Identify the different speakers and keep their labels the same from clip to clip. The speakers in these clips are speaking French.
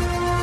Speaker 1: Oui,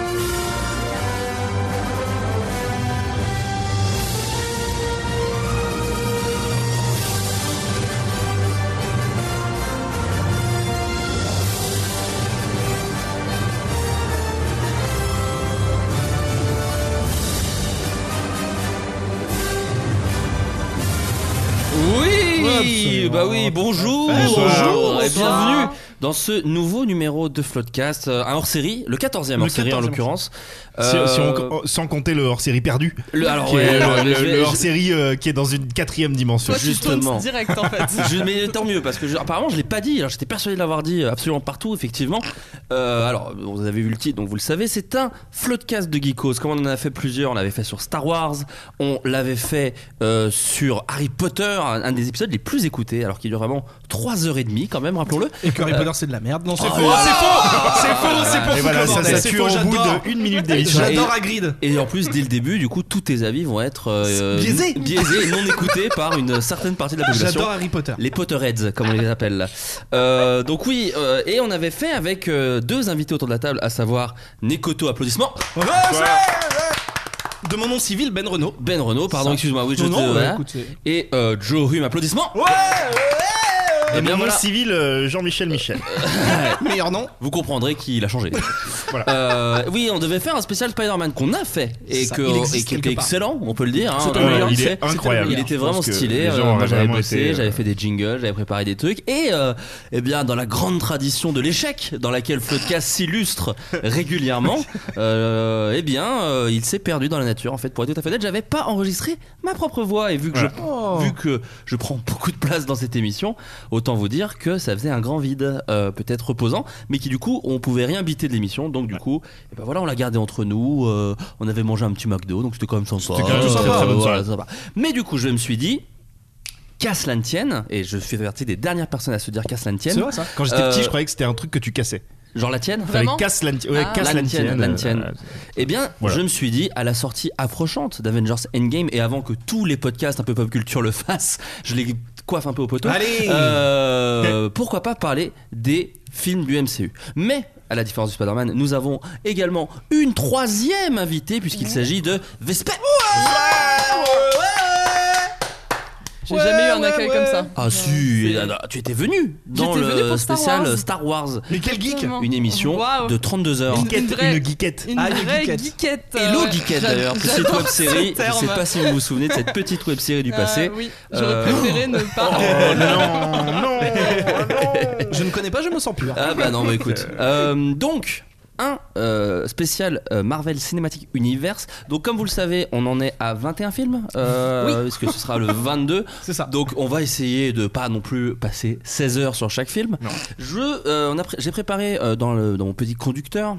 Speaker 2: Absolument.
Speaker 1: bah oui, bonjour,
Speaker 2: Bonsoir.
Speaker 1: bonjour et
Speaker 2: Bonsoir.
Speaker 1: bienvenue dans ce nouveau numéro de Floodcast, euh, un hors-série, le 14e
Speaker 2: Le
Speaker 1: hors-série en
Speaker 2: 14e.
Speaker 1: l'occurrence.
Speaker 2: Si-
Speaker 1: Euh,
Speaker 2: si on- oh, sans compter le hors-série perdu,
Speaker 1: le, alors
Speaker 2: qui est
Speaker 1: ouais,
Speaker 2: le,
Speaker 1: je
Speaker 2: le-
Speaker 1: vais-
Speaker 2: le
Speaker 1: je-
Speaker 2: hors-série euh, qui est dans une quatrième dimension.
Speaker 3: Toi, tu
Speaker 1: Justement.
Speaker 3: tournes direct en fait.
Speaker 1: je- mais tant mieux parce que je- apparemment je l'ai pas dit. Alors j'étais persuadé de l'avoir dit euh, absolument partout effectivement. Euh, alors vous avez vu le titre donc vous le savez c'est un floodcast de geekos. Comme on en a fait plusieurs, on l'avait fait sur Star Wars, on l'avait fait euh, sur Harry Potter, un, un des épisodes les plus écoutés alors qu'il dure vraiment 3 heures et demie quand même rappelons-le.
Speaker 4: Et que Harry Potter c'est de la merde. Non, c'est faux,
Speaker 1: là
Speaker 4: c'est faux, c'est faux, c'est pour
Speaker 2: Ah, Et
Speaker 4: foutre
Speaker 2: voilà,
Speaker 4: le
Speaker 2: ça,
Speaker 4: bordel.
Speaker 2: ça
Speaker 4: C'est
Speaker 2: tue
Speaker 4: faux,
Speaker 2: au bout
Speaker 4: j'adore.
Speaker 2: d'une minute d'émission.
Speaker 4: J'adore Hagrid.
Speaker 1: Et en plus, dès le début, du coup, tous tes avis vont être euh,
Speaker 4: Biaisés.
Speaker 1: biaisés et non écoutés par une certaine partie de la population.
Speaker 4: J'adore Harry Potter.
Speaker 1: Les Potterheads, comme on les appelle. là. Euh, donc oui, euh, et on avait fait avec euh, deux invités autour de la table, à savoir Nekoto, applaudissements,
Speaker 4: De mon nom civil, Ben Renault.
Speaker 1: Ben Renault, pardon,
Speaker 4: Ça.
Speaker 1: excuse-moi, oui, je
Speaker 4: Non,
Speaker 1: te-
Speaker 4: non, bah,
Speaker 1: voilà.
Speaker 4: écoute, c'est-
Speaker 1: et euh, Joe Hume, applaudissements.
Speaker 2: Et
Speaker 1: Et
Speaker 2: bien
Speaker 1: Eh bien voilà,
Speaker 2: civil, euh, Jean-Michel Michel.
Speaker 4: meilleur nom.
Speaker 1: vous comprendrez qu'il a changé.
Speaker 2: Voilà.
Speaker 1: Euh, oui, on devait faire un spécial Spider-Man qu'on a fait et,
Speaker 4: Ça,
Speaker 1: que,
Speaker 4: il existe
Speaker 1: et qui
Speaker 4: quelque
Speaker 1: était
Speaker 4: part.
Speaker 1: excellent, on peut le dire. hein.
Speaker 4: C'était
Speaker 1: Euh,
Speaker 4: meilleur,
Speaker 2: il
Speaker 1: c'est-
Speaker 2: est incroyable.
Speaker 1: Il était
Speaker 2: Je
Speaker 1: vraiment
Speaker 2: pense que
Speaker 1: stylé.
Speaker 2: les
Speaker 1: euh,
Speaker 2: gens
Speaker 1: moi
Speaker 2: auraient
Speaker 1: j'avais
Speaker 2: vraiment
Speaker 1: bossé,
Speaker 2: été, euh,
Speaker 1: j'avais fait des jingles, j'avais préparé des trucs. Et euh, eh bien, dans la grande tradition de l'échec, dans laquelle Floodcast s'illustre régulièrement, euh, eh bien, euh, il s'est perdu dans la nature. En fait, pour être tout à fait honnête, j'avais pas enregistré ma propre voix. Et vu que, je, Oh. vu que je prends beaucoup de place dans cette émission, autant vous dire que ça faisait un grand vide, euh, peut-être reposant, mais qui du coup, on pouvait rien biter de l'émission. Donc, du coup, eh ben voilà, on l'a gardé entre nous. euh, on avait mangé un petit McDo, donc c'était quand même sympa.
Speaker 2: C'était quand même
Speaker 1: Ah,
Speaker 2: une très, très bonne
Speaker 1: voilà, sympa. Mais du coup, je me suis dit, qu'à cela ne tienne, et je fais partie des dernières personnes à se dire qu'à cela ne
Speaker 4: C'est
Speaker 1: tienne,
Speaker 4: vrai ça
Speaker 2: Quand j'étais petit,
Speaker 1: Euh,
Speaker 2: je croyais que c'était un truc que tu cassais.
Speaker 1: genre la tienne,
Speaker 2: Fallait
Speaker 3: Vraiment
Speaker 2: casse l'anti- ouais,
Speaker 3: Ah.
Speaker 2: casse
Speaker 1: L'antienne,
Speaker 2: l'antienne, euh,
Speaker 1: l'antienne.
Speaker 2: euh,
Speaker 1: eh bien,
Speaker 2: Voilà.
Speaker 1: je me suis dit, à la sortie approchante d'Avengers Endgame, et avant que tous les podcasts un peu pop culture le fassent, je les coiffe un peu au poteau.
Speaker 4: Allez
Speaker 1: Euh, pourquoi pas parler des films du MCU Mais à la différence du Spider-Man, nous avons également une troisième invitée puisqu'il s'agit de Vespa.
Speaker 3: J'ai jamais eu un accueil comme ça.
Speaker 1: Ah si, tu étais venu dans
Speaker 3: J'étais venue
Speaker 1: le
Speaker 3: pour Star
Speaker 1: spécial
Speaker 3: Wars.
Speaker 1: Star Wars,
Speaker 4: Mais quel geek
Speaker 3: Exactement.
Speaker 1: une émission
Speaker 3: Waouh.
Speaker 1: de 32 heures.
Speaker 3: Une-
Speaker 2: geekette,
Speaker 3: une vraie-
Speaker 2: une geekette.
Speaker 3: Une
Speaker 4: Ah, une
Speaker 3: vraie
Speaker 4: geekette.
Speaker 3: geekette.
Speaker 1: Hello
Speaker 3: euh,
Speaker 1: geekette
Speaker 3: j'a-
Speaker 1: d'ailleurs, que cette
Speaker 3: j'adore
Speaker 1: web série,
Speaker 3: ce
Speaker 1: je sais
Speaker 3: terme.
Speaker 1: pas si vous vous souvenez de cette petite web série du
Speaker 3: Euh,
Speaker 1: passé.
Speaker 3: oui, j'aurais
Speaker 1: Euh,
Speaker 3: préféré ne pas.
Speaker 4: Oh, Je ne connais pas, je me sens pur.
Speaker 1: Ah bah non, mais écoute. Euh, donc, un euh, spécial euh, Marvel Cinematic Universe. Donc, comme vous le savez, on en est à 21 films. Euh, Parce que ce sera le 22.
Speaker 4: C'est ça.
Speaker 1: Donc, on va essayer de pas non plus passer 16 heures sur chaque film. Je, euh, on a pré- J'ai préparé euh, dans, le, dans mon petit conducteur.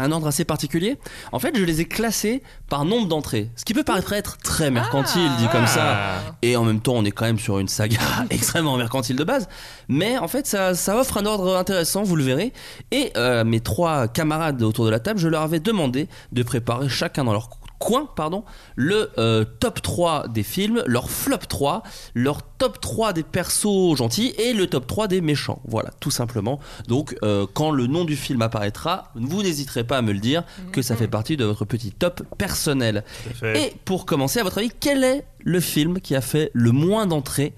Speaker 1: Un ordre assez particulier. En fait, je les ai classés par nombre d'entrées. Ce qui peut paraître être très mercantile, dit comme ça.
Speaker 4: Ah.
Speaker 1: Et en même temps, on est quand même sur une saga extrêmement mercantile de base. Mais en fait, ça, ça offre un ordre intéressant, vous le verrez. Et euh, mes trois camarades autour de la table, je leur avais demandé de préparer chacun dans leur coin, pardon, le euh, top 3 des films, leur flop 3, leur top 3 des persos gentils et le top 3 des méchants. Voilà, tout simplement. Donc, euh, quand le nom du film apparaîtra, vous n'hésiterez pas à me le dire que ça fait partie de votre petit top personnel. Et pour commencer, à votre avis, quel est le film qui a fait le moins d'entrées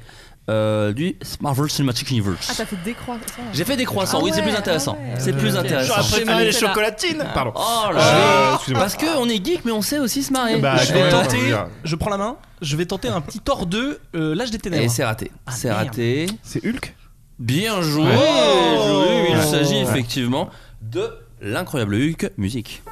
Speaker 1: euh, du Marvel Cinematic
Speaker 3: Ah,
Speaker 1: Universe
Speaker 3: t'as fait décroître.
Speaker 1: J'ai fait des croissants,
Speaker 3: Ah
Speaker 1: oui, c'est
Speaker 3: ouais,
Speaker 1: plus intéressant.
Speaker 3: ah ouais.
Speaker 1: C'est plus
Speaker 3: Ok.
Speaker 1: intéressant.
Speaker 2: Euh, J'aurais
Speaker 3: J'ai
Speaker 2: préféré les
Speaker 3: marqué là.
Speaker 2: chocolatines. Pardon.
Speaker 1: Oh
Speaker 2: Euh,
Speaker 1: là là
Speaker 2: excusez-moi.
Speaker 1: Parce qu'on est geek, mais on sait aussi se marrer.
Speaker 2: Bah,
Speaker 4: je
Speaker 2: quand
Speaker 4: vais
Speaker 2: même, on va
Speaker 4: tenter,
Speaker 2: dire.
Speaker 4: je prends la main, je vais tenter un petit tort 2, euh, l'âge des ténèbres.
Speaker 1: Et c'est raté.
Speaker 4: Ah,
Speaker 1: c'est
Speaker 4: merde.
Speaker 1: raté.
Speaker 2: C'est Hulk
Speaker 1: Bien joué,
Speaker 2: Ouais.
Speaker 1: joué. Il
Speaker 2: Ouais.
Speaker 1: s'agit effectivement de l'incroyable Hulk musique.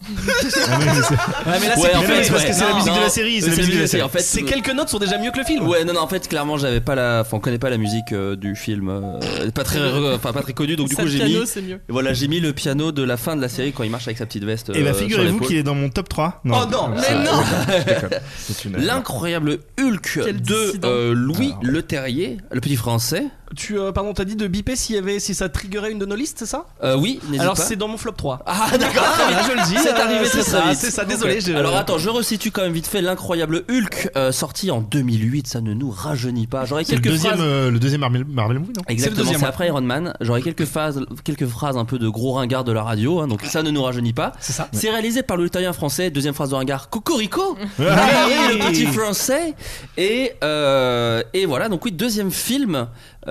Speaker 2: Ah oui, mais c'est-
Speaker 4: Ouais, mais là,
Speaker 1: Ouais,
Speaker 4: c'est
Speaker 1: en
Speaker 4: plus-
Speaker 1: fait,
Speaker 2: mais non, mais c'est parce
Speaker 1: ouais.
Speaker 2: que c'est la
Speaker 1: Non,
Speaker 2: musique de la
Speaker 1: non.
Speaker 2: série.
Speaker 1: Ouais,
Speaker 2: C'est la musique de la série.
Speaker 1: en fait,
Speaker 4: Ces
Speaker 1: euh,
Speaker 4: quelques notes sont déjà mieux que le film.
Speaker 1: Ouais, non, non, en fait, clairement, j'avais pas la. Enfin, on connaît pas la musique euh, du film. euh, pas très. re- Enfin, pas très connue, donc du
Speaker 3: Ça,
Speaker 1: coup,
Speaker 3: le
Speaker 1: j'ai mis.
Speaker 3: piano, c'est mieux.
Speaker 1: Voilà, j'ai mis le piano de la fin de la série quand il marche avec sa petite veste.
Speaker 2: Et
Speaker 1: euh,
Speaker 2: bah,
Speaker 1: sur
Speaker 2: figurez-vous
Speaker 1: l'épaule.
Speaker 2: qu'il est dans mon top 3.
Speaker 4: Oh non,
Speaker 1: Ah,
Speaker 4: mais
Speaker 2: c'est-
Speaker 3: non.
Speaker 2: je déconne. C'est une-
Speaker 1: L'incroyable Hulk
Speaker 3: Quel
Speaker 1: de
Speaker 3: dissident.
Speaker 1: euh, Louis
Speaker 2: Alors.
Speaker 1: Le Terrier, le petit français.
Speaker 4: Tu, euh, pardon, t'as dit de biper s'il y avait, si ça triggerait une de nos listes, c'est ça
Speaker 1: Euh, oui, n'hésite
Speaker 4: Alors
Speaker 1: pas.
Speaker 4: c'est dans mon flop 3.
Speaker 1: Ah, d'accord, très bien.
Speaker 4: je le dis.
Speaker 1: Ah, C'est
Speaker 4: euh,
Speaker 1: arrivé
Speaker 4: c'est
Speaker 1: très
Speaker 4: ça,
Speaker 1: très vite.
Speaker 4: C'est ça, désolé.
Speaker 1: Ok.
Speaker 4: j'ai-
Speaker 1: Alors attends, je resitue quand même vite fait l'incroyable Hulk euh, sorti en 2008. Ça ne nous rajeunit pas. J'aurais
Speaker 2: C'est le
Speaker 1: quelques
Speaker 2: deuxième,
Speaker 1: phrases.
Speaker 2: euh, le deuxième Marvel, Marvel movie, non
Speaker 1: Exactement,
Speaker 4: deuxième,
Speaker 1: c'est
Speaker 4: ouais.
Speaker 1: après Iron Man. J'aurais quelques phrases, quelques phrases un peu de gros ringard de la radio, hein, donc ça ne nous rajeunit pas.
Speaker 4: C'est ça.
Speaker 1: C'est réalisé par le Italien français, deuxième phrase de ringard, Cocorico
Speaker 2: Ah,
Speaker 1: oui, le petit français. Et, euh, et voilà, donc oui, deuxième film.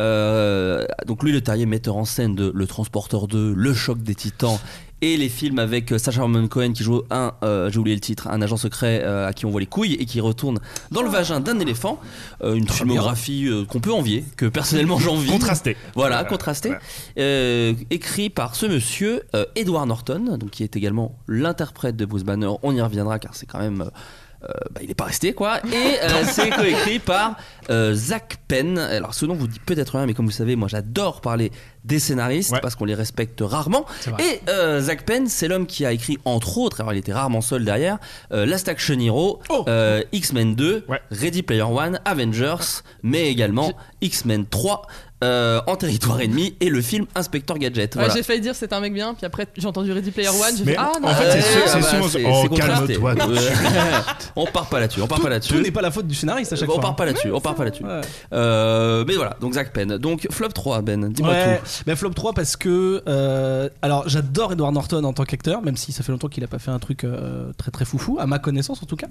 Speaker 1: Euh, donc lui, le terrier metteur en scène de Le Transporteur 2, Le Choc des Titans. Et les films avec euh, Sacha Baron Cohen qui joue un, euh, j'ai oublié le titre, un agent secret euh, à qui on voit les couilles et qui retourne dans le vagin d'un éléphant. Euh, une filmographie euh, qu'on peut envier, que personnellement j'envie.
Speaker 2: Contrasté.
Speaker 1: Voilà,
Speaker 2: Voilà,
Speaker 1: contrasté.
Speaker 2: voilà.
Speaker 1: Euh, écrit par ce monsieur, euh, Edward Norton, donc qui est également l'interprète de Bruce Banner. On y reviendra car c'est quand même. euh, euh, bah, il n'est pas resté quoi. Et euh, c'est coécrit par euh, Zach Penn. Alors ce nom vous dit peut-être rien, mais comme vous le savez, moi j'adore parler des scénaristes
Speaker 2: Ouais.
Speaker 1: parce qu'on les respecte rarement.
Speaker 4: C'est vrai.
Speaker 1: Et euh, Zach Penn, c'est l'homme qui a écrit entre autres, alors il était rarement seul derrière, euh, Last Action Hero,
Speaker 4: Oh.
Speaker 1: euh, X-Men 2,
Speaker 2: Ouais.
Speaker 1: Ready Player One, Avengers, mais également X-Men 3 euh, en territoire ennemi et le film Inspecteur Gadget.
Speaker 3: Ouais,
Speaker 1: Voilà.
Speaker 3: Ah, J'ai failli dire c'est un mec bien, puis après j'ai entendu Ready Player One, j'ai
Speaker 2: Mais
Speaker 3: fait ah non.
Speaker 2: en fait,
Speaker 3: euh,
Speaker 2: c'est sûr-
Speaker 3: euh,
Speaker 2: c'est
Speaker 1: bah,
Speaker 2: souvent-
Speaker 1: c'est-
Speaker 2: Oh,
Speaker 1: c'est contrasté.
Speaker 2: calme-toi, tu-
Speaker 1: Ouais. on part pas là-dessus, on part pas
Speaker 4: Tout
Speaker 1: là-dessus.
Speaker 4: n'est pas la faute du scénariste à chaque
Speaker 1: on
Speaker 4: fois. hein.
Speaker 1: part pas là-dessus, on part pas là-dessus.
Speaker 4: Ouais.
Speaker 1: Euh, mais voilà, donc Zach Penn. Donc Flop 3, Ben, dis-moi
Speaker 4: Ouais,
Speaker 1: tout.
Speaker 4: mais flop 3 parce que euh, alors j'adore Edward Norton en tant qu'acteur, même si ça fait longtemps qu'il a pas fait un truc euh, très très foufou, à ma connaissance en tout cas.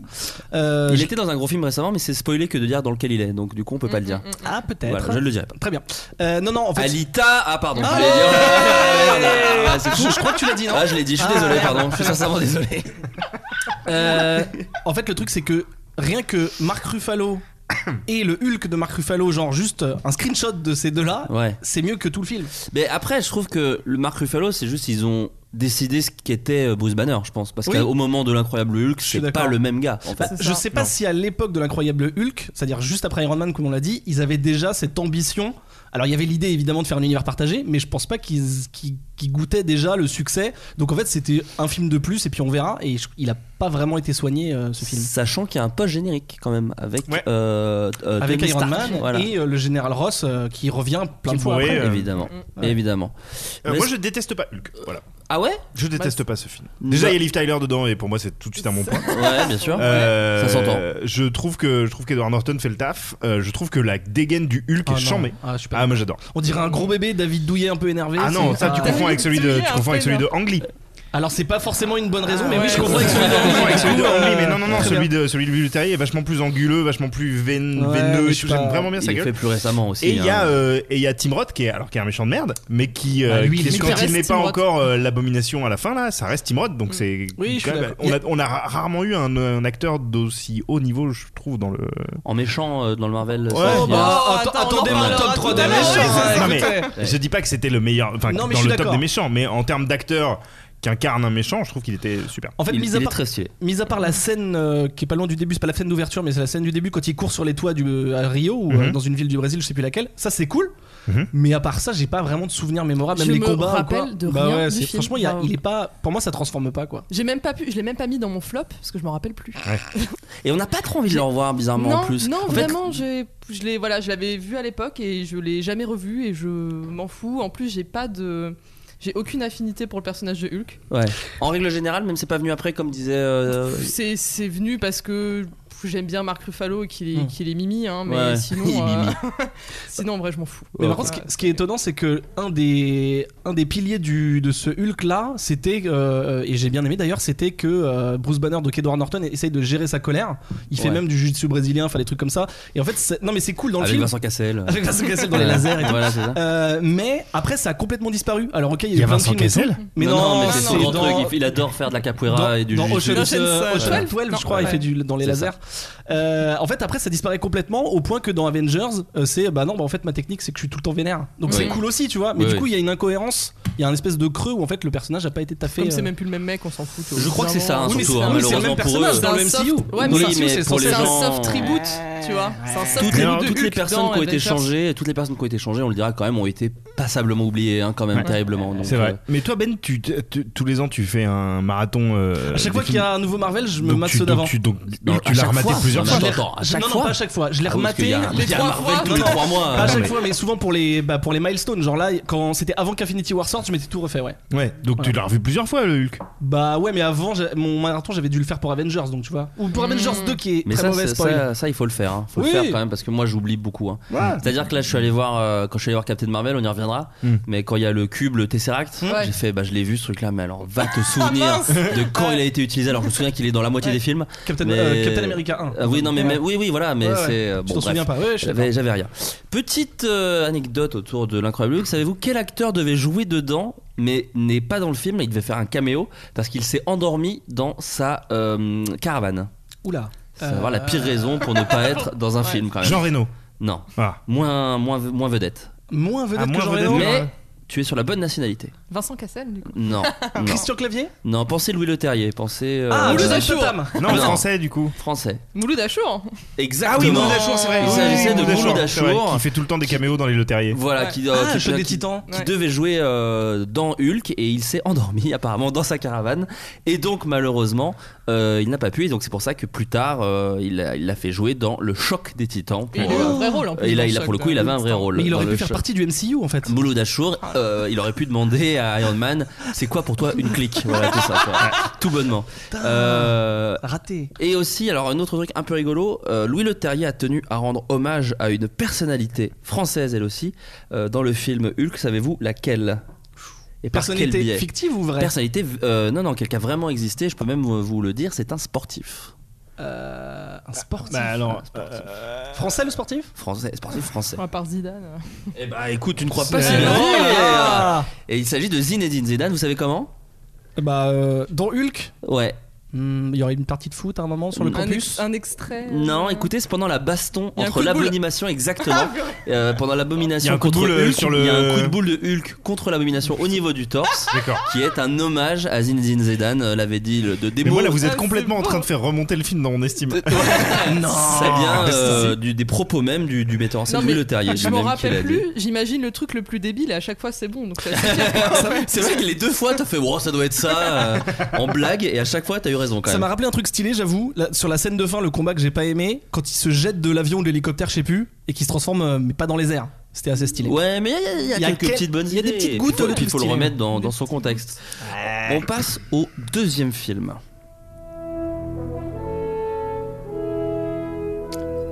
Speaker 4: Euh,
Speaker 1: Il
Speaker 4: je-
Speaker 1: était dans un gros film récemment, mais c'est spoilé que de dire dans lequel il est, donc du coup on peut pas le dire.
Speaker 4: Ah peut-être.
Speaker 1: Voilà, je ne le dirai pas.
Speaker 4: Très bien. Euh, non non en fait.
Speaker 1: Alita, ah pardon, je
Speaker 4: Ah,
Speaker 1: voulais dire.
Speaker 4: ouais.
Speaker 1: Ah, c'est fou.
Speaker 4: Je- je crois que tu l'as dit, non
Speaker 1: Ah, je l'ai dit, je suis
Speaker 4: Ah,
Speaker 1: désolé,
Speaker 4: merde.
Speaker 1: pardon, je suis sincèrement désolé.
Speaker 4: Euh, en fait, le truc, c'est que rien que Marc Ruffalo et le Hulk de Marc Ruffalo, genre juste un screenshot de ces deux-là,
Speaker 1: Ouais.
Speaker 4: c'est mieux que tout le film.
Speaker 1: Mais après, je trouve que le Marc Ruffalo, c'est juste ils ont décidé ce qu'était euh, Bruce Banner, je pense, parce
Speaker 4: Oui.
Speaker 1: qu'au moment de l'incroyable Hulk,
Speaker 4: suis
Speaker 1: c'est
Speaker 4: d'accord.
Speaker 1: pas le même gars. En fait.
Speaker 3: C'est
Speaker 4: Je
Speaker 3: ça.
Speaker 4: sais pas
Speaker 2: Non.
Speaker 4: si à l'époque de l'incroyable Hulk, c'est-à-dire juste après Iron Man, comme on l'a dit, ils avaient déjà cette ambition. Alors il y avait l'idée évidemment de faire un univers partagé, mais je pense pas qu'ils qu'ils- qu'ils goûtaient déjà le succès. Donc en fait c'était un film de plus et puis on verra. Et je- il a pas vraiment été soigné euh, ce film.
Speaker 1: Sachant qu'il y a un post générique quand même avec
Speaker 2: Ouais.
Speaker 1: euh, euh,
Speaker 4: Avec
Speaker 1: Tony
Speaker 4: Iron
Speaker 1: Stark,
Speaker 4: Man
Speaker 1: voilà.
Speaker 4: et euh, le général Ross euh, qui revient plein
Speaker 2: Qui
Speaker 4: de fois
Speaker 2: pourrait,
Speaker 4: après.
Speaker 2: euh,
Speaker 1: évidemment,
Speaker 4: Ouais.
Speaker 1: évidemment.
Speaker 2: Euh,
Speaker 1: Mais-
Speaker 2: Moi, je déteste pas Hulk. Voilà.
Speaker 1: Ah ouais
Speaker 4: Bah,
Speaker 2: Je déteste pas ce film. Déjà, il y a Liv Tyler dedans, et pour moi, c'est tout de suite un bon point.
Speaker 1: Ouais, bien sûr.
Speaker 2: Euh,
Speaker 1: Ça s'entend.
Speaker 2: Je trouve que je trouve qu'Edward Norton fait le taf. Euh, je trouve que la dégaine du Hulk
Speaker 4: Ah,
Speaker 2: est
Speaker 4: non.
Speaker 2: chambée.
Speaker 4: Ah, je suis pas
Speaker 2: Ah, moi j'adore.
Speaker 4: On dirait un gros bébé David Douillet un peu énervé.
Speaker 2: Ah non,
Speaker 4: c'est-
Speaker 2: ça tu
Speaker 3: Ah.
Speaker 2: confonds avec celui de
Speaker 3: C'est
Speaker 2: tu confonds avec
Speaker 3: un
Speaker 2: celui de Ang Lee.
Speaker 4: Alors c'est pas forcément une bonne raison,
Speaker 3: Ah
Speaker 4: mais oui,
Speaker 3: ouais.
Speaker 4: je comprends avec
Speaker 2: Tu
Speaker 4: celui de
Speaker 2: confonds avec celui de Ang Lee, mais non non non,
Speaker 4: Très
Speaker 2: celui
Speaker 4: bien.
Speaker 2: de celui de Louis Leterrier est vachement plus anguleux, vachement plus veine-
Speaker 4: Ouais,
Speaker 2: veineux.
Speaker 4: mais
Speaker 2: et
Speaker 4: je
Speaker 2: tout.
Speaker 4: sais pas.
Speaker 2: J'aime vraiment bien
Speaker 1: il
Speaker 2: sa
Speaker 1: est fait
Speaker 2: gueule.
Speaker 1: plus récemment aussi.
Speaker 2: Et il y a
Speaker 1: hein.
Speaker 2: euh, et il y a Tim Roth qui est alors qui est un méchant de merde, mais qui euh,
Speaker 4: Ah, lui, il
Speaker 2: qui-
Speaker 4: est
Speaker 2: quand
Speaker 3: super.
Speaker 2: il n'est
Speaker 3: Reste
Speaker 2: pas
Speaker 3: Tim Roth.
Speaker 2: encore euh, l'abomination à la fin là, ça reste Tim Roth, donc c'est
Speaker 4: Mm. Oui, je suis
Speaker 2: quand même-
Speaker 4: d'accord.
Speaker 2: on a on a ra- rarement eu un, un acteur d'aussi haut niveau, je trouve dans le
Speaker 1: En méchant euh, dans le Marvel.
Speaker 2: Ouais.
Speaker 1: ça,
Speaker 2: Oh,
Speaker 1: il y a-
Speaker 3: bah,
Speaker 4: Oh,
Speaker 3: attends,
Speaker 4: attends,
Speaker 3: on en
Speaker 4: attendez mon
Speaker 3: parlera
Speaker 4: top
Speaker 3: tout
Speaker 4: 3
Speaker 3: à
Speaker 4: des
Speaker 3: l'heure.
Speaker 4: méchants.
Speaker 3: Ouais,
Speaker 2: Non, mais
Speaker 4: écoutez.
Speaker 2: je dis pas que c'était le meilleur, enfin
Speaker 4: Non, mais
Speaker 2: dans
Speaker 4: je suis
Speaker 2: le top
Speaker 4: d'accord.
Speaker 2: des méchants, mais en termes d'acteur qui incarne un méchant, je trouve qu'il était super.
Speaker 4: En fait,
Speaker 1: il,
Speaker 4: mis à
Speaker 1: il est
Speaker 4: part.
Speaker 1: très stylé.
Speaker 4: Mis à part la scène euh, qui est pas loin du début, c'est pas la scène d'ouverture, mais c'est la scène du début quand il court sur les toits du, à Rio ou euh,
Speaker 2: Mhm.
Speaker 4: dans une ville du Brésil, je sais plus laquelle. Ça c'est cool,
Speaker 2: Mhm.
Speaker 4: mais à part ça, j'ai pas vraiment de souvenirs mémorables, même
Speaker 3: Je
Speaker 4: les
Speaker 3: me
Speaker 4: combats. ou
Speaker 3: rappelle
Speaker 4: quoi.
Speaker 3: de
Speaker 4: Bah
Speaker 3: rien
Speaker 4: ouais,
Speaker 3: du
Speaker 4: c'est-
Speaker 3: film.
Speaker 4: Franchement, il y a-
Speaker 3: Bah,
Speaker 4: il est pas. Pour moi, ça transforme pas quoi.
Speaker 3: J'ai même pas pu, je l'ai même pas mis dans mon flop parce que je m'en rappelle plus.
Speaker 1: Et on n'a pas trop envie de le revoir bizarrement
Speaker 3: non,
Speaker 1: Ah, en plus.
Speaker 3: non,
Speaker 1: En fait,
Speaker 3: vraiment, j'ai- je l'ai, voilà, je l'avais vu à l'époque et je l'ai jamais revu et je m'en fous. En plus, j'ai pas de, j'ai aucune affinité pour le personnage de Hulk.
Speaker 1: ouais. En règle générale, même c'est pas venu après comme disait. euh,
Speaker 3: C'est, c'est venu parce que j'aime bien Marc Ruffalo et qu'il est,
Speaker 4: Hmm.
Speaker 3: qu'il est mimi, hein, mais
Speaker 1: Ouais.
Speaker 3: sinon,
Speaker 1: Il est
Speaker 3: euh,
Speaker 1: mimi.
Speaker 3: sinon en vrai, je m'en fous.
Speaker 4: Mais par contre, ce qui, ce qui est étonnant, c'est que un des, un des piliers du, de ce Hulk là, c'était, euh, et j'ai bien aimé d'ailleurs, c'était que euh, Bruce Banner de Edward Norton e, essaye de gérer sa colère. Il fait
Speaker 1: Ouais.
Speaker 4: même du jiu-jitsu brésilien, enfin des trucs comme ça. Et en fait, c'est- non mais c'est cool dans le
Speaker 1: Avec
Speaker 4: film.
Speaker 1: Vincent Cassel. euh.
Speaker 4: Avec Vincent Cassel dans les lasers et tout.
Speaker 1: Voilà, c'est ça.
Speaker 4: Euh, mais après, ça a complètement disparu. Alors, ok, il y a,
Speaker 2: Il y
Speaker 4: eu
Speaker 2: a
Speaker 4: plein de
Speaker 2: Vincent
Speaker 4: films et tout,
Speaker 2: Cassel
Speaker 4: Mais non,
Speaker 1: mais
Speaker 3: non,
Speaker 1: c'est
Speaker 3: non,
Speaker 1: son grand
Speaker 4: dans-
Speaker 1: truc. Il il adore faire de la capoeira
Speaker 4: dans,
Speaker 1: et du
Speaker 4: dans
Speaker 1: jiu-jitsu.
Speaker 4: Ocean's,
Speaker 3: Ocean's
Speaker 4: euh,
Speaker 3: Twelve.
Speaker 4: Ocean's Twelve, je crois,
Speaker 3: Ouais.
Speaker 4: il fait du, dans les
Speaker 1: C'est
Speaker 4: lasers. Euh, en fait, après, ça disparaît complètement au point que dans Avengers, euh, c'est bah non, bah en fait, ma technique, c'est que je suis tout le temps vénère. Donc
Speaker 1: Oui.
Speaker 4: c'est cool aussi, tu vois. Mais
Speaker 1: Oui,
Speaker 4: du
Speaker 1: oui.
Speaker 4: coup, il y a une incohérence, il y a un espèce de creux où en fait le personnage a pas été taffé.
Speaker 3: Comme
Speaker 4: euh,
Speaker 3: c'est même plus le même mec, on s'en fout.
Speaker 1: Je crois que c'est ça, hein,
Speaker 4: Oui, mais
Speaker 1: surtout,
Speaker 4: c'est-
Speaker 1: hein,
Speaker 4: oui, c'est
Speaker 1: malheureusement
Speaker 4: le même
Speaker 1: pour
Speaker 4: personnage
Speaker 1: eux.
Speaker 3: C'est un
Speaker 4: dans le
Speaker 3: soft-
Speaker 4: MCU.
Speaker 3: Ouais, mais
Speaker 1: Oui,
Speaker 3: c'est un-
Speaker 1: mais
Speaker 3: c'est
Speaker 1: pour les
Speaker 3: un
Speaker 1: gens- euh,
Speaker 3: soft reboot, tu vois. C'est un soft
Speaker 1: Toutes les,
Speaker 3: reboot de
Speaker 1: toutes les
Speaker 3: Hulk
Speaker 1: personnes
Speaker 3: dans
Speaker 1: qui ont été
Speaker 3: Avengers.
Speaker 1: changées, toutes les personnes qui ont été changées, on le dira quand même, ont été passablement oubliées, hein, quand même
Speaker 2: Ouais.
Speaker 1: terriblement. Donc,
Speaker 2: C'est vrai.
Speaker 1: euh,
Speaker 2: Mais toi, Ben, tu, tu- tu- tous les ans, tu fais un marathon. euh,
Speaker 4: À chaque
Speaker 2: des
Speaker 4: fois qu'il y
Speaker 2: films.
Speaker 4: a un nouveau Marvel, je me
Speaker 2: Donc
Speaker 4: mate
Speaker 2: tu-
Speaker 4: ceux
Speaker 2: donc
Speaker 4: d'avant.
Speaker 2: Tu, donc,
Speaker 1: Non,
Speaker 2: tu
Speaker 1: à
Speaker 2: l'as
Speaker 1: chaque
Speaker 2: rematé
Speaker 1: fois.
Speaker 2: plusieurs
Speaker 1: Non,
Speaker 2: fois.
Speaker 1: mais attends, à chaque
Speaker 4: non, non,
Speaker 1: fois.
Speaker 4: pas à chaque fois. Je l'ai
Speaker 1: Ah oui, parce qu'il
Speaker 4: rematé
Speaker 1: y a- il y a
Speaker 4: les trois
Speaker 1: Marvel
Speaker 4: fois. Ah,
Speaker 1: tous les
Speaker 4: Non, non,
Speaker 1: trois mois,
Speaker 4: Pas à
Speaker 1: hein.
Speaker 4: chaque
Speaker 2: Mais-
Speaker 4: fois, mais souvent pour les, bah, pour les milestones. Genre là, quand c'était avant qu'Infinity War sorte, je m'étais tout refait, ouais.
Speaker 2: Ouais, donc tu l'as revu plusieurs fois, le Hulk.
Speaker 4: Bah ouais, mais avant, j'ai- mon marathon, j'avais dû le faire pour Avengers, donc tu vois. Ou pour Avengers 2 qui est
Speaker 1: Mais
Speaker 4: très
Speaker 1: ça,
Speaker 4: mauvais
Speaker 1: ça,
Speaker 4: spoil.
Speaker 1: ça, ça, il faut le faire. hein. Faut
Speaker 4: Oui.
Speaker 1: le faire quand même parce que moi, j'oublie beaucoup. hein. C'est-à-dire que là, je suis allé voir euh, quand je suis allé voir Captain Marvel, on y reviendra.
Speaker 4: Hmm.
Speaker 2: Mm.
Speaker 1: Mais quand il y a le cube, le Tesseract,
Speaker 3: Ouais.
Speaker 1: j'ai fait, bah, je l'ai vu ce truc-là. Mais alors, va te
Speaker 4: Ah,
Speaker 1: souvenir de quand il a été utilisé. Alors, je me souviens qu'il est dans la moitié des films.
Speaker 4: Captain,
Speaker 1: Mais-
Speaker 4: euh, Captain America 1.
Speaker 1: Ah oui, non, mais,
Speaker 4: Ouais.
Speaker 1: mais- oui, oui, voilà. Mais
Speaker 4: Ouais, ouais.
Speaker 1: c'est euh,
Speaker 4: Tu
Speaker 1: bon,
Speaker 4: t'en
Speaker 1: bref.
Speaker 4: souviens pas Ouais, je sais pas.
Speaker 1: J'avais, j'avais rien. Petite euh, anecdote autour de l'incroyable Hulk. Savez-vous quel acteur devait jouer dedans, mais n'est pas dans le film Il devait faire un caméo parce qu'il s'est endormi dans sa euh, caravane.
Speaker 4: Oula.
Speaker 1: C'est
Speaker 4: Euh,
Speaker 1: avoir la pire raison pour ne pas être dans un film quand même.
Speaker 2: Jean Reno.
Speaker 1: Ah, Non,
Speaker 2: Ah.
Speaker 1: moins, moins, moins vedette.
Speaker 4: Moins
Speaker 2: Ah,
Speaker 4: vedette
Speaker 2: moins
Speaker 4: que Jean
Speaker 2: vedette
Speaker 4: Reno.
Speaker 2: que-
Speaker 1: Mais tu es sur la bonne nationalité.
Speaker 3: Vincent Cassel, du coup.
Speaker 1: Non, non.
Speaker 4: Christian Clavier
Speaker 1: Non, pensez Louis Leterrier, pensez euh,
Speaker 4: Ah,
Speaker 3: Euh,
Speaker 4: Louis
Speaker 3: Louis
Speaker 1: euh,
Speaker 3: Dachour.
Speaker 4: Dachour.
Speaker 2: Non, en
Speaker 1: Non. Ah
Speaker 2: français, du coup.
Speaker 1: français.
Speaker 3: Mouloud hein. Achour.
Speaker 1: Exactement.
Speaker 2: Mouloud Achour, c'est vrai.
Speaker 1: Il
Speaker 2: Oui,
Speaker 1: s'agissait de Mouloud
Speaker 2: c'est vrai,
Speaker 1: Achour.
Speaker 2: Qui fait tout le temps des caméos dans les Leterriers.
Speaker 1: Voilà,
Speaker 3: Ouais.
Speaker 1: qui, euh,
Speaker 4: Ah,
Speaker 1: qui-
Speaker 4: Choc des
Speaker 1: qui-
Speaker 4: Titans.
Speaker 1: qui
Speaker 3: Ouais.
Speaker 1: devait jouer euh, dans Hulk et il s'est endormi apparemment dans sa caravane et donc malheureusement euh, il n'a pas pu et donc c'est pour ça que plus tard euh, il l'a il l'a fait jouer dans le choc des titans
Speaker 3: Il
Speaker 1: pour,
Speaker 3: a eu un
Speaker 1: euh,
Speaker 3: vrai rôle en plus.
Speaker 1: et là
Speaker 3: dans
Speaker 1: il a
Speaker 3: Shock,
Speaker 1: pour le coup il
Speaker 3: dans
Speaker 1: avait un vrai
Speaker 3: Hulk.
Speaker 1: rôle
Speaker 4: Mais il
Speaker 1: dans
Speaker 4: aurait
Speaker 1: Oh le
Speaker 4: pu faire
Speaker 1: Shock.
Speaker 4: partie du MCU en fait.
Speaker 1: Mouloud Achour, euh, il aurait pu demander à Iron Man, c'est quoi pour toi une clique Voilà, tout ça, quoi. tout bonnement. Euh,
Speaker 4: Raté.
Speaker 1: et aussi, alors un autre truc un peu rigolo, euh, Louis Leterrier a tenu à rendre hommage à une personnalité française, elle aussi, euh, dans le film Hulk, savez-vous laquelle Et par quel
Speaker 4: Personnalité
Speaker 1: biais
Speaker 4: fictive ou vraie
Speaker 1: Personnalité, euh, non, non, quelqu'un vraiment existé, je peux même vous vous le dire, c'est un sportif.
Speaker 4: Euh, Un sportif.
Speaker 2: Bah alors,
Speaker 1: euh,
Speaker 4: Français le sportif
Speaker 1: Français, sportif français.
Speaker 3: À part Zidane.
Speaker 1: Eh bah écoute, tu ne crois pas si
Speaker 4: C'est-
Speaker 1: bien. Oh
Speaker 4: Ah.
Speaker 1: Et il s'agit de Zinedine Zidane, vous savez comment
Speaker 4: Bah euh, dans Hulk,
Speaker 1: Ouais.
Speaker 4: hmm, il y aurait une partie de foot à un moment sur le
Speaker 1: Mmh,
Speaker 3: Un,
Speaker 4: campus.
Speaker 2: Ah,
Speaker 3: ex- un extrait. euh,
Speaker 1: Non, écoutez, c'est pendant la baston
Speaker 3: Il y a un
Speaker 1: entre
Speaker 3: coup de boule. Ah,
Speaker 1: l'abomination, exactement. euh, pendant
Speaker 2: Il y a
Speaker 1: l'abomination
Speaker 2: un coup de
Speaker 1: contre
Speaker 2: boule, euh,
Speaker 1: Hulk,
Speaker 2: sur le-
Speaker 1: il y a un coup de boule de Hulk contre l'abomination au niveau du torse,
Speaker 2: D'accord.
Speaker 1: qui est un hommage à Zinedine Zidane, euh, l'avait dit le, de
Speaker 2: Mais
Speaker 1: démo.
Speaker 2: moi, là, vous
Speaker 3: Ah,
Speaker 2: êtes
Speaker 3: c'est
Speaker 2: complètement en train de faire remonter le film dans mon estime.
Speaker 4: Non.
Speaker 1: C'est bien euh, du- des propos même du, du metteur en
Speaker 3: Non,
Speaker 1: scène
Speaker 3: mais
Speaker 1: Louis Leterrier.
Speaker 3: je
Speaker 1: lui-même
Speaker 3: m'en
Speaker 1: qui l'a
Speaker 3: rappelle
Speaker 1: dit.
Speaker 3: plus, j'imagine le truc le plus débile et à chaque fois c'est bon. Donc ça suffit.
Speaker 1: C'est vrai que les deux fois t'as fait wow, ça doit être ça euh, en blague et à chaque fois t'as eu raison quand
Speaker 4: Ça m'a
Speaker 1: même.
Speaker 4: rappelé un truc stylé, j'avoue. Là, Sur la scène de fin, le combat que j'ai pas aimé, quand il se jette de l'avion ou de l'hélicoptère, je sais plus, et qui se transforme, euh, mais pas dans les airs. C'était assez stylé.
Speaker 1: Ouais, mais il y a- il y, a
Speaker 4: Il y a
Speaker 1: quelques
Speaker 4: quel-
Speaker 1: petites bonnes
Speaker 4: il y a des
Speaker 1: idées.
Speaker 4: petites gouttes
Speaker 1: Faut-
Speaker 4: de
Speaker 1: puis il faut le
Speaker 4: style.
Speaker 1: remettre dans, dans son contexte. On passe au deuxième film.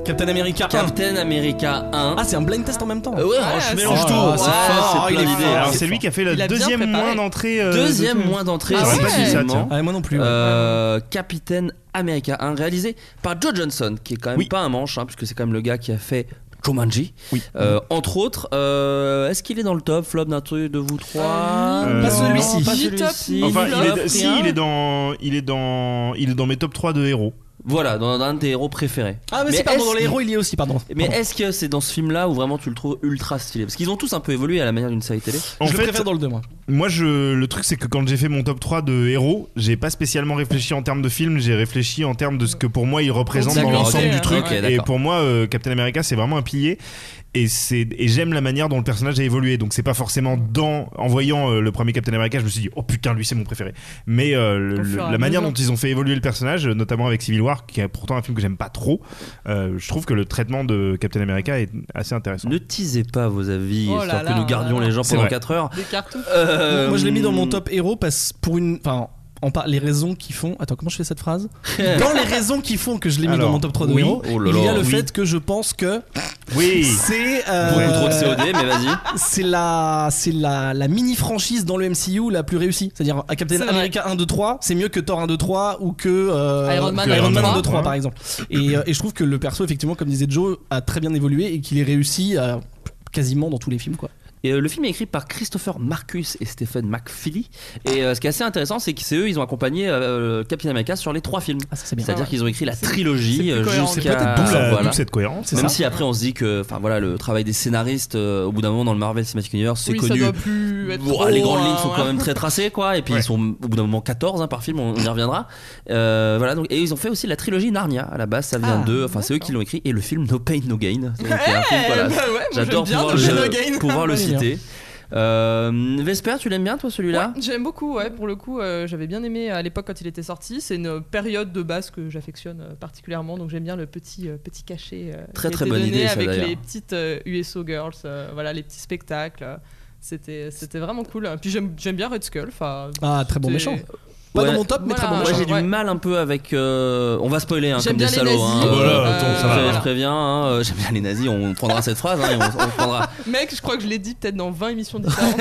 Speaker 4: Captain America. un.
Speaker 1: Captain America 1.
Speaker 4: Ah, c'est un blind test en même temps.
Speaker 1: ouais,
Speaker 3: c'est
Speaker 1: je mélange
Speaker 4: fort.
Speaker 1: tout.
Speaker 4: Ah, c'est
Speaker 1: Ouais,
Speaker 4: fort. Ah,
Speaker 1: c'est
Speaker 4: il
Speaker 1: plein
Speaker 4: est
Speaker 1: d'idées.
Speaker 4: fort.
Speaker 2: Alors,
Speaker 4: c'est
Speaker 2: c'est lui qui a fait
Speaker 3: Il
Speaker 2: la
Speaker 3: a bien
Speaker 2: deuxième
Speaker 3: préparé.
Speaker 2: moins d'entrée. euh,
Speaker 1: Deuxième
Speaker 2: de-
Speaker 1: moins d'entrée,
Speaker 3: Ah
Speaker 1: j'aurais
Speaker 3: ouais.
Speaker 1: pas dit ça,
Speaker 2: tiens.
Speaker 4: Ouais, moi non plus. ouais.
Speaker 1: Euh, Capitaine America 1, réalisé par Joe Johnson, qui est quand même
Speaker 2: Oui.
Speaker 1: pas un manche, hein, puisque c'est quand même le gars qui a fait Jumanji.
Speaker 2: Oui.
Speaker 1: Euh, entre autres, euh, est-ce qu'il est dans le top flop d'un truc de vous trois
Speaker 2: Euh, pas celui-ci.
Speaker 1: non, pas
Speaker 3: Ni top,
Speaker 1: celui-ci.
Speaker 3: ni
Speaker 2: Enfin, il est,
Speaker 3: flop,
Speaker 2: si,
Speaker 3: rien.
Speaker 4: hein.
Speaker 2: il est dans, il est dans, il est dans mes top 3 de héros.
Speaker 1: Voilà, dans, dans un de tes héros préférés.
Speaker 4: Ah, mais,
Speaker 1: mais
Speaker 4: si, pardon,
Speaker 1: est-ce-
Speaker 4: dans les héros, il y est aussi, pardon.
Speaker 1: Mais
Speaker 4: Pardon.
Speaker 1: est-ce que c'est dans ce film-là où vraiment tu le trouves ultra stylé Parce qu'ils ont tous un peu évolué à la manière d'une série télé.
Speaker 2: En
Speaker 4: je le
Speaker 2: fait,
Speaker 4: préfère dans le 2, moi.
Speaker 2: moi, je, le truc, c'est que quand j'ai fait mon top 3 de héros, j'ai pas spécialement réfléchi en termes de film, j'ai réfléchi en termes de ce que pour moi il représente dans
Speaker 1: D'accord,
Speaker 2: l'ensemble
Speaker 3: ok,
Speaker 2: du truc.
Speaker 1: ok,
Speaker 2: et
Speaker 1: d'accord.
Speaker 2: pour moi, euh, Captain America, c'est vraiment un pilier. Et, c'est- et j'aime la manière dont le personnage a évolué. Donc, c'est pas forcément dans. En voyant euh, le premier Captain America, je me suis dit, oh putain, lui, c'est mon préféré. Mais euh, le-
Speaker 3: Au fur et
Speaker 2: le-
Speaker 3: à
Speaker 2: la manière dont
Speaker 3: mesure.
Speaker 2: ils ont fait évoluer le personnage, euh, notamment avec Civil War, qui est pourtant un film que j'aime pas trop, euh, je trouve que le traitement de Captain America est assez intéressant.
Speaker 1: Ne teasez pas vos avis,
Speaker 3: Oh là
Speaker 1: histoire que
Speaker 3: là,
Speaker 1: nous gardions
Speaker 3: là là.
Speaker 1: les gens
Speaker 2: C'est
Speaker 1: pendant
Speaker 2: vrai.
Speaker 1: 4 heures.
Speaker 3: Des cartouches.
Speaker 1: Euh,
Speaker 4: Moi, je l'ai mis dans mon top héros parce pour une. Enfin, en par les raisons qui font. Attends, comment je fais cette phrase Dans les raisons qui font que je l'ai mis
Speaker 2: Alors,
Speaker 4: dans mon top 3 de
Speaker 2: oui.
Speaker 4: héros,
Speaker 1: Oh là
Speaker 4: il y a
Speaker 1: là,
Speaker 4: le
Speaker 1: oui.
Speaker 4: fait que je pense que
Speaker 2: Oui!
Speaker 4: c'est. euh,
Speaker 1: Beaucoup trop de COD, mais vas-y.
Speaker 4: C'est la, c'est la, la mini franchise dans le MCU la plus réussie. C'est-à-dire, à Captain
Speaker 3: C'est vrai.
Speaker 4: America 1, 2, 3, c'est mieux que Thor 1, 2, 3 ou que euh,
Speaker 3: Iron Man,
Speaker 4: que
Speaker 2: 1, 2,
Speaker 4: 1, 2, 3
Speaker 2: ouais.
Speaker 4: par exemple. Et, euh, et je trouve que le perso, effectivement, comme disait Joe, a très bien évolué et qu'il est réussi à- quasiment dans tous les films quoi.
Speaker 1: Et, euh, le film est écrit par Christopher Marcus et Stephen McFeely. Et euh, ce qui est assez intéressant, c'est que c'est eux, ils ont accompagné euh, Captain America sur les trois films.
Speaker 5: Ah, ça, c'est bien.
Speaker 1: C'est-à-dire
Speaker 3: Ah ouais.
Speaker 1: qu'ils ont écrit la
Speaker 3: C'est-
Speaker 1: trilogie
Speaker 3: c'est plus
Speaker 1: euh,
Speaker 3: cohérent.
Speaker 1: jusqu'à.
Speaker 3: C'est
Speaker 2: D'où la-
Speaker 1: voilà.
Speaker 2: d'où cette cohérence.
Speaker 1: Même
Speaker 5: ça.
Speaker 1: si après on se dit que, enfin voilà, le travail des scénaristes euh, au bout d'un moment dans le Marvel Cinematic Universe, c'est
Speaker 3: oui, ça
Speaker 1: connu.
Speaker 3: doit plus être.
Speaker 1: Bon,
Speaker 3: trop,
Speaker 1: les grandes lignes
Speaker 3: hein,
Speaker 1: sont
Speaker 3: voilà.
Speaker 1: quand même très tracées, quoi. Et puis
Speaker 2: Ouais.
Speaker 1: ils sont au bout d'un moment 14 hein, par film, on, on y reviendra. Euh, voilà, donc, et ils ont fait aussi la trilogie Narnia à la base, ça vient
Speaker 5: Ah,
Speaker 1: d'eux, enfin c'est eux qui l'ont écrit, et le film No Pain No Gain. Donc, il y a un film,
Speaker 3: Eh,
Speaker 1: voilà,
Speaker 3: bah ouais, moi,
Speaker 1: J'adore
Speaker 3: j'aime bien
Speaker 1: pouvoir,
Speaker 3: No Pain,
Speaker 1: le,
Speaker 3: No Gain.
Speaker 1: pouvoir le
Speaker 5: Ouais, bien.
Speaker 1: citer. Euh, Vesper, tu l'aimes bien toi celui-là
Speaker 3: Ouais, J'aime beaucoup, ouais, pour le coup, euh, j'avais bien aimé à l'époque quand il était sorti. C'est une période de base que j'affectionne euh, particulièrement, donc j'aime bien le petit, euh, petit cachet. euh,
Speaker 1: Très,
Speaker 3: qui a
Speaker 1: très
Speaker 3: été
Speaker 1: bonne
Speaker 3: donné
Speaker 1: idée, ça,
Speaker 3: Avec
Speaker 1: d'ailleurs.
Speaker 3: les petites euh, USO Girls, euh, voilà, les petits spectacles. euh, C'était c'était vraiment cool. Puis j'aime j'aime bien Red Skull. enfin,
Speaker 4: Ah, très bon
Speaker 3: c'est-
Speaker 4: méchant. Pas
Speaker 1: Ouais.
Speaker 4: dans mon top, mais
Speaker 3: Voilà.
Speaker 4: très bon
Speaker 3: Ah,
Speaker 1: Moi
Speaker 4: méchant.
Speaker 1: j'ai du
Speaker 3: ouais.
Speaker 1: mal un peu avec. euh, on va spoiler hein,
Speaker 3: J'aime
Speaker 1: comme des
Speaker 3: bien les
Speaker 1: salauds. hein,
Speaker 3: nazis.
Speaker 1: euh,
Speaker 2: Voilà, attends, ça
Speaker 1: je,
Speaker 2: va.
Speaker 1: je préviens, hein, euh, j'aime bien les nazis, on prendra cette phrase hein, et on, on prendra.
Speaker 3: Mec, je crois que je l'ai dit peut-être dans 20 émissions différentes.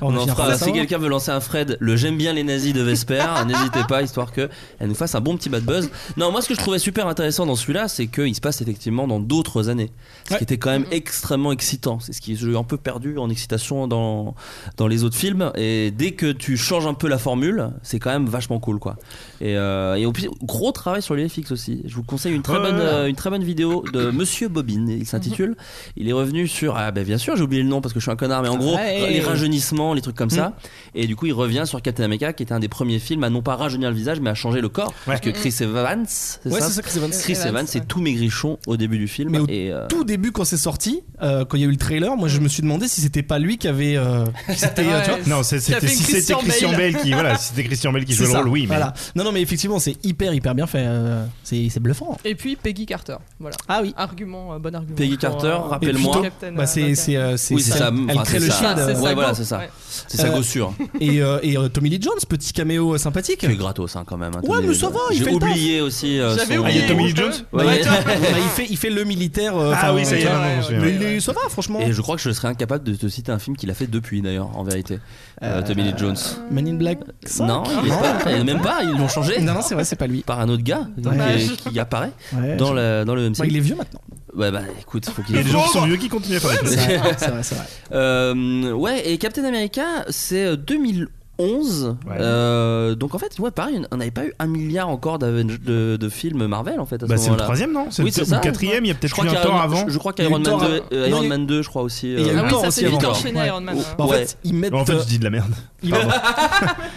Speaker 1: On
Speaker 5: va
Speaker 1: en
Speaker 5: finir par
Speaker 1: fera-
Speaker 5: ça,
Speaker 1: si
Speaker 5: ouais.
Speaker 1: quelqu'un veut lancer un Fred, le j'aime bien les nazis de Vesper, n'hésitez pas, histoire que elle nous fasse un bon petit bad buzz. Non, moi ce que je trouvais super intéressant dans celui-là, c'est qu'il se passe effectivement dans d'autres années. Ce
Speaker 5: Ouais.
Speaker 1: qui était quand même extrêmement excitant. C'est ce qui est un peu perdu en excitation dans, dans les autres films. Et dès que tu changes un peu la formule, c'est quand même vachement cool quoi. Et, euh, et au plus, gros travail sur les FX aussi. Je vous conseille une très,
Speaker 2: Ouais,
Speaker 1: bonne,
Speaker 2: ouais.
Speaker 1: euh, une très bonne vidéo de Monsieur Bobine, il s'intitule. Il est revenu sur. Ah, bah, bien sûr, j'ai oublié le nom parce que je suis un connard, mais en gros,
Speaker 5: Ouais.
Speaker 1: les rajeunissements, les trucs comme
Speaker 4: Mm.
Speaker 1: ça. Et du coup, il revient sur Captain America, qui était un des premiers films à non pas rajeunir le visage, mais à changer le corps. Parce que Chris Evans, c'est
Speaker 4: Ouais,
Speaker 1: ça
Speaker 4: c'est ça, Chris Evans.
Speaker 1: Chris Evans,
Speaker 3: Evans,
Speaker 1: c'est
Speaker 3: ouais.
Speaker 1: tout maigrichon au début du film.
Speaker 4: Mais au
Speaker 1: et, euh,
Speaker 4: tout début quand c'est sorti, euh, quand il y a eu le trailer, moi je me suis demandé si c'était pas lui qui avait. euh, qui s'était, euh, tu vois,
Speaker 3: Ouais,
Speaker 2: Non, c'est-
Speaker 3: Ça
Speaker 2: c'était
Speaker 3: fait
Speaker 2: si c'était
Speaker 3: Christian
Speaker 2: Christian
Speaker 3: Bale.
Speaker 2: Bale qui voilà, si c'était Christian Bale qui jouait le
Speaker 4: c'est ça,
Speaker 2: rôle, oui, mais
Speaker 4: voilà. Non, non, mais effectivement, c'est hyper, hyper bien fait. euh, c'est c'est bluffant.
Speaker 3: Et puis Peggy Carter. Voilà.
Speaker 4: Ah oui.
Speaker 3: Argument, euh, bon argument.
Speaker 1: Peggy
Speaker 3: pour,
Speaker 1: Carter,
Speaker 3: euh,
Speaker 1: rappelle-moi.
Speaker 3: pour Captain
Speaker 4: Bah, c'est
Speaker 3: America.
Speaker 4: c'est, euh, c'est-
Speaker 1: Oui, c'est
Speaker 4: c'est-
Speaker 1: ça,
Speaker 4: Elle
Speaker 1: enfin,
Speaker 4: crée
Speaker 1: c'est
Speaker 4: le
Speaker 1: ça.
Speaker 4: shield.
Speaker 3: Ah,
Speaker 4: euh,
Speaker 3: c'est ça,
Speaker 1: Ouais, voilà,
Speaker 3: go.
Speaker 1: c'est ça.
Speaker 3: Ouais.
Speaker 1: c'est sa
Speaker 4: euh,
Speaker 1: gossure. hein,
Speaker 4: Et, euh, et euh, Tommy Lee Jones, petit caméo euh, sympathique.
Speaker 1: Qui est gratos hein, quand même. hein,
Speaker 4: Ouais,
Speaker 1: tenez,
Speaker 4: mais ça
Speaker 1: euh,
Speaker 4: va, il
Speaker 1: J'ai
Speaker 4: fait le taf.
Speaker 1: oublié aussi. euh,
Speaker 3: J'avais
Speaker 1: son-
Speaker 2: Ah, il y a
Speaker 3: oublié.
Speaker 2: Tommy Lee Jones
Speaker 1: Ouais.
Speaker 4: Ouais, tu vois, bah, il, fait, il fait le militaire. euh,
Speaker 2: Ah
Speaker 4: enfin,
Speaker 2: oui, ça y est,
Speaker 4: tu vois,
Speaker 2: maintenant, je me
Speaker 3: ouais,
Speaker 2: souviens.
Speaker 3: ouais.
Speaker 4: mais il est- ça va, franchement.
Speaker 1: Et je crois que je serais incapable de te citer un film qu'il a fait depuis d'ailleurs, en vérité. Euh, Tommy Lee Jones.
Speaker 4: Man in Black. cinq
Speaker 1: Non, il est pas, et même pas, ils l'ont changé
Speaker 4: Non, non, c'est vrai, c'est pas lui.
Speaker 1: par un autre gars donc, euh,
Speaker 4: Dommage.
Speaker 1: qui, qui apparaît
Speaker 4: Ouais,
Speaker 1: dans
Speaker 4: je-
Speaker 1: le, dans le
Speaker 4: Bah, il
Speaker 1: MCU.
Speaker 4: est vieux maintenant.
Speaker 1: Ouais, bah écoute, faut
Speaker 2: Il
Speaker 1: qu'il
Speaker 2: y a des gens qui sont vieux qui continuent à faire des trucs.
Speaker 4: C'est vrai, c'est vrai, c'est vrai.
Speaker 1: Euh, ouais, et Captain America, c'est euh, 2011.
Speaker 2: Ouais.
Speaker 1: Euh, donc en fait, ouais, pareil, on- on n'avait pas eu un milliard encore d'Avenge- de, de films Marvel en fait à
Speaker 2: Bah,
Speaker 1: ce
Speaker 2: c'est le
Speaker 1: moment-là.
Speaker 2: troisième, non C'est
Speaker 1: Oui,
Speaker 2: le
Speaker 1: c'est
Speaker 2: ou
Speaker 1: ça.
Speaker 2: le quatrième, il y a
Speaker 1: Je
Speaker 2: peut-être
Speaker 1: crois
Speaker 2: eu
Speaker 1: qu'il y
Speaker 2: un
Speaker 1: a-
Speaker 2: tort avant.
Speaker 1: Je, je crois
Speaker 4: Il y a
Speaker 1: qu'Iron
Speaker 4: eu
Speaker 1: Man
Speaker 4: Thor
Speaker 1: 2, euh,
Speaker 4: avant.
Speaker 1: Iron
Speaker 4: Non, il y a-
Speaker 1: Man 2, je crois aussi.
Speaker 4: il y a eu
Speaker 1: euh,
Speaker 3: Ah oui,
Speaker 4: Thor
Speaker 3: ça
Speaker 4: aussi
Speaker 3: s'est vite
Speaker 4: avant.
Speaker 3: enchaîné Iron Man.
Speaker 4: Ouais.
Speaker 3: hein.
Speaker 4: Bah, En
Speaker 1: Ouais.
Speaker 4: fait, ils mettent.
Speaker 2: En fait,
Speaker 4: euh,
Speaker 2: je dis de la merde.
Speaker 4: ils-
Speaker 2: Pardon.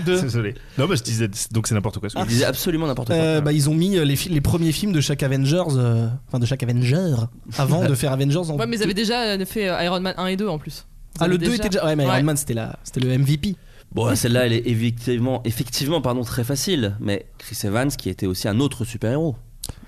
Speaker 4: de-
Speaker 2: Désolé. Non, bah, je disais, donc c'est n'importe quoi. ce que
Speaker 1: Il
Speaker 2: je
Speaker 1: disait ah, absolument n'importe quoi.
Speaker 4: Euh, bah, ils ont mis euh, les, fi- les premiers films de chaque Avengers, euh, enfin de chaque Avenger, avant de faire Avengers. En...
Speaker 3: Ouais, mais ils avaient déjà euh, fait euh, Iron Man 1 et 2 en plus. Ils
Speaker 4: ah, le
Speaker 3: avaient
Speaker 4: 2 était déjà. Ouais, mais
Speaker 3: Ouais.
Speaker 4: Iron Man, c'était la... c'était le MVP.
Speaker 1: Bon, ouais, celle-là, elle est effectivement, effectivement pardon, très facile. Mais Chris Evans, qui était aussi un autre super-héros.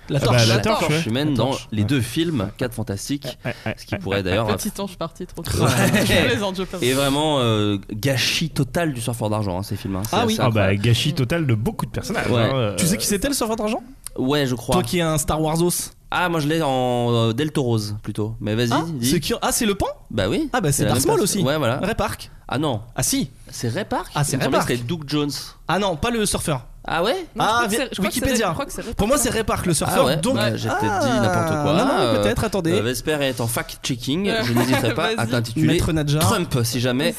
Speaker 4: La
Speaker 2: Ah
Speaker 4: torche.
Speaker 2: bah, la
Speaker 1: La
Speaker 2: torche,
Speaker 1: torche
Speaker 2: ouais.
Speaker 1: humaine
Speaker 2: La
Speaker 1: dans
Speaker 2: torche.
Speaker 1: les deux films, 4 fantastiques.
Speaker 2: Ouais, ouais,
Speaker 1: Ce qui
Speaker 2: ouais.
Speaker 1: pourrait d'ailleurs.
Speaker 3: Petit temps, je suis parti trop tôt.
Speaker 1: Ouais.
Speaker 3: je plaisante, je plaisante.
Speaker 1: Et vraiment, euh, gâchis total du surfeur d'argent, hein, ces films. hein. C'est
Speaker 4: Ah oui.
Speaker 1: assez
Speaker 2: Ah bah
Speaker 1: incroyable.
Speaker 2: gâchis total de beaucoup de personnages.
Speaker 1: Ouais.
Speaker 2: hein, euh,
Speaker 4: Tu sais qui c'était le serveur d'argent
Speaker 1: Ouais, je crois.
Speaker 4: Toi qui es un Star Wars os.
Speaker 1: Ah, moi je l'ai en euh, Delta Rose plutôt. Mais vas-y,
Speaker 4: Ah,
Speaker 1: dis.
Speaker 4: c'est qui... ah, c'est le pan
Speaker 1: Bah oui.
Speaker 4: Ah, bah, c'est
Speaker 1: la
Speaker 4: Darth
Speaker 1: même
Speaker 4: Maul
Speaker 1: personne.
Speaker 4: aussi.
Speaker 1: Ouais, voilà.
Speaker 4: Ray Park.
Speaker 1: Ah non,
Speaker 4: Ah, si.
Speaker 1: c'est Ray Park
Speaker 4: Ah,
Speaker 1: Il
Speaker 4: c'est
Speaker 1: me
Speaker 4: Ray
Speaker 1: semblait que
Speaker 4: Park.
Speaker 1: C'était Duke Jones.
Speaker 4: Ah non, pas le surfeur.
Speaker 1: Ah ouais
Speaker 3: Non, je
Speaker 4: Ah,
Speaker 3: crois que c'est-
Speaker 4: vi-
Speaker 3: je crois que c'est-
Speaker 4: Wikipédia.
Speaker 3: je crois que c'est-
Speaker 4: Pour moi, c'est Ray Park, le surfeur.
Speaker 1: Ah ouais,
Speaker 4: donc,
Speaker 1: bah, j'ai peut-être dit
Speaker 4: Ah,
Speaker 1: n'importe quoi.
Speaker 4: Non, non,
Speaker 1: Euh,
Speaker 4: peut-être,
Speaker 1: Euh,
Speaker 4: attendez.
Speaker 1: Vesper est en fact-checking. Je n'hésiterai pas à
Speaker 3: Vas-y.
Speaker 1: t'intituler
Speaker 4: Euh, Maître Nadja.
Speaker 1: Trump si jamais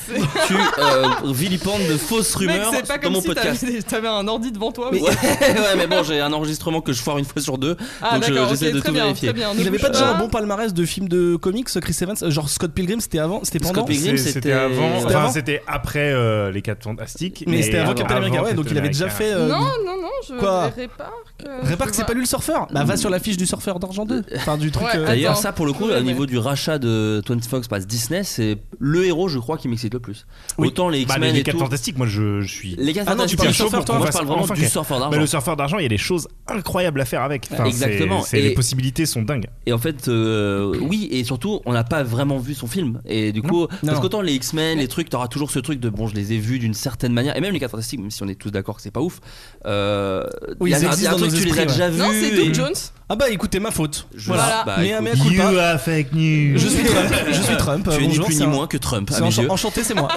Speaker 1: tu euh, vilipendes de fausses
Speaker 3: Mec,
Speaker 1: rumeurs
Speaker 3: c'est pas
Speaker 1: dans
Speaker 3: comme
Speaker 1: mon
Speaker 3: si
Speaker 1: podcast.
Speaker 3: t'avais- t'avais un ordi devant toi.
Speaker 1: Ouais,
Speaker 3: ou-
Speaker 1: ouais, mais bon, j'ai un enregistrement que je foire une fois sur deux,
Speaker 3: Ah,
Speaker 1: donc je-
Speaker 3: d'accord,
Speaker 1: j'essaie
Speaker 3: ok,
Speaker 1: de
Speaker 3: très
Speaker 1: tout
Speaker 3: bien,
Speaker 1: vérifier.
Speaker 3: très bien, ne
Speaker 4: Il avait
Speaker 3: bouge
Speaker 4: pas déjà un bon palmarès de films de comics, Chris Evans Euh, Genre Scott Pilgrim, c'était avant C'était pendant
Speaker 1: Scott Pilgrim,
Speaker 2: c'est-
Speaker 1: c'était-
Speaker 2: C'était avant,
Speaker 4: C'était
Speaker 2: enfin
Speaker 4: avant.
Speaker 2: c'était après euh, les 4 fantastiques.
Speaker 4: Mais
Speaker 2: et
Speaker 4: c'était avant Captain America, ouais, donc il
Speaker 2: Captain
Speaker 4: avait déjà
Speaker 2: America.
Speaker 4: fait. euh,
Speaker 3: Non, non, non, je
Speaker 4: Quoi
Speaker 3: Ray Park, euh, je
Speaker 4: Ray Park, c'est
Speaker 3: vois-
Speaker 4: pas lui le surfeur Bah, va sur la fiche du surfeur d'argent 2. Enfin, du truc.
Speaker 3: Ouais,
Speaker 4: euh,
Speaker 1: Mm. D'ailleurs,
Speaker 3: Attends.
Speaker 1: ça pour le coup,
Speaker 3: Ouais,
Speaker 1: au
Speaker 3: ouais.
Speaker 1: niveau du rachat de 20 Fox par Disney, c'est le héros, je crois, qui m'excite le plus.
Speaker 4: Oui.
Speaker 1: Autant les
Speaker 2: Bah, les-
Speaker 1: X-Men
Speaker 2: les
Speaker 1: et
Speaker 2: 4
Speaker 1: tout.
Speaker 2: fantastiques, moi je je suis
Speaker 1: Les 4
Speaker 4: Ah non, tu parles du surfeur, toi Bah,
Speaker 1: Moi,
Speaker 2: Enfin,
Speaker 1: je parle vraiment
Speaker 2: enfin,
Speaker 1: du
Speaker 2: ok.
Speaker 1: surfeur d'argent.
Speaker 2: Mais le surfeur d'argent, il y a des choses incroyables à faire avec. Enfin,
Speaker 1: Exactement.
Speaker 2: c'est- c'est-
Speaker 1: Et-
Speaker 2: Les possibilités sont dingues.
Speaker 1: Et en fait, euh, oui, et surtout, on n'a pas vraiment vu son film. Et du coup, parce
Speaker 4: Non.
Speaker 1: qu'autant les X-Men, les trucs, t'auras toujours ce truc de bon, je les ai vus d'une certaine manière. Et même les 4 Fantastiques, même si on est tous d'accord que c'est pas ouf. Euh,
Speaker 4: Oui,
Speaker 1: il y a un- il y
Speaker 4: ils
Speaker 1: a un
Speaker 4: existent dans
Speaker 1: truc,
Speaker 4: nos
Speaker 1: tu les as
Speaker 4: esprits,
Speaker 1: déjà vus.
Speaker 3: Non, c'est
Speaker 1: et-
Speaker 3: Doug Jones.
Speaker 4: Ah bah, écoutez, ma faute.
Speaker 1: Je-
Speaker 3: Voilà.
Speaker 1: bah,
Speaker 4: Mais un
Speaker 1: écoute,
Speaker 4: mea culpa.
Speaker 2: are fake news.
Speaker 4: Je suis Trump. Je suis Trump.
Speaker 1: Tu es ni
Speaker 4: Bonjour,
Speaker 1: plus ni
Speaker 4: c'est un-
Speaker 1: moins que Trump, à
Speaker 4: c'est
Speaker 1: mes
Speaker 4: encha-
Speaker 1: yeux.
Speaker 4: Enchanté, c'est moi.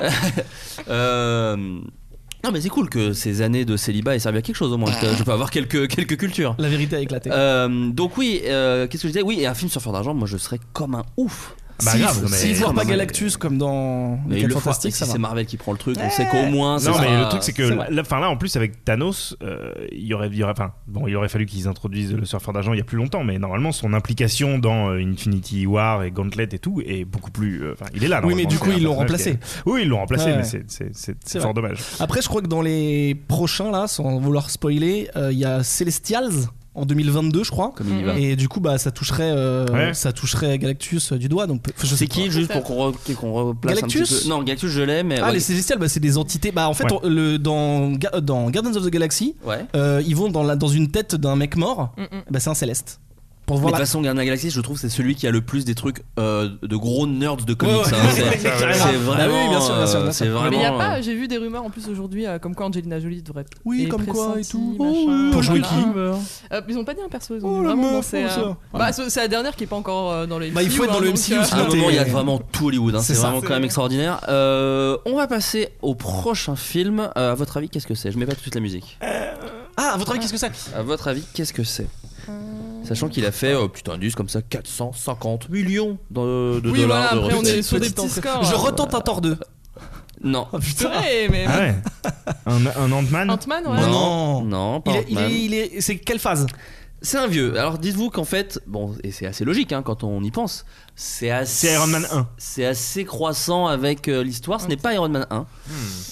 Speaker 1: Euh, Non, mais c'est cool que ces années de célibat aient servi à quelque chose au moins. Je je peux avoir quelques, quelques cultures.
Speaker 4: La vérité a éclaté.
Speaker 1: Euh, donc oui, euh, qu'est-ce que je disais Oui, et un film sur feu d'argent, moi je serais comme un ouf.
Speaker 2: Bah,
Speaker 4: S'ils-
Speaker 2: grave, non, mais-
Speaker 4: S'ils voient
Speaker 1: Non,
Speaker 4: pas
Speaker 1: mais-
Speaker 4: Galactus comme dans
Speaker 1: Mais
Speaker 4: les
Speaker 1: il
Speaker 4: Quatre
Speaker 1: le fera, et
Speaker 4: Fantastiques,
Speaker 1: si
Speaker 4: ça va.
Speaker 1: c'est Marvel qui prend le truc, on sait qu'au moins. ça
Speaker 2: Non, mais
Speaker 1: sera-
Speaker 2: le truc, c'est que
Speaker 1: c'est
Speaker 2: là,
Speaker 1: vrai.
Speaker 2: là- enfin, là, en plus, avec Thanos, euh, il y aurait, il y aurait, enfin, bon, il aurait fallu qu'ils introduisent le surfeur d'argent il y a plus longtemps, mais normalement, son implication dans euh, Infinity War et Gauntlet et tout est beaucoup plus. euh, Enfin, il est là.
Speaker 4: Oui, mais
Speaker 2: normalement,
Speaker 4: du
Speaker 2: c'est
Speaker 4: coup,
Speaker 2: un
Speaker 4: ils l'ont
Speaker 2: personnage
Speaker 4: remplacé.
Speaker 2: qui est- Oui, ils l'ont remplacé,
Speaker 4: Ouais,
Speaker 2: mais
Speaker 4: ouais.
Speaker 2: c'est- c'est- c'est
Speaker 4: C'est
Speaker 2: c'est fort dommage.
Speaker 4: Après, je crois que dans les prochains, là, sans vouloir spoiler, euh, il y a Celestials en 2022, je crois.
Speaker 1: Comme il y va.
Speaker 4: Et du coup, bah, ça toucherait, euh,
Speaker 2: Ouais.
Speaker 4: ça toucherait Galactus euh, du doigt. Donc, peut- enfin, je sais
Speaker 1: C'est qui,
Speaker 4: pas.
Speaker 1: juste pour qu'on re- qu'on replace un
Speaker 4: Galactus
Speaker 1: petit peu Non, Galactus, je l'ai, mais.
Speaker 4: Ah,
Speaker 1: ouais,
Speaker 4: les Celestials, bah, c'est des entités. Bah, en fait,
Speaker 2: Ouais.
Speaker 4: on- le, dans, Ga- dans Guardians of the Galaxy,
Speaker 1: ouais.
Speaker 4: euh, ils vont dans, la, dans une tête d'un mec mort.
Speaker 3: Mm,
Speaker 4: Bah, c'est un Céleste. Pour
Speaker 1: Mais
Speaker 4: voir
Speaker 1: De
Speaker 4: la-
Speaker 1: toute façon, Gardiens de la Galaxie, je trouve, c'est celui qui a le plus des trucs euh, de gros nerds de comics.
Speaker 4: Ouais, ouais.
Speaker 1: hein. C'est-
Speaker 2: Ça, ouais.
Speaker 1: C'est
Speaker 4: Bah
Speaker 1: vraiment.
Speaker 4: oui, bien sûr, bien sûr, bien
Speaker 1: euh,
Speaker 4: sûr.
Speaker 1: C'est
Speaker 3: Ah, Mais il y a
Speaker 1: vraiment.
Speaker 3: pas,
Speaker 1: euh,
Speaker 3: j'ai vu des rumeurs en plus aujourd'hui euh, comme quoi Angelina Jolie devrait être.
Speaker 4: Oui,
Speaker 3: est
Speaker 4: comme quoi et
Speaker 3: pressentie,
Speaker 4: tout.
Speaker 3: machin,
Speaker 4: Pour jouer
Speaker 3: voilà.
Speaker 4: qui
Speaker 3: Euh, Ils ont pas dit un perso, ils ont
Speaker 4: Oh, la
Speaker 3: vraiment
Speaker 4: meuf,
Speaker 3: lancé,
Speaker 4: oh,
Speaker 3: euh,
Speaker 4: ça.
Speaker 3: Bah, c'est c'est la dernière qui est pas encore euh, dans les.
Speaker 4: Bah, il faut être dans le
Speaker 3: donc,
Speaker 4: MCU
Speaker 3: euh,
Speaker 1: Ah, À un
Speaker 4: T'es-
Speaker 1: moment, il y a vraiment tout Hollywood, hein.
Speaker 4: C'est
Speaker 1: c'est
Speaker 4: ça.
Speaker 1: vraiment quand même extraordinaire. Euh, on va passer au prochain film. Euh, à votre avis, qu'est-ce que c'est Je mets pas tout de suite la musique.
Speaker 4: Ah, à votre avis, qu'est-ce que c'est
Speaker 1: À votre avis, qu'est-ce que c'est Sachant qu'il a fait, euh, putain, indice comme ça, 450 millions de, de
Speaker 3: Oui,
Speaker 1: dollars
Speaker 3: voilà,
Speaker 1: de
Speaker 3: après on
Speaker 1: recettes.
Speaker 3: est sur des
Speaker 4: Petite
Speaker 3: petits
Speaker 4: entrée.
Speaker 3: scores.
Speaker 4: Je retente un tort 2.
Speaker 1: Non.
Speaker 4: Oh
Speaker 3: C'est
Speaker 4: putain.
Speaker 3: vrai, mais.
Speaker 2: Ah ouais Un, un Ant-Man
Speaker 3: Ant-Man, ouais.
Speaker 4: Non.
Speaker 1: Non, pas
Speaker 4: Il est, il
Speaker 1: Ant-Man.
Speaker 4: est, il est- c'est quelle phase
Speaker 1: C'est un vieux. Alors dites-vous qu'en fait, bon, et c'est assez logique hein, quand on y pense, c'est assez.
Speaker 2: C'est Iron Man 1.
Speaker 1: C'est assez croissant avec euh, l'histoire. Ce n'est pas Iron Man 1.
Speaker 3: Hmm.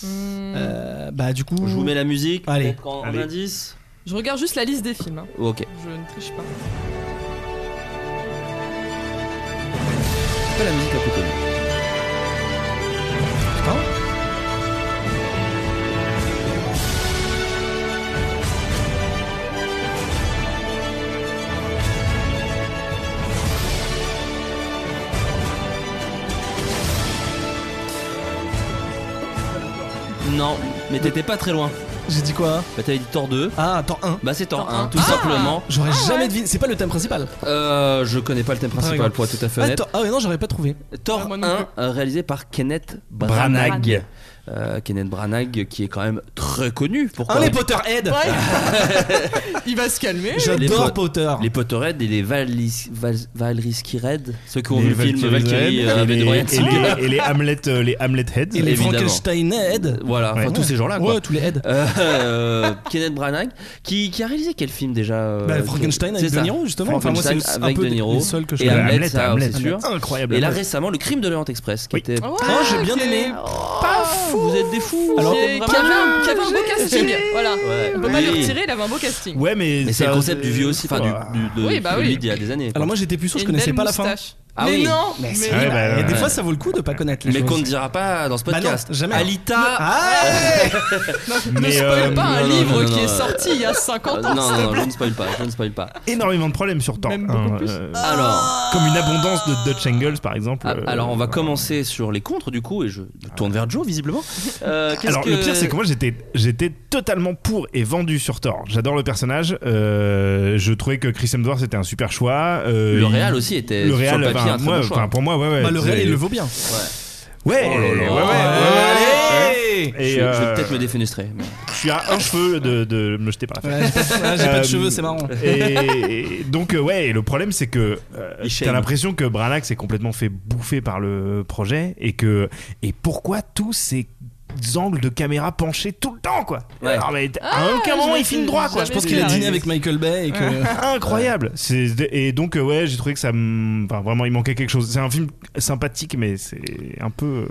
Speaker 4: Euh, Bah, du coup.
Speaker 1: Je vous mets la musique.
Speaker 4: Allez.
Speaker 1: peut-être En, en
Speaker 2: Allez.
Speaker 1: indice.
Speaker 3: Je regarde juste la liste des films, hein.
Speaker 1: Ok.
Speaker 3: je ne triche pas.
Speaker 1: C'est pas la musique la plus connue.
Speaker 4: Putain.
Speaker 1: Non, mais t'étais pas très loin.
Speaker 4: J'ai dit quoi
Speaker 1: Bah t'avais dit Thor 2.
Speaker 4: Ah, tort 1.
Speaker 1: Bah c'est Thor
Speaker 3: Thor
Speaker 1: 1,
Speaker 3: un.
Speaker 1: tout simplement.
Speaker 4: J'aurais jamais deviné. C'est pas le thème principal.
Speaker 1: Euh, je connais pas le thème principal
Speaker 4: exemple.
Speaker 1: pour être tout à fait
Speaker 4: Ah,
Speaker 1: honnête.
Speaker 4: Thor- ah ouais, non, j'aurais pas trouvé.
Speaker 1: Thor
Speaker 3: Moi
Speaker 1: 1,
Speaker 3: non
Speaker 1: euh, réalisé par Kenneth Branagh.
Speaker 2: Branagh.
Speaker 1: Euh, Kenneth Branagh, qui est quand même très connu pour
Speaker 4: Hein,
Speaker 1: quand
Speaker 4: les
Speaker 1: même-
Speaker 4: Potterhead
Speaker 3: Il va se calmer.
Speaker 1: les
Speaker 4: J'adore
Speaker 1: pot-
Speaker 4: Potter.
Speaker 1: les Potterhead et les Valis- Val- Valrisky Red, ceux qui ont
Speaker 2: Les
Speaker 1: vu le film
Speaker 2: Valkyries
Speaker 1: Valkyrie
Speaker 2: Red,
Speaker 1: euh, avec
Speaker 2: et,
Speaker 1: de Brian
Speaker 2: les, et, les, et les Hamlet, euh, les Hamlet Heads.
Speaker 4: Et les
Speaker 1: évidemment.
Speaker 4: Frankensteinhead.
Speaker 1: Voilà, enfin
Speaker 2: Ouais.
Speaker 1: tous ces gens-là quoi.
Speaker 4: Ouais, tous les heads.
Speaker 1: Euh, euh, Kenneth Branagh qui, qui a réalisé quel film déjà euh,
Speaker 4: Bah,
Speaker 1: qui-
Speaker 4: Frankenstein
Speaker 1: c'est
Speaker 4: avec De
Speaker 1: ça.
Speaker 4: Niro, justement. Enfin, moi, c'est
Speaker 1: Frankenstein
Speaker 4: le- un
Speaker 1: avec
Speaker 4: peu
Speaker 1: De Niro
Speaker 4: les seuls que je
Speaker 1: et
Speaker 4: connais.
Speaker 1: Hamlet, ça,
Speaker 2: Hamlet,
Speaker 1: c'est sûr.
Speaker 2: Incroyable.
Speaker 1: Et là récemment, le crime de l'Orient Express qui
Speaker 2: Oui.
Speaker 1: était.
Speaker 3: Ouais,
Speaker 4: Ah, j'ai bien
Speaker 3: qui est-
Speaker 4: aimé.
Speaker 1: Pas fou Vous êtes des fous
Speaker 4: Alors-
Speaker 3: qui,
Speaker 1: vous
Speaker 3: est-
Speaker 1: êtes
Speaker 3: qui avait un,
Speaker 1: vraiment-
Speaker 3: qui avait un beau casting. Voilà.
Speaker 1: Ouais.
Speaker 3: On peut pas
Speaker 1: Oui.
Speaker 3: le retirer, il avait un beau casting.
Speaker 2: Ouais, mais.
Speaker 1: Mais c'est
Speaker 2: ça-
Speaker 1: le concept du vieux aussi, enfin du, du- de
Speaker 3: Oui, bah
Speaker 1: celui
Speaker 3: oui.
Speaker 1: d'il y a des années. quoi.
Speaker 4: Alors, moi, j'étais puceau,
Speaker 3: Et
Speaker 4: je
Speaker 3: une
Speaker 4: connaissais
Speaker 3: belle
Speaker 4: pas la fin.
Speaker 3: moustache.
Speaker 1: Ah
Speaker 3: mais
Speaker 1: oui.
Speaker 3: non
Speaker 4: Mais si,
Speaker 3: mais-
Speaker 2: Ouais, bah,
Speaker 4: Et
Speaker 2: ouais.
Speaker 4: des fois, ça vaut le coup de pas connaître les
Speaker 1: mais qu'on ne
Speaker 4: choses.
Speaker 1: dira pas dans ce
Speaker 4: Bah non,
Speaker 1: podcast.
Speaker 4: jamais.
Speaker 1: Alita
Speaker 4: Ah
Speaker 3: ne
Speaker 2: Mais,
Speaker 3: spoil
Speaker 2: euh,
Speaker 3: pas un
Speaker 1: non, non,
Speaker 3: livre
Speaker 1: non,
Speaker 3: qui
Speaker 1: non,
Speaker 3: est
Speaker 1: euh,
Speaker 3: sorti il y a 50
Speaker 1: Euh,
Speaker 3: ans.
Speaker 1: non, non, non, je ne spoil pas, je ne spoil pas.
Speaker 2: Énormément de problèmes sur Thor.
Speaker 3: Même beaucoup
Speaker 2: hein,
Speaker 3: plus. Ah,
Speaker 2: euh,
Speaker 1: Alors,
Speaker 2: Comme une abondance de Dutch Angles, par exemple.
Speaker 1: ah,
Speaker 2: euh,
Speaker 1: alors on va commencer sur les contres du coup et je tourne vers Joe visiblement. Euh, qu'est-ce
Speaker 2: Alors
Speaker 1: que-
Speaker 2: le pire c'est que moi j'étais j'étais totalement pour et vendu sur Thor. J'adore le personnage. euh, je trouvais que Chris Hemsworth c'était un super choix. euh,
Speaker 1: le
Speaker 2: il-
Speaker 1: Real aussi était
Speaker 2: Le
Speaker 1: sur
Speaker 2: Real,
Speaker 1: le papier
Speaker 2: enfin,
Speaker 1: un très
Speaker 2: moi,
Speaker 1: bon choix.
Speaker 2: enfin, pour moi ouais ouais.
Speaker 4: Bah, le réel,
Speaker 2: c'est-
Speaker 4: il le vaut bien.
Speaker 2: Ouais.
Speaker 1: Oh là là.
Speaker 2: ouais, ouais,
Speaker 1: Ouais.
Speaker 2: ouais, ouais.
Speaker 4: Allez
Speaker 2: Et,
Speaker 1: je, je vais
Speaker 2: euh,
Speaker 1: peut-être me défenestrer. mais-
Speaker 2: Je suis à un cheveu de, de me jeter par la fenêtre.
Speaker 4: Ouais, J'ai pas- j'ai pas de
Speaker 2: Euh,
Speaker 4: cheveux, c'est marrant.
Speaker 2: Et, et donc euh, ouais, et le problème c'est que euh,
Speaker 1: Il shame.
Speaker 2: t'as l'impression que Branagh s'est complètement fait bouffer par le projet et que et pourquoi tous ces angles de caméra penchés tout le temps quoi.
Speaker 1: Ouais.
Speaker 2: Alors, mais t- à aucun moment
Speaker 3: Ah, je
Speaker 2: il filme
Speaker 3: sais,
Speaker 2: droit quoi.
Speaker 3: j'avais
Speaker 2: Je
Speaker 4: Je
Speaker 2: pense
Speaker 4: pense
Speaker 2: qu'il
Speaker 3: vu hein.
Speaker 4: qu'il
Speaker 2: a
Speaker 4: a
Speaker 3: la
Speaker 2: dit
Speaker 4: dîné avec Michael Bay et que.
Speaker 2: incroyable. C'est- Et donc euh, ouais, j'ai trouvé que ça me- enfin, vraiment il manquait quelque chose. C'est un film sympathique mais c'est un peu euh,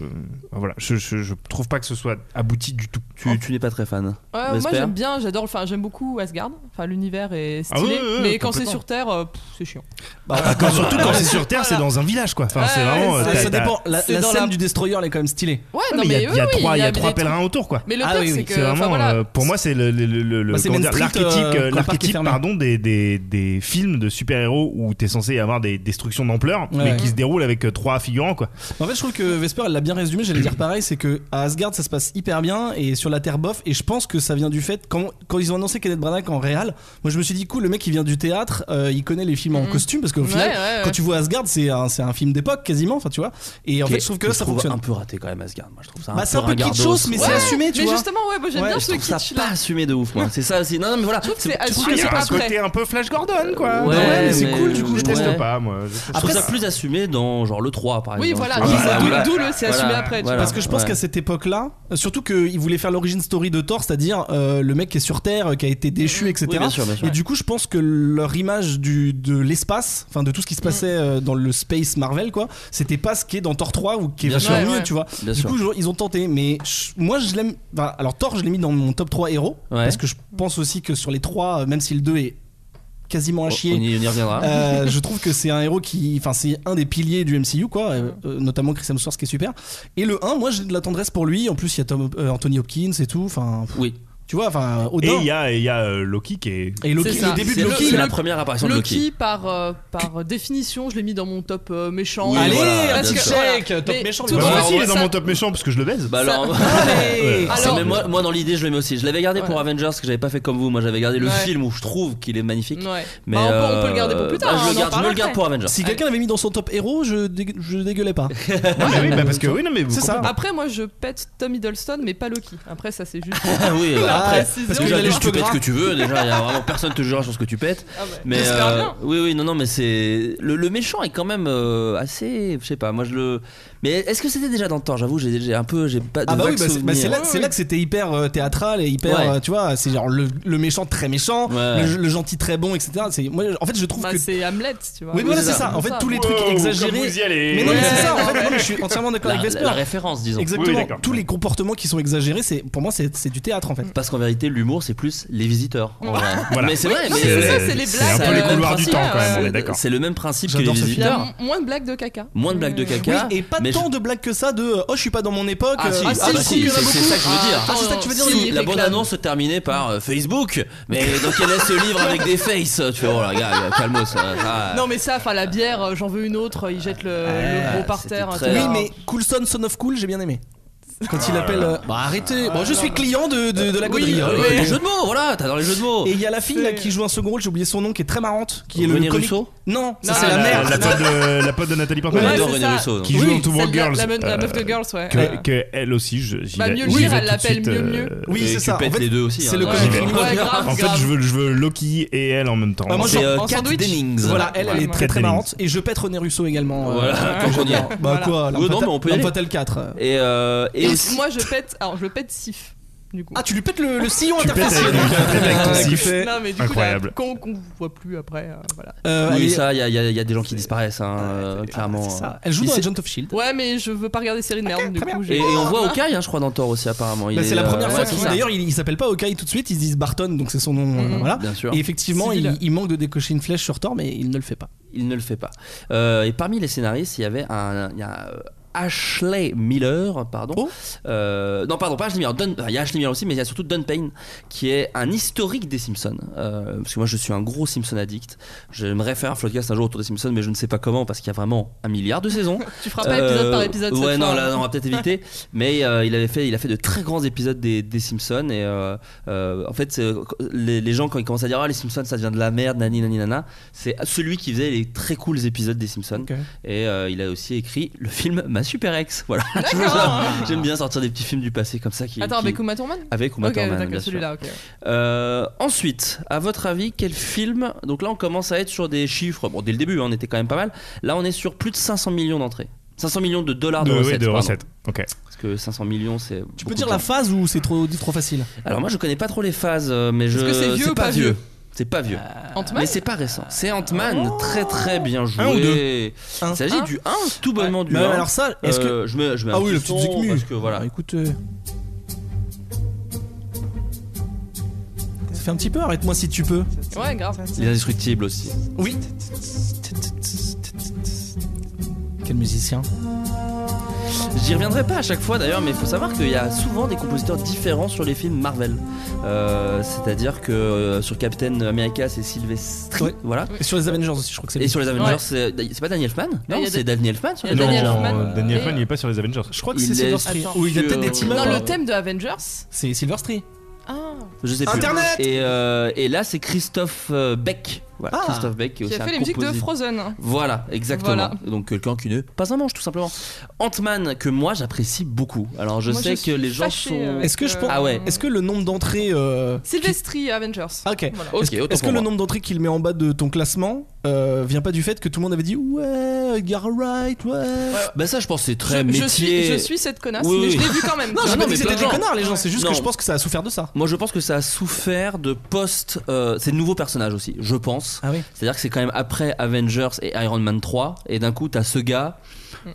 Speaker 2: voilà, je, je, je trouve pas que ce soit abouti du tout.
Speaker 1: Tu, tu n'es pas très fan.
Speaker 3: Euh, moi
Speaker 1: Vesper
Speaker 3: j'aime bien, j'adore, enfin j'aime beaucoup Asgard, enfin l'univers est
Speaker 2: Ah
Speaker 3: stylé,
Speaker 2: ouais, ouais, ouais,
Speaker 3: mais quand c'est
Speaker 2: complètement.
Speaker 3: sur Terre, euh, pff, c'est chiant.
Speaker 2: Ah, quand- surtout quand c'est sur Terre, c'est dans un village quoi. Enfin, c'est
Speaker 3: Ouais,
Speaker 2: vraiment.
Speaker 3: ouais,
Speaker 2: euh,
Speaker 4: Bah, Ça,
Speaker 2: t'as-
Speaker 4: ça
Speaker 2: t'as-
Speaker 4: dépend. La,
Speaker 3: c'est
Speaker 4: la
Speaker 3: dans
Speaker 4: scène
Speaker 3: la-
Speaker 4: du destroyer, elle est quand même stylée.
Speaker 3: Ouais,
Speaker 2: Ouais,
Speaker 3: Ah, non
Speaker 2: mais il y a,
Speaker 3: oui,
Speaker 2: il y a
Speaker 3: oui,
Speaker 2: trois, il y a
Speaker 3: des
Speaker 2: trois
Speaker 3: trucs.
Speaker 2: pèlerins autour quoi.
Speaker 3: Mais le
Speaker 4: Ah
Speaker 3: truc
Speaker 4: oui,
Speaker 3: c'est
Speaker 4: oui,
Speaker 3: que,
Speaker 2: C'est
Speaker 3: enfin
Speaker 2: vraiment,
Speaker 3: voilà,
Speaker 2: euh, pour moi, c'est le, le- le- le- le-
Speaker 4: Bah, c'est
Speaker 2: comment
Speaker 4: Main
Speaker 2: dire,
Speaker 4: Street,
Speaker 2: l'archétype, euh,
Speaker 4: euh, quand le parc est
Speaker 2: l'archétype,
Speaker 4: fermé.
Speaker 2: pardon, des, des, des films de super-héros où t'es censé avoir des destructions d'ampleur, mais
Speaker 4: ouais.
Speaker 2: qui se déroulent avec euh, trois figurants quoi.
Speaker 4: En fait, je trouve que Vesper, elle l'a bien résumé. J'allais dire pareil, c'est que à Asgard, ça se passe hyper bien et sur la Terre bof. Et je pense que ça vient du fait quand, quand ils ont annoncé Kenneth Branagh en réal. Moi, je me suis dit cool, le mec, il vient du théâtre, euh, il connaît les films en costume parce qu'au
Speaker 3: Ouais,
Speaker 4: final,
Speaker 3: ouais, ouais.
Speaker 4: quand tu vois Asgard, c'est un, c'est un film d'époque quasiment. Enfin, tu vois. Et en fait, je trouve que là, ça
Speaker 1: trouve
Speaker 4: fonctionne.
Speaker 1: un peu raté quand même Asgard. Moi, je trouve ça un
Speaker 4: Bah,
Speaker 1: peu
Speaker 4: c'est un peu
Speaker 1: ringardos.
Speaker 4: kitschos, mais c'est
Speaker 3: Ouais,
Speaker 4: assumé, tu
Speaker 3: mais
Speaker 4: vois.
Speaker 3: justement, ouais, moi, j'aime
Speaker 4: Ouais,
Speaker 3: bien
Speaker 1: je
Speaker 3: ce
Speaker 1: trouve ça
Speaker 3: kitsch
Speaker 1: pas
Speaker 3: là.
Speaker 1: assumé de ouf, moi. C'est ça aussi. Non, non, mais voilà.
Speaker 3: Je trouve que c'est
Speaker 1: je trouve
Speaker 3: assumé
Speaker 2: Il y a
Speaker 3: après.
Speaker 2: un côté un peu Flash Gordon, quoi.
Speaker 1: Ouais,
Speaker 4: Ouais, mais c'est
Speaker 1: mais-
Speaker 4: cool du
Speaker 2: Je
Speaker 4: coup.
Speaker 1: ouais.
Speaker 4: je trouve.
Speaker 2: déteste pas, moi. Je déteste
Speaker 1: je trouve
Speaker 4: Après,
Speaker 1: ça
Speaker 2: pas.
Speaker 1: plus assumé dans genre le 3 par exemple.
Speaker 3: Oui, voilà,
Speaker 1: Tu vois,
Speaker 3: d'où-
Speaker 1: voilà, voilà.
Speaker 3: d'où le c'est
Speaker 1: Voilà,
Speaker 3: assumé après. tu
Speaker 1: voilà.
Speaker 3: vois.
Speaker 4: Parce que je pense
Speaker 1: ouais.
Speaker 4: qu'à cette époque-là, euh, surtout qu'ils voulaient faire l'origin story de Thor, c'est-à-dire euh, le mec qui est sur Terre, euh, qui a été déchu, etc.
Speaker 1: Oui, bien sûr, bien sûr.
Speaker 4: Et du coup, je pense que leur image du, de l'espace, enfin de tout ce qui se passait euh, dans le space Marvel, quoi, c'était pas ce qui est dans Thor 3 ou qui est
Speaker 1: Bien
Speaker 4: vachement
Speaker 3: sûr.
Speaker 4: mieux,
Speaker 3: Ouais,
Speaker 4: tu vois.
Speaker 1: Bien
Speaker 4: du
Speaker 1: sûr.
Speaker 4: coup, je- ils ont tenté, mais je- moi, je l'aime. enfin, alors Thor, je l'ai mis dans mon top 3 héros,
Speaker 1: Ouais.
Speaker 4: parce que je pense aussi que sur les 3, euh, même si le 2 est quasiment à chier,
Speaker 1: Oh, On y, on y reviendra.
Speaker 4: euh, je trouve que c'est un héros qui. Enfin, c'est un des piliers du MCU, quoi. euh, euh, notamment Chris Hemsworth, qui est super. Et le 1, moi, j'ai de la tendresse pour lui. En plus, il y a Tom, euh, Anthony Hopkins et tout. Enfin, pff,
Speaker 1: oui.
Speaker 4: tu vois, enfin,
Speaker 2: Et
Speaker 4: Odin.
Speaker 2: il y a, et il y a euh, Loki qui est.
Speaker 4: Et Loki,
Speaker 3: C'est ça.
Speaker 4: le début de
Speaker 1: C'est le-
Speaker 4: Loki.
Speaker 1: C'est la
Speaker 3: le-
Speaker 1: première apparition de
Speaker 3: Loki,
Speaker 1: Loki.
Speaker 3: par, euh, par définition, je l'ai mis dans mon top euh, méchant.
Speaker 1: Oui,
Speaker 4: Allez,
Speaker 1: voilà,
Speaker 4: la
Speaker 3: parce
Speaker 4: petite
Speaker 3: que-
Speaker 4: chèque,
Speaker 3: voilà.
Speaker 4: top
Speaker 3: Mais
Speaker 4: méchant.
Speaker 3: tout
Speaker 4: il
Speaker 2: Bah,
Speaker 4: va
Speaker 2: moi
Speaker 3: le monde-
Speaker 4: voir.
Speaker 2: aussi, il est dans
Speaker 3: ça-
Speaker 2: mon top méchant parce que je le baise.
Speaker 1: Bah alors.
Speaker 4: Allez
Speaker 1: Ça,
Speaker 3: Alors-
Speaker 1: mais Ah, moi, moi, dans l'idée je le mets aussi. Je l'avais gardé pour
Speaker 3: Ouais.
Speaker 1: Avengers parce que j'avais pas fait comme vous. Moi j'avais gardé le
Speaker 3: Ouais.
Speaker 1: film où je trouve qu'il est magnifique.
Speaker 3: Ouais.
Speaker 1: Mais
Speaker 3: Bah, on, peut, on peut
Speaker 1: euh,
Speaker 3: le garder pour plus tard.
Speaker 1: bah,
Speaker 3: hein,
Speaker 1: je,
Speaker 3: on
Speaker 1: le
Speaker 3: en
Speaker 1: garde, je me
Speaker 3: parle
Speaker 1: le garde
Speaker 3: après.
Speaker 1: pour Avengers.
Speaker 4: Si quelqu'un l'avait mis dans son top héros, je, dé- je dégueulais pas.
Speaker 2: Non, mais oui, bah, parce que oui, non, mais vous
Speaker 4: C'est ça.
Speaker 2: comprenez.
Speaker 3: Après, moi, je pète Tom Hiddleston, mais pas Loki. Après, ça, c'est juste.
Speaker 1: Ah oui, euh,
Speaker 4: Ah,
Speaker 1: après.
Speaker 3: précision.
Speaker 4: parce que
Speaker 3: Déjà,
Speaker 4: j'allais
Speaker 1: Déjà,
Speaker 4: juste
Speaker 1: tu pètes
Speaker 4: gras.
Speaker 1: ce que tu veux. Déjà, y a vraiment personne te jugera sur ce que tu pètes.
Speaker 3: Ah ouais.
Speaker 1: Mais
Speaker 3: J'espère
Speaker 1: euh,
Speaker 3: bien.
Speaker 1: oui, oui, non, non, mais c'est le, le méchant est quand même euh, assez, je sais pas, moi je le. Mais est-ce que c'était déjà dans le temps J'avoue, j'ai j'ai un peu, j'ai pas de
Speaker 4: Ah bah oui,
Speaker 1: vagues
Speaker 4: bah, c'est bah, c'est
Speaker 1: souvenirs.
Speaker 4: là, c'est là que c'était hyper euh, théâtral et hyper,
Speaker 1: Ouais.
Speaker 4: euh, tu vois, c'est genre le, le méchant très méchant,
Speaker 1: Ouais.
Speaker 4: le, le gentil très bon, etc. C'est- Moi, en fait, je trouve
Speaker 3: Bah,
Speaker 4: que
Speaker 3: c'est Hamlet, tu vois.
Speaker 4: Oui, voilà,
Speaker 1: c'est
Speaker 4: c'est ça.
Speaker 1: ça.
Speaker 4: En fait, tous les
Speaker 2: Wow,
Speaker 4: trucs
Speaker 2: comme
Speaker 4: exagérés.
Speaker 2: vous y allez.
Speaker 4: Mais non, mais
Speaker 3: Ouais.
Speaker 4: c'est ça. En fait,
Speaker 3: Ouais.
Speaker 4: moi, je suis entièrement d'accord
Speaker 1: La,
Speaker 4: avec
Speaker 1: la- la
Speaker 4: Vesper.
Speaker 1: référence, disons.
Speaker 2: Oui,
Speaker 4: Exactement.
Speaker 2: d'accord.
Speaker 4: Tous les comportements qui sont exagérés, c'est pour moi, c'est c'est du théâtre en fait.
Speaker 1: Parce qu'en vérité, l'humour, c'est plus les visiteurs. en vrai.
Speaker 2: Voilà.
Speaker 1: Mais c'est vrai,
Speaker 3: non,
Speaker 1: mais
Speaker 3: mais c'est ça, c'est les
Speaker 2: C'est
Speaker 3: blagues,
Speaker 2: un peu les
Speaker 3: euh,
Speaker 2: couloirs du
Speaker 3: principe,
Speaker 2: temps quand
Speaker 3: euh,
Speaker 1: hein.
Speaker 2: même, on
Speaker 3: c'est-
Speaker 2: est d'accord.
Speaker 1: C'est le même principe que les
Speaker 4: J'adore ce film. Mmh.
Speaker 3: Il y a
Speaker 1: visiteurs.
Speaker 3: m- moins de blagues de caca.
Speaker 1: Moins de blagues de
Speaker 4: Oui,
Speaker 1: caca.
Speaker 4: et pas
Speaker 1: mais je-
Speaker 4: tant de blagues que ça de euh, oh, je suis pas dans mon époque.
Speaker 1: Ah,
Speaker 4: euh,
Speaker 1: si,
Speaker 3: Ah,
Speaker 1: ah,
Speaker 3: si,
Speaker 1: bah,
Speaker 3: si, il
Speaker 1: si,
Speaker 3: y en a
Speaker 1: c'est c'est ça que je veux
Speaker 3: beaucoup.
Speaker 1: dire.
Speaker 3: Ah, c'est ça que tu veux dire,
Speaker 1: Si,
Speaker 3: il
Speaker 1: la
Speaker 3: réclame.
Speaker 1: bande annonce se terminait par euh, Facebook, mais dans quel est ce livre avec des faces Tu fais, oh là, gars, calmos. ça- ça-
Speaker 3: Non, mais ça, enfin, la bière, euh, j'en veux une autre, il jette le,
Speaker 1: Ah,
Speaker 3: le gros par
Speaker 1: c'était
Speaker 3: terre.
Speaker 1: très-
Speaker 3: tu
Speaker 4: Oui,
Speaker 3: vois.
Speaker 4: mais Coulson, son of cool, j'ai bien aimé. Quand il appelle. euh, bah arrêtez. Bon, je suis client de, de, de la
Speaker 1: Ah. Oui,
Speaker 4: gaudriole.
Speaker 1: euh, les jeux de mots, voilà, t'as dans les jeux de mots.
Speaker 4: Et il y a la fille là, qui joue un second rôle, j'ai oublié son nom, qui est très marrante, qui est le.
Speaker 1: René
Speaker 4: comique-
Speaker 1: Russo Ah,
Speaker 4: Non, ça
Speaker 3: Non,
Speaker 4: c'est la
Speaker 3: la-
Speaker 4: mère.
Speaker 2: Ah, La pote de- la pote de Nathalie
Speaker 1: On
Speaker 2: Portman.
Speaker 3: Ouais,
Speaker 1: adore
Speaker 3: c'est
Speaker 1: René
Speaker 3: ça.
Speaker 1: Russo.
Speaker 2: Qui
Speaker 1: donc.
Speaker 2: joue
Speaker 3: Oui,
Speaker 2: dans Two World
Speaker 3: celle-là,
Speaker 2: Girls.
Speaker 3: La, meuf- la meuf de
Speaker 2: euh,
Speaker 3: Girls, ouais.
Speaker 2: que,
Speaker 3: Ouais.
Speaker 2: que elle aussi, je, j'y
Speaker 3: Bah,
Speaker 2: vais- j'y
Speaker 3: Mjolnir,
Speaker 2: vais
Speaker 3: elle
Speaker 2: tout de
Speaker 3: l'appelle
Speaker 2: suite,
Speaker 3: Mjolnir.
Speaker 2: euh,
Speaker 4: Oui,
Speaker 1: Et
Speaker 4: c'est
Speaker 1: tu
Speaker 4: ça. En
Speaker 1: pètes
Speaker 4: fait,
Speaker 1: les deux aussi.
Speaker 4: c'est
Speaker 1: hein.
Speaker 4: le
Speaker 1: Ouais.
Speaker 3: Ouais,
Speaker 4: comique
Speaker 2: vais.
Speaker 3: grave,
Speaker 2: En fait,
Speaker 3: grave.
Speaker 2: je veux, je veux Loki et elle en même temps.
Speaker 4: Bah, moi,
Speaker 1: C'est
Speaker 4: je-
Speaker 1: euh,
Speaker 3: en
Speaker 1: Kat
Speaker 3: sandwich.
Speaker 1: Dennings.
Speaker 4: Voilà, elle, elle est
Speaker 3: Ouais.
Speaker 4: très très
Speaker 2: Catherine.
Speaker 4: marrante. Et je pète René Russo également. euh,
Speaker 1: Voilà,
Speaker 4: que
Speaker 1: quand on y est.
Speaker 4: j'adore. Bah
Speaker 3: Voilà.
Speaker 4: quoi, la
Speaker 1: Oui, non, mais on peut y aller.
Speaker 4: 4. euh.
Speaker 1: Et, euh, et
Speaker 3: Et
Speaker 1: aussi-
Speaker 3: moi, je pète. Alors, je le pète Sif, du coup.
Speaker 4: Ah, tu lui pètes le, le sillon
Speaker 2: Tu pètes avec,
Speaker 4: interfécié.
Speaker 2: tu pètes avec ton
Speaker 4: Ah,
Speaker 2: sif.
Speaker 4: écoutez,
Speaker 3: non, mais du
Speaker 2: Incroyable.
Speaker 3: coup, là, qu'on qu'on voit plus après, euh, voilà.
Speaker 4: euh,
Speaker 1: oui,
Speaker 4: allez,
Speaker 1: ça, il y, a- y a- y a des gens qui disparaissent, hein, euh,
Speaker 4: ah,
Speaker 1: clairement.
Speaker 4: c'est ça. Elle joue
Speaker 1: Il
Speaker 4: dans
Speaker 1: s'est-
Speaker 4: Agent of Shield.
Speaker 3: Ouais, mais je veux pas regarder série de merde, du
Speaker 4: très
Speaker 3: coup.
Speaker 4: bien.
Speaker 1: Et,
Speaker 3: j'ai-
Speaker 1: et on voit Okai, hein, je crois, dans Thor aussi, apparemment. Il
Speaker 4: Bah,
Speaker 1: est,
Speaker 4: c'est la première
Speaker 1: euh,
Speaker 4: fois
Speaker 1: ouais,
Speaker 4: qu'il.
Speaker 1: c'est ça.
Speaker 4: D'ailleurs, il, il s'appelle pas Hawkeye tout de suite, il se dit Barton, donc c'est son nom. euh,
Speaker 3: Mhm.
Speaker 4: voilà.
Speaker 1: Bien sûr.
Speaker 4: Et effectivement,
Speaker 3: Civil.
Speaker 4: il, il manque de décocher une flèche sur Thor, mais il ne le fait pas.
Speaker 1: il ne le fait pas. Euh, et parmi les scénaristes, il y avait un. il y a, euh, Ashley Miller, pardon.
Speaker 4: Oh.
Speaker 1: Euh, non, pardon, pas Ashley Miller. Don- il y a Ashley Miller aussi, mais il y a surtout Don Payne, qui est un historique des Simpsons. Euh, parce que moi, je suis un gros Simpson addict. J'aimerais faire un podcast un jour autour des Simpsons, mais je ne sais pas comment, parce qu'il y a vraiment un milliard de saisons.
Speaker 3: Tu feras pas épisode
Speaker 1: Euh,
Speaker 3: par épisode cette
Speaker 1: Ouais, non,
Speaker 3: fois. hein.
Speaker 1: là, non, on va peut-être éviter. mais euh, il avait fait, il a fait de très grands épisodes des, des Simpsons et euh, euh, en fait, c'est- les, les gens quand ils commencent à dire ah les Simpsons ça devient de la merde, nani nani nana, c'est celui qui faisait les très cools épisodes des Simpsons et euh, il a aussi écrit le film Ma Super Ex. Voilà. J'aime bien sortir des petits films du passé comme ça qui.
Speaker 3: Attends,
Speaker 1: qui-
Speaker 3: avec Uma Thurman
Speaker 1: avec Uma
Speaker 3: Ok,
Speaker 1: Thurman,
Speaker 3: d'accord,
Speaker 1: bien sûr.
Speaker 3: celui-là, ok.
Speaker 1: Euh, ensuite, à votre avis, quel film Donc là, on commence à être sur des chiffres. Bon, dès le début, hein, on était quand même pas mal. Là, on est sur plus de 500 millions d'entrées. 500 millions de dollars de,
Speaker 2: de,
Speaker 1: recettes.
Speaker 2: ouais, de
Speaker 1: pardon. Euh,
Speaker 2: recettes. Ok.
Speaker 1: Parce que 500 millions, c'est.
Speaker 4: Tu peux dire la phase ou c'est trop, trop facile
Speaker 1: Alors moi, je connais pas trop les phases, euh, mais je.
Speaker 3: que c'est vieux ou
Speaker 1: pas
Speaker 3: pas
Speaker 1: vieux.
Speaker 3: vieux
Speaker 1: C'est pas vieux.
Speaker 4: Ah,
Speaker 3: Ant-Man
Speaker 1: Mais c'est pas récent. C'est Ant-Man, très très bien joué.
Speaker 2: Un ou
Speaker 4: Un.
Speaker 1: Il s'agit
Speaker 3: Un.
Speaker 1: du 1, tout bonnement du
Speaker 4: Mais
Speaker 1: 1.
Speaker 4: Hein Bah, alors, ça, est-ce que.
Speaker 1: je mets, je mets
Speaker 4: Ah
Speaker 1: un
Speaker 4: oui,
Speaker 1: petit
Speaker 4: le petit
Speaker 1: son,
Speaker 4: zikmu.
Speaker 1: Euh, parce que voilà.
Speaker 4: Ah, écoute. euh, Ça fait un petit peu, arrête-moi si tu peux.
Speaker 3: Ouais, grave.
Speaker 1: Les indestructibles aussi.
Speaker 4: Oui. Quel musicien.
Speaker 1: J'y reviendrai pas à chaque fois d'ailleurs, mais il faut savoir qu'il y a souvent des compositeurs différents sur les films Marvel. Euh, C'est-à-dire que euh, sur Captain America, c'est Sylvester.
Speaker 4: Ouais.
Speaker 1: Voilà.
Speaker 4: Et sur les Avengers aussi, je crois que c'est
Speaker 1: Et
Speaker 4: lui.
Speaker 1: sur les Avengers,
Speaker 3: Ouais.
Speaker 1: c'est c'est pas Daniel Elfman
Speaker 3: il
Speaker 1: Non,
Speaker 3: y a
Speaker 1: c'est Daniel Elfman sur
Speaker 3: il y a
Speaker 1: les Avengers.
Speaker 3: Daniel Elfman.
Speaker 2: euh, Daniel
Speaker 3: Et-
Speaker 2: Elfman, il est pas sur les Avengers.
Speaker 4: Je crois que
Speaker 1: Il
Speaker 4: c'est
Speaker 1: est-
Speaker 4: Silverstreet.
Speaker 3: Attends.
Speaker 4: Ou il a peut-être des
Speaker 1: Euh,
Speaker 4: team
Speaker 3: Non,
Speaker 1: Ouais.
Speaker 3: le thème de Avengers
Speaker 4: C'est Silverstreet.
Speaker 3: Ah
Speaker 1: Je sais plus.
Speaker 4: Internet
Speaker 1: et, euh, et là, c'est Christophe euh, Beck Voilà,
Speaker 4: Ah.
Speaker 1: Christophe Beck qui est
Speaker 3: Qui
Speaker 1: aussi
Speaker 3: a
Speaker 1: un
Speaker 3: fait les musiques de
Speaker 1: compositeur.
Speaker 3: Frozen.
Speaker 1: Voilà, exactement.
Speaker 3: Voilà.
Speaker 1: Donc quelqu'un qui ne pas un mange tout simplement. Ant-Man que moi j'apprécie beaucoup. Alors je
Speaker 3: Moi,
Speaker 1: sais
Speaker 3: suis
Speaker 1: que les gens
Speaker 3: fâchée
Speaker 1: sont
Speaker 3: avec,
Speaker 4: Est-ce que je
Speaker 3: euh,
Speaker 4: pense-
Speaker 1: Ah ouais.
Speaker 4: Est-ce que le nombre d'entrées. euh,
Speaker 3: Sylvestri Avengers.
Speaker 4: Ah, ok.
Speaker 3: Voilà.
Speaker 1: Ok,
Speaker 4: Est-ce que-
Speaker 1: autant
Speaker 4: est-ce que
Speaker 1: pour
Speaker 4: le
Speaker 1: moi.
Speaker 4: nombre d'entrées qu'il met en bas de ton classement euh, vient pas du fait que tout le monde avait dit ouais, Garwright, ouais.
Speaker 1: Bah ça je pense que c'est très
Speaker 3: Je, je suis,
Speaker 1: métier.
Speaker 3: je suis cette connasse,
Speaker 1: Oui,
Speaker 3: mais
Speaker 1: oui.
Speaker 3: je l'ai vu quand même.
Speaker 4: Non, j'ai
Speaker 1: non,
Speaker 4: pas
Speaker 1: mais
Speaker 4: dit que c'était
Speaker 1: plein de
Speaker 4: des
Speaker 1: gens.
Speaker 4: connards les gens, c'est juste
Speaker 1: Non.
Speaker 4: que je pense que ça a souffert de ça.
Speaker 1: Moi je pense que ça a souffert de post euh, ces nouveaux personnages aussi, je pense.
Speaker 4: Ah oui.
Speaker 1: C'est-à-dire que c'est quand même après Avengers et Iron Man 3 et d'un coup t'as ce gars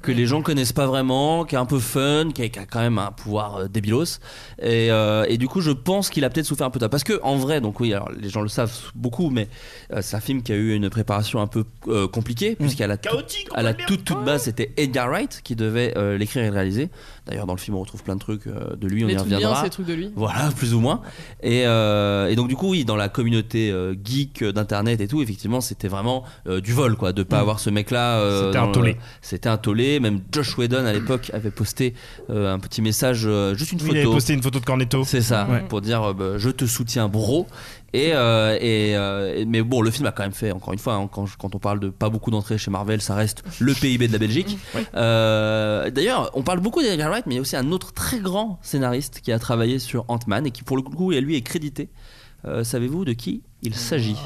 Speaker 1: que les gens connaissent pas vraiment, qui est un peu fun, qui a, qui a quand même un pouvoir euh, débilos. Et, euh, et du coup, je pense qu'il a peut-être souffert un peu de ça. Parce que, en vrai, donc oui, alors les gens le savent beaucoup, mais euh, c'est un film qui a eu une préparation un peu euh, compliquée, puisqu'à la, toute-
Speaker 2: Chaotique, on
Speaker 1: à la
Speaker 2: va dire.
Speaker 1: toute, toute base, c'était Edgar Wright qui devait euh, l'écrire et le réaliser. D'ailleurs, dans le film, on retrouve plein de trucs euh, de lui, on
Speaker 3: les
Speaker 1: y
Speaker 3: trucs bien,
Speaker 1: reviendra.
Speaker 3: ces trucs de lui.
Speaker 1: Voilà, plus ou moins. Et, euh, et donc du coup, oui, dans la communauté euh, geek euh, d'internet et tout, effectivement, c'était vraiment euh, du vol, quoi, de pas
Speaker 3: Mm.
Speaker 1: avoir ce mec-là. euh,
Speaker 2: C'était un
Speaker 1: dans le-
Speaker 2: tollé.
Speaker 1: C'était un tollé. Même Josh Whedon à l'époque avait posté euh, un petit message, euh, juste une
Speaker 2: Il avait
Speaker 1: photo.
Speaker 2: posté une photo de Cornetto.
Speaker 1: C'est ça,
Speaker 2: Ouais.
Speaker 1: pour dire euh, bah, je te soutiens, bro. Et, euh, et, euh, et- mais bon, le film a quand même fait, encore une fois, hein, quand, je- quand on parle de pas beaucoup d'entrées chez Marvel, ça reste le PIB de la Belgique. Euh, D'ailleurs, on parle beaucoup d'Edgar Wright, mais il y a aussi un autre très grand scénariste qui a travaillé sur Ant-Man et qui, pour le coup, et lui, est crédité. Euh, Savez-vous de qui il s'agit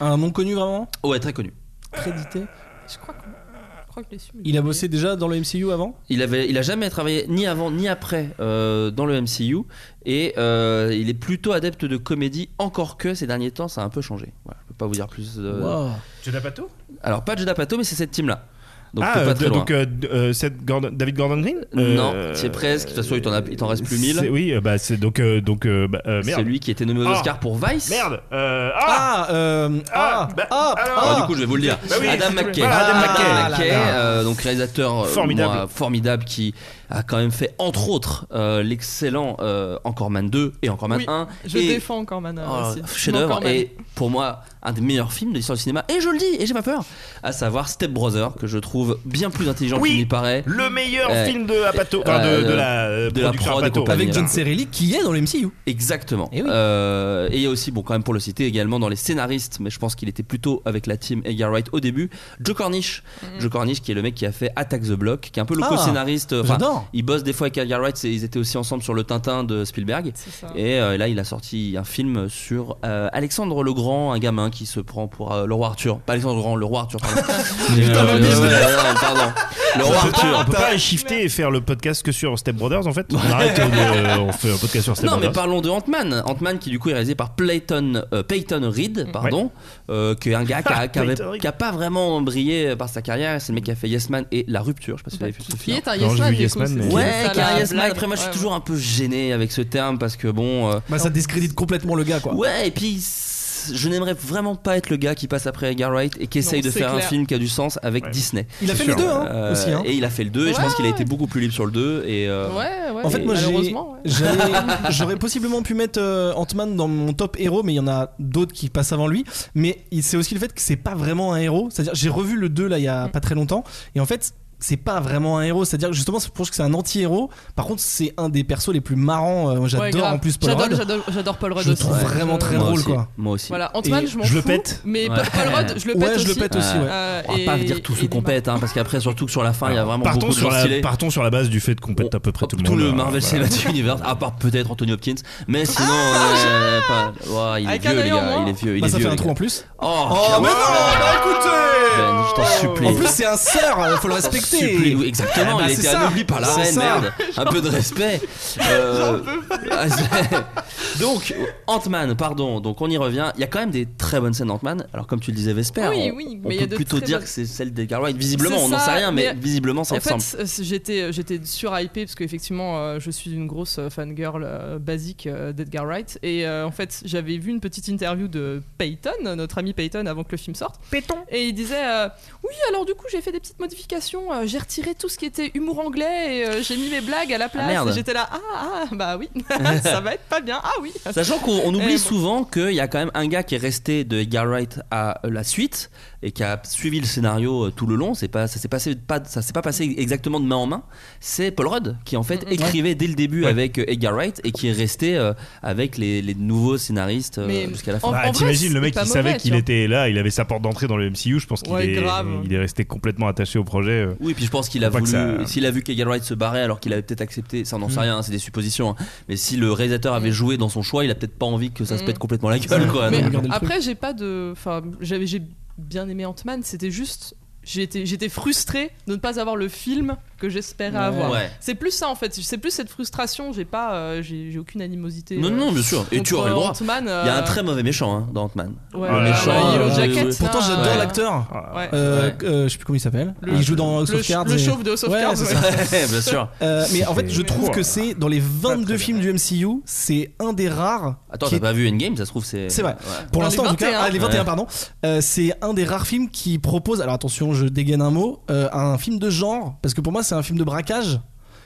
Speaker 1: Oh,
Speaker 4: Un nom connu vraiment,
Speaker 1: Ouais, très connu.
Speaker 4: crédité.
Speaker 3: Je crois que, je crois que les films-
Speaker 4: Il a bossé déjà dans le MCU avant
Speaker 1: Il, avait, il a jamais travaillé ni avant ni après euh, dans le MCU et euh, il est plutôt adepte de comédie, encore que ces derniers temps ça a un peu changé. Voilà, je peux pas vous dire plus. euh,
Speaker 4: Wow.
Speaker 2: Judd Apatow
Speaker 1: Alors pas Judd Apatow mais c'est cette team là. Donc
Speaker 2: Ah,
Speaker 1: t'es pas
Speaker 2: euh,
Speaker 1: très
Speaker 2: de-
Speaker 1: loin.
Speaker 2: donc euh, de- euh, Seth Gordon- David Gordon Green euh,
Speaker 1: Non, c'est presque. De toute façon, il t'en a- il t'en reste plus mille.
Speaker 2: c'est- Oui, euh, bah c'est donc euh, donc euh, bah, euh,
Speaker 1: c'est
Speaker 2: merde.
Speaker 1: lui qui était nommé aux
Speaker 2: Ah.
Speaker 1: Oscars pour Vice.
Speaker 2: Merde. euh, ah,
Speaker 4: Ah, euh, ah,
Speaker 2: bah,
Speaker 4: ah,
Speaker 2: alors-
Speaker 1: Alors,
Speaker 4: ah.
Speaker 1: du coup, je vais vous le dire.
Speaker 2: Bah oui,
Speaker 1: Adam
Speaker 2: c'est-
Speaker 1: McKay.
Speaker 2: voilà, Adam Ah
Speaker 4: McKay. là, là.
Speaker 1: euh, donc réalisateur euh,
Speaker 2: Formidable.
Speaker 1: moi, formidable qui a quand même fait, entre autres, euh, l'excellent euh, Encore Man 2 et Encore Man
Speaker 3: Oui,
Speaker 1: 1.
Speaker 3: Je
Speaker 1: et-
Speaker 3: défends encore Mana.
Speaker 1: Oh,
Speaker 3: aussi. Encore
Speaker 1: Chef-d'œuvre
Speaker 3: Mana.
Speaker 1: et pour moi un des meilleurs films de l'histoire du cinéma et je le dis et j'ai pas peur à savoir Step Brother que je trouve bien plus intelligent
Speaker 2: Oui.
Speaker 1: qu'il n'y paraît
Speaker 2: le meilleur
Speaker 1: Euh,
Speaker 2: film de Apatow, enfin,
Speaker 1: euh,
Speaker 2: de, de
Speaker 1: euh,
Speaker 2: la euh,
Speaker 1: de la
Speaker 2: production
Speaker 1: prod et
Speaker 2: Apatow.
Speaker 1: compagnie.
Speaker 4: avec
Speaker 1: Voilà.
Speaker 4: John Cerelli qui est dans le MCU.
Speaker 1: Exactement.
Speaker 4: Eh oui.
Speaker 1: Euh, et il y a aussi, bon, quand même pour le citer également, dans les scénaristes, mais je pense qu'il était plutôt avec la team Edgar Wright au début, Joe Cornish. Joe Cornish qui est le mec qui a fait Attack the Block, qui est un peu le
Speaker 4: Ah,
Speaker 1: co-scénariste. enfin,
Speaker 4: J'adore.
Speaker 1: Il bosse des fois avec Edgar Wright, c'est- ils étaient aussi ensemble sur le Tintin de Spielberg.
Speaker 3: C'est ça.
Speaker 1: Et euh, là, il a sorti un film sur euh, Alexandre le Grand, un gamin qui se prend pour euh, le roi Arthur. Pas Alexandre le Grand, le roi Arthur. Pardon.
Speaker 2: Putain,
Speaker 1: Euh,
Speaker 2: le bise.
Speaker 1: ouais, ouais, ouais, pardon. Le roi
Speaker 2: On peut pas- on
Speaker 1: Arthur.
Speaker 2: peut pas shifter et faire le podcast que sur Step Brothers en fait. On arrête, euh, on fait un podcast sur Step
Speaker 1: Non, mais
Speaker 2: Brothers.
Speaker 1: parlons de Ant-Man. Ant-Man qui du coup est réalisé par Playton, euh, Peyton Reed, pardon, euh, qui est un gars qui a, qui avait-
Speaker 2: Peyton Reed.
Speaker 1: qui a pas vraiment brillé par sa carrière. C'est le mec qui a fait Yes Man et La Rupture. Je sais pas si vous avez vu ce
Speaker 3: Bah, Qui
Speaker 1: film.
Speaker 3: est un
Speaker 2: Non,
Speaker 3: Yes
Speaker 2: j'ai
Speaker 3: Man,
Speaker 2: vu
Speaker 3: du
Speaker 2: Yes
Speaker 3: coup,
Speaker 2: Man,
Speaker 3: c'est-
Speaker 2: mais-
Speaker 3: c'est
Speaker 1: Ouais,
Speaker 3: ça,
Speaker 1: qui a un
Speaker 3: la
Speaker 1: Yes Man.
Speaker 3: blague.
Speaker 1: Après, moi, je suis
Speaker 3: Ouais,
Speaker 1: toujours un peu gêné avec ce terme parce que bon. euh,
Speaker 4: Bah ça discrédite complètement le gars quoi.
Speaker 1: Ouais, et puis c- je n'aimerais vraiment pas être le gars qui passe après Edgar Wright et qui essaye
Speaker 3: Non,
Speaker 1: de
Speaker 3: c'est
Speaker 1: faire un
Speaker 3: clair.
Speaker 1: film qui a du sens avec
Speaker 2: Ouais.
Speaker 1: Disney.
Speaker 4: Il a
Speaker 2: C'est
Speaker 4: fait
Speaker 2: sûr.
Speaker 4: les deux hein,
Speaker 1: Euh,
Speaker 4: aussi hein.
Speaker 1: Et il a fait le 2 et je
Speaker 3: Ouais,
Speaker 1: pense qu'il a été
Speaker 3: ouais.
Speaker 1: beaucoup plus libre sur le 2 et euh,
Speaker 3: Ouais, ouais.
Speaker 4: En fait, moi, j'ai-
Speaker 3: malheureusement, ouais.
Speaker 4: j'allais- j'aurais possiblement pu mettre euh, Ant-Man dans mon top héros, mais il y en a d'autres qui passent avant lui. Mais il- c'est aussi le fait que c'est pas vraiment un héros. C'est-à-dire, j'ai revu le 2 là il y
Speaker 3: Mm.
Speaker 4: a pas très longtemps, et en fait, c'est pas vraiment un héros. C'est-à-dire, que justement, je pense que c'est un anti-héros. Par contre, c'est un des persos les plus marrants. Euh, Moi,
Speaker 3: Ouais,
Speaker 4: j'adore
Speaker 3: grave.
Speaker 4: en plus Paul
Speaker 3: J'adore-
Speaker 4: Rudd.
Speaker 3: J'adore j'adore Paul Rudd
Speaker 4: Je le
Speaker 3: aussi.
Speaker 4: trouve vraiment très
Speaker 1: moi
Speaker 4: drôle,
Speaker 1: aussi,
Speaker 4: quoi.
Speaker 1: moi aussi.
Speaker 3: Voilà, Ant-Man,
Speaker 4: Et
Speaker 3: je m'en
Speaker 2: je le
Speaker 3: fous,
Speaker 2: pète.
Speaker 3: Mais
Speaker 1: Ouais.
Speaker 3: Paul- Paul Rudd, je le pète
Speaker 4: Ouais, je le
Speaker 3: aussi.
Speaker 4: pète aussi. Ouais.
Speaker 3: Euh,
Speaker 1: On va
Speaker 3: et-
Speaker 1: pas dire tout ce
Speaker 3: et
Speaker 1: qu'on
Speaker 3: des
Speaker 1: pète, hein, parce qu'après, surtout que sur la fin, il y a vraiment
Speaker 2: partons
Speaker 1: beaucoup de
Speaker 2: sur
Speaker 1: gens
Speaker 2: la,
Speaker 1: stylés. Oh,
Speaker 2: Partons sur la base du fait qu'on pète à peu près tout le monde.
Speaker 1: le
Speaker 2: euh,
Speaker 4: hein,
Speaker 1: Marvel
Speaker 2: voilà.
Speaker 1: Cinematic Universe, à part peut-être Anthony Hopkins, mais sinon, euh, pas- Ouais, il est
Speaker 3: Ah Avec un
Speaker 1: vieux, les
Speaker 3: œil en
Speaker 1: gars,
Speaker 3: moins.
Speaker 1: il est vieux, il
Speaker 4: Bah,
Speaker 1: est
Speaker 4: ça
Speaker 1: vieux.
Speaker 4: fait un
Speaker 1: les
Speaker 4: trou
Speaker 1: gars.
Speaker 4: en plus.
Speaker 1: Oh,
Speaker 4: Oh, mais non, bah,
Speaker 1: Ben,
Speaker 4: écoutez
Speaker 1: je t'en supplie.
Speaker 4: En plus, c'est un sœur, euh, faut le
Speaker 1: Je t'en
Speaker 4: respecter.
Speaker 1: supplie,
Speaker 3: Eh ben,
Speaker 1: oui, Exactement,
Speaker 4: Ah, bah,
Speaker 1: il
Speaker 4: c'est
Speaker 1: était
Speaker 4: ça.
Speaker 1: anobli par la
Speaker 4: C'est
Speaker 1: reine,
Speaker 4: ça.
Speaker 1: merde. Un peu de respect. Euh, ah, c'est- Donc, Ant-Man, pardon, donc on y revient. Il y a quand même des très bonnes scènes Ant-Man. Alors, comme tu le disais, Vesper,
Speaker 3: Oui,
Speaker 1: on,
Speaker 3: oui,
Speaker 1: on
Speaker 3: mais il y a
Speaker 1: peut
Speaker 3: de
Speaker 1: plutôt
Speaker 3: très
Speaker 1: dire
Speaker 3: bonnes-
Speaker 1: que c'est celle des Wright. Visiblement,
Speaker 3: C'est
Speaker 1: on n'en sait
Speaker 3: ça,
Speaker 1: rien, mais,
Speaker 3: mais-
Speaker 1: visiblement, ça
Speaker 3: En
Speaker 1: ressemble.
Speaker 3: fait, euh, j'étais j'étais surhypée parce qu'effectivement, euh, je suis une grosse euh, fangirl euh, basique euh, d'Edgar Wright. Et euh, en fait, j'avais vu une petite interview de Peyton, euh, notre ami Peyton, avant que le film sorte. Peyton Et il disait euh, Oui, alors du coup, j'ai fait des petites modifications. euh, j'ai retiré tout ce qui était humour anglais et euh, j'ai mis mes blagues à la place.
Speaker 1: merde.
Speaker 3: Et j'étais là Ah, ah, bah oui, ça va être pas bien. Ah oui
Speaker 1: Sachant qu'on on oublie
Speaker 3: Eh, bon.
Speaker 1: souvent qu'il y a quand même un gars qui est resté de Edgar Wright à euh, la suite et qui a suivi le scénario euh, tout le long. C'est pas, ça s'est passé pas, ça s'est pas passé exactement de main en main. C'est Paul Rudd qui en fait
Speaker 3: Mm-hmm.
Speaker 1: écrivait dès le début avec euh, Edgar Wright et qui est resté euh, avec les, les nouveaux scénaristes euh,
Speaker 3: Mais
Speaker 1: jusqu'à la fin.
Speaker 3: en-
Speaker 2: Ah,
Speaker 3: en
Speaker 2: T'imagines
Speaker 3: vrai,
Speaker 2: le mec
Speaker 3: c'est
Speaker 2: qui
Speaker 3: pas
Speaker 2: savait
Speaker 3: mauvais,
Speaker 2: qu'il
Speaker 3: tu vois.
Speaker 2: était là, il avait sa porte d'entrée dans le MCU, je pense qu'il
Speaker 3: Ouais,
Speaker 2: est,
Speaker 3: grave.
Speaker 2: il est resté complètement attaché au projet. euh.
Speaker 1: Oui, puis je pense qu'il a
Speaker 2: Faut pas
Speaker 1: voulu.
Speaker 2: que ça- Mm.
Speaker 1: S'il a vu qu'Edgar Wright se barrait alors qu'il avait peut-être accepté, ça on n'en sait rien, hein, c'est des suppositions. hein. Mais si le réalisateur avait joué dans son choix, il a peut-être pas envie que ça se
Speaker 3: Mm.
Speaker 1: pète complètement la gueule, quoi.
Speaker 3: Mais
Speaker 1: donc.
Speaker 4: regarder le
Speaker 3: après, j'ai pas de. Enfin, j'avais, j'ai bien aimé Ant-Man, c'était juste. J'étais, j'étais frustré de ne pas avoir le film que j'espérais avoir.
Speaker 1: Ouais.
Speaker 3: C'est plus ça en fait, c'est plus cette frustration. J'ai pas, euh, j'ai, j'ai aucune animosité.
Speaker 1: Non,
Speaker 3: euh,
Speaker 1: non, bien sûr. Et
Speaker 3: contre,
Speaker 1: tu aurais le
Speaker 3: euh,
Speaker 1: droit.
Speaker 3: Ant-Man,
Speaker 1: Il y a un
Speaker 3: euh,
Speaker 1: très mauvais méchant hein, dans Ant-Man.
Speaker 3: ouais,
Speaker 2: Le
Speaker 3: ouais,
Speaker 2: méchant,
Speaker 3: ouais, Yellow
Speaker 1: euh, oui,
Speaker 3: Jacket,
Speaker 1: oui.
Speaker 3: là,
Speaker 4: Ah, bah, Pourtant, j'adore
Speaker 3: ouais.
Speaker 4: l'acteur.
Speaker 2: Ah,
Speaker 3: Ouais.
Speaker 4: Euh,
Speaker 1: Ouais.
Speaker 4: euh, je sais plus comment il s'appelle.
Speaker 3: Le-
Speaker 4: il joue dans
Speaker 3: Le,
Speaker 4: House of Cards
Speaker 3: le
Speaker 4: et-
Speaker 3: chauve de House of
Speaker 4: Ouais,
Speaker 3: Cards,
Speaker 4: c'est
Speaker 3: ouais.
Speaker 4: ça.
Speaker 1: bien sûr.
Speaker 4: Euh, mais en fait, je
Speaker 2: C'est-
Speaker 4: trouve que
Speaker 2: Ouah.
Speaker 4: c'est dans les
Speaker 2: très
Speaker 4: 22
Speaker 2: bien.
Speaker 4: films du MCU, c'est un des rares.
Speaker 1: Attends,
Speaker 4: qui
Speaker 1: t'as
Speaker 4: est-
Speaker 1: pas vu Endgame, ça se trouve, c'est.
Speaker 4: C'est vrai.
Speaker 1: Ouais.
Speaker 4: Pour
Speaker 3: Non,
Speaker 4: l'instant,
Speaker 3: les
Speaker 4: en tout cas,
Speaker 3: 21.
Speaker 4: ah, les 21,
Speaker 1: Ouais.
Speaker 4: pardon. Euh, c'est un des rares films qui propose. Alors attention, je dégaine un mot. euh, un film de genre, parce que pour moi, c'est un film de braquage.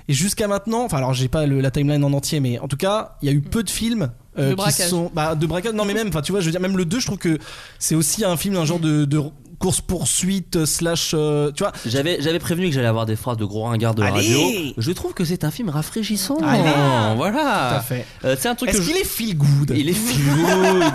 Speaker 4: Et jusqu'à maintenant, enfin, alors j'ai pas le- la timeline en entier, mais en tout cas, il y a eu peu de films.
Speaker 3: Mm. De
Speaker 4: qui
Speaker 3: braquage.
Speaker 4: sont- bah, de braquage non mais même enfin tu vois je veux dire même le 2 je trouve que c'est aussi un film un genre de, de course poursuite slash euh, tu vois
Speaker 1: J'avais, j'avais prévenu que j'allais avoir des phrases de gros ringards de la
Speaker 4: Allez
Speaker 1: radio. Je trouve que c'est un film rafraîchissant.
Speaker 4: Allez
Speaker 1: voilà.
Speaker 4: Tout à fait.
Speaker 1: Euh, c'est un truc
Speaker 4: est-ce
Speaker 1: que je-
Speaker 4: qu'il est feel good
Speaker 1: Il est feel good.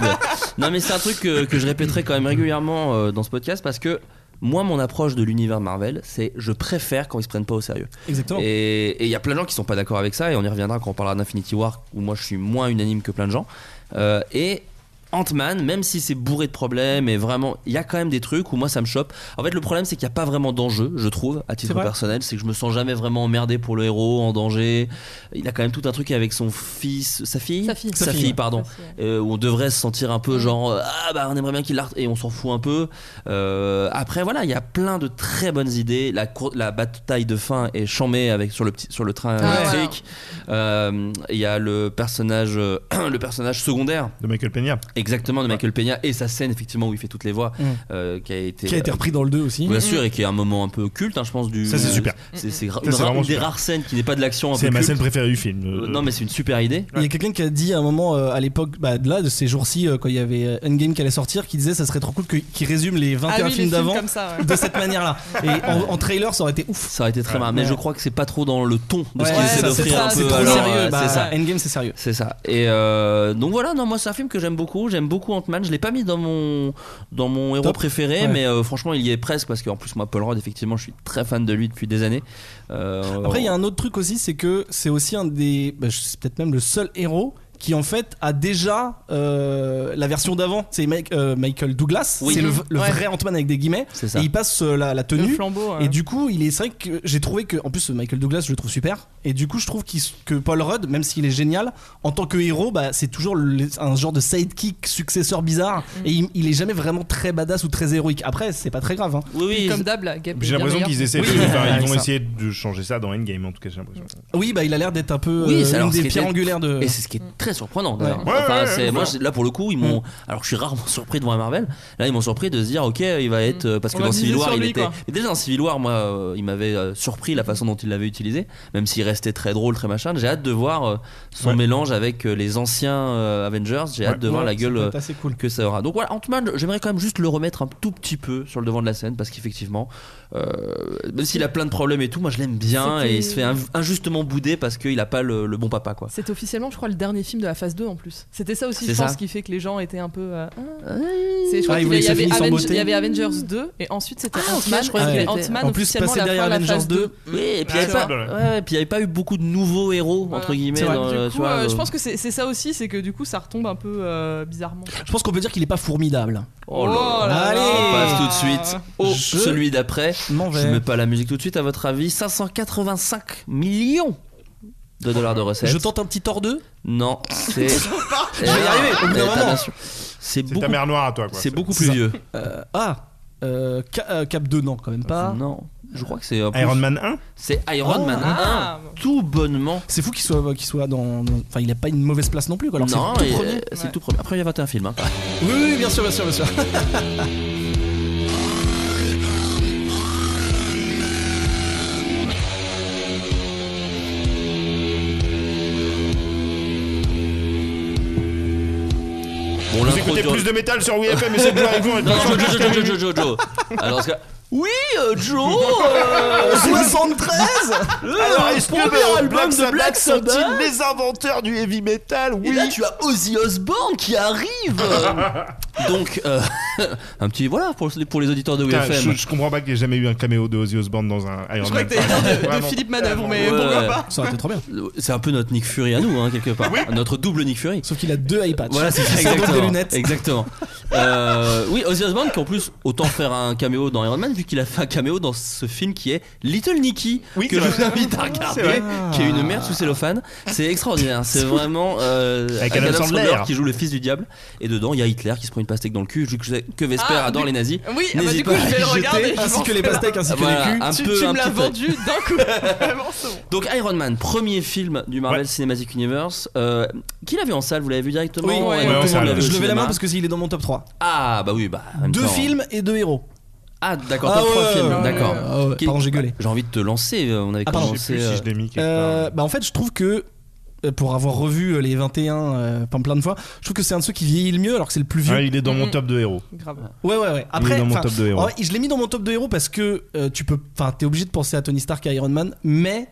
Speaker 1: non mais c'est un truc que, que je répéterai quand même régulièrement euh, dans ce podcast parce que moi mon approche de l'univers Marvel c'est je préfère quand ils se prennent pas au sérieux.
Speaker 4: exactement
Speaker 1: Et et il y a plein de gens qui sont pas d'accord avec ça et on y reviendra quand on parlera d'Infinity War où moi je suis moins unanime que plein de gens. Euh, et Ant-Man, même si c'est bourré de problèmes et vraiment, il y a quand même des trucs où moi ça me chope. En fait, le problème c'est qu'il n'y a pas vraiment d'enjeu, je trouve, à titre
Speaker 4: vrai.
Speaker 1: personnel. C'est que je me sens jamais vraiment emmerdé pour le héros, en danger. Il a quand même tout un truc avec son fils, sa fille
Speaker 3: Sa fille.
Speaker 1: Sa
Speaker 4: Sa
Speaker 1: fille,
Speaker 4: fille,
Speaker 1: pardon. Euh, où on devrait se sentir un peu genre euh, ah bah on aimerait bien qu'il la et on s'en fout un peu Euh, après voilà il y a plein de très bonnes idées la cour- la bataille de fin est chamée avec sur le petit sur le train
Speaker 3: Ah,
Speaker 1: électrique Euh, il y a le personnage euh, le personnage secondaire
Speaker 2: De Michael Peña.
Speaker 1: exactement de Michael Peña et sa scène effectivement où il fait toutes les voix
Speaker 4: Mm.
Speaker 1: euh, qui a été euh,
Speaker 4: qui a été repris dans le 2 aussi
Speaker 1: Bien sûr, et qui est un moment un peu culte, hein, je pense. Du,
Speaker 2: Mm. Ça, c'est super.
Speaker 1: C'est c'est gra-
Speaker 2: Ça,
Speaker 1: une
Speaker 2: c'est
Speaker 1: ra-
Speaker 2: vraiment
Speaker 1: une des
Speaker 2: super.
Speaker 1: rares scènes qui n'est pas de l'action un peu
Speaker 2: C'est ma
Speaker 1: culte.
Speaker 2: scène préférée du film.
Speaker 1: Euh,
Speaker 2: euh,
Speaker 1: non, mais c'est une super idée.
Speaker 4: Il y a quelqu'un qui a dit à un moment euh, à l'époque bah, de là de ces jours-ci euh, quand il y avait euh, Endgame qui allait sortir qui disait ça serait trop cool que- qu'ils résument les
Speaker 3: Ah
Speaker 4: 21
Speaker 3: oui, les
Speaker 4: films d'avant
Speaker 3: comme ça, ouais.
Speaker 4: de cette manière-là et en, en trailer ça aurait été ouf
Speaker 1: Ça aurait été très marrant, mais
Speaker 4: Ouais.
Speaker 1: je crois que c'est pas trop dans le ton de ce
Speaker 4: Ouais,
Speaker 1: qu'il
Speaker 3: ouais,
Speaker 1: essaie
Speaker 3: ça, c'est
Speaker 1: d'offrir
Speaker 3: trop-
Speaker 1: un
Speaker 4: c'est
Speaker 1: peu.
Speaker 4: trop
Speaker 1: Alors,
Speaker 4: sérieux
Speaker 1: euh,
Speaker 4: bah,
Speaker 1: c'est ça.
Speaker 4: Endgame c'est sérieux
Speaker 1: C'est ça. Et euh, donc voilà, non, moi c'est un film que j'aime beaucoup. J'aime beaucoup Ant-Man. Je l'ai pas mis dans mon dans mon héros
Speaker 4: Top.
Speaker 1: préféré,
Speaker 4: Ouais.
Speaker 1: mais euh, franchement il y est presque parce qu'en plus moi Paul Rudd, effectivement, je suis très fan de lui depuis des années. Euh,
Speaker 4: après il y a un autre truc aussi c'est que c'est aussi un des bah, je- c'est peut-être même le seul héros qui en fait a déjà euh, la version d'avant c'est Mike- euh, Michael Douglas
Speaker 1: Oui. Mhm.
Speaker 4: c'est le, v- le
Speaker 3: Ouais.
Speaker 4: vrai Ant-Man avec des guillemets
Speaker 1: c'est ça.
Speaker 4: et il passe euh, la, la
Speaker 3: Le
Speaker 4: tenue
Speaker 3: flambeau. ouais.
Speaker 4: Et du coup, il est c'est vrai que j'ai trouvé que en plus Michael Douglas, je le trouve super. Et du coup, je trouve qu'il- que Paul Rudd, même s'il est génial, en tant que héros, bah, c'est toujours le- un genre de sidekick, successeur bizarre. Et il, il est jamais vraiment très badass ou très héroïque. Après, c'est pas très grave. hein.
Speaker 1: Oui, oui.
Speaker 3: Comme d'hab, la Gap est
Speaker 2: J'ai
Speaker 3: bien
Speaker 2: l'impression
Speaker 3: meilleure.
Speaker 2: qu'ils essaient de-
Speaker 4: Oui.
Speaker 2: enfin, ils vont
Speaker 4: Ça.
Speaker 2: essayer de changer ça dans Endgame, en tout cas, j'ai l'impression.
Speaker 4: Oui, bah, il a l'air d'être un peu
Speaker 1: Oui,
Speaker 4: euh,
Speaker 1: c'est
Speaker 4: une
Speaker 1: alors ce
Speaker 4: des
Speaker 1: qui
Speaker 4: pierres
Speaker 1: était-
Speaker 4: angulaires de.
Speaker 1: Et c'est ce qui est très surprenant d'ailleurs.
Speaker 4: Euh. Ouais.
Speaker 2: Ouais,
Speaker 1: Enfin,
Speaker 2: ouais,
Speaker 1: c'est-
Speaker 2: ouais,
Speaker 1: moi,
Speaker 2: ouais.
Speaker 1: j'ai- là pour le coup, ils m'ont. Alors que je suis rarement surpris devant un Marvel. Là, ils m'ont surpris de se dire, ok, il va être. euh, Parce
Speaker 3: On
Speaker 1: que
Speaker 3: va
Speaker 1: dans
Speaker 3: miser
Speaker 1: Civil
Speaker 3: sur
Speaker 1: War, il
Speaker 3: lui,
Speaker 1: était.
Speaker 3: quoi.
Speaker 1: Mais déjà dans Civil War, moi, euh, il m'avait euh, surpris la façon dont il l'avait utilisé. Même s'il restait très drôle, très machin. J'ai hâte de voir euh, son
Speaker 2: Ouais.
Speaker 1: mélange avec euh, les anciens euh, Avengers. J'ai hâte de voir
Speaker 4: Ouais,
Speaker 1: la
Speaker 4: ça
Speaker 1: gueule
Speaker 4: peut
Speaker 1: euh,
Speaker 4: être assez cool.
Speaker 1: que ça aura. Donc voilà, Ant-Man, j'aimerais quand même juste le remettre un tout petit peu sur le devant de la scène parce qu'effectivement, euh, même s'il a plein de problèmes et tout, moi je l'aime bien
Speaker 3: C'était-
Speaker 1: et il se fait inv- injustement bouder parce qu'il a pas le, le bon papa quoi.
Speaker 3: C'était officiellement, je crois, le dernier film de la phase 2 en plus. C'était ça aussi,
Speaker 1: C'est
Speaker 3: je
Speaker 1: ça.
Speaker 3: pense, qui fait que les gens étaient un peu. euh, Ah. C'est- je crois
Speaker 4: Ah, ils
Speaker 3: qu'il
Speaker 4: voulaient que
Speaker 3: y,
Speaker 4: ça
Speaker 3: avait
Speaker 4: finisse en
Speaker 3: Aven-
Speaker 4: beauté.
Speaker 3: il y avait Avengers 2 et ensuite c'était
Speaker 1: Ah, ok,
Speaker 3: Ant-Man.
Speaker 1: je croyais
Speaker 3: et
Speaker 1: qu'il
Speaker 3: c'était
Speaker 1: était-
Speaker 3: Ant-Man
Speaker 4: En plus,
Speaker 3: officiellement
Speaker 4: passer
Speaker 3: la
Speaker 4: derrière
Speaker 3: fin de la
Speaker 4: Avengers
Speaker 3: phase
Speaker 4: 2.
Speaker 1: Oui, et puis
Speaker 2: Ah,
Speaker 1: il n'y
Speaker 2: c'est
Speaker 1: avait,
Speaker 2: vrai,
Speaker 1: pas- ouais, et puis il y avait pas eu beaucoup de nouveaux héros, entre
Speaker 3: Ouais.
Speaker 1: guillemets.
Speaker 4: C'est vrai.
Speaker 1: dans le-
Speaker 3: Du
Speaker 1: tu
Speaker 3: coup,
Speaker 1: vois,
Speaker 3: euh,
Speaker 1: le-
Speaker 3: je pense que c'est c'est ça aussi, c'est que du coup ça retombe un peu euh, bizarrement.
Speaker 4: Je pense qu'on peut dire qu'il est pas formidable.
Speaker 1: Oh là là.
Speaker 4: Allez.
Speaker 1: On passe tout de suite au
Speaker 4: Je-
Speaker 1: celui d'après.
Speaker 4: Je m'en
Speaker 1: Je
Speaker 4: vais.
Speaker 1: mets pas la musique tout de suite, à votre avis, 585 millions de dollars de recettes.
Speaker 4: Je tente un petit hors 2
Speaker 1: Non, c'est. Eh, Je
Speaker 4: vais y arriver, au bout d'un moment.
Speaker 1: C'est
Speaker 2: C'est ta
Speaker 1: beaucoup,
Speaker 2: mère noire à toi, quoi.
Speaker 1: c'est beaucoup
Speaker 4: C'est
Speaker 1: plus
Speaker 4: ça.
Speaker 1: vieux.
Speaker 4: Ah, euh, Ca- euh, Cap 2 non quand même pas.
Speaker 1: Non, je crois que c'est. en plus-
Speaker 2: Iron Man 1
Speaker 1: C'est Iron
Speaker 4: Ah.
Speaker 1: Man 1,
Speaker 3: Ah.
Speaker 1: tout bonnement.
Speaker 4: C'est fou qu'il soit, euh, qu'il soit dans. dans- Enfin, il a pas une mauvaise place non plus. quoi. Alors, c'est
Speaker 1: non,
Speaker 4: le tout
Speaker 1: et-
Speaker 4: premier.
Speaker 1: c'est
Speaker 3: Ouais.
Speaker 1: le tout premier. Après, il y a 21 films. hein.
Speaker 4: Oui, oui, bien sûr, bien sûr, bien sûr.
Speaker 1: Bon,
Speaker 2: Vous
Speaker 1: l'intro Joe,
Speaker 2: Écoutez
Speaker 1: Joe.
Speaker 2: plus de métal sur WFM, essayez de jouer avec vous.
Speaker 1: Non, Joe, Joe, Joe, Joe, Joe, Joe, Joe. Alors, parce que- oui, euh, Joe, euh,
Speaker 4: 73
Speaker 2: Alors, est-ce que
Speaker 1: premier
Speaker 2: euh,
Speaker 1: album
Speaker 2: Black
Speaker 1: de Black
Speaker 2: Sabbath sont-ils
Speaker 1: Sabbath
Speaker 2: les inventeurs du heavy metal
Speaker 1: Et
Speaker 2: Oui.
Speaker 1: là, tu as Ozzy Osbourne qui arrive. Euh, Donc, euh, un petit voilà pour, pour les auditeurs de
Speaker 2: Putain,
Speaker 1: WFM.
Speaker 2: je, je comprends pas qu'il y ait jamais eu un caméo de Ozzy Osbourne dans un Iron
Speaker 3: Je crois
Speaker 2: Man.
Speaker 3: que t'allais dire de- de,
Speaker 2: Vraiment.
Speaker 3: Philippe Manœuvre, mais
Speaker 1: Ouais.
Speaker 3: pourquoi pas
Speaker 4: Ça aurait été trop bien.
Speaker 1: C'est un peu notre Nick Fury à nous, hein, quelque part. Notre double Nick Fury.
Speaker 4: Sauf qu'il a deux iPads.
Speaker 1: Voilà, c'est ça,
Speaker 4: Sans doute
Speaker 1: exactement.
Speaker 4: des lunettes.
Speaker 1: Exactement. Euh, oui, Ozzy Osbourne qui en plus autant faire un caméo dans Iron Man vu qu'il a fait un caméo dans ce film qui est Little Nicky
Speaker 2: Oui,
Speaker 1: que
Speaker 2: c'est
Speaker 1: je vous
Speaker 2: vrai.
Speaker 1: invite à regarder,
Speaker 2: vrai.
Speaker 1: qui est une merde sous cellophane. C'est extraordinaire. C'est vraiment euh,
Speaker 2: Avec Adam Sandler.
Speaker 1: qui joue le fils du diable et dedans il y a Hitler qui se prend une pastèque dans le cul. Vu que, que Vesper
Speaker 3: Ah,
Speaker 1: adore
Speaker 3: du-
Speaker 1: les nazis.
Speaker 3: Oui, ah bah,
Speaker 1: N'hésite
Speaker 3: du coup,
Speaker 1: pas à
Speaker 3: je vais le
Speaker 4: Jeté,
Speaker 3: regarder. je
Speaker 4: ainsi
Speaker 3: pense.
Speaker 4: que les pastèques, ainsi que
Speaker 1: Voilà,
Speaker 4: les culs.
Speaker 1: un
Speaker 3: tu,
Speaker 1: peu,
Speaker 3: tu
Speaker 1: un
Speaker 3: me l'as
Speaker 1: petit peu.
Speaker 3: vendu d'un coup. Vraiment, c'est bon.
Speaker 1: Donc Iron Man, premier film du Marvel
Speaker 2: Ouais.
Speaker 1: Cinematic Universe. Euh, qui l'a vu en salle Vous l'avez vu directement Euh,
Speaker 4: Oui,
Speaker 1: Tout
Speaker 3: ouais,
Speaker 1: le
Speaker 3: ouais,
Speaker 1: monde
Speaker 2: on s'en
Speaker 1: l'a
Speaker 2: va.
Speaker 1: vu au
Speaker 4: Je levais la
Speaker 1: cinéma
Speaker 4: main parce que s'il est dans mon top 3.
Speaker 1: ah bah oui bah en même
Speaker 4: Deux
Speaker 1: temps.
Speaker 4: films et deux héros.
Speaker 1: Ah d'accord. top trois films,
Speaker 3: ouais,
Speaker 1: d'accord.
Speaker 3: ouais, ouais.
Speaker 4: Ah ouais,
Speaker 1: Qui-
Speaker 4: Pardon, j'ai gueulé.
Speaker 1: J'ai envie de te lancer. euh, On avait
Speaker 4: Ah, pardon.
Speaker 2: Je
Speaker 1: commencé.
Speaker 2: sais plus si
Speaker 1: euh,
Speaker 2: je l'ai mis quelque
Speaker 4: Euh,
Speaker 2: part.
Speaker 4: bah en fait, je trouve que euh, pour avoir revu euh, les 21 euh, plein plein de fois, je trouve que c'est un de ceux qui vieillit le mieux alors que c'est le plus vieux.
Speaker 2: Ah, il est dans mon
Speaker 3: Mm.
Speaker 2: top de héros.
Speaker 3: Grave.
Speaker 4: Ouais ouais ouais. Après,
Speaker 2: il est dans mon
Speaker 4: enfin,
Speaker 2: top de héros.
Speaker 4: en vrai, je l'ai mis dans mon top de héros parce que euh, tu peux, enfin, t'es obligé de penser à Tony Stark et à Iron Man, mais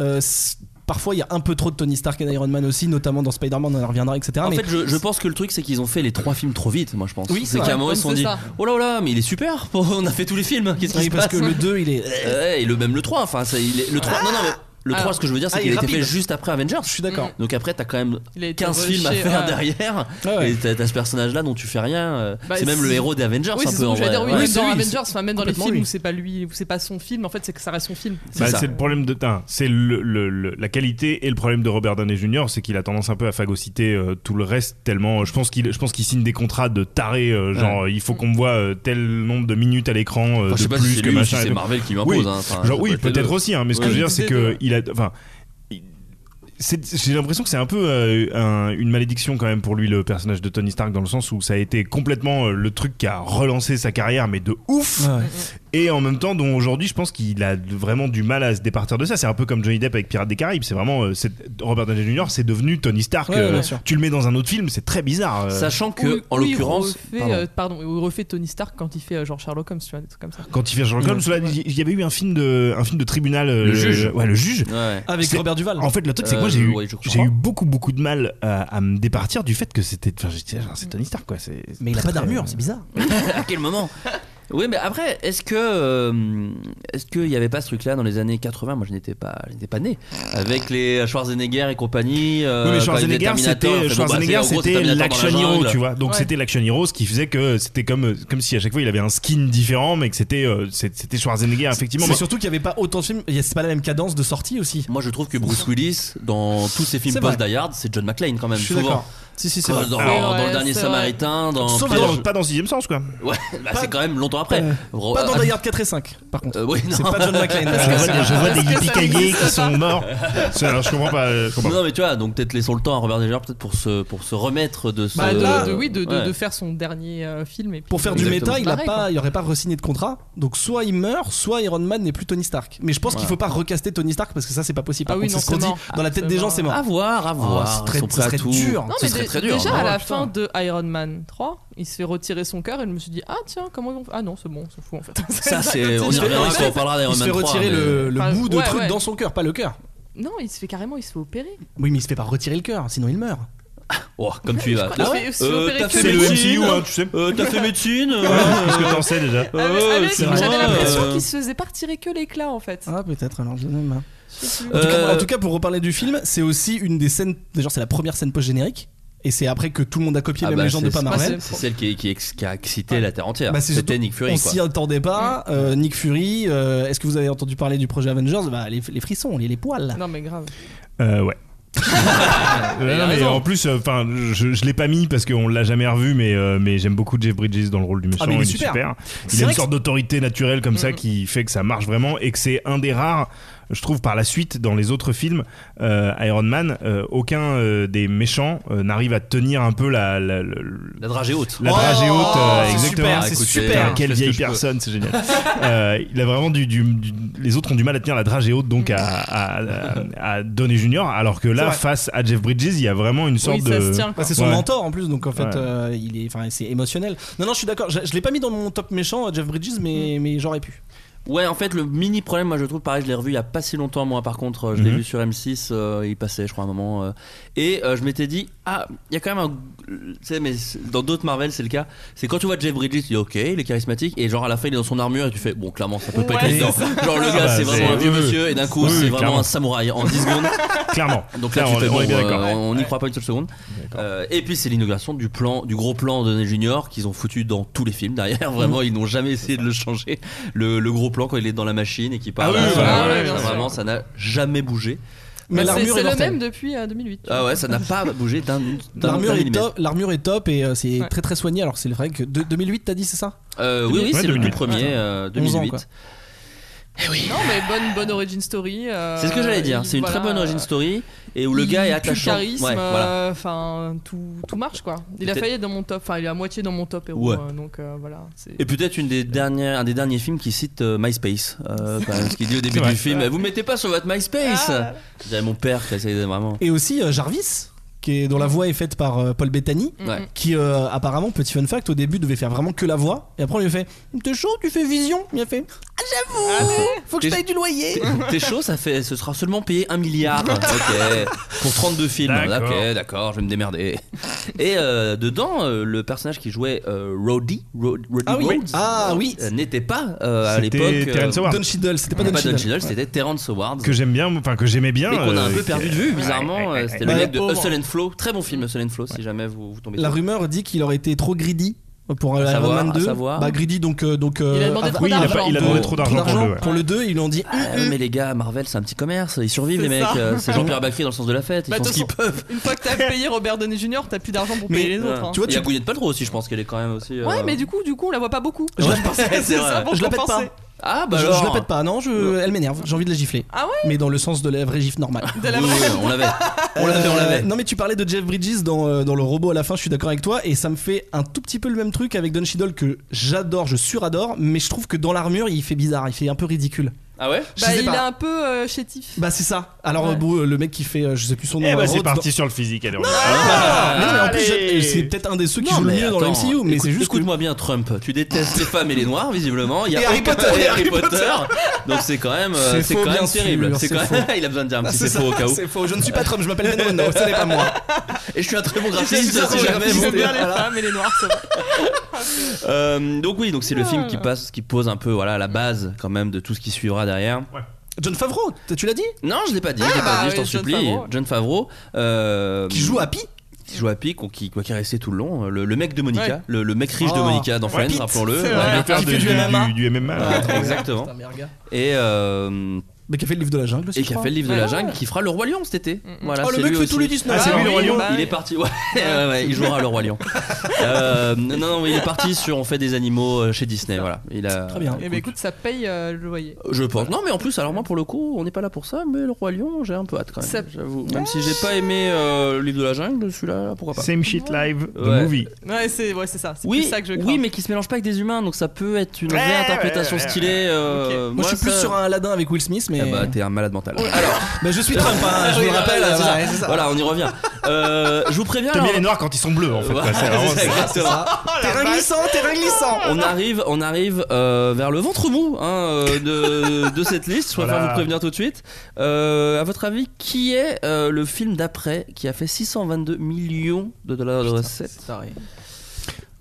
Speaker 4: euh, c- parfois il y a un peu trop de Tony Stark et d'Iron Man aussi, notamment dans Spider-Man, on en reviendra, etc.
Speaker 1: En
Speaker 4: Ah, mais
Speaker 1: fait, je, je pense que le truc, c'est qu'ils ont fait les trois films trop vite, moi je pense.
Speaker 4: Oui, c'est
Speaker 1: c'est qu'à
Speaker 4: vrai,
Speaker 1: un moment, ils se sont
Speaker 3: c'est
Speaker 1: dit
Speaker 3: ça.
Speaker 1: Oh là là, mais il est super, oh, on a fait tous les films, qu'est-ce qui
Speaker 4: oui,
Speaker 1: se
Speaker 4: parce
Speaker 1: passe
Speaker 4: que le 2 il est. euh,
Speaker 1: Ouais, Et le même le 3, enfin, ça, il est- le 3, non, non, mais le 3,
Speaker 3: Alors,
Speaker 1: ce que je veux dire, c'est
Speaker 4: ah, il
Speaker 1: qu'il a
Speaker 4: est
Speaker 1: été fait
Speaker 4: rapide.
Speaker 1: juste après Avengers.
Speaker 4: Je suis
Speaker 2: Mm.
Speaker 4: d'accord. Ah
Speaker 1: Donc après, t'as quand même
Speaker 3: Il a été
Speaker 1: 15 films à
Speaker 3: rushé,
Speaker 1: faire
Speaker 3: ouais.
Speaker 1: derrière,
Speaker 4: Ouais, ouais.
Speaker 1: et t'as t'as ce personnage-là dont tu fais rien. euh,
Speaker 3: Bah,
Speaker 1: c'est même le
Speaker 3: c'est-
Speaker 1: héros d'Avengers,
Speaker 3: Oui,
Speaker 1: un
Speaker 3: c'est ce
Speaker 1: peu
Speaker 3: que
Speaker 1: en
Speaker 3: j'allais
Speaker 1: vrai.
Speaker 3: dire. Oui,
Speaker 1: Ouais.
Speaker 3: même
Speaker 4: c'est
Speaker 3: dans
Speaker 4: lui,
Speaker 3: Avengers, enfin, même dans les
Speaker 4: complètement
Speaker 3: films
Speaker 4: lui.
Speaker 3: où c'est pas lui, où c'est pas son film, en fait, c'est que ça reste son film.
Speaker 1: C'est
Speaker 2: Bah,
Speaker 1: ça.
Speaker 2: c'est le problème de tain, c'est le, le- le- la qualité et le problème de Robert Downey Jr c'est qu'il a tendance un peu à phagocyter euh, tout le reste tellement euh, je pense qu'il je pense qu'il signe des contrats de taré euh, genre euh, il faut qu'on me voit euh, tel nombre de minutes à l'écran euh,
Speaker 1: Enfin, je sais
Speaker 2: de
Speaker 1: pas
Speaker 2: plus
Speaker 1: si c'est
Speaker 2: que
Speaker 1: lui ou si
Speaker 2: machin et
Speaker 1: c'est
Speaker 2: tout.
Speaker 1: Marvel qui
Speaker 2: Oui,
Speaker 1: l'impose. hein, enfin,
Speaker 2: genre
Speaker 1: ça
Speaker 2: oui
Speaker 1: être les
Speaker 2: peut-être
Speaker 1: deux.
Speaker 2: aussi hein, mais ce que
Speaker 1: Ouais.
Speaker 2: je veux dire c'est
Speaker 3: Des deux,
Speaker 2: que
Speaker 3: ouais.
Speaker 2: il a enfin il- c'est- j'ai l'impression que c'est un peu euh, un- une malédiction quand même pour lui le personnage de Tony Stark dans le sens où ça a été complètement euh, le truc qui a relancé sa carrière mais de ouf
Speaker 4: Ah Ouais, ouais.
Speaker 2: et en même temps, dont aujourd'hui, je pense qu'il a vraiment du mal à se départir de ça. C'est un peu comme Johnny Depp avec Pirates des Caraïbes. C'est vraiment euh, c'est- Robert Downey Jr. C'est devenu Tony Stark.
Speaker 4: Ouais, ouais,
Speaker 2: euh,
Speaker 4: bien sûr.
Speaker 2: tu le mets dans un autre film, c'est très bizarre. euh,
Speaker 1: Sachant que,
Speaker 3: Ou-
Speaker 1: en
Speaker 3: ou il
Speaker 1: l'occurrence.
Speaker 3: refait,
Speaker 1: pardon.
Speaker 3: euh, Pardon, ou il refait Tony Stark quand il fait euh, genre Sherlock Holmes, tu vois, des trucs comme
Speaker 4: Bah,
Speaker 3: ça.
Speaker 2: Quand il fait Sherlock Holmes, là, il y avait eu un film de un film de tribunal. euh,
Speaker 1: Mm. Le juge.
Speaker 2: Ouais, le juge.
Speaker 1: Ouais.
Speaker 4: Avec
Speaker 2: C'est-
Speaker 4: Robert Duval.
Speaker 2: En fait, le truc, c'est que moi,
Speaker 1: Euh,
Speaker 2: j'ai eu,
Speaker 1: ouais, je crois.
Speaker 2: j'ai eu beaucoup, beaucoup de mal à, à me départir du fait que c'était. Enfin, j'étais- genre, c'est Tony Stark, quoi. C'est,
Speaker 4: mais il a
Speaker 2: très, euh,
Speaker 4: pas d'armure,
Speaker 2: très-
Speaker 4: c'est bizarre.
Speaker 1: à quel moment Oui, mais après, est-ce que euh, est-ce qu'il n'y avait pas ce truc-là dans les années 80 Moi, je n'étais pas, je n'étais pas né avec les Schwarzenegger et compagnie. euh,
Speaker 2: Oui, mais
Speaker 1: quand il y
Speaker 2: Schwarzenegger,
Speaker 1: avait
Speaker 2: c'était
Speaker 1: Terminator, enfin, bon, bah,
Speaker 2: Schwarzenegger,
Speaker 1: c'est- en gros,
Speaker 2: c'était
Speaker 1: Terminator dans la
Speaker 2: l'action
Speaker 1: jungle.
Speaker 2: hero, tu vois. Donc
Speaker 3: Ouais.
Speaker 2: c'était l'action hero, ce qui faisait que c'était comme comme si à chaque fois il avait un skin différent, mais que c'était euh, c'est- c'était Schwarzenegger effectivement.
Speaker 4: C'est
Speaker 2: Mais
Speaker 4: surtout qu'il n'y avait pas autant de films, il y a- c'est pas la même cadence de sortie aussi.
Speaker 1: Moi, je trouve que Bruce Willis dans tous ses films
Speaker 4: C'est vrai.
Speaker 1: post Die Hard, c'est John McClane quand même.
Speaker 4: Je suis
Speaker 1: souvent.
Speaker 4: d'accord. Si, si, c'est
Speaker 1: Dans,
Speaker 4: vrai.
Speaker 1: dans-
Speaker 3: Ouais,
Speaker 1: dans
Speaker 3: ouais,
Speaker 1: le dernier
Speaker 3: c'est
Speaker 1: Samaritain, dans
Speaker 4: Sauf
Speaker 2: pas
Speaker 1: Piège-
Speaker 2: dans, pas dans sixième sens quoi.
Speaker 1: Ouais, bah, c'est quand même longtemps après. Ro-
Speaker 4: Pas dans
Speaker 1: euh,
Speaker 4: Die Hard 4 et 5, par contre.
Speaker 1: euh, oui,
Speaker 4: C'est
Speaker 1: non.
Speaker 4: pas John McClane.
Speaker 2: Je vois, je vois des
Speaker 3: Parce que
Speaker 2: hippies
Speaker 3: ça
Speaker 2: caillés
Speaker 3: n'existe
Speaker 2: qui sont morts. C'est- Alors je comprends pas. euh, je comprends pas.
Speaker 1: Non mais tu vois donc peut-être laissons le temps à Robert Deger peut-être pour se pour se remettre de ce
Speaker 3: Bah, de,
Speaker 4: là,
Speaker 3: de- oui, de, de-
Speaker 1: Ouais.
Speaker 3: de faire son dernier euh, film. Et puis-
Speaker 4: Pour faire du
Speaker 1: Exactement.
Speaker 4: méta, il a
Speaker 3: Pareil,
Speaker 4: pas,
Speaker 3: quoi.
Speaker 4: il aurait pas re-signé de contrat. Donc soit il meurt, soit Iron Man n'est plus Tony Stark. Mais je pense qu'il
Speaker 1: Voilà.
Speaker 4: faut pas recaster Tony Stark parce que ça c'est pas possible. Par
Speaker 3: Ah oui,
Speaker 4: contre,
Speaker 3: non,
Speaker 4: c'est ce qu'on
Speaker 3: c'est
Speaker 4: dit.
Speaker 3: mort. Ah,
Speaker 4: Dans la tête
Speaker 3: C'est
Speaker 4: des gens,
Speaker 3: mort.
Speaker 4: c'est
Speaker 1: à
Speaker 4: mort.
Speaker 1: voir à voir
Speaker 4: c'est très-
Speaker 1: ils sont
Speaker 4: Ah, ce
Speaker 1: prêts à
Speaker 4: serait
Speaker 1: tout.
Speaker 4: dur.
Speaker 3: Non,
Speaker 1: Ce
Speaker 3: mais
Speaker 1: serait
Speaker 3: dé-
Speaker 1: très dur
Speaker 3: déjà
Speaker 1: hein.
Speaker 3: à la
Speaker 4: putain.
Speaker 3: fin de Iron Man 3, il se fait retirer son cœur et je me suis dit ah tiens comment ils vont Ah non c'est bon on s'en fout en fait.
Speaker 1: Ça, c'est. On y
Speaker 3: continue.
Speaker 1: reviendra
Speaker 4: Il se
Speaker 1: quand on parlera d'Iron
Speaker 4: Il se
Speaker 1: Man
Speaker 4: fait
Speaker 1: 3.
Speaker 4: retirer
Speaker 1: mais-
Speaker 4: le, le
Speaker 3: Enfin,
Speaker 4: bout de
Speaker 3: ouais,
Speaker 4: truc
Speaker 3: ouais.
Speaker 4: dans son cœur, pas le cœur.
Speaker 3: Non il se fait carrément il se fait opérer.
Speaker 4: Oui, mais il se fait pas retirer le cœur, sinon il meurt.
Speaker 1: Oh, comme tu y
Speaker 4: Ah,
Speaker 1: vas.
Speaker 3: crois qu'il se fait- il se fait
Speaker 1: Euh,
Speaker 3: opérer
Speaker 1: t'as
Speaker 3: que
Speaker 1: fait
Speaker 2: C'est le
Speaker 1: médecine
Speaker 2: MCU, hein, tu sais.
Speaker 1: Euh, T'as fait médecine euh,
Speaker 2: Qu'est-ce que t'en sais déjà
Speaker 3: Ah, mais- ah, mais
Speaker 1: c'est
Speaker 3: J'avais
Speaker 1: vrai,
Speaker 3: l'impression
Speaker 1: euh.
Speaker 3: qu'il se faisait pas retirer que l'éclat en fait.
Speaker 4: Ah peut-être alors. je- En
Speaker 3: Je sais plus.
Speaker 1: Euh,
Speaker 4: tout cas- En tout cas, pour reparler du film, c'est aussi une des scènes. Genre, c'est la première scène post générique, et c'est après que tout le monde a copié
Speaker 1: Ah
Speaker 4: les
Speaker 1: bah,
Speaker 4: mêmes gens de
Speaker 1: c'est-
Speaker 4: pas
Speaker 1: c'est-
Speaker 4: Marvel.
Speaker 1: C'est celle qui, qui, ex- qui a excité la Terre entière.
Speaker 4: Bah, c'est
Speaker 1: C'était
Speaker 4: surtout-
Speaker 1: Nick Fury.
Speaker 4: on
Speaker 1: quoi.
Speaker 4: s'y attendait pas.
Speaker 3: Mm.
Speaker 4: Euh, Nick Fury, euh, est-ce que vous avez entendu parler du projet Avengers bah, les, les frissons, les, les poils.
Speaker 3: Non mais grave.
Speaker 2: Euh, ouais.
Speaker 1: il a
Speaker 2: non, mais
Speaker 1: raison.
Speaker 2: en plus, euh, enfin, je, je l'ai pas mis parce qu'on l'a jamais revu, mais, euh, mais j'aime beaucoup Jeff Bridges dans le rôle du méchant.
Speaker 4: Ah, mais il est super.
Speaker 2: Il a
Speaker 4: vrai
Speaker 2: une
Speaker 4: que- Mm.
Speaker 2: sorte d'autorité naturelle comme ça qui fait que ça marche vraiment et que c'est un des rares je trouve par la suite dans les autres films euh, Iron Man euh, aucun euh, des méchants euh, n'arrive à tenir un peu la la, la-
Speaker 1: La dragée haute. Oh,
Speaker 2: la dragée haute euh,
Speaker 4: c'est
Speaker 2: exactement
Speaker 4: super, Ah, c'est
Speaker 1: Écoutez,
Speaker 4: super.
Speaker 2: Putain, quelle
Speaker 1: Je fais ce que
Speaker 2: vieille
Speaker 1: je peux.
Speaker 2: personne, c'est génial. Euh, il a vraiment du, du- du- Les autres ont du mal à tenir la dragée haute, donc à, à, à- à donner Junior, alors que là,
Speaker 4: vrai.
Speaker 2: face à Jeff Bridges, il y a vraiment une sorte
Speaker 3: Oui,
Speaker 2: de.
Speaker 3: ça se tient.
Speaker 4: Bah,
Speaker 3: quoi.
Speaker 4: c'est son
Speaker 2: Ouais.
Speaker 4: mentor en plus, donc en fait,
Speaker 2: Ouais.
Speaker 4: euh, il est, enfin, c'est émotionnel. Non, non, je suis d'accord. Je, je l'ai pas mis dans mon top méchant, euh, Jeff Bridges,
Speaker 3: Mm.
Speaker 4: mais, mais j'aurais pu.
Speaker 1: Ouais, en fait, le mini problème, moi je trouve, pareil, je l'ai revu il y a pas si longtemps, moi par contre, euh, je l'ai
Speaker 2: Mhm.
Speaker 1: vu sur M6, euh, il passait, je crois, à un moment. euh, et euh, je m'étais dit, ah, il y a quand même un. Tu sais, mais c'est- dans d'autres Marvel, c'est le cas. C'est quand tu vois Jeff Bridges, tu dis, ok, il est charismatique, et genre à la fin, il est dans son armure, et tu fais, bon, clairement, ça peut pas
Speaker 3: Ouais,
Speaker 1: être dedans. Genre le
Speaker 2: Ah
Speaker 1: gars,
Speaker 2: bah,
Speaker 1: c'est vraiment
Speaker 2: c'est-
Speaker 1: un vieux
Speaker 2: oui, oui.
Speaker 1: monsieur, et d'un coup,
Speaker 2: Oui,
Speaker 1: c'est
Speaker 2: oui,
Speaker 1: vraiment
Speaker 2: clairement.
Speaker 1: un samouraï en 10 secondes.
Speaker 2: Clairement.
Speaker 1: Donc là,
Speaker 2: Clairement,
Speaker 1: tu fais,
Speaker 2: Ah, on
Speaker 1: bon,
Speaker 2: est bien
Speaker 1: euh,
Speaker 2: d'accord.
Speaker 1: on n'y croit pas une seule seconde. Euh, et puis c'est l'inauguration du plan, du gros plan de Downey Junior qu'ils ont foutu dans tous les films derrière. Vraiment, ils n'ont jamais essayé de le changer. Le, le gros plan quand il est dans la machine et qu'il parle.
Speaker 2: oui,
Speaker 1: à-
Speaker 2: oui,
Speaker 1: ça,
Speaker 3: ah ouais,
Speaker 1: ça,
Speaker 3: bien sûr.
Speaker 1: vraiment, ça n'a jamais bougé.
Speaker 4: Mais
Speaker 3: Bah, c'est
Speaker 4: l'armure
Speaker 3: c'est
Speaker 4: est
Speaker 3: le
Speaker 4: mortelle.
Speaker 3: même depuis euh, 2008.
Speaker 1: Ah ouais, ça n'a pas bougé d'un d'un-
Speaker 4: L'armure
Speaker 1: d'un
Speaker 4: est
Speaker 1: millimètre.
Speaker 4: top, l'armure est top et euh, c'est
Speaker 3: Ouais.
Speaker 4: très très soigné. Alors c'est vrai que de- 2008, t'as dit c'est ça
Speaker 1: Euh, oui, oui,
Speaker 2: Ouais,
Speaker 1: c'est le
Speaker 2: 2008.
Speaker 1: premier, euh,
Speaker 4: 11 ans,
Speaker 1: 2008.
Speaker 4: quoi.
Speaker 3: Non, mais bonne, bonne origin story. euh,
Speaker 1: C'est ce que j'allais dire.
Speaker 3: il-
Speaker 1: C'est une
Speaker 3: voilà, euh,
Speaker 1: très bonne origin story et où le
Speaker 3: il
Speaker 1: gars est
Speaker 3: tue
Speaker 1: attachant.
Speaker 3: Le charisme,
Speaker 1: Ouais, voilà.
Speaker 3: euh, enfin tout, tout marche quoi. Il a
Speaker 1: Peut-être-
Speaker 3: failli être dans mon top, enfin il est à moitié dans mon top héros.
Speaker 1: Ouais.
Speaker 3: euh, donc euh, voilà. c'est-
Speaker 1: Et peut-être une des dernières, un des derniers films qui cite euh, MySpace, euh, quand même, ce qu'il dit au début
Speaker 2: vrai.
Speaker 1: du film. Vous mettez pas sur votre MySpace.
Speaker 4: Ah.
Speaker 1: J'avais mon père qui essayait vraiment.
Speaker 4: Et aussi euh, Jarvis, qui est, dont la voix est faite par euh, Paul Bettany.
Speaker 3: Mm,
Speaker 1: Ouais.
Speaker 3: mm.
Speaker 4: Qui euh, apparemment, petit fun fact, au début devait faire vraiment que la voix, et après on lui a fait T'es chaud, tu fais vision Il a fait Ah, J'avoue, faut que je
Speaker 1: T'es-
Speaker 4: paye du loyer
Speaker 1: T'es- T'es chaud, ça fait, ce sera seulement payé un milliard. Ok. Pour 32 films.
Speaker 2: D'accord.
Speaker 1: Ok, d'accord, je vais me démerder. Et euh, dedans, euh, le personnage qui jouait euh, Roddy, Ro- Roddy
Speaker 4: Ah oui.
Speaker 1: Rhodes,
Speaker 4: Ah oui.
Speaker 1: euh, n'était pas euh, à l'époque.
Speaker 2: C'était Terrence Howard.
Speaker 4: Don Cheadle, c'était pas
Speaker 1: Pas
Speaker 4: Don
Speaker 1: Don
Speaker 4: Cheadle.
Speaker 1: Cheadle, c'était Terrence Howard.
Speaker 2: Que j'aime bien, enfin que j'aimais bien.
Speaker 1: mais qu'on a un
Speaker 2: euh,
Speaker 1: peu perdu de vue, bizarrement.
Speaker 2: ouais,
Speaker 1: Euh,
Speaker 2: ouais,
Speaker 1: C'était le
Speaker 2: ouais.
Speaker 4: Bah,
Speaker 1: mec de
Speaker 4: pauvre.
Speaker 1: Hustle and Flow. Très bon film, Hustle and Flow, si jamais vous, vous tombez
Speaker 4: La
Speaker 1: dessus.
Speaker 4: rumeur dit qu'il aurait été trop greedy pour euh,
Speaker 1: À
Speaker 4: Iron
Speaker 1: savoir,
Speaker 4: Man
Speaker 1: à
Speaker 4: 2.
Speaker 1: savoir.
Speaker 4: Bah greedy donc euh, donc
Speaker 3: Il a
Speaker 4: euh,
Speaker 3: demandé
Speaker 4: av-
Speaker 3: trop
Speaker 2: Oui, il a,
Speaker 3: d'argent.
Speaker 2: pas- il a
Speaker 3: pour-
Speaker 2: demandé trop d'argent pour le. ouais.
Speaker 4: pour le 2, ils lui ont dit euh,
Speaker 1: Ah, mais les gars, Marvel, c'est un petit commerce. Ils survivent, les
Speaker 3: C'est
Speaker 1: mecs.
Speaker 3: ça.
Speaker 1: Euh, C'est Jean-Pierre Bacri dans le sens de la fête. Ils
Speaker 3: Bah,
Speaker 1: font
Speaker 3: de
Speaker 1: ce qu'ils
Speaker 3: toute
Speaker 1: peuvent.
Speaker 3: Une fois que t'as payé Robert Downey Jr, t'as plus d'argent pour
Speaker 4: Mais-
Speaker 3: payer les
Speaker 1: euh,
Speaker 3: autres. hein.
Speaker 4: tu vois,
Speaker 1: Il y a Gwyneth Paltrow aussi, je pense qu'elle est quand même aussi. euh,
Speaker 3: Ouais, mais du coup, du coup, on la voit pas beaucoup.
Speaker 4: Je-
Speaker 1: c'est
Speaker 3: C'est
Speaker 1: vrai.
Speaker 3: ça pour
Speaker 4: je la pète pas.
Speaker 3: compenser.
Speaker 1: Ah bah
Speaker 4: je,
Speaker 1: alors.
Speaker 4: je la pète pas, non, je, elle m'énerve, j'ai envie de la gifler.
Speaker 3: Ah ouais
Speaker 4: Mais dans le sens de la vraie gifle normale.
Speaker 3: De la
Speaker 1: Oui,
Speaker 3: vraie-
Speaker 1: oui, on l'avait. On l'avait, on
Speaker 4: Euh,
Speaker 1: l'avait.
Speaker 4: non mais tu parlais de Jeff Bridges dans, euh, dans le robot à la fin, je suis d'accord avec toi et ça me fait un tout petit peu le même truc avec Don Cheadle que j'adore, je suradore, mais je trouve que dans l'armure il fait bizarre, il fait un peu ridicule.
Speaker 1: Ah ouais
Speaker 4: Je
Speaker 3: Bah,
Speaker 4: sais
Speaker 3: il
Speaker 4: pas.
Speaker 3: est un peu euh, chétif.
Speaker 4: Bah c'est ça. Alors
Speaker 3: Ouais.
Speaker 4: euh, bon, euh, le mec qui fait, euh, je sais plus son nom.
Speaker 2: Eh
Speaker 4: euh,
Speaker 2: ben c'est
Speaker 4: Rhodes dans-
Speaker 2: parti sur le physique, alors.
Speaker 4: Ah, non, mais en plus,
Speaker 2: Allez.
Speaker 4: je- c'est peut-être un des ceux qui
Speaker 1: Non,
Speaker 4: joue le
Speaker 1: mais
Speaker 4: mieux dans le
Speaker 1: attends,
Speaker 4: MCU, mais
Speaker 1: écoute-
Speaker 4: c'est juste que
Speaker 1: Écoute-moi bien, Trump. Tu détestes les femmes et les noirs, visiblement. Il y a
Speaker 4: Et Harry
Speaker 1: aucun-
Speaker 4: Potter,
Speaker 1: et Harry Potter. Donc c'est quand même, euh,
Speaker 4: C'est
Speaker 1: c'est
Speaker 4: faux,
Speaker 1: quand même
Speaker 4: bien sûr,
Speaker 1: terrible. C'est
Speaker 4: c'est
Speaker 1: quand
Speaker 4: faux.
Speaker 1: même- Il a besoin de dire un
Speaker 4: Ah,
Speaker 1: petit
Speaker 4: c'est
Speaker 1: c'est faux au
Speaker 4: ça,
Speaker 1: cas où.
Speaker 4: c'est faux. Je ne suis pas Trump, je m'appelle Ben Renault, ce n'est pas moi.
Speaker 1: Et je suis un très bon
Speaker 4: Je
Speaker 1: graphiste.
Speaker 4: suis un
Speaker 1: si
Speaker 4: bon
Speaker 1: jamais
Speaker 4: graphiste.
Speaker 1: vous-
Speaker 3: J'aime bien les
Speaker 4: voilà.
Speaker 3: femmes et les noirs, ça va.
Speaker 1: Euh, donc oui, donc c'est le film
Speaker 4: Ah.
Speaker 1: qui passe, qui pose un peu, voilà, la base quand même de tout ce qui suivra derrière.
Speaker 4: John Favreau, t- tu l'as dit
Speaker 1: Non, je l'ai pas dit, je l'ai
Speaker 3: bah
Speaker 1: pas dit, je t'en
Speaker 3: oui, John
Speaker 1: supplie.
Speaker 3: Favreau.
Speaker 1: John Favreau, euh,
Speaker 4: Ah, Qui joue Happy
Speaker 1: qui joue à Pic, ou qui, quoi, qui est resté tout le long, le, le mec de Monica,
Speaker 3: Ouais.
Speaker 1: le, le mec riche de
Speaker 4: Oh.
Speaker 1: Monica dans
Speaker 4: Ouais,
Speaker 1: Friends,
Speaker 4: Pete,
Speaker 1: rappelons-le.
Speaker 3: c'est
Speaker 1: Ouais.
Speaker 3: vrai.
Speaker 2: Il va faire
Speaker 4: Qui
Speaker 2: de-
Speaker 4: fait du MMA.
Speaker 2: du- du MMA.
Speaker 1: Voilà, Exactement. Et, euh,
Speaker 4: Mais qui a fait le livre de la jungle aussi.
Speaker 1: et
Speaker 4: je
Speaker 1: qui a
Speaker 4: crois. Ah.
Speaker 1: fait le livre de la jungle, qui fera le roi lion cet été. Voilà,
Speaker 4: Oh, le
Speaker 1: c'est
Speaker 4: mec
Speaker 1: lui
Speaker 4: fait
Speaker 1: aussi.
Speaker 4: tous les Disney.
Speaker 2: Ah, c'est lui, le Roi Lion
Speaker 3: bah,
Speaker 1: Il est parti, ouais, ouais, ouais, il jouera le roi lion. Euh, non, non, mais il est parti sur on fait des animaux euh, chez Disney, voilà. Il a,
Speaker 4: Très bien.
Speaker 3: Eh ben écoute, ça paye euh, le loyer.
Speaker 1: Je pense. Non, mais en plus, alors moi, pour le coup, on n'est pas là pour ça, mais le Roi Lion, j'ai un peu hâte quand même.
Speaker 3: Ça-
Speaker 1: J'avoue. Même si j'ai pas aimé euh, le livre de la jungle, celui-là, pourquoi pas.
Speaker 2: Same shit live, the
Speaker 1: Ouais.
Speaker 2: movie.
Speaker 3: Ouais, c'est ouais, c'est ça. C'est
Speaker 1: Oui,
Speaker 3: plus ça que je crois.
Speaker 1: oui, mais qui se mélange pas avec des humains, donc ça peut être une
Speaker 2: Ouais,
Speaker 1: réinterprétation
Speaker 2: ouais, ouais,
Speaker 1: stylée. euh,
Speaker 4: Moi, je suis plus
Speaker 1: ça-
Speaker 4: sur un Aladdin avec Will Smith, mais.
Speaker 1: Ah bah, t'es un malade mental.
Speaker 4: Bah, je suis Trump, hein, je vous le rappelle.
Speaker 1: Voilà, c'est
Speaker 4: bah,
Speaker 1: ça.
Speaker 4: ouais, c'est ça.
Speaker 1: Voilà, on y revient. Euh, je vous préviens.
Speaker 2: T'aimes bien
Speaker 1: alors-
Speaker 2: les noirs quand ils sont bleus, en fait.
Speaker 1: Ouais,
Speaker 2: quoi, c'est vraiment
Speaker 1: c'est
Speaker 2: ça.
Speaker 1: exactement.
Speaker 4: C'est ça. Terrain glissant, terrain glissant.
Speaker 1: On arrive, on arrive euh, vers le ventre mou hein, euh, de, de cette liste. Je préfère
Speaker 2: Voilà.
Speaker 1: vous prévenir tout de suite. Euh, à votre avis, qui est euh, le film d'après qui a fait 622 millions de dollars de recettes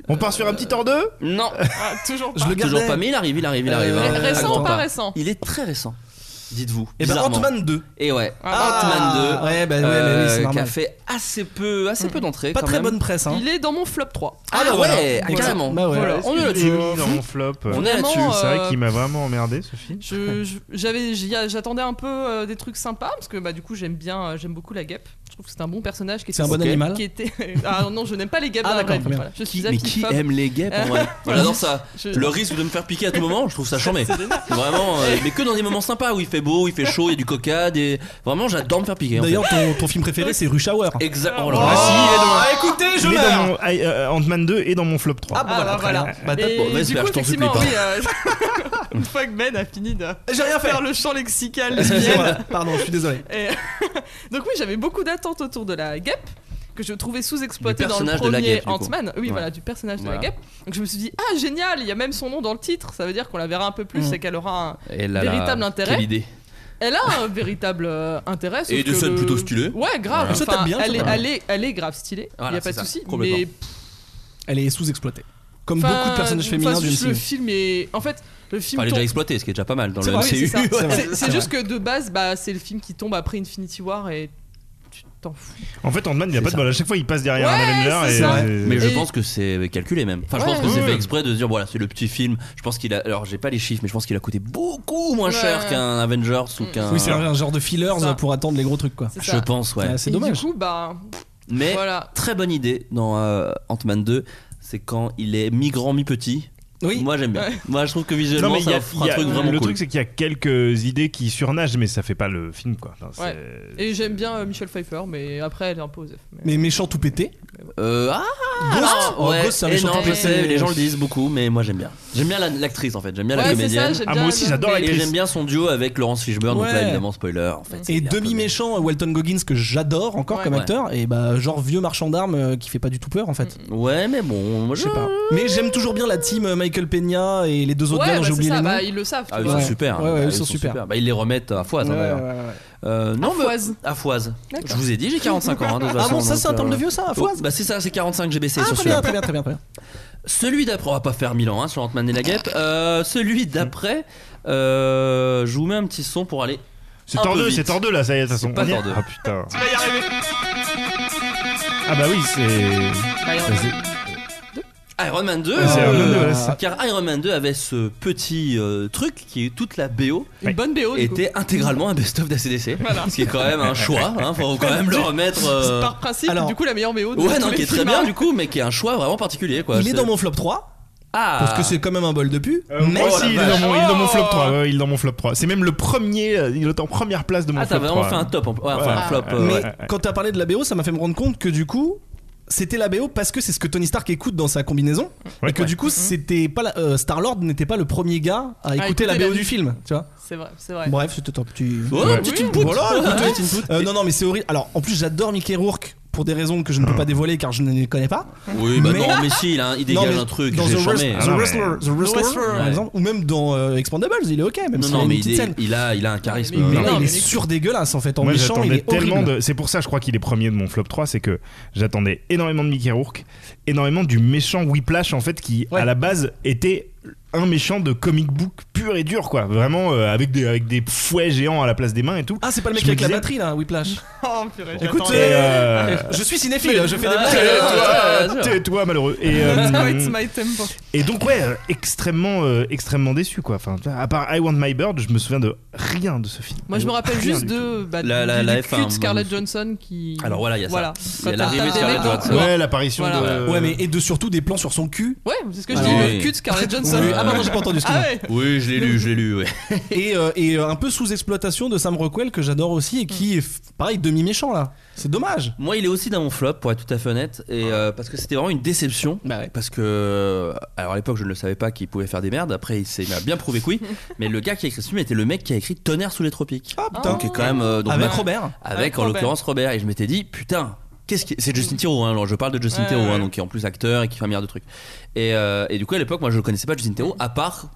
Speaker 2: On part sur un petit hors deux
Speaker 1: Non,
Speaker 3: Ah, toujours pas.
Speaker 4: Je le
Speaker 1: toujours
Speaker 4: gardais.
Speaker 1: pas. Mais il arrive, il arrive, il
Speaker 4: Euh,
Speaker 1: arrive. hein.
Speaker 3: Ré- Récent
Speaker 1: Attends
Speaker 3: ou pas récent
Speaker 1: Il est très récent. Eh Dites-vous.
Speaker 4: Et bah,
Speaker 1: bizarrement.
Speaker 4: Ant-Man 2.
Speaker 1: Et ouais,
Speaker 3: Ah,
Speaker 1: Ant-Man 2.
Speaker 4: Ouais, bah, ouais,
Speaker 1: euh,
Speaker 4: mais oui, c'est
Speaker 1: qui a
Speaker 4: normal.
Speaker 1: fait assez peu, assez peu d'entrées.
Speaker 4: Pas
Speaker 1: quand
Speaker 4: très
Speaker 1: même.
Speaker 4: bonne presse, hein.
Speaker 3: Il est dans mon flop 3.
Speaker 1: Ah, bah
Speaker 4: voilà.
Speaker 1: ouais,
Speaker 4: Voilà.
Speaker 1: carrément.
Speaker 4: Bah ouais.
Speaker 3: Voilà.
Speaker 1: On est là-dessus.
Speaker 2: Oui, dans mon flop.
Speaker 1: On est
Speaker 3: Vraiment,
Speaker 1: là-dessus.
Speaker 3: euh,
Speaker 2: C'est vrai qu'il m'a vraiment emmerdé ce film.
Speaker 3: Je- je- j'avais- j'y- J'attendais un peu euh, des trucs sympas parce que bah, du coup j'aime bien, euh, j'aime beaucoup la guêpe. Je trouve que c'est un bon personnage qui était
Speaker 4: C'est un bon animal.
Speaker 3: Qui était... Ah non, je n'aime pas les guêpes
Speaker 4: Ah,
Speaker 3: dans la
Speaker 4: d'accord,
Speaker 3: vraie vie,
Speaker 4: bien.
Speaker 3: voilà. Je suis
Speaker 1: Qui- mais qui
Speaker 3: apiphobe.
Speaker 1: aime les gays pour vrai Moi, J'adore ça.
Speaker 3: Je-
Speaker 1: Le risque de me faire piquer à tout moment, je trouve ça chambé. Vraiment, euh, mais que dans des moments sympas où il fait beau, il fait chaud, il y a du coca, des... vraiment j'adore me faire piquer. en fait.
Speaker 4: D'ailleurs, ton, ton film préféré, c'est Rush Hour.
Speaker 1: Exact. Oh là là.
Speaker 4: Ah, écoutez,
Speaker 2: Il est dans mon I- euh, Ant-Man 2 et dans mon flop 3.
Speaker 4: Ah, bah, voilà,
Speaker 3: voilà.
Speaker 1: Bah, t'as-
Speaker 3: Et
Speaker 1: bon, bah,
Speaker 3: du
Speaker 1: j'espère,
Speaker 3: coup,
Speaker 1: je t'en supplie
Speaker 3: effectivement,
Speaker 1: pas.
Speaker 3: oui, euh, une fois que Ben a fini de
Speaker 4: J'ai rien fait.
Speaker 3: faire le champ lexical
Speaker 4: Excusez-moi. Pardon, je suis désolé.
Speaker 3: Et- Donc oui, j'avais beaucoup d'attentes autour de la guêpe que je trouvais sous-exploitée
Speaker 1: Du
Speaker 3: dans le
Speaker 1: personnage de la
Speaker 3: premier
Speaker 1: guêpe, du coup.
Speaker 3: Ant-Man. Oui,
Speaker 1: Ouais.
Speaker 3: voilà, du personnage de
Speaker 1: Voilà.
Speaker 3: la guêpe. Donc je me suis dit, ah génial, il y a même son nom dans le titre, ça veut dire qu'on la verra un peu plus
Speaker 1: Mmh.
Speaker 4: Mhm.
Speaker 3: et qu'elle aura un...
Speaker 1: Et là, là,
Speaker 3: Véritable intérêt.
Speaker 1: Quelle idée.
Speaker 3: Elle a un véritable euh, intérêt. sauf
Speaker 1: Et de
Speaker 3: que
Speaker 1: scènes
Speaker 3: le-
Speaker 1: plutôt stylées.
Speaker 3: Ouais, grave.
Speaker 4: Ça
Speaker 3: Enfin,
Speaker 4: tape bien, ça
Speaker 3: elle, est,
Speaker 4: tape
Speaker 3: elle, est, elle est grave stylée, il
Speaker 1: Voilà,
Speaker 3: n'y a pas
Speaker 1: c'est
Speaker 3: de
Speaker 1: ça,
Speaker 3: souci.
Speaker 1: complètement.
Speaker 3: Mais
Speaker 4: Elle est sous-exploitée. Comme
Speaker 3: enfin,
Speaker 4: beaucoup de personnages
Speaker 3: enfin,
Speaker 4: féminins d'une
Speaker 3: le
Speaker 4: série.
Speaker 3: film est. En fait, le film.
Speaker 1: Enfin, elle est
Speaker 3: tombe-
Speaker 1: déjà exploitée, ce qui est déjà pas mal dans
Speaker 3: C'est
Speaker 1: le
Speaker 3: vrai, oui,
Speaker 1: MCU.
Speaker 3: c'est ça.
Speaker 4: c'est vrai,
Speaker 3: C'est-
Speaker 4: c'est
Speaker 3: C'est juste que de base, bah, c'est le film qui tombe après Infinity War et tu t'en fous.
Speaker 2: En fait, Ant-Man, il a
Speaker 1: C'est
Speaker 2: pas de
Speaker 1: ça.
Speaker 2: bol. À chaque fois, il passe derrière
Speaker 3: Ouais,
Speaker 2: un Avenger.
Speaker 3: c'est
Speaker 2: et-
Speaker 3: ça.
Speaker 2: et-
Speaker 1: Mais je
Speaker 3: Et-
Speaker 1: pense que c'est calculé même. Enfin, je
Speaker 3: Ouais.
Speaker 1: pense que c'est
Speaker 2: Ouais.
Speaker 1: fait exprès de se dire voilà, c'est le petit film. Je pense qu'il a. Alors, j'ai pas les chiffres, mais je pense qu'il a coûté beaucoup moins
Speaker 3: Ouais. Mm.
Speaker 1: cher qu'un Avengers ou qu'un.
Speaker 4: Oui, c'est un genre de fillers
Speaker 3: Ça.
Speaker 4: pour attendre les gros trucs, quoi.
Speaker 3: C'est
Speaker 1: Je
Speaker 3: ça.
Speaker 1: pense, ouais.
Speaker 4: Ah, c'est
Speaker 3: Et
Speaker 4: dommage.
Speaker 3: Du coup, bah,
Speaker 1: Mais
Speaker 3: voilà.
Speaker 1: très bonne idée dans euh, Ant-Man 2, c'est quand il est mi-grand, mi-petit.
Speaker 4: Oui.
Speaker 1: Moi, j'aime bien. Moi, je trouve que visuellement,
Speaker 2: Non, mais il y
Speaker 1: ça
Speaker 2: a,
Speaker 1: offre
Speaker 2: il y
Speaker 1: un
Speaker 2: a-
Speaker 1: truc vraiment
Speaker 2: le
Speaker 1: cool.
Speaker 2: truc, c'est qu'il y a quelques idées qui surnagent, mais ça fait pas le film, quoi. Enfin,
Speaker 3: Ouais.
Speaker 2: c'est-
Speaker 3: Et j'aime bien euh, Michelle Pfeiffer, mais après elle est un peu aux F. Mais...
Speaker 4: Mais méchant tout pété.
Speaker 1: Euh, ah,
Speaker 4: Ghost,
Speaker 1: ouais.
Speaker 4: oh, Ghost, c'est un
Speaker 1: Et
Speaker 4: méchant
Speaker 1: non,
Speaker 4: tout
Speaker 1: je
Speaker 4: pété.
Speaker 1: sais, les gens le disent beaucoup, mais moi, j'aime bien. J'aime bien la- l'actrice, en fait. J'aime bien la
Speaker 3: Ouais, c'est ça,
Speaker 1: comédienne.
Speaker 3: j'aime
Speaker 2: Ah,
Speaker 3: bien.
Speaker 2: moi aussi, j'adore
Speaker 3: mais-
Speaker 2: l'actrice.
Speaker 1: Et j'aime bien son duo avec Laurence Fishburne, donc
Speaker 4: Ouais.
Speaker 1: là évidemment spoiler en fait.
Speaker 4: Et demi-méchant, euh, Walton Goggins, que j'adore encore
Speaker 3: Ouais.
Speaker 4: comme
Speaker 1: Ouais.
Speaker 4: acteur, et bah, genre vieux marchand d'armes euh, qui fait pas du tout peur en fait.
Speaker 3: Mm.
Speaker 1: Ouais, mais bon, moi
Speaker 4: Je sais pas. Mais j'aime toujours bien la team euh, Michael Peña et les deux autres
Speaker 3: Ouais,
Speaker 4: gars
Speaker 3: bah,
Speaker 4: dont j'ai
Speaker 3: c'est
Speaker 4: oublié
Speaker 3: ça,
Speaker 4: les noms.
Speaker 3: bah, ils le savent. tu
Speaker 1: Ah, ils
Speaker 3: vois.
Speaker 1: sont super. hein.
Speaker 4: Ouais, ouais,
Speaker 1: Bah,
Speaker 4: ils sont super.
Speaker 1: Bah, ils les remettent à foise. hein,
Speaker 4: Ouais,
Speaker 1: d'ailleurs.
Speaker 4: ouais, ouais.
Speaker 1: Euh, non,
Speaker 3: À
Speaker 1: mais-
Speaker 3: foise.
Speaker 1: À foise.
Speaker 3: D'accord.
Speaker 1: Je vous ai dit, j'ai 45 ans. hein, de toute
Speaker 4: Ah
Speaker 1: façon,
Speaker 4: bon, ça
Speaker 1: donc,
Speaker 4: c'est un terme
Speaker 1: euh,
Speaker 4: de vieux ça, à foise
Speaker 1: oh, Bah, c'est ça, c'est 45 GBC
Speaker 4: Ah,
Speaker 1: sur
Speaker 4: très bien,
Speaker 1: celui-là.
Speaker 4: très bien, très bien, très bien.
Speaker 1: Celui d'après, on va pas faire Milan hein, sur Ant-Man et la guêpe. Euh,
Speaker 3: Mm.
Speaker 1: celui d'après, euh, je vous mets un petit son pour aller.
Speaker 2: C'est
Speaker 1: Un
Speaker 2: Thor
Speaker 1: peu
Speaker 2: 2,
Speaker 1: vite.
Speaker 2: c'est Thor 2 là, ça y est, de toute façon.
Speaker 1: pas
Speaker 2: On y est
Speaker 1: Thor 2.
Speaker 2: Ah putain. Ah bah oui, c'est.
Speaker 3: Bah, ils-
Speaker 1: Iron Man 2,
Speaker 2: C'est
Speaker 1: euh,
Speaker 2: Iron Man 2, voilà, c'est ça.
Speaker 1: car Iron Man 2 avait ce petit euh, truc qui est toute la BO
Speaker 3: Une bonne BO. Oh, du coup.
Speaker 1: était intégralement un best-of d'ACDC,
Speaker 3: Voilà.
Speaker 1: ce qui est quand même un choix. Hein, faut quand même le remettre. euh,
Speaker 3: Par principe,
Speaker 4: Alors-
Speaker 3: du coup, la meilleure BO de
Speaker 1: Ouais,
Speaker 3: tous
Speaker 1: non,
Speaker 3: les
Speaker 1: qui est très
Speaker 3: films,
Speaker 1: bien
Speaker 3: hein.
Speaker 1: du coup, mais qui est un choix vraiment particulier quoi.
Speaker 4: Il est
Speaker 1: C'est-
Speaker 4: dans mon flop 3,
Speaker 1: Ah
Speaker 4: parce que c'est quand même un bol de pu.
Speaker 2: Euh,
Speaker 4: mais
Speaker 2: moi aussi, il est, dans mon, il est dans mon flop
Speaker 3: Oh
Speaker 2: 3. ouais, il est dans mon flop 3. C'est même le premier, euh, il est en première place de mon
Speaker 1: Ah, t'as
Speaker 2: flop
Speaker 1: vraiment
Speaker 2: 3.
Speaker 1: fait un top. en- ouais, enfin, un
Speaker 2: Ouais.
Speaker 1: flop. euh,
Speaker 4: mais
Speaker 1: ouais.
Speaker 4: quand t'as parlé de la BO, ça m'a fait me rendre compte que du coup, c'était la BO parce que c'est ce que Tony Stark écoute dans sa combinaison.
Speaker 2: Ouais,
Speaker 4: et que
Speaker 2: ouais.
Speaker 4: du coup, c'était pas la- euh, Star-Lord n'était pas le premier gars à écouter
Speaker 3: écouter
Speaker 4: la
Speaker 3: la
Speaker 4: BO du
Speaker 3: musique.
Speaker 4: film, tu vois.
Speaker 3: C'est vrai, c'est vrai.
Speaker 4: Bref, c'était un petit.
Speaker 1: Oh,
Speaker 2: Ouais.
Speaker 1: petite
Speaker 3: Oui.
Speaker 1: input.
Speaker 4: Voilà,
Speaker 1: Ouais.
Speaker 4: écoutez.
Speaker 1: Petite input.
Speaker 4: Euh, non, non, mais c'est horrible. Alors, en plus, j'adore Mickey Rourke pour des raisons que je ne peux pas dévoiler car je ne les connais pas.
Speaker 1: Oui, bah
Speaker 4: Mais-
Speaker 1: non, mais si, il, a un- il dégage
Speaker 4: Non, mais
Speaker 1: un truc.
Speaker 4: Dans
Speaker 1: j'ai
Speaker 4: The,
Speaker 1: jamais-
Speaker 4: Wrestler-
Speaker 2: Ah
Speaker 4: The
Speaker 2: non, mais-
Speaker 4: Wrestler, The Wrestler,
Speaker 3: Wrestler,
Speaker 4: par
Speaker 1: ouais.
Speaker 4: exemple, ou même dans euh, Expandables, il est ok, même
Speaker 1: Non,
Speaker 4: s'il
Speaker 1: non,
Speaker 4: a une
Speaker 1: mais
Speaker 4: petite
Speaker 1: il, est-
Speaker 4: scène.
Speaker 1: il a, il a un charisme. euh,
Speaker 3: Mais
Speaker 4: Mais
Speaker 3: non,
Speaker 4: il
Speaker 3: mais
Speaker 4: est
Speaker 3: les-
Speaker 4: sur dégueulasse en fait en
Speaker 2: Moi
Speaker 4: méchant, il
Speaker 2: j'attendais
Speaker 4: est horrible.
Speaker 2: tellement de. C'est pour ça, je crois qu'il est premier de mon flop 3, c'est que j'attendais énormément de Mickey Rourke, énormément du méchant Whiplash en fait, qui
Speaker 4: Ouais.
Speaker 2: à la base était un méchant de comic book pur et dur quoi, vraiment euh, avec des avec des fouets géants à la place des mains et tout.
Speaker 4: Ah, c'est pas le mec
Speaker 2: Je me
Speaker 4: avec la
Speaker 2: disais-
Speaker 4: batterie là, Whiplash.
Speaker 3: Oh, purée,
Speaker 4: Écoute,
Speaker 3: j'attends.
Speaker 2: Et, euh,
Speaker 4: Je suis cinéphile, je fais des blagues.
Speaker 1: Ah,
Speaker 2: Tais-toi, tais-toi, malheureux. Et, euh,
Speaker 3: Oh, it's my tempo.
Speaker 2: et donc ouais, euh, extrêmement, euh, extrêmement déçu quoi. Enfin, tu vois, à part I Want My Bird, je me souviens de rien de ce film.
Speaker 3: Moi, je me rappelle
Speaker 2: Rien
Speaker 3: juste
Speaker 2: du
Speaker 3: de bah,
Speaker 1: La- la-
Speaker 3: du-
Speaker 1: la
Speaker 3: du
Speaker 1: F1,
Speaker 3: cul de
Speaker 1: moi,
Speaker 3: Scarlett
Speaker 1: je me
Speaker 3: Johnson qui.
Speaker 1: Alors voilà, il y a ça.
Speaker 3: Voilà.
Speaker 1: Il y a
Speaker 3: Quand
Speaker 1: l'arrivée
Speaker 3: t'as
Speaker 1: de
Speaker 3: des
Speaker 1: Scarlett
Speaker 3: mecs dans-
Speaker 1: Johansson.
Speaker 3: dans-
Speaker 2: Ouais, l'apparition
Speaker 3: Voilà.
Speaker 2: de.
Speaker 4: Ouais, mais et de surtout des plans sur son cul.
Speaker 3: Ouais, c'est ce que je
Speaker 1: Ah
Speaker 3: dis,
Speaker 1: oui.
Speaker 3: le cul de Scarlett Johnson.
Speaker 4: Oui, ah, pardon, j'ai pas entendu,
Speaker 3: Ah
Speaker 4: excuse-moi.
Speaker 3: ouais.
Speaker 1: Oui, je l'ai lu, je l'ai lu, ouais.
Speaker 4: Et, euh, et euh, un peu sous-exploitation de Sam Rockwell que j'adore aussi et qui est f- pareil demi-méchant là. C'est dommage.
Speaker 1: Moi, il est aussi dans mon flop, pour être tout à fait honnête, et, euh, parce que c'était vraiment une déception.
Speaker 4: Bah ouais.
Speaker 1: Parce que, euh, alors à l'époque, je ne le savais pas qu'il pouvait faire des merdes. Après, il, s'est- il m'a bien prouvé que oui. Mais le gars qui a écrit ce film était le mec qui a écrit Tonnerre sous les tropiques.
Speaker 4: Ah putain.
Speaker 1: Donc, qui est quand même. euh, donc,
Speaker 4: Avec
Speaker 1: ma-
Speaker 4: Robert.
Speaker 1: avec
Speaker 3: Avec
Speaker 1: en
Speaker 3: Robert.
Speaker 1: l'occurrence Robert et je m'étais dit putain qu'est-ce qui c'est Justin Theroux hein, alors je parle de Justin
Speaker 3: Ouais,
Speaker 1: Theroux hein,
Speaker 3: ouais.
Speaker 1: donc qui est en plus acteur et qui fait un milliard de trucs et, euh, et du coup à l'époque moi je le connaissais pas Justin Theroux à part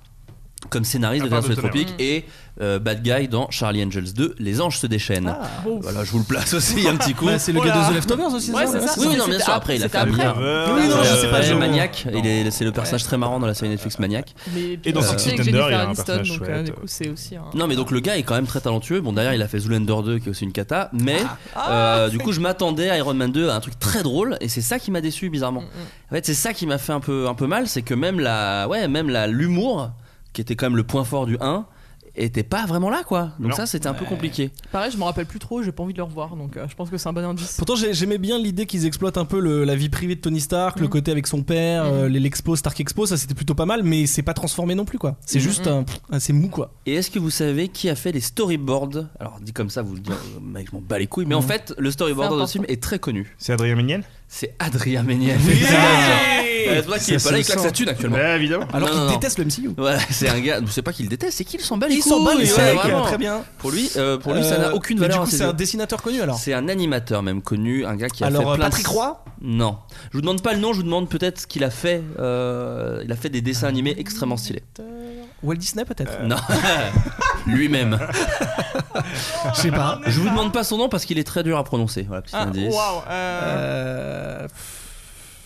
Speaker 1: comme scénariste
Speaker 2: À
Speaker 1: de
Speaker 2: part
Speaker 1: Vers les
Speaker 2: de
Speaker 1: tropiques et euh, Bad Guy dans Charlie Angels 2 Les anges se déchaînent voilà je vous le place aussi un petit coup
Speaker 4: Bah, c'est le
Speaker 3: Ah. Oh
Speaker 4: gars de
Speaker 3: là.
Speaker 4: The Leftovers aussi,
Speaker 3: Ouais,
Speaker 4: ça
Speaker 3: c'est ça.
Speaker 1: oui, oui, non,
Speaker 3: C'était
Speaker 1: bien sûr. Après, il a
Speaker 3: c'était
Speaker 1: fait un
Speaker 3: après.
Speaker 1: milliard.
Speaker 4: Oui, non, je
Speaker 1: Euh,
Speaker 4: sais pas, je-
Speaker 1: Maniac, il est- c'est le personnage très marrant dans la série Netflix Maniac.
Speaker 3: Mais puis,
Speaker 2: Et dans
Speaker 3: on
Speaker 2: Six
Speaker 3: sait
Speaker 2: Feet
Speaker 3: que
Speaker 2: Under,
Speaker 3: Jennifer
Speaker 2: il y a un
Speaker 3: Aniston,
Speaker 2: personnage
Speaker 3: donc, euh,
Speaker 2: chouette.
Speaker 3: du coup, c'est aussi un.
Speaker 1: Non, mais donc le gars est quand même très talentueux. Bon, derrière, il a fait Zoolander 2, qui est aussi une cata. Mais euh, du coup, je m'attendais à Iron Man 2 à un truc très drôle, et c'est ça qui m'a déçu bizarrement. En fait, c'est ça qui m'a fait un peu un peu mal, c'est que même la ouais, même la l'humour qui était quand même le point fort du 1 était pas vraiment là, quoi. Donc
Speaker 2: Non.
Speaker 1: ça, c'était un peu compliqué.
Speaker 3: Pareil, je me rappelle plus trop, j'ai pas envie de le revoir, donc euh, je pense que c'est un bon indice.
Speaker 4: Pourtant, j'ai- j'aimais bien l'idée qu'ils exploitent un peu le- la vie privée de Tony Stark, le
Speaker 3: Mhm.
Speaker 4: côté avec son père,
Speaker 3: Mhm.
Speaker 4: euh, les- l'expo, Stark Expo, ça c'était plutôt pas mal, mais c'est pas transformé non plus quoi. C'est
Speaker 3: Mhm.
Speaker 4: juste un. pff, un- C'est mou quoi.
Speaker 1: Et est-ce que vous savez qui a fait les storyboards Alors, dit comme ça, vous le dites, euh, mec, je m'en bats les couilles. Mais en fait, le storyboard de ce film est très connu.
Speaker 2: C'est Adrien Méniel
Speaker 1: C'est Adrien Méniel. C'est toi qui
Speaker 2: Ça
Speaker 1: est
Speaker 2: se
Speaker 1: pas là, il claque
Speaker 2: sent.
Speaker 1: sa thune actuellement.
Speaker 2: Bah, évidemment.
Speaker 4: Alors
Speaker 1: Ah, Non,
Speaker 4: qu'ils
Speaker 1: non, non.
Speaker 4: détestent le MCU.
Speaker 1: Ouais, c'est un gars, c'est pas qu'il déteste, c'est qu'il s'en bat les
Speaker 4: Ils
Speaker 1: couilles.
Speaker 4: s'en battent les
Speaker 1: ouais,
Speaker 4: steaks,
Speaker 1: vraiment.
Speaker 4: très bien.
Speaker 1: Pour lui, euh, pour lui ça
Speaker 4: Euh,
Speaker 1: n'a aucune
Speaker 4: mais
Speaker 1: valeur.
Speaker 4: Du coup,
Speaker 1: à ses
Speaker 4: c'est un
Speaker 1: yeux.
Speaker 4: dessinateur connu alors.
Speaker 1: C'est un animateur même connu, un gars qui a
Speaker 4: Alors
Speaker 1: fait
Speaker 4: euh,
Speaker 1: plein de-
Speaker 4: Patrick Roy,
Speaker 1: Non, je vous demande pas le nom, je vous demande peut-être ce qu'il a fait. euh, il a fait des dessins animés extrêmement stylés.
Speaker 4: Walt Disney peut-être.
Speaker 1: Non, lui-même.
Speaker 4: Je sais pas.
Speaker 1: Je vous demande pas son nom parce qu'il est très dur à prononcer. Voilà, petit
Speaker 3: Ah,
Speaker 1: indice.
Speaker 3: waouh, euh,
Speaker 4: Euh, pff,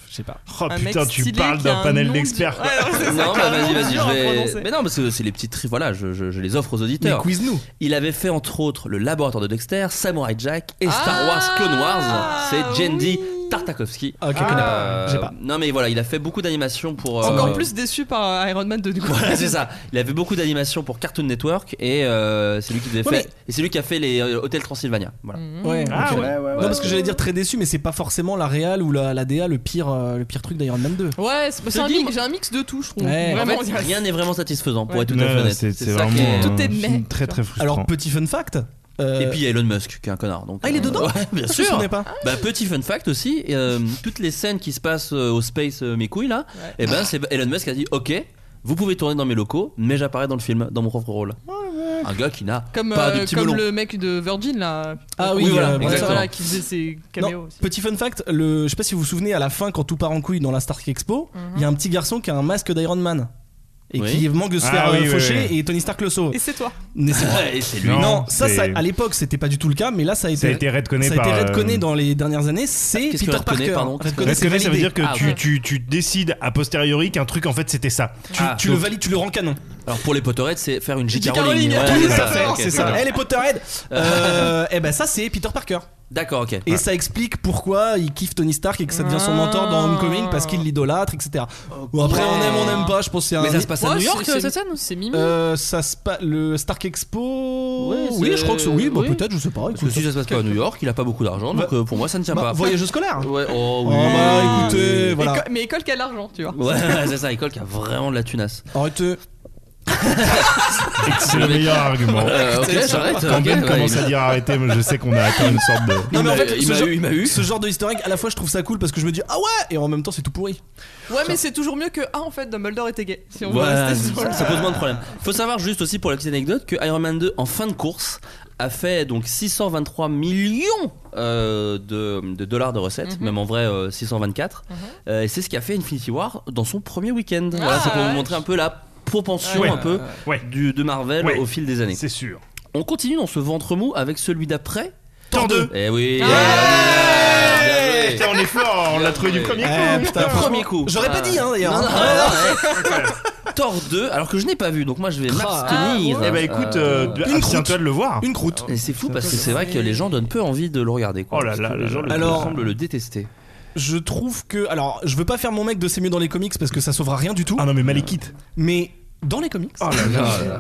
Speaker 4: Je sais pas.
Speaker 2: Oh
Speaker 3: un mec
Speaker 2: putain, tu
Speaker 3: stylé
Speaker 2: parles
Speaker 3: qui a
Speaker 2: d'un
Speaker 3: un
Speaker 2: panel
Speaker 3: nom
Speaker 2: d'experts.
Speaker 3: dur- Ouais, non, c'est ça,
Speaker 1: Non, bah,
Speaker 3: carrément
Speaker 1: vas-y, vas-y,
Speaker 3: dur à
Speaker 1: je
Speaker 3: prononcer.
Speaker 1: vais. Mais non, parce que c'est les petits tri. Voilà, je, je- je les offre aux
Speaker 4: Mais
Speaker 1: auditeurs.
Speaker 4: quiz nous.
Speaker 1: Il avait fait entre autres le laboratoire de Dexter, Samurai Jack et Star
Speaker 3: Ah,
Speaker 1: Wars Clone Wars. C'est Jendy
Speaker 3: oui.
Speaker 1: Tartakovsky.
Speaker 4: Ah, ok, connais pas.
Speaker 1: Euh,
Speaker 4: J'ai pas.
Speaker 1: Non, mais voilà, il a fait beaucoup d'animations pour.
Speaker 3: Encore
Speaker 1: euh,
Speaker 3: plus déçu par euh, Iron Man 2 du coup.
Speaker 1: Voilà, c'est ça. Il avait beaucoup d'animations pour Cartoon Network et euh, c'est lui qui devait
Speaker 4: Ouais,
Speaker 1: faire- et c'est lui qui a fait les euh, Hôtels Transylvania. Voilà.
Speaker 3: Mm. Mhm. Mmh.
Speaker 4: Ouais.
Speaker 2: Ah
Speaker 4: ok.
Speaker 2: ouais, ouais, ouais.
Speaker 4: Non parce que j'allais dire très déçu mais c'est pas forcément la réal ou la, la DA le pire euh, le pire truc d'Iron Man 2.
Speaker 3: Ouais, c'est c'est
Speaker 1: Je
Speaker 3: un,
Speaker 1: dis-
Speaker 3: mi- j'ai un mix de tout, je trouve.
Speaker 4: Ouais.
Speaker 3: Vraiment,
Speaker 1: en fait,
Speaker 3: il y a-
Speaker 1: rien n'est vraiment satisfaisant pour
Speaker 3: Ouais.
Speaker 1: être tout à fait
Speaker 2: Ouais,
Speaker 1: honnête.
Speaker 2: c'est
Speaker 1: C'est
Speaker 2: c'est
Speaker 1: ça qui
Speaker 2: vraiment
Speaker 1: est-
Speaker 3: Tout est
Speaker 2: un film
Speaker 3: mec,
Speaker 2: très très frustrant.
Speaker 4: Alors petit fun fact. euh,
Speaker 1: Et puis il y a Elon Musk qui est un connard. Donc,
Speaker 4: ah il est
Speaker 1: euh,
Speaker 4: dedans.
Speaker 1: ouais, Bien
Speaker 4: Je
Speaker 1: sûr.
Speaker 4: connais pas.
Speaker 1: Bah, petit fun fact aussi, euh, toutes les scènes qui se passent euh, au space euh, mes couilles là,
Speaker 3: Ouais.
Speaker 1: et ben c'est Elon Musk qui a dit OK, vous pouvez tourner dans mes locaux, mais j'apparais dans le film, dans mon propre rôle. Un gars qui n'a
Speaker 3: Comme,
Speaker 1: pas
Speaker 3: euh,
Speaker 1: de petit
Speaker 3: comme
Speaker 1: melon.
Speaker 3: le mec de Virgin là.
Speaker 4: Ah oui,
Speaker 1: Oui, voilà,
Speaker 4: euh,
Speaker 3: Voilà,
Speaker 1: exactement.
Speaker 3: voilà, qui faisait ses caméos
Speaker 4: Non,
Speaker 3: aussi.
Speaker 4: Petit fun fact, le, je sais pas si vous vous souvenez, à la fin, quand tout part en couille dans la Stark Expo, il y a un petit garçon qui a un masque d'Iron Man. Et
Speaker 1: Oui.
Speaker 4: qui manque de se
Speaker 2: Ah
Speaker 4: faire
Speaker 2: oui,
Speaker 4: euh,
Speaker 2: oui,
Speaker 4: faucher,
Speaker 2: oui.
Speaker 4: et Tony Stark le sauve.
Speaker 3: Et c'est toi.
Speaker 4: Mais c'est-
Speaker 1: Ouais, et c'est lui.
Speaker 2: Non,
Speaker 4: non, ça,
Speaker 2: c'est-
Speaker 4: ça, à l'époque, c'était pas du tout le cas, mais là, ça a été,
Speaker 2: Ça a été redconné
Speaker 4: ça a été
Speaker 2: par, euh,
Speaker 4: redconné dans les dernières années. C'est
Speaker 1: Qu'est-ce que
Speaker 4: Peter
Speaker 1: redconné,
Speaker 4: Parker.
Speaker 1: pardon Qu'est-ce que
Speaker 4: Redconné,
Speaker 2: Redconné,
Speaker 4: c'est
Speaker 2: ça veut
Speaker 4: validé.
Speaker 2: dire que
Speaker 1: Ah,
Speaker 2: tu,
Speaker 1: ouais.
Speaker 2: tu, tu décides a posteriori qu'un truc en fait c'était ça.
Speaker 4: Tu,
Speaker 1: Ah,
Speaker 4: tu
Speaker 1: donc-
Speaker 4: le valides, tu le rends canon.
Speaker 1: Alors pour les Potterheads, c'est faire une J.K.
Speaker 4: J.K.
Speaker 1: Rowling.
Speaker 4: Rowling,
Speaker 1: Ouais,
Speaker 4: tout
Speaker 1: c'est
Speaker 4: à
Speaker 1: ça,
Speaker 4: fait,
Speaker 1: ok,
Speaker 4: c'est
Speaker 1: c'est
Speaker 4: ça.
Speaker 1: bien.
Speaker 4: Eh, les Potterhead Euh, Eh ben, ça, c'est Peter Parker.
Speaker 1: D'accord, ok.
Speaker 4: Et ça explique pourquoi il kiffe Tony Stark et que ça devient son mentor dans Homecoming parce qu'il l'idolâtre, etc. Bon, après, on aime, on aime pas, je pense que c'est un.
Speaker 1: Mais ça se passe à
Speaker 3: Ouais,
Speaker 1: New York
Speaker 3: c'est- c'est-
Speaker 1: cette scène
Speaker 3: C'est mimi.
Speaker 4: Euh, ça se passe le Stark Expo.
Speaker 1: Ouais, c'est-
Speaker 4: oui, je crois que c'est. Oui, bah,
Speaker 1: oui.
Speaker 4: peut-être, je sais pas.
Speaker 1: Parce que
Speaker 4: écoute.
Speaker 1: si ça se passe pas à New York, il a pas beaucoup d'argent, donc
Speaker 4: Bah-
Speaker 1: euh, pour moi ça ne tient
Speaker 4: Bah,
Speaker 1: pas.
Speaker 4: voyage scolaire.
Speaker 1: Ouais, oh
Speaker 4: Oh,
Speaker 1: oui.
Speaker 4: bah, écoutez, voilà.
Speaker 3: Éco- Mais école qui a de l'argent, tu vois.
Speaker 1: Ouais, c'est ça, école qui a vraiment de la tunasse.
Speaker 4: Arrêtez.
Speaker 2: C'est le meilleur argument.
Speaker 1: Euh, ok, j'arrête.
Speaker 2: Quand
Speaker 1: ok,
Speaker 2: Ben
Speaker 1: ouais,
Speaker 2: commence
Speaker 1: il-
Speaker 2: à dire arrêtez, moi, je sais qu'on a atteint une sorte de.
Speaker 1: Il
Speaker 4: Non, mais en
Speaker 1: m'a-
Speaker 4: fait,
Speaker 1: il
Speaker 4: ce
Speaker 1: m'a
Speaker 4: genre-
Speaker 1: eu, il m'a eu.
Speaker 4: Ce genre de historique, à la fois, je trouve ça cool parce que je me dis, ah ouais, et en même temps, c'est tout pourri.
Speaker 3: Ouais, mais c'est toujours mieux que Ah, en fait, Dumbledore était gay. Si on veut
Speaker 1: Voilà,
Speaker 3: rester sur
Speaker 1: ça,
Speaker 3: le-
Speaker 1: ça pose moins de problèmes. Faut savoir juste aussi pour la petite anecdote que Iron Man 2 en fin de course a fait donc 623 millions euh, de, de dollars de recettes, même en vrai euh, 624. Euh, et c'est ce qui a fait Infinity War dans son premier week-end. Voilà, c'est pour
Speaker 3: ouais.
Speaker 1: vous montrer un peu la propension
Speaker 2: Ouais.
Speaker 1: un peu
Speaker 2: Ouais.
Speaker 1: du, de Marvel
Speaker 2: Ouais.
Speaker 1: au fil des années.
Speaker 2: C'est sûr.
Speaker 1: On continue dans ce ventre mou avec celui d'après.
Speaker 2: Tant deux.
Speaker 1: Eh oui.
Speaker 3: Ah.
Speaker 1: eh, bien joué.
Speaker 2: Putain, on est fort, on l'a trouvé du premier coup.
Speaker 4: Eh, putain, franchement,
Speaker 1: premier coup.
Speaker 4: J'aurais pas
Speaker 1: Ah.
Speaker 4: dit, hein,
Speaker 1: Non,
Speaker 4: d'ailleurs.
Speaker 1: non, non, Ah, ouais. Thor 2, alors que je n'ai pas vu, donc moi je vais m'abstenir.
Speaker 2: Eh bah écoute,
Speaker 1: Euh,
Speaker 2: euh, abstiens-toi de le voir.
Speaker 4: Une croûte.
Speaker 1: Et c'est fou parce que c'est vrai que les gens donnent peu envie de le regarder. Quoi,
Speaker 2: Oh là
Speaker 1: Parce
Speaker 2: là
Speaker 1: que
Speaker 2: là
Speaker 1: les gens
Speaker 2: là.
Speaker 1: le-
Speaker 4: Alors-
Speaker 1: semblent le détester.
Speaker 4: Je trouve que. Alors, je veux pas faire mon mec de c'est mieux dans les comics parce que ça sauvera rien du tout.
Speaker 2: Ah non, mais Malekith.
Speaker 4: Mais dans les comics,
Speaker 2: Oh
Speaker 1: Ah,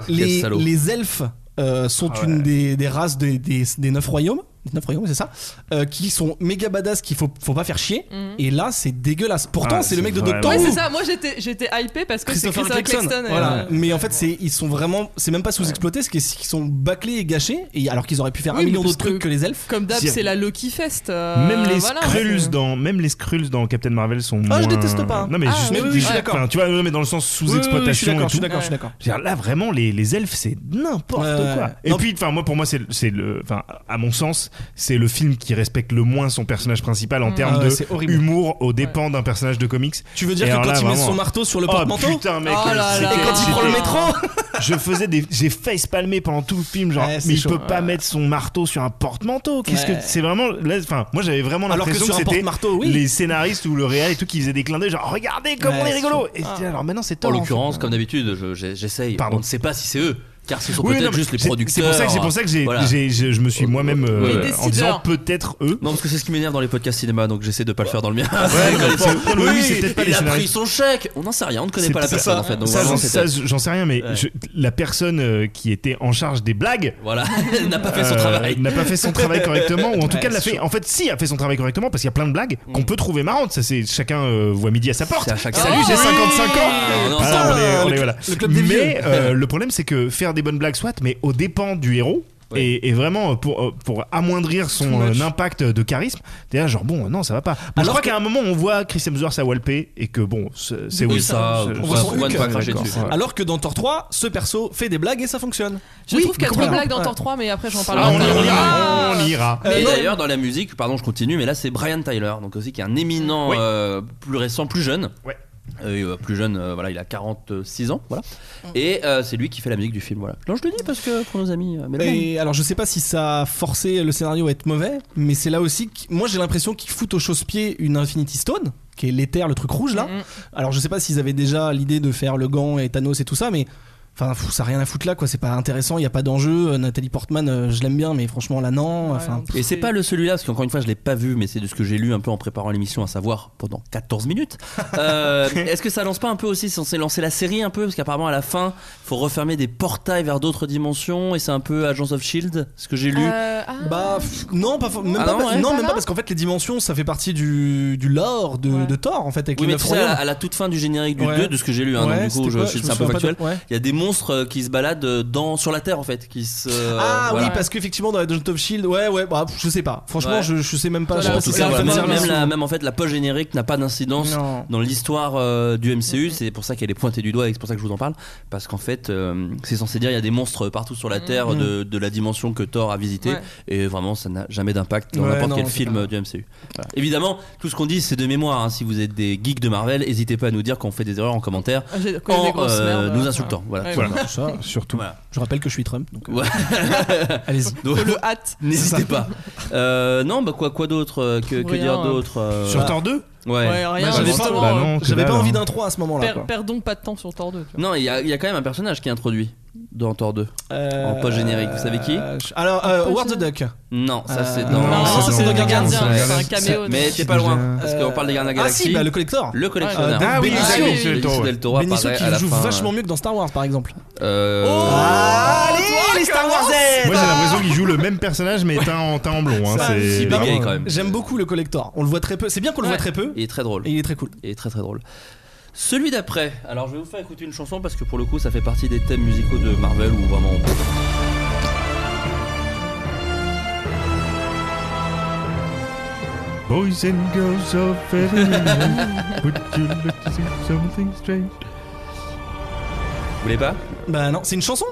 Speaker 1: Quel
Speaker 4: les,
Speaker 1: salaud.
Speaker 4: les elfes euh, sont
Speaker 2: Ah
Speaker 4: une des, des races des, des, des neuf royaumes. Des neuf royaumes, c'est ça euh, Qui sont méga badass, qu'il faut, faut pas faire chier. Et là, c'est dégueulasse. Pourtant,
Speaker 2: Ah,
Speaker 4: c'est le
Speaker 2: c'est
Speaker 4: mec de
Speaker 2: vraiment-
Speaker 4: Doctor
Speaker 3: Mhm. Ouais,
Speaker 4: Who.
Speaker 3: c'est ça. Moi, j'étais j'étais hypé parce que c'est
Speaker 4: Christopher
Speaker 3: Christopher
Speaker 4: Jackson,
Speaker 3: Claxton. et,
Speaker 4: voilà.
Speaker 3: euh,
Speaker 4: Mais en fait, c'est ils sont vraiment, c'est même pas sous-exploité, ce qui est- qu'ils sont bâclés et gâchés, et alors qu'ils auraient pu faire
Speaker 3: Oui,
Speaker 4: un million
Speaker 3: mais
Speaker 4: d'autres
Speaker 3: parce
Speaker 4: trucs
Speaker 3: que-
Speaker 4: que les elfes.
Speaker 3: Comme d'hab,
Speaker 2: Si-
Speaker 3: c'est la Lucky Fest. euh,
Speaker 2: Même les
Speaker 3: voilà,
Speaker 2: Skrulls
Speaker 3: c'est-
Speaker 2: dans même les Skrulls dans Captain Marvel sont
Speaker 4: Ah,
Speaker 2: moins
Speaker 4: je déteste pas.
Speaker 2: Non mais
Speaker 3: Ah,
Speaker 2: juste
Speaker 3: mais oui, oui, je suis
Speaker 4: d'accord.
Speaker 2: Enfin, tu vois non, mais dans le sens sous-exploitation
Speaker 4: Oui, oui,
Speaker 2: et
Speaker 4: oui, je suis
Speaker 2: tout.
Speaker 4: d'accord, je suis
Speaker 3: Ouais.
Speaker 4: d'accord.
Speaker 2: Je veux dire, là vraiment les, les elfes c'est n'importe
Speaker 4: Ouais,
Speaker 2: quoi.
Speaker 4: ouais.
Speaker 2: Et
Speaker 4: Non.
Speaker 2: puis enfin moi pour moi c'est le- c'est le enfin à mon sens c'est le film qui respecte le moins son personnage principal en termes
Speaker 4: Ah ouais,
Speaker 2: de
Speaker 4: c'est horrible.
Speaker 2: humour aux dépens d'un personnage de comics.
Speaker 4: Tu veux dire
Speaker 2: Et
Speaker 4: que
Speaker 2: alors
Speaker 4: quand
Speaker 2: là,
Speaker 4: il met
Speaker 2: vraiment-
Speaker 4: son marteau sur le
Speaker 2: Oh
Speaker 4: porte-manteau
Speaker 2: putain mec
Speaker 3: Oh là
Speaker 2: c'était-
Speaker 3: là.
Speaker 4: et quand il prend le
Speaker 2: c'était-
Speaker 4: métro
Speaker 2: je faisais des j'ai face palmé pendant tout le film genre
Speaker 4: Ouais, c'est
Speaker 2: mais il
Speaker 4: chaud.
Speaker 2: peut pas mettre son marteau sur un porte-manteau qu'est-ce
Speaker 4: Ouais.
Speaker 2: que c'est vraiment là, enfin moi j'avais vraiment
Speaker 4: Alors que
Speaker 2: l'impression que,
Speaker 4: sur un
Speaker 2: c'était
Speaker 4: porte-marteau, oui.
Speaker 2: les scénaristes ou le réal et tout qui faisaient des clins d'œil genre regardez comme
Speaker 4: Ouais,
Speaker 2: on est
Speaker 4: c'est
Speaker 2: rigolo et c'était, alors maintenant c'est
Speaker 1: Ah. En
Speaker 2: Thor
Speaker 1: l'occurrence,
Speaker 2: fait.
Speaker 1: comme d'habitude, je- j'ai- j'essaye.
Speaker 2: Pardon.
Speaker 1: On ne sait pas si c'est eux. Car ce sont
Speaker 2: Oui, non,
Speaker 1: peut-être
Speaker 2: mais
Speaker 1: juste les
Speaker 2: c'est-
Speaker 1: producteurs.
Speaker 2: C'est pour ça que c'est pour ça que j'ai,
Speaker 1: Voilà.
Speaker 2: j'ai- j'ai- je me suis moi-même euh,
Speaker 3: Les
Speaker 2: en
Speaker 3: décideurs.
Speaker 2: disant peut-être eux.
Speaker 1: Non, parce que c'est ce qui m'énerve dans les podcasts cinéma, donc j'essaie de pas le faire dans le mien.
Speaker 2: mais c'est- oui, c'est peut-être pas les
Speaker 1: il a
Speaker 2: scénaristes.
Speaker 1: pris son chèque. On n'en sait rien, on ne connaît
Speaker 2: C'est
Speaker 1: pas la
Speaker 2: ça.
Speaker 1: personne en fait. Donc
Speaker 2: ça,
Speaker 1: vraiment,
Speaker 2: j'en-
Speaker 1: c'est
Speaker 2: ça, j'en sais rien, mais
Speaker 1: Ouais.
Speaker 2: je- la personne euh, qui était en charge des blagues
Speaker 1: Voilà, elle n'a pas fait son
Speaker 2: euh,
Speaker 1: travail.
Speaker 2: n'a pas fait son travail correctement, ou en tout
Speaker 4: Ouais,
Speaker 2: cas l'a
Speaker 4: c'est
Speaker 2: fait. En fait, si a fait son travail correctement, parce qu'il y a plein de blagues qu'on
Speaker 1: Mm.
Speaker 2: peut trouver marrantes. Ça, c'est chacun euh, voit midi à sa porte.
Speaker 1: C'est à chacun.
Speaker 2: Salut,
Speaker 1: Oh,
Speaker 2: j'ai
Speaker 1: oui.
Speaker 2: 55 ans.
Speaker 1: Ah, non,
Speaker 2: Ah,
Speaker 1: ça,
Speaker 2: on est- on
Speaker 4: le
Speaker 2: est-
Speaker 4: cl-
Speaker 2: voilà.
Speaker 4: le club des
Speaker 2: mais
Speaker 4: vieux.
Speaker 2: euh, le problème, c'est que faire des bonnes blagues, soit, mais au dépens du héros.
Speaker 1: Ouais.
Speaker 2: Et, et vraiment euh, pour, euh, pour amoindrir son
Speaker 3: Too much.
Speaker 2: euh, impact de charisme, t'es là genre bon non ça va pas. Bon, je
Speaker 4: Alors
Speaker 2: crois
Speaker 4: que-
Speaker 2: qu'à un moment on voit Chris Hemsworth à Walpé et que bon c'est c'est
Speaker 1: Oui,
Speaker 2: oui
Speaker 1: ça,
Speaker 2: c'est-
Speaker 1: on
Speaker 4: va
Speaker 2: c'est-
Speaker 4: sur
Speaker 2: c'est-
Speaker 4: Hulk,
Speaker 2: c'est-
Speaker 4: pas
Speaker 2: c'est-
Speaker 1: cracher
Speaker 2: d'accord.
Speaker 1: dessus.
Speaker 2: Ouais.
Speaker 4: Alors que dans Thor 3, ce perso fait des blagues et ça fonctionne.
Speaker 3: Je
Speaker 4: Oui,
Speaker 3: trouve qu'il y a trop de
Speaker 2: complètement.
Speaker 3: blagues dans Thor 3, mais après j'en
Speaker 2: Ah, on
Speaker 3: parlerai. après.
Speaker 2: ira,
Speaker 3: Ah
Speaker 2: on ira.
Speaker 4: Euh,
Speaker 1: Et
Speaker 4: non.
Speaker 1: d'ailleurs, dans la musique, pardon, je continue, mais là, c'est Brian Tyler, donc aussi qui est un éminent,
Speaker 2: Oui.
Speaker 1: euh, plus récent, plus jeune.
Speaker 2: Ouais.
Speaker 1: Euh, plus jeune, euh, voilà, il a 46 ans, voilà. Et euh, c'est lui qui fait la musique du film, voilà. Non, je le dis parce que pour nos amis, euh, mais le monde.
Speaker 4: Et alors je sais pas si ça a forcé le scénario à être mauvais, mais c'est là aussi que moi j'ai l'impression qu'ils foutent aux chausse-pieds une Infinity Stone, qui est l'éther, le truc rouge là.
Speaker 3: Mhm.
Speaker 4: Alors je sais pas s'ils avaient déjà l'idée de faire le gant et Thanos et tout ça, mais enfin pff, ça a rien à foutre là quoi. C'est pas intéressant, il y a pas d'enjeu. Euh, Nathalie Portman, euh, je l'aime bien, mais franchement là non.
Speaker 3: Ouais,
Speaker 4: Enfin,
Speaker 3: non.
Speaker 1: Et c'est pas le celui-là, parce qu'encore une fois, je l'ai pas vu, mais c'est de ce que j'ai lu un peu en préparant l'émission, à savoir pendant 14 minutes. Euh, Est-ce que ça lance pas un peu aussi, c'est censé lancer la série un peu, parce qu'apparemment à la fin, faut refermer des portails vers d'autres dimensions, et c'est un peu Agents of Shield, E ce que j'ai lu.
Speaker 3: Euh, ah.
Speaker 4: Bah pff, non, pas, for- même,
Speaker 1: Ah
Speaker 4: pas,
Speaker 1: non,
Speaker 4: pas-
Speaker 1: ouais.
Speaker 4: non,
Speaker 3: Pas
Speaker 4: même
Speaker 3: là
Speaker 4: pas parce qu'en fait les dimensions ça fait partie du, du lore de,
Speaker 3: Ouais.
Speaker 4: de Thor en fait avec
Speaker 1: Oui,
Speaker 4: les
Speaker 1: mais
Speaker 4: neuf
Speaker 1: tu sais, à,
Speaker 4: royaumes.
Speaker 1: à la toute fin du générique du
Speaker 4: Ouais.
Speaker 1: 2, de ce que j'ai lu, hein, donc
Speaker 4: Ouais,
Speaker 1: du coup,
Speaker 4: c'était
Speaker 1: je,
Speaker 4: quoi
Speaker 1: je-
Speaker 4: me
Speaker 1: c'est un peu
Speaker 4: souviens pas de-
Speaker 1: factuel.
Speaker 4: ouais.
Speaker 1: Il y a des monstres euh, qui se baladent euh, dans, sur la Terre, en fait, qui se. euh,
Speaker 4: Ah
Speaker 1: voilà.
Speaker 4: oui, parce qu'effectivement, dans Agent of Shield, ouais, ouais, bah, je sais pas. Franchement,
Speaker 1: Ouais.
Speaker 4: je, je sais même pas.
Speaker 3: Bon,
Speaker 4: je sais
Speaker 1: Bon,
Speaker 4: pas
Speaker 1: en
Speaker 4: si
Speaker 1: tout
Speaker 3: c'est
Speaker 1: cas,
Speaker 3: ça,
Speaker 1: voilà,
Speaker 3: c'est
Speaker 1: même,
Speaker 3: ça.
Speaker 1: même la, même en fait, la poche générique n'a pas d'incidence
Speaker 4: Non. Mm-hmm.
Speaker 1: dans l'histoire euh, du MCU. C'est pour ça qu'elle est pointée du doigt et c'est pour ça que je vous en parle. Parce qu'en fait, euh, c'est censé dire il y a des monstres partout sur la Terre
Speaker 4: Mhm.
Speaker 1: de, de la dimension que Thor a visité.
Speaker 3: Ouais.
Speaker 1: Et vraiment, ça n'a jamais d'impact dans
Speaker 4: Ouais,
Speaker 1: n'importe
Speaker 4: non,
Speaker 1: quel
Speaker 4: c'est
Speaker 1: film
Speaker 4: pas-
Speaker 1: euh, du MCU. Voilà. Évidemment, tout ce qu'on dit, c'est de mémoire. hein. Si vous êtes des geeks de Marvel, n'hésitez pas à nous dire qu'on fait des erreurs en commentaire
Speaker 3: Ah, j'ai connu des
Speaker 1: en
Speaker 3: grosses
Speaker 1: euh,
Speaker 3: merdes,
Speaker 1: nous
Speaker 3: voilà.
Speaker 1: insultant. Voilà.
Speaker 3: Ouais,
Speaker 1: tout
Speaker 2: voilà.
Speaker 4: Ça,
Speaker 2: Surtout.
Speaker 1: simplement.
Speaker 4: je rappelle que je suis Trump, donc euh.
Speaker 1: Voilà.
Speaker 4: allez-y.
Speaker 1: Donc,
Speaker 3: Le hâte.
Speaker 1: N'hésitez pas. Euh, non, bah quoi, quoi d'autre euh, Que, que
Speaker 3: Rien,
Speaker 1: dire
Speaker 3: hein.
Speaker 1: d'autre euh,
Speaker 2: Sur
Speaker 1: voilà.
Speaker 2: Thor 2
Speaker 1: Ouais.
Speaker 3: Ouais, rien,
Speaker 4: Bah, j'avais
Speaker 3: justement,
Speaker 4: pas-
Speaker 2: bah
Speaker 3: euh,
Speaker 2: non.
Speaker 4: J'avais
Speaker 2: que
Speaker 4: pas
Speaker 2: dalle,
Speaker 4: envie
Speaker 2: hein.
Speaker 4: d'un 3 à ce moment-là.
Speaker 3: per-
Speaker 4: quoi.
Speaker 3: Perdons pas de temps sur Thor 2. tu vois.
Speaker 1: Non, il y, a- il y a quand même un personnage qui est introduit dans Thor 2.
Speaker 4: Euh,
Speaker 1: En post générique, vous savez qui
Speaker 4: euh, je- Alors, euh, Howard the Duck.
Speaker 1: Non, ça c'est
Speaker 4: Euh,
Speaker 1: dans.
Speaker 2: Non,
Speaker 3: Non,
Speaker 2: ça,
Speaker 3: c'est
Speaker 2: dans
Speaker 3: dans les
Speaker 2: Guardians,
Speaker 3: Gardiens,
Speaker 2: ouais.
Speaker 3: c'est un
Speaker 2: C'est-
Speaker 3: caméo.
Speaker 1: Mais
Speaker 3: donc.
Speaker 1: t'es pas loin,
Speaker 2: déjà-
Speaker 1: parce qu'on parle des Gardiens de la
Speaker 4: Euh, Ah si,
Speaker 1: Galaxie.
Speaker 4: bah, le collector.
Speaker 1: Le collectionneur.
Speaker 4: Euh,
Speaker 2: Ah oui,
Speaker 3: Benicio.
Speaker 2: exact,
Speaker 3: Ah oui,
Speaker 2: Benicio del Toro.
Speaker 1: Benicio del Toro
Speaker 4: Benicio
Speaker 1: apparaît
Speaker 4: qui
Speaker 1: à la
Speaker 4: joue
Speaker 1: fin,
Speaker 4: vachement mieux que dans Star Wars, par exemple. Ah,
Speaker 1: euh,
Speaker 3: Oh
Speaker 4: allez, les Star Wars
Speaker 2: Moi j'ai l'impression qu'il joue le même personnage mais teint en, teint en blond. Hein,
Speaker 4: Ça,
Speaker 2: c'est
Speaker 1: si, bah,
Speaker 2: vraiment-
Speaker 1: gay, quand même.
Speaker 4: J'aime beaucoup le collector. On le voit très peu. C'est bien qu'on le
Speaker 3: Ouais.
Speaker 4: voit très peu.
Speaker 1: Il est très drôle.
Speaker 4: Et il est très cool.
Speaker 1: Il est très très drôle. Celui d'après, alors je vais vous faire écouter une chanson parce que pour le coup ça fait partie des thèmes musicaux de Marvel ou vraiment.
Speaker 2: Boys and girls of everywhere, would you like to see something strange?
Speaker 1: Vous voulez pas
Speaker 4: Bah non, c'est une chanson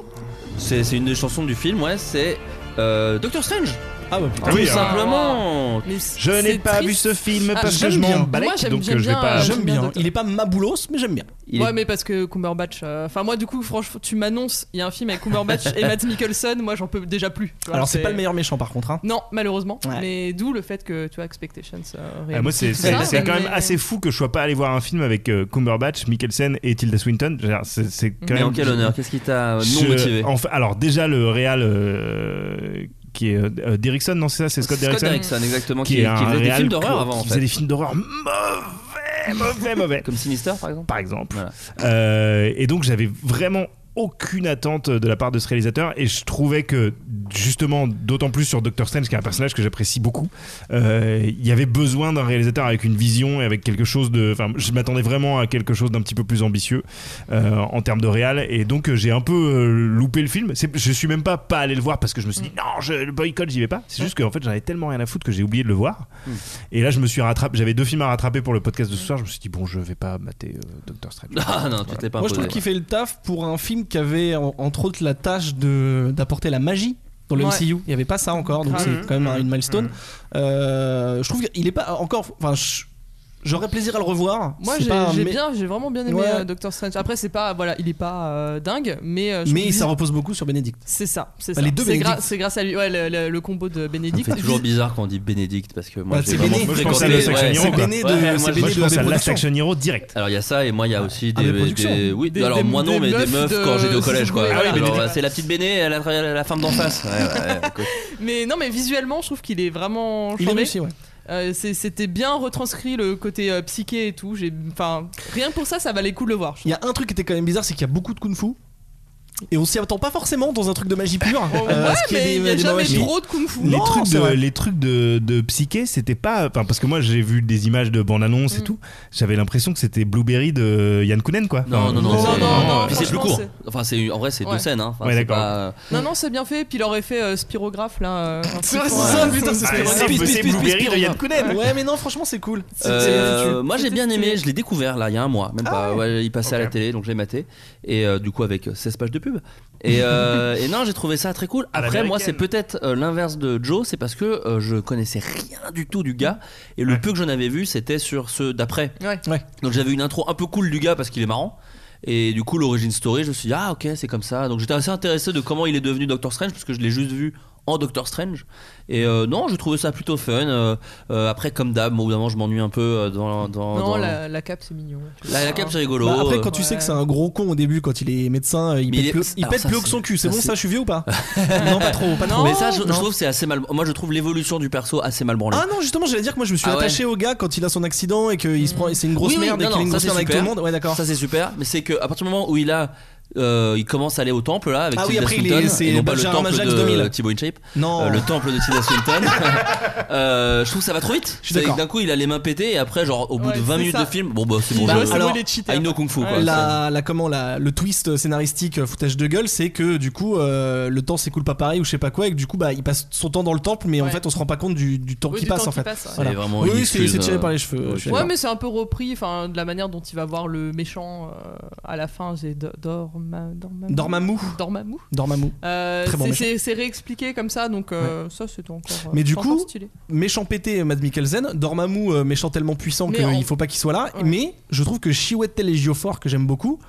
Speaker 1: C'est c'est une des chansons du film, ouais, c'est euh, Doctor Strange.
Speaker 4: Ah ouais,
Speaker 1: Tout
Speaker 4: putain.
Speaker 2: Ah oui, hein.
Speaker 1: simplement.
Speaker 3: Mais
Speaker 2: Je
Speaker 3: c'est
Speaker 2: n'ai pas
Speaker 3: triste.
Speaker 2: vu ce film
Speaker 4: Ah,
Speaker 2: parce que
Speaker 4: j'aime
Speaker 2: je
Speaker 4: bien.
Speaker 2: m'en balèque
Speaker 3: Moi, j'aime-
Speaker 2: donc
Speaker 3: j'aime
Speaker 2: euh, je vais
Speaker 3: bien,
Speaker 2: pas.
Speaker 3: euh,
Speaker 4: Ah, J'aime bien.
Speaker 3: Doctor.
Speaker 4: Il est pas maboulos, mais j'aime bien.
Speaker 1: Il
Speaker 3: ouais,
Speaker 1: est-
Speaker 3: mais parce que Cumberbatch. euh, Enfin, moi, du coup, franchement, tu m'annonces, il y a un film avec Cumberbatch et Matt Mikkelsen, moi, j'en peux déjà plus. tu vois,
Speaker 4: Alors, c'est pas le meilleur méchant, par contre. hein.
Speaker 3: Non, malheureusement.
Speaker 4: Ouais.
Speaker 3: Mais d'où le fait que, tu vois, Expectations. euh,
Speaker 2: Ah, moi, c'est
Speaker 3: réalise tout
Speaker 2: c'est-
Speaker 3: ça,
Speaker 2: c'est quand
Speaker 3: mais-
Speaker 2: même assez fou que je sois pas allé voir un film avec euh, Cumberbatch, Mikkelsen et Tilda Swinton. Je veux dire, C'est c'est quand
Speaker 1: Mais
Speaker 2: même.
Speaker 1: en quel honneur Qu'est-ce qui t'a euh, non
Speaker 2: Je-
Speaker 1: motivé
Speaker 2: enfin, alors déjà le Real qui est euh, Derrickson, non c'est ça, c'est Scott, Derrickson,
Speaker 1: exactement, qui, qui faisait des
Speaker 2: réal
Speaker 1: films d'horreur
Speaker 2: que-
Speaker 1: avant. en
Speaker 2: qui
Speaker 1: fait.
Speaker 2: faisait des films d'horreur mauvais, mauvais, mauvais.
Speaker 1: Comme Sinister par exemple.
Speaker 2: par exemple.
Speaker 1: Voilà.
Speaker 2: Euh, et donc j'avais vraiment aucune attente de la part de ce réalisateur et je trouvais que justement d'autant plus sur Doctor Strange qui est un personnage que j'apprécie beaucoup euh, il y avait besoin d'un réalisateur avec une vision et avec quelque chose de enfin je m'attendais vraiment à quelque chose d'un petit peu plus ambitieux euh, en termes de réal et donc euh, j'ai un peu euh, loupé le film C'est- je suis même pas pas allé le voir parce que je me
Speaker 1: Mm.
Speaker 2: suis dit non je, le boycott j'y vais pas c'est juste qu'en fait j'en avais tellement rien à foutre que j'ai oublié de le voir
Speaker 1: Mm.
Speaker 2: et là je me suis rattrapé j'avais deux films à rattraper pour le podcast de ce soir je me suis dit bon je vais pas mater euh, Doctor Strange
Speaker 1: Ah non, tu t'es pas
Speaker 4: Moi, je
Speaker 1: imposé.
Speaker 4: trouve qu'il fait le taf pour un film qui avait en- entre autres la tâche de d'apporter la magie dans le
Speaker 3: Ouais. Ah,
Speaker 4: MCU. Il n'y avait pas ça encore, donc
Speaker 3: Grave.
Speaker 4: c'est quand même un- une milestone. Euh, je trouve qu'il est pas encore. Enfin, je- J'aurais plaisir à le revoir.
Speaker 3: Moi,
Speaker 4: C'est
Speaker 3: j'ai
Speaker 4: pas un
Speaker 3: j'ai
Speaker 4: mé-
Speaker 3: bien, j'ai vraiment bien aimé
Speaker 4: Ouais.
Speaker 3: euh, Doctor Strange. Après, c'est pas, voilà, il est pas euh, dingue, mais euh, je
Speaker 4: Mais
Speaker 3: trouve
Speaker 4: ça
Speaker 3: juste-
Speaker 4: repose beaucoup sur Benedict.
Speaker 3: c'est ça, c'est
Speaker 4: Bah,
Speaker 3: ça.
Speaker 4: les deux
Speaker 3: c'est,
Speaker 4: Bénédicte.
Speaker 3: gra- c'est grâce à lui, ouais, le, le- le combo de
Speaker 1: Ça me
Speaker 3: Bénédicte.
Speaker 1: fait toujours bizarre quand on dit Bénédicte parce que moi
Speaker 4: Bah,
Speaker 1: j'ai
Speaker 4: c'est
Speaker 1: vraiment
Speaker 4: Béné. Moi,
Speaker 2: je pense à
Speaker 1: fréquenté-
Speaker 2: Last Action
Speaker 1: ouais, c'est
Speaker 2: Hero,
Speaker 4: C'est
Speaker 2: quoi.
Speaker 1: Béné.
Speaker 4: Béné de.
Speaker 1: Ouais, moi,
Speaker 4: c'est
Speaker 2: Moi,
Speaker 4: Béné
Speaker 2: je
Speaker 4: de la
Speaker 2: pense à Last
Speaker 4: production.
Speaker 2: Action Hero direct.
Speaker 1: Alors il y a ça et moi il y a aussi
Speaker 4: Ah,
Speaker 1: des,
Speaker 4: des productions.
Speaker 1: des- oui
Speaker 3: Des-
Speaker 1: alors
Speaker 3: des-
Speaker 1: moi non
Speaker 3: des
Speaker 1: mais des
Speaker 3: meufs
Speaker 1: meufs
Speaker 3: de-
Speaker 1: quand j'étais au collège quoi.
Speaker 3: Ah oui,
Speaker 1: Genre,
Speaker 3: Bénédicte.
Speaker 1: euh, c'est la petite Béné elle a la, la femme d'en face. Ouais, ouais, écoute.
Speaker 3: Mais non, mais visuellement, je trouve qu'il est vraiment
Speaker 4: Il est
Speaker 3: chambé.
Speaker 4: réussi, ouais.
Speaker 3: Euh, c'est- c'était bien retranscrit le côté euh, psyché et tout. J'ai, enfin, rien que pour ça, ça valait le coup de le voir. je
Speaker 4: Il y a un truc qui était quand même bizarre, c'est qu'il y a beaucoup de kung fu. Et on s'y attend pas forcément dans un truc de magie pure.
Speaker 3: trouve.
Speaker 4: Euh,
Speaker 3: ouais,
Speaker 4: ce qui est
Speaker 3: mais
Speaker 4: des-
Speaker 3: il n'y a
Speaker 4: des
Speaker 3: jamais
Speaker 4: mauvais films.
Speaker 3: trop de kung-fu.
Speaker 2: les
Speaker 4: Non,
Speaker 2: trucs
Speaker 4: c'est
Speaker 2: de
Speaker 4: vrai.
Speaker 2: les trucs de, de psyché c'était pas enfin parce que moi j'ai vu des images de bande annonce et
Speaker 3: Mm.
Speaker 2: tout j'avais l'impression que c'était Blueberry de Yann Kounen quoi
Speaker 1: Non non non.
Speaker 3: Non,
Speaker 1: c'est-
Speaker 3: non, non,
Speaker 1: Puis c'est plus
Speaker 3: franchement,
Speaker 1: court.
Speaker 3: c'est-
Speaker 1: Enfin c'est en vrai c'est
Speaker 3: Ouais.
Speaker 1: deux scènes. hein. Enfin,
Speaker 2: Ouais,
Speaker 1: c'est
Speaker 2: d'accord.
Speaker 1: pas-
Speaker 3: Non, non, c'est bien fait. Puis il aurait fait euh, Spirographe là. euh, un
Speaker 4: C'est vrai,
Speaker 3: truc,
Speaker 4: c'est
Speaker 3: ouais.
Speaker 4: ça, putain, c'est
Speaker 2: Ah,
Speaker 4: Spirographe.
Speaker 2: c'est-
Speaker 4: Speed,
Speaker 2: c'est
Speaker 4: speed, speed,
Speaker 2: Blueberry
Speaker 4: Spirographe.
Speaker 2: de Yann Kounen.
Speaker 4: Ouais, mais non, franchement, c'est cool. C'est-
Speaker 1: Euh,
Speaker 4: c'est bien foutu. Ah
Speaker 1: moi j'ai bien aimé, je l'ai découvert là il y a un mois, même pas. ouais, il passait à la
Speaker 2: Ok.
Speaker 1: télé donc j'ai maté et euh, du coup avec euh, 16 pages de pub. Et, euh, et non j'ai trouvé ça très cool.
Speaker 2: À
Speaker 1: Après moi c'est
Speaker 2: l'américaine.
Speaker 1: peut-être euh, l'inverse de Joe, c'est parce que euh, je connaissais rien du tout du gars et le peu que j'en avais vu c'était sur ceux d'après.
Speaker 3: Ouais.
Speaker 4: Ouais.
Speaker 1: Donc j'avais une intro un peu cool du gars parce qu'il est marrant. Et du coup, l'origine story, je me suis dit, ah ok, c'est comme ça. Donc j'étais assez intéressé de comment il est devenu Doctor Strange, parce que je l'ai juste vu en Doctor Strange. Et euh, non, je trouvais ça plutôt fun. Euh, euh, après, comme d'hab, au bout d'un moment, je m'ennuie un peu euh, dans. dans-
Speaker 3: Non,
Speaker 1: dans-
Speaker 3: la, la cape, c'est mignon.
Speaker 1: La, la cape, c'est rigolo.
Speaker 4: Bah, après, quand
Speaker 1: Euh,
Speaker 4: tu sais
Speaker 3: Ouais.
Speaker 4: que c'est un gros con au début, quand il est médecin, euh, il
Speaker 1: Mais il
Speaker 4: pète,
Speaker 1: est-
Speaker 4: plus, il
Speaker 1: alors
Speaker 4: pète
Speaker 1: ça,
Speaker 4: plus haut que son
Speaker 1: c'est-
Speaker 4: cul. C'est
Speaker 1: ça,
Speaker 4: bon,
Speaker 1: c'est-
Speaker 4: ça, je suis vieux ou pas Non, pas trop, pas trop.
Speaker 1: Euh, mais ça, je, je
Speaker 4: Non.
Speaker 1: trouve que c'est assez mal. Moi, je trouve l'évolution du perso assez mal branlée.
Speaker 4: Ah non, justement, j'allais dire que moi je me suis
Speaker 1: Ah ouais. Mm.
Speaker 4: attaché au gars quand il a son accident et qu'il se prend, et c'est une grosse
Speaker 1: Oui, oui,
Speaker 4: merde
Speaker 1: non,
Speaker 4: et qu'il
Speaker 1: non,
Speaker 4: a une
Speaker 1: ça,
Speaker 4: grosse
Speaker 1: c'est
Speaker 4: merde avec tout
Speaker 1: super.
Speaker 4: le monde. Ouais, d'accord.
Speaker 1: Ça c'est super, mais c'est que à partir du moment où il a, euh, il commence à aller au temple là avec
Speaker 4: Ah oui,
Speaker 1: Tilda
Speaker 4: après, il
Speaker 1: Swinton,
Speaker 4: est- c'est
Speaker 1: et non pas le
Speaker 4: Benjamin
Speaker 1: temple
Speaker 4: Ajax
Speaker 1: de
Speaker 4: 2000.
Speaker 1: Thibaut InShape,
Speaker 4: Non.
Speaker 1: euh, le temple de Tilda Swinton. Euh, je trouve que ça va trop vite.
Speaker 4: Je suis
Speaker 1: C'est-
Speaker 4: d'accord.
Speaker 1: D'un coup, il a les mains pétées et après, genre au bout
Speaker 3: Ouais,
Speaker 1: de 20
Speaker 3: c'est
Speaker 1: minutes
Speaker 3: ça.
Speaker 1: de film, bon bah c'est bon.
Speaker 3: Bah,
Speaker 1: je- ah,
Speaker 3: c'est
Speaker 4: alors,
Speaker 3: où les cheaters.
Speaker 1: I know kung fu quoi.
Speaker 3: Ouais,
Speaker 4: La, la- comment la, le twist scénaristique euh, foutage de gueule c'est que du coup euh, le temps s'écoule pas pareil ou je sais pas quoi et que du coup bah il passe son temps dans le temple mais en
Speaker 3: Ouais.
Speaker 4: fait on se rend pas compte du, du temps
Speaker 3: Oui,
Speaker 4: qui
Speaker 3: du
Speaker 4: passe
Speaker 3: temps
Speaker 4: en
Speaker 3: qui
Speaker 4: fait
Speaker 3: passe, ouais.
Speaker 1: C'est vraiment
Speaker 4: oui
Speaker 1: une
Speaker 4: oui, c'est
Speaker 1: excuse,
Speaker 4: c'est tiré
Speaker 1: euh,
Speaker 4: par les cheveux je suis
Speaker 1: ouais,
Speaker 3: Ouais,
Speaker 4: d'accord.
Speaker 3: mais c'est un peu repris, enfin, de la manière dont il va voir le méchant euh, à la fin, c'est Do- Dorma, Dormammu.
Speaker 4: Dormammu.
Speaker 3: Dormammu.
Speaker 4: Dormammu
Speaker 3: Euh,
Speaker 4: Très bon
Speaker 3: c'est-
Speaker 4: méchant.
Speaker 3: c'est c'est réexpliqué comme ça, donc euh, ça c'est encore. euh,
Speaker 4: Mais du
Speaker 3: c'est encore
Speaker 4: coup,
Speaker 3: stylé.
Speaker 4: méchant pété Mad Mikkelsen Dormammu euh, méchant tellement puissant
Speaker 3: Mais
Speaker 4: qu'il
Speaker 3: en-
Speaker 4: faut pas qu'il soit là
Speaker 3: Ouais.
Speaker 4: mais je trouve que Chiwetel et Ejiofor que j'aime beaucoup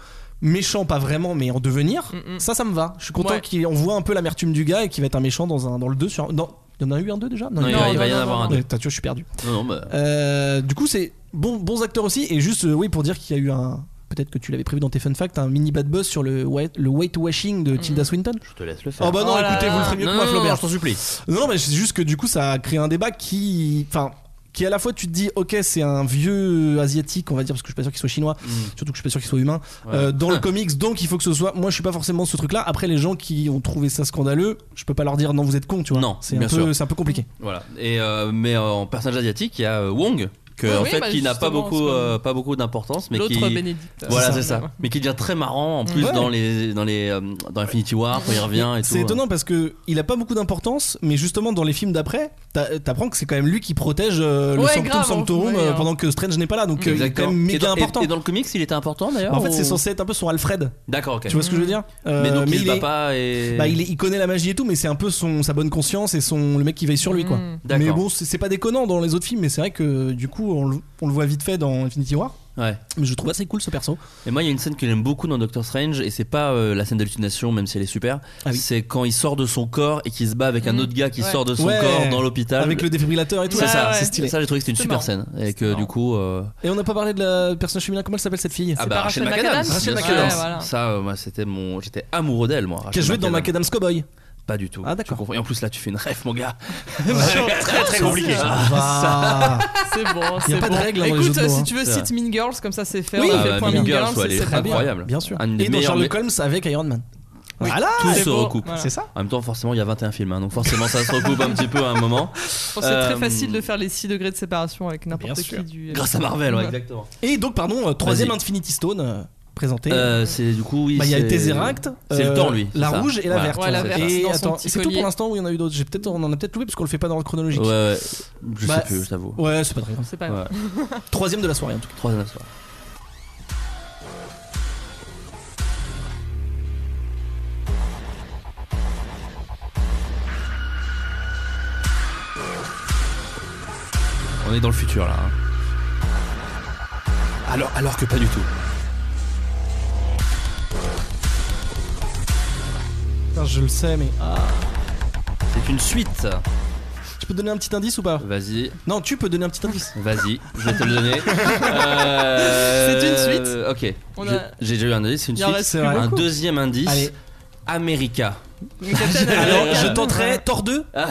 Speaker 4: méchant pas vraiment mais en devenir
Speaker 3: Mm, mm.
Speaker 4: ça ça me va je suis content
Speaker 3: Ouais.
Speaker 4: qu'on voit un peu l'amertume du gars et qu'il va être un méchant dans, un, dans le 2 sur non il y en a eu un 2 déjà
Speaker 1: Non, il va- il
Speaker 3: non,
Speaker 1: va y en
Speaker 3: non,
Speaker 1: avoir
Speaker 3: non,
Speaker 1: un.
Speaker 4: Ouais, t'as- tu vois, je suis perdu
Speaker 1: Non, non, bah,
Speaker 4: Euh, du coup, c'est bon, bons acteurs aussi. Et juste, euh, oui, pour dire qu'il y a eu un. Peut-être que tu l'avais prévu dans tes fun facts, un mini bad buzz sur le, wa- le weight washing de Tilda Swinton.
Speaker 1: je te laisse le faire.
Speaker 4: Oh bah non,
Speaker 3: Mm. Oh là
Speaker 4: écoutez,
Speaker 3: là.
Speaker 4: vous le ferez mieux
Speaker 1: non,
Speaker 4: que moi,
Speaker 1: non, non,
Speaker 4: Flaubert.
Speaker 1: je t'en supplie.
Speaker 4: Non, non, mais c'est juste que du coup, ça a créé un débat qui. Enfin. Qui à la fois tu te dis ok c'est un vieux asiatique on va dire parce que je suis pas sûr qu'il soit chinois surtout que je suis pas sûr qu'il soit humain
Speaker 1: Mm. Ouais. Ah.
Speaker 4: euh, dans le comics donc il faut que ce soit moi je suis pas forcément ce truc là après les gens qui ont trouvé ça scandaleux je peux pas leur dire non vous êtes con tu vois
Speaker 1: Non,
Speaker 4: c'est un
Speaker 1: bien
Speaker 4: peu
Speaker 1: sûr.
Speaker 4: c'est un peu compliqué
Speaker 1: Voilà. Et euh, mais euh, en personnage asiatique, il y a euh, Wong que
Speaker 3: Oui,
Speaker 1: en
Speaker 3: oui,
Speaker 1: fait
Speaker 3: bah,
Speaker 1: qui n'a pas
Speaker 3: justement, c'est
Speaker 1: beaucoup
Speaker 3: comme-
Speaker 1: euh, pas beaucoup d'importance, mais
Speaker 3: L'autre
Speaker 1: qui
Speaker 3: Bénédicte.
Speaker 1: Voilà,
Speaker 3: Euh,
Speaker 1: c'est ça. Mais qui devient très marrant en plus
Speaker 4: Ouais.
Speaker 1: dans les dans les euh, dans Infinity War quand il revient et tout. hein.
Speaker 4: C'est étonnant parce que il a pas beaucoup d'importance, mais justement dans les films d'après, t'a- t'apprends que c'est quand même lui qui protège euh, le
Speaker 3: Ouais,
Speaker 4: Sanctum
Speaker 3: grave,
Speaker 4: Sanctorum
Speaker 3: ouais,
Speaker 4: euh,
Speaker 3: hein.
Speaker 4: pendant que Strange n'est pas là, donc euh, il est quand
Speaker 1: hein. Mm. Exactement.
Speaker 4: même
Speaker 1: et,
Speaker 4: méga
Speaker 1: dans, et-
Speaker 4: important.
Speaker 1: et dans le comics, il était important d'ailleurs.
Speaker 4: en fait,
Speaker 1: ou-
Speaker 4: c'est censé être un peu son Alfred.
Speaker 1: D'accord, ok.
Speaker 4: Tu vois ce que je veux dire Euh,
Speaker 1: mais donc il
Speaker 4: il
Speaker 1: va
Speaker 4: est-
Speaker 1: pas et.
Speaker 4: bah, il, est- il connaît la magie et tout, mais c'est un peu son sa bonne conscience et son le mec qui veille sur lui quoi.
Speaker 3: Mm.
Speaker 1: D'accord.
Speaker 4: Mais bon, c'est c'est pas déconnant dans les autres films, mais c'est vrai que du coup on le, on le voit vite fait dans Infinity War.
Speaker 1: Ouais.
Speaker 4: Mais je trouve assez cool ce perso.
Speaker 1: Et moi, il y a une scène que j'aime beaucoup dans Doctor Strange et c'est pas euh, la scène d'hallucination, même si elle est super.
Speaker 4: Ah oui.
Speaker 1: C'est quand il sort de son corps et qu'il se bat avec un
Speaker 3: Mhm.
Speaker 1: autre gars qui
Speaker 3: Ouais.
Speaker 1: sort de son
Speaker 4: Ouais.
Speaker 1: corps dans l'hôpital.
Speaker 4: Avec le Ah, défibrillateur et tout.
Speaker 1: Mm. C'est
Speaker 3: Ouais,
Speaker 1: ça,
Speaker 3: ouais.
Speaker 1: c'est
Speaker 4: stylé.
Speaker 1: Ça, j'ai trouvé que c'était une
Speaker 3: C'est
Speaker 1: super
Speaker 3: marrant.
Speaker 1: scène et
Speaker 3: C'est
Speaker 1: que
Speaker 3: marrant.
Speaker 1: du coup. euh,
Speaker 4: Et on n'a pas parlé de la personnage féminin, comment elle s'appelle cette fille
Speaker 1: Ah
Speaker 3: pas
Speaker 1: bah
Speaker 3: Rachel
Speaker 1: Rachel McAdams. bien
Speaker 3: McAdams Ouais,
Speaker 1: sûr.
Speaker 3: voilà.
Speaker 1: Ça, euh, moi, c'était mon, j'étais amoureux d'elle, moi.
Speaker 4: Qui a
Speaker 1: Rachel
Speaker 4: joué dans
Speaker 1: McAdams.
Speaker 4: Macadam's Cowboy.
Speaker 1: Pas du tout.
Speaker 4: Ah, d'accord.
Speaker 1: Je confonds. Et en plus là, tu fais une ref, mon gars.
Speaker 2: très très compliqué
Speaker 4: Ah.
Speaker 3: C'est bon, c'est
Speaker 4: Y a pas de
Speaker 3: bon.
Speaker 4: règles dans les
Speaker 3: Écoute,
Speaker 4: jeux de mots,
Speaker 3: si
Speaker 4: hein.
Speaker 3: tu veux,
Speaker 1: C'est
Speaker 3: cite Mean Girls, comme ça c'est fait.
Speaker 4: Oui,
Speaker 3: on a
Speaker 4: ah
Speaker 3: fait
Speaker 1: bah,
Speaker 3: point
Speaker 1: Mean
Speaker 3: Mean
Speaker 1: Girls,
Speaker 3: Girls,
Speaker 1: ouais,
Speaker 3: c'est
Speaker 1: elle est
Speaker 3: c'est
Speaker 1: très bien.
Speaker 3: pas mal.
Speaker 1: Incroyable.
Speaker 4: Bien sûr.
Speaker 1: Un des
Speaker 4: Et dans
Speaker 1: meilleurs-
Speaker 4: Sherlock Holmes avec Iron Man.
Speaker 1: Oui.
Speaker 4: Voilà.
Speaker 1: Tout
Speaker 3: c'est
Speaker 1: se
Speaker 3: beau.
Speaker 1: recoupe.
Speaker 3: Voilà.
Speaker 4: C'est ça.
Speaker 1: En même temps, forcément, il y a 21 films, hein, donc forcément, ça se recoupe un petit peu à un moment.
Speaker 3: Je pense que C'est
Speaker 1: Euh,
Speaker 3: très facile de faire les 6 degrés de séparation avec
Speaker 4: Bien
Speaker 3: n'importe qui
Speaker 4: sûr.
Speaker 3: du. euh,
Speaker 1: Grâce à Marvel, ouais,
Speaker 3: Ouais.
Speaker 1: exactement.
Speaker 4: Et donc, pardon, euh, troisième
Speaker 1: Vas-y.
Speaker 4: Infinity Stone euh, présenté. Bah,
Speaker 1: Euh, c'est du coup, oui.
Speaker 4: Il y a
Speaker 1: c'est-
Speaker 4: le Tesseract,
Speaker 1: C'est
Speaker 4: euh,
Speaker 1: le temps, lui. c'est
Speaker 4: la
Speaker 1: ça.
Speaker 4: rouge et la
Speaker 1: Ouais.
Speaker 4: verte.
Speaker 3: Ouais, la verte
Speaker 4: Et
Speaker 3: dans son
Speaker 4: attends,
Speaker 3: petit
Speaker 4: c'est tout
Speaker 3: collier.
Speaker 4: pour l'instant ou il y en a eu d'autres J'ai peut-être, on en a peut-être trouvé parce qu'on le fait pas dans le chronologique.
Speaker 1: Ouais, ouais. Je
Speaker 4: Bah,
Speaker 1: sais plus, je t'avoue.
Speaker 4: Ouais, c'est pas très grave.
Speaker 3: C'est pas
Speaker 1: Ouais.
Speaker 3: grave.
Speaker 4: Troisième de la soirée en tout cas.
Speaker 1: Troisième soir. On est dans le futur là. hein. Alors, alors que pas du tout.
Speaker 4: Putain, je le sais, mais. Ah.
Speaker 1: C'est une suite.
Speaker 4: Tu peux donner un petit indice ou pas
Speaker 1: Vas-y,
Speaker 4: Non, tu peux donner un petit indice.
Speaker 1: vas-y, je vais te le donner. Euh,
Speaker 3: C'est une suite.
Speaker 1: Ok.
Speaker 3: On
Speaker 1: Je-
Speaker 3: a-
Speaker 1: J'ai déjà eu un indice, c'est une
Speaker 3: Il en
Speaker 1: suite.
Speaker 3: reste
Speaker 4: c'est
Speaker 3: plus
Speaker 4: vrai.
Speaker 1: Un
Speaker 3: beaucoup.
Speaker 1: deuxième indice.
Speaker 4: Allez.
Speaker 1: América.
Speaker 3: Mais Captain
Speaker 4: Alors,
Speaker 3: America,
Speaker 4: je tenterai Thor 2.
Speaker 1: Ah,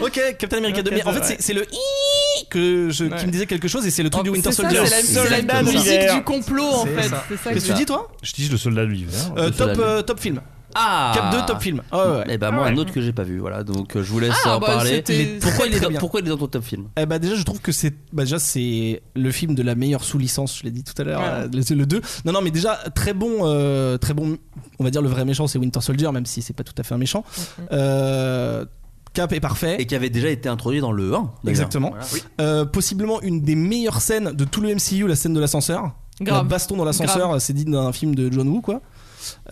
Speaker 4: ok, Captain America 2. Mais en fait, c'est- c'est le i que je, qui
Speaker 3: Ouais.
Speaker 4: me disait quelque chose et c'est le truc
Speaker 3: Oh,
Speaker 4: du Winter
Speaker 3: c'est ça, c'est
Speaker 4: Soldier.
Speaker 3: la-
Speaker 2: Soldier.
Speaker 3: C'est la
Speaker 2: Soldat
Speaker 3: musique
Speaker 2: d'hiver.
Speaker 3: du complot en
Speaker 4: C'est
Speaker 3: fait.
Speaker 4: ça.
Speaker 3: C'est ça
Speaker 4: Qu'est-ce que tu dis, toi
Speaker 2: Je dis le soldat hein. de l'hiver.
Speaker 1: soldat
Speaker 4: Euh, top,
Speaker 1: de-
Speaker 4: euh, top film.
Speaker 1: Ah
Speaker 4: Cap 2, top film. Ah ouais, ouais.
Speaker 1: Eh ben moi un autre que j'ai pas vu voilà donc euh, je vous laisse
Speaker 3: Ah,
Speaker 1: en
Speaker 3: bah,
Speaker 1: parler.
Speaker 3: c'était-
Speaker 1: Il est- Pourquoi
Speaker 4: très,
Speaker 1: il est
Speaker 4: très
Speaker 1: dans,
Speaker 4: bien.
Speaker 1: pourquoi il est dans ton top film
Speaker 4: Eh ben déjà je trouve que c'est bah déjà c'est le film de la meilleure sous licence, je l'ai dit tout à l'heure,
Speaker 3: Ouais.
Speaker 4: euh, le, le 2. Non non mais déjà très bon euh, très bon on va dire le vrai méchant c'est Winter Soldier même si c'est pas tout à fait un méchant.
Speaker 3: Mm-hmm.
Speaker 4: Euh, Cap est parfait.
Speaker 1: et qui avait déjà été introduit dans le 1 d'ailleurs.
Speaker 4: Exactement. Euh, possiblement une des meilleures scènes de tout le MCU, la scène de l'ascenseur.
Speaker 3: Grave.
Speaker 4: La baston dans l'ascenseur, c'est digne d'un film de John Woo, quoi.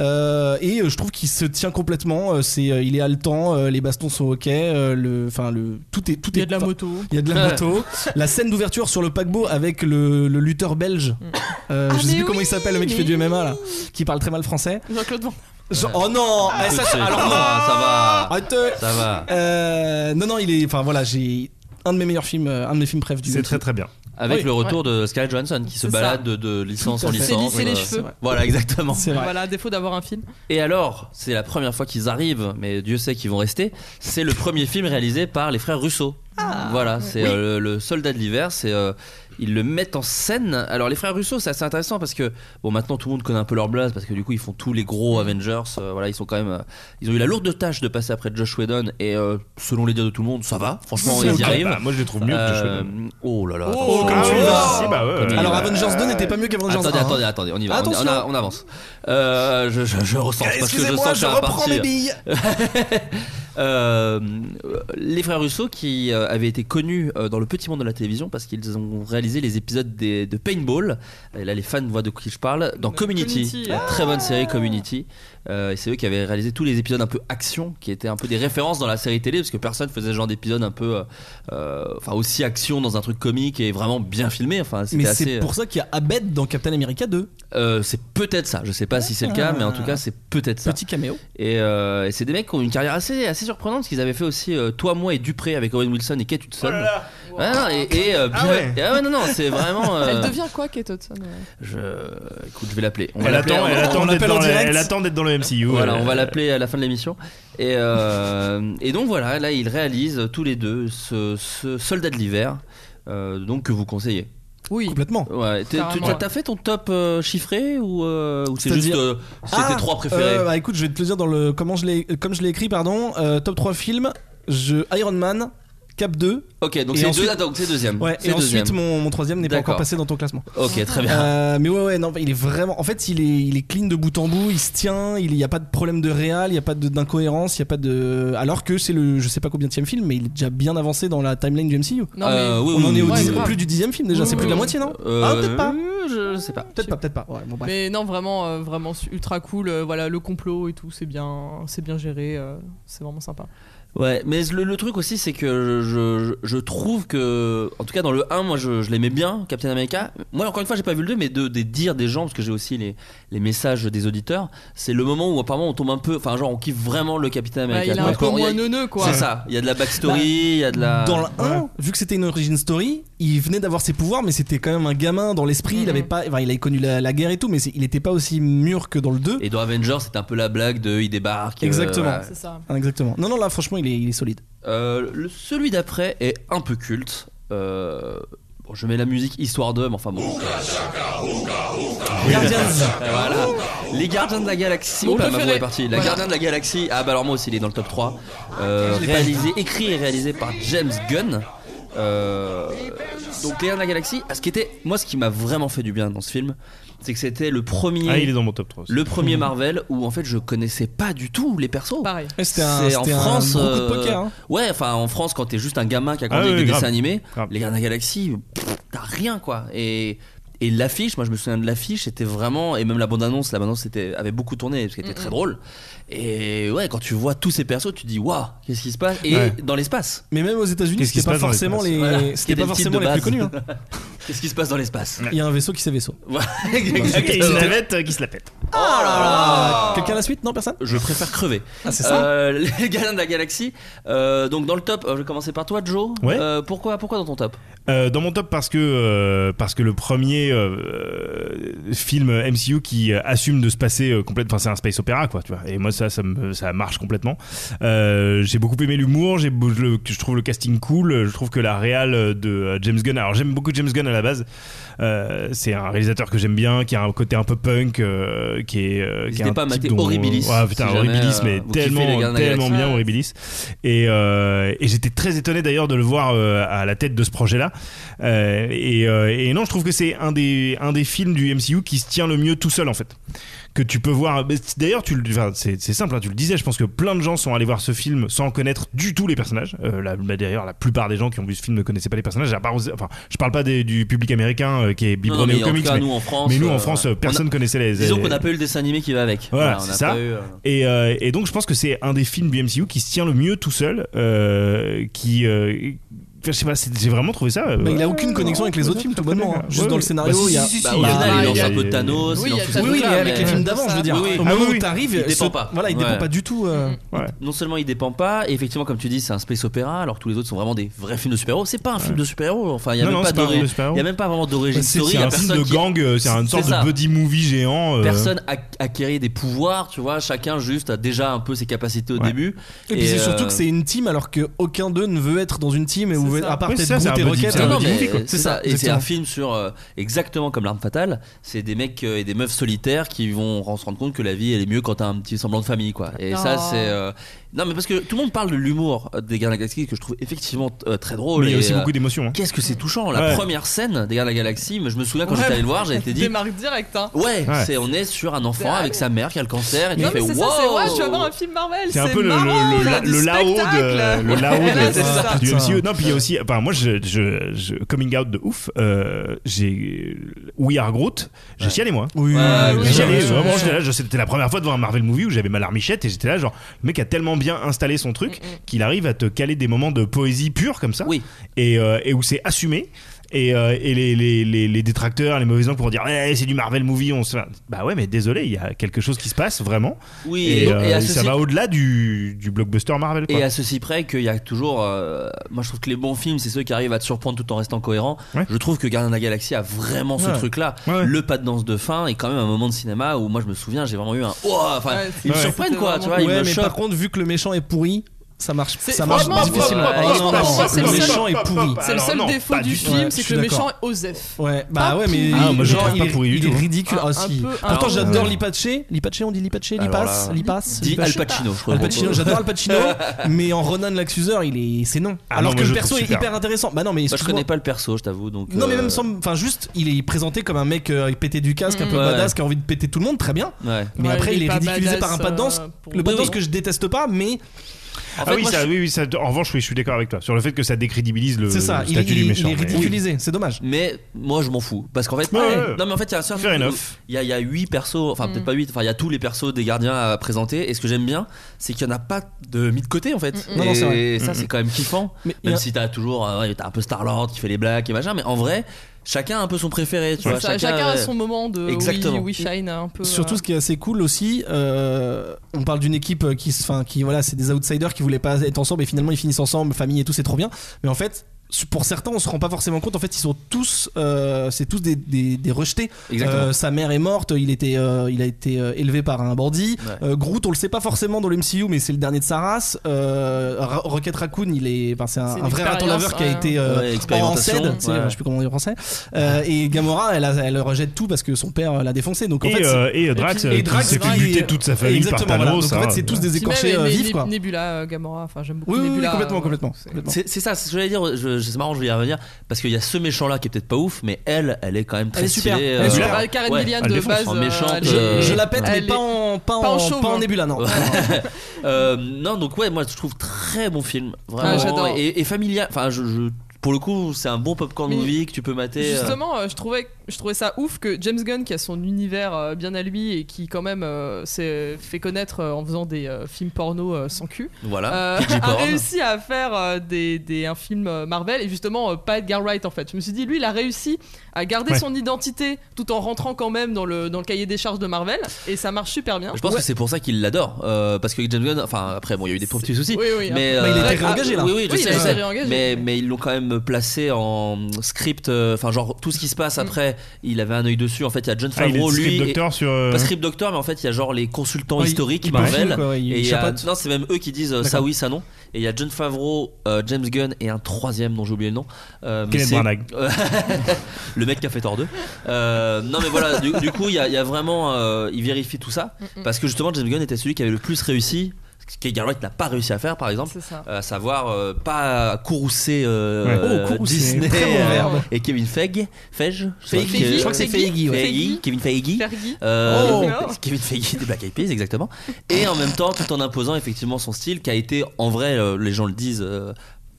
Speaker 4: Euh, et euh, je trouve qu'il se tient complètement. euh, C'est, euh, il est haletant, euh, les bastons sont ok. euh, le, enfin le, tout est, tout
Speaker 3: Il y
Speaker 4: est.
Speaker 3: a de la moto.
Speaker 4: Il y a de la moto. la scène d'ouverture sur le paquebot avec le, le lutteur belge. Euh, je sais
Speaker 3: Mm. Ah, mais
Speaker 4: plus comment il s'appelle, le mec qui fait du MMA là, qui parle très mal français.
Speaker 3: Jean-Claude Van.
Speaker 4: Genre- oh non, eh, ça,
Speaker 1: Écoute, Ah, c'est-
Speaker 4: alors
Speaker 1: ça
Speaker 4: non.
Speaker 1: va, ça va.
Speaker 4: Arrête.
Speaker 1: Ça va.
Speaker 4: Euh, non, non, il est. Enfin voilà, j'ai un de mes meilleurs films, euh, un de mes films préf du.
Speaker 2: C'est très très bien.
Speaker 1: Avec
Speaker 4: Oui,
Speaker 1: le retour de Scarlett Johansson qui se
Speaker 3: C'est
Speaker 1: balade
Speaker 3: ça.
Speaker 1: de, de licence
Speaker 4: Tout à
Speaker 1: en
Speaker 4: fait.
Speaker 3: C'est
Speaker 1: licence.
Speaker 3: lisser les
Speaker 1: euh,
Speaker 3: cheveux.
Speaker 1: Voilà exactement.
Speaker 4: C'est vrai.
Speaker 3: Voilà, à défaut d'avoir un film.
Speaker 1: Et alors, c'est la première fois qu'ils arrivent, mais Dieu sait qu'ils vont rester. C'est le premier film réalisé par les frères Russo.
Speaker 4: Ah,
Speaker 1: voilà, c'est euh, le, le soldat de l'hiver. C'est euh, ils le mettent en scène. Alors les frères Russo, c'est assez intéressant parce que bon, maintenant tout le monde connaît un peu leur blase parce que du coup ils font tous les gros Avengers. euh, voilà, ils sont quand même, euh, ils ont eu la lourde tâche de passer après Josh Whedon et euh, selon les dires de tout le monde, ça va. Franchement, ils y
Speaker 2: Ok,
Speaker 1: arrivent.
Speaker 2: bah, moi je les trouve mieux que Josh
Speaker 1: Euh,
Speaker 2: Whedon.
Speaker 1: oh là là.
Speaker 2: Oh,
Speaker 1: attention.
Speaker 2: comme tu
Speaker 4: ouais.
Speaker 2: le dis. Si, bah ouais, ouais.
Speaker 4: Alors Avengers 2 n'était pas mieux qu'Avengers 1.
Speaker 1: euh, Attendez,
Speaker 4: hein.
Speaker 1: attendez, attendez, on y va. on y-
Speaker 4: Attention.
Speaker 1: On, a- on avance. Euh, je, je, je ressens parce que je sens
Speaker 4: Excusez-moi,
Speaker 1: que
Speaker 4: je
Speaker 1: ça va
Speaker 4: reprends
Speaker 1: partir.
Speaker 4: mes billes.
Speaker 1: Euh, les frères Russo qui euh, avaient été connus euh, dans le petit monde de la télévision parce qu'ils ont réalisé les épisodes des- de Paintball. Et là, les fans voient de qui je parle dans
Speaker 3: Euh,
Speaker 1: Community,
Speaker 3: Community,
Speaker 1: la très bonne série Community. Euh, et c'est eux qui avaient réalisé tous les épisodes un peu action, qui étaient un peu des références dans la série télé parce que personne faisait ce genre d'épisode un peu, euh, euh, enfin aussi action dans un truc comique et vraiment bien filmé. Enfin, c'était
Speaker 4: Mais
Speaker 1: assez.
Speaker 4: c'est pour ça qu'il y a Abed dans Captain America 2.
Speaker 1: Euh, c'est peut-être ça. Je sais pas si c'est le cas, mais en tout cas, c'est peut-être ça.
Speaker 4: Petit caméo.
Speaker 1: Et, euh, et c'est des mecs qui ont une carrière assez, assez surprenante, parce qu'ils avaient fait aussi euh, Toi, moi et Dupré avec Owen Wilson et Kate Hudson. Ouais, non, et, et, euh, bien-
Speaker 2: Oh Ah ouais.
Speaker 1: et- ah ouais, non, non, c'est vraiment. euh,
Speaker 3: Elle devient quoi, Kate Hudson
Speaker 1: je... Écoute, je vais l'appeler. On va
Speaker 2: Elle
Speaker 1: l'appeler.
Speaker 2: attend, elle
Speaker 1: on-
Speaker 2: attend d'être
Speaker 4: l'appelle en
Speaker 2: dans le-
Speaker 4: direct.
Speaker 2: elle attend d'être dans le MCU.
Speaker 1: Voilà,
Speaker 2: elle-
Speaker 1: on va l'appeler à la fin de l'émission. Et, euh, et donc voilà, là ils réalisent tous les deux ce, ce soldat de l'hiver, euh, donc que vous conseillez.
Speaker 3: Oui.
Speaker 4: Complètement.
Speaker 1: Ouais, t'es- tu
Speaker 3: Carrément,
Speaker 1: t'as
Speaker 3: ouais.
Speaker 1: t'as fait ton top euh, chiffré ou, euh, ou c'est
Speaker 4: C'est-à-dire-
Speaker 1: juste euh, c'est
Speaker 4: Ah,
Speaker 1: tes trois préférés
Speaker 4: euh, bah, écoute, je vais te le dire dans le comment je l'ai euh, comme je l'ai écrit pardon, euh, top 3 films, je Iron Man, Cap 2.
Speaker 1: Ok, donc
Speaker 4: et
Speaker 1: c'est
Speaker 4: ensuite-
Speaker 1: deux- attends, donc c'est deuxième.
Speaker 4: Ouais,
Speaker 1: Mhm. C'est
Speaker 4: et ensuite
Speaker 1: deuxième.
Speaker 4: mon, mon troisième n'est pas
Speaker 1: D'accord. Ah.
Speaker 4: encore passé dans ton classement.
Speaker 1: Ok, très bien.
Speaker 4: Euh, mais ouais ouais non, il est vraiment en fait, il est il est clean de bout en bout, il se tient, il n'y a pas de problème de réal, il n'y a pas de- d'incohérence, il y a pas de alors que c'est le je sais pas combien de film mais il est déjà bien avancé dans la timeline du MCU.
Speaker 3: Non,
Speaker 1: Euh, oui,
Speaker 4: On en
Speaker 1: oui,
Speaker 4: est au
Speaker 1: oui,
Speaker 4: dix-
Speaker 1: oui.
Speaker 3: grave.
Speaker 4: plus du dixième film déjà,
Speaker 3: Oui,
Speaker 4: c'est plus de la
Speaker 3: oui.
Speaker 4: moitié non
Speaker 1: Euh,
Speaker 4: Ah, peut-être pas.
Speaker 1: Je sais pas.
Speaker 4: Peut-être pas, peut-être pas. Ouais, bon, bref.
Speaker 3: Mais non, vraiment, euh, vraiment su- ultra cool. euh, voilà, le complot et tout, c'est bien, c'est bien géré. euh, c'est vraiment sympa.
Speaker 1: Ouais, mais le, le truc aussi, c'est que je, je, je trouve que, en tout cas dans le 1, moi je, je l'aimais bien, Captain America. Moi, encore une fois, j'ai pas vu le 2, mais de, des dires des gens, parce que j'ai aussi les, les messages des auditeurs, c'est le moment où apparemment on tombe un peu, enfin, genre on kiffe vraiment le Captain
Speaker 3: Ouais,
Speaker 1: America.
Speaker 3: il est un
Speaker 1: Parce
Speaker 3: peu
Speaker 1: qu'on- il y a-
Speaker 3: moins neuneux, quoi.
Speaker 1: C'est ça, il y a de la backstory, il y a de la.
Speaker 4: Bah, dans le 1, vu que c'était une origin story, il venait d'avoir ses pouvoirs, mais c'était quand même un gamin dans l'esprit. Il
Speaker 1: Mm-hmm.
Speaker 3: Mhm.
Speaker 4: avait pas, enfin, il avait connu la, la guerre et tout, mais c'est- il n'était pas aussi mûr que dans le 2.
Speaker 1: Et dans Avengers, c'est un peu la blague de il débarque. euh,
Speaker 4: Exactement.
Speaker 1: voilà.
Speaker 3: C'est ça.
Speaker 4: Ah, exactement. Non, non, là, franchement, il est, il est solide.
Speaker 1: Euh, le- celui d'après est un peu culte. Euh, bon, je mets la musique histoire d'eux, mais enfin bon.
Speaker 4: Guardians.
Speaker 1: Euh, voilà. Les Gardiens de la Galaxie.
Speaker 3: Mon
Speaker 1: Oula, ma
Speaker 3: préféré.
Speaker 1: voix est partie. La
Speaker 3: Voilà.
Speaker 1: Gardien de la Galaxie. Ah bah alors moi aussi, il est dans le top 3. Euh, réalisé, écrit et réalisé par James Gunn. Euh, donc les Gardiens de la Galaxie. Ah, ce qui était, moi, ce qui m'a vraiment fait du bien dans ce film, c'est que c'était le premier,
Speaker 2: Ah, il est dans mon top 3. aussi.
Speaker 1: le premier Marvel où en fait je connaissais pas du tout les persos.
Speaker 3: Pareil.
Speaker 4: Ouais, C'était un,
Speaker 1: C'est en
Speaker 4: c'était un
Speaker 1: France.
Speaker 4: gros coup de
Speaker 1: euh,
Speaker 4: poker. hein.
Speaker 1: Ouais, enfin en France, quand t'es juste un gamin qui a grandi
Speaker 2: Ah oui,
Speaker 1: avec des
Speaker 2: grave.
Speaker 1: dessins animés,
Speaker 2: Grave.
Speaker 1: les Gardiens de la Galaxie, pff, t'as rien quoi. Et, et l'affiche, moi je me souviens de l'affiche, était vraiment. Et même la bande-annonce, la bande-annonce était- avait beaucoup tourné, parce qu'elle était très drôle. Et ouais, quand tu vois tous ces persos, tu te dis waouh, qu'est-ce qui se passe Et
Speaker 2: Ouais.
Speaker 1: dans l'espace.
Speaker 4: Mais même aux États-Unis,
Speaker 2: Qu'est-ce qui
Speaker 4: c'était
Speaker 2: se
Speaker 4: pas
Speaker 2: passe dans
Speaker 4: forcément
Speaker 2: l'espace
Speaker 4: les,
Speaker 1: Voilà. Qui
Speaker 4: c'était
Speaker 1: était
Speaker 4: pas
Speaker 1: le titre
Speaker 4: forcément
Speaker 1: de
Speaker 4: les plus
Speaker 1: base.
Speaker 4: connus. hein.
Speaker 1: Qu'est-ce qui se passe dans l'espace
Speaker 4: Il y a un vaisseau qui s'est vaisseau.
Speaker 2: Et une
Speaker 1: Exactement.
Speaker 2: navette euh, qui se la pète.
Speaker 1: Ah.
Speaker 4: Quelqu'un à la suite Non, personne
Speaker 1: Je préfère crever.
Speaker 4: Ah, c'est ça
Speaker 1: Euh, les Gardiens de la Galaxie. euh, donc dans le top, euh, je vais commencer par toi, Joe.
Speaker 2: Ouais.
Speaker 1: Euh, pourquoi, pourquoi dans ton top
Speaker 2: Euh, dans mon top parce que euh, parce que le premier euh, film MCU qui euh, assume de se passer euh, complète enfin c'est un space opéra quoi tu vois et moi ça ça me- ça marche complètement Euh, j'ai beaucoup aimé l'humour j'ai beau- je, le- je trouve le casting cool je trouve que la réal de euh, James Gunn alors j'aime beaucoup James Gunn à la base Euh, c'est un réalisateur que j'aime bien qui a un côté un peu punk euh, qui est euh, qui est
Speaker 1: N'hésitez
Speaker 2: un
Speaker 1: pas à
Speaker 2: type
Speaker 1: mater
Speaker 2: dont-
Speaker 1: Horribilis,
Speaker 2: ouais, putain
Speaker 1: si jamais,
Speaker 2: Horribilis
Speaker 1: euh,
Speaker 2: mais
Speaker 1: vous kiffez les Gardiens
Speaker 2: tellement
Speaker 1: de la
Speaker 2: tellement bien
Speaker 1: Galaxie.
Speaker 2: Horribilis et, euh, et j'étais très étonné d'ailleurs de le voir euh, à la tête de ce projet là euh, et, euh, et non je trouve que c'est un des, un des films du MCU qui se tient le mieux tout seul en fait que tu peux voir mais c'est- d'ailleurs tu le- enfin, c'est c'est simple hein, tu le disais je pense que plein de gens sont allés voir ce film sans connaître du tout les personnages Euh, la- bah, d'ailleurs la plupart des gens qui ont vu ce film ne connaissaient pas les personnages à part aux- enfin je parle pas des- du public américain euh, qui est
Speaker 1: Non, non,
Speaker 2: biberonné
Speaker 1: mais
Speaker 2: aux
Speaker 1: en tout
Speaker 2: comics
Speaker 1: cas,
Speaker 2: mais,
Speaker 1: nous en France.
Speaker 2: mais nous
Speaker 1: euh,
Speaker 2: en France
Speaker 1: on
Speaker 2: euh,
Speaker 1: a-
Speaker 2: personne connaissait les
Speaker 1: Disons qu'on
Speaker 2: les-
Speaker 1: n'a pas eu le dessin animé qui va avec.
Speaker 2: Voilà,
Speaker 1: on
Speaker 2: c'est
Speaker 1: n'a
Speaker 2: ça.
Speaker 1: pas eu, euh,
Speaker 2: et, euh, et donc je pense que c'est un des films du MCU qui se tient le mieux tout seul, euh, qui... euh, je sais pas, c'est- j'ai vraiment trouvé ça... euh,
Speaker 4: Mais Bah, il a
Speaker 2: ouais,
Speaker 4: aucune connexion avec les autres films, tout bonnement. hein. Juste
Speaker 2: Ouais,
Speaker 4: dans le
Speaker 2: ouais.
Speaker 4: scénario,
Speaker 2: Bah, si,
Speaker 4: il y a.
Speaker 2: si, si,
Speaker 1: bah,
Speaker 2: si,
Speaker 1: au
Speaker 2: il y a-
Speaker 1: final, il
Speaker 2: il
Speaker 1: lance
Speaker 2: y a-
Speaker 1: un peu
Speaker 2: il y a-
Speaker 1: Thanos.
Speaker 3: Oui,
Speaker 1: il
Speaker 3: il y a
Speaker 1: lance-
Speaker 3: Thanos.
Speaker 4: Oui, oui,
Speaker 3: Là,
Speaker 4: mais avec
Speaker 3: mais-
Speaker 4: les films d'avant, je veux dire.
Speaker 1: Oui, oui.
Speaker 4: Au moment
Speaker 2: Ah oui,
Speaker 4: où
Speaker 2: oui.
Speaker 4: t'arrives,
Speaker 1: Il
Speaker 4: ce-
Speaker 1: dépend pas.
Speaker 4: Voilà, il dépend
Speaker 1: Ouais.
Speaker 4: pas du tout.
Speaker 1: Mm-hmm.
Speaker 4: euh,
Speaker 1: Non seulement il dépend pas, et effectivement, comme tu dis, c'est un space opéra, alors que tous les autres sont vraiment des vrais films de super-héros. C'est pas un film de super-héros. Enfin, il y a
Speaker 2: Non,
Speaker 1: même
Speaker 2: non,
Speaker 1: pas
Speaker 2: c'est pas un
Speaker 1: d'ori-
Speaker 2: film de super-héros.
Speaker 1: il y a même pas vraiment d'origine
Speaker 2: C'est
Speaker 1: story.
Speaker 2: c'est
Speaker 1: il y a
Speaker 2: un film
Speaker 1: personne
Speaker 2: de
Speaker 1: qui-
Speaker 2: gang, euh, c'est une
Speaker 1: C'est
Speaker 2: sorte
Speaker 1: ça.
Speaker 2: de buddy movie géant. euh,
Speaker 1: Personne a acquérir des pouvoirs, tu vois. Chacun juste a déjà un peu ses capacités au
Speaker 2: Ouais.
Speaker 1: début.
Speaker 4: Et puis c'est
Speaker 1: euh,
Speaker 4: surtout que c'est une team alors que aucun d'eux ne veut être dans une team et
Speaker 3: C'est
Speaker 4: où,
Speaker 3: ça.
Speaker 4: à part
Speaker 2: Oui,
Speaker 4: peut-être
Speaker 2: c'est ça, c'est
Speaker 4: Groot et
Speaker 2: un buddy-
Speaker 4: Rocket. hein,
Speaker 2: c'est un
Speaker 1: Non, non,
Speaker 2: buddy
Speaker 1: mais
Speaker 2: movie, quoi.
Speaker 1: c'est ça. Et c'est
Speaker 4: exactement.
Speaker 1: un film sur euh, exactement comme l'arme fatale. C'est des mecs euh, et des meufs solitaires qui vont se rendre compte que la vie elle est mieux quand t'as un petit semblant de famille, quoi. Et
Speaker 3: Oh.
Speaker 1: ça, c'est euh, non, mais parce que tout le monde parle de l'humour euh, des Gardiens de la Galaxie que je trouve effectivement euh, très drôle.
Speaker 2: mais il y a
Speaker 1: et,
Speaker 2: aussi
Speaker 1: euh,
Speaker 2: beaucoup d'émotions. hein.
Speaker 1: Qu'est-ce que c'est touchant La
Speaker 2: Ouais.
Speaker 1: première scène des Gardiens de la Galaxie. Mais je me souviens quand
Speaker 3: Ouais,
Speaker 1: j'étais allé le voir, j'ai été dit.
Speaker 3: Démarque direct, hein.
Speaker 1: Ouais,
Speaker 2: Ouais.
Speaker 1: c'est on est sur un enfant
Speaker 3: Ah,
Speaker 1: avec
Speaker 3: oui.
Speaker 1: sa mère qui a le cancer et tu
Speaker 3: Non,
Speaker 1: fais
Speaker 3: mais c'est ça, c'est ouais, je vais avoir
Speaker 1: wow.
Speaker 3: un film Marvel.
Speaker 2: C'est un peu le, le,
Speaker 3: marrant,
Speaker 2: le,
Speaker 3: il y a
Speaker 2: la-
Speaker 3: du
Speaker 2: le lao de
Speaker 3: spectacle.
Speaker 2: le lao
Speaker 3: Ouais,
Speaker 2: de-
Speaker 3: c'est ça.
Speaker 2: du
Speaker 4: Putain.
Speaker 2: MCU. Non, puis il y a aussi, enfin moi, je, je, je- coming out de ouf. euh, j'ai We Are Groot. J'ai chialé moi.
Speaker 4: Oui,
Speaker 1: Ouais,
Speaker 2: J'ai
Speaker 4: oui, oui.
Speaker 2: chialé,
Speaker 3: ouais,
Speaker 2: Ah, vraiment,
Speaker 3: ouais.
Speaker 2: j'étais là, je- c'était la première fois de voir un Marvel movie où j'avais mal armichette et j'étais là genre le mec a tellement bien installé son truc qu'il arrive à te caler des moments de poésie pure comme ça
Speaker 1: Oui.
Speaker 2: et, euh, et où c'est assumé et, euh, et les, les, les, les détracteurs, les mauvais gens pour dire Eh, c'est du Marvel movie, on se bah ouais mais désolé, il y a quelque chose qui se passe vraiment
Speaker 1: Oui,
Speaker 2: et,
Speaker 1: donc-
Speaker 2: euh,
Speaker 1: à
Speaker 2: ça
Speaker 1: ceci-
Speaker 2: va au-delà du, du blockbuster Marvel quoi.
Speaker 1: Et à ceci près qu'il y a toujours. euh, moi, je trouve que les bons films, c'est ceux qui arrivent à te surprendre tout en restant cohérent.
Speaker 2: Ouais.
Speaker 1: Je trouve que Gardien de la Galaxie a vraiment ce
Speaker 4: Ouais.
Speaker 1: truc-là.
Speaker 2: Ouais, ouais.
Speaker 1: Le pas de danse de fin est quand même un moment de cinéma où moi, je me souviens, j'ai vraiment eu un. Ouah Enfin,
Speaker 3: Ouais,
Speaker 1: ils me
Speaker 3: ouais.
Speaker 1: surprennent
Speaker 3: C'était
Speaker 1: quoi,
Speaker 3: vraiment-
Speaker 1: tu vois, ils me
Speaker 4: Ouais, mais par
Speaker 1: choquent.
Speaker 4: contre, vu que le méchant est pourri, ça marche.
Speaker 3: C'est-
Speaker 4: Ça marche
Speaker 3: franchement,
Speaker 4: difficilement.
Speaker 2: Ah,
Speaker 1: ouais,
Speaker 4: Oh, non,
Speaker 3: franchement,
Speaker 4: non,
Speaker 3: moi, c'est
Speaker 4: le
Speaker 3: le seul-
Speaker 4: méchant est pourri.
Speaker 3: C'est le
Speaker 2: Alors
Speaker 3: seul
Speaker 2: non,
Speaker 3: défaut
Speaker 2: pas
Speaker 3: du
Speaker 2: du tout.
Speaker 3: film,
Speaker 4: Ouais,
Speaker 3: c'est
Speaker 4: je
Speaker 3: que
Speaker 4: suis
Speaker 3: le méchant
Speaker 4: d'accord.
Speaker 3: est Osef.
Speaker 4: Ouais, bah
Speaker 3: Pas
Speaker 4: ouais, mais.
Speaker 3: pourri.
Speaker 2: Ah, moi, je
Speaker 4: genre,
Speaker 2: le trouve
Speaker 4: il
Speaker 2: pas
Speaker 4: est-
Speaker 2: pourri du
Speaker 4: Il est
Speaker 2: tout.
Speaker 4: ridicule. Ah,
Speaker 3: Un-
Speaker 4: si.
Speaker 3: un peu- un
Speaker 4: Pourtant,
Speaker 3: peu-
Speaker 4: j'adore
Speaker 2: Ouais.
Speaker 4: Lipache. Lipache, on dit Lipache, Lipace,
Speaker 1: Alors là,
Speaker 4: Lipace.
Speaker 1: Dit Al
Speaker 4: Lipache.
Speaker 1: Pacino, je crois.
Speaker 4: Al Pacino, j'adore Al Pacino, mais en Ronan Laxuseur, il est, c'est non.
Speaker 2: Ah
Speaker 4: Alors
Speaker 2: non,
Speaker 4: que
Speaker 2: moi,
Speaker 4: le
Speaker 2: je
Speaker 4: perso
Speaker 2: trouve
Speaker 4: est
Speaker 2: super.
Speaker 4: hyper intéressant. Bah non, mais
Speaker 1: Bah, je
Speaker 4: excuse-moi.
Speaker 1: connais pas le perso, je t'avoue. donc.
Speaker 4: Non mais
Speaker 1: euh,
Speaker 4: même sans, enfin juste, il est présenté comme un mec euh, avec pété du casque, un peu
Speaker 1: Ouais.
Speaker 4: badass, qui a envie de péter tout le monde, très bien.
Speaker 1: Ouais.
Speaker 4: Mais
Speaker 3: Mhm. Ouais,
Speaker 4: après,
Speaker 3: il
Speaker 4: il
Speaker 3: est
Speaker 4: est,
Speaker 3: pas
Speaker 4: ridiculisé par un
Speaker 3: badass,
Speaker 4: pas de danse.
Speaker 3: euh, pour-
Speaker 4: le pas de
Speaker 1: Oui,
Speaker 4: danse
Speaker 1: oui.
Speaker 4: que je déteste pas, mais
Speaker 1: En fait,
Speaker 2: ah oui,
Speaker 1: moi,
Speaker 2: ça,
Speaker 1: je-
Speaker 2: oui, oui, ça- en revanche, oui, je suis d'accord avec toi sur le fait que ça décrédibilise le,
Speaker 4: c'est ça,
Speaker 2: le
Speaker 4: il est,
Speaker 2: statut du
Speaker 4: il-
Speaker 2: méchant.
Speaker 4: il est
Speaker 2: mais-
Speaker 4: ridiculisé, c'est dommage.
Speaker 1: Mais moi je m'en fous parce qu'en fait,
Speaker 2: Ouais, ouais.
Speaker 1: non mais en fait il y a un seul
Speaker 2: Fair
Speaker 1: truc où
Speaker 2: enough.
Speaker 1: il y a il y a huit persos, enfin
Speaker 4: Mm.
Speaker 1: peut-être pas huit, enfin il y a tous les persos des gardiens à présenter et ce que j'aime bien c'est qu'il y en a pas de mis de côté en fait.
Speaker 3: Mm,
Speaker 1: Et
Speaker 4: mm. Non, non, c'est vrai.
Speaker 1: ça c'est quand même kiffant.
Speaker 4: Mais il y
Speaker 1: même
Speaker 4: a-
Speaker 1: si t'as toujours euh, ouais, t'as un peu Star Lord qui fait les blagues et machin, mais en vrai chacun a un peu son préféré, tu vois.
Speaker 3: Ça, Chacun a
Speaker 1: ouais.
Speaker 3: son moment de
Speaker 1: Exactement.
Speaker 3: We, we Shine un peu. euh,
Speaker 4: Surtout, ce qui est assez cool aussi, euh, on parle d'une équipe euh, qui, se- enfin, qui voilà, c'est des outsiders qui voulaient pas être ensemble et finalement ils finissent ensemble, famille et tout, c'est trop bien. Mais en fait, su- pour certains, on se rend pas forcément compte. En fait, ils sont tous, euh, c'est tous des, des- des rejetés.
Speaker 1: Exactement.
Speaker 4: Euh, sa mère est morte, il était, euh, il a été euh, élevé par un bandit.
Speaker 1: Ouais.
Speaker 4: Euh, Groot, on le sait pas forcément dans le MCU, mais c'est le dernier de sa race. Euh, Ra- Rocket Raccoon, il est, enfin, c'est un,
Speaker 3: C'est
Speaker 4: un
Speaker 3: une
Speaker 4: vrai raton laveur
Speaker 3: expérience,
Speaker 4: qui a
Speaker 3: ouais.
Speaker 4: été euh,
Speaker 1: Ouais,
Speaker 4: en
Speaker 1: expérimentation,
Speaker 4: CED, tu sais,
Speaker 1: ouais.
Speaker 4: je sais plus comment on dit en français. Euh, et Gamora, elle, a- elle rejette tout parce que son père euh, l'a défoncé. Donc en
Speaker 2: Et,
Speaker 4: fait, c'est-
Speaker 2: euh, et, euh, Drax,
Speaker 3: Et
Speaker 2: euh,
Speaker 3: puis-
Speaker 2: qui
Speaker 3: et Drax,
Speaker 2: s'est fait
Speaker 3: Drax,
Speaker 2: buter toute sa famille par
Speaker 4: exactement. voilà.
Speaker 2: Thanos.
Speaker 4: Donc en
Speaker 2: hein.
Speaker 4: fait, c'est tous des
Speaker 3: des
Speaker 4: écorchés euh, vifs quoi.
Speaker 3: Nebula, euh, Gamora, enfin j'aime beaucoup
Speaker 4: Oui, oui, oui,
Speaker 3: Nebula.
Speaker 4: complètement,
Speaker 3: euh,
Speaker 4: complètement.
Speaker 3: c'est-
Speaker 4: complètement.
Speaker 1: C'est c'est ça, c'est ce que j'allais dire. Je, je- c'est marrant, je vais y revenir parce qu'il y a ce méchant là qui est peut-être pas ouf, mais elle, elle est quand même très
Speaker 4: est super.
Speaker 1: stylée,
Speaker 4: Elle est
Speaker 1: euh,
Speaker 2: super.
Speaker 3: Bah, Karen
Speaker 1: ouais.
Speaker 3: Gillian
Speaker 2: elle
Speaker 3: de
Speaker 2: défonce,
Speaker 3: base.
Speaker 1: en
Speaker 3: euh,
Speaker 1: méchante,
Speaker 3: elle-
Speaker 4: Je,
Speaker 1: euh,
Speaker 4: je la pète, mais
Speaker 3: elle
Speaker 4: pas
Speaker 3: est-
Speaker 4: en, pas
Speaker 3: pas en
Speaker 4: en,
Speaker 3: chauve,
Speaker 4: pas en
Speaker 3: hein.
Speaker 4: Nebula, non.
Speaker 1: Euh, non, donc ouais, moi je trouve très bon film, vraiment.
Speaker 3: Ah, j'adore.
Speaker 1: et, et familial. Enfin, je, je- pour le coup, c'est un bon popcorn
Speaker 3: Mais
Speaker 1: movie que tu peux mater. euh,
Speaker 3: Justement, euh, je, trouvais, je trouvais ça ouf que James Gunn, qui a son univers euh, bien à lui et qui, quand même, euh, s'est fait connaître euh, en faisant des euh, films porno euh, sans cul,
Speaker 1: voilà.
Speaker 3: euh,
Speaker 1: PG
Speaker 3: a
Speaker 1: Ah, porn.
Speaker 3: réussi à faire euh, des, des- un film euh, Marvel et justement euh, pas Edgar Wright en fait. Je me suis dit, lui, il a réussi à garder
Speaker 2: Ouais.
Speaker 3: son identité tout en rentrant quand même dans le, dans le cahier des charges de Marvel et ça marche super bien.
Speaker 1: Je pense que c'est pour ça qu'il l'adore. euh, parce que James Gunn, enfin après, bon, il y a eu des petits soucis.
Speaker 3: Oui, oui, hein,
Speaker 1: mais
Speaker 4: Bah, il
Speaker 1: euh,
Speaker 4: a été réengagé, là.
Speaker 1: Oui, oui, je
Speaker 3: Oui, il
Speaker 1: sais,
Speaker 3: a
Speaker 1: je
Speaker 3: été
Speaker 1: sais.
Speaker 3: réengagé.
Speaker 1: Mais, mais ils l'ont quand même placé en script. euh, Enfin, genre tout ce qui se
Speaker 3: Mm.
Speaker 1: passe après, il avait un œil dessus. En fait, il y a John
Speaker 2: Ah, il est
Speaker 1: Favreau, lui.
Speaker 2: script
Speaker 1: et-
Speaker 2: doctor sur. euh,
Speaker 1: Pas script doctor, mais en fait, il y a genre les consultants
Speaker 4: Ouais,
Speaker 1: historiques
Speaker 4: il- il
Speaker 1: Marvel.
Speaker 4: profile, quoi, il
Speaker 1: et il y a-
Speaker 4: chapote.
Speaker 1: non, c'est même eux qui disent euh, ça
Speaker 4: D'accord.
Speaker 1: oui, ça non. Et il y a John Favreau, euh, James Gunn et un troisième dont j'ai oublié le nom. Euh, mais
Speaker 2: Kenneth
Speaker 1: c'est-
Speaker 2: Branagh.
Speaker 1: le mec qui a fait Thor 2. Euh, non, mais voilà, du, du coup, il y, a il y a vraiment. euh, il vérifie tout ça.
Speaker 3: Mm,
Speaker 1: Parce que justement, James Gunn était celui qui avait le plus réussi. Ce qu'Edgar Wright n'a pas réussi à faire, par exemple.
Speaker 3: C'est ça.
Speaker 1: À savoir, euh, pas courroucer euh,
Speaker 2: Ouais.
Speaker 4: Oh, courroucer,
Speaker 1: Disney
Speaker 4: très bon
Speaker 1: euh,
Speaker 4: verbe.
Speaker 1: et Kevin Feige. Feige je sais pas,
Speaker 3: Feige,
Speaker 1: qui-
Speaker 3: je crois que c'est Feige, ouais.
Speaker 1: Feige, Kevin Feige.
Speaker 3: Fergie.
Speaker 1: Euh,
Speaker 3: Oh.
Speaker 1: Kevin Feige des Black Eyed Peas exactement et en même temps tout en imposant effectivement son style qui a été en vrai euh, les gens le disent euh,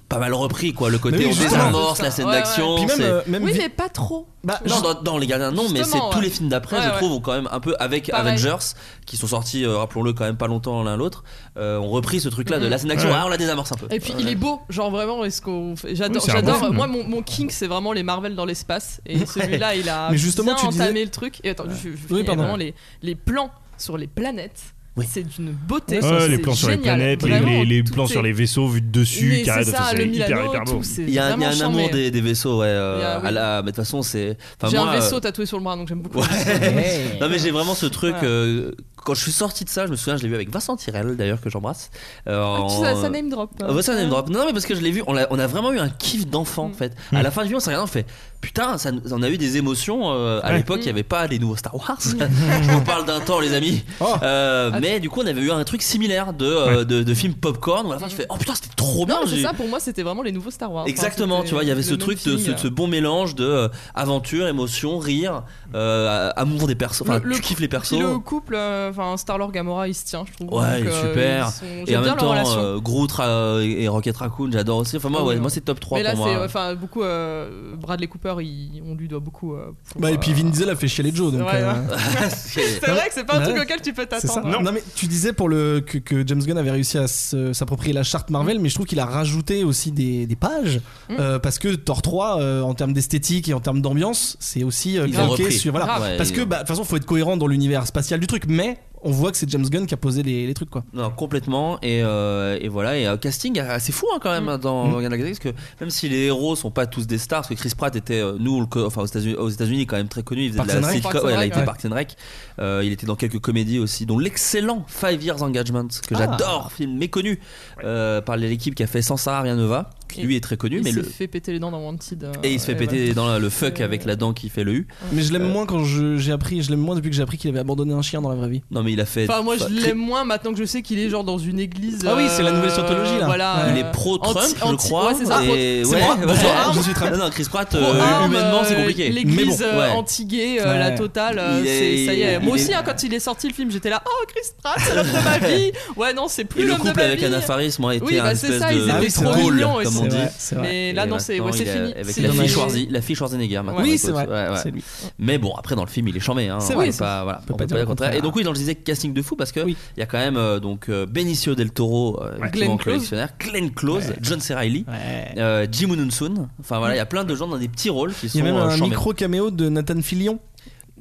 Speaker 1: pas mal repris quoi le côté
Speaker 4: Mais oui,
Speaker 1: on
Speaker 4: justement.
Speaker 1: désamorce la scène
Speaker 3: Ouais, ouais.
Speaker 1: d'action
Speaker 4: Puis même,
Speaker 1: c'est-
Speaker 4: euh, même
Speaker 3: Oui,
Speaker 4: vi-
Speaker 3: mais pas trop.
Speaker 4: bah,
Speaker 1: non,
Speaker 4: je-
Speaker 1: dans, dans les gardiens, non, mais c'est
Speaker 3: Justement,
Speaker 1: tous
Speaker 3: ouais.
Speaker 1: les films d'après,
Speaker 3: Ouais,
Speaker 1: je
Speaker 3: ouais.
Speaker 1: trouve, ont quand même un peu, avec
Speaker 3: Pareil.
Speaker 1: Avengers, qui sont sortis, euh, rappelons-le, quand même pas longtemps l'un l'autre, euh, ont repris ce truc-là de
Speaker 3: Mhm.
Speaker 1: la scène d'action.
Speaker 2: Ouais.
Speaker 1: Ah, on la désamorce un peu.
Speaker 3: Et puis
Speaker 1: Ouais.
Speaker 3: il est beau, genre vraiment. Est-ce qu'on fait- j'adore,
Speaker 2: Oui, c'est un
Speaker 3: j'adore.
Speaker 2: bon film.
Speaker 3: Moi, mon, mon king, c'est vraiment les Marvel dans l'espace. Et celui-là, il a
Speaker 4: Mais justement,
Speaker 3: bien
Speaker 4: tu
Speaker 3: entamé
Speaker 4: disais-
Speaker 3: le truc. Et attends, je, je- je
Speaker 4: Oui,
Speaker 3: finis.
Speaker 4: pardon.
Speaker 3: vraiment les, les plans sur les planètes.
Speaker 1: Oui.
Speaker 3: C'est d'une beauté.
Speaker 2: Ouais,
Speaker 3: ça, c'est
Speaker 2: les plans sur les
Speaker 3: génial.
Speaker 2: planètes, les-
Speaker 3: Vraiment,
Speaker 2: les, les
Speaker 3: tout
Speaker 2: plans
Speaker 3: est-
Speaker 2: sur les vaisseaux vus de dessus,
Speaker 3: Mais
Speaker 2: carré,
Speaker 3: c'est
Speaker 2: de-
Speaker 3: ça, le
Speaker 2: c'est hyper,
Speaker 3: Milano,
Speaker 2: hyper
Speaker 3: et
Speaker 2: beau.
Speaker 3: tout, c'est
Speaker 1: Il y a, un- il y a
Speaker 3: vraiment
Speaker 1: un
Speaker 3: charmé.
Speaker 1: amour des, des vaisseaux, ouais. euh,
Speaker 3: Il y a- oui.
Speaker 1: à la, mais de toute façon, c'est. enfin,
Speaker 3: J'ai
Speaker 1: moi,
Speaker 3: un
Speaker 1: euh,
Speaker 3: vaisseau tatoué sur le bras, donc j'aime beaucoup.
Speaker 1: Ouais.
Speaker 4: Hey.
Speaker 1: non mais j'ai vraiment ce truc.
Speaker 3: Voilà.
Speaker 1: euh, quand je suis sorti de ça, je me souviens, je l'ai vu avec Vincent Tirel d'ailleurs que j'embrasse. Euh,
Speaker 3: Ah, tu
Speaker 1: en-
Speaker 3: sais, ça, Mm. ça name drop.
Speaker 1: Ah, bah, ça, name drop. Non, mais parce que je l'ai vu, on a, on a vraiment eu un kiff d'enfant en fait. À la fin du film, on s'est regardé, on fait putain, ça, nous- on a eu des émotions. euh, à
Speaker 2: Ouais.
Speaker 1: l'époque, il n'y avait pas les nouveaux Star Wars. je vous parle d'un temps, les amis.
Speaker 4: Oh.
Speaker 1: Euh,
Speaker 3: Ah,
Speaker 1: mais du coup, on avait eu un truc similaire de, euh, de, de film popcorn. Où à la fin, je fais oh putain, c'était trop bien.
Speaker 3: Non, c'est
Speaker 1: j'ai-
Speaker 3: ça. Pour moi, c'était vraiment les nouveaux Star Wars. Enfin,
Speaker 1: Exactement,
Speaker 3: c'était
Speaker 1: tu vois, il y avait
Speaker 3: le
Speaker 1: ce
Speaker 3: même
Speaker 1: truc de
Speaker 3: feeling,
Speaker 1: ce,
Speaker 3: euh.
Speaker 1: ce bon mélange de euh, aventure, émotion, rire, euh, amour des persos. Enfin,
Speaker 3: Le- le
Speaker 1: tu kiffes les persos.
Speaker 3: Puis le couple, euh, enfin Star-Lord Gamora, il se tient, je trouve.
Speaker 1: Ouais,
Speaker 3: Donc,
Speaker 1: il est
Speaker 3: euh,
Speaker 1: super.
Speaker 3: ils sont-
Speaker 1: Et en
Speaker 3: J'aime bien
Speaker 1: même
Speaker 3: leur
Speaker 1: temps,
Speaker 3: relation.
Speaker 1: euh, Groot euh, et et Rocket Raccoon, j'adore aussi. Enfin, moi,
Speaker 3: Ah oui,
Speaker 1: ouais,
Speaker 3: non.
Speaker 1: moi c'est top 3
Speaker 3: Mais là,
Speaker 1: pour
Speaker 3: c'est
Speaker 1: moi.
Speaker 3: enfin beaucoup. euh, Bradley Cooper, il- on lui doit beaucoup. euh, pour,
Speaker 4: Bah, et puis
Speaker 3: euh,
Speaker 4: Vin Diesel a fait chialer Joe, donc.
Speaker 3: Ouais,
Speaker 4: euh,
Speaker 3: ouais.
Speaker 1: hein. C'est-
Speaker 3: C'est vrai que c'est pas un
Speaker 4: Ouais.
Speaker 3: truc auquel tu peux
Speaker 4: C'est ça.
Speaker 3: t'attendre.
Speaker 4: Non. mais tu disais pour le que, que James Gunn avait réussi à se- s'approprier la charte Marvel, mais je trouve qu'il a rajouté aussi des, des pages
Speaker 3: Mm.
Speaker 4: euh, parce que Thor 3, euh, en termes d'esthétique et en termes d'ambiance, c'est aussi euh,
Speaker 1: Ils ont
Speaker 4: calqué
Speaker 1: repris. Ah,
Speaker 4: sur voilà.
Speaker 3: Grave.
Speaker 1: Ouais,
Speaker 4: parce
Speaker 1: ils
Speaker 4: que
Speaker 1: ont-
Speaker 4: bah, de toute façon, faut être cohérent dans l'univers spatial du truc, mais on voit que c'est James Gunn qui a posé les, les trucs quoi.
Speaker 1: Non, complètement. Et, euh, et voilà, et un casting assez fou hein, quand même hein, dans Guardians of the Galaxy, parce que même si les héros sont pas tous des stars, parce que Chris Pratt était, euh, nous, on le co- enfin, aux États-Unis, aux États-Unis, quand même très connu, il faisait
Speaker 4: Parks
Speaker 1: de
Speaker 4: and
Speaker 1: la
Speaker 4: Rec.
Speaker 1: sitcom,
Speaker 3: Parks and
Speaker 1: ouais, il a
Speaker 3: Rec,
Speaker 1: été
Speaker 3: ouais.
Speaker 1: Parks and Rec. Euh, il était dans quelques comédies aussi, dont l'excellent Five Years Engagement, que
Speaker 4: Ah.
Speaker 1: j'adore, film méconnu euh, par l'équipe qui a fait Sans Sarah, rien ne va, qui
Speaker 3: Et-
Speaker 1: lui est très connu,
Speaker 3: Il
Speaker 1: mais
Speaker 3: s'est
Speaker 1: le.
Speaker 3: fait péter les dents dans Wanted. euh,
Speaker 1: Et il se fait péter
Speaker 3: voilà.
Speaker 1: dans la- le fuck avec la dent qui fait le U.
Speaker 4: Mais je l'aime moins quand je- j'ai appris, je l'aime moins depuis que j'ai appris qu'il avait abandonné un chien dans la vraie vie.
Speaker 1: Non mais il a fait.
Speaker 3: Euh, Enfin, moi je
Speaker 1: Enfin,
Speaker 3: l'aime moins maintenant que je sais qu'il est genre dans une église.
Speaker 4: Ah oui, c'est la nouvelle
Speaker 3: euh,
Speaker 4: scientologie, là.
Speaker 3: Voilà.
Speaker 1: Il
Speaker 3: euh,
Speaker 1: est pro-Trump,
Speaker 3: anti-
Speaker 1: je
Speaker 3: anti-
Speaker 1: crois.
Speaker 3: Ouais, c'est ça.
Speaker 1: et-
Speaker 4: C'est
Speaker 1: ouais,
Speaker 4: moi,
Speaker 1: ouais.
Speaker 4: bonsoir, je suis Trump.
Speaker 1: Non, non, Chris Pratt,
Speaker 3: pro-
Speaker 1: euh,
Speaker 3: pro-arme,
Speaker 1: humainement, c'est
Speaker 3: euh,
Speaker 1: compliqué.
Speaker 3: L'église
Speaker 4: Mais bon,
Speaker 3: euh,
Speaker 1: ouais.
Speaker 3: anti-gay, euh, la
Speaker 4: Ouais.
Speaker 3: totale, euh,
Speaker 1: Il
Speaker 3: c'est-
Speaker 1: est-
Speaker 3: ça y est.
Speaker 1: il
Speaker 3: Moi
Speaker 1: est-
Speaker 3: aussi, hein, quand il est sorti le film, j'étais là, oh Chris Pratt, c'est l'homme de ma vie. Ouais, non, c'est plus
Speaker 1: Et le
Speaker 3: l'homme de
Speaker 1: couple
Speaker 3: ma
Speaker 1: avec
Speaker 3: vie.
Speaker 1: Anna Faris, moi, était
Speaker 3: Oui, bah,
Speaker 1: un
Speaker 3: c'est
Speaker 1: espèce
Speaker 3: ça,
Speaker 1: de
Speaker 3: ils
Speaker 4: étaient
Speaker 1: de
Speaker 4: trop
Speaker 1: troll,
Speaker 3: mignons, et
Speaker 1: comme on
Speaker 3: c'est
Speaker 1: dit.
Speaker 4: vrai, c'est vrai.
Speaker 3: Mais là,
Speaker 1: Et
Speaker 3: non, c'est ouais,
Speaker 1: maintenant,
Speaker 3: c'est
Speaker 1: il est
Speaker 3: fini.
Speaker 1: Avec
Speaker 3: C'est
Speaker 1: la fille,
Speaker 3: dommage.
Speaker 1: Schwarzy- la fille Schwarzenegger. maintenant,
Speaker 3: Ouais.
Speaker 4: oui,
Speaker 1: écoute,
Speaker 4: c'est vrai.
Speaker 1: ouais, ouais.
Speaker 4: C'est lui.
Speaker 1: Mais bon, après, dans le film, il est charmé. Hein,
Speaker 4: C'est
Speaker 1: on
Speaker 4: vrai,
Speaker 1: peut
Speaker 4: c'est-
Speaker 1: pas, voilà,
Speaker 4: on peut
Speaker 1: on
Speaker 4: pas
Speaker 1: peut
Speaker 4: dire
Speaker 1: pas
Speaker 4: le
Speaker 1: le contraire.
Speaker 4: contraire.
Speaker 1: Et donc, oui, dans le disais, casting de fou parce que il
Speaker 4: Oui.
Speaker 1: y a quand même euh, donc euh, Benicio del Toro, euh, effectivement,
Speaker 3: Close.
Speaker 1: collectionneur, Glenn Close, John C. Reilly.
Speaker 4: Ouais.
Speaker 1: euh, Jim Moonson, enfin voilà, il y a plein de gens dans des petits rôles qui
Speaker 4: Il
Speaker 1: sont
Speaker 4: y a même
Speaker 1: euh,
Speaker 4: un
Speaker 1: charmés.
Speaker 4: micro caméo de Nathan Fillion.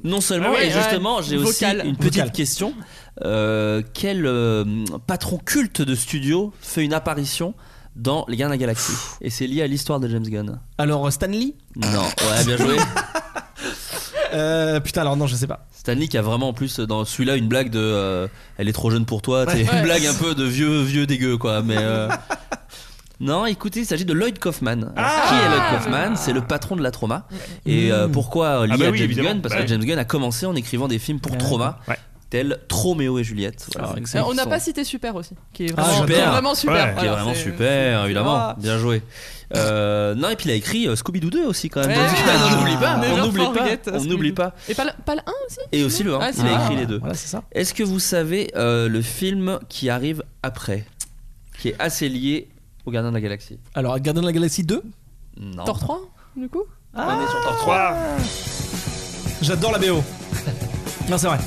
Speaker 1: Non seulement, et
Speaker 3: Ouais, ouais,
Speaker 1: justement, j'ai aussi
Speaker 3: vocal.
Speaker 1: une petite
Speaker 4: Vocal.
Speaker 1: question. Euh, quel euh, patron culte de studio fait une apparition dans Les Gardiens de la Galaxie Et c'est lié à l'histoire de James Gunn.
Speaker 4: Alors euh, Stanley
Speaker 1: Non, ouais, bien joué.
Speaker 4: euh, Putain, alors non, je sais pas.
Speaker 1: Stanley qui a vraiment en plus dans celui-là une blague de euh, elle est trop jeune pour toi, c'est
Speaker 3: Ouais.
Speaker 1: une blague un peu de vieux vieux dégueu quoi, mais euh, Non, écoutez, il s'agit de Lloyd Kaufman. Alors, qui est Lloyd Kaufman C'est le patron de la Trauma. Et euh, pourquoi euh, lié
Speaker 2: Ah bah
Speaker 1: à
Speaker 2: oui,
Speaker 1: James
Speaker 2: évidemment.
Speaker 1: Gunn Parce
Speaker 2: Bah
Speaker 1: que
Speaker 2: oui.
Speaker 1: James Gunn a commencé en écrivant des films pour
Speaker 4: Ouais.
Speaker 1: Trauma,
Speaker 2: Ouais.
Speaker 1: tels Troméo et Juliette. Voilà.
Speaker 4: Alors,
Speaker 3: Euh,
Speaker 4: excellent.
Speaker 3: On n'a
Speaker 1: Ils
Speaker 3: pas
Speaker 1: sont-
Speaker 3: cité Super aussi, qui est
Speaker 4: Ah,
Speaker 3: vraiment qui est
Speaker 4: super.
Speaker 3: vraiment super.
Speaker 2: Ouais.
Speaker 3: Voilà,
Speaker 1: qui est vraiment
Speaker 3: c'est-
Speaker 1: super,
Speaker 3: c'est-
Speaker 1: évidemment.
Speaker 3: Ah.
Speaker 1: Bien joué. Euh, non, et puis il a écrit euh, Scooby-Doo 2 aussi quand même.
Speaker 3: Ouais.
Speaker 1: Donc, on n'oublie pas,
Speaker 3: Never
Speaker 1: on n'oublie
Speaker 3: forget,
Speaker 1: pas, on
Speaker 3: Scooby-Doo.
Speaker 1: n'oublie pas.
Speaker 3: Et pas le, pas le 1 aussi
Speaker 1: Et aussi le 1,
Speaker 3: Ah, c'est
Speaker 1: il a
Speaker 3: vrai.
Speaker 1: écrit les deux.
Speaker 4: Voilà, c'est ça.
Speaker 1: Est-ce que vous savez euh, le film qui arrive après, qui est assez lié au Gardien de la Galaxie
Speaker 4: Alors, Gardien de la Galaxie 2
Speaker 1: Non.
Speaker 3: Thor 3 du coup
Speaker 1: On est sur Thor 3.
Speaker 2: Trois.
Speaker 4: J'adore la BO. non, c'est vrai.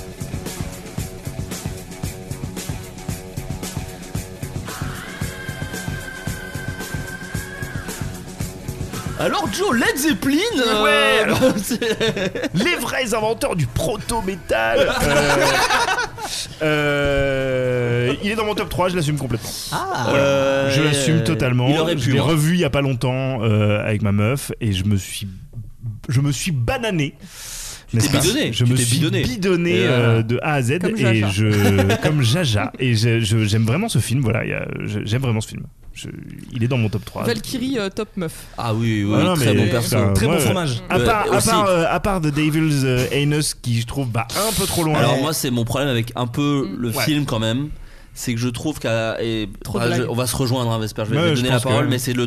Speaker 1: Alors Joe, Led Zeppelin euh,
Speaker 2: Ouais, alors-
Speaker 1: bah, c'est-
Speaker 2: Les vrais inventeurs du proto-métal Euh, euh, Il est dans mon top 3, je l'assume complètement.
Speaker 3: Ah,
Speaker 2: Ah.
Speaker 1: Euh,
Speaker 2: je l'assume totalement.
Speaker 1: Il aurait
Speaker 2: je
Speaker 1: pu.
Speaker 2: l'ai
Speaker 1: hein.
Speaker 2: revu il y a pas longtemps euh, avec ma meuf et je me suis je me suis banané. N'est-ce
Speaker 1: t'es
Speaker 2: pas
Speaker 1: bidonné,
Speaker 2: Je
Speaker 1: tu
Speaker 2: me
Speaker 1: t'es
Speaker 2: suis
Speaker 1: bidonné.
Speaker 2: bidonné,
Speaker 1: Et voilà.
Speaker 2: euh, de A à Z
Speaker 3: Comme
Speaker 2: et
Speaker 3: Jaja.
Speaker 2: je comme Jaja et je- je- j'aime vraiment ce film. Voilà, il y a- je- j'aime vraiment ce film. Je- il est dans mon top 3.
Speaker 3: Valkyrie euh, top meuf.
Speaker 1: Ah oui, oui,
Speaker 2: Ah non,
Speaker 1: très
Speaker 2: mais-
Speaker 1: bon perso.
Speaker 2: Putain,
Speaker 4: Très
Speaker 2: moi,
Speaker 4: bon
Speaker 2: euh,
Speaker 4: fromage.
Speaker 2: À
Speaker 1: Ouais,
Speaker 2: part, à
Speaker 1: aussi.
Speaker 2: part, euh, à part The Devil's euh, Anus qui je trouve bah, un peu trop loin.
Speaker 1: Alors moi c'est mon problème avec un peu
Speaker 3: Mm.
Speaker 1: le
Speaker 2: Ouais.
Speaker 1: film quand même, c'est que je trouve qu'à et-
Speaker 3: Trop de
Speaker 1: bah, je-
Speaker 3: blagues.
Speaker 1: on va se rejoindre hein, Vesper, je vais
Speaker 2: Ouais,
Speaker 1: te
Speaker 2: je
Speaker 1: donner la
Speaker 2: pense que-
Speaker 1: parole mais c'est le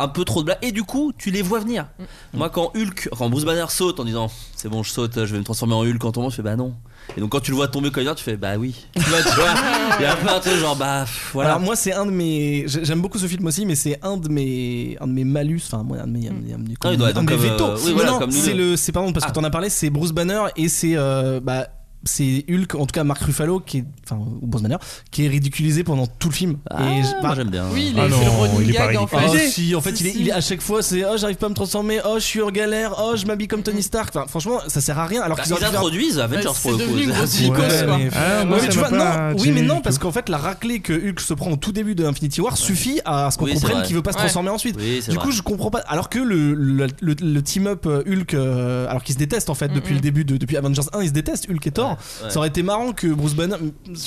Speaker 1: un peu trop de blagues et du coup tu les vois venir.
Speaker 3: Mm.
Speaker 1: Moi quand Hulk, quand Bruce Banner saute en disant c'est bon je saute, je vais me transformer en Hulk quand on tombe, je fais bah non. Et donc quand tu le vois tomber comme ça tu fais bah oui. Tu vois, tu vois, il y a un peu un truc genre bah pff, voilà.
Speaker 4: Alors moi c'est un de mes j'ai- j'aime beaucoup ce film aussi mais c'est un de mes un de mes malus enfin moi un de mes un de mes- un de mes-
Speaker 1: Ah, il doit être
Speaker 4: un de mes
Speaker 1: comme, euh,
Speaker 4: vétos.
Speaker 1: oui,
Speaker 4: Mais
Speaker 1: voilà,
Speaker 4: non,
Speaker 1: comme Ah. nous
Speaker 4: c'est
Speaker 1: deux.
Speaker 4: le c'est pardon parce que t'en as parlé c'est Bruce Banner et c'est euh, bah c'est Hulk en tout cas Mark Ruffalo qui est enfin ou Bruce Banner qui est ridiculisé pendant tout le film
Speaker 1: Ah,
Speaker 4: et je-
Speaker 1: moi
Speaker 4: bah,
Speaker 1: j'aime bien.
Speaker 3: Oui, il est,
Speaker 2: Ah
Speaker 3: c'est le
Speaker 2: non,
Speaker 3: running
Speaker 2: il est pas
Speaker 3: gag en
Speaker 4: Ah,
Speaker 3: fait.
Speaker 2: ridicule.
Speaker 4: si, en fait,
Speaker 3: Si,
Speaker 4: il, est,
Speaker 3: si.
Speaker 4: il est à chaque fois, c'est oh, j'arrive pas à me transformer, oh, je suis en galère, oh, je m'habille comme Tony Stark. Enfin, franchement, ça sert à rien. Alors
Speaker 1: Bah,
Speaker 4: qu'ils
Speaker 1: ils
Speaker 4: auraient pu faire-
Speaker 1: introduisent Avengers
Speaker 3: Ouais,
Speaker 1: pour le
Speaker 3: c'est devenu une
Speaker 1: coup.
Speaker 3: grosse
Speaker 1: C'est-
Speaker 3: icône,
Speaker 4: Ouais,
Speaker 3: quoi.
Speaker 4: mais-
Speaker 2: Ah, moi,
Speaker 4: Ouais,
Speaker 2: ça
Speaker 4: mais tu
Speaker 2: m'a
Speaker 4: vois,
Speaker 2: pas
Speaker 4: non, oui, mais
Speaker 2: gêné
Speaker 4: non,
Speaker 2: du
Speaker 4: parce
Speaker 2: tout.
Speaker 4: qu'en fait, la raclée que Hulk se prend au tout début de Infinity War suffit à ce qu'on
Speaker 1: Oui, c'est
Speaker 4: comprenne
Speaker 1: vrai.
Speaker 4: qu'il veut pas se
Speaker 3: Ouais.
Speaker 4: transformer ensuite.
Speaker 1: Oui, c'est
Speaker 4: du
Speaker 1: vrai.
Speaker 4: coup, je comprends pas. Alors que le, le, le- le team-up euh, Hulk, euh, alors qu'ils se détestent en fait depuis
Speaker 3: Mm,
Speaker 4: le début, de, depuis Avengers 1, ils se détestent, Hulk et Thor.
Speaker 1: ouais.
Speaker 4: Ça aurait été marrant que Bruce Banner.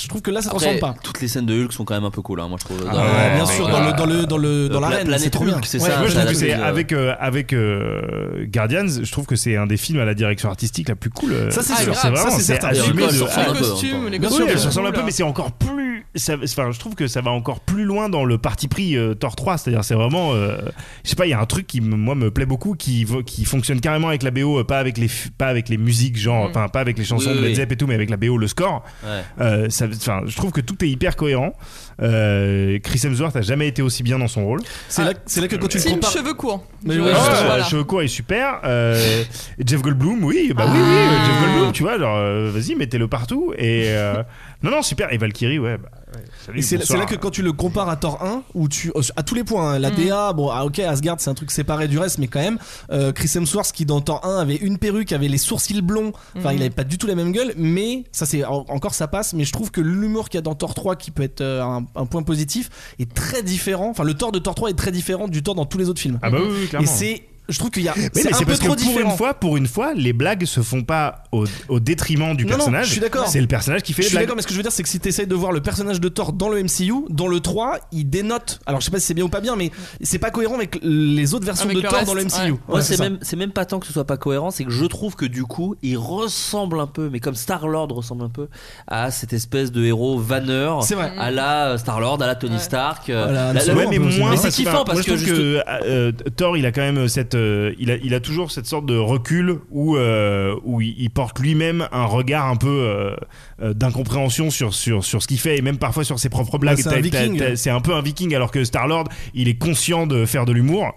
Speaker 4: Je trouve que là, ça se
Speaker 1: Après,
Speaker 4: ressemble pas.
Speaker 1: Toutes les scènes de Hulk sont quand même un peu cool hein, moi je trouve.
Speaker 4: Ah,
Speaker 1: Dans-
Speaker 2: ouais,
Speaker 4: bien
Speaker 2: ouais,
Speaker 4: sûr,
Speaker 2: ouais.
Speaker 4: dans le dans le dans le
Speaker 1: Euh,
Speaker 4: dans
Speaker 1: Pla-
Speaker 4: l'arène,
Speaker 1: Planète
Speaker 4: c'est trop bien.
Speaker 1: Hulk, c'est
Speaker 4: Ouais,
Speaker 1: ça,
Speaker 2: Moi, je
Speaker 1: ça,
Speaker 2: trouve
Speaker 1: la-
Speaker 2: que c'est
Speaker 1: euh,
Speaker 2: avec euh, avec euh, Guardians, je trouve que c'est un des films à la direction artistique la plus cool. euh,
Speaker 4: Ça, c'est
Speaker 2: sur-
Speaker 3: sûr.
Speaker 2: c'est
Speaker 4: Ça,
Speaker 2: vraiment
Speaker 4: c'est
Speaker 2: c'est
Speaker 4: certain.
Speaker 1: Et
Speaker 2: assumé
Speaker 1: encore, ils
Speaker 2: de-
Speaker 1: se
Speaker 3: Les
Speaker 1: ressemblent un peu,
Speaker 3: costumes, les
Speaker 4: Ah,
Speaker 2: Oui,
Speaker 4: Bien
Speaker 3: costumes.
Speaker 2: elle
Speaker 4: sûr.
Speaker 2: se ressemble un peu,
Speaker 3: Oula.
Speaker 2: mais c'est encore plus. ça- Enfin, je trouve que ça va encore plus loin dans le parti pris euh, Thor 3. C'est-à-dire, c'est vraiment. euh, je sais pas, il y a un truc qui, me- moi, me plaît beaucoup, qui, vo- qui fonctionne carrément avec la BO, euh, pas avec les, f- pas avec les musiques,
Speaker 4: Mm.
Speaker 2: genre, enfin, pas avec les chansons
Speaker 1: Oui,
Speaker 2: de
Speaker 1: oui,
Speaker 2: Led
Speaker 1: oui.
Speaker 2: Zepp et tout, mais avec la BO, le score.
Speaker 1: Ouais.
Speaker 2: Euh, ça- Enfin, je trouve que tout est hyper cohérent. Euh, Chris Hemsworth a jamais été aussi bien dans son rôle.
Speaker 4: C'est là c'est là que quand tu le
Speaker 3: Team
Speaker 4: compares.
Speaker 3: cheveux courts.
Speaker 4: Mais
Speaker 3: Je-
Speaker 4: ouais,
Speaker 2: Ouais,
Speaker 4: ouais,
Speaker 2: euh,
Speaker 3: voilà.
Speaker 2: Cheveux est super. Euh, Jeff Goldblum, oui, bah oui, oui, euh, Jeff Goldblum, tu vois, genre, euh, vas-y, mettez-le partout. Et euh, non, non, super. Et Valkyrie, ouais. bah, ouais, salut,
Speaker 4: Et c'est là, c'est
Speaker 2: bonsoir.
Speaker 4: là que quand tu le compares à Thor 1, où tu à tous les points, hein, la DA, bon, ah, ok, Asgard, c'est un truc séparé du reste, mais quand même, euh, Chris Hemsworth qui dans Thor 1 avait une perruque, avait les sourcils blonds, enfin, il avait pas du tout la même gueule, mais ça c'est en- encore ça passe, mais je trouve que l'humour qu'il y a dans Thor 3, qui peut être euh, un, un point positif, est très différent. Enfin, le Thor de Thor 3 est très différent du Thor dans tous les autres films.
Speaker 2: Ah bah oui, oui,
Speaker 4: Et
Speaker 2: clairement.
Speaker 4: c'est, je trouve qu'il y a,
Speaker 2: Mais, mais
Speaker 4: c'est un
Speaker 2: c'est
Speaker 4: peu
Speaker 2: parce que
Speaker 4: trop
Speaker 2: pour
Speaker 4: différent.
Speaker 2: une fois, pour une fois, les blagues se font pas au, au détriment du
Speaker 4: Non, non,
Speaker 2: personnage.
Speaker 4: je suis d'accord.
Speaker 2: C'est le personnage qui fait
Speaker 4: Je
Speaker 2: les
Speaker 4: suis
Speaker 2: blagues.
Speaker 4: d'accord, mais ce que je veux dire, c'est que si tu de voir le personnage de Thor dans le MCU, dans le 3, il dénote. Alors, je sais pas si c'est bien ou pas bien, mais c'est pas cohérent avec les autres versions
Speaker 3: Avec
Speaker 4: de
Speaker 3: le
Speaker 4: Thor
Speaker 3: reste,
Speaker 4: dans le MCU.
Speaker 3: ouais.
Speaker 4: Ouais,
Speaker 1: Moi, c'est
Speaker 4: ça.
Speaker 1: même, c'est même pas tant que ce soit pas cohérent, c'est que je trouve que du coup, il ressemble un peu, mais comme Star-Lord ressemble un peu à cette espèce de héros vanneur,
Speaker 4: C'est vrai.
Speaker 1: à la euh, Star-Lord, à la Tony
Speaker 3: Ouais.
Speaker 1: Stark. euh,
Speaker 4: Voilà,
Speaker 1: la-
Speaker 4: c'est
Speaker 1: la-
Speaker 4: vrai,
Speaker 2: Ouais, mais
Speaker 4: mais
Speaker 2: moins.
Speaker 1: mais c'est
Speaker 2: enfin,
Speaker 1: kiffant parce
Speaker 2: moi, je
Speaker 1: que,
Speaker 2: trouve
Speaker 1: juste-
Speaker 2: euh, euh, Thor, il a quand même cette, euh, il a, il a toujours cette sorte de recul où euh, où il, il porte lui-même un regard un peu euh, euh, d'incompréhension sur sur sur ce qu'il fait et même parfois sur ses propres blagues.
Speaker 4: Bah, c'est un
Speaker 2: T'as-
Speaker 4: viking.
Speaker 2: t'as- t'as- C'est un peu un Viking alors que Star Lord, il est conscient de faire de l'humour.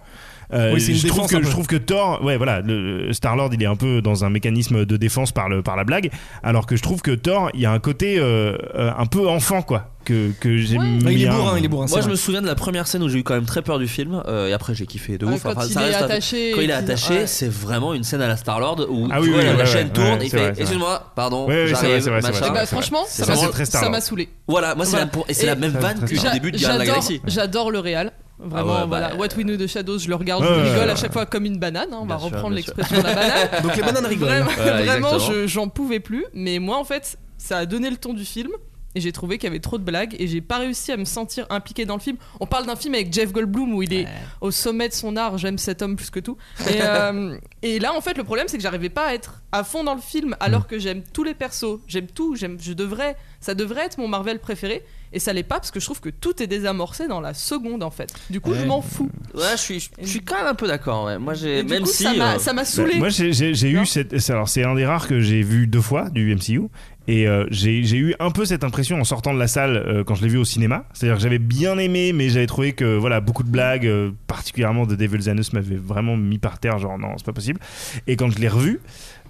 Speaker 2: Euh,
Speaker 4: Oui, c'est une
Speaker 2: je trouve
Speaker 4: défense
Speaker 2: que
Speaker 4: un peu.
Speaker 2: je trouve que Thor, ouais voilà, le Star Lord, il est un peu dans un mécanisme de défense par le par la blague, alors que je trouve que Thor, il y a un côté euh, euh, un peu enfant quoi que que j'aime
Speaker 4: Ouais, Bah, il est
Speaker 2: bien.
Speaker 4: bourrin, il est bourrin. c'est
Speaker 1: Moi, je
Speaker 4: vrai.
Speaker 1: me souviens de la première scène où j'ai eu quand même très peur du film, euh, et après j'ai kiffé de
Speaker 3: Ouais,
Speaker 1: ouf.
Speaker 3: quand
Speaker 1: Enfin,
Speaker 3: il
Speaker 1: ça
Speaker 3: est
Speaker 1: reste un-
Speaker 3: attaché
Speaker 1: Quand
Speaker 3: et
Speaker 1: il est
Speaker 3: qu'il-
Speaker 1: attaché,
Speaker 3: ouais.
Speaker 1: c'est vraiment une scène à la Star-Lord où
Speaker 2: Ah
Speaker 1: tu
Speaker 2: oui,
Speaker 1: vois,
Speaker 2: oui,
Speaker 1: la,
Speaker 2: ouais,
Speaker 1: la
Speaker 2: ouais,
Speaker 1: chaîne
Speaker 2: ouais,
Speaker 1: tourne et
Speaker 2: c'est
Speaker 1: il fait
Speaker 2: vrai, c'est vrai.
Speaker 1: Excuse-moi, pardon,
Speaker 2: Ouais, ouais, c'est vrai,
Speaker 1: j'arrive,
Speaker 2: c'est vrai,
Speaker 1: machin.
Speaker 2: c'est vrai,
Speaker 3: Et
Speaker 2: c'est
Speaker 3: bah
Speaker 2: vrai.
Speaker 3: franchement,
Speaker 1: C'est
Speaker 3: ça m'a-
Speaker 1: vraiment
Speaker 2: très
Speaker 3: ça
Speaker 2: Star-Lord.
Speaker 3: m'a saoulé.
Speaker 1: Voilà, moi, c'est
Speaker 3: Voilà.
Speaker 1: la- pour- et c'est
Speaker 3: Et
Speaker 1: la même
Speaker 2: ça,
Speaker 1: vanne
Speaker 2: ça,
Speaker 1: que j'ai
Speaker 2: ça.
Speaker 1: au début de Guardians de la
Speaker 3: J'adore-
Speaker 1: Galaxie.
Speaker 3: J'adore le réal. Vraiment,
Speaker 1: Ah ouais, bah,
Speaker 3: voilà.
Speaker 1: euh,
Speaker 3: What We Know de Shadows, je le regarde,
Speaker 2: Ouais,
Speaker 3: je
Speaker 2: ouais,
Speaker 3: rigole
Speaker 2: ouais.
Speaker 3: à chaque fois comme une banane. hein, on va
Speaker 1: Bien sûr,
Speaker 3: reprendre
Speaker 1: bien sûr.
Speaker 3: l'expression de la banane.
Speaker 4: Donc, les bananes rigolent.
Speaker 3: Vraiment,
Speaker 1: Voilà,
Speaker 3: vraiment,
Speaker 1: exactement.
Speaker 3: je- j'en pouvais plus. Mais moi, en fait, ça a donné le ton du film. Et j'ai trouvé qu'il y avait trop de blagues et j'ai pas réussi à me sentir impliqué dans le film. On parle d'un film avec Jeff Goldblum où il est au sommet de son art, j'aime cet homme plus que tout. Et, euh, et là, en fait, le problème, c'est que j'arrivais pas à être à fond dans le film
Speaker 1: Mm.
Speaker 3: alors que j'aime tous les persos, j'aime tout, j'aime, je devrais, ça devrait être mon Marvel préféré. Et ça l'est pas parce que je trouve que tout est désamorcé dans la seconde, en fait. Du coup, je m'en fous.
Speaker 1: Ouais, je suis, je suis quand même un peu d'accord. Ouais. Moi,
Speaker 3: Et
Speaker 1: j'ai
Speaker 3: du
Speaker 1: même
Speaker 3: coup,
Speaker 1: si
Speaker 3: ça m'a,
Speaker 1: euh,
Speaker 3: ça m'a
Speaker 2: Bah,
Speaker 3: saoulé.
Speaker 2: Moi, j'ai- j'ai j'ai
Speaker 3: Non
Speaker 2: eu cette. c'est- Alors, c'est un des rares que j'ai vu deux fois du MCU. Et euh, j'ai j'ai eu un peu cette impression en sortant de la salle euh, quand je l'ai vu au cinéma. C'est-à-dire que j'avais bien aimé, mais j'avais trouvé que voilà beaucoup de blagues, euh, particulièrement de Devil's Anus, m'avaient vraiment mis par terre. Genre non, c'est pas possible. Et quand je l'ai revu,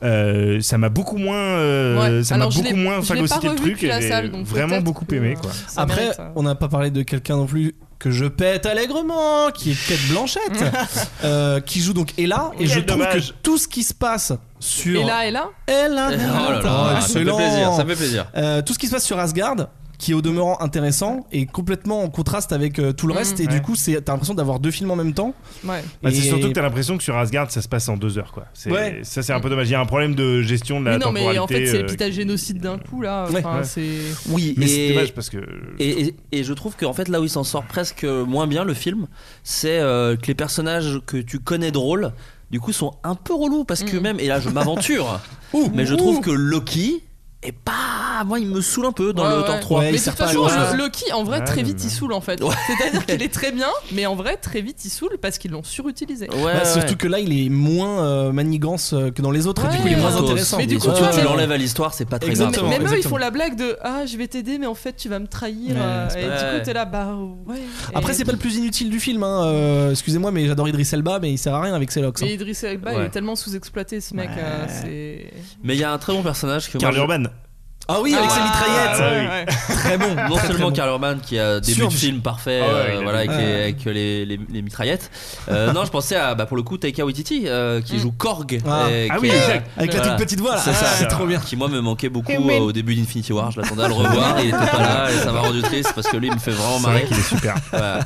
Speaker 2: euh, ça m'a beaucoup moins, euh,
Speaker 3: Ouais.
Speaker 2: ça m'a
Speaker 3: Alors, je
Speaker 2: beaucoup
Speaker 3: l'ai-
Speaker 2: moins
Speaker 3: je l'ai
Speaker 2: phagocyté
Speaker 3: pas
Speaker 2: le
Speaker 3: revu
Speaker 2: truc.
Speaker 3: depuis la
Speaker 2: J'ai
Speaker 3: salle, donc
Speaker 2: vraiment
Speaker 3: peut-être
Speaker 2: beaucoup
Speaker 3: que,
Speaker 2: aimé
Speaker 3: euh,
Speaker 2: quoi.
Speaker 3: ça
Speaker 4: Après,
Speaker 3: mérite, ça.
Speaker 4: on n'a pas parlé de quelqu'un non plus que je pète allègrement, qui est Kate Blanchette, euh, qui joue donc Ella. Et
Speaker 2: Quel
Speaker 4: je trouve
Speaker 2: dommage.
Speaker 4: que tout ce qui se passe sur
Speaker 3: Et là, et là
Speaker 4: Ella,
Speaker 1: Oh là là, ça me fait
Speaker 4: Ah, excellent.
Speaker 1: plaisir, ça me fait plaisir.
Speaker 4: Euh, tout ce qui se passe sur Asgard qui est au demeurant intéressant et complètement en contraste avec euh, tout le
Speaker 1: Mm.
Speaker 3: Mhm.
Speaker 4: reste et
Speaker 2: Ouais.
Speaker 4: du coup c'est t'as l'impression d'avoir deux films en même temps
Speaker 3: Ouais.
Speaker 2: Bah, C'est
Speaker 4: Et-
Speaker 2: surtout que t'as l'impression que sur Asgard ça se passe en deux heures quoi. C'est-
Speaker 4: Ouais.
Speaker 2: Ça c'est un peu dommage. Il y a un problème de gestion de la
Speaker 3: Mais non,
Speaker 2: temporalité.
Speaker 3: mais en fait, c'est
Speaker 2: euh,
Speaker 3: le putain génocide d'un coup là.
Speaker 4: Ouais.
Speaker 3: Enfin,
Speaker 2: Ouais.
Speaker 3: c'est.
Speaker 1: Oui,
Speaker 2: Mais c'est
Speaker 1: et,
Speaker 2: dommage parce que.
Speaker 1: et, et- et je trouve que en fait là où il s'en sort presque moins bien le film, c'est euh, que les personnages que tu connais drôles, du coup, sont un peu relous parce que
Speaker 3: Mm.
Speaker 1: même et là je m'aventure,
Speaker 4: Ouh,
Speaker 1: mais je
Speaker 4: ouh.
Speaker 1: trouve que Loki est pas, moi il me saoule un peu dans
Speaker 3: Ouais,
Speaker 1: le
Speaker 3: ouais.
Speaker 1: Thor 3.
Speaker 4: Ouais, il
Speaker 3: mais de
Speaker 4: sert
Speaker 3: toute
Speaker 4: pas à
Speaker 3: façon,
Speaker 1: grand-chose.
Speaker 3: le- Loki, en vrai,
Speaker 2: Ouais,
Speaker 3: très
Speaker 2: mais
Speaker 3: vite, il saoule en fait.
Speaker 1: Ouais.
Speaker 3: C'est-à-dire qu'il est très bien, mais en vrai, très vite, il saoule parce qu'ils l'ont surutilisé.
Speaker 1: Ouais,
Speaker 4: Bah,
Speaker 1: ouais. Ah
Speaker 4: surtout que là il est moins euh, manigance euh, que dans les autres et du
Speaker 3: Ouais.
Speaker 4: coup il est moins
Speaker 3: Cause.
Speaker 4: intéressant
Speaker 3: Mais du
Speaker 1: Et
Speaker 3: coup,
Speaker 1: surtout,
Speaker 3: tu vois,
Speaker 1: tu
Speaker 3: mais-
Speaker 1: l'enlèves à l'histoire, c'est pas très grave.
Speaker 4: Exactement.
Speaker 3: Même eux, ils font la blague de Ah, je vais t'aider, mais en fait, tu vas me trahir.
Speaker 4: Ouais,
Speaker 3: euh,
Speaker 4: c'est
Speaker 3: et
Speaker 1: pas-
Speaker 3: du coup, t'es là, bah ouais.
Speaker 4: après
Speaker 3: Et-
Speaker 4: c'est pas le plus inutile du film hein, euh, excusez-moi mais j'adore Idris Elba mais il sert à rien avec ses locks hein.
Speaker 3: Mais Idris Elba, il
Speaker 1: Ouais.
Speaker 3: est tellement sous-exploité, ce mec. euh, c'est.
Speaker 1: Mais il y a un très bon personnage que moi,
Speaker 2: Carl
Speaker 1: je-
Speaker 2: Urban.
Speaker 4: ah oui avec ses
Speaker 3: Ah,
Speaker 4: mitraillettes
Speaker 2: ouais.
Speaker 3: ouais.
Speaker 4: très bon
Speaker 1: non
Speaker 4: très, très
Speaker 1: seulement
Speaker 4: bon.
Speaker 1: Karl Urban qui a des buts
Speaker 4: Surge.
Speaker 1: de film parfaits
Speaker 2: Ah ouais,
Speaker 1: euh,
Speaker 2: il a
Speaker 1: voilà, avec,
Speaker 4: des-
Speaker 1: les, avec les, les- les mitraillettes Euh, non je pensais à bah, pour le coup Taika Waititi euh, qui
Speaker 3: Mm.
Speaker 1: joue Korg
Speaker 4: Ah.
Speaker 1: et
Speaker 2: Ah
Speaker 1: qui,
Speaker 2: oui,
Speaker 1: euh,
Speaker 2: exact.
Speaker 4: avec la
Speaker 1: Voilà.
Speaker 4: toute petite voix là Ah,
Speaker 1: C'est ça.
Speaker 2: Ah,
Speaker 4: c'est trop bien
Speaker 1: qui moi me manquait beaucoup euh, au début d'Infinity War je l'attendais à le revoir il était pas là et ça m'a rendu triste parce que lui il me fait vraiment
Speaker 2: C'est vrai
Speaker 1: marrer
Speaker 2: qu'il est super.
Speaker 1: Voilà.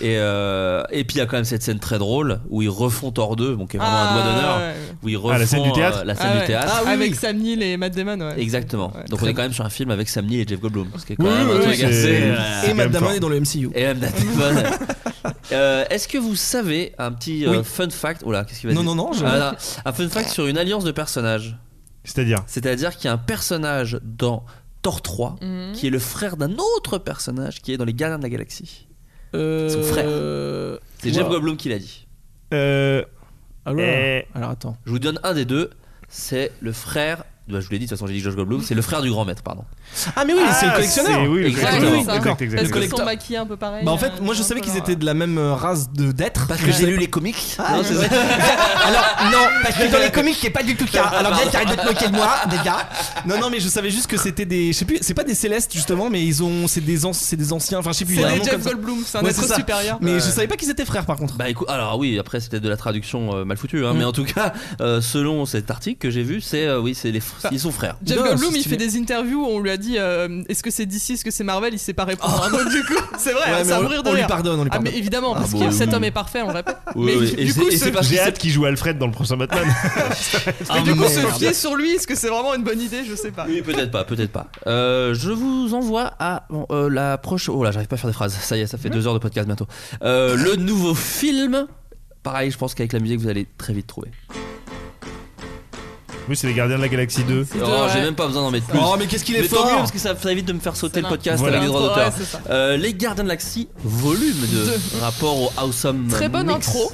Speaker 1: et, euh, et puis il y a quand même cette scène très drôle où ils refont Thor 2 bon, qui est vraiment un doigt d'honneur
Speaker 3: Ah, ouais.
Speaker 1: où ils refont
Speaker 2: Ah, la scène du théâtre
Speaker 1: euh, la scène
Speaker 3: Ah,
Speaker 1: du
Speaker 3: ouais.
Speaker 1: théâtre.
Speaker 3: Ah,
Speaker 4: oui,
Speaker 3: Avec
Speaker 4: oui.
Speaker 3: Sam Neill et Matt Damon, ouais.
Speaker 1: Exactement.
Speaker 3: Ouais.
Speaker 1: Donc on est quand même sur un film avec Sam Neill et Jeff Goldblum, ce qui est quand
Speaker 2: Oui,
Speaker 1: même un
Speaker 2: oui,
Speaker 1: truc
Speaker 2: c'est-
Speaker 1: assez. euh,
Speaker 2: c'est-
Speaker 4: et
Speaker 2: quand même
Speaker 4: Matt Damon
Speaker 2: fort.
Speaker 4: est dans le MCU
Speaker 1: Et même Damon. Euh, Est-ce que vous savez un petit euh,
Speaker 4: Oui.
Speaker 1: fun fact Oula, qu'est-ce qu'il va
Speaker 4: non
Speaker 1: dire
Speaker 4: non non je-
Speaker 1: Ah, là, un fun fact sur une alliance de personnages.
Speaker 2: C'est-à-dire.
Speaker 1: C'est-à-dire qu'il y a un personnage dans Thor 3
Speaker 3: Mhm.
Speaker 1: qui est le frère d'un autre personnage qui est dans Les Gardiens de la Galaxie.
Speaker 4: Euh,
Speaker 1: Son frère.
Speaker 4: euh,
Speaker 1: C'est Jeff Goldblum qui l'a dit.
Speaker 2: Euh,
Speaker 4: Ah ouais.
Speaker 2: Eh.
Speaker 4: Alors attends.
Speaker 1: Je vous donne un des deux. C'est le frère. bah, je vous l'ai dit, de toute façon, j'ai dit Josh Goldblum. C'est le frère du grand maître, pardon.
Speaker 4: Ah mais oui, c'est le
Speaker 2: c'est-
Speaker 4: collectionneur.
Speaker 2: Oui, le
Speaker 1: Exactement.
Speaker 2: collectionneur.
Speaker 3: Oui, oui,
Speaker 2: Exact,
Speaker 3: d'accord.
Speaker 2: exact,
Speaker 3: Parce
Speaker 4: Le
Speaker 2: exact.
Speaker 3: qu'ils sont
Speaker 4: collecteur.
Speaker 3: maquillés un peu pareil.
Speaker 4: Bah en fait, moi je savais qu'ils étaient de la même euh, race de d'êtres.
Speaker 1: Parce
Speaker 4: Mais
Speaker 1: que
Speaker 4: je
Speaker 1: j'ai
Speaker 4: savais
Speaker 1: lu les comics.
Speaker 4: Ah,
Speaker 1: Non,
Speaker 4: je
Speaker 1: c'est-
Speaker 4: sais. Alors non, parce que dans les comics c'est pas du tout le cas. Alors déjà t'arrêtes de te moquer de moi, déjà. Non non mais je savais juste que c'était des, je sais plus, c'est pas des célestes justement, mais ils ont, c'est des, an- c'est des anciens, enfin je sais plus.
Speaker 3: C'est
Speaker 4: il y a un
Speaker 3: les
Speaker 4: nom
Speaker 3: Jeff
Speaker 4: comme ça.
Speaker 3: Goldblum, c'est un
Speaker 4: Ouais, c'est
Speaker 3: être
Speaker 4: ça.
Speaker 3: supérieur.
Speaker 4: Mais je savais pas qu'ils étaient frères par contre.
Speaker 1: Bah écoute, alors oui, après c'est peut-être de la traduction euh, mal foutue, hein, mais en tout cas, euh, selon cet article que j'ai vu, c'est euh, oui, c'est les fr- ils sont frères.
Speaker 3: Jeff
Speaker 4: Non,
Speaker 3: Goldblum,
Speaker 4: c'est
Speaker 3: il
Speaker 4: stylé.
Speaker 3: fait des interviews où on lui a dit euh, est-ce que c'est DC, est-ce que c'est Marvel Il sait pas répondre. hein, donc, du coup, c'est vrai,
Speaker 4: Ouais,
Speaker 3: hein,
Speaker 4: mais
Speaker 3: c'est à
Speaker 4: on,
Speaker 3: mourir de
Speaker 4: on lui
Speaker 3: rire.
Speaker 4: pardonne, on lui
Speaker 3: Ah,
Speaker 4: pardonne.
Speaker 3: mais évidemment, parce
Speaker 1: bon,
Speaker 3: que cet
Speaker 1: oui.
Speaker 3: homme est parfait, on répète.
Speaker 1: Oui,
Speaker 3: mais
Speaker 1: oui,
Speaker 3: du
Speaker 1: et
Speaker 3: coup,
Speaker 1: c'est- et
Speaker 3: ce-
Speaker 1: c'est parce
Speaker 2: J'ai
Speaker 1: que
Speaker 2: hâte qu'il joue Alfred dans le prochain Batman.
Speaker 1: Ah,
Speaker 3: mais du coup, se
Speaker 4: merde.
Speaker 3: fier sur lui, est-ce que c'est vraiment une bonne idée Je sais pas.
Speaker 1: Oui, peut-être pas, peut-être pas. Euh, je vous envoie à bon, euh, la prochaine. Oh là, j'arrive pas à faire des phrases. Ça y est, ça fait deux heures de podcast bientôt. Euh, le nouveau film. Pareil, je pense qu'avec la musique, vous allez très vite trouver.
Speaker 2: Oui, c'est les Gardiens de la Galaxie 2.
Speaker 3: C'est
Speaker 1: Oh,
Speaker 3: de-
Speaker 1: j'ai
Speaker 3: ouais.
Speaker 1: même pas besoin d'en mettre plus.
Speaker 4: Oh mais qu'est-ce qu'il est
Speaker 1: mais tant mieux,
Speaker 4: fort
Speaker 1: parce que ça, ça évite de me faire sauter
Speaker 3: C'est
Speaker 1: le
Speaker 3: l'intro.
Speaker 1: podcast
Speaker 2: Voilà.
Speaker 1: avec les droits
Speaker 3: L'intro,
Speaker 1: d'auteur.
Speaker 3: ouais, c'est ça.
Speaker 1: Euh, les Gardiens de la Galaxie, volume 2, rapport au Awesome.
Speaker 3: Très bonne
Speaker 1: Mix.
Speaker 3: intro.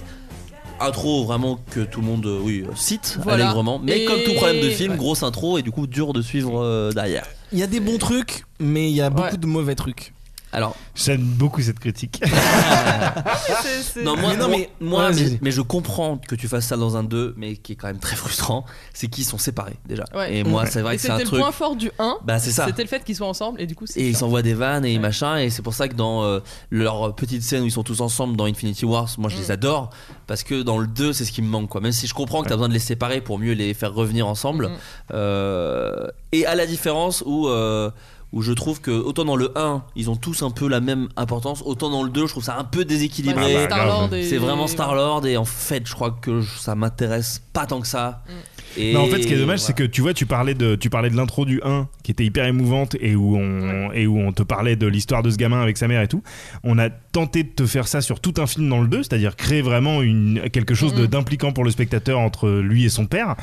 Speaker 1: Intro vraiment que tout le monde euh, oui, euh, cite
Speaker 3: Voilà.
Speaker 1: allègrement. Mais
Speaker 3: Et-
Speaker 1: comme tout problème de film,
Speaker 3: Ouais.
Speaker 1: grosse intro et du coup dur de suivre euh, derrière.
Speaker 4: Il y a des bons trucs, mais il y a beaucoup
Speaker 3: Ouais.
Speaker 4: de mauvais trucs.
Speaker 1: Alors,
Speaker 2: J'aime beaucoup cette critique.
Speaker 3: C'est- c'est-
Speaker 1: non, moi,
Speaker 4: Mais non,
Speaker 1: moi-
Speaker 4: mais-
Speaker 1: moi,
Speaker 4: Ouais,
Speaker 1: mais-
Speaker 4: vas-y.
Speaker 1: mais je comprends que tu fasses ça dans un 2, mais qui est quand même très frustrant, c'est qu'ils sont séparés déjà.
Speaker 3: Ouais.
Speaker 1: Et moi, c'est vrai
Speaker 3: Et
Speaker 1: que c'est
Speaker 3: c'était
Speaker 1: un
Speaker 3: le
Speaker 1: truc.
Speaker 3: point fort du 1.
Speaker 1: Bah, c'est ça.
Speaker 3: C'était le fait qu'ils soient ensemble, et du coup, c'est.
Speaker 1: Et ils
Speaker 3: chiant.
Speaker 1: s'envoient des vannes et machin, et c'est pour ça que dans euh, leur petite scène où ils sont tous ensemble dans Infinity Wars, moi je les
Speaker 3: Mm.
Speaker 1: adore, parce que dans le 2, c'est ce qui me manque, quoi. Même si je comprends que t'as besoin de les séparer pour mieux les faire revenir ensemble.
Speaker 3: Mm.
Speaker 1: Euh, et à la différence où, euh, où je trouve que, autant dans le 1, ils ont tous un peu la même importance, autant dans le 2, je trouve ça un peu
Speaker 3: Ouais,
Speaker 1: déséquilibré.
Speaker 3: c'est
Speaker 2: Ah bah,
Speaker 3: Star-Lord
Speaker 2: grave.
Speaker 3: et-
Speaker 1: C'est vraiment Star Lord et en fait je crois que je- ça m'intéresse pas tant que ça. Et
Speaker 2: Mais Bah, en fait, ce qui est dommage,
Speaker 1: voilà.
Speaker 2: c'est que tu vois, tu parlais de, tu parlais de l'intro du 1 qui était hyper émouvante et où on, et où on te parlait de l'histoire de ce gamin avec sa mère et tout. On a tenté de te faire ça sur tout un film dans le 2, c'est-à-dire créer vraiment une, quelque chose
Speaker 1: Mm-hmm.
Speaker 2: de-
Speaker 3: Mhm.
Speaker 2: d'impliquant pour le spectateur entre lui et son père.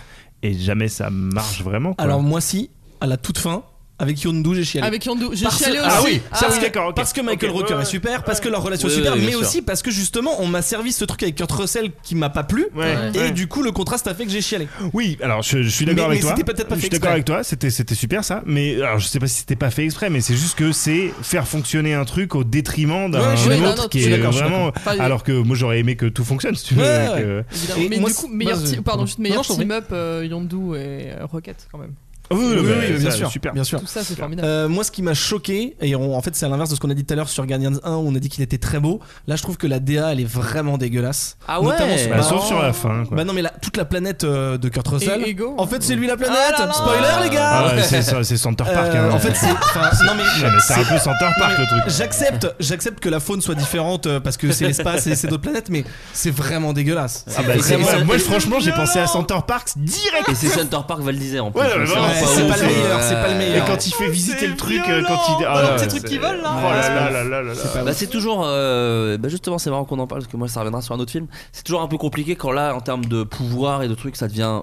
Speaker 2: Et jamais ça marche vraiment. quoi.
Speaker 4: Alors moi si, à la toute fin, Avec Yondu, j'ai chialé.
Speaker 3: Avec Yondu, j'ai
Speaker 4: Parce-
Speaker 3: chialé aussi.
Speaker 4: Ah oui,
Speaker 3: Ah,
Speaker 2: oui,
Speaker 4: ça, parce, que,
Speaker 2: d'accord, ok.
Speaker 4: parce que Michael
Speaker 2: Ok,
Speaker 4: Rooker
Speaker 2: ouais,
Speaker 4: est super, parce que leur relation
Speaker 1: Ouais,
Speaker 4: est super,
Speaker 1: ouais,
Speaker 4: mais
Speaker 1: bien
Speaker 4: aussi parce que justement on m'a servi ce truc avec Kurt Russell qui m'a pas plu,
Speaker 2: Ouais,
Speaker 4: et
Speaker 2: ouais.
Speaker 4: du coup le contraste a fait que j'ai chialé.
Speaker 2: Oui, alors je, je suis d'accord
Speaker 4: Mais-
Speaker 2: avec
Speaker 4: mais
Speaker 2: toi.
Speaker 4: c'était peut-être pas
Speaker 2: je
Speaker 4: fait
Speaker 2: suis d'accord
Speaker 4: exprès.
Speaker 2: avec toi, c'était c'était super ça, mais alors je sais pas si c'était pas fait exprès, mais c'est juste que c'est faire fonctionner un truc au détriment d'un
Speaker 4: Ouais, je suis
Speaker 3: d'accord,
Speaker 2: autre
Speaker 3: non,
Speaker 2: qui
Speaker 3: je
Speaker 2: est
Speaker 3: suis
Speaker 4: d'accord, je suis
Speaker 2: vraiment.
Speaker 3: Enfin,
Speaker 2: Alors que moi j'aurais aimé que tout fonctionne si tu veux.
Speaker 4: Ouais,
Speaker 2: avec,
Speaker 4: ouais.
Speaker 2: euh,
Speaker 3: évidemment.
Speaker 4: et
Speaker 3: Mais
Speaker 4: moi,
Speaker 3: du coup,
Speaker 4: c'est-
Speaker 3: meilleur
Speaker 4: bah,
Speaker 3: ti-
Speaker 4: je-
Speaker 3: pardon, juste meilleur
Speaker 4: Non, je t'en prie.
Speaker 3: team up euh, Yondu et euh, Rocket quand même.
Speaker 2: Oui, oui, bah,
Speaker 4: oui,
Speaker 2: ça,
Speaker 4: bien sûr,
Speaker 2: Super.
Speaker 4: bien sûr.
Speaker 3: Tout ça c'est formidable.
Speaker 4: Euh, moi, ce qui m'a choqué, et on- en fait, c'est à l'inverse de ce qu'on a dit tout à l'heure sur Guardians 1, où on a dit qu'il était très beau. Là, je trouve que la DA, elle est vraiment dégueulasse.
Speaker 1: Ah ouais
Speaker 4: Notamment ce-
Speaker 2: Bah,
Speaker 4: Bah,
Speaker 2: sauf
Speaker 4: oh.
Speaker 2: sur la fin. Quoi.
Speaker 4: Bah non, mais la- toute la planète euh, de Kurt Russell.
Speaker 3: Et- Ego.
Speaker 4: en fait, c'est lui la planète.
Speaker 3: Ah là là.
Speaker 4: Spoiler, les gars.
Speaker 2: Ah ouais, c'est ça, c'est Center
Speaker 4: Euh,
Speaker 2: Park. hein.
Speaker 4: en fait, c'est. enfin, non mais.
Speaker 2: Ouais, mais c'est un peu Center Park le truc.
Speaker 4: J'accepte, j'accepte que la faune soit différente euh, parce que c'est l'espace et c'est d'autres planètes, mais c'est vraiment dégueulasse.
Speaker 1: Ah bah,
Speaker 4: C'est
Speaker 1: c'est-
Speaker 4: vraiment-
Speaker 2: Ouais,
Speaker 1: c'est-
Speaker 2: moi, je- franchement, j'ai pensé à Center Park direct.
Speaker 1: Et c'est Center Park Val d'Isère en plus.
Speaker 2: Ouais, ouais,
Speaker 1: C'est
Speaker 2: ouais,
Speaker 1: vraiment
Speaker 2: ouais,
Speaker 4: c'est
Speaker 1: ouf,
Speaker 4: pas le
Speaker 1: euh,
Speaker 4: meilleur, c'est pas le meilleur.
Speaker 2: Et quand il fait visiter le truc, euh, quand il.
Speaker 4: Bah,
Speaker 2: Ah,
Speaker 3: Alors,
Speaker 2: ouais,
Speaker 3: ces trucs
Speaker 2: c'est-
Speaker 3: qui volent, là.
Speaker 2: Oh là là là là là là.
Speaker 4: C'est pas
Speaker 1: Bah
Speaker 4: ouf.
Speaker 1: c'est toujours, euh, bah justement c'est marrant qu'on en parle parce que moi ça reviendra sur un autre film. C'est toujours un peu compliqué quand là en termes de pouvoir et de trucs ça devient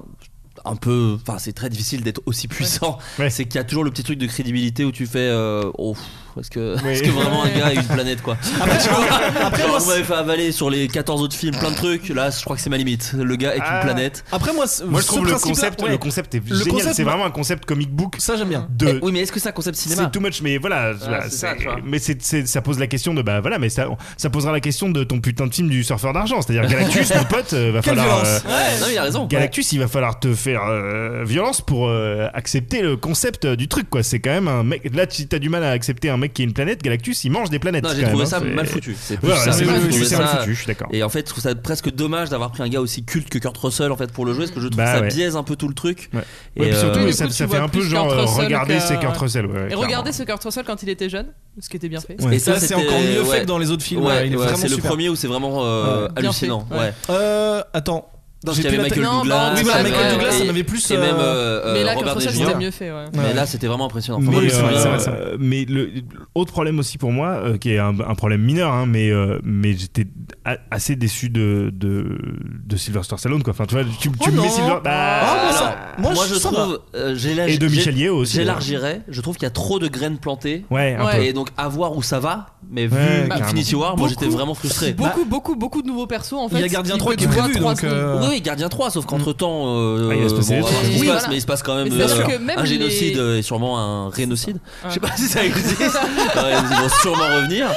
Speaker 1: un peu, enfin c'est très difficile d'être aussi puissant.
Speaker 2: Ouais.
Speaker 1: C'est qu'il y a toujours le petit truc de crédibilité où tu fais, euh, oh pff, est-ce que,
Speaker 2: Oui.
Speaker 1: est-ce que vraiment un
Speaker 3: Ouais.
Speaker 1: gars a une planète quoi.
Speaker 4: Après, tu vois, après,
Speaker 1: Genre,
Speaker 4: moi,
Speaker 1: vous m'avez fait avaler sur les 14 autres films plein de trucs. Là je crois que c'est ma limite. Le gars est
Speaker 2: Ah.
Speaker 1: une planète.
Speaker 4: après, moi, ce-
Speaker 2: Moi je
Speaker 4: ce
Speaker 2: trouve le
Speaker 4: principe-là,
Speaker 2: concept,
Speaker 4: ouais.
Speaker 2: le concept est
Speaker 4: Le
Speaker 2: génial.
Speaker 4: concept,
Speaker 2: C'est
Speaker 4: moi-
Speaker 2: vraiment un concept comic book
Speaker 4: ça j'aime bien.
Speaker 2: de.
Speaker 1: Eh, oui mais est-ce que c'est un concept cinéma
Speaker 2: C'est too much, mais voilà. voilà,
Speaker 1: c'est ça,
Speaker 2: c'est-
Speaker 1: tu vois.
Speaker 2: mais c'est- c'est- ça pose la question de bah voilà, mais ça, ça posera la question de ton putain de film du surfeur d'argent, c'est-à-dire Galactus, mon pote, euh, va
Speaker 4: Quelle
Speaker 2: falloir.
Speaker 4: violence.
Speaker 1: Ouais, non mais il a raison.
Speaker 2: Galactus, il va falloir te faire euh, violence pour euh, accepter le concept euh, du truc, quoi. C'est quand même un mec. Là, tu as du mal à accepter un mec qui est une planète. Galactus, il mange des planètes.
Speaker 1: Non j'ai
Speaker 2: quand
Speaker 1: trouvé
Speaker 2: même,
Speaker 1: ça
Speaker 2: hein. C'est-
Speaker 1: mal foutu. C'est plus
Speaker 2: Ouais, ouais,
Speaker 1: ça,
Speaker 2: c'est
Speaker 1: j'ai
Speaker 2: mal
Speaker 1: trouvé
Speaker 2: foutu, c'est mal
Speaker 1: ça-
Speaker 2: foutu, je suis d'accord.
Speaker 1: Et en fait, je trouve ça presque dommage d'avoir pris un gars aussi culte que Kurt Russell en fait pour le jouer, parce que je trouve
Speaker 2: Bah
Speaker 1: que ça
Speaker 2: ouais.
Speaker 1: biaise un peu tout le truc.
Speaker 2: Ouais.
Speaker 1: Et
Speaker 2: Ouais, puis surtout,
Speaker 1: euh,
Speaker 3: du
Speaker 2: ça,
Speaker 3: coup, tu
Speaker 2: ça fait
Speaker 3: vois
Speaker 2: un peu
Speaker 3: plus
Speaker 2: genre
Speaker 3: Kurt
Speaker 2: euh,
Speaker 3: Russell
Speaker 2: regarder,
Speaker 3: que-
Speaker 2: c'est Kurt Russell. ouais,
Speaker 3: Et
Speaker 2: clairement.
Speaker 3: regardez ce Kurt Russell quand il était jeune, ce qui était bien fait.
Speaker 1: Ouais.
Speaker 4: Et
Speaker 1: Et ça,
Speaker 4: ça, c'est
Speaker 1: c'était-
Speaker 4: encore mieux
Speaker 1: ouais.
Speaker 4: fait que dans les autres films.
Speaker 1: ouais,
Speaker 2: euh,
Speaker 4: ouais, il est
Speaker 1: ouais,
Speaker 4: vraiment
Speaker 1: c'est le
Speaker 4: super.
Speaker 1: premier où c'est vraiment euh,
Speaker 4: Ouais.
Speaker 3: Bien
Speaker 1: hallucinant.
Speaker 3: fait,
Speaker 1: Ouais.
Speaker 3: ouais.
Speaker 4: Euh, attends.
Speaker 1: Donc,
Speaker 4: J'ai
Speaker 1: il y avait
Speaker 4: plus la
Speaker 1: Michael
Speaker 3: tête. Non,
Speaker 1: Douglas. euh,
Speaker 3: bah,
Speaker 4: Oui, voilà,
Speaker 3: Ouais,
Speaker 4: Michael
Speaker 3: ouais,
Speaker 4: Douglas,
Speaker 3: ouais.
Speaker 4: ça m'avait plus.
Speaker 1: Et
Speaker 4: euh,
Speaker 1: même euh,
Speaker 3: Mais là,
Speaker 1: Robert
Speaker 3: Kurt
Speaker 1: De
Speaker 3: Russell
Speaker 1: Niro.
Speaker 3: c'était mieux fait. ouais.
Speaker 1: Mais
Speaker 4: Ouais.
Speaker 1: là, c'était vraiment impressionnant. Enfin,
Speaker 2: Mais,
Speaker 1: moi, je me
Speaker 4: c'est vrai,
Speaker 2: euh,
Speaker 4: c'est vrai, c'est vrai.
Speaker 2: euh, mais le autre problème aussi pour moi, euh, qui est un, un problème mineur, hein, mais euh, mais j'étais a- assez déçu de de, de Sylvester Stallone quoi. Enfin tu vois, tu, tu
Speaker 4: Oh
Speaker 2: me mets
Speaker 4: non.
Speaker 2: Sylvester.
Speaker 4: Ah,
Speaker 2: Bah,
Speaker 4: moi, ça-
Speaker 1: Alors,
Speaker 4: moi,
Speaker 1: moi,
Speaker 4: je-
Speaker 1: je
Speaker 4: ça
Speaker 1: trouve. euh, j'élargi-
Speaker 2: et de
Speaker 1: j'ai-
Speaker 2: Michel Yeo aussi.
Speaker 1: J'élargirais. Je trouve qu'il y a trop de graines plantées.
Speaker 2: Ouais, un
Speaker 3: Ouais.
Speaker 2: peu.
Speaker 1: Et donc, à voir où ça va. Mais vu
Speaker 2: Ouais, carrément.
Speaker 1: Infinity War, moi,
Speaker 4: Beaucoup-
Speaker 1: j'étais vraiment frustré.
Speaker 3: Beaucoup, beaucoup, beaucoup de nouveaux persos en fait.
Speaker 4: Il y a Gardien 3 qui est
Speaker 3: tu vois
Speaker 4: prévu,
Speaker 3: trois
Speaker 4: donc.
Speaker 3: secondes.
Speaker 4: euh,
Speaker 1: Oui, oui, Gardien 3, sauf qu'entre temps, euh,
Speaker 2: Ah, il va se passer des
Speaker 1: bon,
Speaker 2: trucs.
Speaker 1: il se
Speaker 3: Oui,
Speaker 1: passe,
Speaker 3: voilà.
Speaker 1: mais il se passe quand même,
Speaker 3: Mais c'est-à-dire
Speaker 1: euh,
Speaker 3: que même
Speaker 1: un
Speaker 3: les-
Speaker 1: génocide euh, et sûrement un rénocide.
Speaker 3: Ah.
Speaker 1: Je sais pas si ça existe. Euh, ils vont sûrement revenir.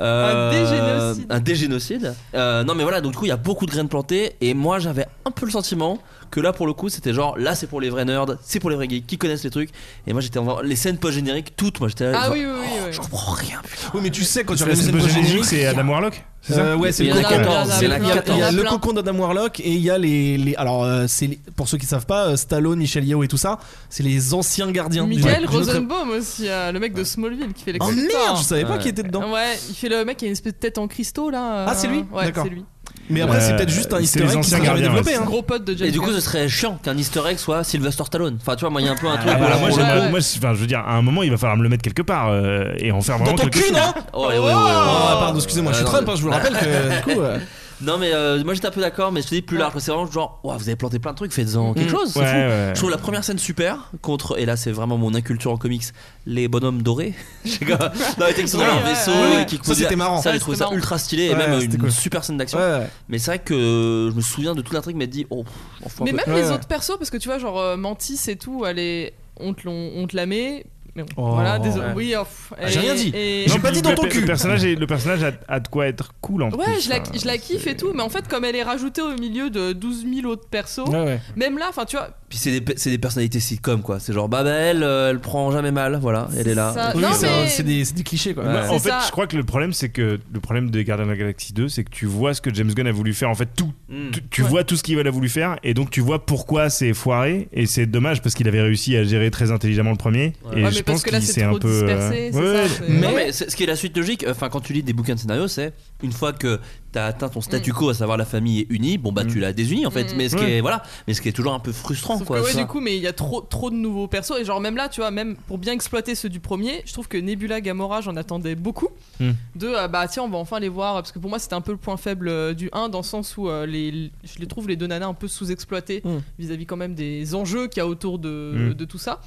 Speaker 1: Euh,
Speaker 3: Un dégénocide.
Speaker 1: Un dégénocide. Euh, non, mais voilà, donc du coup, il y a beaucoup de graines plantées. Et moi, j'avais un peu le sentiment que là, pour le coup, c'était genre, là, c'est pour les vrais nerds, c'est pour les vrais geeks qui connaissent les trucs. Et moi, j'étais en les scènes post-génériques, toutes, moi, j'étais là.
Speaker 3: Ah
Speaker 1: genre,
Speaker 3: oui, oui, oui. oui.
Speaker 1: J'en prends rien. putain.
Speaker 4: Oui, mais tu sais, quand tu
Speaker 2: Ça,
Speaker 4: regardes
Speaker 2: c'est
Speaker 4: une
Speaker 2: le
Speaker 4: scène
Speaker 2: générique,
Speaker 4: post-générique,
Speaker 2: c'est Adam Warlock. C'est ça
Speaker 4: Euh, ouais, c'est
Speaker 1: Il y
Speaker 4: le
Speaker 1: en a
Speaker 4: cocon.
Speaker 1: 14,
Speaker 4: Il y a-
Speaker 1: il y en a
Speaker 4: il y a
Speaker 1: 14.
Speaker 4: le
Speaker 3: plein.
Speaker 4: cocon d'Adam Warlock et il y a les, les alors euh, c'est les- pour ceux qui savent pas euh, Stallone, Michel Yeo et tout ça, c'est les anciens gardiens. du-
Speaker 3: Michael
Speaker 4: d'une autre-
Speaker 3: Rosenbaum aussi, euh, le mec de Smallville qui fait les
Speaker 4: Oh merde, je savais pas
Speaker 1: Ouais.
Speaker 4: qui était dedans.
Speaker 3: Ouais, il fait le mec qui a une espèce de tête en cristaux là. euh,
Speaker 4: Ah, c'est lui
Speaker 3: Ouais,
Speaker 4: D'accord.
Speaker 3: c'est lui.
Speaker 4: Mais après, c'est
Speaker 2: Euh,
Speaker 4: peut-être juste un
Speaker 2: c'est
Speaker 4: easter
Speaker 2: les
Speaker 4: egg qui
Speaker 2: anciens
Speaker 4: sera jamais
Speaker 2: gardiens,
Speaker 4: développé.
Speaker 2: ouais,
Speaker 3: Un
Speaker 4: hein.
Speaker 3: gros pote de James
Speaker 1: Et du coup,
Speaker 3: Bond.
Speaker 1: ce serait chiant qu'un easter egg soit Sylvester Stallone. Enfin, tu vois, moi, il y a un peu un truc.
Speaker 2: Ah, bah,
Speaker 1: où-
Speaker 2: moi,
Speaker 3: ouais,
Speaker 2: j'aimerais-
Speaker 3: ouais.
Speaker 2: moi, je- enfin, je veux dire, à un moment, il va falloir me le mettre quelque part euh, et en faire
Speaker 4: Dans
Speaker 2: vraiment
Speaker 4: ton
Speaker 2: quelque
Speaker 4: cul,
Speaker 2: chose.
Speaker 4: non
Speaker 1: Oh, ouais, ouais, ouais, ouais, ouais.
Speaker 4: Oh, pardon, excusez-moi, je suis
Speaker 1: Euh, non,
Speaker 4: Trump, hein, je vous le rappelle que du coup. euh,
Speaker 1: Non mais euh, moi j'étais un peu d'accord mais je te dis plus large c'est vraiment genre Ouah, vous avez planté plein de trucs faites-en quelque
Speaker 4: Mm.
Speaker 1: chose c'est
Speaker 2: Ouais,
Speaker 1: fou.
Speaker 2: ouais.
Speaker 1: Je trouve la première scène super contre et là c'est vraiment mon inculture en comics les bonhommes dorés Je sais pas. non mais t'es sur
Speaker 3: Ouais,
Speaker 1: un
Speaker 3: ouais,
Speaker 1: vaisseau
Speaker 3: ouais, ouais.
Speaker 1: et qui
Speaker 4: Ça, c'était marrant.
Speaker 1: ça
Speaker 3: Ouais,
Speaker 1: j'ai trouvé
Speaker 3: c'était
Speaker 1: ça
Speaker 3: marrant.
Speaker 1: ultra stylé et
Speaker 4: Ouais,
Speaker 1: même euh,
Speaker 4: c'était
Speaker 1: une
Speaker 4: cool.
Speaker 1: super scène d'action
Speaker 4: ouais.
Speaker 1: mais c'est vrai que euh, je me souviens de toute l'intrigue mais de dit oh on fout un
Speaker 3: Mais
Speaker 1: peu.
Speaker 3: même
Speaker 4: Ouais,
Speaker 3: les
Speaker 4: ouais.
Speaker 3: autres persos, parce que tu vois, genre euh, Mantis et tout, elle est... on, te l'on- on te la met. Mais bon,
Speaker 4: Oh.
Speaker 3: voilà, désolé. Oui, oh, pff,
Speaker 1: Ah,
Speaker 4: j'ai
Speaker 3: et-
Speaker 4: rien dit.
Speaker 3: et-
Speaker 4: J'ai pas dit dans
Speaker 2: Le-
Speaker 4: ton
Speaker 2: le-
Speaker 4: cul.
Speaker 2: Le personnage, est- le personnage a, a de quoi être cool en
Speaker 3: Ouais,
Speaker 2: plus,
Speaker 3: je la,
Speaker 2: hein.
Speaker 3: je la kiffe et tout, mais en fait, comme elle est rajoutée au milieu de 12 000 autres persos,
Speaker 4: Ouais, ouais.
Speaker 3: même là, enfin, tu vois.
Speaker 1: puis c'est des, pe- c'est des personnalités sitcom quoi c'est genre bah bah, elle euh, elle prend jamais mal voilà elle est là
Speaker 3: Ça-
Speaker 4: Oui,
Speaker 3: non,
Speaker 4: c'est un-
Speaker 3: mais-
Speaker 4: c'est des c'est des clichés quoi.
Speaker 1: Ouais.
Speaker 2: Bah, en
Speaker 3: C'est
Speaker 2: fait,
Speaker 3: ça.
Speaker 2: je crois que le problème, c'est que le problème des Gardiens de la Galaxie 2, c'est que tu vois ce que James Gunn a voulu faire. En fait, tout,
Speaker 1: Mm.
Speaker 2: tu, tu vois tout ce qu'il a voulu faire, et donc tu vois pourquoi c'est foiré. Et c'est dommage parce qu'il avait réussi à gérer très intelligemment le premier.
Speaker 1: Ouais.
Speaker 2: Et
Speaker 3: Ouais,
Speaker 2: je
Speaker 3: mais
Speaker 2: pense
Speaker 3: parce que là,
Speaker 2: qu'il
Speaker 3: c'est
Speaker 2: s'est un
Speaker 3: trop
Speaker 2: peu. euh,
Speaker 3: dispersé, c'est
Speaker 2: ouais,
Speaker 3: ça, c'est-
Speaker 1: Non,
Speaker 4: Mais-
Speaker 1: mais c'est- ce qui est la suite logique, enfin quand tu lis des bouquins de scénario, c'est une fois que t'as atteint ton statu quo, à savoir la famille est unie, bon bah tu l'as désunie en fait.
Speaker 3: Mm.
Speaker 1: Mais ce qui
Speaker 2: Ouais.
Speaker 1: est voilà, mais ce qui est toujours un peu frustrant
Speaker 3: Sauf
Speaker 1: quoi.
Speaker 3: que ouais,
Speaker 1: ça.
Speaker 3: du coup, mais il y a trop, trop de nouveaux persos. Et genre, même là, tu vois, même pour bien exploiter ceux du premier, je trouve que Nebula, Gamora, j'en attendais beaucoup.
Speaker 2: Hmm.
Speaker 3: De ah bah tiens, on va enfin les voir. Parce que pour moi, c'était un peu le point faible euh, du 1 dans le sens où euh, les, je les trouve les deux nanas un peu sous-exploitées
Speaker 4: Hmm.
Speaker 3: vis-à-vis quand même des enjeux qu'il y a autour de,
Speaker 2: Hmm.
Speaker 3: de tout ça.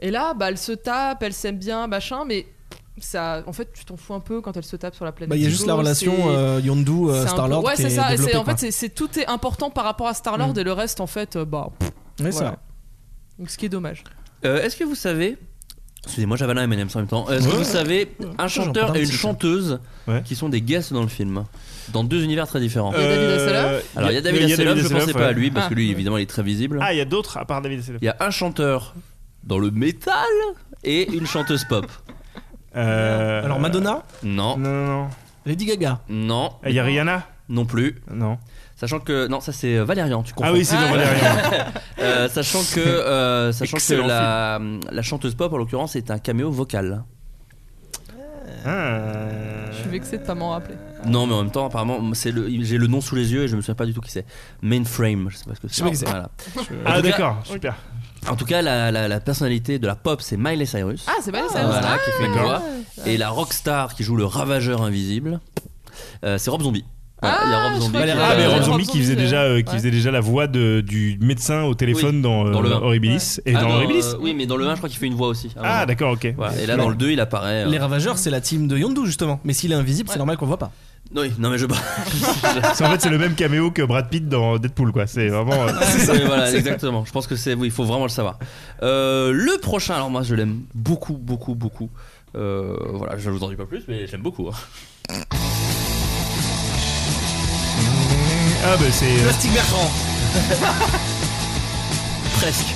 Speaker 3: Et là, bah, elle se tape, elle s'aime bien, machin, mais ça, en fait, tu t'en fous un peu quand elle se tape sur la planète.
Speaker 4: Bah, il y a juste la
Speaker 3: Go,
Speaker 4: relation
Speaker 3: c'est-
Speaker 4: euh, Yondu
Speaker 3: c'est
Speaker 4: euh,
Speaker 3: un peu-
Speaker 4: Star Lord
Speaker 3: Ouais,
Speaker 4: qui
Speaker 3: c'est
Speaker 4: est
Speaker 3: ça. c'est-
Speaker 4: développée,
Speaker 3: en
Speaker 4: quoi. Hmm.
Speaker 3: fait, c'est- c'est tout est important par rapport à Star Lord et le reste, en fait, euh, bah, pff,
Speaker 4: Ouais, c'est
Speaker 3: voilà.
Speaker 4: vrai.
Speaker 3: donc, ce qui est dommage.
Speaker 1: Euh, Est-ce que vous savez. Excusez-moi, j'avais un M&M's en même temps. Est-ce que vous savez un chanteur et une chanteuse
Speaker 2: Ouais.
Speaker 1: qui sont des guests dans le film Dans deux univers très différents.
Speaker 3: y a David Hasselhoff.
Speaker 2: Euh,
Speaker 1: Alors, il y a David Hasselhoff, je pensais
Speaker 2: ouais.
Speaker 1: pas à lui parce que
Speaker 3: Ah.
Speaker 1: lui, évidemment, il est très visible.
Speaker 2: Ah, il y a d'autres à part David Hasselhoff.
Speaker 1: Il y a un chanteur dans le métal et une chanteuse pop.
Speaker 2: Euh,
Speaker 4: Alors Madonna,
Speaker 1: Non,
Speaker 2: Non, non, non.
Speaker 4: Lady Gaga.
Speaker 1: non,
Speaker 2: Il y a Rihanna
Speaker 1: non plus.
Speaker 2: Non.
Speaker 1: Sachant que. Non, ça c'est euh, Valérian, tu comprends.
Speaker 2: Ah oui, c'est dans Valérian.
Speaker 1: Euh, sachant que, euh, sachant que
Speaker 2: Excellent
Speaker 1: la, la chanteuse pop, en l'occurrence, est un caméo vocal.
Speaker 2: Ah.
Speaker 1: Euh,
Speaker 3: Je suis vexé de pas m'en rappeler.
Speaker 1: Non, mais en même temps, apparemment, c'est le, j'ai le nom sous les yeux et je me souviens pas du tout qui c'est. Mainframe, je sais pas ce que c'est.
Speaker 4: sais pas qui c'est.
Speaker 1: Voilà.
Speaker 2: Ah,
Speaker 1: En tout cas-
Speaker 2: d'accord, super.
Speaker 1: En tout cas, la, la- la personnalité de la pop, c'est Miley Cyrus.
Speaker 3: Ah, c'est pas ça.
Speaker 1: Voilà, qui fait une
Speaker 2: d'accord.
Speaker 1: voix. Et la rockstar qui joue le ravageur invisible, euh, c'est Rob Zombie. Voilà, il y a Rob Zombie.
Speaker 3: crois
Speaker 1: qui-
Speaker 3: qu'il y
Speaker 2: Ah,
Speaker 3: Euh,
Speaker 2: mais Rob
Speaker 3: Rob
Speaker 2: Zombie qui faisait
Speaker 3: Zombie,
Speaker 2: déjà, euh, qui
Speaker 3: ouais.
Speaker 2: faisait déjà la voix de- du médecin au téléphone dans, euh,
Speaker 1: Dans le un.
Speaker 2: Horribilis. Et
Speaker 1: Ah,
Speaker 2: dans
Speaker 1: non,
Speaker 2: Horribilis
Speaker 1: euh, Oui, mais dans le 1, je crois qu'il fait une voix aussi. à un
Speaker 2: Ah,
Speaker 1: moment.
Speaker 2: d'accord, ok.
Speaker 1: Voilà, Et là, dans le 2, il apparaît. euh,
Speaker 4: Les Ravageurs, c'est la team de Yondu justement. Mais s'il est invisible, c'est
Speaker 3: Ouais.
Speaker 4: normal qu'on le voit pas.
Speaker 1: Non, oui, non, mais je.
Speaker 2: C'est- En fait, c'est le même caméo que Brad Pitt dans Deadpool, quoi. C'est vraiment. euh,
Speaker 1: Oui, voilà, exactement. Je pense que c'est. Oui, il faut vraiment le savoir. Euh, le prochain, alors moi, je l'aime beaucoup, beaucoup, beaucoup. Euh, voilà, je ne vous en dis pas plus, mais j'aime beaucoup. hein.
Speaker 2: Ah, bah c'est. euh,
Speaker 4: Plastic Bertrand.
Speaker 1: Presque.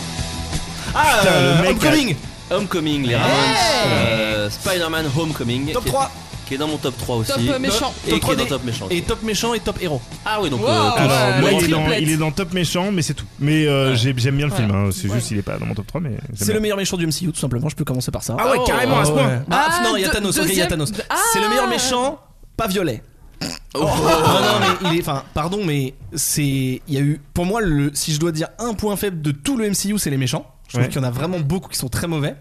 Speaker 4: Ah,
Speaker 2: Putain, le
Speaker 4: euh,
Speaker 2: mec,
Speaker 4: Homecoming.
Speaker 1: Homecoming, les Ravens. euh, Spider-Man Homecoming.
Speaker 4: Top
Speaker 1: qui est-
Speaker 4: 3
Speaker 1: Qui est dans mon top 3 aussi.
Speaker 3: Top euh, méchant.
Speaker 1: Et qui
Speaker 4: Top
Speaker 1: est
Speaker 4: 3D.
Speaker 1: dans top méchant.
Speaker 4: Et top méchant et top héros.
Speaker 1: Ah oui, donc.
Speaker 3: Wow.
Speaker 1: euh,
Speaker 3: Ah,
Speaker 2: Alors,
Speaker 3: Ouais,
Speaker 2: moi,
Speaker 3: la
Speaker 2: il est, dans,
Speaker 3: triplette.
Speaker 2: il est dans top méchant, mais c'est tout. Mais euh, j'ai- j'aime bien le film. hein. C'est
Speaker 3: Ouais.
Speaker 2: juste, il est pas dans mon top 3, mais. j'aime
Speaker 4: C'est
Speaker 2: bien.
Speaker 4: le meilleur méchant du MCU tout simplement. Je peux commencer par ça.
Speaker 2: Ah, ouais,
Speaker 1: Oh.
Speaker 2: carrément à ce
Speaker 4: Ah
Speaker 2: point.
Speaker 4: ouais. Ah,
Speaker 3: Ah,
Speaker 4: non, il y a
Speaker 3: deux-
Speaker 4: Thanos. ok, il y a
Speaker 3: deuxième-
Speaker 4: Thanos.
Speaker 3: Ah.
Speaker 4: C'est le meilleur méchant, pas violet.
Speaker 1: Oh.
Speaker 4: Non, non, mais il est. Enfin, pardon, mais c'est. Il y a eu. Pour moi, le, si je dois dire un point faible de tout le MCU, c'est les méchants. Je trouve
Speaker 2: Ouais.
Speaker 4: qu'il y en a vraiment beaucoup qui sont très mauvais.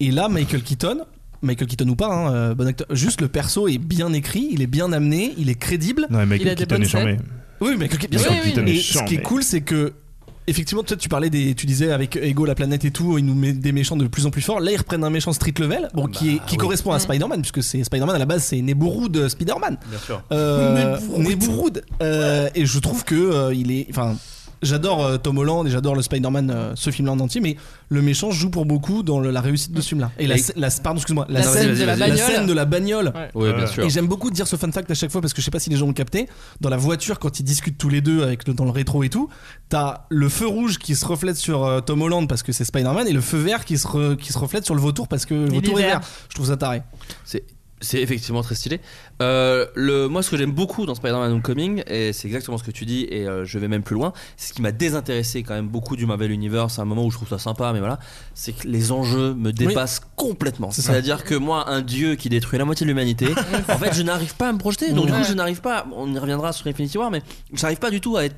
Speaker 4: Et là, Michael Keaton. Michael Keaton ou pas, hein, euh, bon acteur. Juste le perso est bien écrit, il est bien amené, il est crédible.
Speaker 2: Non, mais
Speaker 3: Il a
Speaker 2: Michael
Speaker 3: des
Speaker 2: Keaton est
Speaker 3: bonnes
Speaker 2: charmé.
Speaker 4: Oui, Michael Keaton, bien
Speaker 3: Oui,
Speaker 4: sûr.
Speaker 3: oui.
Speaker 2: Keaton
Speaker 4: Et
Speaker 2: est
Speaker 4: ce qui
Speaker 2: charmé.
Speaker 4: est cool, c'est que effectivement, toi, tu parlais des, tu disais avec Ego la planète et tout, ils nous mettent des méchants de plus en plus forts. Là, ils reprennent un méchant street level, bon, qui, est, qui
Speaker 1: Bah oui.
Speaker 4: correspond à Spider-Man, puisque c'est Spider-Man à la base, c'est Nebourud Spider-Man.
Speaker 1: Bien sûr.
Speaker 4: Euh, Nebourud. Euh, et je trouve que euh, il est, enfin. J'adore euh, Tom Holland et j'adore le Spider-Man, euh, ce film-là en entier, mais le méchant joue pour beaucoup dans le- la réussite de ce film-là. Et la,
Speaker 1: Et-
Speaker 4: sc- la- pardon, excuse-moi, la,
Speaker 3: La
Speaker 4: scène,
Speaker 3: scène
Speaker 1: de la
Speaker 4: la
Speaker 3: bagnole.
Speaker 4: scène de la bagnole,
Speaker 3: Ouais.
Speaker 1: Oui, bien
Speaker 2: Euh,
Speaker 1: sûr.
Speaker 4: et j'aime beaucoup dire ce fun fact à chaque fois parce que je sais pas si les gens ont capté. Dans la voiture, quand ils discutent tous les deux avec le- dans le rétro et tout, t'as le feu rouge qui se reflète sur euh, Tom Holland parce que c'est Spider-Man et le feu vert qui se, re- qui se reflète sur le vautour parce que le
Speaker 3: Il est
Speaker 4: vautour est
Speaker 3: vert.
Speaker 4: vert. Je trouve ça taré.
Speaker 1: C'est c'est effectivement très stylé. Euh, le, moi, ce que j'aime beaucoup dans Spider-Man Homecoming, et c'est exactement ce que tu dis, et euh, je vais même plus loin, c'est ce qui m'a désintéressé quand même beaucoup du Marvel Universe, à un moment où je trouve ça sympa, mais voilà, c'est que les enjeux me dépassent complètement.
Speaker 4: C'est ça.
Speaker 1: C'est-à-dire que moi, un dieu qui détruit la moitié de l'humanité, en fait, je n'arrive pas à me projeter. Donc, du coup,
Speaker 3: Ouais.
Speaker 1: je n'arrive pas, on y reviendra sur Infinity War, mais je n'arrive pas du tout à être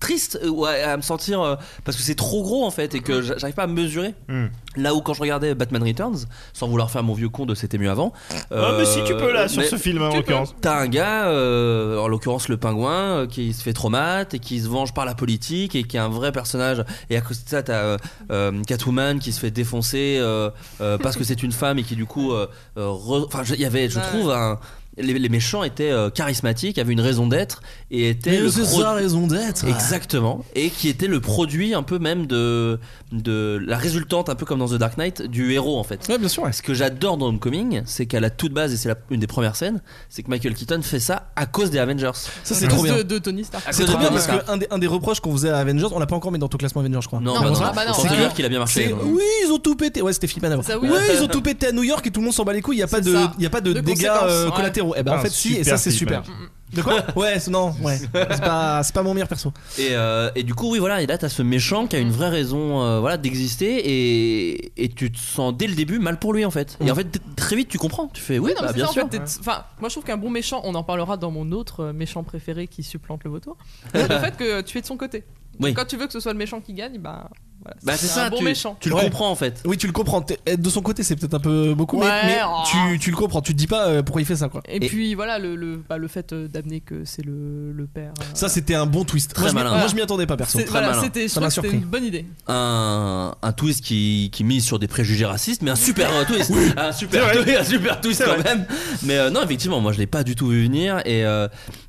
Speaker 1: triste euh, ou à, à me sentir euh, parce que c'est trop gros en fait et que j'a- j'arrive pas à mesurer
Speaker 2: Hmm.
Speaker 1: là où quand je regardais Batman Returns sans vouloir faire mon vieux con de c'était mieux avant euh,
Speaker 2: Ah, mais si tu peux là, sur
Speaker 1: mais
Speaker 2: ce film, hein, en
Speaker 3: tu peux.
Speaker 2: l'occurrence.
Speaker 1: T'as un gars, euh, en l'occurrence le pingouin, euh, qui se fait traumate et qui se venge par la politique et qui est un vrai personnage. Et à côté de ça, t'as euh, euh, Catwoman qui se fait défoncer euh, euh, parce que c'est une femme et qui du coup, euh, euh, re- enfin, je- il y avait, je
Speaker 3: Ouais.
Speaker 1: trouve, un- les, les méchants étaient euh, charismatiques, avaient une raison d'être et étaient le pro-
Speaker 4: raison d'être.
Speaker 1: Exactement, et qui était le produit un peu même de, de la résultante, un peu comme dans The Dark Knight, du héros en fait.
Speaker 4: Ouais, bien sûr. ouais.
Speaker 1: Ce que j'adore dans Homecoming, c'est qu'à la toute base, et c'est la- une des premières scènes, c'est que Michael Keaton fait ça à cause des Avengers.
Speaker 4: Ça,
Speaker 3: À
Speaker 4: c'est trop
Speaker 3: cause
Speaker 4: bien. Ah,
Speaker 3: De, de Tony Stark.
Speaker 1: À
Speaker 4: C'est
Speaker 1: cause
Speaker 4: trop
Speaker 1: de
Speaker 4: bien
Speaker 1: Tony
Speaker 4: parce
Speaker 1: Stark.
Speaker 4: que un des, un des reproches qu'on faisait à Avengers, on l'a pas encore mis dans ton classement Avengers, je crois.
Speaker 1: Non,
Speaker 3: Non,
Speaker 1: bah
Speaker 3: bon,
Speaker 1: non,
Speaker 3: ah bah non.
Speaker 1: Faut
Speaker 3: C'est
Speaker 1: te dire
Speaker 3: que-
Speaker 1: qu'il a bien marché.
Speaker 4: C'est-
Speaker 1: donc.
Speaker 4: oui, ils ont tout pété. Ouais, c'était Philippe Manœuvre.
Speaker 3: Ça,
Speaker 4: oui,
Speaker 3: oui.
Speaker 4: ils ont tout pété à New York et tout le monde s'en bat les couilles. Il y a pas
Speaker 3: C'est
Speaker 4: de,
Speaker 3: ça.
Speaker 4: il y a pas de,
Speaker 3: De
Speaker 4: dégâts euh,
Speaker 3: conséquences, ouais.
Speaker 4: collatéraux. Eh ben en
Speaker 2: Ah,
Speaker 4: fait, si,
Speaker 2: super
Speaker 4: et ça c'est
Speaker 2: Philippe
Speaker 4: super.
Speaker 2: Manœuvre.
Speaker 4: De quoi Ouais, c'est- non, ouais. C'est pas, c'est pas mon meilleur perso.
Speaker 1: Et, euh, et du coup, oui, voilà, et là, t'as ce méchant qui a une vraie raison euh, voilà, d'exister, et, et tu te sens dès le début mal pour lui en fait. Et en fait, t- très vite, tu comprends. Tu fais, oui,
Speaker 3: Mm. Oui, non,
Speaker 1: bah,
Speaker 3: mais c'est
Speaker 1: bien
Speaker 3: ça, en
Speaker 1: sûr.
Speaker 3: fait, t'es- enfin, moi je trouve qu'un bon méchant, on en parlera dans mon autre euh, méchant préféré qui supplante le vautour, c'est le fait que tu es de son côté.
Speaker 1: Oui.
Speaker 3: Quand tu veux que ce soit le méchant qui gagne, bah Voilà.
Speaker 1: Bah, c'est ça,
Speaker 3: un bon
Speaker 1: tu,
Speaker 3: méchant.
Speaker 1: tu le
Speaker 4: Ouais.
Speaker 1: comprends en fait.
Speaker 4: Oui, tu le comprends. T'es- être De son côté, c'est peut-être un peu beaucoup, mais-
Speaker 3: Ouais,
Speaker 4: mais,
Speaker 3: oh.
Speaker 4: tu, tu le comprends. Tu te dis pas euh, pourquoi il fait ça, quoi.
Speaker 3: Et,
Speaker 1: Et-
Speaker 3: puis voilà, le, le, bah, le fait euh, d'amener que c'est le, le père. euh,
Speaker 4: Ça, c'était un bon twist. moi, je m'y-
Speaker 1: malin.
Speaker 4: moi, je m'y attendais pas, perso.
Speaker 3: c'est- voilà,
Speaker 1: malin.
Speaker 3: c'était, je
Speaker 4: Ça m'a
Speaker 3: trouve que c'était
Speaker 4: surpris.
Speaker 3: une bonne idée.
Speaker 1: Un, un twist qui, qui mise sur des préjugés racistes, mais un super euh, twist. Un super,
Speaker 2: C'est vrai.
Speaker 1: twist, un super twist
Speaker 2: C'est
Speaker 1: quand
Speaker 2: vrai.
Speaker 1: même. Mais euh, non, effectivement, moi je l'ai pas du tout vu venir. Et, euh,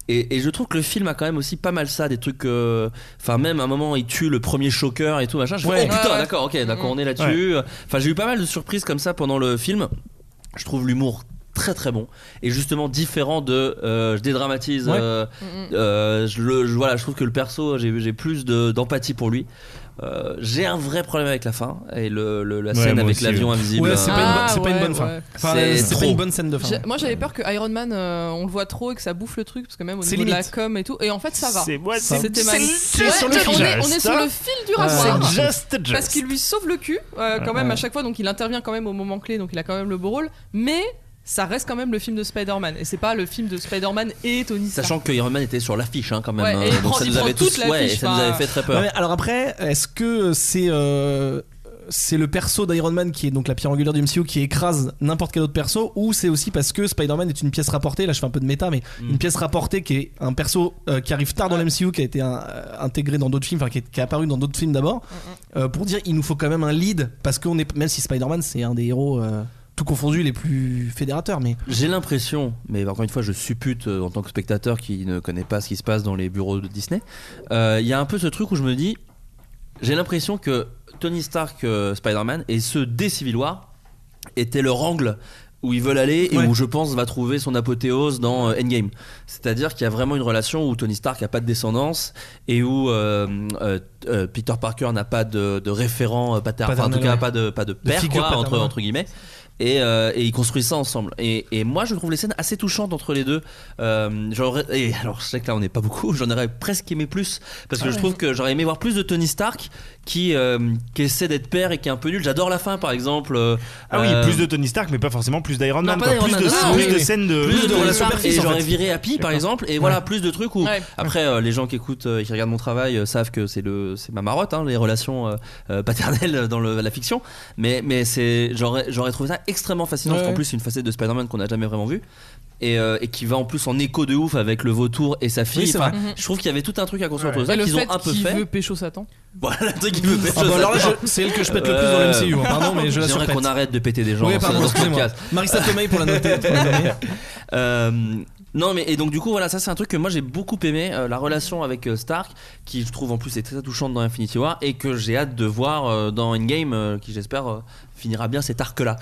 Speaker 1: et, et je trouve que le film a quand même aussi pas mal ça, des trucs. euh, Enfin, même à un moment, il tue le premier choqueur et tout machin. Je fais,
Speaker 4: Ouais.
Speaker 1: oh putain,
Speaker 3: Ouais, ouais.
Speaker 1: d'accord, ok, d'accord, on est là-dessus. Enfin, j'ai eu pas mal de surprises comme ça pendant le film. Je trouve l'humour très très bon et justement différent de euh, je dédramatise
Speaker 4: Ouais.
Speaker 1: euh, euh, je le je- voilà je trouve que le perso j'ai j'ai plus de- d'empathie pour lui Euh, j'ai un vrai problème avec la fin et le, le- la
Speaker 2: Ouais,
Speaker 1: scène
Speaker 2: moi
Speaker 1: avec
Speaker 2: aussi,
Speaker 1: l'avion invisible
Speaker 4: Ouais, c'est pas, une, bonne-
Speaker 3: Ah,
Speaker 4: c'est pas une
Speaker 3: ouais,
Speaker 4: bonne fin.
Speaker 3: ouais.
Speaker 4: Enfin,
Speaker 1: C'est
Speaker 4: c'est pas
Speaker 1: trop.
Speaker 4: une bonne scène de fin.
Speaker 3: J'ai- Moi j'avais peur que Iron Man euh, on le voit trop et que ça bouffe le truc parce que même au
Speaker 4: C'est
Speaker 3: niveau de la
Speaker 4: limite.
Speaker 3: com et tout et en fait ça va.
Speaker 2: C'est moi,
Speaker 4: Ça-
Speaker 2: c'est
Speaker 3: C'était
Speaker 2: c'est-
Speaker 3: mal.
Speaker 2: c'est
Speaker 3: Ouais,
Speaker 2: sur le
Speaker 3: on,
Speaker 2: fil.
Speaker 3: est, on est sur le fil du rasoir.
Speaker 2: C'est Just Just.
Speaker 3: Parce qu'il lui sauve le cul euh, quand même à chaque fois, donc il intervient quand même au moment clé, donc il a quand même le beau rôle, mais ça reste quand même le film de Spider-Man. Et c'est pas le film de Spider-Man et Tony Stark.
Speaker 1: sachant que Iron Man était sur l'affiche hein, quand même
Speaker 3: Ouais, et
Speaker 1: hein. donc
Speaker 3: il prend-
Speaker 1: ça
Speaker 3: il
Speaker 1: nous
Speaker 3: prend
Speaker 1: avait
Speaker 3: toute
Speaker 1: tous
Speaker 3: l'affiche,
Speaker 1: ouais, et ça nous
Speaker 3: enfin.
Speaker 1: avait fait très peur
Speaker 4: Ouais, mais alors après, est-ce que c'est euh, c'est le perso d'Iron Man qui est donc la pierre angulaire du MCU qui écrase n'importe quel autre perso ou c'est aussi parce que Spider-Man est une pièce rapportée là je fais un peu de méta mais
Speaker 1: Mm.
Speaker 4: une pièce rapportée qui est un perso euh, qui arrive tard dans le MCU qui a été un- euh, intégré dans d'autres films enfin qui est, qui est apparu dans d'autres films d'abord euh, pour dire il nous faut quand même un lead parce qu'on est même si Spider-Man c'est un des héros euh, tout confondu les plus fédérateurs mais
Speaker 1: J'ai l'impression, mais encore une fois, je suppute euh, en tant que spectateur qui ne connaît pas ce qui se passe dans les bureaux de Disney. euh, Il y a un peu ce truc où je me dis, j'ai l'impression que Tony Stark, euh, Spider-Man et ceux des Civil War étaient leur angle où ils veulent aller et
Speaker 4: Ouais.
Speaker 1: où je pense va trouver son apothéose dans euh, Endgame. C'est-à-dire qu'il y a vraiment une relation où Tony Stark n'a pas de descendance et où euh, euh, euh, Peter Parker n'a pas de, de référent euh, pater- enfin, en
Speaker 4: Paternel,
Speaker 1: tout cas
Speaker 4: ouais.
Speaker 1: pas de pas de père
Speaker 4: figure
Speaker 1: quoi, entre,
Speaker 4: paternelle.
Speaker 1: entre guillemets. Et, euh, et ils construisent ça ensemble. Et, et moi, je trouve les scènes assez touchantes entre les deux. Euh, j'aurais- et alors, je sais que là, on n'est pas beaucoup. J'en aurais presque aimé plus. Parce que je trouve que j'aurais aimé voir plus de Tony Stark qui, euh, qui essaie d'être père et qui est un peu nul. J'adore la fin, par exemple. euh,
Speaker 2: Ah oui,
Speaker 1: euh,
Speaker 2: plus de Tony Stark, mais pas forcément plus d'Iron
Speaker 1: Non,
Speaker 2: Man.
Speaker 1: pas
Speaker 2: quoi.
Speaker 1: d'Iron
Speaker 2: Plus
Speaker 1: Man,
Speaker 2: de
Speaker 1: non, non,
Speaker 2: plus
Speaker 1: oui,
Speaker 2: de
Speaker 1: oui.
Speaker 2: scènes de
Speaker 1: euh, plus de,
Speaker 2: de
Speaker 1: relations
Speaker 2: père-fils,
Speaker 1: et
Speaker 2: en
Speaker 1: j'aurais
Speaker 2: fait.
Speaker 1: viré Happy par exemple et voilà plus de trucs où
Speaker 3: Ouais.
Speaker 1: après euh, les gens qui écoutent euh, et qui regardent mon travail euh, savent que c'est le c'est ma marotte hein, les relations euh, euh, paternelles dans le- la fiction mais mais c'est j'aurais j'aurais trouvé ça extrêmement fascinant
Speaker 4: Ouais,
Speaker 1: parce qu'en
Speaker 4: ouais.
Speaker 1: plus c'est une facette de Spider-Man qu'on n'a jamais vraiment vue et, euh, et qui va en plus en écho de ouf avec le vautour et sa fille
Speaker 4: Oui, c'est
Speaker 1: Enfin,
Speaker 4: vrai.
Speaker 1: je trouve qu'il y avait tout un truc à construire
Speaker 2: Ouais.
Speaker 1: autour de ça
Speaker 3: Et le
Speaker 1: qu'ils
Speaker 3: fait
Speaker 1: ont un peu
Speaker 3: qu'il
Speaker 1: fait
Speaker 3: veut pécho Satan.
Speaker 1: voilà le truc qui me fait
Speaker 4: Ah bah
Speaker 1: chose
Speaker 4: alors
Speaker 1: à
Speaker 4: là,
Speaker 1: dire.
Speaker 4: je- c'est elle que je pète le plus dans le MCU hein. pardon mais je la
Speaker 1: Euh, J'aimerais
Speaker 4: surpète
Speaker 1: qu'on arrête de péter des gens
Speaker 4: oui
Speaker 1: dans ce-
Speaker 4: pardon
Speaker 1: dans ce
Speaker 4: excusez-moi
Speaker 1: podcast.
Speaker 4: Marissa Tomei pour la noter
Speaker 1: Euh, non mais et donc du coup voilà ça c'est un truc que moi j'ai beaucoup aimé euh, la relation avec euh, Stark qui je trouve en plus est très touchante dans Infinity War et que j'ai hâte de voir euh, dans Endgame euh, qui j'espère euh, finira bien cet arc là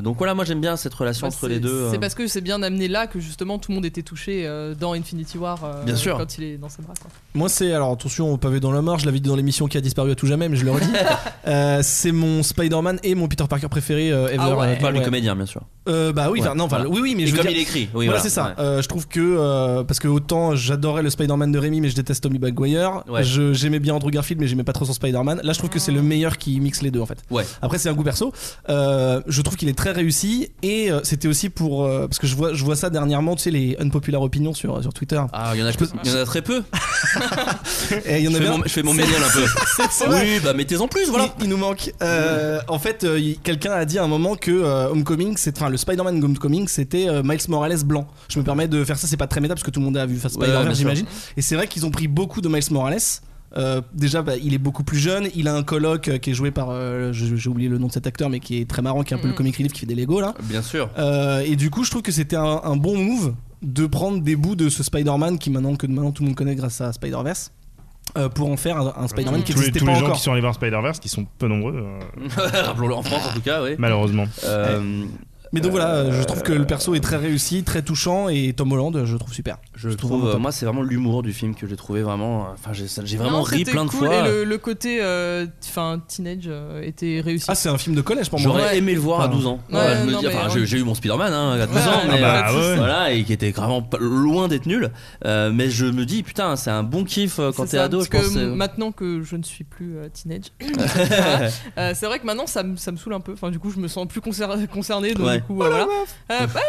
Speaker 1: donc voilà moi j'aime bien cette relation
Speaker 3: Bah,
Speaker 1: entre
Speaker 3: c'est-
Speaker 1: les deux
Speaker 3: C'est
Speaker 1: euh.
Speaker 3: parce que c'est bien amené là que justement tout le monde était touché euh, dans Infinity War euh,
Speaker 1: Bien sûr.
Speaker 3: quand il est dans ses bras. quoi.
Speaker 4: Moi, c'est. Alors, attention, au pavé dans la mare, je l'avais dit dans l'émission qui a disparu à tout jamais, mais je le redis. Euh, c'est mon Spider-Man et mon Peter Parker préféré euh, ever.
Speaker 3: Ah ouais.
Speaker 4: Euh,
Speaker 1: on parle du
Speaker 4: ouais.
Speaker 1: comédien bien sûr
Speaker 4: Euh, bah oui,
Speaker 1: Ouais,
Speaker 4: enfin, non, enfin,
Speaker 1: voilà.
Speaker 4: oui, oui, mais
Speaker 1: et
Speaker 4: je veux
Speaker 1: comme
Speaker 4: dire-
Speaker 1: il écrit oui,
Speaker 4: voilà,
Speaker 1: voilà,
Speaker 4: c'est ça.
Speaker 1: ouais.
Speaker 4: Euh, je trouve que euh, parce que autant j'adorais le Spider-Man de Rémi, mais je déteste Tommy Maguire.
Speaker 1: Ouais. Ah.
Speaker 4: Je- J'aimais bien Andrew Garfield, mais j'aimais pas trop son Spider-Man. Là, je trouve que c'est le meilleur qui mixe les deux en fait.
Speaker 1: Ouais.
Speaker 4: Après, c'est un goût perso. Euh, je trouve qu'il est très réussi et euh, c'était aussi pour euh, parce que je vois je vois ça dernièrement, tu sais, les unpopular opinions sur sur Twitter.
Speaker 1: Ah, il y, en a, il y en a très peu.
Speaker 4: Et il y en
Speaker 1: Je fais,
Speaker 4: avait un-
Speaker 1: mon, je fais mon ménial un peu.
Speaker 4: vrai.
Speaker 1: Oui, bah mettez-en plus, voilà.
Speaker 4: Il, il nous manque. Euh, en fait, euh, il- quelqu'un a dit à un moment que euh, Homecoming, c'est, enfin, le Spider-Man Homecoming, c'était euh, Miles Morales blanc. Je me permets de faire ça, c'est pas très méta parce que tout le monde a vu Fa-
Speaker 1: Ouais,
Speaker 4: Spider-Man,
Speaker 1: bien sûr.
Speaker 4: j'imagine. Et c'est vrai qu'ils ont pris beaucoup de Miles Morales. Euh, déjà, bah, il est beaucoup plus jeune. Il a un coloc euh, qui est joué par, euh, je- j'ai oublié le nom de cet acteur, mais qui est très marrant, qui est un peu le comic relief qui fait des Lego là.
Speaker 1: Bien sûr.
Speaker 4: Euh, et du coup, je trouve que c'était un, un bon move de prendre des bouts de ce Spider-Man qui maintenant que maintenant tout le monde connaît grâce à Spider-Verse euh, pour en faire un, un Spider-Man qui
Speaker 2: Mm. Tous les,
Speaker 4: n'existait
Speaker 2: tous
Speaker 4: pas
Speaker 2: les gens
Speaker 4: encore.
Speaker 2: qui sont allés voir Spider-Verse, qui sont peu nombreux, euh,
Speaker 1: Rappelons-le en France en tout cas,
Speaker 4: Bah,
Speaker 1: oui.
Speaker 2: malheureusement.
Speaker 1: Euh,
Speaker 4: Mais donc voilà, euh, je trouve que le perso est très réussi, très touchant et Tom Holland, je le trouve super.
Speaker 1: je
Speaker 4: trouve
Speaker 1: trouve,
Speaker 4: vraiment
Speaker 1: euh,
Speaker 4: top.
Speaker 1: moi, c'est vraiment l'humour du film que j'ai trouvé vraiment. euh, Enfin, j'ai j'ai vraiment
Speaker 3: Non,
Speaker 1: ri
Speaker 3: c'était
Speaker 1: plein de
Speaker 3: cool,
Speaker 1: fois.
Speaker 3: Et le, le côté euh, enfin teenage euh, était réussi.
Speaker 4: Ah, c'est un film de collège pour moi.
Speaker 1: J'aurais
Speaker 3: Ouais.
Speaker 1: aimé le voir à
Speaker 4: Ouais.
Speaker 1: 12 ans.
Speaker 3: Ouais,
Speaker 1: Ouais, je me
Speaker 3: non,
Speaker 1: dis-
Speaker 3: mais
Speaker 1: enfin,
Speaker 3: on-
Speaker 1: j'ai j'ai eu mon Spider-Man hein, à 12
Speaker 3: Ouais,
Speaker 1: ans,
Speaker 3: ouais,
Speaker 1: mais
Speaker 3: ouais,
Speaker 2: Ah bah
Speaker 3: ouais.
Speaker 2: ouais.
Speaker 1: voilà, et qui était vraiment pas- loin d'être nul. Euh, mais je me dis, putain, c'est un bon kiff euh, quand
Speaker 3: C'est
Speaker 1: t'es
Speaker 3: ça,
Speaker 1: ado,
Speaker 3: parce
Speaker 1: je pense.
Speaker 3: que
Speaker 1: c'est-
Speaker 3: maintenant que je ne suis plus euh, teenage, voilà, euh, c'est vrai que maintenant ça me ça me saoule un peu. Enfin, du coup, je me sens plus concer- concerné, donc
Speaker 1: Ouais. Ouais.
Speaker 3: du coup,
Speaker 4: Oh
Speaker 3: euh, voilà. Euh, bah, eh oui,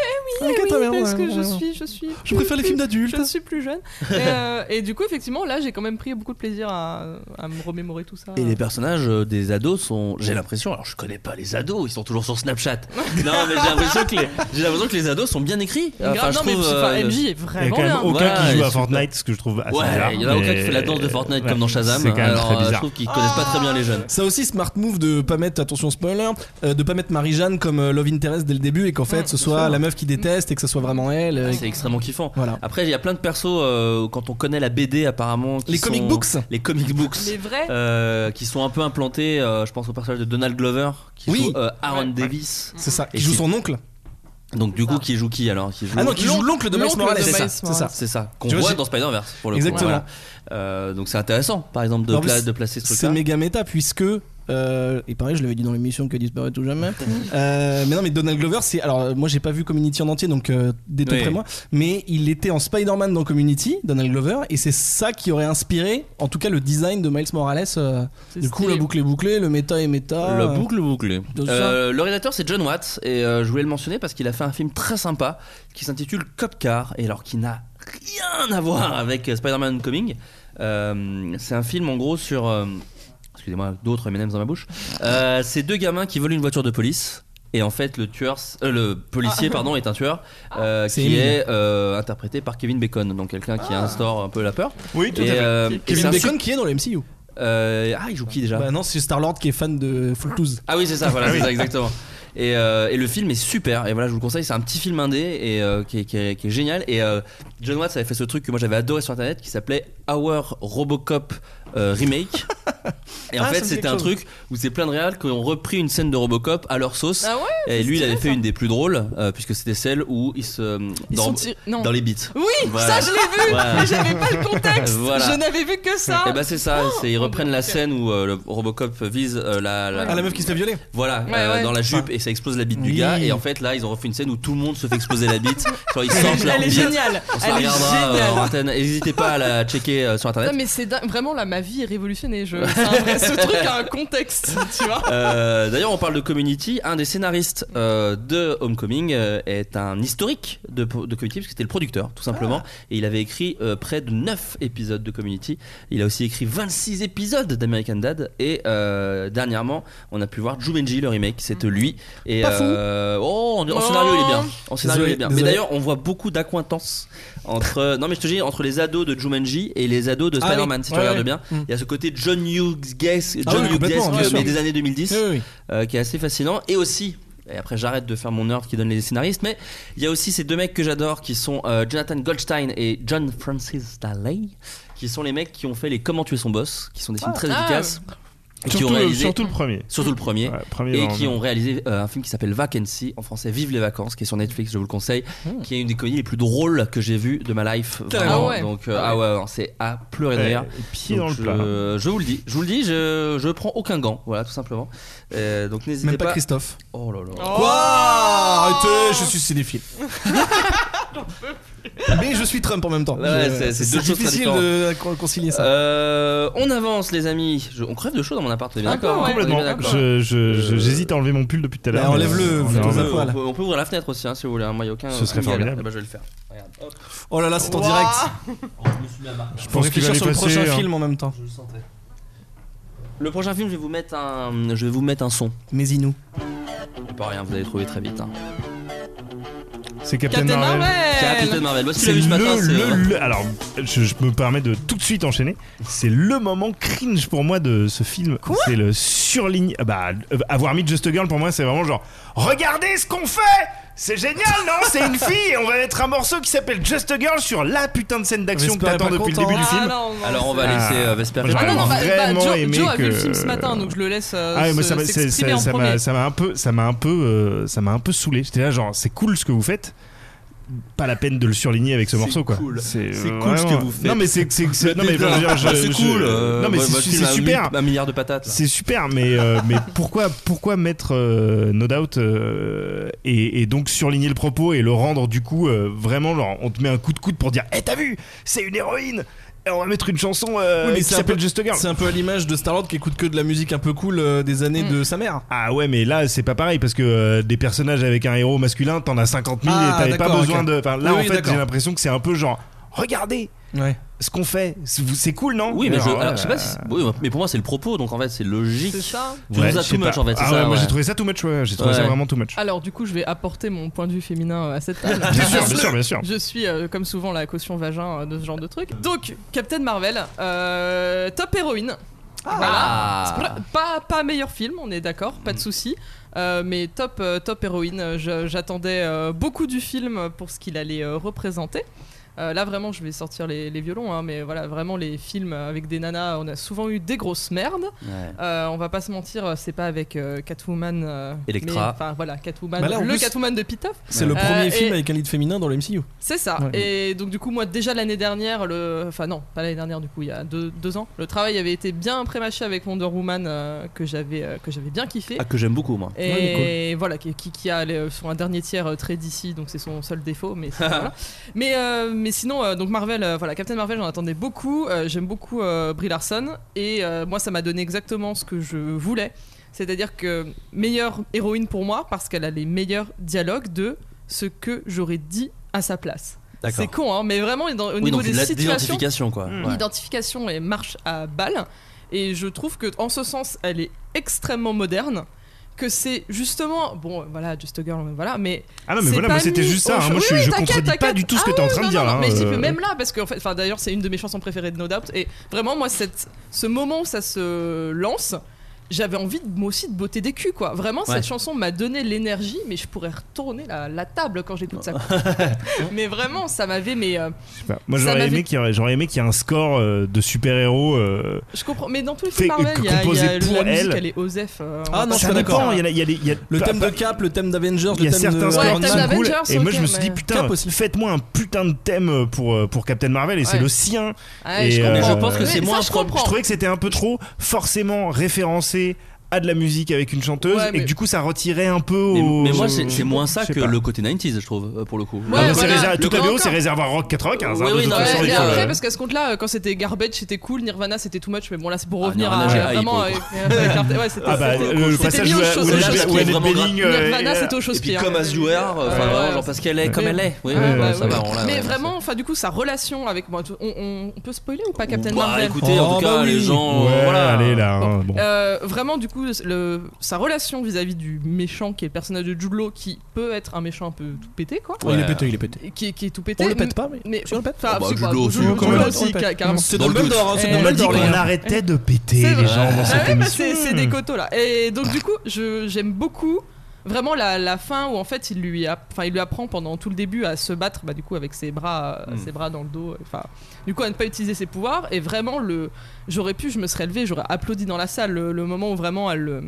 Speaker 3: eh oui,
Speaker 4: Catalan,
Speaker 3: parce
Speaker 4: ouais,
Speaker 3: que
Speaker 4: ouais,
Speaker 3: je
Speaker 4: ouais.
Speaker 3: suis, je suis.
Speaker 4: hein, Je préfère les films d'adultes.
Speaker 3: Je suis plus jeune. Et, euh, et du coup, effectivement, là, j'ai quand même pris beaucoup de plaisir à, à me remémorer tout ça.
Speaker 1: Et les personnages euh, des ados sont, j'ai l'impression, alors je connais pas les ados, ils sont toujours sur Snapchat. non, mais j'ai l'impression que les, j'ai l'impression que les ados sont bien écrits.
Speaker 3: Grave, non,
Speaker 1: Ah, je
Speaker 3: mais
Speaker 1: trouve,
Speaker 3: enfin,
Speaker 1: euh,
Speaker 3: MJ
Speaker 2: Il
Speaker 3: est
Speaker 2: n'y a
Speaker 3: vraiment hein.
Speaker 2: quand même
Speaker 3: bien.
Speaker 2: aucun
Speaker 1: Ouais,
Speaker 2: qui joue
Speaker 1: ils
Speaker 2: à
Speaker 1: sont-
Speaker 2: Fortnite, ce que je trouve assez bizarre.
Speaker 1: Ouais, il y en a aucun qui
Speaker 2: mais-
Speaker 1: fait la danse de Fortnite
Speaker 2: Ouais,
Speaker 1: comme dans Shazam.
Speaker 2: C'est quand même
Speaker 1: Alors,
Speaker 2: très
Speaker 1: euh, Je
Speaker 2: bizarre.
Speaker 1: trouve qu'ils connaissent pas
Speaker 3: Ah.
Speaker 1: très bien les jeunes.
Speaker 4: Ça aussi, smart move de pas mettre, attention spoiler, euh, de pas mettre Marie-Jeanne comme euh, Love Interest dès le début et qu'en fait
Speaker 3: Mm,
Speaker 4: ce
Speaker 3: bien
Speaker 4: soit
Speaker 3: sûr.
Speaker 4: la meuf qui déteste et que ce soit vraiment elle. euh,
Speaker 1: Ah, C'est extrêmement kiffant.
Speaker 4: Voilà.
Speaker 1: Après, il y a plein de persos euh, quand on connaît la BD apparemment. qui
Speaker 4: Les
Speaker 1: sont-
Speaker 4: comic books
Speaker 1: Les comic books.
Speaker 3: Les vrais.
Speaker 1: euh, qui sont un peu implantés, euh, je pense au personnage de Donald Glover, qui
Speaker 4: Oui.
Speaker 1: joue euh, Aaron
Speaker 3: Ouais.
Speaker 1: Davis.
Speaker 4: C'est ça.
Speaker 1: Et
Speaker 4: Qui joue
Speaker 1: c'est-
Speaker 4: son oncle.
Speaker 1: Donc du coup, qui joue qui alors Qui joue-
Speaker 4: Ah non, qui joue l'oncle de Miles
Speaker 3: l'oncle
Speaker 4: Morales.
Speaker 3: de
Speaker 4: C'est ça.
Speaker 3: Miles
Speaker 4: C'est ça.
Speaker 1: C'est ça, qu'on
Speaker 4: Tu vois,
Speaker 1: voit
Speaker 4: j'ai-
Speaker 1: dans Spider-Verse pour le coup.
Speaker 4: Exactement.
Speaker 1: voilà. Euh, donc c'est intéressant, par exemple, de,
Speaker 4: En plus,
Speaker 1: pla- de placer ce
Speaker 4: C'est
Speaker 1: truc-là.
Speaker 4: méga méta puisque. euh, et pareil, je l'avais dit dans l'émission que disparaît tout jamais. Euh, mais non, mais Donald Glover, c'est. Alors, euh, moi, j'ai pas vu Community en entier, donc euh, détrompe-moi. Mais il était en Spider-Man dans Community, Donald Glover, et c'est ça qui aurait inspiré, en tout cas, le design de Miles Morales. euh,
Speaker 3: C'est
Speaker 4: du coup,
Speaker 3: stylé.
Speaker 4: la boucle est bouclée, le méta est méta.
Speaker 1: Le
Speaker 4: euh,
Speaker 1: boucle bouclé.
Speaker 4: de ça.
Speaker 1: Euh, le réalisateur c'est John Watts et euh, je voulais le mentionner parce qu'il a fait un film très sympa qui s'intitule Cop Car et alors qui n'a rien à voir avec euh, Spider-Man Coming. Euh, c'est un film en gros sur euh, excusez-moi d'autres M&M's dans ma bouche. Euh, c'est deux gamins qui volent une voiture de police. Et en fait, le tueur, euh, le policier, pardon, est un tueur euh,
Speaker 4: Ah. C'est
Speaker 1: qui
Speaker 4: Emile. Ah.
Speaker 1: est euh, interprété par Kevin Bacon, donc quelqu'un qui instaure un peu la peur.
Speaker 2: Oui, tout à
Speaker 1: Et,
Speaker 2: fait.
Speaker 1: euh, et c'est
Speaker 4: Kevin
Speaker 1: un
Speaker 4: Bacon
Speaker 1: su-
Speaker 4: qui est dans le MCU.
Speaker 1: euh, ah, il joue qui déjà
Speaker 4: Bah non, c'est Star-Lord qui est fan de Footloose.
Speaker 1: Ah oui, c'est ça, voilà, c'est ça, exactement. Et, euh, et le film est super, et voilà, je vous le conseille, c'est un petit film indé et, euh, qui, est, qui est- qui est génial. Et euh, John Watts avait fait ce truc que moi j'avais adoré sur internet qui s'appelait Our Robocop euh, Remake. Et en
Speaker 4: Ah, ça me
Speaker 1: fait,
Speaker 4: dit
Speaker 1: c'était
Speaker 4: quelque
Speaker 1: un
Speaker 4: chose.
Speaker 1: truc où c'est plein de réals qui ont repris une scène de Robocop à leur sauce.
Speaker 3: Ah ouais
Speaker 1: et lui, il avait fait
Speaker 3: ça.
Speaker 1: une des plus drôles, euh, puisque c'était celle où il se. euh,
Speaker 3: Ils
Speaker 1: dans,
Speaker 3: sont tirés- non.
Speaker 1: dans les beats.
Speaker 3: Oui,
Speaker 1: Voilà.
Speaker 3: ça je l'ai vu,
Speaker 1: Voilà.
Speaker 3: mais j'avais pas le contexte.
Speaker 1: Voilà.
Speaker 3: Je n'avais vu que ça.
Speaker 1: Et bah, c'est ça, c'est- ils
Speaker 3: Ah. Oh,
Speaker 1: reprennent la
Speaker 3: ok.
Speaker 1: scène où euh, le Robocop vise euh, la-
Speaker 4: Ah, la meuf qui se fait violer.
Speaker 1: Voilà,
Speaker 3: Ouais,
Speaker 1: euh,
Speaker 3: ouais.
Speaker 1: dans la jupe et ça explose la bite du
Speaker 4: Oui.
Speaker 1: gars. Et en fait, là, ils ont refait une scène où tout le monde se fait exploser la bite. Genre, ils
Speaker 3: elle
Speaker 1: sortent
Speaker 3: est,
Speaker 1: leur
Speaker 3: elle est
Speaker 1: bite.
Speaker 3: géniale.
Speaker 1: On se la
Speaker 3: elle est
Speaker 1: regardera euh, en
Speaker 3: géniale.
Speaker 1: antenne. Et N'hésitez pas à la checker euh, sur internet.
Speaker 3: Non mais c'est dingue. vraiment là ma vie est révolutionnée. Je... c'est un vrai- Ce truc a un contexte, tu vois.
Speaker 1: Euh, D'ailleurs, on parle de Community. Un des scénaristes euh, de Homecoming euh, est un historique de, de Community, parce que c'était le producteur, tout simplement.
Speaker 4: Ah.
Speaker 1: Et il avait écrit euh, près de 9 épisodes de Community. Il a aussi écrit 26 épisodes d'American Dad. Et euh, dernièrement, on a pu voir Jumanji, le remake. C'était lui. Et,
Speaker 4: Ah. Pas fou.
Speaker 1: euh, oh, en, en scénario, il est bien. En scénario,
Speaker 4: Désolé,
Speaker 1: il est bien.
Speaker 4: désolé.
Speaker 1: Mais d'ailleurs, on voit beaucoup d'acquaintances entre, euh, non, mais je te dis, entre les ados de Jumanji et les ados de
Speaker 4: Ah oui.
Speaker 1: Spider-Man, si tu
Speaker 4: Ouais,
Speaker 1: regardes
Speaker 4: ouais.
Speaker 1: bien.
Speaker 4: Mm.
Speaker 1: Il y a ce côté John Hughes, guess,
Speaker 4: Ah
Speaker 1: John
Speaker 4: oui,
Speaker 1: Hughes
Speaker 4: complètement,
Speaker 1: guess,
Speaker 4: bien
Speaker 1: que-
Speaker 4: sûr.
Speaker 1: mais des années 2010
Speaker 4: Oui, oui.
Speaker 1: euh, qui est assez fascinant et aussi et après j'arrête de faire mon nerd qui donne les scénaristes mais il y a aussi ces deux mecs que j'adore qui sont euh, Jonathan Goldstein et John Francis Daley qui sont les mecs qui ont fait les Comment tuer son boss qui sont des films très
Speaker 3: Ah.
Speaker 1: efficaces et qui ont
Speaker 2: Surtout,
Speaker 1: réalisé
Speaker 2: surtout le premier.
Speaker 1: surtout le premier
Speaker 2: Ouais, premier
Speaker 1: et
Speaker 2: vraiment
Speaker 1: qui
Speaker 2: bien.
Speaker 1: ont réalisé euh, un film qui s'appelle Vacancy en français Vive les vacances qui est sur Netflix je vous le conseille qui est une des comédies les plus drôles que j'ai vues de ma life
Speaker 3: Carrément.
Speaker 1: vraiment.
Speaker 3: Ah ouais.
Speaker 1: donc euh, ah ouais, ouais, c'est à pleurer de
Speaker 2: Ouais,
Speaker 1: rire
Speaker 2: pied
Speaker 1: donc
Speaker 2: Eh, dans le
Speaker 1: je-
Speaker 2: plat.
Speaker 1: Je, vous le dis, je vous le dis, je, je prends aucun gant, voilà tout simplement. Euh, donc n'hésitez
Speaker 4: Même
Speaker 1: pas.
Speaker 4: pas Christophe.
Speaker 1: Oh là là.
Speaker 4: Quoi
Speaker 3: Oh,
Speaker 4: Arrêtez, je suis cinéphile. Mais je suis Trump en même temps.
Speaker 1: Ouais, c'est-
Speaker 4: Je-
Speaker 1: c'est deux choses très
Speaker 4: difficile
Speaker 1: différentes.
Speaker 4: de con- concilier ça.
Speaker 1: Euh, on avance les amis. Je- on crève de chaud dans mon appart. on est bien
Speaker 3: Un peu,
Speaker 1: d'accord. hein.
Speaker 3: ouais.
Speaker 1: On est bien
Speaker 2: Complètement.
Speaker 1: d'accord.
Speaker 2: Je- je- je-
Speaker 1: Euh,
Speaker 2: J'hésite à enlever mon pull depuis tout à l'heure.
Speaker 4: Bah,
Speaker 2: mais- euh,
Speaker 4: enlève-le,
Speaker 2: on
Speaker 4: fais-toi
Speaker 2: verra.
Speaker 4: ça.
Speaker 1: on,
Speaker 4: poil.
Speaker 1: peut, on peut ouvrir la fenêtre aussi hein, si vous voulez. hein. Moi, il y a aucun.
Speaker 2: Ce serait
Speaker 1: aucune galère.
Speaker 2: formidable.
Speaker 1: Eh ben, je vais le faire. Regarde, hop.
Speaker 4: Oh là là, c'est en
Speaker 3: Ouah.
Speaker 4: direct.
Speaker 1: Oh, Je me suis mis à marquer.
Speaker 2: Je
Speaker 4: Faut
Speaker 2: pense qu'il va
Speaker 4: réfléchir
Speaker 2: les
Speaker 4: sur le
Speaker 2: passer.
Speaker 4: prochain
Speaker 2: hein.
Speaker 4: film en même temps.
Speaker 1: Je le sentais. Le prochain film, je vais vous mettre un, je vais vous mettre un son.
Speaker 4: Mais Inou.
Speaker 1: Pas rien, vous allez trouver très vite. hein.
Speaker 2: C'est Captain
Speaker 3: Captain
Speaker 2: Marvel.
Speaker 1: Captain
Speaker 3: Marvel.
Speaker 1: Marvel. Moi, si tu
Speaker 2: C'est
Speaker 1: l'as vu ce matin, c'est,
Speaker 2: le,
Speaker 1: euh,
Speaker 2: le- Alors, je, je me permets de tout de suite enchaîner. C'est le moment cringe pour moi de ce film. C'est le surligne. ah Bah, euh, avoir mis Just a Girl pour moi, c'est vraiment genre. Regardez ce qu'on fait C'est génial, non C'est une fille et on va mettre un morceau qui s'appelle Just a Girl sur la putain de scène d'action que
Speaker 4: J'espère
Speaker 2: t'attends
Speaker 4: pas
Speaker 2: depuis
Speaker 4: content.
Speaker 2: le début du
Speaker 3: Ah,
Speaker 2: film.
Speaker 3: non, non,
Speaker 1: Alors, on va
Speaker 3: c'est-
Speaker 2: Ah.
Speaker 1: laisser euh, Vesper.
Speaker 2: Moi,
Speaker 3: Ah non, non, bah, bah,
Speaker 2: vraiment
Speaker 3: Joe,
Speaker 2: aimé
Speaker 3: Joe a vu
Speaker 2: que-
Speaker 3: le film ce matin, donc je le laisse euh,
Speaker 2: Ah, ouais, moi,
Speaker 3: se-
Speaker 2: ça m'a- c'est-
Speaker 3: s'exprimer
Speaker 2: ça-
Speaker 3: en
Speaker 2: ça
Speaker 3: premier.
Speaker 2: m'a ça m'a un peu, ça m'a un peu, euh, ça m'a un peu saoulé. J'étais là genre, c'est cool ce que vous faites. Pas la peine de le surligner avec ce
Speaker 1: C'est
Speaker 2: morceau quoi.
Speaker 1: cool. C'est
Speaker 2: euh,
Speaker 1: cool ce que vous faites.
Speaker 2: Non mais c'est c'est c'est- non mais
Speaker 1: Déjà,
Speaker 2: enfin, je veux dire, je-
Speaker 1: bah, c'est
Speaker 2: je-
Speaker 1: cool. euh,
Speaker 2: non mais
Speaker 1: bah,
Speaker 2: c'est-
Speaker 1: bah,
Speaker 2: c'est
Speaker 1: film à
Speaker 2: super.
Speaker 1: mi- Un milliard de patates. là.
Speaker 2: C'est super, mais, euh, mais pourquoi, pourquoi mettre euh, No Doubt euh, et, et donc surligner le propos et le rendre du coup euh, vraiment genre on te met un coup de coude pour dire Eh t'as vu, c'est une héroïne Eh, on va mettre une chanson euh,
Speaker 4: Oui, mais
Speaker 2: qui
Speaker 4: c'est un
Speaker 2: s'appelle
Speaker 4: peu-
Speaker 2: Just a Girl.
Speaker 4: C'est un peu à l'image de Star-Lord qui écoute que de la musique un peu cool euh, des années de sa mère.
Speaker 2: Ah ouais, mais là, c'est pas pareil parce que euh, des personnages avec un héros masculin, t'en as 50 000
Speaker 4: Ah,
Speaker 2: et t'avais pas
Speaker 4: d'accord,
Speaker 2: besoin
Speaker 4: ok.
Speaker 2: de. Enfin, là,
Speaker 4: Oui,
Speaker 2: en
Speaker 4: oui,
Speaker 2: fait,
Speaker 4: d'accord.
Speaker 2: j'ai l'impression que c'est un peu genre, regardez
Speaker 4: Ouais.
Speaker 2: ce qu'on fait, c'est c'est cool, non
Speaker 1: Oui, mais je,
Speaker 2: Alors,
Speaker 1: alors, je sais pas
Speaker 2: euh,
Speaker 1: si c'est- oui, mais pour moi, c'est le propos, donc en fait, c'est logique.
Speaker 3: C'est ça.
Speaker 1: Tu
Speaker 2: ouais,
Speaker 1: nous as
Speaker 2: je
Speaker 1: too
Speaker 2: sais
Speaker 1: much,
Speaker 2: pas.
Speaker 1: en fait, c'est
Speaker 2: Ah
Speaker 1: ça,
Speaker 2: ouais, moi
Speaker 1: ouais.
Speaker 2: j'ai trouvé ça too much, ouais, j'ai trouvé ça
Speaker 1: Ouais.
Speaker 2: vraiment too much.
Speaker 3: Alors du coup, je vais apporter mon point de vue féminin euh, à cette
Speaker 1: Ah,
Speaker 3: table.
Speaker 2: bien sûr, bien sûr, bien sûr.
Speaker 3: Je suis, euh, comme souvent, la caution vagin euh, de ce genre de truc. Donc, Captain Marvel, euh, top héroïne.
Speaker 4: Ah.
Speaker 1: Ah.
Speaker 2: Ah,
Speaker 3: Voilà. Pas, pas meilleur film, on est d'accord, pas de souci. Euh, mais top, euh, top héroïne. Je- J'attendais euh, beaucoup du film pour ce qu'il allait euh, représenter. Euh, là vraiment je vais sortir les, les violons hein, mais voilà vraiment les films avec des nanas on a souvent eu des grosses merdes
Speaker 1: Ouais.
Speaker 3: euh, on va pas se mentir, c'est pas avec euh, Catwoman. euh,
Speaker 1: Electra.
Speaker 3: mais, Enfin voilà, Catwoman.
Speaker 4: Bah là, en
Speaker 3: le
Speaker 4: plus-
Speaker 3: Catwoman de Pitoff.
Speaker 4: C'est le
Speaker 3: Euh,
Speaker 4: premier
Speaker 3: et-
Speaker 4: film avec un lead féminin dans le MCU.
Speaker 3: C'est ça.
Speaker 4: Ouais.
Speaker 3: Et donc du coup, moi déjà l'année dernière, le... enfin non, pas l'année dernière du coup, il y a deux, deux ans, le travail avait été bien prémâché avec Wonder Woman euh, que j'avais euh, que j'avais bien kiffé.
Speaker 1: Ah, que j'aime beaucoup, moi.
Speaker 3: Et
Speaker 4: Ouais, il
Speaker 3: voilà, qui, qui- qui a les- son un dernier tiers euh, très d'ici, donc c'est son seul défaut. Mais, c'est- voilà. mais, euh, mais sinon, euh, donc Marvel, euh, voilà, Captain Marvel, j'en attendais beaucoup. euh, J'aime beaucoup euh, Brie Larson. Et euh, moi, ça m'a donné exactement ce que je voulais. C'est-à-dire que meilleure héroïne pour moi, parce qu'elle a les meilleurs dialogues de ce que j'aurais dit à sa place.
Speaker 1: D'accord.
Speaker 3: C'est con, hein, mais vraiment, dans- au
Speaker 1: oui,
Speaker 3: niveau
Speaker 1: donc
Speaker 3: des
Speaker 1: la-
Speaker 3: situations,
Speaker 1: l'identification, quoi. Ouais.
Speaker 3: l'identification et marche à balles. Et je trouve que, en ce sens, elle est extrêmement moderne. Que c'est justement. Bon, voilà, Just a Girl, voilà, mais.
Speaker 2: Ah non, mais
Speaker 3: c'est
Speaker 2: voilà,
Speaker 3: pas
Speaker 2: moi c'était
Speaker 3: mis
Speaker 2: juste
Speaker 1: Oh,
Speaker 3: au
Speaker 2: ça. hein.
Speaker 3: cho-
Speaker 2: Moi
Speaker 3: Oui,
Speaker 2: je,
Speaker 3: oui,
Speaker 2: je
Speaker 3: t'inquiète,
Speaker 2: contredis pas
Speaker 3: t'inquiète.
Speaker 2: du tout ce que
Speaker 3: Ah
Speaker 2: t'es en
Speaker 3: oui,
Speaker 2: train de
Speaker 3: non,
Speaker 2: dire.
Speaker 3: non,
Speaker 2: hein,
Speaker 3: mais je dis que
Speaker 2: euh,
Speaker 3: même là, parce que en fait, enfin, d'ailleurs, c'est une de mes chansons préférées de No Doubt. Et vraiment, moi, cette, ce moment où ça se lance, j'avais envie, de- moi aussi, de botter des culs, quoi. Vraiment,
Speaker 1: Ouais.
Speaker 3: cette chanson m'a donné l'énergie, mais je pourrais retourner la, la table quand j'écoute ça. quoi. mais vraiment, ça m'avait. Mais euh,
Speaker 2: je sais pas. Moi
Speaker 3: Ça
Speaker 2: j'aurais
Speaker 3: m'avait-
Speaker 2: aimé qu'il y aurait- j'aurais aimé qu'il y ait un score euh, de super-héros. euh,
Speaker 3: je comprends. Mais dans tous les
Speaker 2: Fait-
Speaker 3: films Marvel,
Speaker 2: que
Speaker 3: il y a, il y a
Speaker 2: composé pour
Speaker 3: la musique,
Speaker 2: elle.
Speaker 3: elle, est Osef. euh, on
Speaker 4: Ah
Speaker 3: va
Speaker 4: non,
Speaker 3: pas
Speaker 4: je suis
Speaker 2: ça
Speaker 3: se
Speaker 4: d'accord.
Speaker 2: dépend, Il y en a- il y a des- il y a
Speaker 4: Le
Speaker 2: pas-
Speaker 4: thème
Speaker 2: pas-
Speaker 4: de Cap, le thème d'Avengers,
Speaker 2: Bah, Il y
Speaker 4: le
Speaker 2: a
Speaker 4: thème
Speaker 2: certains
Speaker 4: de
Speaker 2: scores
Speaker 3: Ouais,
Speaker 2: qui
Speaker 3: thème
Speaker 2: sont
Speaker 4: Spider-Man.
Speaker 2: cool.
Speaker 3: d'Avengers,
Speaker 2: Et moi, je
Speaker 3: ok,
Speaker 2: me suis dit,
Speaker 3: mais-
Speaker 2: putain,
Speaker 4: Cap aussi.
Speaker 2: faites-moi un putain de thème pour, euh, pour Captain Marvel et c'est
Speaker 3: Ouais.
Speaker 2: le sien.
Speaker 3: Ouais,
Speaker 2: Et,
Speaker 3: je
Speaker 2: euh,
Speaker 3: comprends.
Speaker 2: Mais je pense que
Speaker 3: Oui,
Speaker 1: c'est
Speaker 3: ça,
Speaker 1: moins
Speaker 3: je
Speaker 1: pro-
Speaker 3: comprends.
Speaker 2: Je trouvais que c'était un peu trop forcément référencé à de la musique avec une chanteuse
Speaker 3: Ouais,
Speaker 2: et
Speaker 3: mais-
Speaker 2: que du coup, ça retirait un peu
Speaker 1: Mais,
Speaker 2: au.
Speaker 1: mais moi, c'est c'est moins ça
Speaker 2: Oh, je sais
Speaker 1: que
Speaker 2: pas.
Speaker 1: le côté 90s, je trouve, euh, pour le coup.
Speaker 3: Ouais,
Speaker 2: Ah bah, c'est
Speaker 3: voilà.
Speaker 2: réservé-
Speaker 3: Le
Speaker 2: Tout
Speaker 3: grand
Speaker 2: ABO,
Speaker 3: corps.
Speaker 2: c'est réservoir rock 95. hein,
Speaker 1: Oui,
Speaker 2: de
Speaker 1: oui,
Speaker 2: toute
Speaker 1: non,
Speaker 2: façon,
Speaker 3: Ouais,
Speaker 2: les
Speaker 3: et
Speaker 1: mais
Speaker 2: gars,
Speaker 3: après,
Speaker 2: euh,
Speaker 3: parce qu'à ce compte-là, euh, quand c'était Garbage, c'était cool. Nirvana, c'était too much. Mais bon, là, c'est pour
Speaker 1: Ah,
Speaker 3: revenir
Speaker 1: Nirvana, j'ai
Speaker 3: à.
Speaker 1: haï
Speaker 3: Vraiment.
Speaker 1: pour le
Speaker 3: euh, euh, Carter- ouais, c'était-
Speaker 2: Ah bah,
Speaker 3: c'était-
Speaker 2: le
Speaker 3: c'était
Speaker 2: passage
Speaker 3: mis
Speaker 2: où
Speaker 3: aux
Speaker 2: où
Speaker 3: choses
Speaker 1: Nirvana,
Speaker 2: Annette-
Speaker 1: c'est
Speaker 2: où Annette
Speaker 1: vraiment
Speaker 2: Bening. euh,
Speaker 3: Nirvana,
Speaker 2: euh,
Speaker 3: c'était
Speaker 1: Et
Speaker 3: au
Speaker 1: puis
Speaker 3: Shakespeare.
Speaker 1: comme as you are, euh, enfin,
Speaker 3: Ouais,
Speaker 1: vraiment,
Speaker 3: ouais.
Speaker 1: genre parce qu'elle est
Speaker 2: Mais-
Speaker 1: comme elle est. Oui,
Speaker 3: Ouais,
Speaker 1: oui,
Speaker 3: bah,
Speaker 1: ça
Speaker 3: oui.
Speaker 1: va, on l'a-
Speaker 3: mais
Speaker 1: ouais,
Speaker 3: vraiment, enfin du coup, sa relation avec moi, on, on- on peut spoiler ou pas
Speaker 1: ça-
Speaker 3: Captain
Speaker 1: Bah,
Speaker 3: Marvel
Speaker 1: écoutez, en
Speaker 4: Oh,
Speaker 1: tout cas,
Speaker 4: bah oui.
Speaker 1: les gens.
Speaker 2: Ouais,
Speaker 1: voilà.
Speaker 2: allez là. hein,
Speaker 3: Bon.
Speaker 2: bon.
Speaker 3: Euh, vraiment, du coup, le, sa relation vis-à-vis du méchant qui est le personnage de Jude Law, qui peut être un méchant un peu tout pété, quoi,
Speaker 4: Ouais, Il est
Speaker 1: Ouais.
Speaker 4: pété, il est pété.
Speaker 3: et qui, est- qui est tout pété.
Speaker 4: On le pète pas, mais.
Speaker 3: mais
Speaker 4: Si on le pète
Speaker 3: enfin,
Speaker 1: Oh, bah,
Speaker 3: c'est
Speaker 1: Jude
Speaker 3: quoi,
Speaker 1: Law aussi,
Speaker 3: Jude
Speaker 1: quand
Speaker 3: Law
Speaker 1: même.
Speaker 3: aussi, ca- carrément.
Speaker 4: C'est
Speaker 1: Dans le
Speaker 4: Dumbledore, hein,
Speaker 3: doute.
Speaker 4: c'est
Speaker 3: Eh,
Speaker 2: On m'a dit
Speaker 4: Dumbledore, les
Speaker 2: qu'on
Speaker 4: gars.
Speaker 2: arrêtait de péter
Speaker 3: C'est
Speaker 2: les
Speaker 3: vrai.
Speaker 2: gens dans
Speaker 3: Ah
Speaker 2: cette
Speaker 3: ouais, bah,
Speaker 2: émission.
Speaker 3: c'est c'est des coteaux là. Et donc du coup, je- j'aime beaucoup vraiment la, la fin où en fait il lui, app- enfin il lui apprend pendant tout le début à se battre, bah du coup avec ses bras, euh,
Speaker 1: Mm.
Speaker 3: ses bras dans le dos. Enfin, du coup à ne pas utiliser ses pouvoirs. Et vraiment le, j'aurais pu, je me serais levé, j'aurais applaudi dans la salle le, le moment où vraiment elle le,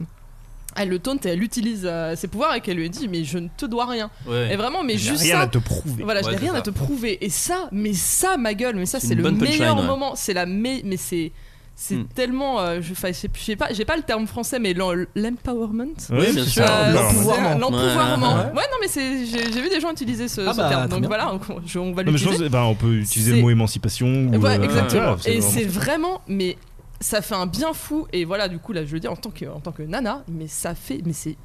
Speaker 3: elle le tente et elle utilise euh, ses pouvoirs et qu'elle lui dit mais je ne te dois rien.
Speaker 1: Ouais.
Speaker 3: Et vraiment mais
Speaker 2: J'ai
Speaker 3: juste
Speaker 2: rien
Speaker 3: ça,
Speaker 2: à te prouver.
Speaker 3: voilà,
Speaker 1: Ouais,
Speaker 3: je n'ai
Speaker 1: c'est
Speaker 3: rien
Speaker 1: ça.
Speaker 3: à te prouver. Et ça, mais ça, ma gueule, mais ça,
Speaker 1: C'est
Speaker 3: c'est
Speaker 1: une
Speaker 3: le
Speaker 1: bonne punchline,
Speaker 3: meilleur
Speaker 1: ouais.
Speaker 3: moment. C'est la me- mais c'est c'est
Speaker 1: Hmm.
Speaker 3: tellement, euh, je, enfin, je sais- je sais pas, j'ai pas le terme français, mais l'en- l'empowerment.
Speaker 1: Oui, bien
Speaker 2: c'est
Speaker 1: sûr.
Speaker 2: ça,
Speaker 3: Euh,
Speaker 2: on parle.
Speaker 4: l'empouvoir- l'empouvoirement.
Speaker 3: c'est- L'empouvoirement.
Speaker 4: Ouais.
Speaker 3: Ouais. non, mais c'est, j'ai j'ai vu des gens utiliser ce,
Speaker 4: Ah
Speaker 3: ce
Speaker 4: bah,
Speaker 3: terme.
Speaker 4: très
Speaker 3: Donc
Speaker 4: bien.
Speaker 3: voilà, on, je- on va
Speaker 2: Non, mais je
Speaker 3: l'utiliser.
Speaker 2: pense ben, on peut utiliser le
Speaker 3: C'est-
Speaker 2: mot émancipation. ou,
Speaker 3: Ouais,
Speaker 2: euh,
Speaker 3: exactement.
Speaker 2: voilà,
Speaker 3: et
Speaker 2: vraiment-
Speaker 3: c'est vraiment, mais ça fait un bien fou. Et voilà, du coup, là, je le dis en tant que, en tant que nana, mais ça fait, mais c'est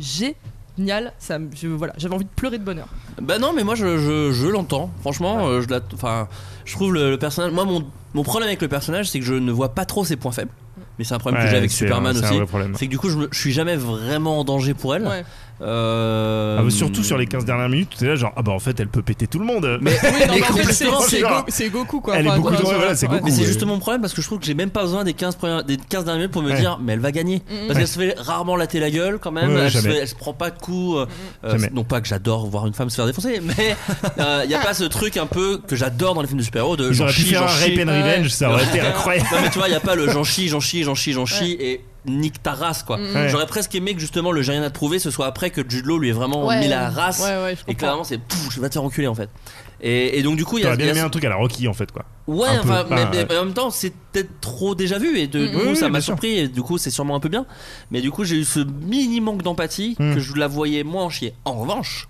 Speaker 3: génial. Ça, me- je, voilà, j'avais envie de pleurer de bonheur.
Speaker 1: Bah non, mais moi je, je, je l'entends. Franchement, euh, je, la, enfin, je trouve le, le personnage. Moi, mon, mon problème avec le personnage, c'est que je ne vois pas trop ses points faibles. Mais c'est un problème
Speaker 2: Ouais,
Speaker 1: que j'ai avec
Speaker 2: c'est un-
Speaker 1: Superman
Speaker 2: C'est un
Speaker 1: aussi.
Speaker 2: vrai problème.
Speaker 1: C'est que du coup, je, me- je suis jamais vraiment en danger pour elle.
Speaker 3: Ouais.
Speaker 1: Euh,
Speaker 2: Ah, bah, surtout sur les 15 dernières minutes, t'es là genre, ah bah en fait elle peut péter tout le monde.
Speaker 1: Mais,
Speaker 3: Oui, non,
Speaker 1: mais
Speaker 3: mais en fait, c'est-
Speaker 1: complètement.
Speaker 3: c'est
Speaker 2: genre-
Speaker 3: Go- c'est Goku quoi.
Speaker 2: Elle est
Speaker 3: Enfin,
Speaker 2: beaucoup
Speaker 3: quoi,
Speaker 2: trop-
Speaker 3: sur-
Speaker 2: voilà, c'est
Speaker 3: ouais.
Speaker 2: Goku.
Speaker 1: Mais c'est
Speaker 2: Ouais.
Speaker 1: justement mon problème parce que je trouve que j'ai même pas besoin des 15, premières- des 15 dernières minutes pour me
Speaker 2: Ouais.
Speaker 1: dire, mais elle va gagner.
Speaker 3: Mm, mm.
Speaker 1: Parce qu'elle se fait rarement latter la gueule quand même.
Speaker 2: Ouais,
Speaker 1: elle, se
Speaker 2: jamais.
Speaker 1: fait- elle se prend pas de coups.
Speaker 3: Mm,
Speaker 1: euh, euh,
Speaker 2: Jamais.
Speaker 1: c'est- non pas que j'adore voir une femme se faire défoncer, mais il y a pas ce truc un peu que j'adore dans les films de super-héros de
Speaker 2: Ils
Speaker 1: j'en
Speaker 2: auraient pu
Speaker 1: chie,
Speaker 2: faire un
Speaker 1: j'en chie.
Speaker 2: Rape and Revenge, ça aurait été incroyable.
Speaker 1: Non mais tu vois, il y a pas le j'en chie, j'en chie, j'en chie, j'en chie et nique ta race quoi.
Speaker 3: Mm.
Speaker 2: Ouais.
Speaker 1: J'aurais presque aimé que justement le j'ai rien à te prouver ce soit après que Jude Law lui ait vraiment mis la race
Speaker 3: Ouais, ouais, je
Speaker 1: et
Speaker 3: comprends.
Speaker 1: clairement c'est pouf, je vais te faire enculer en fait. Et, et donc du coup, il y a,
Speaker 2: T'aurais bien
Speaker 1: il y a
Speaker 2: aimé
Speaker 1: ce-
Speaker 2: un truc à la Rocky en fait quoi.
Speaker 1: Ouais,
Speaker 2: Un peu,
Speaker 1: enfin,
Speaker 2: pas,
Speaker 1: mais,
Speaker 2: euh,
Speaker 1: mais en même temps, c'est peut-être trop déjà vu et de, du
Speaker 3: Mm.
Speaker 1: coup,
Speaker 2: Oui, oui,
Speaker 1: ça
Speaker 2: bien
Speaker 1: m'a
Speaker 2: sûr.
Speaker 1: surpris et du coup, c'est sûrement un peu bien. Mais du coup, j'ai eu ce mini manque d'empathie
Speaker 2: Mm.
Speaker 1: que je la voyais moins en chier. En revanche,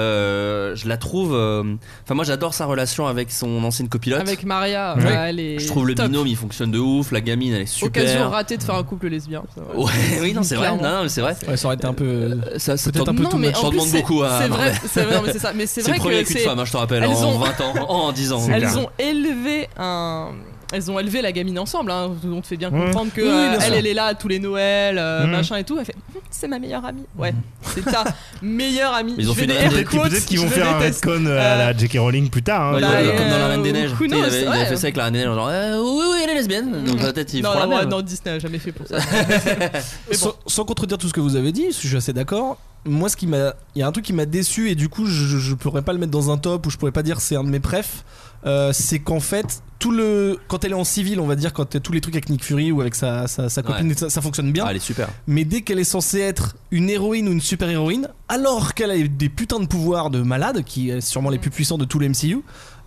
Speaker 1: euh, je la trouve. euh, Enfin, moi, j'adore sa relation avec son ancienne copilote.
Speaker 3: Avec Maria,
Speaker 2: Ouais.
Speaker 3: bah, elle est
Speaker 1: je trouve le
Speaker 3: top.
Speaker 1: binôme, il fonctionne de ouf. La gamine, elle est super.
Speaker 3: Occasion ratée de faire un couple lesbien. ça va.
Speaker 1: Ouais, oui, non, c'est vrai. Non,
Speaker 3: Clairement.
Speaker 1: non, mais c'est vrai.
Speaker 4: Ouais, ça aurait été un peu. euh,
Speaker 1: Ça, ça
Speaker 4: Peut-être
Speaker 1: t'en-
Speaker 4: un peu
Speaker 3: non,
Speaker 4: too
Speaker 3: mais
Speaker 4: much.
Speaker 3: en
Speaker 1: J'en
Speaker 3: plus,
Speaker 1: demande
Speaker 3: c'est-
Speaker 1: beaucoup à
Speaker 3: C'est vrai,
Speaker 1: Marvel.
Speaker 3: c'est vrai, non, mais c'est ça. Mais c'est
Speaker 1: C'est
Speaker 3: vrai
Speaker 1: le premier
Speaker 3: que
Speaker 1: avec une
Speaker 3: c'est-
Speaker 1: femme, hein, je te rappelle,
Speaker 3: Elles
Speaker 1: en
Speaker 3: ont-
Speaker 1: 20 ans, en 10 ans.
Speaker 2: C'est
Speaker 3: elles
Speaker 2: clair.
Speaker 3: ont élevé un. Elles ont élevé la gamine ensemble, hein. on te fait bien
Speaker 2: Ouais.
Speaker 3: comprendre que
Speaker 4: Oui, oui,
Speaker 3: euh,
Speaker 4: bien
Speaker 3: elle,
Speaker 4: sûr.
Speaker 3: elle est là à tous les Noëls, euh,
Speaker 2: Mm.
Speaker 3: machin et tout. Elle fait, Hum, c'est ma meilleure amie. Ouais, c'est ta meilleure amie.
Speaker 1: Ils ont
Speaker 3: Je
Speaker 1: fait
Speaker 3: vais
Speaker 1: une-
Speaker 3: des air
Speaker 2: Peut-être qu'ils
Speaker 3: quotes,
Speaker 2: peut-être qu'ils vont
Speaker 3: je
Speaker 2: faire un
Speaker 3: déteste.
Speaker 2: redcon à la J.K. Rowling plus tard. hein,
Speaker 1: Ouais,
Speaker 2: de-
Speaker 3: Bah,
Speaker 1: ils ont-
Speaker 3: euh,
Speaker 1: comme dans la Reine des
Speaker 3: who
Speaker 1: Neiges, tu sais, il,
Speaker 3: knows,
Speaker 1: avait, il avait
Speaker 3: ouais.
Speaker 1: fait ça avec la Reine des Neiges, genre Euh, oui, oui, elle est lesbienne. Donc peut-être ils
Speaker 3: non,
Speaker 1: font la
Speaker 3: non,
Speaker 1: même.
Speaker 3: non, Disney n'a jamais fait pour ça. Mais bon.
Speaker 4: Sans, sans contredire tout ce que vous avez dit, je suis assez d'accord. Moi, ce qui m'a, il y a un truc qui m'a déçu et du coup, je, je pourrais pas le mettre dans un top ou je pourrais pas dire c'est un de mes préfs. euh, c'est qu'en fait, tout le, quand elle est en civil, on va dire, quand tous les trucs avec Nick Fury ou avec sa, sa, sa copine,
Speaker 1: Ouais.
Speaker 4: et ça, ça fonctionne bien.
Speaker 1: Ah, elle est super.
Speaker 4: Mais dès qu'elle est censée être une héroïne ou une super héroïne, alors qu'elle a des putains de pouvoirs de malade, qui est sûrement les plus puissants de tout le MCU,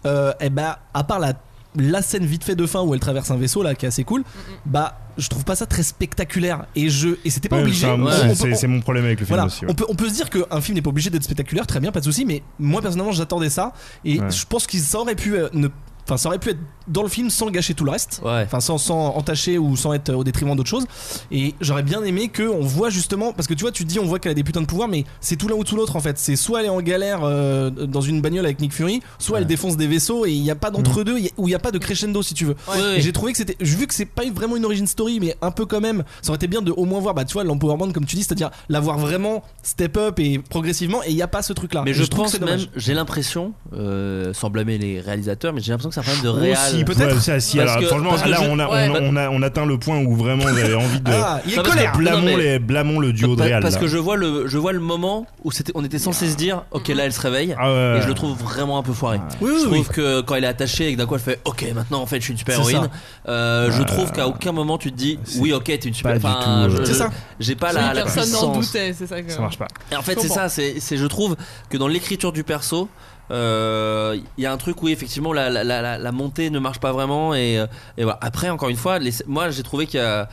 Speaker 4: euh, et bah, à part la, la scène vite fait de fin où elle traverse un vaisseau là, qui est assez cool, bah, je trouve pas ça très spectaculaire. Et je, et c'était pas
Speaker 2: Ouais,
Speaker 4: obligé.
Speaker 2: ça,
Speaker 4: On-
Speaker 2: moi,
Speaker 4: on peut-
Speaker 2: C'est
Speaker 4: on-
Speaker 2: c'est mon problème avec le film
Speaker 4: voilà,
Speaker 2: aussi. ouais.
Speaker 4: on, peut, on peut se dire qu'un film n'est pas obligé d'être spectaculaire, très bien, pas de souci, mais moi personnellement j'attendais ça et
Speaker 2: Ouais.
Speaker 4: je pense qu'ils ça aurait pu euh, ne, enfin ça aurait pu être dans le film sans gâcher tout le reste,
Speaker 1: Ouais.
Speaker 4: enfin sans, sans entacher ou sans être au détriment d'autres choses. Et j'aurais bien aimé que on voit justement, parce que tu vois, tu dis on voit qu'elle a des putains de pouvoirs, mais c'est tout l'un ou tout l'autre en fait. C'est soit elle est en galère euh, dans une bagnole avec Nick Fury, soit elle défonce des vaisseaux et il n'y a pas
Speaker 2: Mm.
Speaker 4: d'entre deux, il y a- ou il n'y a pas de crescendo si tu veux.
Speaker 1: Ouais, ouais.
Speaker 4: Et J'ai trouvé que c'était, vu que c'est pas vraiment une origin story, mais un peu quand même, ça aurait été bien de au moins voir, bah tu vois, l'empowerment comme tu dis, c'est-à-dire l'avoir vraiment step up et progressivement, et il n'y a pas ce truc-là.
Speaker 1: Mais
Speaker 4: Et
Speaker 1: je,
Speaker 4: trouve
Speaker 1: pense
Speaker 4: que c'est
Speaker 1: même,
Speaker 4: dommage.
Speaker 1: j'ai l'impression, euh, sans blâmer les réalisateurs, mais j'ai l'impression que c'est un problème de réal.
Speaker 2: Aussi,
Speaker 4: peut-être.
Speaker 2: ouais, ça, si,
Speaker 1: Parce
Speaker 2: alors,
Speaker 1: que-
Speaker 2: franchement,
Speaker 1: parce que
Speaker 2: là,
Speaker 1: je-
Speaker 2: on, a,
Speaker 1: ouais,
Speaker 2: on,
Speaker 1: bah-
Speaker 2: on a, on atteint le point où vraiment j'avais envie de.
Speaker 4: Ah, il est
Speaker 1: Non, parce que-
Speaker 4: colère.
Speaker 2: Blâmons,
Speaker 1: Non, mais-
Speaker 2: les, blâmons le duo de
Speaker 1: parce,
Speaker 2: Real.
Speaker 1: parce
Speaker 2: là.
Speaker 1: que je vois le, je vois le moment où c'était, on était censé se dire, ok, là, elle se réveille.
Speaker 2: Ah ouais,
Speaker 1: Et je
Speaker 2: ouais.
Speaker 1: le trouve vraiment un peu foiré.
Speaker 4: Oui,
Speaker 1: je
Speaker 4: Ah. oui,
Speaker 1: trouve que quand elle est attachée et que d'un coup elle fait Ok, maintenant en fait je suis une super
Speaker 4: C'est ça.
Speaker 1: héroïne, euh, je trouve qu'à aucun moment tu te dis Oui, ok, t'es une super
Speaker 2: pas du
Speaker 1: enfin,
Speaker 2: tout,
Speaker 1: je-
Speaker 2: euh,
Speaker 4: C'est ça.
Speaker 1: J'ai pas
Speaker 3: Oui,
Speaker 1: la, la
Speaker 3: personne n'en
Speaker 1: puissance.
Speaker 3: doutait, c'est ça que.
Speaker 2: Ça marche pas.
Speaker 1: Et en fait,
Speaker 3: Je
Speaker 1: c'est
Speaker 3: comprends.
Speaker 1: ça, c'est, c'est- je trouve que dans l'écriture du perso, euh, il y a un truc où effectivement la, la, la, la- la montée ne marche pas vraiment. Et, euh, et voilà. Après, encore une fois, les- moi j'ai trouvé qu'il y a.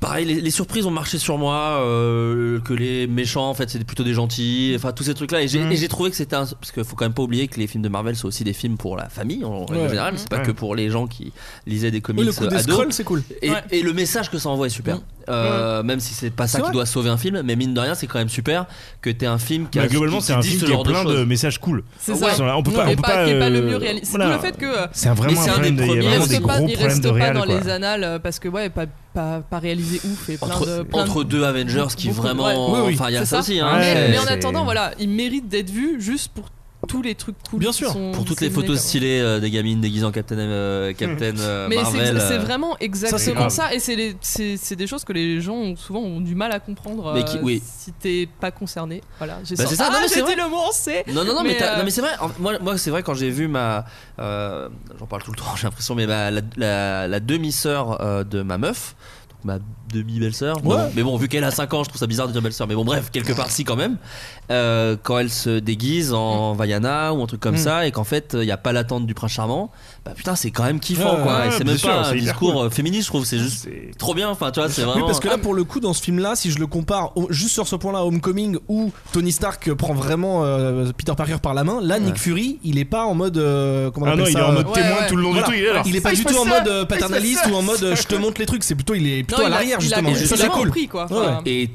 Speaker 1: Pareil, les, les surprises ont marché sur moi, euh, que les méchants en fait c'était plutôt des gentils, enfin tous ces trucs là. Et j'ai,
Speaker 2: Mm.
Speaker 1: et j'ai trouvé que c'était un. Parce qu'il faut quand même pas oublier que les films de Marvel sont aussi des films pour la famille en règle
Speaker 4: Ouais.
Speaker 1: générale, c'est pas
Speaker 2: Ouais.
Speaker 1: que pour les gens qui lisaient des
Speaker 4: Oui,
Speaker 1: comics
Speaker 4: le coup des
Speaker 1: ados.
Speaker 4: scrolls, c'est cool.
Speaker 1: Et,
Speaker 3: Ouais.
Speaker 1: et le message que ça envoie est super.
Speaker 4: Mm.
Speaker 1: Euh, Même si c'est pas ça
Speaker 4: C'est
Speaker 1: qui
Speaker 4: vrai.
Speaker 1: doit sauver un film, mais mine de rien, c'est quand même super que t'aies un film qui a
Speaker 2: Mais Bah, globalement,
Speaker 1: qui
Speaker 2: c'est un
Speaker 1: dit
Speaker 2: film
Speaker 1: ce
Speaker 2: qui est
Speaker 1: genre
Speaker 2: plein de,
Speaker 1: choses.
Speaker 2: messages cool.
Speaker 3: C'est
Speaker 1: Ah
Speaker 3: ça.
Speaker 1: ouais.
Speaker 2: Ils sont là, On peut
Speaker 3: Non,
Speaker 2: pas.
Speaker 3: mais
Speaker 2: on peut
Speaker 3: pas- qui est pas le mieux
Speaker 2: euh,
Speaker 3: réaliste. C'est tout
Speaker 2: voilà.
Speaker 3: le fait que euh,
Speaker 2: C'est un-
Speaker 1: Mais
Speaker 2: vraiment un
Speaker 1: c'est un
Speaker 2: problème
Speaker 1: des
Speaker 2: de- il y a
Speaker 3: il
Speaker 1: premiers, hein.
Speaker 2: vraiment
Speaker 3: reste
Speaker 2: des
Speaker 3: pas,
Speaker 2: gros
Speaker 3: il
Speaker 2: problèmes
Speaker 3: reste
Speaker 2: de
Speaker 3: pas
Speaker 2: réal.
Speaker 3: dans
Speaker 2: quoi.
Speaker 3: les annales euh, parce que ouais, pas, pas, pas réalisé ouf et plein de.
Speaker 1: Entre,
Speaker 3: plein de-
Speaker 1: entre deux Avengers qui
Speaker 3: beaucoup de-
Speaker 1: vraiment.
Speaker 4: ouais. Oui, oui,
Speaker 1: Enfin, il y a
Speaker 3: c'est
Speaker 1: ça,
Speaker 3: ça.
Speaker 1: aussi. Hein,
Speaker 2: Ouais,
Speaker 3: mais,
Speaker 1: c'est-
Speaker 3: mais en
Speaker 2: c'est-
Speaker 3: attendant, voilà, il mérite d'être vu juste pour tous les trucs cool.
Speaker 4: Bien
Speaker 3: qui
Speaker 4: sûr,
Speaker 3: sont
Speaker 1: Pour toutes les
Speaker 3: disséminés,
Speaker 1: photos
Speaker 3: quoi.
Speaker 1: stylées euh, des gamines déguisées en Captain, euh, Captain euh,
Speaker 3: Mais c'est
Speaker 1: Marvel.
Speaker 3: ex- c'est
Speaker 1: euh,
Speaker 3: vraiment
Speaker 2: c'est
Speaker 3: exactement
Speaker 2: grave.
Speaker 3: ça, et c'est les- c'est c'est des choses que les gens ont souvent ont du mal à comprendre
Speaker 1: Mais qui-
Speaker 3: euh,
Speaker 1: oui.
Speaker 3: si t'es pas concerné. Voilà, j'ai
Speaker 1: Bah,
Speaker 3: sorti-
Speaker 1: c'est ça, non,
Speaker 3: Ah,
Speaker 1: mais
Speaker 3: j'ai
Speaker 1: c'est
Speaker 3: dit
Speaker 1: vrai.
Speaker 3: le mot, on sait.
Speaker 1: Non, non, non, mais,
Speaker 3: Mais,
Speaker 1: t'as-
Speaker 3: euh,
Speaker 1: non, mais c'est vrai. en- Moi, moi c'est vrai, quand j'ai vu ma. euh, J'en parle tout le temps, j'ai l'impression, mais ma- la, la- la demi-sœur euh, de ma meuf. donc Ma demi-belle-sœur.
Speaker 4: Ouais.
Speaker 1: non, Mais bon, vu qu'elle a 5 ans, je trouve ça bizarre de dire belle-sœur. Mais bon, bref, quelque part, si quand même. Euh, quand elle se déguise en Vaiana ou un truc comme
Speaker 4: Mm.
Speaker 1: ça, et qu'en fait, il n'y a pas l'attente du prince charmant, bah putain, c'est quand même kiffant,
Speaker 4: Ouais,
Speaker 1: quoi.
Speaker 2: ouais,
Speaker 1: et c'est
Speaker 2: bien
Speaker 1: même
Speaker 2: sûr,
Speaker 1: pas un
Speaker 2: c'est hyper
Speaker 1: discours
Speaker 2: cool.
Speaker 1: euh, féministe, je trouve. C'est juste
Speaker 2: C'est-
Speaker 1: trop bien. Enfin, tu vois, c'est
Speaker 4: Oui,
Speaker 1: vraiment.
Speaker 4: parce que là, pour le coup, dans ce film-là, si je le compare au- juste sur ce point-là à Homecoming, où Tony Stark prend vraiment euh, Peter Parker par la main, là, Nick Fury, il est pas en mode. euh, comment on
Speaker 2: Ah non, il
Speaker 4: appelle ça
Speaker 2: est en
Speaker 4: euh,
Speaker 2: mode
Speaker 3: ouais,
Speaker 2: témoin
Speaker 3: ouais.
Speaker 2: tout le long du
Speaker 4: voilà.
Speaker 2: truc. il est là.
Speaker 4: Il est pas
Speaker 3: Ça, Ah, il
Speaker 4: du
Speaker 3: fait
Speaker 4: tout en
Speaker 3: ça,
Speaker 4: mode
Speaker 3: il
Speaker 4: euh,
Speaker 3: fait
Speaker 4: paternaliste
Speaker 3: ça.
Speaker 4: ou en mode euh, je te montre les trucs, c'est plutôt il est plutôt
Speaker 3: Non,
Speaker 4: à
Speaker 3: il a-
Speaker 4: l'arrière
Speaker 3: il a-
Speaker 4: justement.
Speaker 3: il a
Speaker 4: Et ça, c'est cool.
Speaker 3: compris, quoi.
Speaker 4: Ouais, ouais.
Speaker 3: Enfin,
Speaker 1: Et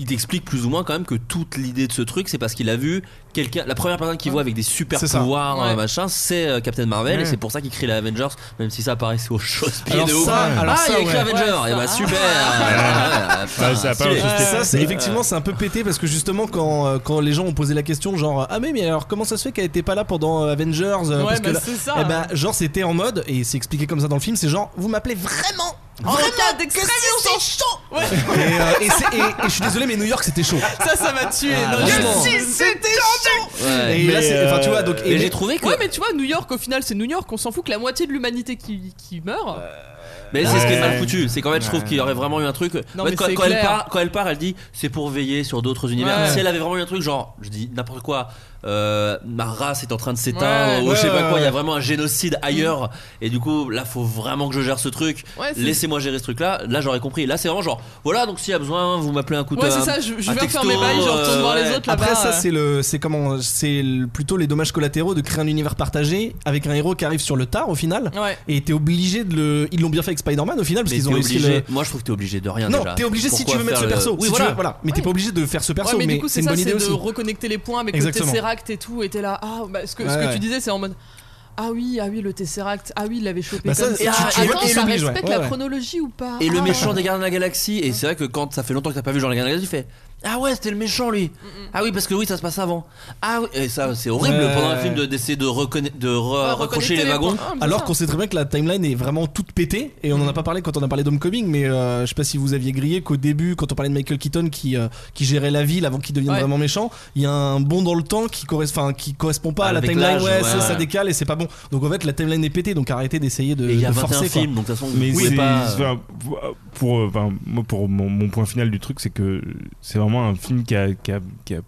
Speaker 1: il t'explique plus ou moins quand même que toute l'idée de ce truc, c'est parce qu'il a vu quelqu'un, la première personne qu'il voit avec des super
Speaker 4: C'est ça.
Speaker 1: pouvoirs,
Speaker 3: Ouais.
Speaker 1: euh, machin, c'est euh, Captain Marvel,
Speaker 2: Ouais.
Speaker 1: et c'est pour ça qu'il crée les Avengers, même si ça paraissait au chausse-pied
Speaker 4: Alors
Speaker 1: de ouf.
Speaker 4: ça, alors
Speaker 1: ah,
Speaker 4: ça,
Speaker 1: il a écrit
Speaker 4: ouais.
Speaker 1: Avengers,
Speaker 3: Ouais,
Speaker 1: et bah
Speaker 3: ça.
Speaker 1: super! Ouais,
Speaker 2: Ouais, Bah, ça a pas
Speaker 1: stylé.
Speaker 2: l'air
Speaker 4: Et
Speaker 2: Ouais.
Speaker 4: ça, c'est effectivement, c'est un peu pété parce que justement, quand, euh, quand les gens ont posé la question, genre, ah, mais, mais alors, comment ça se fait qu'elle était pas là pendant euh, Avengers euh,
Speaker 3: Ouais,
Speaker 4: parce que
Speaker 3: bah,
Speaker 4: là- ben,
Speaker 3: c'est ça.
Speaker 4: Eh ben, genre, c'était en mode, et c'est expliqué comme ça dans le film, c'est genre, vous m'appelez vraiment
Speaker 3: En cas d'extrême urgence.
Speaker 4: Et, euh, et c'est- et- et je suis désolé, mais New York c'était chaud.
Speaker 3: Ça, ça m'a tué.
Speaker 1: Ah,
Speaker 3: non,
Speaker 1: vraiment.
Speaker 3: je- c'était chaud.
Speaker 1: Ouais.
Speaker 4: Et
Speaker 2: Mais,
Speaker 4: là, c'est- enfin, tu vois, donc.
Speaker 1: Et
Speaker 4: et-
Speaker 1: j'ai trouvé que.
Speaker 3: Ouais, mais tu vois, New York, au final, c'est New York. On s'en fout que la moitié de l'humanité qui, qui meurt.
Speaker 4: Euh,
Speaker 1: Mais c'est ce qui est mal
Speaker 2: Ouais.
Speaker 1: foutu, c'est quand même, je trouve
Speaker 2: Ouais.
Speaker 1: qu'il y aurait vraiment eu un truc.
Speaker 3: Non,
Speaker 1: En fait,
Speaker 3: mais
Speaker 1: quand,
Speaker 3: c'est
Speaker 1: quand elle
Speaker 3: clair.
Speaker 1: part, quand elle part, elle dit c'est pour veiller sur d'autres univers.
Speaker 3: Ouais.
Speaker 1: Si elle avait vraiment eu un truc, genre, je dis n'importe quoi, euh, ma race est en train de s'éteindre,
Speaker 3: Ouais. Mm.
Speaker 1: ou je sais
Speaker 4: Ouais,
Speaker 1: pas quoi, il y a
Speaker 4: ouais.
Speaker 1: vraiment un génocide ailleurs, et du coup, là, faut vraiment que je gère ce truc.
Speaker 3: Ouais, c'est-
Speaker 1: Laissez-moi gérer ce truc-là, là, j'aurais compris. Là, c'est vraiment genre, voilà, donc s'il y a besoin, vous m'appelez un coup de
Speaker 3: Ouais, c'est
Speaker 1: un-
Speaker 3: ça, je, je
Speaker 1: un
Speaker 3: vais refaire
Speaker 1: texto,
Speaker 3: mes bails, je retourne
Speaker 1: euh,
Speaker 3: voir les
Speaker 1: ouais.
Speaker 3: autres là-bas.
Speaker 4: Après ça
Speaker 3: euh.
Speaker 4: c'est le c'est comment c'est le- plutôt les dommages collatéraux de créer un univers partagé avec un héros qui arrive sur le tard au final
Speaker 3: Ouais.
Speaker 4: et t'es obligé de le ils l'ont bien fait avec Spider-Man au final parce
Speaker 1: Mais
Speaker 4: qu'ils ont
Speaker 1: t'es
Speaker 4: réussi
Speaker 1: obligé-
Speaker 4: le
Speaker 1: Moi, je trouve que t'es obligé de rien
Speaker 4: non
Speaker 1: déjà.
Speaker 4: t'es obligé si
Speaker 1: Pourquoi
Speaker 4: tu veux mettre
Speaker 1: faire
Speaker 4: le perso
Speaker 1: Oui,
Speaker 4: si tu
Speaker 1: voilà.
Speaker 4: veux, voilà mais t'es
Speaker 3: Ouais.
Speaker 4: pas obligé de faire ce perso
Speaker 3: Ouais, mais,
Speaker 4: mais,
Speaker 3: du coup,
Speaker 4: c'est
Speaker 3: c'est
Speaker 4: une
Speaker 3: ça,
Speaker 4: bonne
Speaker 3: c'est
Speaker 4: idée
Speaker 3: de
Speaker 4: aussi
Speaker 3: reconnecter les points avec
Speaker 4: Exactement.
Speaker 3: le Tesseract et tout. Et t'es là, ah, bah, ce que, ce
Speaker 4: Ouais,
Speaker 3: que
Speaker 4: ouais.
Speaker 3: tu disais, c'est en mode. Ah oui, ah oui, le Tesseract. Ah oui, il l'avait chopé.
Speaker 4: Bah, ça,
Speaker 3: comme
Speaker 4: et
Speaker 3: ça.
Speaker 1: tu- tu
Speaker 3: Ah,
Speaker 1: vois
Speaker 3: attends,
Speaker 4: qu'il
Speaker 3: ça
Speaker 4: l'oblige, ouais.
Speaker 3: respecte
Speaker 4: Ouais,
Speaker 3: la
Speaker 4: ouais.
Speaker 3: chronologie ou pas
Speaker 1: Et le
Speaker 3: Ah.
Speaker 1: méchant des Gardiens de la Galaxie, et c'est vrai que quand ça fait longtemps que t'as pas vu Jean les Gardiens de la Galaxie, tu fais Ah ouais, c'était le méchant
Speaker 3: Mm,
Speaker 1: lui Ah oui, parce que oui, ça se passe avant Ah oui, et ça, c'est horrible
Speaker 4: Ouais.
Speaker 1: pendant un film de- d'essayer de, reconna- de
Speaker 4: euh,
Speaker 1: re-
Speaker 3: Ah,
Speaker 1: raccrocher
Speaker 3: reconnecter
Speaker 1: les wagons.
Speaker 3: points. Ah, mais
Speaker 4: alors
Speaker 3: ça.
Speaker 4: qu'on sait très bien que la timeline est vraiment toute pétée et on en a pas parlé quand on a parlé d'Homecoming mais euh, je sais pas si vous aviez grillé qu'au début quand on parlait de Michael Keaton qui euh, qui gérait la ville avant qu'il devienne
Speaker 3: Ouais.
Speaker 4: vraiment méchant il y a un bond dans le temps qui correspond enfin qui correspond pas à la
Speaker 1: Ah, Avec
Speaker 4: timeline
Speaker 1: l'âge,
Speaker 4: ouais,
Speaker 1: ouais,
Speaker 4: ça,
Speaker 1: ouais.
Speaker 4: ça décale et c'est pas bon donc en fait la timeline est pétée donc arrêtez d'essayer de,
Speaker 1: Et il y a
Speaker 4: de
Speaker 1: 21
Speaker 4: forcer quoi.
Speaker 1: films, donc de toute façon,
Speaker 2: mais
Speaker 1: vous
Speaker 2: c'est
Speaker 1: pouvez pas.
Speaker 2: enfin, pour- pour, euh, enfin, moi, pour mon, mon point final du truc c'est que c'est vraiment un film qui a, qui a- qui a-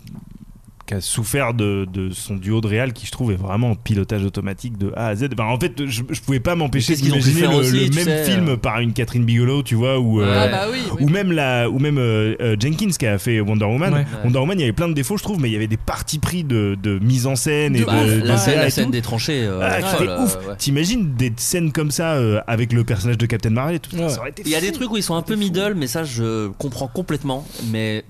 Speaker 2: qui a souffert de, de son duo de réal qui je trouve est vraiment en pilotage automatique de A à Z Enfin, en fait je, je pouvais pas m'empêcher
Speaker 1: Mais qu'est-ce qu'ils ont pu
Speaker 2: d'imaginer
Speaker 1: faire
Speaker 2: le,
Speaker 1: aussi,
Speaker 2: le
Speaker 1: tu
Speaker 2: même
Speaker 1: sais,
Speaker 2: film
Speaker 1: euh.
Speaker 2: par une Catherine Bigelow tu vois ou euh,
Speaker 3: Ah
Speaker 1: Ouais.
Speaker 3: bah oui. oui.
Speaker 2: ou même la ou même euh, euh, Jenkins qui a fait Wonder Woman
Speaker 4: Ouais.
Speaker 2: Wonder Woman il y avait plein de défauts je trouve mais il y avait des parties pris de, de mise en scène et
Speaker 3: De
Speaker 2: de,
Speaker 1: Bah,
Speaker 2: de
Speaker 1: la,
Speaker 2: CGI
Speaker 1: scène,
Speaker 2: et
Speaker 1: la
Speaker 2: tout.
Speaker 1: scène des tranchées. euh,
Speaker 2: Ah,
Speaker 1: folle,
Speaker 2: c'était
Speaker 1: euh,
Speaker 2: ouf.
Speaker 1: ouais.
Speaker 2: T'imagines des scènes comme ça euh, avec le personnage de Captain Marvel et tout
Speaker 4: Ouais.
Speaker 2: ça aurait été
Speaker 1: Il y a
Speaker 2: fou.
Speaker 1: des trucs où ils sont un peu middle, mais ça je comprends complètement. Mais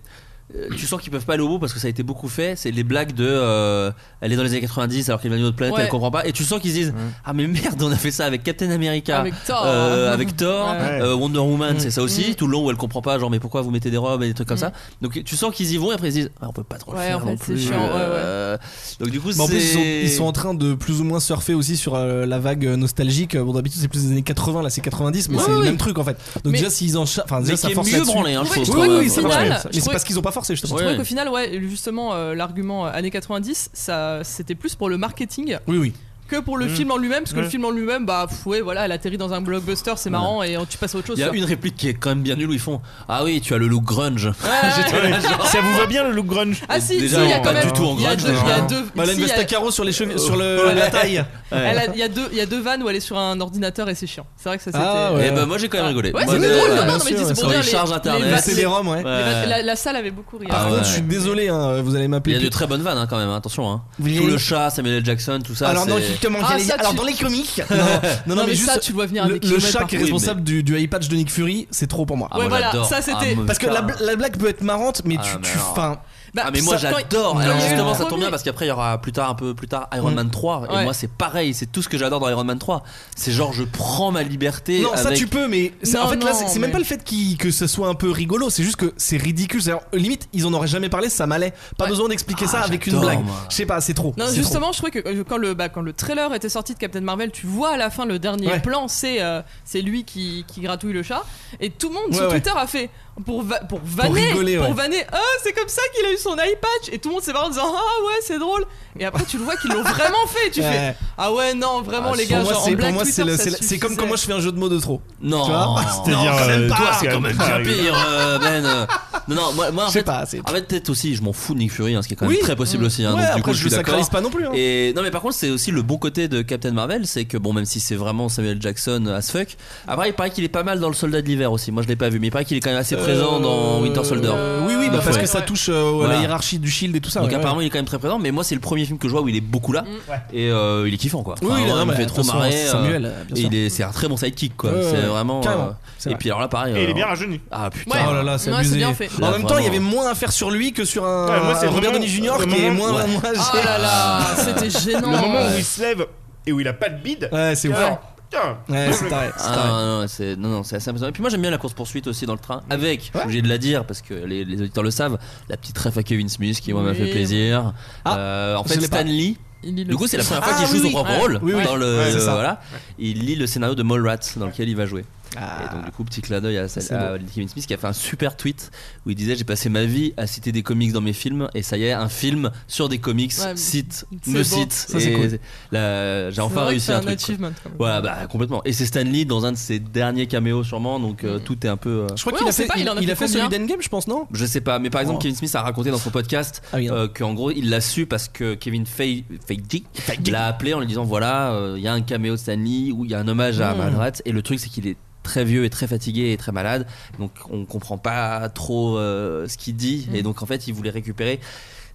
Speaker 1: euh, tu sens qu'ils peuvent pas aller au bout parce que ça a été beaucoup fait. C'est les blagues de euh, elle est dans les années 90 alors qu'elle vient d'une autre planète,
Speaker 3: Ouais.
Speaker 1: elle comprend pas. Et tu sens qu'ils se disent Ah, mais merde, on a fait ça avec Captain America,
Speaker 3: Avec Thor.
Speaker 1: euh, avec Thor,
Speaker 2: Ouais.
Speaker 1: euh, Wonder Woman,
Speaker 4: Mm.
Speaker 1: c'est ça aussi.
Speaker 3: Oh. Mm.
Speaker 1: Tout le long où elle comprend pas, genre, mais pourquoi vous mettez des robes et des trucs comme ça.
Speaker 3: Mm.
Speaker 1: Donc tu sens qu'ils y vont et après ils se disent Ah, on peut pas trop le
Speaker 3: Ouais,
Speaker 1: faire
Speaker 3: en fait,
Speaker 1: non
Speaker 3: c'est
Speaker 1: plus.
Speaker 3: chiant, ouais, ouais.
Speaker 1: Euh, Donc du coup,
Speaker 4: Mais en plus, ils sont,
Speaker 1: c'est.
Speaker 4: ils sont en train de plus ou moins surfer aussi sur euh, la vague euh, nostalgique. Bon, d'habitude, c'est plus des années 80, là, c'est 90, mais
Speaker 3: Ouais,
Speaker 4: c'est le
Speaker 3: oui.
Speaker 4: même truc en fait. Donc,
Speaker 3: Mais-
Speaker 4: déjà, s'ils en cha- enfin,
Speaker 1: mais
Speaker 4: déjà, ça
Speaker 1: qui
Speaker 4: force
Speaker 1: est mieux
Speaker 4: là-dessus.
Speaker 1: branlé, hein,
Speaker 3: Ouais,
Speaker 1: je
Speaker 3: je
Speaker 1: trouve.
Speaker 3: trouvais
Speaker 1: quand
Speaker 3: qu'au
Speaker 1: même.
Speaker 4: ça
Speaker 3: final,
Speaker 4: marche, ouais.
Speaker 3: je
Speaker 4: mais c'est
Speaker 3: trouvais-
Speaker 4: parce qu'ils ont pas forcé, je
Speaker 3: Je
Speaker 4: trouve.
Speaker 1: Ouais.
Speaker 3: trouvais qu'au final, ouais, justement, euh, l'argument euh, années 90, ça, c'était plus pour le marketing
Speaker 4: Oui, oui.
Speaker 3: que pour le
Speaker 2: Mm.
Speaker 3: film en lui-même, parce que
Speaker 2: Ouais.
Speaker 3: le film en lui-même, bah pff, ouais, voilà, elle atterrit dans un blockbuster, c'est marrant, et euh, tu passes à autre chose.
Speaker 1: Il y a
Speaker 3: tu vois.
Speaker 1: une réplique qui est quand même bien nulle où ils font Ah oui, tu as le look grunge.
Speaker 3: Ouais, ouais, ouais.
Speaker 2: ça vous va bien le look grunge
Speaker 3: Ah si, si, il
Speaker 1: Déjà,
Speaker 3: y a
Speaker 1: on
Speaker 3: quand
Speaker 1: est pas
Speaker 3: même.
Speaker 1: du tout en
Speaker 3: Il y a
Speaker 1: grunge,
Speaker 3: deux. Il y a
Speaker 1: hein.
Speaker 3: deux.
Speaker 4: Malène
Speaker 3: si, il y a-
Speaker 4: Vestacaro sur les cheveux, sur le, la taille.
Speaker 3: elle a- Il y a deux. Il y a deux vannes où elle est sur un ordinateur et c'est chiant. C'est vrai que ça c'était.
Speaker 4: Ah, ouais.
Speaker 1: Et ben moi j'ai quand même rigolé.
Speaker 3: Ouais,
Speaker 1: Moi,
Speaker 3: c'était
Speaker 1: j'ai-
Speaker 3: drôle.
Speaker 1: ouais.
Speaker 3: Non, non,
Speaker 4: bien
Speaker 3: mais
Speaker 4: sûr,
Speaker 3: c'est
Speaker 1: sur
Speaker 3: pour
Speaker 1: les
Speaker 3: dire
Speaker 1: charges internet.
Speaker 3: va-
Speaker 4: C'est des roms, ouais.
Speaker 3: les
Speaker 1: Ouais.
Speaker 3: va- la, la salle avait beaucoup ri.
Speaker 4: Par
Speaker 1: Ah,
Speaker 3: hein.
Speaker 1: ouais.
Speaker 4: contre, je suis désolé, hein, vous allez
Speaker 1: Il y
Speaker 4: m'appeler.
Speaker 1: a de
Speaker 4: pute.
Speaker 1: très bonnes vannes hein, quand même, hein, attention. Hein.
Speaker 4: Oui.
Speaker 1: Tout le chat, Samuel L. Jackson, tout ça.
Speaker 4: Alors, non,
Speaker 1: c'est-
Speaker 4: justement,
Speaker 3: Ah,
Speaker 4: j'allais
Speaker 3: ça,
Speaker 4: dire- alors
Speaker 3: tu-
Speaker 4: dans les comics. Non, non, non,
Speaker 3: Non,
Speaker 4: mais
Speaker 3: mais ça,
Speaker 4: juste.
Speaker 3: tu vois venir à
Speaker 4: Le,
Speaker 3: des
Speaker 4: le
Speaker 3: kilomètres
Speaker 4: chat
Speaker 3: par
Speaker 4: qui est
Speaker 1: contre.
Speaker 4: responsable du, du eye patch de Nick Fury, c'est trop pour moi.
Speaker 1: Ah,
Speaker 3: Ouais,
Speaker 1: moi,
Speaker 3: voilà,
Speaker 1: j'adore. Ah,
Speaker 3: ça, c'était-
Speaker 1: mais
Speaker 4: Parce que la,
Speaker 1: putain.
Speaker 4: bl- la blague peut être marrante, mais
Speaker 1: Ah,
Speaker 4: tu.
Speaker 1: mais
Speaker 4: tu-
Speaker 1: alors.
Speaker 4: enfin,
Speaker 3: Bah,
Speaker 1: Ah mais moi
Speaker 3: ça- quand-
Speaker 1: j'adore. Alors,
Speaker 3: quand il y a eu
Speaker 1: justement
Speaker 3: le
Speaker 1: ça tombe
Speaker 3: premier-
Speaker 1: bien parce qu'après il y aura plus tard un peu plus tard Iron
Speaker 4: Mm.
Speaker 1: Man 3 et
Speaker 3: Ouais.
Speaker 1: moi c'est pareil, c'est tout ce que j'adore dans Iron Man 3. C'est genre je prends ma liberté
Speaker 4: Non,
Speaker 1: avec
Speaker 4: ça tu peux, mais c'est- en
Speaker 3: Non,
Speaker 4: fait là,
Speaker 3: non,
Speaker 4: c'est c'est
Speaker 3: mais-
Speaker 4: même pas le fait qu'il- que ce soit un peu rigolo, c'est juste que c'est ridicule. C'est-à-dire, limite, ils en auraient jamais parlé, ça m'allait. Pas
Speaker 3: Ouais.
Speaker 4: besoin d'expliquer ça
Speaker 1: Ah,
Speaker 4: avec une
Speaker 1: j'adore,
Speaker 4: blague.
Speaker 1: moi.
Speaker 4: Je sais pas, c'est trop.
Speaker 3: Non,
Speaker 4: c'est
Speaker 3: justement, je trouvais que euh, quand le, bah, quand le trailer était sorti de Captain Marvel, tu vois à la fin le dernier
Speaker 4: Ouais.
Speaker 3: plan, c'est euh, c'est lui qui, qui gratouille le chat. Et tout le monde sur
Speaker 4: Ouais, ouais.
Speaker 3: Twitter a fait pour, va- pour vanner,
Speaker 4: rigoler, ouais.
Speaker 3: vanner, Ah, c'est comme ça qu'il a eu son eye patch. Et tout le monde s'est marré en disant Ah ouais, c'est drôle. Et après, tu le vois qu'ils l'ont vraiment fait. Et tu
Speaker 4: trop.
Speaker 3: fais
Speaker 4: Ouais.
Speaker 3: Ah ouais, non, vraiment,
Speaker 1: Ah,
Speaker 3: les
Speaker 1: pour
Speaker 3: gars,
Speaker 4: Pour moi,
Speaker 3: genre, en
Speaker 4: c'est-
Speaker 3: black
Speaker 4: pour moi, c'est
Speaker 3: Twitter,
Speaker 4: le-
Speaker 3: ça
Speaker 4: c'est le- c'est comme quand
Speaker 3: suffisait.
Speaker 4: moi je fais un jeu de mots de trop.
Speaker 1: Non,
Speaker 4: Tu vois
Speaker 2: C'est-à-dire,
Speaker 1: non, quand même
Speaker 2: euh,
Speaker 1: pas,
Speaker 2: toi,
Speaker 1: c'est
Speaker 2: c'est
Speaker 1: quand
Speaker 2: un-
Speaker 1: même bien pire, euh, Ben. euh. Non, non, moi, moi, en
Speaker 4: Je sais
Speaker 1: fait,
Speaker 4: pas, c'est.
Speaker 1: en fait, peut-être aussi, je m'en fous de Nick Fury, hein, ce qui est quand même
Speaker 4: Oui.
Speaker 1: très
Speaker 3: Mm.
Speaker 1: possible aussi. Hein,
Speaker 4: Ouais,
Speaker 1: donc, du
Speaker 4: après,
Speaker 1: coup, je
Speaker 4: je
Speaker 1: suis
Speaker 4: le
Speaker 1: d'accord.
Speaker 4: sacralise pas non plus. hein.
Speaker 1: Et non, mais par contre, c'est aussi le bon côté de Captain Marvel, c'est que bon, même si c'est vraiment Samuel Jackson euh, as fuck, après, il paraît qu'il est pas mal dans le Soldat de l'hiver aussi. Moi, je l'ai pas vu, mais il paraît qu'il est quand même assez présent dans
Speaker 4: Euh,
Speaker 1: Winter Soldier.
Speaker 4: euh, oui, oui, bah,
Speaker 1: Ouais.
Speaker 4: parce
Speaker 1: Ouais.
Speaker 4: que ça touche euh, à
Speaker 1: Voilà.
Speaker 4: la hiérarchie du shield et tout ça.
Speaker 1: Donc
Speaker 4: Ah ouais, ouais.
Speaker 1: apparemment il est quand même très présent, mais moi c'est le premier film que je vois où il est beaucoup là
Speaker 2: Mm.
Speaker 1: et euh, il est kiffant quoi.
Speaker 4: Oui,
Speaker 1: Enfin,
Speaker 4: oui,
Speaker 1: vraiment,
Speaker 4: non,
Speaker 1: il me
Speaker 4: mais
Speaker 1: fait
Speaker 4: de
Speaker 1: trop
Speaker 4: toute façon,
Speaker 1: marrer. euh,
Speaker 4: Samuel, euh, bien
Speaker 1: et
Speaker 4: sûr.
Speaker 1: il est, c'est un très bon sidekick quoi.
Speaker 4: Ouais,
Speaker 1: c'est
Speaker 4: ouais,
Speaker 1: vraiment.
Speaker 4: carrément,
Speaker 1: euh,
Speaker 4: c'est
Speaker 1: et
Speaker 4: vrai.
Speaker 1: puis alors là pareil.
Speaker 2: et il
Speaker 1: euh,
Speaker 2: est bien rajeuni
Speaker 1: Ah putain.
Speaker 3: Ouais.
Speaker 4: Oh là là, c'est
Speaker 3: Ouais,
Speaker 4: abusé.
Speaker 3: c'est bien fait.
Speaker 4: En
Speaker 1: Là,
Speaker 4: même temps, il y
Speaker 1: vraiment.
Speaker 4: avait moins à faire sur lui que sur un,
Speaker 2: Ouais, moi, c'est
Speaker 4: un Robert
Speaker 2: vraiment-
Speaker 4: Downey Jr.
Speaker 2: le
Speaker 4: qui est
Speaker 2: moment-
Speaker 4: moins.
Speaker 1: ouais.
Speaker 4: moins
Speaker 3: Oh
Speaker 4: géré.
Speaker 3: là là, c'était
Speaker 2: le
Speaker 3: gênant.
Speaker 2: moment
Speaker 1: Ouais.
Speaker 2: où il se lève et où il a pas de bide
Speaker 4: Ouais, c'est ouf.
Speaker 2: alors, tiens,
Speaker 4: Ouais, c'est taré, c'est
Speaker 1: Ah,
Speaker 4: taré.
Speaker 1: non, non, c'est non, non, c'est assez impressionnant. Et puis moi j'aime bien la course poursuite aussi dans le train avec, je suis obligé de la dire parce que les, les auditeurs le savent, la petite ref à Kevin Smith qui moi m'a
Speaker 3: Oui.
Speaker 1: fait plaisir.
Speaker 4: Ah,
Speaker 1: Euh, en
Speaker 4: je
Speaker 1: fait
Speaker 4: l'ai pas.
Speaker 1: Stanley,
Speaker 3: Il lit le-
Speaker 1: du coup c'est la première fois
Speaker 4: Ah,
Speaker 1: qu'il joue
Speaker 4: oui,
Speaker 1: son
Speaker 4: oui.
Speaker 1: propre
Speaker 3: Ouais.
Speaker 1: rôle
Speaker 4: Oui, oui.
Speaker 1: dans le
Speaker 4: Ouais, c'est ça.
Speaker 1: voilà. Il lit le scénario de Mallrats dans lequel il va jouer.
Speaker 4: Ah.
Speaker 1: Et donc, du coup, petit clin d'œil à,
Speaker 4: c'est
Speaker 1: à Kevin Smith qui a fait un super tweet où il disait J'ai passé ma vie à citer des comics dans mes films, et ça y est, un film sur des comics
Speaker 3: Ouais, mais
Speaker 1: cite,
Speaker 3: c'est
Speaker 1: me
Speaker 3: beau.
Speaker 1: cite.
Speaker 4: Ça, c'est
Speaker 1: Et
Speaker 4: cool.
Speaker 1: la- J'ai
Speaker 3: C'est
Speaker 1: enfin
Speaker 3: vrai que
Speaker 1: réussi
Speaker 3: c'est
Speaker 1: un,
Speaker 3: un
Speaker 1: truc. quoi.
Speaker 3: achievement. quand même.
Speaker 1: Voilà, bah, complètement. Et c'est Stan Lee dans un de ses derniers caméos, sûrement, donc
Speaker 3: Mm.
Speaker 1: euh, tout est un peu. euh,
Speaker 4: Je crois
Speaker 3: Ouais,
Speaker 4: qu'il
Speaker 3: on
Speaker 4: a
Speaker 3: sait
Speaker 4: fait,
Speaker 3: pas, il
Speaker 4: il,
Speaker 3: en a
Speaker 4: il
Speaker 3: fait
Speaker 4: a fait celui
Speaker 3: combien
Speaker 4: d'Endgame, je pense, non
Speaker 1: Je sais pas, mais par exemple,
Speaker 4: Oh.
Speaker 1: Kevin Smith a raconté dans son podcast
Speaker 4: Ah oui, non.
Speaker 1: euh, qu'en gros, il l'a su parce que Kevin Feige Feige
Speaker 4: Euh,
Speaker 1: l'a appelé en lui disant voilà, euh, il y a un caméo de Stanley où il y a un hommage à
Speaker 3: Hmm.
Speaker 1: Madrat. Et le truc, c'est qu'il est très vieux et très fatigué et très malade, donc on comprend pas trop euh, ce qu'il dit.
Speaker 3: Hmm.
Speaker 1: Et donc, en fait, il voulait récupérer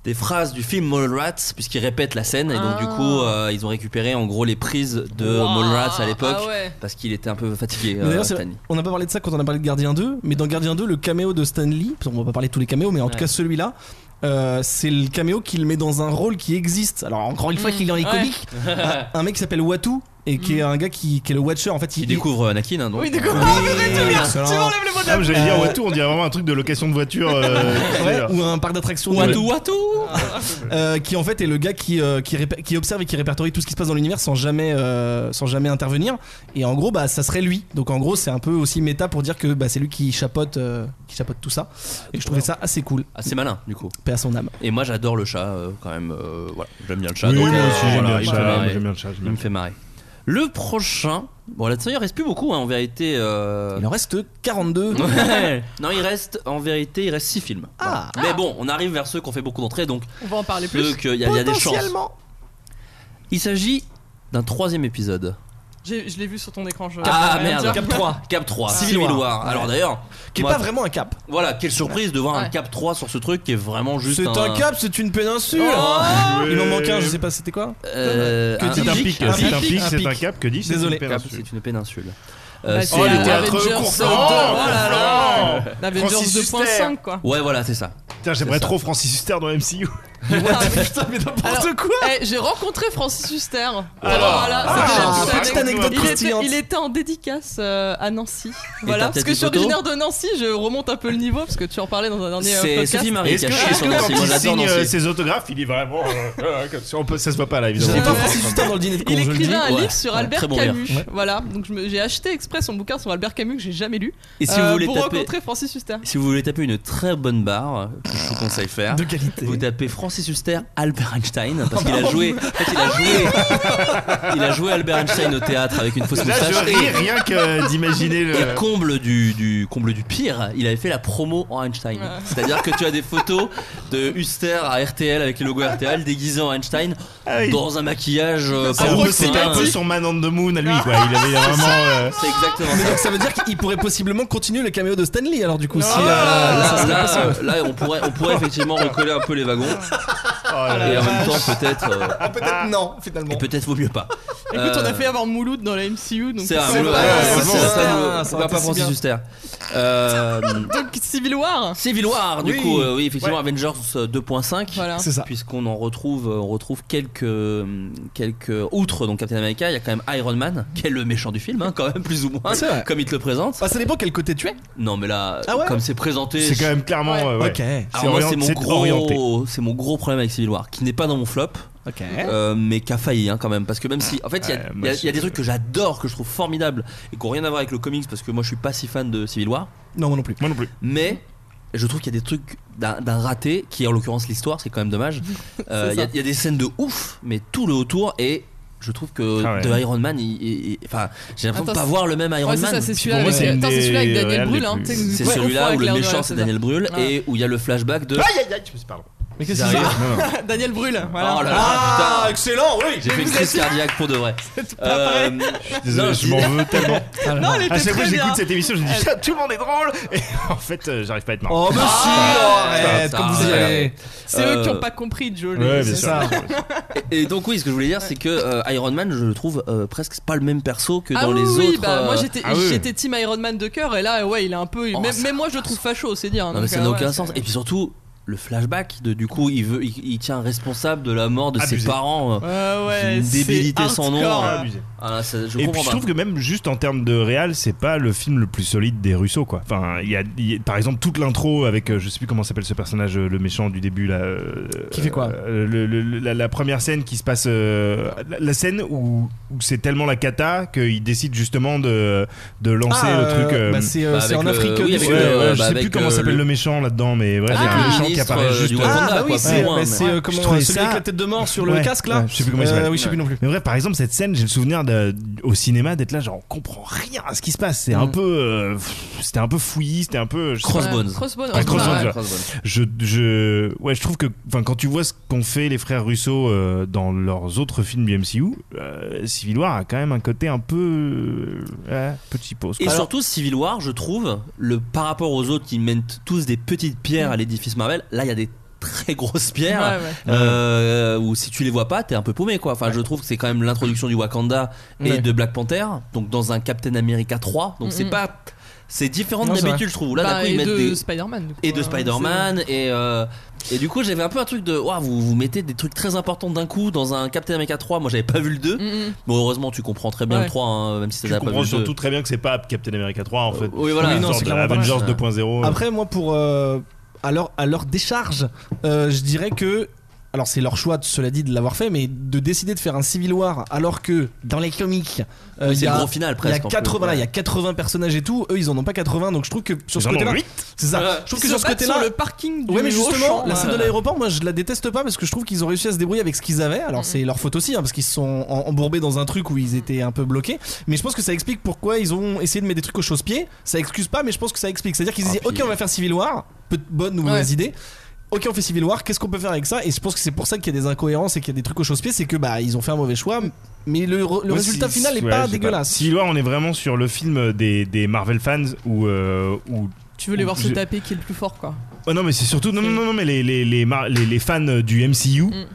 Speaker 1: des phrases du film Mallrats puisqu'il répète la scène et donc
Speaker 3: Ah.
Speaker 1: du coup euh, ils ont récupéré en gros les prises de
Speaker 3: Ouah,
Speaker 1: Mallrats à l'époque
Speaker 3: ah ouais.
Speaker 1: parce qu'il était un peu fatigué
Speaker 4: Mais
Speaker 1: euh,
Speaker 4: d'ailleurs, c'est-
Speaker 1: Stanley.
Speaker 4: on n'a pas parlé de ça quand on a parlé de Gardien 2, mais dans Gardien 2, le caméo de Stan Lee, parce qu'on va pas parler de tous les caméos, mais en tout
Speaker 1: Ouais.
Speaker 4: cas celui-là, euh, c'est le caméo qu'il met dans un rôle qui existe. Alors encore une fois,
Speaker 3: Mm,
Speaker 4: qu'il est dans les
Speaker 3: ouais. Mm.
Speaker 4: comics, un- un mec qui s'appelle Watu et qui est un gars qui, qui est le Watcher. En fait, il,
Speaker 1: Il découvre Anakin hein, donc.
Speaker 3: Oui, du coup,
Speaker 4: Excellent.
Speaker 3: tu m'enlèves le mot
Speaker 2: Ah,
Speaker 3: de la
Speaker 2: mais j'allais dire
Speaker 4: Euh,
Speaker 2: Watu, on dirait vraiment un truc de location de voiture. euh,
Speaker 4: Ouais,
Speaker 2: d'ailleurs.
Speaker 4: ou un parc d'attractions. de-
Speaker 1: Watou Watou
Speaker 3: Ah.
Speaker 4: Euh, qui en fait est le gars qui, euh, qui, répa- qui observe et qui répertorie tout ce qui se passe dans l'univers sans jamais, euh, sans jamais intervenir. Et en gros, bah, ça serait lui. Donc en gros, c'est un peu aussi méta pour dire que bah, c'est lui qui chapote, euh, qui chapote tout ça. Et je trouvais ça assez cool.
Speaker 1: assez malin du coup
Speaker 4: Paix à son âme.
Speaker 1: Et moi j'adore le chat euh, quand même. euh, voilà, j'aime bien le chat.
Speaker 2: Oui,
Speaker 1: donc,
Speaker 2: moi
Speaker 1: euh,
Speaker 2: aussi,
Speaker 1: voilà,
Speaker 2: j'aime
Speaker 1: il
Speaker 2: bien le
Speaker 1: me fait
Speaker 2: chat, moi,
Speaker 1: marrer.
Speaker 2: j'aime bien le chat, j'aime
Speaker 1: Il me
Speaker 2: bien le chat.
Speaker 1: fait marrer. Le prochain, bon là-dessus il reste plus beaucoup hein, en vérité. euh,
Speaker 4: Il en reste 42.
Speaker 1: Ouais. non, il reste en vérité il reste 6 films.
Speaker 4: Ah.
Speaker 1: Voilà. Mais bon, on arrive vers ceux qu'on fait beaucoup d'entrées donc
Speaker 3: On va en parler
Speaker 1: ceux
Speaker 3: Ah, plus.
Speaker 1: qu'il y, a- il y a des chances. Il s'agit d'un troisième épisode.
Speaker 3: J'ai- Je l'ai vu sur ton écran. Je
Speaker 1: ah
Speaker 3: je vais rien
Speaker 1: merde,
Speaker 3: dire.
Speaker 1: Cap 3, Cap 3,
Speaker 4: Ah.
Speaker 1: Civil
Speaker 4: Civil
Speaker 1: War.
Speaker 4: War.
Speaker 1: Alors d'ailleurs,
Speaker 4: Qui est
Speaker 1: moi,
Speaker 4: pas vraiment un cap.
Speaker 1: voilà, quelle surprise de voir un
Speaker 3: Ouais.
Speaker 1: Cap 3 sur ce truc qui est vraiment juste Oh
Speaker 4: C'est un cap, c'est une péninsule. Il en manque un, je sais pas c'était quoi.
Speaker 1: euh,
Speaker 4: Que
Speaker 2: C'est un pic,
Speaker 4: Un
Speaker 2: c'est un
Speaker 4: pic,
Speaker 2: pic,
Speaker 4: un
Speaker 2: c'est un
Speaker 4: pic.
Speaker 2: cap, que dis-je
Speaker 4: Désolé.
Speaker 2: c'est une
Speaker 1: Cap,
Speaker 2: péninsule.
Speaker 1: c'est une péninsule.
Speaker 3: Bah,
Speaker 1: Euh,
Speaker 3: c'est
Speaker 2: Oh,
Speaker 3: la
Speaker 2: le théâtre
Speaker 3: Avengers,
Speaker 2: coursant.
Speaker 3: euh,
Speaker 2: Oh là là.
Speaker 3: L'Avengers
Speaker 2: Francis Huster.
Speaker 3: 2.5 quoi.
Speaker 1: Ouais, voilà, c'est ça.
Speaker 2: Putain, j'aimerais
Speaker 1: C'est ça.
Speaker 2: trop Francis Huster dans MCU.
Speaker 4: Putain, mais n'importe
Speaker 3: Alors-
Speaker 4: quoi.
Speaker 3: Eh, J'ai rencontré Francis Huster. Alors,
Speaker 2: Ah,
Speaker 4: Ah,
Speaker 2: c'est
Speaker 4: petite anecdote
Speaker 3: Il était,
Speaker 4: croustillante.
Speaker 3: il était en dédicace euh, à Nancy.
Speaker 1: t'as
Speaker 3: Voilà, parce
Speaker 1: peut-être
Speaker 3: que je suis
Speaker 1: une photo
Speaker 3: originaire de Nancy, je remonte un peu le niveau parce que tu en parlais dans un dernier euh,
Speaker 1: C'est
Speaker 3: podcast.
Speaker 1: Sophie Marie qui
Speaker 2: Est-ce
Speaker 1: a
Speaker 2: que,
Speaker 1: chié
Speaker 2: est-ce
Speaker 1: sur
Speaker 2: que
Speaker 1: Nancy.
Speaker 2: quand
Speaker 1: Moi
Speaker 2: il
Speaker 1: j'adore
Speaker 2: signe euh,
Speaker 1: Nancy.
Speaker 2: ses autographes, il est vraiment. euh, euh, comme ça, on peut- ça se voit pas là,
Speaker 4: J'avais pas
Speaker 2: évidemment.
Speaker 4: Francis Huster dans le dîner de con,
Speaker 3: Il
Speaker 4: je le dis.
Speaker 3: écrivait un
Speaker 1: Ouais.
Speaker 3: livre sur
Speaker 1: Ouais,
Speaker 3: Albert
Speaker 1: très bon
Speaker 3: Camus.
Speaker 1: livre.
Speaker 3: Voilà, donc je me- j'ai acheté exprès son bouquin sur Albert Camus que j'ai jamais lu.
Speaker 1: Et si
Speaker 3: euh,
Speaker 1: vous voulez
Speaker 3: pour
Speaker 1: taper.
Speaker 3: rencontrer Francis Huster.
Speaker 1: Si vous voulez taper une très bonne barre, euh, que je vous conseille de faire,
Speaker 4: De qualité.
Speaker 1: Ah, vous tapez Francis Huster, Albert Einstein, parce qu'il
Speaker 2: Oh,
Speaker 1: a joué. En fait, il a joué. Il a joué Albert Einstein au théâtre avec une fausse
Speaker 2: Là, je
Speaker 1: moustache.
Speaker 2: ris rien que d'imaginer le.
Speaker 1: Et comble du, du- comble du pire, il avait fait la promo en Einstein.
Speaker 3: Ouais.
Speaker 1: C'est-à-dire que tu as des photos de Huster à RTL avec le logo RTL déguisé en Einstein
Speaker 2: Ah oui.
Speaker 1: dans un maquillage euh,
Speaker 2: C'est un
Speaker 1: pour
Speaker 2: peu-
Speaker 1: le
Speaker 2: C'était un
Speaker 1: coin.
Speaker 2: peu son Man on the Moon à lui, quoi. Il avait vraiment. euh,
Speaker 1: C'est exactement ça.
Speaker 4: Donc ça veut dire qu'il pourrait possiblement continuer le caméo de Stanley alors du coup. si,
Speaker 1: Ah,
Speaker 4: euh, ça
Speaker 1: là,
Speaker 4: serait
Speaker 1: là,
Speaker 4: possible.
Speaker 1: là, on pourrait, on pourrait effectivement recoller un peu les wagons
Speaker 2: oh là là.
Speaker 1: et en même temps peut-être, euh,
Speaker 4: Ah, peut-être non, finalement.
Speaker 1: et peut-être vaut mieux pas.
Speaker 3: Écoute, on
Speaker 1: Euh,
Speaker 3: a fait avoir Mouloud dans la MCU, donc
Speaker 1: C'est un
Speaker 3: c'est
Speaker 1: boulot.
Speaker 3: pas-
Speaker 2: ouais, ouais,
Speaker 1: ça,
Speaker 2: bon,
Speaker 1: ça,
Speaker 4: ça,
Speaker 1: nous-
Speaker 4: ça
Speaker 1: on va
Speaker 4: aurait
Speaker 1: pas
Speaker 4: été si
Speaker 1: Francis
Speaker 4: bien.
Speaker 1: Huster. Euh,
Speaker 3: Donc Civil War.
Speaker 1: Civil War, du
Speaker 4: Oui.
Speaker 1: coup, euh, oui, effectivement,
Speaker 2: Ouais.
Speaker 1: Avengers euh, 2.5.
Speaker 3: Voilà.
Speaker 4: C'est ça.
Speaker 1: Puisqu'on en retrouve, euh, on retrouve quelques, euh, quelques outre donc Captain America, il y a quand même Iron Man, qui est le méchant du film, hein, quand même plus ou moins,
Speaker 4: C'est vrai.
Speaker 1: comme il te le présente.
Speaker 4: Bah, ça dépend quel côté tu es.
Speaker 1: Non mais là,
Speaker 4: Ah ouais
Speaker 1: comme c'est présenté,
Speaker 2: C'est quand même clairement.
Speaker 3: Ouais.
Speaker 2: euh, ouais.
Speaker 1: Alors
Speaker 2: C'est
Speaker 1: moi,
Speaker 2: orient-
Speaker 1: c'est mon
Speaker 2: c'est orienté.
Speaker 1: gros, c'est mon gros problème avec Civil War, qui n'est pas dans mon flop,
Speaker 4: Ok. Ok.
Speaker 1: euh, mais qui a failli hein, quand même, parce que même si, en fait, il y a-
Speaker 2: Ouais,
Speaker 1: il y,
Speaker 2: moi,
Speaker 1: a- il y a des
Speaker 2: je-
Speaker 1: trucs que j'adore, que je trouve formidables et qui n'ont rien à voir avec le comics, parce que moi, je suis pas si fan de Civil War,
Speaker 4: Non, moi non plus.
Speaker 2: Moi non plus.
Speaker 1: mais je trouve qu'il y a des trucs d'un d'un raté, qui est en l'occurrence l'histoire, c'est quand même dommage. Euh, Il y, a-
Speaker 3: ça.
Speaker 1: il y a des scènes de ouf, mais tout le autour est je trouve que
Speaker 2: Ah ouais.
Speaker 1: de Iron Man, il- il- il- enfin, j'ai l'impression de
Speaker 3: Attends,
Speaker 1: pas voir le même Iron
Speaker 3: Ouais, c'est
Speaker 1: Man.
Speaker 3: ça, c'est celui-là
Speaker 2: moi,
Speaker 3: avec,
Speaker 2: c'est une
Speaker 3: attends, c'est celui-là avec
Speaker 2: des
Speaker 3: Daniel
Speaker 2: réels
Speaker 3: Brûle.
Speaker 2: les
Speaker 3: hein,
Speaker 2: plus-
Speaker 3: t'es-
Speaker 1: C'est
Speaker 3: ouais, on
Speaker 1: celui-là
Speaker 3: voit
Speaker 1: où le
Speaker 3: avec Léonard,
Speaker 1: méchant c'est Daniel Brühl
Speaker 3: Ouais.
Speaker 1: et où il y a le flashback de.
Speaker 2: Aïe aïe aïe, je me suis pardon.
Speaker 4: Mais
Speaker 1: Ils arrivent-
Speaker 2: Non, non.
Speaker 3: Daniel Brûle,
Speaker 1: Oh
Speaker 3: voilà.
Speaker 1: là là, putain,
Speaker 4: excellent, oui
Speaker 1: j'ai fait une crise cardiaque pour de vrai. Euh,
Speaker 2: Désolé,
Speaker 1: non,
Speaker 2: je m'en veux tellement.
Speaker 3: Non, elle
Speaker 2: À
Speaker 3: était
Speaker 2: chaque fois
Speaker 3: très
Speaker 2: que
Speaker 3: bien.
Speaker 2: j'écoute cette émission, je me dis Putain, tout le monde est drôle. Et en fait, euh, j'arrive pas à être marrant.
Speaker 4: Oh, monsieur, arrête,
Speaker 1: ça,
Speaker 4: comme vous y
Speaker 1: ça,
Speaker 4: allez.
Speaker 3: C'est eux qui
Speaker 1: Euh,
Speaker 3: ont pas compris, Joe.
Speaker 2: Ouais, bien
Speaker 3: c'est
Speaker 2: sûr.
Speaker 3: ça.
Speaker 1: Et donc oui, ce que je voulais dire, c'est que euh, Iron Man, je le trouve euh, presque pas le même perso que
Speaker 3: Ah
Speaker 1: dans
Speaker 3: oui,
Speaker 1: les
Speaker 3: oui,
Speaker 1: autres.
Speaker 3: bah, moi
Speaker 1: euh,
Speaker 3: j'étais
Speaker 2: Ah oui.
Speaker 3: j'étais team Iron Man de cœur et là ouais il est un peu
Speaker 1: Oh,
Speaker 3: même,
Speaker 1: ça
Speaker 3: même moi je le trouve facho c'est dire
Speaker 1: Non mais
Speaker 3: donc,
Speaker 1: ça
Speaker 3: euh,
Speaker 1: n'a
Speaker 3: ouais,
Speaker 1: aucun
Speaker 3: c'est-
Speaker 1: sens. Et puis surtout, le flashback de du coup, il veut, il, il tient responsable de la mort de ses
Speaker 2: Abusé.
Speaker 1: parents. euh,
Speaker 3: ouais ouais
Speaker 1: C'est une
Speaker 3: c'est
Speaker 1: débilité sans nom.
Speaker 3: hardcore,
Speaker 2: Ah,
Speaker 3: euh.
Speaker 2: abusé.
Speaker 1: Ah, ça, je
Speaker 2: Et puis
Speaker 1: comprends
Speaker 2: je
Speaker 1: pas.
Speaker 2: trouve que même juste en termes de réal, c'est pas le film le plus solide des Russo quoi. Enfin, il y a, il y a- par exemple toute l'intro avec euh, je sais plus comment s'appelle ce personnage euh, le méchant du début là. euh,
Speaker 4: Qui fait quoi
Speaker 2: euh, le- le- le- la, la première scène qui se passe, euh, la, la scène où, où c'est tellement la cata qu'il décide justement de de lancer
Speaker 4: Ah,
Speaker 2: le truc.
Speaker 4: euh,
Speaker 2: euh,
Speaker 4: bah, c'est euh,
Speaker 1: bah,
Speaker 4: c'est en
Speaker 1: avec le-
Speaker 4: Afrique.
Speaker 1: oui,
Speaker 4: du
Speaker 1: avec
Speaker 2: ouais,
Speaker 4: Sud.
Speaker 1: le-
Speaker 2: ouais,
Speaker 1: euh,
Speaker 2: je
Speaker 1: bah,
Speaker 2: sais plus
Speaker 1: avec,
Speaker 2: comment
Speaker 1: euh,
Speaker 2: s'appelle
Speaker 1: le-
Speaker 2: le méchant là-dedans, mais bref, il y a
Speaker 1: Ah,
Speaker 2: un méchant qui
Speaker 1: ministre,
Speaker 2: apparaît
Speaker 1: euh,
Speaker 2: juste.
Speaker 1: du
Speaker 2: euh,
Speaker 1: Rwanda.
Speaker 4: Ah
Speaker 1: quoi,
Speaker 4: oui,
Speaker 1: pas
Speaker 4: c'est
Speaker 1: loin,
Speaker 4: bah,
Speaker 1: mais-
Speaker 4: c'est, euh, comment
Speaker 2: Je trouvais
Speaker 4: euh, celui
Speaker 2: ça-
Speaker 4: avec la tête de mort sur le
Speaker 2: Ouais,
Speaker 4: casque là.
Speaker 2: ouais, je sais plus comment il s'appelle.
Speaker 4: Euh, Oui, je sais plus non plus.
Speaker 2: Mais vrai, par exemple, cette scène, j'ai le souvenir de- au cinéma d'être là, genre on comprend rien à ce qui se passe. C'est un
Speaker 4: Mm.
Speaker 2: peu, euh, pff, c'était un peu fouillis, c'était un peu. Je, sais pas.
Speaker 1: Crossbones.
Speaker 3: Crossbones.
Speaker 2: Ah, Crossbones,
Speaker 3: ouais.
Speaker 2: ouais. je, je- ouais, je trouve que, enfin, quand tu vois ce qu'ont fait les frères Russo euh, dans leurs autres films du MCU, euh, Civil War a quand même un côté un peu euh, ouais, petit pause.
Speaker 1: Et surtout, Civil War, je trouve, le, par rapport aux autres qui mènent t- tous des petites pierres à l'édifice Marvel, là, il y a des très grosses pierres.
Speaker 3: Ouais, ouais.
Speaker 1: Euh, où si tu les vois pas, t'es un peu paumé quoi. Enfin, je trouve que c'est quand même l'introduction du Wakanda et
Speaker 4: Ouais.
Speaker 1: de Black Panther, donc dans un Captain America 3. Donc
Speaker 3: Mm,
Speaker 1: c'est
Speaker 3: mm.
Speaker 1: pas. C'est différent de
Speaker 4: Non, c'est
Speaker 1: d'habitude, je trouve. Là,
Speaker 3: Bah,
Speaker 1: d'un coup, ils
Speaker 3: et
Speaker 1: mettent
Speaker 3: de
Speaker 1: des.
Speaker 3: Spider-Man. du coup,
Speaker 1: Et de
Speaker 3: hein,
Speaker 1: Spider-Man, et, euh, et du coup, j'avais un peu un truc de. Waouh, vous, vous mettez des trucs très importants d'un coup dans un Captain America 3. Moi, j'avais pas vu le 2.
Speaker 3: c'est- Mm, mm.
Speaker 1: Bon, heureusement, tu comprends très bien
Speaker 3: Ouais.
Speaker 1: le 3, hein, même si
Speaker 2: tu
Speaker 1: t'as pas vu
Speaker 2: comprends
Speaker 1: le 2.
Speaker 2: surtout très bien que c'est pas Captain America 3 en fait.
Speaker 1: oui, voilà.
Speaker 2: Une
Speaker 4: Oui, non,
Speaker 2: sorte
Speaker 4: c'est
Speaker 2: de
Speaker 4: clairement pas
Speaker 2: Avengers
Speaker 1: ça.
Speaker 2: 2.0. euh,
Speaker 4: Après, moi, pour euh, à, leur, à leur décharge, euh, je dirais que. Alors, c'est leur choix, cela dit, de l'avoir fait, mais de décider de faire un Civil War alors que dans les comics, euh,
Speaker 1: Oui,
Speaker 4: il
Speaker 1: c'est
Speaker 4: y
Speaker 1: le
Speaker 4: a.
Speaker 1: gros final
Speaker 4: Il y, a
Speaker 1: presque. en plus,
Speaker 4: 80, voilà,
Speaker 1: ouais.
Speaker 4: il y a 80 personnages et tout, eux ils en ont pas 80 donc je trouve que sur ce
Speaker 2: Ils en ont
Speaker 4: côté-là,
Speaker 2: huit.
Speaker 4: c'est ça.
Speaker 1: Ouais.
Speaker 4: je trouve
Speaker 3: Euh, Ils
Speaker 4: que
Speaker 3: se
Speaker 4: sur ce
Speaker 3: battent
Speaker 4: côté-là,
Speaker 3: sur le parking du euh.
Speaker 4: Ouais, mais justement,
Speaker 3: Auchan,
Speaker 4: la scène
Speaker 3: ouais.
Speaker 4: de l'aéroport, moi je la déteste pas parce que je trouve qu'ils ont réussi à se débrouiller avec ce qu'ils avaient.
Speaker 3: Mm.
Speaker 4: Alors c'est leur faute aussi, hein, parce qu'ils se sont en- embourbés dans un truc où ils étaient un peu bloqués. Mais je pense que ça explique pourquoi ils ont essayé de mettre des trucs aux chausse-pieds. Ça excuse pas, mais je pense que ça explique. C'est-à-dire qu'ils se
Speaker 1: Ah,
Speaker 4: disent,
Speaker 1: puis-
Speaker 4: ok, on va faire Civil War, peu de bonnes ou
Speaker 3: Ouais.
Speaker 4: mauvaises idées. Ok, on fait Civil War, qu'est-ce qu'on peut faire avec ça Et je pense que c'est pour ça qu'il y a des incohérences et qu'il y a des trucs aux chausse-pieds, c'est que bah ils ont fait un mauvais choix, mais le, re- le
Speaker 2: Moi,
Speaker 4: résultat
Speaker 2: si-
Speaker 4: final est
Speaker 2: ouais, je
Speaker 4: pas
Speaker 2: sais
Speaker 4: dégueulasse.
Speaker 2: Si loin, on est vraiment sur le film des, des Marvel fans où, euh, où-
Speaker 3: Tu veux les voir se
Speaker 2: Je-
Speaker 3: taper qui est le plus fort, quoi.
Speaker 2: Oh non, mais c'est surtout. Non, non, non, non, mais les, les, les, mar- les, les fans du MCU.
Speaker 3: Mm.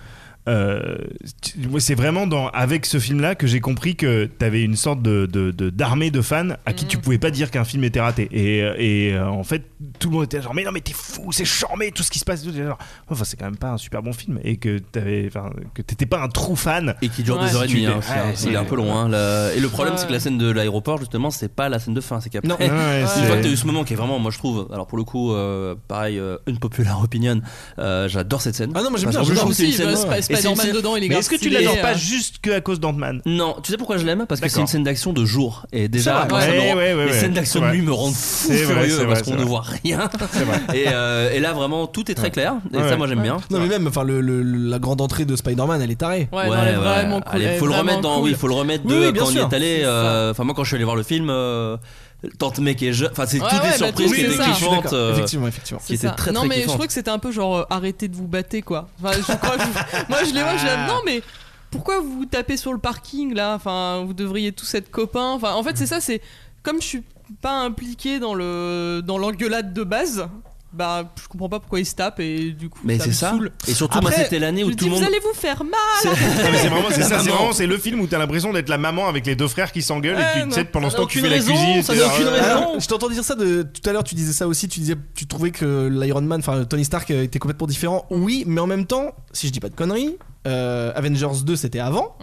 Speaker 2: euh, tu- moi, c'est vraiment dans, avec ce film-là que j'ai compris que t'avais une sorte de, de, de- d'armée de fans à qui tu
Speaker 3: Mm.
Speaker 2: pouvais pas dire qu'un film était raté. Et, euh, et euh, en fait, tout le monde était genre, mais non, mais t'es fou, c'est charmé, tout ce qui se passe. et tout. J'étais genre, enfin, c'est quand même pas un super bon film. Et que t'avais, enfin, que t'étais pas un true fan.
Speaker 1: Et qui dure
Speaker 3: Ouais.
Speaker 1: deux heures et
Speaker 2: Si tu
Speaker 1: demie. hein,
Speaker 2: dé-
Speaker 1: c'est
Speaker 2: ouais,
Speaker 1: un-
Speaker 2: si
Speaker 1: il est
Speaker 2: tu-
Speaker 1: un peu long. hein, la- Et le problème,
Speaker 3: Ouais.
Speaker 1: c'est que la scène de l'aéroport, justement, c'est pas la scène de fin. C'est qu'après,
Speaker 4: Non.
Speaker 2: Ouais, Ah ouais,
Speaker 1: Une
Speaker 2: c'est-
Speaker 1: fois que t'as eu ce moment qui est vraiment, moi je trouve, alors pour le coup, euh, pareil, euh, une popular opinion, euh, j'adore cette scène.
Speaker 4: Ah non, moi j'aime
Speaker 1: Parce
Speaker 4: bien,
Speaker 1: que je
Speaker 4: j'adore
Speaker 1: trouve que c'est une
Speaker 3: aussi, bah,
Speaker 1: scène-
Speaker 3: Sp-
Speaker 1: et c'est une
Speaker 3: Spider-Man
Speaker 1: scène-
Speaker 3: dedans, il est
Speaker 2: Mais
Speaker 3: grave
Speaker 2: est-ce que tu
Speaker 3: stylé,
Speaker 2: l'adores pas
Speaker 3: euh,
Speaker 2: juste que à cause d'Ant-Man
Speaker 1: Non, tu sais pourquoi je l'aime Parce que
Speaker 2: D'accord.
Speaker 1: c'est une scène d'action de jour. Et déjà,
Speaker 3: C'est vrai,
Speaker 1: moi, ça
Speaker 2: ouais.
Speaker 1: me rend-
Speaker 2: Ouais, ouais, ouais,
Speaker 1: les
Speaker 2: ouais.
Speaker 1: scènes d'action
Speaker 2: C'est
Speaker 1: de
Speaker 2: vrai.
Speaker 1: lui me rendent fou
Speaker 2: C'est vrai,
Speaker 1: furieux parce
Speaker 2: c'est vrai,
Speaker 1: qu'on
Speaker 2: c'est
Speaker 1: ne
Speaker 2: vrai.
Speaker 1: voit rien. Et, euh, et là, vraiment, tout est très clair. Et
Speaker 2: Ouais.
Speaker 1: ça, moi j'aime bien.
Speaker 4: Non mais
Speaker 2: Ah.
Speaker 4: même, enfin le- le- la grande entrée de Spider-Man, elle est tarée.
Speaker 3: Ouais, non, elle est vraiment cool.
Speaker 1: Allez,
Speaker 3: elle est
Speaker 1: faut le
Speaker 3: vraiment
Speaker 1: remettre dans.
Speaker 3: cool.
Speaker 1: Oui, faut le remettre de
Speaker 4: Oui, oui, bien
Speaker 1: quand
Speaker 4: sûr.
Speaker 1: on y est allé.
Speaker 3: C'est ça.
Speaker 1: euh, Enfin, moi, quand je suis allé voir le film, euh, Tante Mec est jeune. Enfin, c'est
Speaker 3: Ouais,
Speaker 1: toutes
Speaker 3: ouais,
Speaker 1: les
Speaker 3: bah,
Speaker 1: surprises
Speaker 3: tout,
Speaker 1: qui
Speaker 3: c'est
Speaker 1: étaient
Speaker 3: ça.
Speaker 4: je suis
Speaker 1: kiffantes.
Speaker 4: d'accord.
Speaker 1: euh,
Speaker 4: Effectivement, effectivement.
Speaker 1: qui
Speaker 3: C'est
Speaker 1: était
Speaker 3: ça.
Speaker 1: très,
Speaker 3: non
Speaker 1: très
Speaker 3: mais je
Speaker 1: kiffante.
Speaker 3: trouvais que c'était un peu genre euh, arrêtez de vous battre quoi. Enfin, je crois que je- moi je les vois, je les- non mais pourquoi vous vous tapez sur le parking là Enfin, vous devriez tous être copains. Enfin, en fait
Speaker 1: Mm.
Speaker 3: c'est ça, c'est comme je suis pas impliqué dans le dans l'engueulade de base. Bah, je comprends pas pourquoi ils se tapent et du coup.
Speaker 1: Mais
Speaker 3: me
Speaker 1: c'est ça.
Speaker 3: saoule.
Speaker 1: Et surtout, moi,
Speaker 4: Après,
Speaker 1: c'était l'année
Speaker 3: Je
Speaker 1: où
Speaker 3: me
Speaker 1: tout
Speaker 3: dis,
Speaker 1: le
Speaker 3: vous ah,
Speaker 1: monde.
Speaker 3: allez vous faire mal.
Speaker 1: C'est-
Speaker 2: Non, mais c'est vraiment c'est
Speaker 1: La
Speaker 2: ça, c'est
Speaker 1: maman.
Speaker 2: vraiment c'est le film où t'as l'impression d'être la maman avec les deux frères qui s'engueulent
Speaker 3: Ouais,
Speaker 2: et tu
Speaker 3: non.
Speaker 2: sais pendant
Speaker 1: Ça
Speaker 2: ce
Speaker 1: n'a
Speaker 2: temps tu
Speaker 1: aucune
Speaker 2: fais la
Speaker 1: raison,
Speaker 2: cuisine.
Speaker 1: ça
Speaker 2: t'es
Speaker 1: n'a
Speaker 2: genre,
Speaker 1: aucune
Speaker 2: euh,
Speaker 1: raison.
Speaker 4: Alors, je t'entends dire ça de tout à l'heure. Tu disais ça aussi. Tu disais, tu trouvais que l'Iron Man, enfin Tony Stark, euh, était complètement différent. Oui, mais en même temps, si je dis pas de conneries, euh, Avengers 2 c'était avant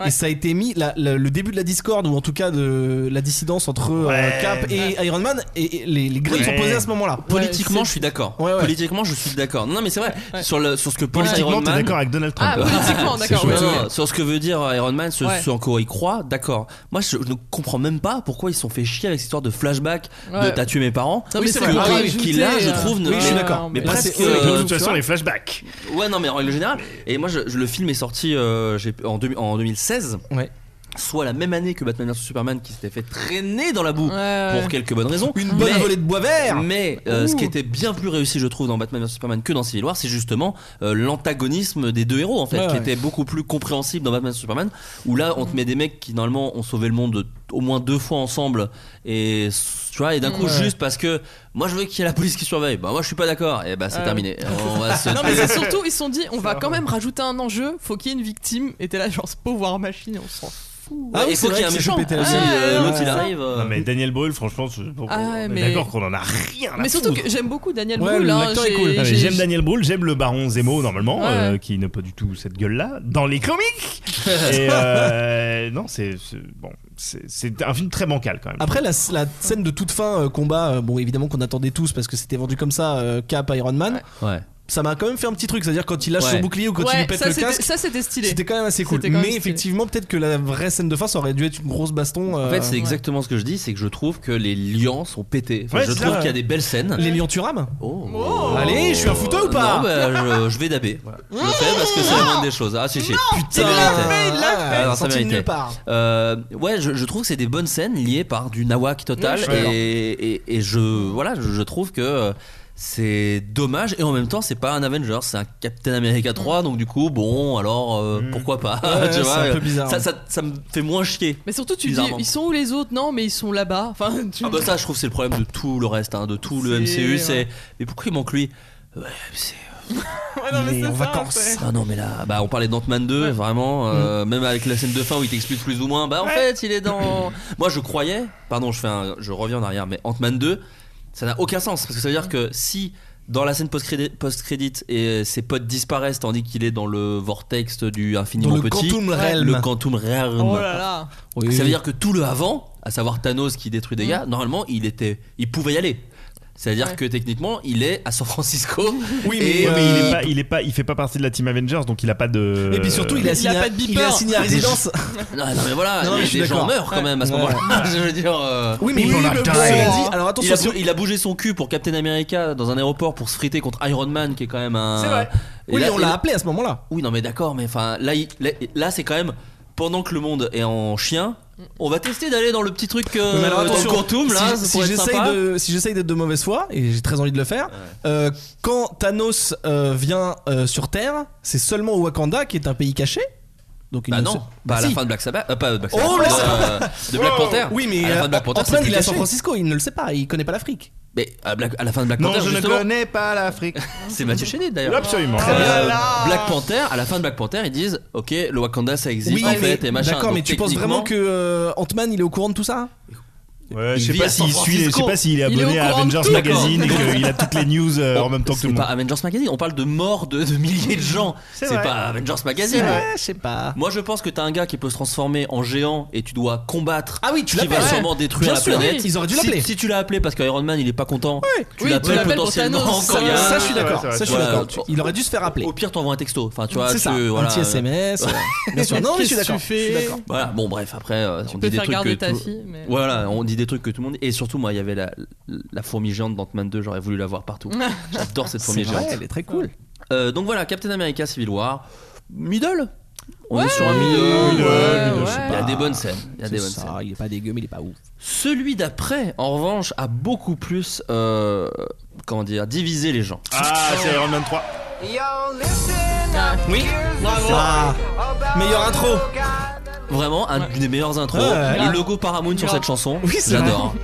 Speaker 3: Ouais.
Speaker 4: et ça a été mis la- la- le début de la discorde ou en tout cas de la dissidence entre euh,
Speaker 2: Ouais.
Speaker 4: Cap et Iron Man et, et les, les grilles
Speaker 2: Ouais.
Speaker 4: sont posées à ce moment-là.
Speaker 1: Politiquement,
Speaker 3: Ouais,
Speaker 1: je suis d'accord.
Speaker 4: Ouais, ouais.
Speaker 1: Politiquement, je suis d'accord. Non, non, mais c'est vrai. Sur, le, sur ce que pense Iron
Speaker 2: Politiquement, t'es
Speaker 1: Man.
Speaker 2: d'accord avec Donald Trump.
Speaker 1: bah.
Speaker 3: Ah, politiquement,
Speaker 2: C'est
Speaker 3: d'accord.
Speaker 2: chaud.
Speaker 3: ouais,
Speaker 1: Non,
Speaker 3: ouais.
Speaker 1: non, sur ce que veut dire Iron Man, ce,
Speaker 3: Ouais.
Speaker 1: ce en quoi il croit, d'accord. Moi, je, je ne comprends même pas pourquoi ils se sont fait chier avec cette histoire de flashback de
Speaker 3: Ouais.
Speaker 1: t'as tué mes parents.
Speaker 3: Non, mais
Speaker 1: Oui,
Speaker 3: c'est
Speaker 1: que-
Speaker 3: vrai.
Speaker 1: que-
Speaker 3: Ah, oui,
Speaker 1: qui là,
Speaker 3: j'étais,
Speaker 1: je
Speaker 3: euh,
Speaker 1: trouve. ne-
Speaker 4: Oui, je suis
Speaker 1: mais-
Speaker 4: d'accord.
Speaker 1: Mais
Speaker 3: Mais
Speaker 1: presque.
Speaker 3: c'est-
Speaker 2: De
Speaker 1: euh,
Speaker 2: toute façon, les flashbacks.
Speaker 1: Ouais, non, mais en règle générale. Et moi, je, je- le film est sorti euh, j'ai- en, deux- en 2016.
Speaker 4: Ouais.
Speaker 1: Soit la même année que Batman vs Superman qui s'était fait traîner dans la boue
Speaker 3: Ouais, ouais,
Speaker 1: pour
Speaker 3: ouais.
Speaker 1: quelques bonnes raisons.
Speaker 4: Euh, Une bonne
Speaker 1: Mais-
Speaker 4: volée de bois vert.
Speaker 1: mais euh, ce qui était bien plus réussi, je trouve, dans Batman vs Superman que dans Civil War, c'est justement euh, l'antagonisme des deux héros, en fait,
Speaker 4: Ouais,
Speaker 1: qui
Speaker 4: ouais.
Speaker 1: était beaucoup plus compréhensible dans Batman vs Superman, où là, on te met des mecs qui normalement ont sauvé le monde au moins deux fois ensemble, et tu vois, et d'un coup, juste parce que moi, je veux qu'il y ait la police qui surveille. Bah moi, je suis pas d'accord. Et bah c'est
Speaker 3: Euh.
Speaker 1: terminé. On va se.
Speaker 3: Non mais c'est surtout ils se sont dit on va quand même rajouter un enjeu, faut qu'il y ait une victime et t'es là genre ce pauvre War machine on s'en
Speaker 4: Ah oui,
Speaker 1: il faut
Speaker 4: c'est
Speaker 1: qu'il y ait un
Speaker 4: vrai que
Speaker 1: méchant.
Speaker 4: c'est pété la
Speaker 1: Si,
Speaker 4: gueule.
Speaker 1: euh,
Speaker 4: Ouais,
Speaker 1: L'autre
Speaker 4: ouais.
Speaker 1: il arrive. euh,
Speaker 2: Non, mais Daniel Boyle, franchement, je- on est
Speaker 3: mais-
Speaker 2: d'accord qu'on en a rien à
Speaker 3: Mais surtout
Speaker 2: foutre.
Speaker 3: que j'aime beaucoup Daniel
Speaker 4: Ouais,
Speaker 3: Brühl. hein,
Speaker 4: l'acteur est
Speaker 3: j'ai-
Speaker 4: cool.
Speaker 2: Ah, mais
Speaker 3: j'ai-
Speaker 2: J'aime Daniel Brühl, j'aime le baron Zemo normalement,
Speaker 3: Ouais.
Speaker 2: euh, qui n'a pas du tout cette gueule-là, dans les comics Et euh, non, c'est c'est- bon, c'est- c'est un film très bancal quand même.
Speaker 4: Après la, la scène de toute fin euh, combat, euh, bon évidemment qu'on attendait tous parce que c'était vendu comme ça, euh, Cap Iron Man,
Speaker 1: Ouais.
Speaker 4: ça m'a quand même fait un petit truc, c'est-à-dire quand il lâche
Speaker 1: Ouais.
Speaker 4: son bouclier ou quand il
Speaker 3: Ouais,
Speaker 4: lui pète
Speaker 3: ça,
Speaker 4: le
Speaker 3: c'était-
Speaker 4: casque,
Speaker 3: ça c'était stylé.
Speaker 4: c'était quand même assez cool.
Speaker 3: C'était quand même
Speaker 4: Mais
Speaker 3: stylé.
Speaker 4: effectivement peut-être que la vraie scène de fin ça aurait dû être une grosse baston.
Speaker 1: En
Speaker 4: euh,
Speaker 1: fait, c'est exactement ce que je dis, c'est que je trouve que les liens sont pétés. Enfin,
Speaker 2: Ouais,
Speaker 1: je
Speaker 2: c'est
Speaker 1: trouve
Speaker 2: ça.
Speaker 1: qu'il y a des belles scènes.
Speaker 4: les lions Turam
Speaker 1: Oh.
Speaker 3: Oh.
Speaker 4: Allez, je suis un fouteux ou pas
Speaker 1: Non, bah, je, je vais daber. Voilà. Je le fais parce que c'est la moindre des choses. Ah, si, si. Putain,
Speaker 4: Ah,
Speaker 1: Alors, ça
Speaker 4: sorti de
Speaker 1: méritait.
Speaker 4: nulle part.
Speaker 1: Euh, ouais, je, je trouve que c'est des bonnes scènes liées par du nawak total
Speaker 2: Oui, je suis d'accord.
Speaker 1: et, et, et je voilà, je, je trouve que euh, c'est dommage et en même temps c'est pas un Avengers, c'est un Captain America 3 donc du coup bon alors euh,
Speaker 2: Mm.
Speaker 1: pourquoi pas
Speaker 4: Hmm. Ouais,
Speaker 1: tu
Speaker 4: c'est
Speaker 1: vois,
Speaker 4: un peu bizarre.
Speaker 1: ça, ça, ça me fait moins chier.
Speaker 3: Mais surtout, tu dis,
Speaker 1: Bizarrement.
Speaker 3: ils sont où les autres Non, mais ils sont là-bas. Enfin, tu-
Speaker 1: Ah bah ça je trouve que c'est le problème de tout le reste, hein, de tout le
Speaker 3: C'est-
Speaker 1: MCU,
Speaker 3: ouais.
Speaker 1: c'est mais pourquoi il manque lui Ouais, c'est
Speaker 3: Ouais, non, mais
Speaker 4: Il est
Speaker 3: c'est
Speaker 4: en
Speaker 3: ça,
Speaker 4: vacances.
Speaker 3: c'est-
Speaker 1: Ah non mais là, bah on parlait d'Ant-Man 2 vraiment, euh, même avec la scène de fin où il t'explique plus ou moins, bah en fait il est dans... Moi je croyais, pardon je, fais un, je reviens en arrière, mais Ant-Man 2, ça n'a aucun sens, parce que ça veut dire que si dans la scène post-crédit post-crédit et ses potes disparaissent tandis qu'il est dans le vortex du infiniment
Speaker 4: Dans le
Speaker 1: petit,
Speaker 4: Quantum Realm.
Speaker 1: le Quantum Realm,
Speaker 3: Oh là là.
Speaker 4: Oui,
Speaker 1: ça
Speaker 4: oui.
Speaker 1: veut dire que tout le avant, à savoir Thanos qui détruit des gars, normalement il, était, il pouvait y aller. C'est-à-dire
Speaker 3: Mm. Ouais.
Speaker 1: que techniquement, il est à San Francisco.
Speaker 4: Oui,
Speaker 1: et,
Speaker 4: mais,
Speaker 2: Ouais, mais il est
Speaker 4: euh,
Speaker 2: pas, il est pas, il fait pas partie de la Team Avengers, donc il a pas de.
Speaker 4: Et puis surtout, il est
Speaker 3: a
Speaker 4: assigné à-
Speaker 3: pas de
Speaker 4: il est
Speaker 3: beeper.
Speaker 4: assigné à résidence.
Speaker 1: Non, non, mais voilà,
Speaker 4: Non, mais
Speaker 1: les-
Speaker 4: je suis
Speaker 1: les gens
Speaker 4: d'accord.
Speaker 1: meurent quand
Speaker 3: Ouais.
Speaker 1: même à ce
Speaker 4: Ouais.
Speaker 1: moment-là. je veux dire. euh,
Speaker 4: Oui, mais,
Speaker 2: on a
Speaker 4: mais bon,
Speaker 2: time.
Speaker 4: cela dit, alors
Speaker 1: il, a,
Speaker 4: attention,
Speaker 1: bou- il a bougé son cul pour Captain America dans un aéroport pour se friter contre Iron Man qui est quand même un.
Speaker 3: C'est vrai.
Speaker 1: Et
Speaker 4: oui,
Speaker 1: là-
Speaker 4: on
Speaker 1: et
Speaker 4: l'a
Speaker 1: là-
Speaker 4: appelé à ce moment-là.
Speaker 1: Oui, non, mais d'accord, mais enfin, là, il- là, là, c'est quand même pendant que le monde est en chien. On va tester d'aller dans le petit truc euh,
Speaker 4: Mais alors
Speaker 1: dans le
Speaker 4: attention,
Speaker 1: Quantum là, ça
Speaker 4: si, si
Speaker 1: pourrait être
Speaker 4: j'essaye
Speaker 1: sympa.
Speaker 4: de, si j'essaye d'être de mauvaise foi, et j'ai très envie de le faire, euh, quand Thanos euh, vient euh, sur Terre, c'est seulement au Wakanda qui est un pays caché. Donc il
Speaker 1: Bah
Speaker 4: ne
Speaker 1: non,
Speaker 4: se-
Speaker 1: bah à la
Speaker 4: si.
Speaker 1: fin de Black Sabbath, euh, pas Black
Speaker 4: Oh,
Speaker 1: Sabbath,
Speaker 4: Black
Speaker 1: de,
Speaker 4: Sabbath.
Speaker 1: de Black Panther.
Speaker 4: Oui, mais
Speaker 1: à la fin
Speaker 4: euh,
Speaker 1: de Black Panther, c'est
Speaker 4: Ant-Man,
Speaker 1: plus
Speaker 4: il est à San
Speaker 1: caché.
Speaker 4: Francisco, il ne le sait pas, il connaît pas l'Afrique.
Speaker 1: Mais à, Black- à la fin de Black
Speaker 2: Non,
Speaker 1: Panther,
Speaker 2: je ne
Speaker 1: justement,
Speaker 2: connais pas l'Afrique.
Speaker 1: c'est Mathieu Chédid d'ailleurs.
Speaker 2: Absolument.
Speaker 4: Ah,
Speaker 1: Euh, Black Panther, à la fin de Black Panther, ils disent Ok, le Wakanda ça existe en fait et machin.
Speaker 4: d'accord,
Speaker 1: Donc,
Speaker 4: mais tu penses
Speaker 1: techniquement,
Speaker 4: vraiment que euh, Ant-Man il est au courant de tout ça
Speaker 2: Ouais,
Speaker 1: Il
Speaker 2: je sais
Speaker 1: vit à
Speaker 2: pas
Speaker 1: San
Speaker 2: s'il suit, les- je sais
Speaker 1: Francisco.
Speaker 2: pas s'il est
Speaker 3: Il est
Speaker 2: abonné
Speaker 3: au
Speaker 2: à
Speaker 3: courant de
Speaker 2: Avengers
Speaker 3: tout.
Speaker 2: Magazine et qu'il a toutes les news euh,
Speaker 1: Bon,
Speaker 2: en même temps que tout
Speaker 1: C'est
Speaker 2: le
Speaker 1: pas
Speaker 2: monde.
Speaker 1: Avengers Magazine, on parle de mort de, de milliers de gens. C'est
Speaker 2: vrai.
Speaker 1: pas Avengers Magazine.
Speaker 4: je sais pas.
Speaker 1: Moi je pense que t'as un gars qui peut se transformer en géant et tu dois combattre.
Speaker 4: Ah oui, tu
Speaker 1: qui va
Speaker 4: l'appelles.
Speaker 1: sûrement détruire
Speaker 4: Bien
Speaker 1: la
Speaker 4: sûr,
Speaker 1: planète.
Speaker 4: ils auraient dû
Speaker 1: Si-
Speaker 4: l'appeler.
Speaker 1: Si, tu l'as appelé parce qu'Iron Man il est pas content, tu
Speaker 3: Oui, tu
Speaker 1: l'appelles
Speaker 3: l'appelles pour
Speaker 1: potentiellement
Speaker 3: Thanos,
Speaker 1: quand il y a-
Speaker 4: Ça, je suis d'accord.
Speaker 2: Ouais, c'est vrai,
Speaker 4: Ça, je suis
Speaker 1: c'est vrai.
Speaker 4: d'accord.
Speaker 1: Voilà.
Speaker 4: Il aurait dû se faire appeler.
Speaker 1: Au pire t'envoies un texto. Enfin tu vois,
Speaker 4: c'est
Speaker 1: tu-
Speaker 4: ça,
Speaker 1: voilà,
Speaker 4: un petit SMS. euh, bien sûr. Non, mais je suis
Speaker 3: Qu'est-ce que
Speaker 4: d'accord.
Speaker 3: tu fais
Speaker 4: je suis d'accord.
Speaker 1: Voilà, bon bref, après euh, on dit des
Speaker 3: peux faire
Speaker 1: trucs
Speaker 3: garder
Speaker 1: que
Speaker 3: ta
Speaker 1: tout-
Speaker 3: fille, mais-
Speaker 1: Voilà, on dit des trucs que tout le monde et surtout moi il y avait la, la fourmi géante d'Ant-Man 2, j'aurais voulu la voir partout. J'adore cette
Speaker 4: C'est
Speaker 1: fourmi
Speaker 4: vrai,
Speaker 1: géante.
Speaker 4: elle est très cool.
Speaker 1: Euh, donc voilà, Captain America Civil War, middle. On est sur un
Speaker 3: Ouais,
Speaker 1: middle.
Speaker 2: middle,
Speaker 3: ouais,
Speaker 2: middle,
Speaker 3: ouais.
Speaker 2: je sais
Speaker 1: Il y a des bonnes scènes, il y a des
Speaker 4: C'est
Speaker 1: bonnes
Speaker 4: ça,
Speaker 1: scènes.
Speaker 4: il est pas dégueu, mais il est pas ouf.
Speaker 1: Celui d'après, en revanche, a beaucoup plus euh, comment dire, divisé les gens.
Speaker 2: Ah, c'est Iron Man 3.
Speaker 4: Oui, bravo. meilleure intro.
Speaker 1: Vraiment, un des meilleurs intros.
Speaker 4: Ouais.
Speaker 1: Le logo Paramount sur cette chanson,
Speaker 4: Oui, c'est
Speaker 1: j'adore.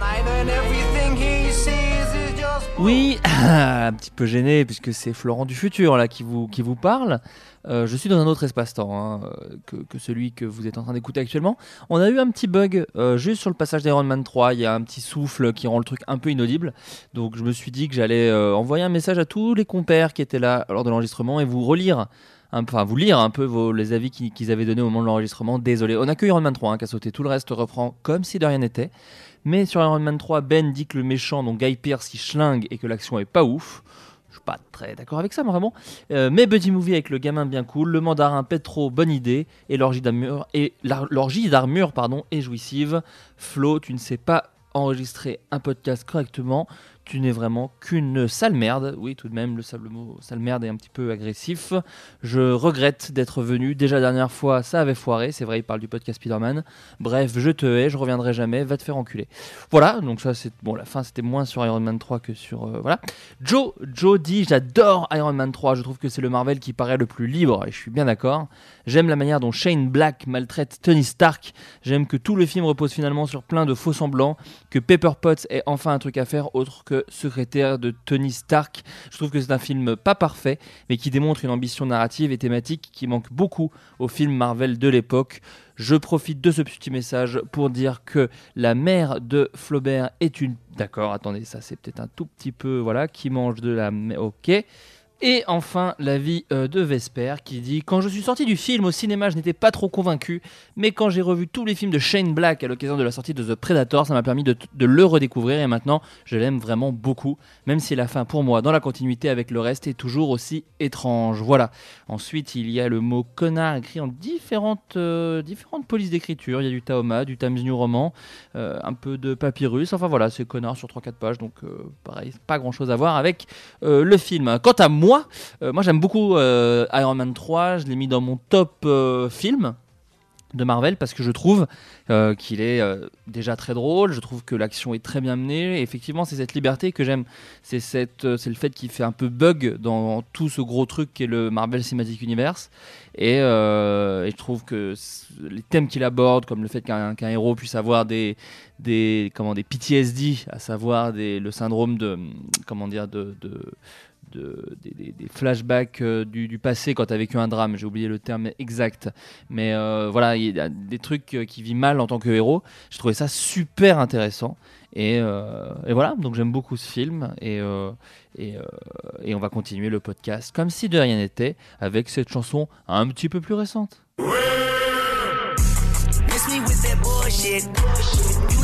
Speaker 5: Oui, un petit peu gêné puisque c'est Florent du futur là qui vous, qui vous parle. Euh, je suis dans un autre espace-temps hein, euh, que, que celui que vous êtes en train d'écouter actuellement. On a eu un petit bug euh, juste sur le passage d'Iron Man 3. Il y a un petit souffle qui rend le truc un peu inaudible. Donc je me suis dit que j'allais euh, envoyer un message à tous les compères qui étaient là lors de l'enregistrement et vous relire. un peu- Enfin, vous lire un peu vos, les avis qui- qu'ils avaient donnés au moment de l'enregistrement. Désolé, on a que Iron Man 3 hein, qui a sauté. Tout le reste reprend comme si de rien n'était. Mais sur Iron Man 3, Ben dit que le méchant, donc Guy Pearce, il schlingue et que l'action est pas ouf. Je suis pas très d'accord avec ça, mais vraiment. Euh, mais Buddy Movie avec le gamin bien cool, le mandarin Petro, bonne idée, et l'orgie d'armure, et la- l'orgie d'armure, pardon, est jouissive. Flo, tu ne sais pas enregistrer un podcast correctement, tu n'es vraiment qu'une sale merde. Oui, tout de même, le, sale, le mot sale merde est un petit peu agressif. Je regrette d'être venu. Déjà, la dernière fois, ça avait foiré. C'est vrai, il parle du podcast Spider-Man. Bref, je te hais, je reviendrai jamais, va te faire enculer. Voilà, donc ça c'est bon, la fin c'était moins sur Iron Man 3 que sur euh, voilà. Joe, Joe dit j'adore Iron Man 3, je trouve que c'est le Marvel qui paraît le plus libre et je suis bien d'accord. J'aime la manière dont Shane Black maltraite Tony Stark, j'aime que tout le film repose finalement sur plein de faux semblants, que Pepper Potts ait enfin un truc à faire autre que Hulk, secrétaire de Tony Stark. Je trouve que c'est un film pas parfait, mais qui démontre une ambition narrative et thématique qui manque beaucoup aux films Marvel de l'époque. Je profite de ce petit message pour dire que la mère de Flaubert est une... D'accord, attendez, ça c'est peut-être un tout petit peu... Voilà, qui mange de la... Ok. Et enfin, l'avis euh, de Vesper qui dit Quand je suis sorti du film au cinéma, je n'étais pas trop convaincu, mais quand j'ai revu tous les films de Shane Black à l'occasion de la sortie de The Predator, ça m'a permis de, t- de le redécouvrir et maintenant je l'aime vraiment beaucoup, même si la fin pour moi, dans la continuité avec le reste, est toujours aussi étrange. Voilà. Ensuite, il y a le mot connard écrit en différentes, euh, différentes polices d'écriture. Il y a du Taoma, du Times New Roman, euh, un peu de papyrus. Enfin voilà, c'est connard sur 3-4 pages, donc euh, pareil, pas grand chose à voir avec euh, le film. Quant à moi, euh, moi j'aime beaucoup euh, Iron Man 3, je l'ai mis dans mon top euh, film de Marvel parce que je trouve euh, qu'il est euh, déjà très drôle, je trouve que l'action est très bien menée et effectivement c'est cette liberté que j'aime, c'est cette euh, c'est le fait qu'il fait un peu bug dans tout ce gros truc qui est le Marvel Cinematic Universe et, euh, et je trouve que c- les thèmes qu'il aborde comme le fait qu'un qu'un héros puisse avoir des des comment des PTSD à savoir des, le syndrome de comment dire de- de de- des, des- des flashbacks euh, du, du passé quand t'as vécu un drame, j'ai oublié le terme exact, mais euh, voilà, il y a des trucs euh, qui vit mal en tant que héros. J'ai trouvé ça super intéressant. Et, euh, et voilà, donc j'aime beaucoup ce film et, euh, et, euh, et on va continuer le podcast comme si de rien n'était avec cette chanson un petit peu plus récente.
Speaker 6: Miss me with that bullshit.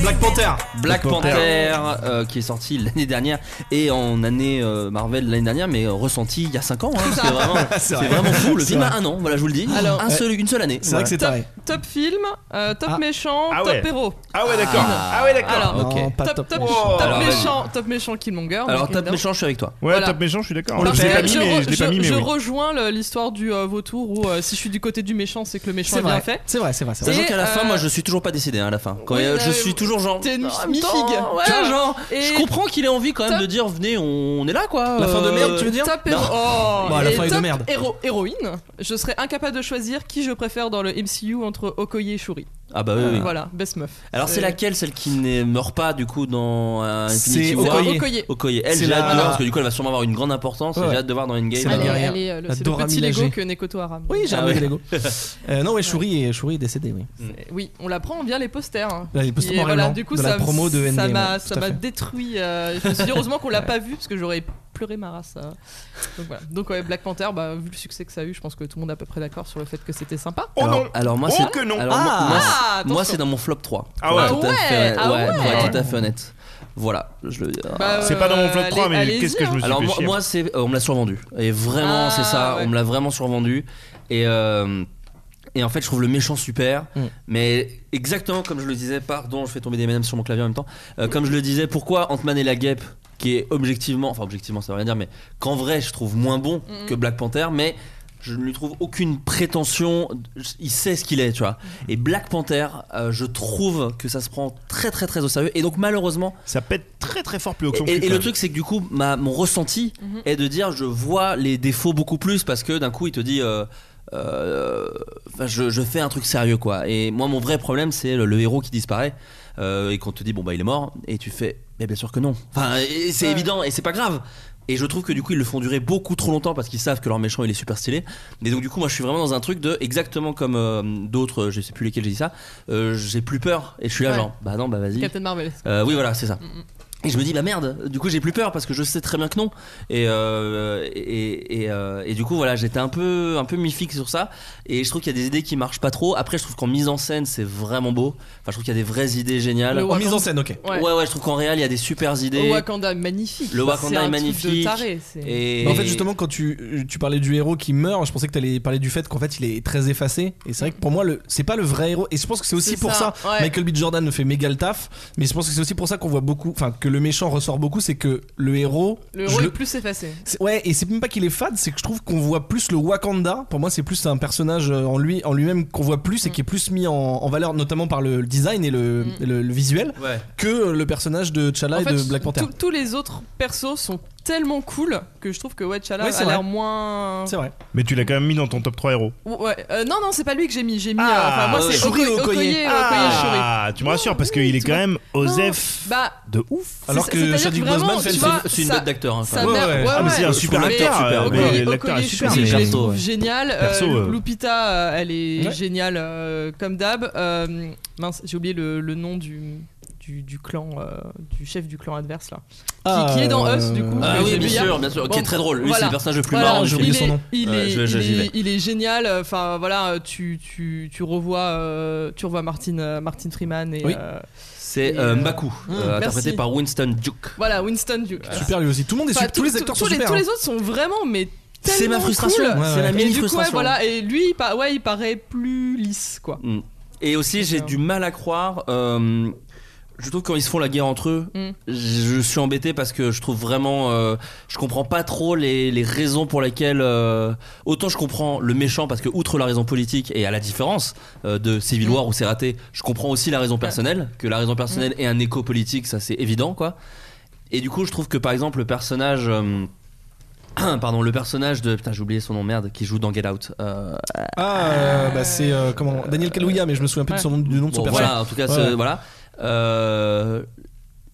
Speaker 4: Black Panther
Speaker 1: Black
Speaker 2: Black
Speaker 1: Panther,
Speaker 2: Panther.
Speaker 1: euh, qui est sorti l'année dernière et en année euh, Marvel l'année dernière, mais euh, ressenti il y a 5 ans. hein, c'est vraiment, c'est
Speaker 4: vrai.
Speaker 1: vraiment fou. Le
Speaker 4: C'est
Speaker 1: film
Speaker 4: vrai.
Speaker 1: a un an, voilà, je vous le dis.
Speaker 3: Alors, euh,
Speaker 1: Un seul- une seule année.
Speaker 4: C'est vrai que c'est
Speaker 3: Top,
Speaker 4: taré.
Speaker 3: top film, euh, top
Speaker 4: Ah.
Speaker 3: méchant,
Speaker 2: Ah ouais.
Speaker 3: top héros.
Speaker 2: Ah ouais, d'accord.
Speaker 1: Ah.
Speaker 2: Ah ouais, d'accord.
Speaker 3: Alors,
Speaker 4: Non,
Speaker 1: ok.
Speaker 4: pas
Speaker 3: top,
Speaker 4: top,
Speaker 3: top,
Speaker 4: méchant.
Speaker 2: Oh.
Speaker 3: top
Speaker 1: Alors, vas-y.
Speaker 3: méchant, top méchant Killmonger.
Speaker 1: Alors,
Speaker 3: donc,
Speaker 1: top
Speaker 3: évidemment.
Speaker 1: méchant, je suis avec toi.
Speaker 2: Ouais,
Speaker 3: Voilà.
Speaker 2: top méchant, je suis d'accord.
Speaker 3: Parce
Speaker 2: Je l'ai
Speaker 3: que
Speaker 2: pas mis,
Speaker 3: je
Speaker 2: mais
Speaker 3: re-
Speaker 2: je l'ai pas
Speaker 3: je-
Speaker 2: mis, mais
Speaker 3: je
Speaker 2: oui.
Speaker 3: rejoins le- l'histoire du euh, vautour où euh, si je suis du côté du méchant, c'est que le méchant
Speaker 4: C'est
Speaker 3: est bien
Speaker 4: vrai.
Speaker 3: fait.
Speaker 4: C'est vrai, c'est vrai, c'est vrai.
Speaker 1: Sachant
Speaker 3: Et,
Speaker 1: qu'à la fin,
Speaker 3: euh,
Speaker 1: moi, je suis toujours pas décédé hein, à la fin. Quand,
Speaker 3: Oui,
Speaker 1: euh, je
Speaker 3: mais-
Speaker 1: suis toujours genre.
Speaker 3: T'es une
Speaker 1: Ah,
Speaker 3: mi-
Speaker 1: putain,
Speaker 3: mi-figue.
Speaker 1: ouais.
Speaker 3: Tu vois,
Speaker 1: genre,
Speaker 3: et-
Speaker 1: je comprends qu'il ait envie quand même
Speaker 3: Top.
Speaker 1: de dire venez, on est là quoi. Euh,
Speaker 4: La fin de merde, tu veux dire
Speaker 3: Top héro- oh,
Speaker 4: Bah, la
Speaker 3: et
Speaker 4: fin est de
Speaker 3: top
Speaker 4: merde.
Speaker 3: héro- héroïne, je serais incapable de choisir qui je préfère dans le MCU entre Okoye et Shuri.
Speaker 1: Ah bah oui, oui.
Speaker 3: Voilà, best meuf.
Speaker 1: Alors c'est
Speaker 3: Euh,
Speaker 1: laquelle, celle qui ne meurt pas du coup dans euh, Infinity
Speaker 4: C'est
Speaker 1: War
Speaker 4: Okoye.
Speaker 3: Okoye.
Speaker 1: Okoye. Elle,
Speaker 4: C'est
Speaker 1: j'ai hâte de
Speaker 4: la-
Speaker 1: voir parce que du coup elle va sûrement avoir une grande importance. et
Speaker 4: Ouais.
Speaker 1: J'ai hâte de voir dans Endgame.
Speaker 4: C'est
Speaker 3: Elle
Speaker 4: la
Speaker 3: est-
Speaker 4: dernière.
Speaker 3: elle est, euh, le-
Speaker 4: La
Speaker 3: c'est le
Speaker 4: Dora
Speaker 3: petit
Speaker 4: Milaje.
Speaker 3: Lego que Nekoto Aram.
Speaker 4: Oui, j'ai
Speaker 1: Ah
Speaker 4: un
Speaker 1: ouais.
Speaker 4: des Lego. Euh, non, ouais, Shuri est, Shuri est décédé, oui.
Speaker 3: Euh, Oui, on la prend via les posters. hein.
Speaker 4: Là, il peut se
Speaker 3: Et
Speaker 4: mourir
Speaker 3: voilà,
Speaker 4: blanc
Speaker 3: du coup,
Speaker 4: de
Speaker 3: ça,
Speaker 4: la promo de
Speaker 3: ça
Speaker 4: Endgame,
Speaker 3: m'a,
Speaker 4: ouais,
Speaker 3: ça
Speaker 4: tout à
Speaker 3: m'a
Speaker 4: fait.
Speaker 3: détruit. euh, je me suis dit, heureusement qu'on l'a pas vu parce que j'aurais pleuré ma race. euh. Donc voilà. Donc ouais, Black Panther, bah, vu le succès que ça a eu, je pense que tout le monde est à peu près d'accord sur le fait que c'était sympa.
Speaker 2: Oh
Speaker 1: alors,
Speaker 2: non.
Speaker 1: alors, moi
Speaker 2: Oh
Speaker 1: c'est Euh,
Speaker 2: que non.
Speaker 1: alors, moi-
Speaker 4: Ah.
Speaker 1: moi, c'est-
Speaker 3: Ah, attention.
Speaker 1: moi, c'est dans mon flop 3.
Speaker 2: Ah
Speaker 1: Pour
Speaker 2: ouais.
Speaker 1: être tout à
Speaker 3: Ah
Speaker 1: fait,
Speaker 3: ouais,
Speaker 1: ouais,
Speaker 3: ah
Speaker 1: pour être
Speaker 3: ouais.
Speaker 1: tout à fait honnête. Voilà, je le dis.
Speaker 3: Bah,
Speaker 2: C'est
Speaker 3: euh,
Speaker 2: pas dans mon flop 3, mais
Speaker 3: allez-
Speaker 2: qu'est-ce que je me suis
Speaker 3: allez-y,
Speaker 1: Alors
Speaker 3: hein.
Speaker 2: fait
Speaker 1: moi,
Speaker 2: chier.
Speaker 1: moi, c'est euh, on me l'a survendu et vraiment
Speaker 3: Ah,
Speaker 1: c'est ça
Speaker 3: ouais.
Speaker 1: on me l'a vraiment survendu et euh, et en fait je trouve le méchant super
Speaker 4: Mm.
Speaker 1: mais exactement comme je le disais pardon je fais tomber des M&M sur mon clavier en même temps Euh, comme je le disais pourquoi Ant-Man et la guêpe qui est objectivement enfin objectivement ça veut rien dire mais qu'en vrai je trouve moins bon
Speaker 3: Mm.
Speaker 1: que Black Panther mais je ne lui trouve aucune prétention, il sait ce qu'il est, tu vois. Et Black Panther, euh, je trouve que ça se prend très très très au sérieux. Et donc malheureusement,
Speaker 2: Ça pète très très fort plus haut que son
Speaker 1: et,
Speaker 2: cul,
Speaker 1: et
Speaker 2: quand
Speaker 1: le
Speaker 2: même.
Speaker 1: truc, c'est que du coup, ma, mon ressenti
Speaker 3: Mhm.
Speaker 1: est de dire je vois les défauts beaucoup plus parce que d'un coup, il te dit. euh, euh, enfin, je, je fais un truc sérieux quoi. Et moi, mon vrai problème, c'est le, le héros qui disparaît euh, et qu'on te dit bon bah il est mort et tu fais mais bien sûr que non. Enfin, et- et c'est
Speaker 3: Ouais.
Speaker 1: évident et c'est pas grave. Et je trouve que du coup ils le font durer beaucoup trop longtemps parce qu'ils savent que leur méchant il est super stylé. Mais donc du coup moi je suis vraiment dans un truc de exactement comme euh, d'autres, je sais plus lesquels j'ai dit ça. euh, j'ai plus peur et je suis là
Speaker 3: Ouais.
Speaker 1: genre bah non bah vas-y.
Speaker 3: Captain Marvel.
Speaker 1: Euh, oui, voilà, c'est
Speaker 3: Mm,
Speaker 1: ça. Et je me dis, bah merde, du coup j'ai plus peur parce que je sais très bien que non. Et, euh, et, et, euh, et du coup, voilà, j'étais un peu, un peu mi-fixe sur ça. Et je trouve qu'il y a des idées qui marchent pas trop. Après, je trouve qu'en mise en scène, c'est vraiment beau. Enfin, je trouve qu'il y a des vraies idées géniales.
Speaker 3: Le
Speaker 4: En mise en scène, ok.
Speaker 3: Ouais.
Speaker 1: ouais, je trouve qu'en réel, il y a des supers idées.
Speaker 3: Le Wakanda magnifique.
Speaker 1: Le
Speaker 3: Enfin,
Speaker 1: Wakanda
Speaker 3: c'est un
Speaker 1: est
Speaker 3: truc
Speaker 1: magnifique.
Speaker 3: De taré, c'est-
Speaker 1: Et...
Speaker 4: Bah, en fait, justement, quand tu, tu parlais du héros qui meurt, je pensais que tu allais parler du fait qu'en fait il est très effacé. Et c'est vrai que pour moi, le, c'est pas le vrai héros. Et je pense que c'est aussi
Speaker 3: C'est
Speaker 4: pour ça.
Speaker 3: ça, ouais.
Speaker 4: Michael B. Jordan ne fait méga le taf. Mais je pense que c'est aussi pour ça qu'on voit beaucoup. Enfin, que le méchant ressort beaucoup. C'est que le héros.
Speaker 3: Le
Speaker 4: je
Speaker 3: héros
Speaker 4: le-
Speaker 3: est plus effacé.
Speaker 4: c'est- ouais, et c'est même pas qu'il est fade, c'est que je trouve qu'on voit plus le Wakanda. Pour moi, c'est plus un personnage euh, en lui en lui-même qu'on voit plus et qui est plus mis en, en valeur, notamment par le design et le, le- le visuel,
Speaker 1: Ouais.
Speaker 4: que le personnage de T'Challa
Speaker 3: Mm. En
Speaker 4: et
Speaker 3: fait,
Speaker 4: de Black Panther.
Speaker 3: tous- Tous les autres persos sont tellement cool que je trouve que ouais, T'Challa
Speaker 4: Oui, c'est
Speaker 3: a l'air
Speaker 4: vrai.
Speaker 3: moins.
Speaker 4: C'est vrai.
Speaker 2: Mais tu l'as quand même mis dans ton top 3 héros.
Speaker 3: Ouais, euh, non, non, c'est pas lui que j'ai mis. J'ai mis. euh,
Speaker 2: Ah,
Speaker 3: enfin, moi, c'est
Speaker 4: Shuri
Speaker 3: Okoye,
Speaker 4: Okoye.
Speaker 1: Eh
Speaker 3: Okoye, Okoye Shuri.
Speaker 2: Ah, tu me rassures parce qu'il est
Speaker 3: tu
Speaker 2: quand
Speaker 3: vois.
Speaker 2: même
Speaker 1: Oh,
Speaker 2: Osef
Speaker 3: Non, Bah,
Speaker 2: de ouf.
Speaker 4: Alors
Speaker 3: c'est-
Speaker 4: que
Speaker 3: c'est-à-dire
Speaker 4: Chadwick
Speaker 3: vraiment,
Speaker 4: Boseman fait
Speaker 3: tu
Speaker 4: le-
Speaker 3: vois,
Speaker 1: C'est une
Speaker 3: ça-
Speaker 1: bête d'acteur. hein, quand
Speaker 3: ça
Speaker 1: même.
Speaker 3: m'a- ouais,
Speaker 2: Ah, mais c'est un
Speaker 3: ouais.
Speaker 2: super
Speaker 1: Mais-
Speaker 2: acteur. euh,
Speaker 1: Okoye-
Speaker 2: mais
Speaker 3: Okoye,
Speaker 2: L'acteur est
Speaker 3: Okoye
Speaker 2: super.
Speaker 3: Shuri,
Speaker 1: mais-
Speaker 3: je l'ai
Speaker 1: Perso,
Speaker 3: trouve
Speaker 1: ouais.
Speaker 3: génial. Euh,
Speaker 2: Perso, euh.
Speaker 3: Lupita, euh, elle est
Speaker 4: Ouais.
Speaker 3: géniale euh, comme d'hab. Euh, mince, j'ai oublié le, le nom du, du, du clan, euh, du chef du clan adverse là. qui est dans Us, du coup.
Speaker 1: Ah
Speaker 3: Ouais,
Speaker 1: oui,
Speaker 3: c'est
Speaker 1: bien
Speaker 3: lui,
Speaker 1: sûr, bien sûr. Qui est
Speaker 3: Bon,
Speaker 1: très drôle. Lui, c'est
Speaker 3: voilà.
Speaker 1: le personnage le plus
Speaker 3: Voilà,
Speaker 1: marrant. du
Speaker 4: j'ai
Speaker 1: film.
Speaker 3: il
Speaker 4: oublié son
Speaker 3: est-
Speaker 4: nom.
Speaker 3: Il
Speaker 1: Ouais,
Speaker 3: est,
Speaker 1: je- je-
Speaker 3: il
Speaker 1: j'y
Speaker 3: est-
Speaker 1: vais.
Speaker 3: il est génial. euh, Enfin voilà, tu, tu, tu revois, euh, tu revois Martin, euh, Martin Freeman et
Speaker 4: Oui.
Speaker 3: euh,
Speaker 1: C'est
Speaker 3: Et,
Speaker 1: euh,
Speaker 3: euh,
Speaker 1: M'Baku, euh, interprété
Speaker 3: merci.
Speaker 1: par Winston Duke.
Speaker 3: voilà Winston Duke.
Speaker 4: Super lui aussi. Tout le monde est
Speaker 3: Enfin,
Speaker 4: super. Tous
Speaker 3: tout-
Speaker 4: les
Speaker 3: tout-
Speaker 4: acteurs
Speaker 3: tous
Speaker 4: sont
Speaker 3: les-
Speaker 4: super.
Speaker 3: Tous
Speaker 4: hein.
Speaker 3: les autres sont vraiment mais
Speaker 1: C'est ma
Speaker 3: tellement
Speaker 1: frustration.
Speaker 3: cool.
Speaker 1: C'est la
Speaker 3: Et
Speaker 1: mini
Speaker 3: du coup, ouais,
Speaker 1: frustration.
Speaker 3: voilà, et lui, il, par- ouais, il paraît plus lisse, quoi.
Speaker 1: Mm. Et aussi, j'ai
Speaker 3: D'accord.
Speaker 1: du mal à croire. euh, je trouve que quand ils se font la guerre entre eux,
Speaker 3: Mm.
Speaker 1: je suis embêté parce que je trouve vraiment, euh, je comprends pas trop les, les raisons pour lesquelles. euh, autant je comprends le méchant parce que outre la raison politique et à la différence euh, de Civil War où c'est raté, je comprends aussi la raison personnelle. Que la raison personnelle est un écho politique, ça c'est évident quoi. Et du coup, je trouve que par exemple le personnage. euh, Pardon, le personnage de. Putain, j'ai oublié son nom, merde, qui joue dans Get Out. Euh,
Speaker 4: Ah, euh, bah c'est euh, comment Daniel Kaluuya, mais je me souviens plus de son nom, du nom de son
Speaker 1: Bon,
Speaker 4: personnage.
Speaker 1: voilà, en tout cas,
Speaker 4: Ouais.
Speaker 1: ce- voilà. Euh,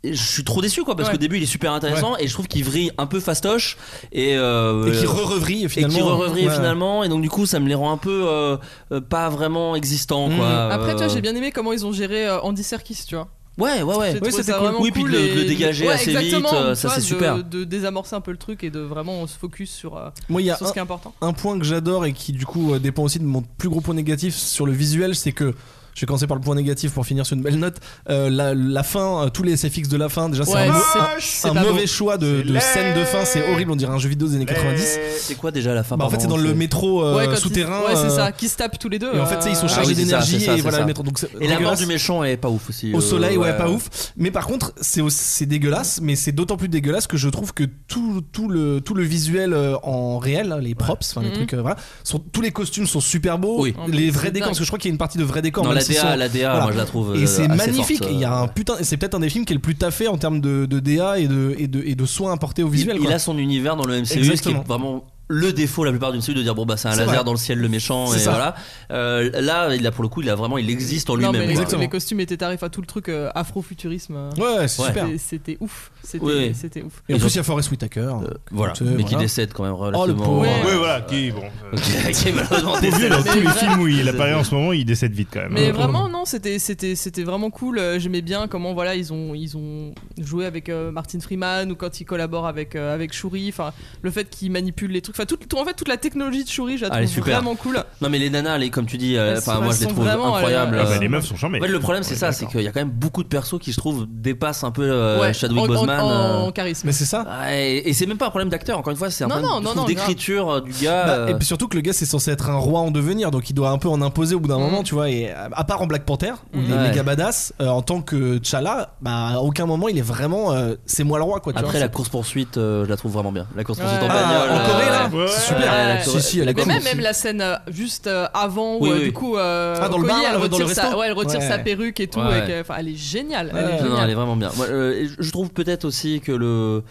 Speaker 1: et je suis trop déçu, quoi, parce
Speaker 3: Ouais.
Speaker 1: qu'au début, il est super intéressant et je trouve qu'il vrille un peu fastoche et, euh,
Speaker 4: Et qui re-revrille
Speaker 1: et
Speaker 4: finalement.
Speaker 1: qui re-revrille
Speaker 4: Ouais.
Speaker 1: finalement. Et donc, du coup, ça me les rend un peu euh, euh, pas vraiment existants,
Speaker 4: Mmh.
Speaker 1: quoi.
Speaker 3: Après, tu vois,
Speaker 1: Euh,
Speaker 3: j'ai bien aimé comment ils ont géré euh, Andy Serkis, tu vois.
Speaker 1: Ouais, ouais, ouais.
Speaker 3: J'ai
Speaker 1: Oui,
Speaker 3: trouvé ça
Speaker 1: c'était cool.
Speaker 3: vraiment
Speaker 1: Oui, puis de
Speaker 3: cool
Speaker 1: le,
Speaker 3: et-
Speaker 1: le dégager
Speaker 3: Ouais,
Speaker 1: assez vite,
Speaker 3: exactement,
Speaker 1: euh,
Speaker 3: tu
Speaker 1: ça
Speaker 3: vois,
Speaker 1: c'est
Speaker 3: de-
Speaker 1: super.
Speaker 3: De désamorcer un peu le truc et de vraiment se focus sur, euh,
Speaker 4: Moi, il y a
Speaker 3: sur ce qui est important.
Speaker 4: un point que j'adore et qui du coup euh, dépend aussi de mon plus gros point négatif sur le visuel, c'est que je vais commencer par le point négatif pour finir sur une belle note. Euh, la, la fin, euh, tous les SFX de la fin, déjà c'est
Speaker 3: Ouais,
Speaker 4: un, mau-
Speaker 3: c'est-
Speaker 4: un-
Speaker 3: c'est
Speaker 4: un
Speaker 3: pas
Speaker 4: mauvais
Speaker 3: beau.
Speaker 4: choix de,
Speaker 2: C'est
Speaker 4: de
Speaker 2: laid.
Speaker 4: scène de fin, c'est horrible, on dirait un jeu vidéo des années 90.
Speaker 1: C'est quoi déjà la fin
Speaker 4: Bah, en fait c'est
Speaker 1: pardon,
Speaker 4: dans le métro euh,
Speaker 3: Ah, Ouais, quand ils-
Speaker 4: souterrain.
Speaker 3: Ouais, c'est
Speaker 4: euh,
Speaker 3: ça, qui se tapent tous les deux.
Speaker 4: Et en fait tu sais, ils sont
Speaker 3: euh,
Speaker 1: Ah
Speaker 4: chargés
Speaker 1: oui, c'est ça, c'est
Speaker 4: d'énergie
Speaker 1: ça,
Speaker 4: et
Speaker 1: c'est
Speaker 4: voilà
Speaker 1: ça.
Speaker 4: le métro. Donc, c'est
Speaker 1: Et la mort
Speaker 4: dégueulasse.
Speaker 1: du méchant est pas ouf aussi.
Speaker 4: Au
Speaker 1: euh,
Speaker 4: soleil, ouais, pas ouf. Mais par contre, c'est aussi- c'est dégueulasse, mais c'est d'autant plus dégueulasse que je trouve que tout, tout, le, tout le visuel euh, en réel, hein, les props, enfin les
Speaker 3: Mhm.
Speaker 4: trucs, euh, voilà, sont, tous les costumes sont super beaux.
Speaker 1: Oui.
Speaker 4: Les
Speaker 3: C'est
Speaker 4: vrais décors,
Speaker 3: dingue.
Speaker 4: parce que je crois qu'il y a une partie de vrais décors.
Speaker 1: Dans
Speaker 4: même
Speaker 1: la
Speaker 4: s'ils
Speaker 1: DA,
Speaker 4: sont-
Speaker 1: la DA,
Speaker 4: voilà.
Speaker 1: moi je la trouve.
Speaker 4: Et
Speaker 1: euh,
Speaker 4: c'est
Speaker 1: assez
Speaker 4: magnifique.
Speaker 1: forte,
Speaker 4: Et Il y a
Speaker 1: euh,
Speaker 4: un putain, c'est peut-être un des films qui est le plus taffé en termes de, de DA et de, et de, et de soins apportés au visuel.
Speaker 1: il, il
Speaker 4: quoi.
Speaker 1: a son univers dans le MCU, ce qui
Speaker 4: Exactement.
Speaker 1: est vraiment le défaut la plupart du MCU de dire bon bah c'est un
Speaker 4: C'est
Speaker 1: laser
Speaker 4: vrai.
Speaker 1: dans le ciel le méchant
Speaker 4: C'est
Speaker 1: et
Speaker 4: ça.
Speaker 1: voilà. Euh, là il a pour le coup il a vraiment il existe en
Speaker 3: Non,
Speaker 1: lui-même.
Speaker 3: mais
Speaker 1: quoi.
Speaker 3: les-
Speaker 4: Exactement.
Speaker 3: les costumes étaient tarifs à tout le truc euh, afrofuturisme. euh,
Speaker 4: Ouais, c'est
Speaker 1: Ouais.
Speaker 4: super.
Speaker 3: c'était- C'était ouf. C'était
Speaker 1: Ouais.
Speaker 3: c'était ouf.
Speaker 4: Et en
Speaker 1: Et
Speaker 4: plus, il y a Forrest Whitaker.
Speaker 1: Euh, voilà,
Speaker 4: Donc,
Speaker 1: mais
Speaker 4: euh,
Speaker 1: qui
Speaker 4: voilà.
Speaker 1: décède quand même
Speaker 4: Oh, le
Speaker 1: relativement.
Speaker 4: pauvre.
Speaker 3: Ouais.
Speaker 2: Oui, voilà, qui bon. euh,
Speaker 1: Ok, qui est malheureusement
Speaker 2: Au vieux,
Speaker 1: décédé.
Speaker 2: dans tous les
Speaker 3: Mais
Speaker 2: films où il
Speaker 1: vraiment-
Speaker 2: apparaît en ce moment, il décède vite
Speaker 4: euh,
Speaker 2: quand même.
Speaker 3: Mais
Speaker 2: hein.
Speaker 3: vraiment non, c'était c'était c'était vraiment cool. Euh, J'aimais bien comment voilà ils ont ils ont joué avec euh, Martin Freeman ou quand ils collaborent avec euh, avec Shuri. Enfin le fait qu'ils manipulent les trucs. Enfin tout, tout- en fait toute la technologie de Shuri, je la
Speaker 1: Ah, elle est
Speaker 3: trouve
Speaker 1: super.
Speaker 3: vraiment cool.
Speaker 1: Non mais les nanas, les, comme tu dis, euh,
Speaker 3: Elles
Speaker 1: enfin
Speaker 3: sont-
Speaker 1: moi je
Speaker 3: elles
Speaker 1: les
Speaker 3: sont
Speaker 1: trouve
Speaker 3: vraiment,
Speaker 1: incroyables.
Speaker 3: elles-
Speaker 2: Ah bah,
Speaker 1: euh,
Speaker 2: les meufs sont charmées.
Speaker 1: En fait, le problème c'est
Speaker 2: Ouais,
Speaker 1: ça, c'est
Speaker 2: d'accord.
Speaker 1: qu'il y a quand même beaucoup de persos qui je trouve dépassent un peu euh,
Speaker 3: Ouais,
Speaker 1: Chadwick
Speaker 3: en- en-
Speaker 1: Boseman.
Speaker 3: en,
Speaker 1: euh.
Speaker 3: charisme.
Speaker 4: Mais c'est ça.
Speaker 1: Ah, et et c'est même pas un problème d'acteur, encore une fois, c'est un
Speaker 3: Non,
Speaker 1: problème
Speaker 3: non,
Speaker 1: je
Speaker 3: non,
Speaker 1: trouve,
Speaker 3: non,
Speaker 1: d'écriture euh, du gars.
Speaker 4: Bah,
Speaker 1: euh,
Speaker 4: Et puis surtout que le gars c'est censé être un roi en devenir, donc il doit un peu en imposer au bout d'un
Speaker 3: Mhm.
Speaker 4: moment, tu vois. Et à à part en Black Panther, où il est
Speaker 1: Mm. Ouais.
Speaker 4: méga badass, euh, en tant que T'Challa, bah à aucun moment il est vraiment euh, c'est moi le roi quoi. Tu vois,
Speaker 1: Après la course poursuite, je la trouve vraiment bien. La course poursuite
Speaker 3: Ouais.
Speaker 1: en
Speaker 4: Ah,
Speaker 1: bagnole. euh,
Speaker 4: en Corée, là
Speaker 2: Ouais.
Speaker 4: c'est super.
Speaker 1: Ouais,
Speaker 3: ouais.
Speaker 4: si si, elle est
Speaker 3: Mais
Speaker 4: cool.
Speaker 3: même, même la scène euh, juste euh, avant où
Speaker 1: Oui,
Speaker 3: euh,
Speaker 1: oui.
Speaker 3: du coup euh,
Speaker 4: Ah, dans le
Speaker 3: Okoye,
Speaker 4: bar,
Speaker 3: elle
Speaker 4: dans le
Speaker 3: retire, sa,
Speaker 4: resto
Speaker 3: ouais, elle retire
Speaker 4: Ouais.
Speaker 3: sa perruque et tout,
Speaker 1: Ouais.
Speaker 3: et que- enfin, elle est géniale. Elle
Speaker 4: Ouais.
Speaker 3: est
Speaker 1: Non, non,
Speaker 3: géniale.
Speaker 1: elle est vraiment bien. Moi, euh, et je- je trouve peut-être aussi que le.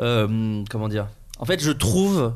Speaker 1: euh, comment dire En fait, je trouve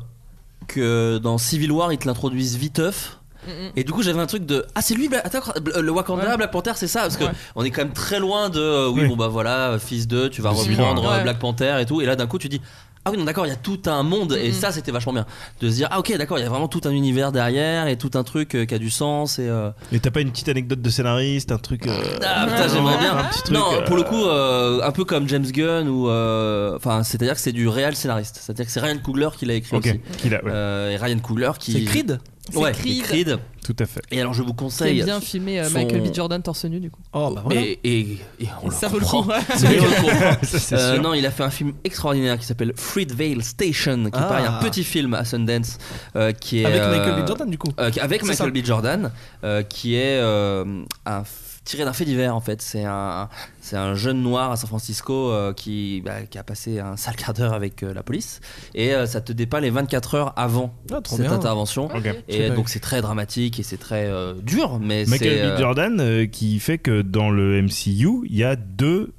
Speaker 1: que dans Civil War, ils te l'introduisent viteuf.
Speaker 3: Mm, mm.
Speaker 1: Et du coup, j'avais un truc de Ah, c'est lui Bla- attends, euh, le Wakanda,
Speaker 3: Ouais.
Speaker 1: Black Panther, c'est ça Parce que
Speaker 3: Ouais.
Speaker 1: on est quand même très loin de euh, oui,
Speaker 2: Oui.
Speaker 1: bon bah voilà, euh, fils de, tu vas
Speaker 2: De Civil War,
Speaker 1: reprendre
Speaker 3: ouais.
Speaker 1: euh, Black Panther et tout. Et là, d'un coup, tu dis Ah oui, non, d'accord, il y a tout un monde. Et
Speaker 3: Mhm.
Speaker 1: ça, c'était vachement bien. De se dire Ah, ok, d'accord, il y a vraiment tout un univers derrière et tout un truc euh, qui a du sens. Et. euh,
Speaker 2: Et t'as pas une petite anecdote de scénariste, un truc. euh,
Speaker 1: Ah putain, j'aimerais bien.
Speaker 2: Un petit truc,
Speaker 1: non,
Speaker 2: euh,
Speaker 1: pour le coup, euh, un peu comme James Gunn ou, euh, enfin, c'est-à-dire que c'est du réel scénariste. C'est-à-dire que c'est Ryan Coogler qui l'a écrit
Speaker 2: Ok,
Speaker 1: aussi.
Speaker 2: qu'il a, ouais,
Speaker 1: Euh, et Ryan Coogler qui.
Speaker 4: C'est Creed
Speaker 3: C'est
Speaker 1: Ouais,
Speaker 3: Creed.
Speaker 1: et
Speaker 2: tout à fait.
Speaker 1: Et alors, je vous
Speaker 3: Qui est
Speaker 1: conseille.
Speaker 3: bien filmé euh,
Speaker 1: son- Oh
Speaker 3: Michael B. Jordan torse nu du coup.
Speaker 4: Oh bah voilà.
Speaker 1: et, et- et on le
Speaker 3: Ça vaut le
Speaker 1: comprend.
Speaker 3: coup. ouais.
Speaker 1: Et on le comprend.
Speaker 2: Ça, c'est
Speaker 1: Euh,
Speaker 2: sûr.
Speaker 1: non, il a fait un film extraordinaire qui s'appelle Fruitvale Station, qui
Speaker 4: Ah.
Speaker 1: paraît un petit film à Sundance, euh, qui est
Speaker 4: Avec
Speaker 1: euh,
Speaker 4: Michael B. Jordan du coup.
Speaker 1: Euh, avec
Speaker 4: C'est
Speaker 1: Michael B. Jordan, euh, qui est euh, un f- tiré d'un fait divers en fait. C'est un, c'est un jeune noir à San Francisco euh, qui, bah, qui a passé un sale quart d'heure avec euh, la police. Et euh, ça te dépeint les 24 heures avant
Speaker 4: Ah, trop
Speaker 1: cette
Speaker 4: bien.
Speaker 1: intervention.
Speaker 2: Ok.
Speaker 4: Je sais
Speaker 1: Et
Speaker 4: pas.
Speaker 1: donc c'est très dramatique et c'est très euh, dur, mais c'est.
Speaker 2: Michael B.
Speaker 1: euh,
Speaker 2: Jordan euh, qui fait que dans le MCU, il y a deux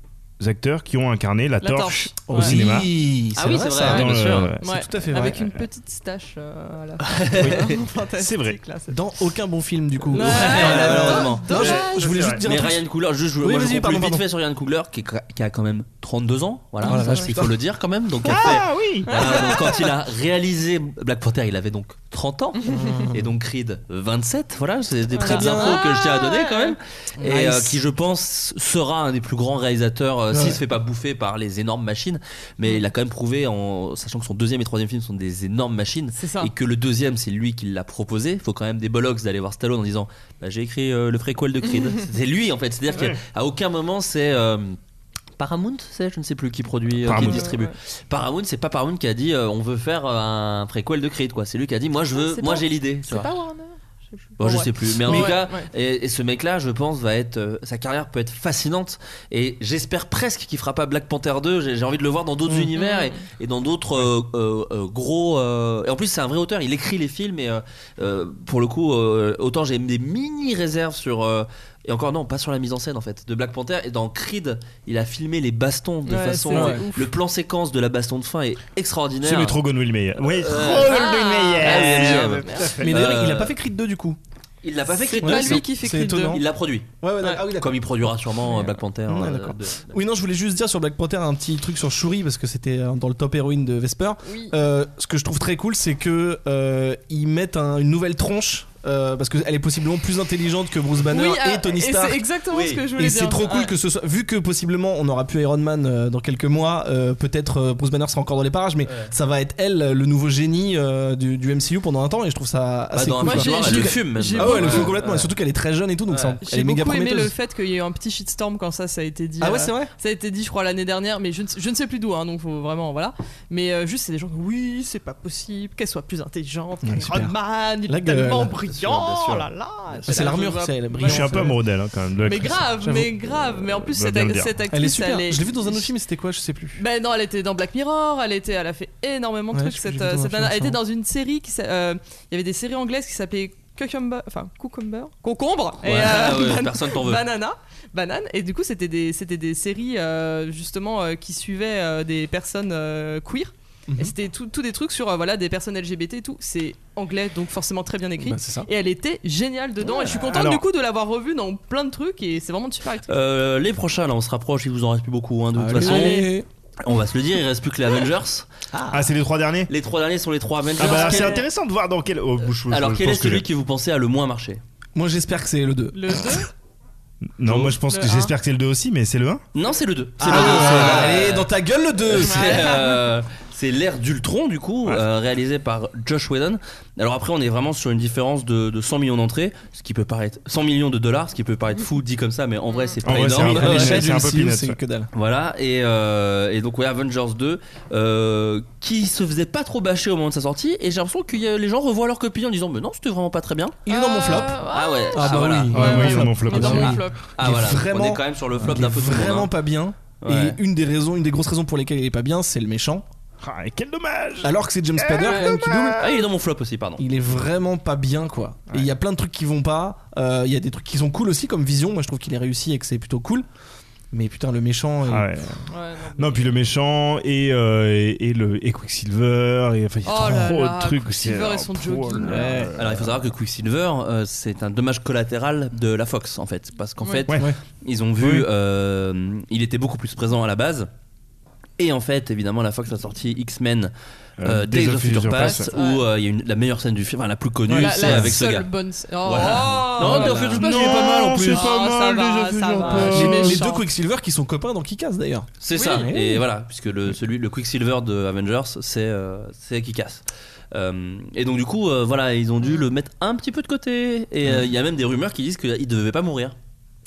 Speaker 2: acteurs qui ont incarné la,
Speaker 3: La torche.
Speaker 4: au
Speaker 3: Ouais.
Speaker 4: cinéma.
Speaker 1: Ah oui, c'est
Speaker 4: ça.
Speaker 1: vrai,
Speaker 2: Dans
Speaker 1: bien
Speaker 2: le-
Speaker 1: sûr.
Speaker 2: ouais.
Speaker 4: C'est
Speaker 3: Ouais,
Speaker 4: tout à fait vrai.
Speaker 3: Avec une petite stache euh, à la fin.
Speaker 2: Oui.
Speaker 3: Fantastique,
Speaker 2: C'est vrai.
Speaker 3: là, cette-
Speaker 4: Dans aucun bon film, du coup.
Speaker 3: Ouais,
Speaker 1: malheureusement.
Speaker 4: Non,
Speaker 3: dommage.
Speaker 4: je, je voulais
Speaker 2: C'est
Speaker 4: juste
Speaker 2: vrai.
Speaker 4: dire un
Speaker 1: Mais
Speaker 4: truc.
Speaker 1: Ryan Coogler, juste, je,
Speaker 4: Oui,
Speaker 1: moi, je
Speaker 4: vas-y,
Speaker 1: conclue
Speaker 4: pardon,
Speaker 1: vite
Speaker 4: pardon.
Speaker 1: fait sur Ryan Coogler, qui, est- qui a quand même 32 ans, voilà,
Speaker 4: Oh la vache,
Speaker 1: il faut
Speaker 4: putain.
Speaker 1: le dire quand même. Donc, elle fait-
Speaker 2: Ah oui
Speaker 1: Voilà, donc, quand il a réalisé Black Panther, il avait donc 30 ans,
Speaker 4: Mmh.
Speaker 1: et donc Creed 27. Voilà, c'est
Speaker 4: Oh
Speaker 1: des
Speaker 3: Très
Speaker 1: petites
Speaker 3: bien.
Speaker 1: infos que je tiens à donner quand même. Et
Speaker 4: Ah, Nice.
Speaker 1: euh, qui, je pense, sera un des plus grands réalisateurs, euh, s'il se fait pas bouffer par les énormes machines.
Speaker 4: Mmh.
Speaker 1: Mais il a quand même prouvé, en sachant que son deuxième et troisième film sont des énormes machines,
Speaker 3: C'est ça.
Speaker 1: et que le deuxième, c'est lui qui l'a proposé. Il faut quand même des bollocks d'aller voir Stallone en disant Bah, J'ai écrit euh, le préquel de Creed. c'est lui en fait. C'est-à-dire
Speaker 2: Ouais.
Speaker 1: qu'à aucun moment, c'est. euh, Paramount, c'est je ne sais plus qui produit, euh, qui
Speaker 2: Paramount.
Speaker 1: distribue. Paramount, c'est pas Paramount qui a dit euh, on veut faire euh, un préquel de Creed quoi. C'est lui qui a dit moi je veux,
Speaker 3: C'est
Speaker 1: moi
Speaker 3: pas-
Speaker 1: j'ai l'idée. tu
Speaker 3: C'est
Speaker 1: vois.
Speaker 3: pas Warner Je sais plus.
Speaker 1: Bon, je
Speaker 3: Ouais.
Speaker 1: sais plus, mais en
Speaker 3: Ouais,
Speaker 1: tout cas,
Speaker 3: ouais.
Speaker 1: et, et ce mec-là, je pense, va être, euh, sa carrière peut être fascinante, et j'espère presque qu'il fera pas Black Panther 2. J'ai j'ai envie de le voir dans
Speaker 3: Mm.
Speaker 1: d'autres univers et, et dans d'autres euh, euh, euh, gros. euh, et en plus, c'est un vrai auteur. Il écrit les films, et euh, euh, pour le coup, euh, autant j'ai des mini réserves sur. euh, et encore non, pas sur la mise en scène en fait de Black Panther. Et dans Creed, il a filmé les bastons de
Speaker 3: Ouais,
Speaker 1: façon.
Speaker 3: c'est
Speaker 1: euh,
Speaker 3: ouf.
Speaker 1: le plan séquence de la baston de fin est extraordinaire.
Speaker 2: C'est le trop Meyer. Oui,
Speaker 1: Euh, Ah, deuxième.
Speaker 4: Mais d'ailleurs,
Speaker 1: Euh,
Speaker 4: il a pas fait Creed 2 du coup.
Speaker 1: Il l'a pas fait
Speaker 3: C'est
Speaker 1: Creed
Speaker 3: pas
Speaker 1: deux,
Speaker 3: lui qui fait
Speaker 4: c'est
Speaker 3: Creed 2.
Speaker 4: étonnant.
Speaker 1: il l'a produit.
Speaker 4: Ouais, ouais, d'accord.
Speaker 3: Ouais.
Speaker 4: Ah oui, d'accord.
Speaker 1: Comme il produira sûrement euh, Black Panther.
Speaker 4: Ouais,
Speaker 1: euh,
Speaker 4: d'accord.
Speaker 1: de-
Speaker 4: Oui, non, je voulais juste dire sur Black Panther un petit truc sur Shuri parce que c'était euh, dans le top héroïne de Vesper.
Speaker 3: Oui.
Speaker 4: Euh, ce que je trouve très cool, c'est que euh, ils mettent un- une nouvelle tronche euh, parce qu'elle est possiblement plus intelligente que Bruce Banner
Speaker 3: Oui,
Speaker 4: et
Speaker 3: ah,
Speaker 4: Tony
Speaker 3: C'est
Speaker 4: Stark.
Speaker 3: exactement
Speaker 1: Oui.
Speaker 3: ce que je voulais
Speaker 4: Et
Speaker 3: dire.
Speaker 4: c'est trop cool
Speaker 3: Ouais.
Speaker 4: que ce soit. Vu que possiblement on aura pu Iron Man euh, dans quelques mois, euh, peut-être euh, Bruce Banner sera encore dans les parages, mais ça va être elle, le nouveau génie euh, du, du MCU pendant un temps, et je trouve ça
Speaker 1: Bah,
Speaker 4: assez
Speaker 1: dans
Speaker 4: cool.
Speaker 1: un
Speaker 3: Moi,
Speaker 4: quoi.
Speaker 3: j'ai-
Speaker 1: film noir, elle le
Speaker 3: j'ai-
Speaker 1: fume même.
Speaker 3: j'ai-
Speaker 4: Ah ouais, elle le fait
Speaker 3: Ouais.
Speaker 4: complètement, et surtout qu'elle est très jeune et tout, donc
Speaker 1: Ouais.
Speaker 4: ça, elle
Speaker 3: J'ai
Speaker 4: est méga
Speaker 3: beaucoup aimé le
Speaker 4: prometteuse.
Speaker 3: fait qu'il y ait eu un petit shitstorm quand ça, ça a été dit.
Speaker 4: Ah ouais,
Speaker 3: euh,
Speaker 4: c'est vrai
Speaker 3: Ça a été dit, je crois, l'année dernière, mais je ne, je ne sais plus d'où, hein, donc faut vraiment, voilà. Mais euh, juste, c'est des gens qui oui, c'est pas possible, qu'elle soit plus intelligente,
Speaker 4: Ouais,
Speaker 3: Iron
Speaker 4: super.
Speaker 3: Man, il
Speaker 4: La
Speaker 3: est tellement
Speaker 4: gueule. Ah,
Speaker 3: brillant,
Speaker 1: Bien sûr, bien sûr.
Speaker 3: oh là là.
Speaker 4: c'est
Speaker 3: Là,
Speaker 4: l'armure,
Speaker 3: je vois-
Speaker 4: c'est- elle est
Speaker 2: Je
Speaker 4: brillante.
Speaker 2: suis un peu amoureux d'elle hein, quand même. de
Speaker 3: Mais
Speaker 2: l'actrice.
Speaker 3: grave,
Speaker 4: J'avoue.
Speaker 3: mais grave, mais en plus,
Speaker 2: Bah,
Speaker 3: cette,
Speaker 2: bien le dire.
Speaker 3: cette actrice,
Speaker 4: Elle est super.
Speaker 3: elle est-
Speaker 4: Je l'ai vue dans un autre film, mais c'était quoi Je sais plus.
Speaker 3: Ben non, elle était dans Black Mirror, elle était, elle a fait énormément de
Speaker 4: Ouais,
Speaker 3: trucs
Speaker 4: je sais que
Speaker 3: cette, euh,
Speaker 4: j'ai vu dans un
Speaker 3: cette
Speaker 4: film,
Speaker 3: nana. Elle
Speaker 4: ça.
Speaker 3: était dans une série qui, s'a- euh, il y avait des séries anglaises qui s'appelaient Cucumber, enfin Cucumber, concombre et
Speaker 1: Ouais, ah
Speaker 4: Ah
Speaker 3: euh,
Speaker 1: ouais,
Speaker 3: Ban-
Speaker 1: personne t'en veut.
Speaker 3: Banana, banane. Et du coup, c'était des, c'était des séries euh, justement euh, qui suivaient euh, des personnes euh, queer.
Speaker 4: Mhm.
Speaker 3: Et c'était tout, tout des trucs sur euh, voilà des personnes LGBT et tout. C'est anglais, donc forcément très bien écrit.
Speaker 4: Bah, c'est ça.
Speaker 3: et elle était géniale dedans. Et je suis contente
Speaker 2: Alors-
Speaker 3: du coup de l'avoir revue dans plein de trucs. Et c'est vraiment une super actrice.
Speaker 1: Euh, les prochains, là, on se rapproche, il vous en reste plus beaucoup, hein, de toute
Speaker 4: Allez.
Speaker 1: façon.
Speaker 4: Allez.
Speaker 1: On va se le dire, il reste plus que les Avengers.
Speaker 2: Ah, c'est les trois derniers
Speaker 1: Les trois derniers sont les trois Avengers.
Speaker 2: Ah bah
Speaker 1: Quel-
Speaker 2: c'est intéressant de voir dans quel. Oh, je- je-
Speaker 1: Alors,
Speaker 2: je
Speaker 1: quel est
Speaker 2: pense que
Speaker 1: celui
Speaker 2: j'ai-
Speaker 1: qui vous pensez a le moins marché
Speaker 4: Moi j'espère que c'est le 2.
Speaker 3: Le 2
Speaker 2: Non, moi je pense
Speaker 3: Le
Speaker 2: que
Speaker 3: un.
Speaker 2: j'espère que c'est le 2 aussi, mais c'est le Ah, 1
Speaker 1: Non, c'est le 2. C'est le deux, c'est-
Speaker 4: Ah, allez, dans ta gueule le 2
Speaker 3: Ah,
Speaker 1: C'est euh, c'est l'ère d'Ultron, du coup,
Speaker 2: Ouais.
Speaker 1: euh, réalisé par Josh Whedon. Alors après, on est vraiment sur une différence de, de 100 millions d'entrées, ce qui peut paraître 100 millions de dollars, ce qui peut paraître fou dit comme ça, mais en vrai, c'est
Speaker 2: En
Speaker 1: pas
Speaker 2: vrai, c'est
Speaker 1: énorme.
Speaker 2: un peu
Speaker 1: Ouais.
Speaker 2: peanuts, c'est un peu
Speaker 4: MCU,
Speaker 2: peanuts,
Speaker 4: c'est
Speaker 2: ouais.
Speaker 4: que dalle.
Speaker 1: Voilà, et, euh, et donc ouais, Avengers 2, euh, qui se faisait pas trop bâcher au moment de sa sortie, et j'ai l'impression que y a- les gens revoient leur copie en disant, mais non, c'était vraiment pas très bien.
Speaker 4: Il est dans mon flop.
Speaker 1: Ah ouais,
Speaker 4: Ah bah
Speaker 1: voilà.
Speaker 4: oui.
Speaker 2: Ouais, moi, il est dans mon flop
Speaker 3: euh, Il est dans
Speaker 2: aussi.
Speaker 3: mon
Speaker 4: Ah.
Speaker 3: flop.
Speaker 1: Ah
Speaker 4: Il est
Speaker 1: voilà, donc on
Speaker 4: vraiment-
Speaker 1: est quand même sur le flop
Speaker 4: Il est
Speaker 1: d'un peu tout le monde,
Speaker 4: vraiment
Speaker 1: hein.
Speaker 4: pas bien.
Speaker 1: Ouais.
Speaker 4: Et une des raisons, une des grosses raisons pour lesquelles il est pas bien, c'est le méchant.
Speaker 2: Ah, et quel dommage
Speaker 4: Alors que c'est James Spader quand même qui double.
Speaker 1: Ah, il est dans mon flop aussi, pardon.
Speaker 4: Il est vraiment pas bien quoi. Et il y a plein de trucs qui vont pas. Euh, Il y a des trucs qui sont cool aussi comme Vision. Moi je trouve qu'il est réussi et que c'est plutôt cool. Mais putain le méchant. euh, est-
Speaker 2: Ah ouais.
Speaker 3: Ouais, non,
Speaker 2: Non, puis le méchant et, euh, et, et le et Quicksilver et enfin il y a
Speaker 3: Oh là
Speaker 2: trop
Speaker 3: là,
Speaker 2: de trucs.
Speaker 3: Quicksilver
Speaker 2: c'est-
Speaker 3: et son
Speaker 2: oh,
Speaker 3: jogging.
Speaker 2: là
Speaker 4: euh,
Speaker 2: là.
Speaker 1: Alors il faut savoir que Quicksilver, euh, c'est un dommage collatéral de la Fox en fait, parce qu'en
Speaker 3: Oui.
Speaker 1: fait,
Speaker 2: Ouais.
Speaker 1: ils ont vu,
Speaker 2: Oui.
Speaker 1: euh, il était beaucoup plus présent à la base. Et en fait, évidemment, la Fox a sorti X-Men euh,
Speaker 2: Euh,
Speaker 1: Days of Future Past,
Speaker 2: Past.
Speaker 3: Past, ouais.
Speaker 1: où euh, il y a une- la meilleure scène du film, enfin, la plus connue,
Speaker 3: La- la,
Speaker 1: c'est avec ce
Speaker 3: seule
Speaker 1: gars.
Speaker 3: bonne. s- Oh,
Speaker 1: Voilà.
Speaker 3: oh
Speaker 1: Non,
Speaker 3: là
Speaker 1: Days
Speaker 3: là.
Speaker 1: of Future Past, il est pas mal en plus.
Speaker 2: c'est pas
Speaker 3: Ah, ça
Speaker 2: mal,
Speaker 3: va,
Speaker 2: Days of
Speaker 3: ça
Speaker 2: Future
Speaker 3: va.
Speaker 2: Past.
Speaker 3: Il est
Speaker 4: Les, les
Speaker 3: Ah, méchant.
Speaker 4: deux Quicksilver qui sont copains dans Kick-Ass d'ailleurs.
Speaker 1: C'est
Speaker 3: Oui.
Speaker 1: ça.
Speaker 3: Oui.
Speaker 1: Et voilà, puisque le, celui, le Quicksilver de Avengers, c'est euh, c'est qui casse. Euh, et donc du coup, euh, voilà, ils ont dû le mettre un petit peu de côté. Et euh, il y a même des rumeurs qui disent qu'il devait pas mourir.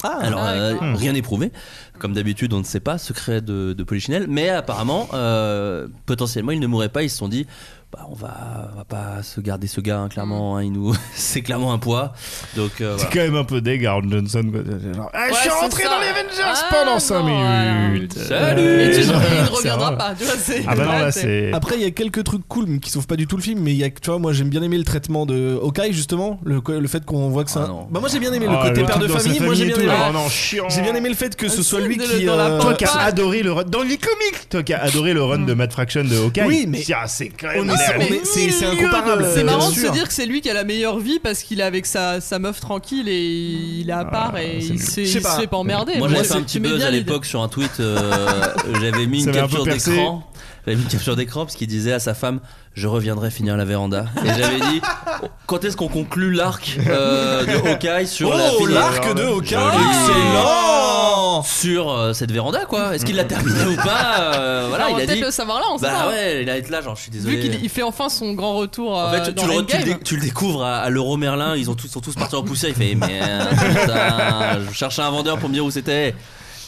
Speaker 4: Ah.
Speaker 1: Alors
Speaker 3: Ah,
Speaker 1: euh,
Speaker 2: d'accord.
Speaker 1: rien n'est prouvé. Comme d'habitude, on ne sait pas. Secret de, de Polichinelle. Mais apparemment, euh, potentiellement, il ne mourrait pas. Ils se sont dit. bah, bah, on, va, on va pas se garder ce gars, hein, clairement.
Speaker 3: Hmm.
Speaker 1: hein, il nous... c'est clairement un poids. Donc, euh,
Speaker 2: C'est
Speaker 1: voilà.
Speaker 2: quand même un peu deg, Aaron Johnson. quoi. C'est genre, Ah, je
Speaker 3: Ouais,
Speaker 2: suis
Speaker 3: c'est
Speaker 2: rentré
Speaker 3: ça.
Speaker 2: dans les Avengers
Speaker 3: Ah,
Speaker 2: pendant 5
Speaker 3: non, voilà.
Speaker 2: minutes.
Speaker 1: Salut
Speaker 3: Et tu-
Speaker 2: Euh,
Speaker 3: il ne
Speaker 2: c'est
Speaker 3: reviendra
Speaker 2: vrai.
Speaker 3: pas. Tu vois, c'est-
Speaker 2: Ah bah non,
Speaker 3: ouais,
Speaker 2: là,
Speaker 3: c'est-
Speaker 2: c'est.
Speaker 4: Après, il y a quelques trucs cool mais qui sauvent pas du tout le film, mais il y a, tu vois, moi j'aime bien aimé le traitement de Hawkeye justement, le, le fait qu'on voit que ça.
Speaker 1: Ah non.
Speaker 4: bah moi j'ai bien aimé
Speaker 2: Ah,
Speaker 4: le côté père
Speaker 2: truc
Speaker 4: de
Speaker 2: dans sa
Speaker 4: famille, moi j'ai
Speaker 2: et
Speaker 4: bien
Speaker 2: tout,
Speaker 4: aimé.
Speaker 2: là. Oh non, chiant.
Speaker 4: J'ai bien aimé le fait que ce
Speaker 3: Ah,
Speaker 4: soit
Speaker 3: si,
Speaker 4: lui
Speaker 3: de-
Speaker 4: qui.
Speaker 3: dans la
Speaker 4: euh,
Speaker 3: porte.
Speaker 2: Toi qui as
Speaker 3: Ah.
Speaker 2: adoré le run- dans les comics, toi qui as adoré le run de Matt Fraction de Hawkeye.
Speaker 4: Oui, mais-
Speaker 2: Ah, c'est quand même.
Speaker 4: on est-
Speaker 2: on est-
Speaker 4: on est- c'est- c'est
Speaker 2: milieu de-
Speaker 4: incomparable.
Speaker 3: C'est
Speaker 4: bien
Speaker 3: marrant de
Speaker 4: sûr.
Speaker 3: se dire que c'est lui qui a la meilleure vie parce qu'il est avec sa, sa meuf tranquille et il est à part et
Speaker 2: c'est
Speaker 3: il
Speaker 2: nul.
Speaker 3: s'est-
Speaker 4: Je
Speaker 3: il
Speaker 4: sais
Speaker 3: se
Speaker 4: pas.
Speaker 3: fait pas emmerder.
Speaker 1: Moi, j'avais
Speaker 3: c'est-
Speaker 1: fait un
Speaker 3: tu
Speaker 1: petit
Speaker 3: mets
Speaker 1: buzz
Speaker 3: bien
Speaker 1: à
Speaker 3: l'idée.
Speaker 1: l'époque sur un tweet. euh, j'avais mis
Speaker 2: Ça
Speaker 1: une
Speaker 2: avait un peu
Speaker 1: capture
Speaker 2: percé.
Speaker 1: d'écran. J'avais mis une capture d'écran parce qu'il disait à sa femme Je reviendrai finir la véranda. Et j'avais dit Quand est-ce qu'on conclut l'arc euh, de Hawkeye sur la
Speaker 4: Oh,
Speaker 1: finale
Speaker 4: l'arc de
Speaker 1: Joli.
Speaker 4: Hawkeye, excellent
Speaker 1: Sur euh, cette véranda, quoi. Est-ce qu'il l'a terminé ou pas Euh, Voilà,
Speaker 3: Alors, on va
Speaker 1: il a
Speaker 3: peut-être
Speaker 1: dit.
Speaker 3: le savoir là, on sait
Speaker 1: Bah
Speaker 3: pas.
Speaker 1: ouais, il a été là, genre, je suis désolé.
Speaker 3: Vu qu'il il fait enfin son grand retour
Speaker 1: En
Speaker 3: euh,
Speaker 1: fait, tu,
Speaker 3: dans
Speaker 1: tu le, tu le
Speaker 3: Endgame.
Speaker 1: dé- tu le découvres à, à l'Euro Merlin, ils ont tous, sont tous partis en poussière. Il fait merde, putain, je cherchais un vendeur pour me dire où c'était.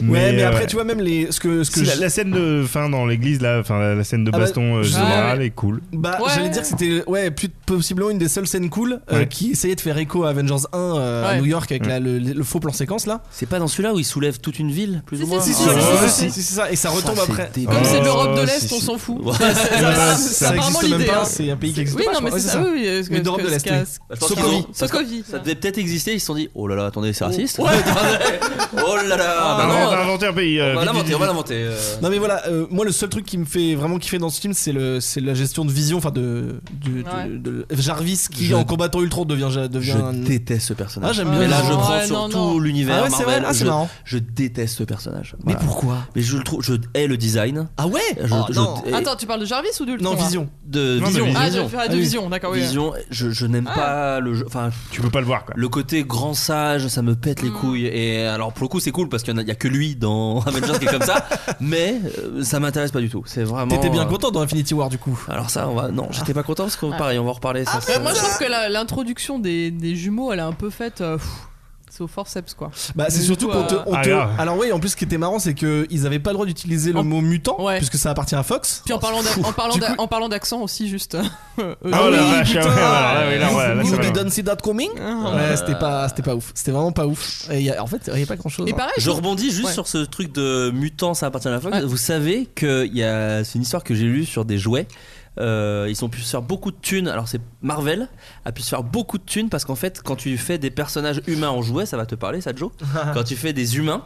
Speaker 4: Ouais, mais
Speaker 2: euh,
Speaker 4: après, tu vois, même les. Ce que, ce que
Speaker 2: Si, la,
Speaker 4: je-
Speaker 2: la scène de fin dans l'église là, enfin la, la scène de
Speaker 4: Ah bah,
Speaker 2: baston euh,
Speaker 4: je-
Speaker 2: générale
Speaker 3: ouais.
Speaker 2: est cool.
Speaker 4: Bah,
Speaker 3: Ouais.
Speaker 4: j'allais dire que c'était ouais, plus, possiblement une des seules scènes cool euh,
Speaker 2: Ouais.
Speaker 4: qui essayait de faire écho à Avengers 1 euh, à
Speaker 3: Ouais.
Speaker 4: New York avec
Speaker 2: Ouais.
Speaker 4: la- le, le faux plan séquence là.
Speaker 1: C'est pas dans celui-là où il soulève toute une ville, plus
Speaker 3: Si,
Speaker 1: ou moins Ah,
Speaker 3: si, si,
Speaker 2: si, si,
Speaker 1: ouais.
Speaker 2: si, si.
Speaker 4: c'est ça, et ça
Speaker 1: Oh,
Speaker 4: retombe
Speaker 1: c'est
Speaker 4: après.
Speaker 1: dégueu.
Speaker 3: Comme c'est
Speaker 2: Oh,
Speaker 3: de l'Europe de l'Est,
Speaker 2: si,
Speaker 3: on
Speaker 2: si.
Speaker 3: s'en fout.
Speaker 1: Ouais.
Speaker 3: Enfin, c'est-
Speaker 2: bah,
Speaker 3: Ah,
Speaker 2: ça
Speaker 3: C'est apparemment
Speaker 4: existe même
Speaker 3: l'idée.
Speaker 4: pas,
Speaker 3: hein.
Speaker 4: c'est un pays qui existe
Speaker 3: Oui,
Speaker 4: pas.
Speaker 3: non,
Speaker 4: je
Speaker 3: mais
Speaker 4: crois.
Speaker 3: c'est
Speaker 4: Ouais,
Speaker 3: ça. oui, euh, ce
Speaker 4: Mais
Speaker 3: que-
Speaker 4: d'Europe
Speaker 3: ce
Speaker 4: de
Speaker 3: que-
Speaker 4: l'Est,
Speaker 3: ce qu'a-
Speaker 4: oui.
Speaker 1: Bah, je pense
Speaker 4: Sokovie.
Speaker 1: qu'ils ont- ça,
Speaker 3: Sokovie,
Speaker 1: ça
Speaker 3: ouais.
Speaker 1: devait peut-être exister, ils se sont dit oh là là, attendez, c'est raciste. oh là là, bah
Speaker 2: Ah,
Speaker 1: non,
Speaker 2: on va inventer un pays. euh,
Speaker 1: on va
Speaker 2: vite,
Speaker 1: l'inventer,
Speaker 2: vite,
Speaker 1: on va l'inventer. euh.
Speaker 4: Non mais voilà, euh, moi le seul truc qui me fait vraiment kiffer dans ce film, c'est le, c'est la gestion de vision, enfin de, du- de,
Speaker 3: Ouais.
Speaker 4: de- Jarvis qui
Speaker 1: Je-
Speaker 4: en combattant Ultron devient, devient. un-
Speaker 1: Je déteste ce personnage.
Speaker 4: Ah, j'aime bien.
Speaker 1: Mais là, je
Speaker 3: Ouais,
Speaker 1: prends
Speaker 3: non,
Speaker 1: sur
Speaker 3: non.
Speaker 1: tout l'univers
Speaker 4: Ah ouais, c'est
Speaker 1: Marvel.
Speaker 4: vrai, ah, c'est
Speaker 1: je,
Speaker 4: marrant.
Speaker 1: je déteste ce personnage.
Speaker 4: Mais
Speaker 1: Voilà.
Speaker 4: pourquoi
Speaker 1: Mais je le trouve, je hais le design.
Speaker 4: Ah ouais
Speaker 1: Je-
Speaker 4: Oh,
Speaker 1: je-
Speaker 4: non.
Speaker 1: et-
Speaker 3: Attends, tu parles de Jarvis ou de Ultron
Speaker 4: Non,
Speaker 3: là
Speaker 4: vision.
Speaker 1: de
Speaker 2: Non, de
Speaker 1: vision.
Speaker 2: Vision.
Speaker 3: Ah, je
Speaker 1: vision.
Speaker 3: vais faire
Speaker 4: Ah
Speaker 3: de
Speaker 4: oui.
Speaker 3: vision, d'accord, oui.
Speaker 1: Vision, je, je n'aime pas le jeu. Enfin,
Speaker 2: Tu peux pas le voir quoi.
Speaker 1: le côté grand sage, ça me pète
Speaker 3: Mm.
Speaker 1: les couilles. Et alors, pour le coup, c'est cool parce qu'il n'y a, il y a que lui dans Avengers qui est comme ça. Mais euh, ça m'intéresse pas du tout. C'est vraiment.
Speaker 4: T'étais bien
Speaker 1: euh,
Speaker 4: content dans Infinity War du coup.
Speaker 1: Alors, ça, on va. Non,
Speaker 3: Ah.
Speaker 1: j'étais pas content parce que pareil, on va en reparler. ça,
Speaker 3: Après,
Speaker 1: ça-
Speaker 3: Ah, Euh, moi, je trouve que la- l'introduction des, des jumeaux, elle est un peu faite. euh, pff, c'est au forceps, quoi.
Speaker 4: Bah c'est
Speaker 3: Du
Speaker 4: surtout
Speaker 3: coup,
Speaker 4: qu'on te,
Speaker 3: euh,
Speaker 4: on
Speaker 2: Ah,
Speaker 4: te-
Speaker 2: là.
Speaker 4: Alors oui, en plus ce qui était marrant, c'est que ils avaient pas le droit d'utiliser le
Speaker 3: En-
Speaker 4: mot mutant
Speaker 3: Ouais.
Speaker 4: puisque ça appartient à Fox.
Speaker 3: Puis en parlant d'a- en parlant
Speaker 4: Oh, Du
Speaker 3: d'a-
Speaker 4: coup-
Speaker 3: en parlant d'accent aussi, juste. euh,
Speaker 2: Ah,
Speaker 3: euh,
Speaker 2: la
Speaker 3: oui,
Speaker 2: vache,
Speaker 3: putain.
Speaker 2: ouais, voilà, là, oui, là,
Speaker 4: You-
Speaker 2: voilà, là,
Speaker 4: you
Speaker 2: ça va.
Speaker 4: didn't see that coming
Speaker 3: Oh Ah.
Speaker 4: Ouais, c'était pas, c'était pas ouf. C'était vraiment pas ouf. Et y a- en fait, il y a pas hein. grand chose.
Speaker 3: Et pareil,
Speaker 1: Je rebondis juste
Speaker 3: Ouais.
Speaker 1: sur ce truc de mutant, ça appartient à la Fox.
Speaker 3: Ouais.
Speaker 1: Vous savez que il y a- c'est une histoire que j'ai lue sur des jouets. Euh, ils ont pu se faire beaucoup de thunes. Alors c'est Marvel a pu se faire beaucoup de thunes parce qu'en fait, quand tu fais des personnages humains en jouet, ça va te parler, ça, Joe. quand tu fais des humains.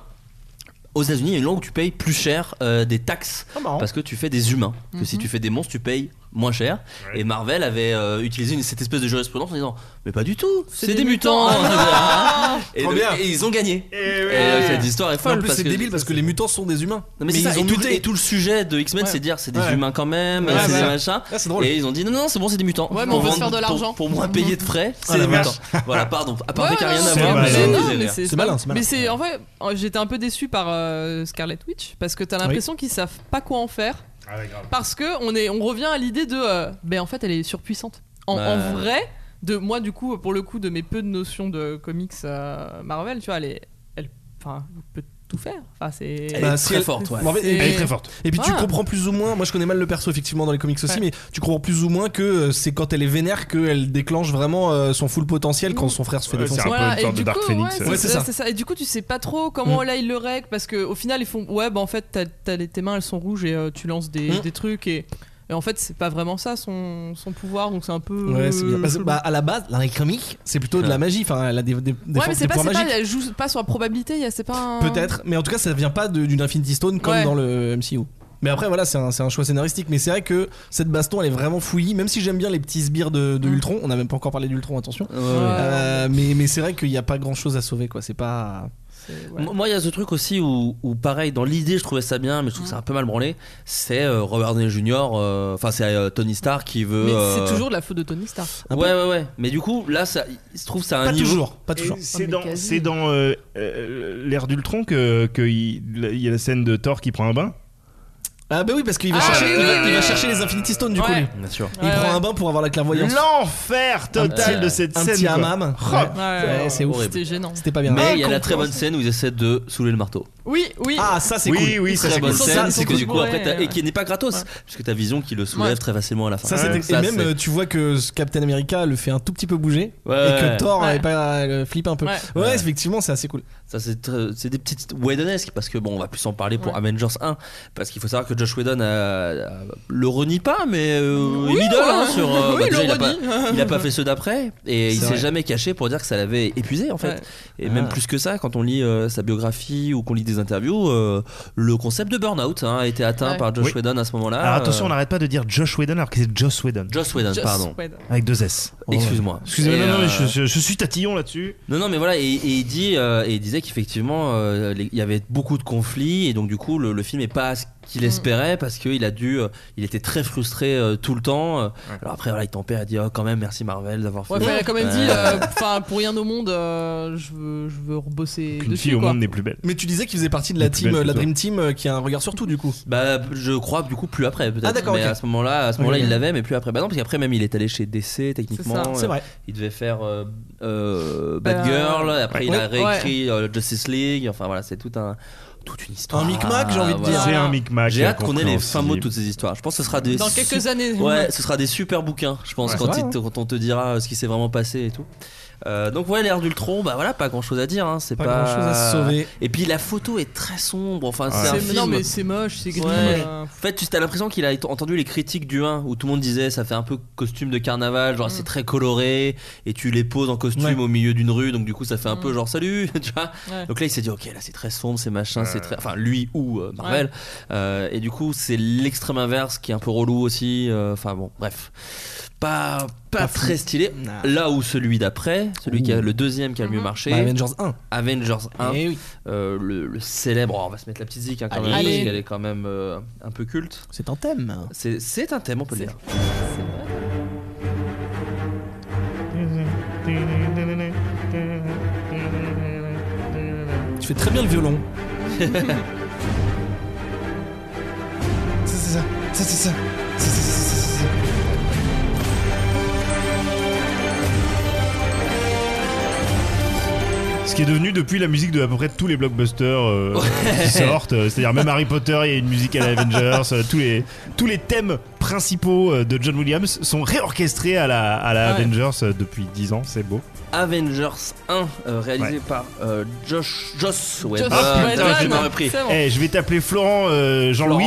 Speaker 1: Aux États-Unis, il y a une langue où tu payes plus cher euh, des taxes
Speaker 4: Oh.
Speaker 1: parce que tu fais des humains. Que si tu fais des monstres, tu payes moins cher.
Speaker 2: Ouais.
Speaker 1: Et Marvel avait euh, utilisé une- cette espèce de jurisprudence en disant Mais pas du tout, c'est des,
Speaker 3: des
Speaker 1: mutants. et,
Speaker 4: Trop
Speaker 1: donc-
Speaker 4: bien.
Speaker 1: et ils ont gagné.
Speaker 2: Eh oui.
Speaker 1: Et euh, cette histoire est folle.
Speaker 4: en plus,
Speaker 1: parce
Speaker 4: c'est
Speaker 1: que-
Speaker 4: débile parce que les mutants sont des humains.
Speaker 1: Non, mais c'est ça,
Speaker 4: ils
Speaker 1: et,
Speaker 4: ont
Speaker 1: tout,
Speaker 4: muté.
Speaker 1: et tout le sujet de X-Men,
Speaker 4: Ouais.
Speaker 1: c'est de dire c'est des
Speaker 4: Ouais.
Speaker 1: humains quand même,
Speaker 4: Ouais,
Speaker 1: euh, c'est
Speaker 4: bah.
Speaker 1: des machins.
Speaker 4: Ah, c'est drôle.
Speaker 1: Et ils ont dit non, non, non, c'est bon, c'est des mutants.
Speaker 3: Ouais, mais
Speaker 1: Pour
Speaker 3: on veut se
Speaker 1: vendre-
Speaker 3: faire de
Speaker 1: pour-
Speaker 3: l'argent.
Speaker 1: Pour, moins payer de frais, c'est des
Speaker 4: la
Speaker 1: mutants. Voilà, pardon. À part
Speaker 3: Ouais,
Speaker 1: des carrières
Speaker 3: non,
Speaker 1: à
Speaker 3: c'est
Speaker 1: voir,
Speaker 2: malin.
Speaker 1: mais mais
Speaker 2: C'est
Speaker 3: malin, mais
Speaker 4: C'est malin, c'est malin.
Speaker 3: Mais c'est en vrai, euh, j'étais un peu déçu par euh, Scarlet Witch parce que t'as l'impression qu'ils savent pas quoi en faire
Speaker 2: Ah, ouais, grave.
Speaker 3: parce que on est, on revient à l'idée de, euh, ben en fait elle est surpuissante. En,
Speaker 1: Ouais.
Speaker 3: en vrai, de moi du coup pour le coup de mes peu de notions de comics euh, Marvel, tu vois, elle est, elle, enfin, elle peut tout faire. Enfin c'est.
Speaker 1: Elle est
Speaker 4: Bah, si
Speaker 1: très
Speaker 4: elle-
Speaker 1: forte, ouais.
Speaker 4: Bon, en fait,
Speaker 3: C'est-
Speaker 2: Elle est
Speaker 4: et,
Speaker 2: très forte.
Speaker 4: et puis tu
Speaker 3: Ouais.
Speaker 4: comprends plus ou moins. Moi, je connais mal le perso effectivement dans les comics aussi,
Speaker 3: Ouais.
Speaker 4: mais tu comprends plus ou moins que euh, c'est quand elle est vénère qu'elle déclenche vraiment euh, son full potentiel quand son frère se fait
Speaker 2: Ouais,
Speaker 4: défoncer.
Speaker 2: c'est un peu une sorte
Speaker 3: et
Speaker 2: de
Speaker 3: du
Speaker 2: Dark
Speaker 3: coup,
Speaker 2: Phoenix,
Speaker 3: ouais,
Speaker 2: euh.
Speaker 4: Ouais,
Speaker 3: c'est
Speaker 4: c'est
Speaker 3: ça,
Speaker 4: ça.
Speaker 3: c'est ça. Et du coup, tu sais pas trop comment
Speaker 1: Mm.
Speaker 3: là ils le règlent parce que au final ils font ouais bah en fait t'as, t'as les tes mains elles sont rouges et euh, tu lances des,
Speaker 4: Mm.
Speaker 3: des trucs et, et en fait c'est pas vraiment ça son, son pouvoir donc c'est un peu
Speaker 4: Ouais, c'est bien. Parce que,
Speaker 3: chelou.
Speaker 4: bah, à la base, dans les comics, c'est plutôt de la magie. Enfin, elle a des, des, des
Speaker 3: ouais
Speaker 4: forces-
Speaker 3: mais c'est
Speaker 4: des
Speaker 3: pas,
Speaker 4: pouvoirs
Speaker 3: c'est pas
Speaker 4: magiques.
Speaker 3: elle joue pas sur la probabilité il y a- c'est pas un-
Speaker 4: Peut-être, mais en tout cas, ça vient pas de- d'une Infinity Stone comme
Speaker 3: Ouais.
Speaker 4: dans le MCU. Mais après, voilà, c'est un, c'est un choix scénaristique. Mais c'est vrai que cette baston, elle est vraiment fouillie. Même si j'aime bien les petits sbires de, de
Speaker 3: Mm.
Speaker 4: Ultron, on n'a même pas encore parlé d'Ultron, attention.
Speaker 1: Ouais, ouais.
Speaker 4: Euh, mais mais c'est vrai qu'il n'y a pas grand chose à sauver, quoi. C'est pas.
Speaker 3: C'est- ouais.
Speaker 1: Moi, il y a ce truc aussi où, où, pareil, dans l'idée, je trouvais ça bien, mais je trouve que c'est un peu mal branlé. C'est euh, Robert Downey Jr., euh, enfin, c'est euh, Tony Stark qui veut.
Speaker 3: mais
Speaker 1: euh,
Speaker 3: c'est toujours de la faute de Tony Stark
Speaker 1: Ouais, ouais, ouais. Mais du coup, là, ça, il se trouve, ça a un
Speaker 4: Pas
Speaker 1: niveau.
Speaker 4: toujours, pas toujours.
Speaker 2: Et C'est
Speaker 3: Ah, mais
Speaker 2: dans,
Speaker 3: quasi.
Speaker 2: c'est dans euh, euh, l'ère d'Ultron que que il il y a la scène de Thor qui prend un bain.
Speaker 4: Ah, bah oui, parce qu'il va, chercher, il va, il va chercher les Infinity Stones du coup.
Speaker 3: Ouais.
Speaker 4: lui.
Speaker 1: Bien sûr.
Speaker 4: Il
Speaker 3: Ouais,
Speaker 4: prend
Speaker 3: ouais.
Speaker 4: un bain pour avoir la clairvoyance.
Speaker 2: L'enfer total
Speaker 1: petit-
Speaker 2: de cette
Speaker 4: un
Speaker 2: scène.
Speaker 4: petit
Speaker 2: quoi.
Speaker 4: hammam.
Speaker 2: Oh,
Speaker 4: Ouais.
Speaker 3: Ouais,
Speaker 4: Ouais, c'est ouf.
Speaker 3: C'était gênant.
Speaker 4: C'était pas bien.
Speaker 1: Mais il y a
Speaker 3: Incompréhensible.
Speaker 1: la très bonne scène où ils essaient de soulever le marteau.
Speaker 3: Oui, oui.
Speaker 4: Ah, ça c'est
Speaker 2: oui,
Speaker 4: cool.
Speaker 2: oui, ça
Speaker 1: très
Speaker 2: c'est
Speaker 1: bonne
Speaker 2: cool.
Speaker 3: cool.
Speaker 1: scène,
Speaker 3: Ils
Speaker 1: c'est
Speaker 3: sont
Speaker 1: que du
Speaker 3: tous
Speaker 1: coup après
Speaker 3: bourrés,
Speaker 1: t'as- et
Speaker 3: ouais.
Speaker 1: qui n'est pas gratos,
Speaker 3: Ouais.
Speaker 1: puisque t'as Vision qui le soulève
Speaker 3: Ouais.
Speaker 1: très facilement à la fin.
Speaker 4: Ça, c'est
Speaker 2: Ouais,
Speaker 4: et même euh, tu vois que Captain America le fait un tout petit peu bouger
Speaker 1: Ouais,
Speaker 4: et que
Speaker 1: ouais.
Speaker 4: Thor
Speaker 3: Ouais.
Speaker 4: est pas, elle flippe un peu. Ouais,
Speaker 3: Ouais.
Speaker 1: Ouais.
Speaker 4: effectivement, c'est assez cool.
Speaker 1: Ça, c'est très- c'est des petites Whedonesques parce que bon, on va plus en parler pour
Speaker 3: Ouais.
Speaker 1: Avengers 1 parce qu'il faut savoir que Josh Whedon euh, le renie pas, mais euh,
Speaker 3: Oui,
Speaker 1: il idole hein,
Speaker 3: ouais.
Speaker 1: sur. euh,
Speaker 3: Oui,
Speaker 1: bah,
Speaker 3: il
Speaker 1: déjà,
Speaker 3: le
Speaker 1: il, a pas,
Speaker 3: renie.
Speaker 1: il a pas fait ceux d'après et il
Speaker 4: C'est
Speaker 1: s'est
Speaker 4: vrai.
Speaker 1: jamais caché pour dire que ça l'avait épuisé en fait.
Speaker 3: Ouais.
Speaker 1: Et
Speaker 4: Ah.
Speaker 1: même plus que ça, quand on lit euh, sa biographie ou qu'on lit des interviews, euh, le concept de burn-out hein, a été atteint
Speaker 3: Ouais.
Speaker 1: par Josh
Speaker 2: Oui.
Speaker 1: Whedon à ce moment-là.
Speaker 2: Alors
Speaker 1: Euh,
Speaker 2: attention, on n'arrête pas de dire Josh Whedon alors que c'est Joss Whedon.
Speaker 1: Joss Whedon,
Speaker 3: Just
Speaker 1: pardon.
Speaker 3: wait.
Speaker 2: Avec deux S.
Speaker 4: Oh,
Speaker 1: Excuse-moi.
Speaker 2: Excusez-moi,
Speaker 1: Et,
Speaker 2: non, non, mais
Speaker 1: euh,
Speaker 2: je, je- je suis tatillon là-dessus.
Speaker 1: Non, non, mais voilà, et, et il, dit, euh, et il disait qu'effectivement, euh, les- il y avait beaucoup de conflits, et donc du coup, le, le film n'est pas ce
Speaker 4: Mm.
Speaker 1: qu'il espérait, parce qu'il a dû, euh, il était très frustré euh, tout le temps. euh. Alors après, voilà, il tempère, il dit, oh, quand même, merci Marvel d'avoir fait
Speaker 3: Ouais, mais
Speaker 1: ça.
Speaker 3: elle a quand même
Speaker 1: Ouais.
Speaker 3: dit, euh, enfin, pour rien au monde, euh, je veux, je veux rebosser
Speaker 2: Qu'une
Speaker 3: dessus,
Speaker 2: fille au
Speaker 3: quoi.
Speaker 2: monde n'est plus belle.
Speaker 4: Mais tu disais qu'il faisait partie de la
Speaker 2: Le plus
Speaker 4: team,
Speaker 2: belle
Speaker 4: euh, la
Speaker 2: photo.
Speaker 4: Dream Team, euh, qui a un regard sur tout du coup.
Speaker 1: Bah, je crois du coup plus après peut-être.
Speaker 4: Ah, d'accord,
Speaker 1: Mais
Speaker 4: ok.
Speaker 1: à ce moment-là, à ce moment-là,
Speaker 4: Ok, ok.
Speaker 1: il l'avait, mais plus après. Bah non, parce qu'après même, il est allé chez DC techniquement.
Speaker 3: C'est ça,
Speaker 4: C'est
Speaker 1: Euh,
Speaker 4: vrai.
Speaker 1: Il devait faire euh, euh,
Speaker 3: Bah,
Speaker 1: Bad Girl. et Après, il a
Speaker 3: ouais.
Speaker 1: réécrit euh, Justice League. Enfin voilà, c'est tout un, toute une histoire.
Speaker 4: Un micmac, j'ai envie de
Speaker 1: Voilà.
Speaker 4: dire.
Speaker 2: C'est un
Speaker 4: Ah,
Speaker 2: micmac.
Speaker 1: J'ai hâte qu'on ait les fins mots de
Speaker 2: tout
Speaker 1: toutes ces histoires. Je pense que ce sera des
Speaker 3: Dans quelques années.
Speaker 1: Ouais, ce sera des super bouquins, je pense,
Speaker 4: Ouais,
Speaker 1: quand,
Speaker 4: c'est
Speaker 1: il te- quand on te dira euh, ce qui s'est vraiment passé et tout. Euh, donc ouais, l'ère d'Ultron, bah voilà, pas grand chose à dire, hein, c'est
Speaker 4: Pas
Speaker 1: pas,
Speaker 4: grand-chose à se sauver.
Speaker 1: Et puis la photo est très sombre, enfin
Speaker 2: Ouais.
Speaker 1: c'est un
Speaker 3: C'est-
Speaker 1: film.
Speaker 3: Non, mais c'est moche, c'est gris.
Speaker 1: Ouais.
Speaker 3: euh,
Speaker 1: En fait, tu as l'impression qu'il a entendu les critiques du 1 où tout le monde disait ça fait un peu costume de carnaval,
Speaker 3: Mm.
Speaker 1: genre c'est très coloré et tu les poses en costume
Speaker 4: Ouais.
Speaker 1: au milieu d'une rue, donc du coup ça fait un
Speaker 3: Mm.
Speaker 1: peu genre salut, tu vois.
Speaker 3: Ouais.
Speaker 1: Donc là il s'est dit ok là c'est très sombre, c'est machin, c'est très, enfin lui ou euh, Marvel. Euh, et du coup c'est l'extrême inverse qui est un peu relou aussi. euh, Enfin bon bref, pas pas,
Speaker 4: Pas fou.
Speaker 1: très stylé.
Speaker 4: Bah,
Speaker 1: Là où celui d'après, celui qui a
Speaker 4: Ouh.
Speaker 1: le deuxième qui a le mieux
Speaker 2: Mhm.
Speaker 1: marché,
Speaker 4: Bah, Avengers 1.
Speaker 1: Avengers 1
Speaker 4: Eh oui.
Speaker 1: euh, le, le célèbre, oh, on va se mettre la petite zik hein, quand
Speaker 4: Allez.
Speaker 1: même, parce
Speaker 3: Allez.
Speaker 1: qu'elle est quand même euh, un peu culte.
Speaker 4: C'est un thème.
Speaker 1: C'est- C'est un thème, on peut le dire.
Speaker 4: Tu fais très bien le violon. ça, c'est ça. Ça, c'est ça. Ça, c'est ça, ça, ça, ça.
Speaker 2: Ce qui est devenu depuis la musique de à peu près tous les blockbusters euh, qui sortent, euh, c'est-à-dire même Harry Potter, il y a une musique à la Avengers, euh, tous, les, tous les thèmes principaux euh, de John Williams sont réorchestrés à la, à la
Speaker 3: Ouais.
Speaker 2: Avengers euh, depuis 10 ans, c'est beau.
Speaker 1: Avengers 1, euh, réalisé
Speaker 2: Ouais.
Speaker 1: par euh, Josh, Joss
Speaker 3: Joss
Speaker 1: Whedon.
Speaker 2: Ah,
Speaker 3: Whedon,
Speaker 2: putain, je
Speaker 1: m'en repris.
Speaker 3: c'est bon.
Speaker 2: Eh, je vais t'appeler Florent euh, Jean-Louis.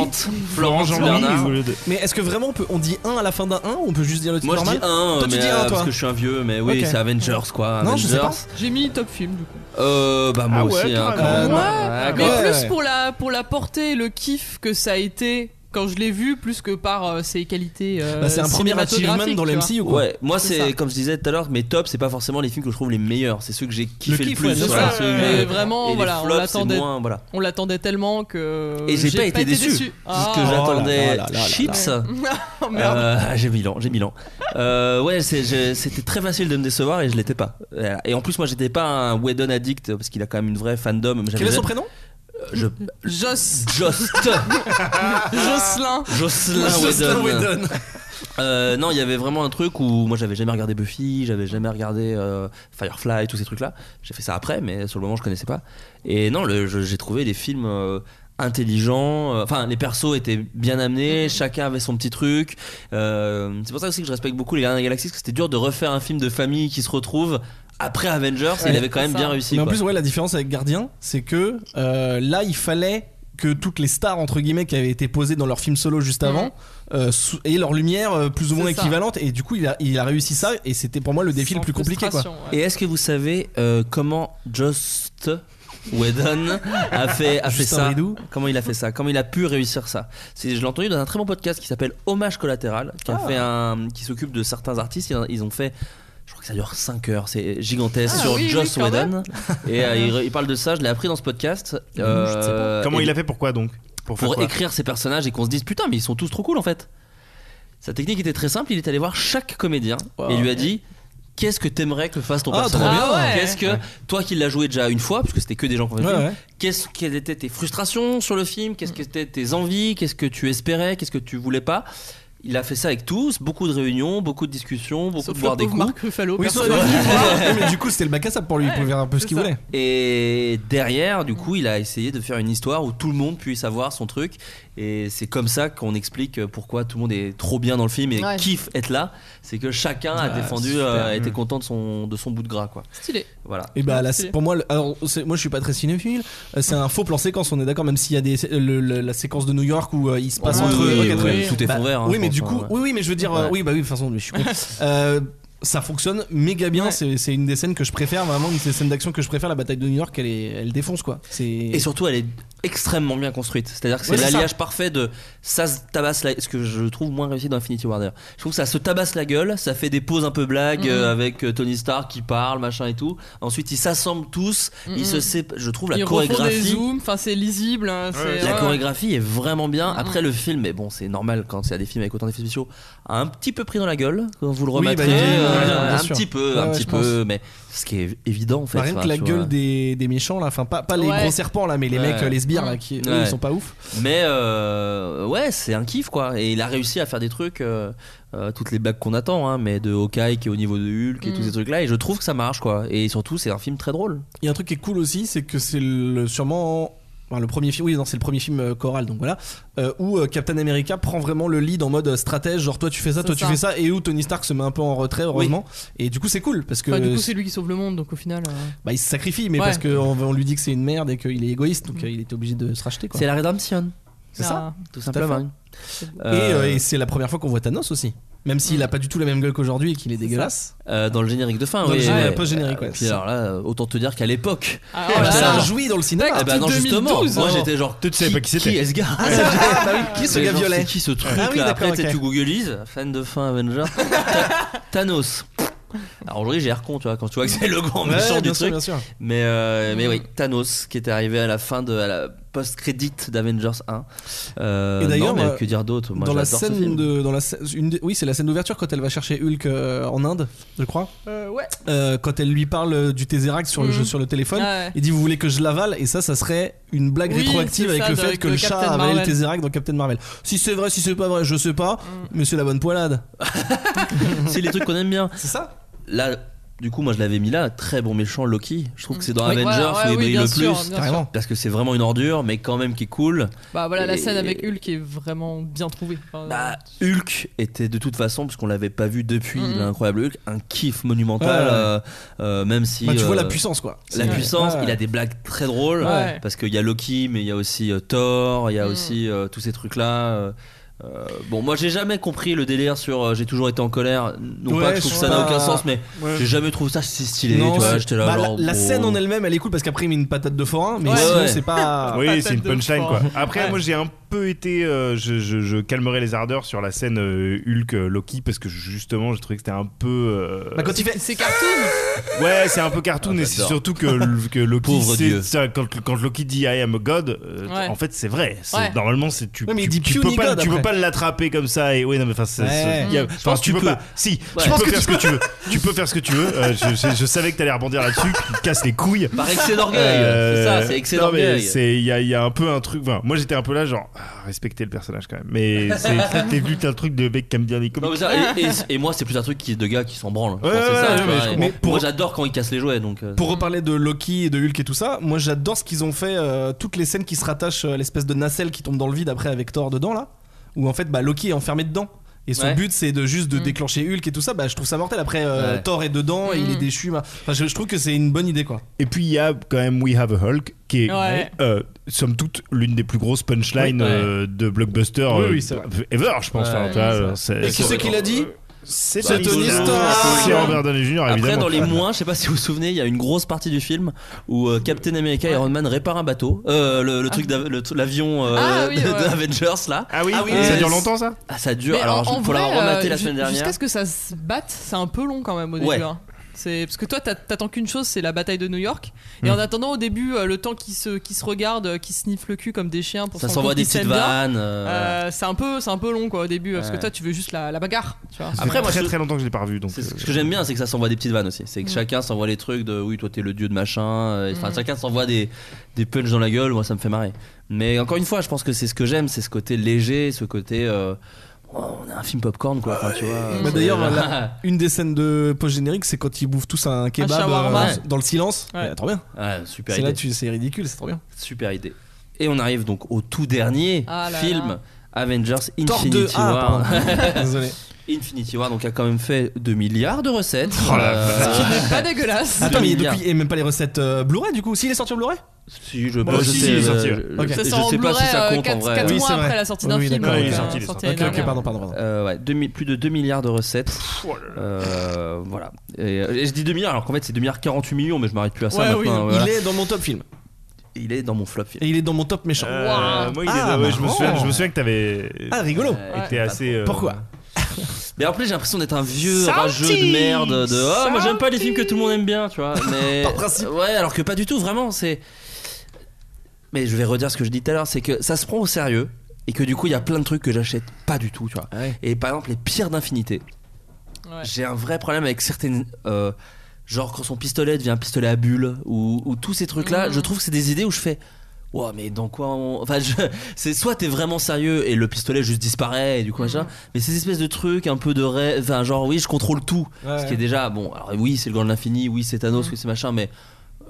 Speaker 1: Florent, Oh. Florent Bernard. Ah,
Speaker 2: Jean-Louis. au lieu de-
Speaker 4: Mais est-ce que vraiment on, peut, on dit 1 à la fin d'un 1 ou on peut juste dire le titre
Speaker 1: Moi je
Speaker 4: normal
Speaker 1: dis 1,
Speaker 4: Toi, tu
Speaker 1: mais,
Speaker 4: dis
Speaker 1: euh,
Speaker 4: un, toi.
Speaker 1: parce que je suis un vieux, mais oui,
Speaker 4: Ok.
Speaker 1: c'est Avengers quoi.
Speaker 4: Non, je sais
Speaker 1: Avengers.
Speaker 3: J'ai mis top film, du coup.
Speaker 1: Euh, bah moi
Speaker 2: Ah ouais,
Speaker 1: aussi, hein,
Speaker 2: carrément.
Speaker 1: quand même.
Speaker 2: Ah,
Speaker 4: Euh,
Speaker 1: Ouais,
Speaker 3: Mais
Speaker 1: quand même.
Speaker 4: ouais.
Speaker 3: plus pour la, pour la portée et le kiff que ça a été quand je l'ai vu, plus que par euh, ses qualités. euh,
Speaker 4: Bah, C'est un premier achievement
Speaker 3: cinématographiques,
Speaker 4: dans le
Speaker 3: tu vois.
Speaker 4: MCU quoi.
Speaker 1: Ouais, moi
Speaker 3: C'est
Speaker 1: c'est
Speaker 3: ça.
Speaker 1: comme je disais tout à l'heure, mes tops c'est pas forcément les films que je trouve les meilleurs, c'est ceux que j'ai kiffé le,
Speaker 4: kiff, ouais,
Speaker 1: plus.
Speaker 4: c'est
Speaker 1: voilà,
Speaker 3: ça.
Speaker 1: ceux que
Speaker 3: Mais
Speaker 1: j'ai-
Speaker 3: vraiment,
Speaker 1: et les
Speaker 3: voilà, on
Speaker 1: flops, c'est
Speaker 3: l'attendait.
Speaker 1: moins, voilà.
Speaker 3: On l'attendait tellement que.
Speaker 1: Et j'ai pas été déçu.
Speaker 3: Ah.
Speaker 1: Parce que
Speaker 4: Oh là là
Speaker 1: j'attendais
Speaker 4: là là
Speaker 1: Chips.
Speaker 3: Oh, merde.
Speaker 1: Euh, j'ai mis l'an, j'ai mis l'an. Euh, ouais, c'est- je- c'était très facile de me décevoir et je l'étais pas. Voilà. Et en plus, moi, j'étais pas un Whedon addict parce qu'il a quand même une vraie fandom. mais j'avais
Speaker 4: Quel est son
Speaker 1: jamais-
Speaker 4: prénom
Speaker 1: Je,
Speaker 3: Joss,
Speaker 1: Just,
Speaker 3: Jocelyn.
Speaker 1: Jocelyn
Speaker 4: Jocelyn
Speaker 1: Whedon.
Speaker 4: Whedon.
Speaker 1: Euh, non, il y avait vraiment un truc où moi, j'avais jamais regardé Buffy, j'avais jamais regardé euh, Firefly, tous ces trucs-là. J'ai fait ça après, mais sur le moment, je connaissais pas. Et non, le- je- j'ai trouvé les films. euh, intelligents euh, enfin les persos étaient bien amenés, chacun avait son petit truc. Euh, c'est pour ça aussi que je respecte beaucoup les Gardiens de la Galaxie, parce que c'était dur de refaire un film de famille qui se retrouve après Avengers, et il avait quand même
Speaker 3: ça.
Speaker 1: bien réussi.
Speaker 4: Mais en
Speaker 1: quoi.
Speaker 4: plus, ouais, la différence avec Gardien, c'est que euh, là, il fallait que toutes les stars entre guillemets qui avaient été posées dans leur film solo juste avant euh, sou- aient leur lumière euh, plus ou moins
Speaker 3: C'est ça.
Speaker 4: équivalente et du coup il a, il a réussi ça et c'était pour moi le défi le plus compliqué quoi.
Speaker 1: Et est-ce que vous savez euh, comment Just Whedon a fait, a fait
Speaker 4: Justin
Speaker 1: ça
Speaker 4: Bridoux.
Speaker 1: Comment il a fait ça Comment il a pu réussir ça C'est, Je l'ai entendu dans un très bon podcast qui s'appelle Hommage collatéral, qui,
Speaker 2: Ah.
Speaker 1: a fait un, qui s'occupe de certains artistes. Ils ont- Ils ont fait. Je crois que ça dure 5 heures, c'est gigantesque
Speaker 3: Ah
Speaker 1: sur
Speaker 3: oui, oui,
Speaker 1: Joss
Speaker 3: quand
Speaker 1: Whedon. Et euh, il, il parle de ça, je l'ai appris dans ce podcast. Euh,
Speaker 2: Comment
Speaker 1: et
Speaker 2: il a fait Pourquoi donc Pour, faire
Speaker 1: pour
Speaker 2: quoi
Speaker 1: écrire ces personnages et qu'on se dise putain mais ils sont tous trop cool en fait. Sa technique était très simple, il est allé voir chaque comédien
Speaker 4: Wow.
Speaker 1: et lui a dit qu'est-ce que t'aimerais que fasse ton
Speaker 4: Ah,
Speaker 1: personnage
Speaker 3: trop bien. Ah ouais.
Speaker 1: Qu'est-ce que toi qui l'as joué déjà une fois, parce que c'était que des gens qui ont fait le
Speaker 4: Ouais,
Speaker 1: film,
Speaker 4: ouais.
Speaker 1: qu'est-ce quelles étaient tes frustrations sur le film Qu'est-ce que étaient tes envies Qu'est-ce que tu espérais Qu'est-ce que tu voulais pas Il a fait ça avec tous, beaucoup de réunions, beaucoup de discussions, beaucoup
Speaker 3: Sauf
Speaker 1: de
Speaker 3: le
Speaker 1: boire des
Speaker 3: pauvre
Speaker 1: coups.
Speaker 3: Marc Ruffalo.
Speaker 4: Oui,
Speaker 3: personne
Speaker 4: sauf-
Speaker 3: n'a dit.
Speaker 4: Ouais, mais du coup, c'était le bac à sable pour lui, il pouvait faire un peu ce
Speaker 3: c'est
Speaker 4: qu'il
Speaker 3: ça.
Speaker 4: voulait.
Speaker 1: Et derrière, du coup, il a essayé de faire une histoire où tout le monde puisse avoir son truc. Et c'est comme ça qu'on explique pourquoi tout le monde est trop bien dans le film et
Speaker 7: Ouais.
Speaker 1: kiffe être là. C'est que chacun a
Speaker 4: Ah,
Speaker 1: défendu,
Speaker 4: super.
Speaker 1: euh, était
Speaker 2: Mm.
Speaker 1: content de son, de son bout de gras, quoi.
Speaker 3: Stylé.
Speaker 1: Voilà.
Speaker 4: Et bah
Speaker 3: Ouais,
Speaker 4: là,
Speaker 3: stylé.
Speaker 4: c'est- pour moi, le- alors, c'est- moi je suis pas très cinéphile. euh, C'est un faux plan séquence, on est d'accord, même s'il y a des, le- le- la séquence de New York où euh, il se passe
Speaker 3: Ouais,
Speaker 4: entre
Speaker 3: oui,
Speaker 4: ok,
Speaker 3: oui,
Speaker 4: très
Speaker 3: oui.
Speaker 4: bien.
Speaker 1: Tout est
Speaker 4: Bah,
Speaker 1: fond vert, hein,
Speaker 4: oui,
Speaker 1: je
Speaker 4: mais
Speaker 1: pense,
Speaker 4: du
Speaker 1: hein,
Speaker 4: coup,
Speaker 1: ouais.
Speaker 4: oui, oui, mais je veux dire, euh,
Speaker 1: Ouais.
Speaker 4: oui, bah oui, de toute façon, mais je suis con. Euh, ça fonctionne méga bien.
Speaker 3: Ouais.
Speaker 4: C'est c'est une des scènes que je préfère, vraiment une des scènes d'action que je préfère. La bataille de New York, elle, est, elle défonce quoi. C'est.
Speaker 1: Et surtout, elle est extrêmement bien construite. C'est-à-dire que c'est
Speaker 4: Ouais, c'est
Speaker 1: l'alliage parfait de ça se tabasse la... ce que je trouve moins réussi dans Infinity War d'ailleurs. Je trouve que ça se tabasse la gueule, ça fait des pauses un peu blagues
Speaker 3: Mhm.
Speaker 1: euh, avec euh, Tony Stark qui parle, machin et tout. Ensuite, ils s'assemblent tous, ils se sépa- je trouve la
Speaker 3: Mhm. Ils refont des
Speaker 1: chorégraphie
Speaker 3: zooms, enfin c'est lisible. hein, c'est-
Speaker 1: la
Speaker 3: ouais.
Speaker 1: chorégraphie est vraiment bien. Après le film, mais bon, c'est normal quand c'est à des films avec autant d'effets spéciaux, a un petit peu pris dans la gueule quand vous le
Speaker 4: Oui,
Speaker 1: remettrez.
Speaker 4: bah, il-
Speaker 1: euh,
Speaker 4: ouais, bien
Speaker 1: un
Speaker 4: sûr.
Speaker 1: petit peu,
Speaker 4: Ouais,
Speaker 1: un
Speaker 4: ouais,
Speaker 1: petit
Speaker 4: je
Speaker 1: peu, mais ce qui est évident en fait.
Speaker 4: Bah, rien
Speaker 1: enfin,
Speaker 4: que la
Speaker 1: tu
Speaker 4: gueule
Speaker 1: vois.
Speaker 4: des, des méchants là, enfin pas, pas les
Speaker 3: Ouais.
Speaker 4: gros serpents là, mais les
Speaker 1: Ouais.
Speaker 4: mecs, euh, les sbires là, qui eux,
Speaker 1: Ouais.
Speaker 4: ils sont pas ouf.
Speaker 1: Mais euh, ouais, c'est un kiff quoi. Et il a réussi à faire des trucs, euh, euh, toutes les blagues qu'on attend, hein, mais de Hawkeye qui est au niveau de Hulk et
Speaker 3: Mm.
Speaker 1: tous ces trucs là. Et je trouve que ça marche quoi. Et surtout, c'est un film très drôle.
Speaker 4: Il y a un truc qui est cool aussi, c'est que c'est le, sûrement enfin, le premier film. Oui, non, c'est le premier film euh, choral, donc voilà. euh, où euh, Captain America prend vraiment le lead en mode euh, stratège, genre toi tu fais ça,
Speaker 3: C'est
Speaker 4: toi
Speaker 3: ça.
Speaker 4: tu fais ça, et où Tony Stark se met un peu en retrait, heureusement. Et du coup, c'est cool parce que
Speaker 3: Enfin, du coup, c'est lui qui sauve le monde, donc au final. euh,
Speaker 4: bah, il se sacrifie, mais
Speaker 3: Ouais.
Speaker 4: parce qu'on on lui dit que c'est une merde et qu'il est égoïste, donc euh, il est obligé de se racheter. Quoi.
Speaker 1: Mm. C'est la rédemption,
Speaker 4: C'est ça.
Speaker 1: tout
Speaker 4: à fait.
Speaker 1: simplement.
Speaker 4: Et,
Speaker 1: Euh, Mm.
Speaker 4: euh, et c'est la première fois qu'on voit Thanos aussi. Même s'il a pas du tout la même gueule qu'aujourd'hui et qu'il est dégueulasse.
Speaker 1: euh, dans le générique de fin,
Speaker 4: Dans
Speaker 1: oui.
Speaker 4: le générique,
Speaker 1: ouais.
Speaker 4: post-générique, ouais,
Speaker 1: Puis
Speaker 4: c'est
Speaker 1: alors là, euh, autant te dire qu'à l'époque,
Speaker 3: Ah,
Speaker 1: Ah,
Speaker 3: oh là
Speaker 1: c'est
Speaker 4: ça
Speaker 3: là.
Speaker 4: a joui dans le cinéma.
Speaker 1: Eh ben non,
Speaker 3: 2012,
Speaker 1: justement. Moi,
Speaker 3: alors.
Speaker 1: j'étais genre.
Speaker 2: Tu ne savais
Speaker 1: qui-
Speaker 2: pas qui c'était.
Speaker 1: Qui est ce gars
Speaker 4: Ah, c'est vrai. Bah oui, qui est ce
Speaker 1: Les
Speaker 4: gars
Speaker 1: gens,
Speaker 4: violet
Speaker 1: C'est qui ce truc
Speaker 4: Ah oui,
Speaker 1: là
Speaker 4: d'accord,
Speaker 1: Après, tu sais,
Speaker 4: ok.
Speaker 1: tu googlises, fan de fin Avenger, Tha- Thanos. Alors aujourd'hui, j'ai l'air con, tu vois, quand tu vois que c'est le grand
Speaker 4: Ouais,
Speaker 1: méchant du
Speaker 4: bien sûr,
Speaker 1: truc.
Speaker 4: bien sûr. Mm.
Speaker 1: Mais, euh, mais oui, Thanos qui était arrivé à la fin de à la post-crédit d'Avengers 1. Euh,
Speaker 4: Et d'ailleurs,
Speaker 1: non, mais
Speaker 4: euh,
Speaker 1: que dire d'autre Moi,
Speaker 4: dans la
Speaker 1: j'adore ce film.
Speaker 4: scène de dans la scè- une des- oui c'est la scène d'ouverture quand elle va chercher Hulk euh, en Inde je crois
Speaker 3: Euh, ouais.
Speaker 4: Euh, quand elle lui parle euh, du Tesseract sur le
Speaker 3: Mhm.
Speaker 4: jeu, sur le téléphone
Speaker 3: Ah ouais.
Speaker 4: il dit vous voulez que je l'avale et ça ça serait une blague
Speaker 3: Oui,
Speaker 4: rétroactive
Speaker 3: c'est
Speaker 4: avec
Speaker 3: ça,
Speaker 4: le
Speaker 3: de-
Speaker 4: fait
Speaker 3: avec
Speaker 4: que
Speaker 3: le
Speaker 4: le chat
Speaker 3: Captain
Speaker 4: avalait le
Speaker 3: Marvel. Mm.
Speaker 4: Tesseract dans Captain Marvel si c'est vrai si c'est pas vrai je sais pas mais c'est la bonne poilade
Speaker 1: C'est les trucs qu'on aime bien.
Speaker 4: c'est ça
Speaker 1: Là, du coup, moi, je l'avais mis là. Très bon méchant, Loki. Je trouve que c'est
Speaker 4: Mm.
Speaker 1: dans
Speaker 3: Oui,
Speaker 1: Avengers où
Speaker 3: voilà, ouais,
Speaker 1: il
Speaker 3: oui,
Speaker 1: brille
Speaker 3: bien
Speaker 1: le
Speaker 3: sûr,
Speaker 1: plus.
Speaker 3: bien sûr.
Speaker 4: carrément
Speaker 1: Parce que c'est vraiment une ordure, mais quand même qui est cool.
Speaker 3: Bah voilà, la
Speaker 1: Et-
Speaker 3: scène avec Hulk est vraiment bien trouvée. Enfin,
Speaker 1: Bah, Hulk était de toute façon, parce qu'on l'avait pas vu depuis
Speaker 3: Mhm.
Speaker 1: l'incroyable Hulk, un kiff monumental,
Speaker 4: Ouais, ouais.
Speaker 1: euh, euh, même si.
Speaker 4: Bah, tu vois
Speaker 1: euh,
Speaker 4: la puissance quoi
Speaker 1: la
Speaker 4: C'est-
Speaker 1: puissance,
Speaker 4: ouais.
Speaker 1: il a des blagues très drôles,
Speaker 3: Ouais.
Speaker 1: parce qu'il y a Loki, mais il y a aussi euh, Thor, il y a
Speaker 3: Mhm.
Speaker 1: aussi euh, tous ces trucs-là. euh, euh, bon, moi j'ai jamais compris le délire sur euh, j'ai toujours été en colère. Non
Speaker 4: Ouais,
Speaker 1: pas que je trouve
Speaker 4: je
Speaker 1: que ça
Speaker 4: sais
Speaker 1: n'a
Speaker 4: pas.
Speaker 1: aucun sens, mais j'ai jamais trouvé ça si stylé.
Speaker 4: Non,
Speaker 1: tu vois,
Speaker 4: c'est-
Speaker 1: j'étais là,
Speaker 4: bah,
Speaker 1: genre,
Speaker 4: la, la
Speaker 1: bon.
Speaker 4: scène en elle-même elle est cool parce qu'après il met une patate de forain mais
Speaker 3: Ouais.
Speaker 4: sinon
Speaker 1: Ouais.
Speaker 4: c'est pas
Speaker 2: Oui,
Speaker 3: patate
Speaker 2: c'est une
Speaker 3: de
Speaker 2: punchline
Speaker 3: foire.
Speaker 2: quoi. Après, moi j'ai un peu été. euh, je, je- je calmerai les ardeurs sur la scène euh, Hulk euh, Loki parce que justement, j'ai trouvé que c'était un peu. euh,
Speaker 4: Bah, quand il fait
Speaker 3: C'est cartoon
Speaker 2: Ouais, c'est un peu cartoon
Speaker 1: Ah,
Speaker 2: et c'est
Speaker 1: j'adore.
Speaker 2: surtout que, que Loki.
Speaker 1: Pauvre
Speaker 2: c'est
Speaker 1: Dieu.
Speaker 2: ça, quand, quand Loki dit I am a god, euh,
Speaker 3: Ouais.
Speaker 2: en fait c'est vrai. C'est-
Speaker 3: Ouais.
Speaker 2: Normalement, c'est tu,
Speaker 4: Ouais, mais il
Speaker 2: tu,
Speaker 4: dit
Speaker 2: tu peux
Speaker 4: puny
Speaker 2: pas,
Speaker 4: god
Speaker 2: tu peux
Speaker 4: après.
Speaker 2: pas l'attraper comme ça et ouais non mais enfin c'est- c'est-
Speaker 4: Ouais.
Speaker 2: y a-
Speaker 3: Mm.
Speaker 2: enfin,
Speaker 4: pense
Speaker 2: tu
Speaker 4: que
Speaker 2: peux
Speaker 4: tu
Speaker 2: pas. Si,
Speaker 1: Ouais.
Speaker 2: tu
Speaker 1: Je pense
Speaker 2: peux
Speaker 1: que
Speaker 2: faire ce que tu veux. Tu peux faire ce que tu veux. Euh, je, je- je savais que t'allais rebondir là-dessus. Tu me casses les couilles.
Speaker 1: Par excès d'orgueil,
Speaker 2: Euh,
Speaker 1: Bah, c'est ça, c'est excès
Speaker 2: non, mais
Speaker 1: d'orgueil.
Speaker 2: c'est- Il y a, il y a un peu un truc. enfin, moi j'étais un peu là, genre, ah, respecter le personnage quand même. Mais c'est t'es venu un truc de mec qui aime bien les
Speaker 1: Non,
Speaker 2: comics.
Speaker 1: mais ça, et, et- et moi, c'est plus un truc qui de gars qui s'en branle. c'est
Speaker 2: Ouais, ouais,
Speaker 1: ça, tu
Speaker 2: ouais,
Speaker 1: vois,
Speaker 2: mais je
Speaker 1: et
Speaker 2: comprends.
Speaker 1: Moi,
Speaker 4: Pour-
Speaker 1: j'adore quand ils cassent les jouets. Donc, euh,
Speaker 4: Pour reparler de Loki et de Hulk et tout ça, moi j'adore ce qu'ils ont fait, euh, toutes les scènes qui se rattachent à l'espèce de nacelle qui tombe dans le vide après avec Thor dedans là, où en fait bah, Loki est enfermé dedans. Et son
Speaker 1: Ouais.
Speaker 4: but c'est de juste de
Speaker 3: Mm.
Speaker 4: déclencher Hulk et tout ça, bah je trouve ça mortel. Après euh,
Speaker 1: Ouais.
Speaker 4: Thor est dedans et il est
Speaker 3: Mm.
Speaker 4: déchu. bah. Enfin, je, je trouve que c'est une bonne idée quoi.
Speaker 2: Et puis il y a quand même We Have a Hulk qui est
Speaker 3: Ouais.
Speaker 2: euh, somme toute l'une des plus grosses punchlines
Speaker 1: Oui, ouais.
Speaker 2: euh, de blockbuster
Speaker 4: Oui,
Speaker 2: euh,
Speaker 4: oui, c'est vrai.
Speaker 2: ever, je pense.
Speaker 1: Ouais,
Speaker 2: Enfin, tu vois,
Speaker 1: c'est
Speaker 2: euh,
Speaker 1: vrai.
Speaker 2: c'est-
Speaker 4: Et qui c'est qui l'a dit
Speaker 2: C'est
Speaker 1: Bah,
Speaker 2: Tony
Speaker 1: Tony
Speaker 2: Stark.
Speaker 1: Stark.
Speaker 2: C'est Robert Downey Jr.
Speaker 1: Après,
Speaker 2: ah, évidemment.
Speaker 1: dans les moins, je sais pas si vous vous souvenez, il y a une grosse partie du film où euh, Captain America et Iron Man réparent un bateau. Euh, le, le truc, d'av- le tr- l'avion euh,
Speaker 3: Ah, oui,
Speaker 1: de- de
Speaker 3: ouais.
Speaker 1: Avengers là.
Speaker 2: Ah oui,
Speaker 3: Ah oui,
Speaker 2: ça
Speaker 1: euh,
Speaker 2: dure longtemps ça
Speaker 1: Ah, ça dure.
Speaker 3: Mais
Speaker 1: Alors,
Speaker 3: en-
Speaker 1: je-
Speaker 3: en
Speaker 1: faut la
Speaker 3: vrai,
Speaker 1: remater
Speaker 3: euh,
Speaker 1: la
Speaker 3: ju-
Speaker 1: semaine dernière.
Speaker 3: Jusqu'à ce que ça se batte, c'est un peu long quand même au
Speaker 1: Ouais.
Speaker 3: début. hein. C'est parce que toi, t'a- t'attends qu'une chose, c'est la bataille de New York.
Speaker 1: Hmm.
Speaker 3: Et en attendant, au début, euh, le temps qui se qui se regarde, euh, qui sniffent le cul comme des chiens pour
Speaker 1: Ça
Speaker 3: se rendre
Speaker 1: s'envoie
Speaker 3: compte
Speaker 1: des
Speaker 3: qu'ils s'aiment
Speaker 1: petites
Speaker 3: bien,
Speaker 1: vannes. euh,
Speaker 3: euh, c'est un peu c'est un peu long quoi au début parce que
Speaker 1: Ouais. Ah,
Speaker 3: toi, tu veux juste la la bagarre. Tu vois.
Speaker 1: Après,
Speaker 2: Après,
Speaker 1: moi,
Speaker 2: très
Speaker 1: je-
Speaker 2: très longtemps que je l'ai pas revu. Donc,
Speaker 1: c'est ce
Speaker 2: euh,
Speaker 1: ce que j'aime bien, c'est que ça s'envoie des petites vannes aussi. C'est que
Speaker 3: Mm.
Speaker 1: chacun s'envoie les trucs de oui, toi t'es le dieu de machin. euh, Enfin,
Speaker 3: Mm.
Speaker 1: chacun s'envoie des, des punches dans la gueule. Moi, ça me fait marrer. Mais encore une fois, je pense que c'est ce que j'aime, c'est ce côté léger, ce côté. euh, oh, on a un film popcorn quoi. Enfin, tu vois.
Speaker 4: Bah,
Speaker 1: c'est-
Speaker 4: d'ailleurs, la- une des scènes de post-générique, c'est quand ils bouffent tous un kebab
Speaker 3: shawarma.
Speaker 4: euh, dans le silence.
Speaker 3: Ouais.
Speaker 4: Bah, trop bien.
Speaker 1: Ouais, Ah, super
Speaker 4: C'est
Speaker 1: idée.
Speaker 4: là, tu- c'est ridicule, c'est trop bien.
Speaker 1: Super idée. Et on arrive donc au tout dernier
Speaker 3: Ah là
Speaker 1: film
Speaker 3: là.
Speaker 1: Avengers
Speaker 4: Tort de
Speaker 1: Infinity
Speaker 4: Ah,
Speaker 1: War.
Speaker 4: pardon. Désolé.
Speaker 1: Infinity War donc a quand même fait 2 milliards de recettes. Euh,
Speaker 2: Oh la
Speaker 3: Ce
Speaker 1: bah.
Speaker 3: qui n'est pas dégueulasse.
Speaker 4: Attends, mais
Speaker 1: milliards.
Speaker 4: depuis, et même pas les recettes euh, Blu-ray du coup. S'il est sorti en Blu-ray
Speaker 1: si je,
Speaker 2: Bah,
Speaker 1: je
Speaker 2: si,
Speaker 1: sais,
Speaker 2: il est
Speaker 1: euh,
Speaker 2: sorti,
Speaker 1: je-
Speaker 2: ouais.
Speaker 1: je-
Speaker 4: Ok.
Speaker 3: Ça
Speaker 1: je
Speaker 3: sort en
Speaker 1: sais pas si
Speaker 3: Blu-ray,
Speaker 1: ça
Speaker 3: euh,
Speaker 1: compte en
Speaker 3: quatre-
Speaker 1: vrai.
Speaker 3: quatre
Speaker 4: Oui,
Speaker 3: mois
Speaker 4: c'est
Speaker 3: après
Speaker 4: vrai.
Speaker 3: la sortie d'un
Speaker 4: Oui,
Speaker 3: film.
Speaker 4: d'accord,
Speaker 3: donc,
Speaker 2: il est
Speaker 3: euh,
Speaker 2: sorti, il est sorti.
Speaker 3: l'année
Speaker 4: Ok, ok,
Speaker 3: dernière.
Speaker 4: pardon, pardon, pardon.
Speaker 1: Euh, ouais, 2 mi- plus de 2 milliards de recettes. Euh, voilà. Et, euh, et je dis 2 milliards alors qu'en fait c'est 2 milliards 48 millions, mais je m'arrête plus à ça
Speaker 3: Ouais,
Speaker 1: maintenant.
Speaker 3: oui,
Speaker 1: voilà.
Speaker 4: Il est dans mon top film.
Speaker 1: il... est dans mon flop film.
Speaker 4: Et il est dans mon top méchant.
Speaker 2: euh, moi, il est-
Speaker 4: Ah,
Speaker 2: ouais, je, me
Speaker 4: marrant.
Speaker 2: souviens, je me souviens que t'avais
Speaker 4: Ah, rigolo.
Speaker 1: Ouais.
Speaker 2: été assez. euh,
Speaker 4: Pourquoi
Speaker 1: Mais en plus j'ai l'impression d'être un vieux
Speaker 3: Sorti
Speaker 1: rageux de merde. De oh, moi j'aime pas les films que tout le monde aime bien, tu vois. Mais
Speaker 4: Par principe.
Speaker 1: ouais, alors que pas du tout, vraiment. C'est. Mais je vais redire ce que je dis tout à l'heure, c'est que ça se prend au sérieux et que du coup il y a plein de trucs que j'achète pas du tout, tu vois. Et par exemple les pires d'infinité.
Speaker 3: Ouais.
Speaker 1: J'ai un vrai problème avec certaines. euh, genre quand son pistolet devient un pistolet à bulle ou, ou tous ces trucs-là,
Speaker 3: Mhm.
Speaker 1: je trouve que c'est des idées où je fais. Ouah, mais dans quoi on. Enfin, je- c'est soit t'es vraiment sérieux et le pistolet juste disparaît et du coup, machin,
Speaker 3: Mhm.
Speaker 1: mais ces espèces de trucs un peu de rêve. Enfin, genre, oui, je contrôle tout.
Speaker 4: Ouais.
Speaker 1: Ce qui est déjà. Bon, alors oui, c'est le gant de l'infini, oui, c'est
Speaker 3: Mhm.
Speaker 1: Thanos, oui, c'est machin, mais.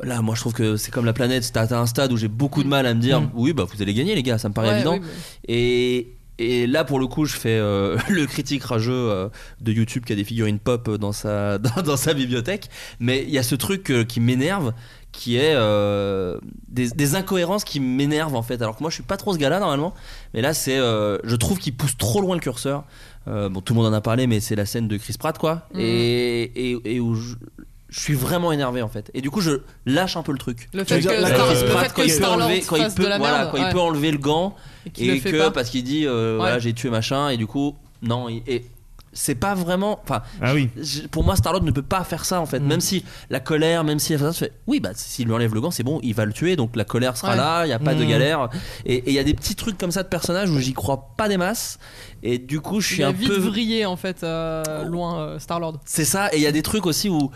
Speaker 1: Là, moi, je trouve que c'est comme la planète. T'as atteint un stade où j'ai beaucoup de mal à me dire, oui, bah, vous allez gagner, les gars, ça me paraît
Speaker 3: Mhm. Ouais,
Speaker 1: évident.
Speaker 3: oui, mais-
Speaker 1: Et, et là, pour le coup, je fais euh, le critique rageux euh, de YouTube qui a des figurines pop dans sa, dans, dans sa bibliothèque. Mais il y a ce truc euh, qui m'énerve, qui est euh, des, des incohérences qui m'énervent en fait. Alors que moi, je suis pas trop ce gars-là normalement. Mais là, c'est, euh, je trouve qu'il pousse trop loin le curseur. Euh, bon, tout le monde en a parlé, mais c'est la scène de Chris Pratt, quoi.
Speaker 3: Mhm.
Speaker 1: Et, et, et où je, je suis vraiment énervé en fait. Et du coup, je lâche un peu le truc.
Speaker 3: Le
Speaker 4: Tu
Speaker 3: fait
Speaker 4: veux
Speaker 3: que
Speaker 4: dire,
Speaker 3: Star-
Speaker 4: la
Speaker 3: le
Speaker 4: Chris
Speaker 3: fait
Speaker 4: Pratt,
Speaker 3: que
Speaker 1: quand il peut
Speaker 3: Star-Lord
Speaker 1: enlever, quand il
Speaker 3: fasse
Speaker 1: peut,
Speaker 3: de la
Speaker 1: voilà,
Speaker 3: merde,
Speaker 1: quand il
Speaker 3: ouais,
Speaker 1: peut enlever le gant
Speaker 3: et qu'il
Speaker 1: et
Speaker 3: le fait
Speaker 1: que
Speaker 3: pas.
Speaker 1: parce qu'il dit euh, voilà
Speaker 3: Ouais.
Speaker 1: j'ai tué machin et du coup non il- et c'est pas vraiment enfin
Speaker 2: Ah oui.
Speaker 1: je- pour moi Starlord ne peut pas faire ça en fait
Speaker 3: Mm.
Speaker 1: même si la colère même si elle fait ça, tu fais, oui bah s'il lui enlève le gant c'est bon il va le tuer donc la colère sera
Speaker 3: Ouais.
Speaker 1: là il y a pas de
Speaker 4: Mm.
Speaker 1: galère et et il y a des petits trucs comme ça de personnages où j'y crois pas des masses et du coup je suis
Speaker 3: il a
Speaker 1: un
Speaker 3: vite
Speaker 1: peu
Speaker 3: vrillé en fait euh, loin euh, Star-Lord.
Speaker 1: c'est ça, et il y a des trucs aussi où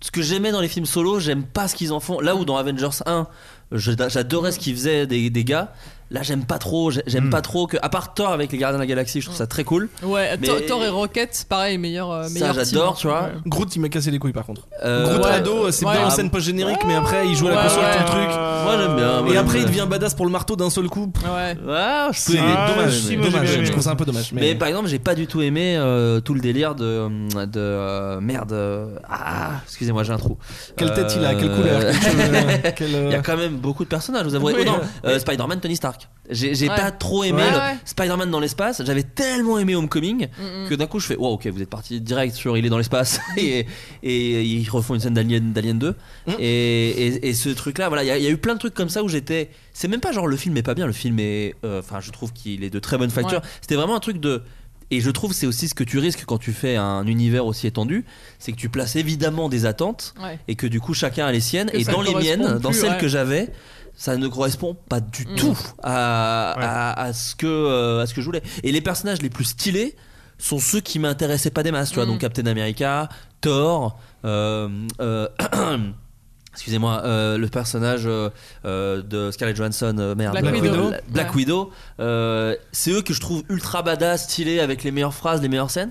Speaker 1: ce que j'aimais dans les films solo, j'aime pas ce qu'ils en font. Là où dans Avengers 1, je- j'adorais ce qu'ils faisaient des, des gars, là j'aime pas trop, j'ai- j'aime
Speaker 4: Hmm.
Speaker 2: Mm.
Speaker 1: pas trop que, à part Thor avec les Gardiens de la Galaxie, je trouve ça très cool.
Speaker 3: Ouais,
Speaker 1: Mais-
Speaker 3: Thor- Thor et Rocket, pareil, meilleur euh,
Speaker 1: Ça,
Speaker 3: meilleur team,
Speaker 1: j'adore,
Speaker 3: hein.
Speaker 1: tu vois.
Speaker 3: Ouais.
Speaker 4: Groot, il m'a cassé les couilles par contre.
Speaker 1: Euh,
Speaker 4: Groot
Speaker 3: ouais.
Speaker 4: ado, c'est
Speaker 3: Ouais.
Speaker 4: bien en
Speaker 3: Ah.
Speaker 4: scène post-générique, mais après, il joue à la
Speaker 3: Ouais,
Speaker 4: console
Speaker 3: ouais.
Speaker 4: tout le truc.
Speaker 1: Moi j'aime bien. moi,
Speaker 4: euh, Et
Speaker 1: j'aime
Speaker 4: après, il
Speaker 1: bien.
Speaker 4: devient badass pour le marteau d'un seul coup. Pff,
Speaker 3: Ouais.
Speaker 1: Ah, je peux
Speaker 4: C'est
Speaker 1: aimer.
Speaker 2: Ah,
Speaker 4: dommage,
Speaker 2: si,
Speaker 4: c'est
Speaker 2: moi, j'ai
Speaker 4: dommage.
Speaker 2: bien aimé.
Speaker 4: Je trouve ça un peu dommage.
Speaker 1: Mais bah,
Speaker 4: Mais,
Speaker 1: par exemple, j'ai pas du tout aimé euh, tout le délire de. hum, de euh, merde. euh, ah, excusez-moi, j'ai un trou.
Speaker 4: quelle tête il a, quelle
Speaker 1: Euh,
Speaker 4: couleur, quelle cheveux, quelle, euh,
Speaker 1: Il y a quand même beaucoup de personnages, vous avouez.
Speaker 3: Oui.
Speaker 1: Oh non, euh, Spider-Man, Tony Stark. J'ai j'ai
Speaker 3: Ouais.
Speaker 1: pas trop aimé
Speaker 3: Ouais,
Speaker 1: le
Speaker 3: ouais.
Speaker 1: Spider-Man dans l'espace. J'avais tellement aimé Homecoming
Speaker 3: Mm, mm.
Speaker 1: que d'un coup je fais, wow, ok, vous êtes parti direct sur Il est dans l'espace et, et ils refont une scène d'Alien d'Alien 2.
Speaker 4: Mm.
Speaker 1: Et, et- et ce truc-là, voilà, il y a- il y, a eu plein de trucs comme ça où j'étais. C'est même pas genre le film est pas bien, le film est. euh, Enfin, je trouve qu'il est de très bonne facture. C'était vraiment un truc de. Et je trouve c'est aussi ce que tu risques quand tu fais un univers aussi étendu, c'est que tu places évidemment des attentes
Speaker 3: Ouais.
Speaker 1: et que du coup chacun a les siennes
Speaker 3: Que
Speaker 1: et
Speaker 3: ça
Speaker 1: dans
Speaker 3: ne
Speaker 1: les
Speaker 3: correspond
Speaker 1: miennes dans
Speaker 3: plus,
Speaker 1: celles
Speaker 3: ouais.
Speaker 1: que j'avais ça ne correspond pas du
Speaker 3: Mm.
Speaker 1: tout à,
Speaker 2: Ouais.
Speaker 1: à, à ce que euh, à ce que je voulais et les personnages les plus stylés sont ceux qui m'intéressaient pas des masses tu vois
Speaker 3: Mm.
Speaker 1: donc Captain America Thor euh, euh, Excusez-moi, euh, le personnage euh, euh, de Scarlett Johansson, euh, merde,
Speaker 3: Black
Speaker 1: euh,
Speaker 3: Widow.
Speaker 1: la- Black
Speaker 3: Ouais.
Speaker 1: Widow, euh, c'est eux que je trouve ultra badass, stylés, avec les meilleures phrases, les meilleures scènes,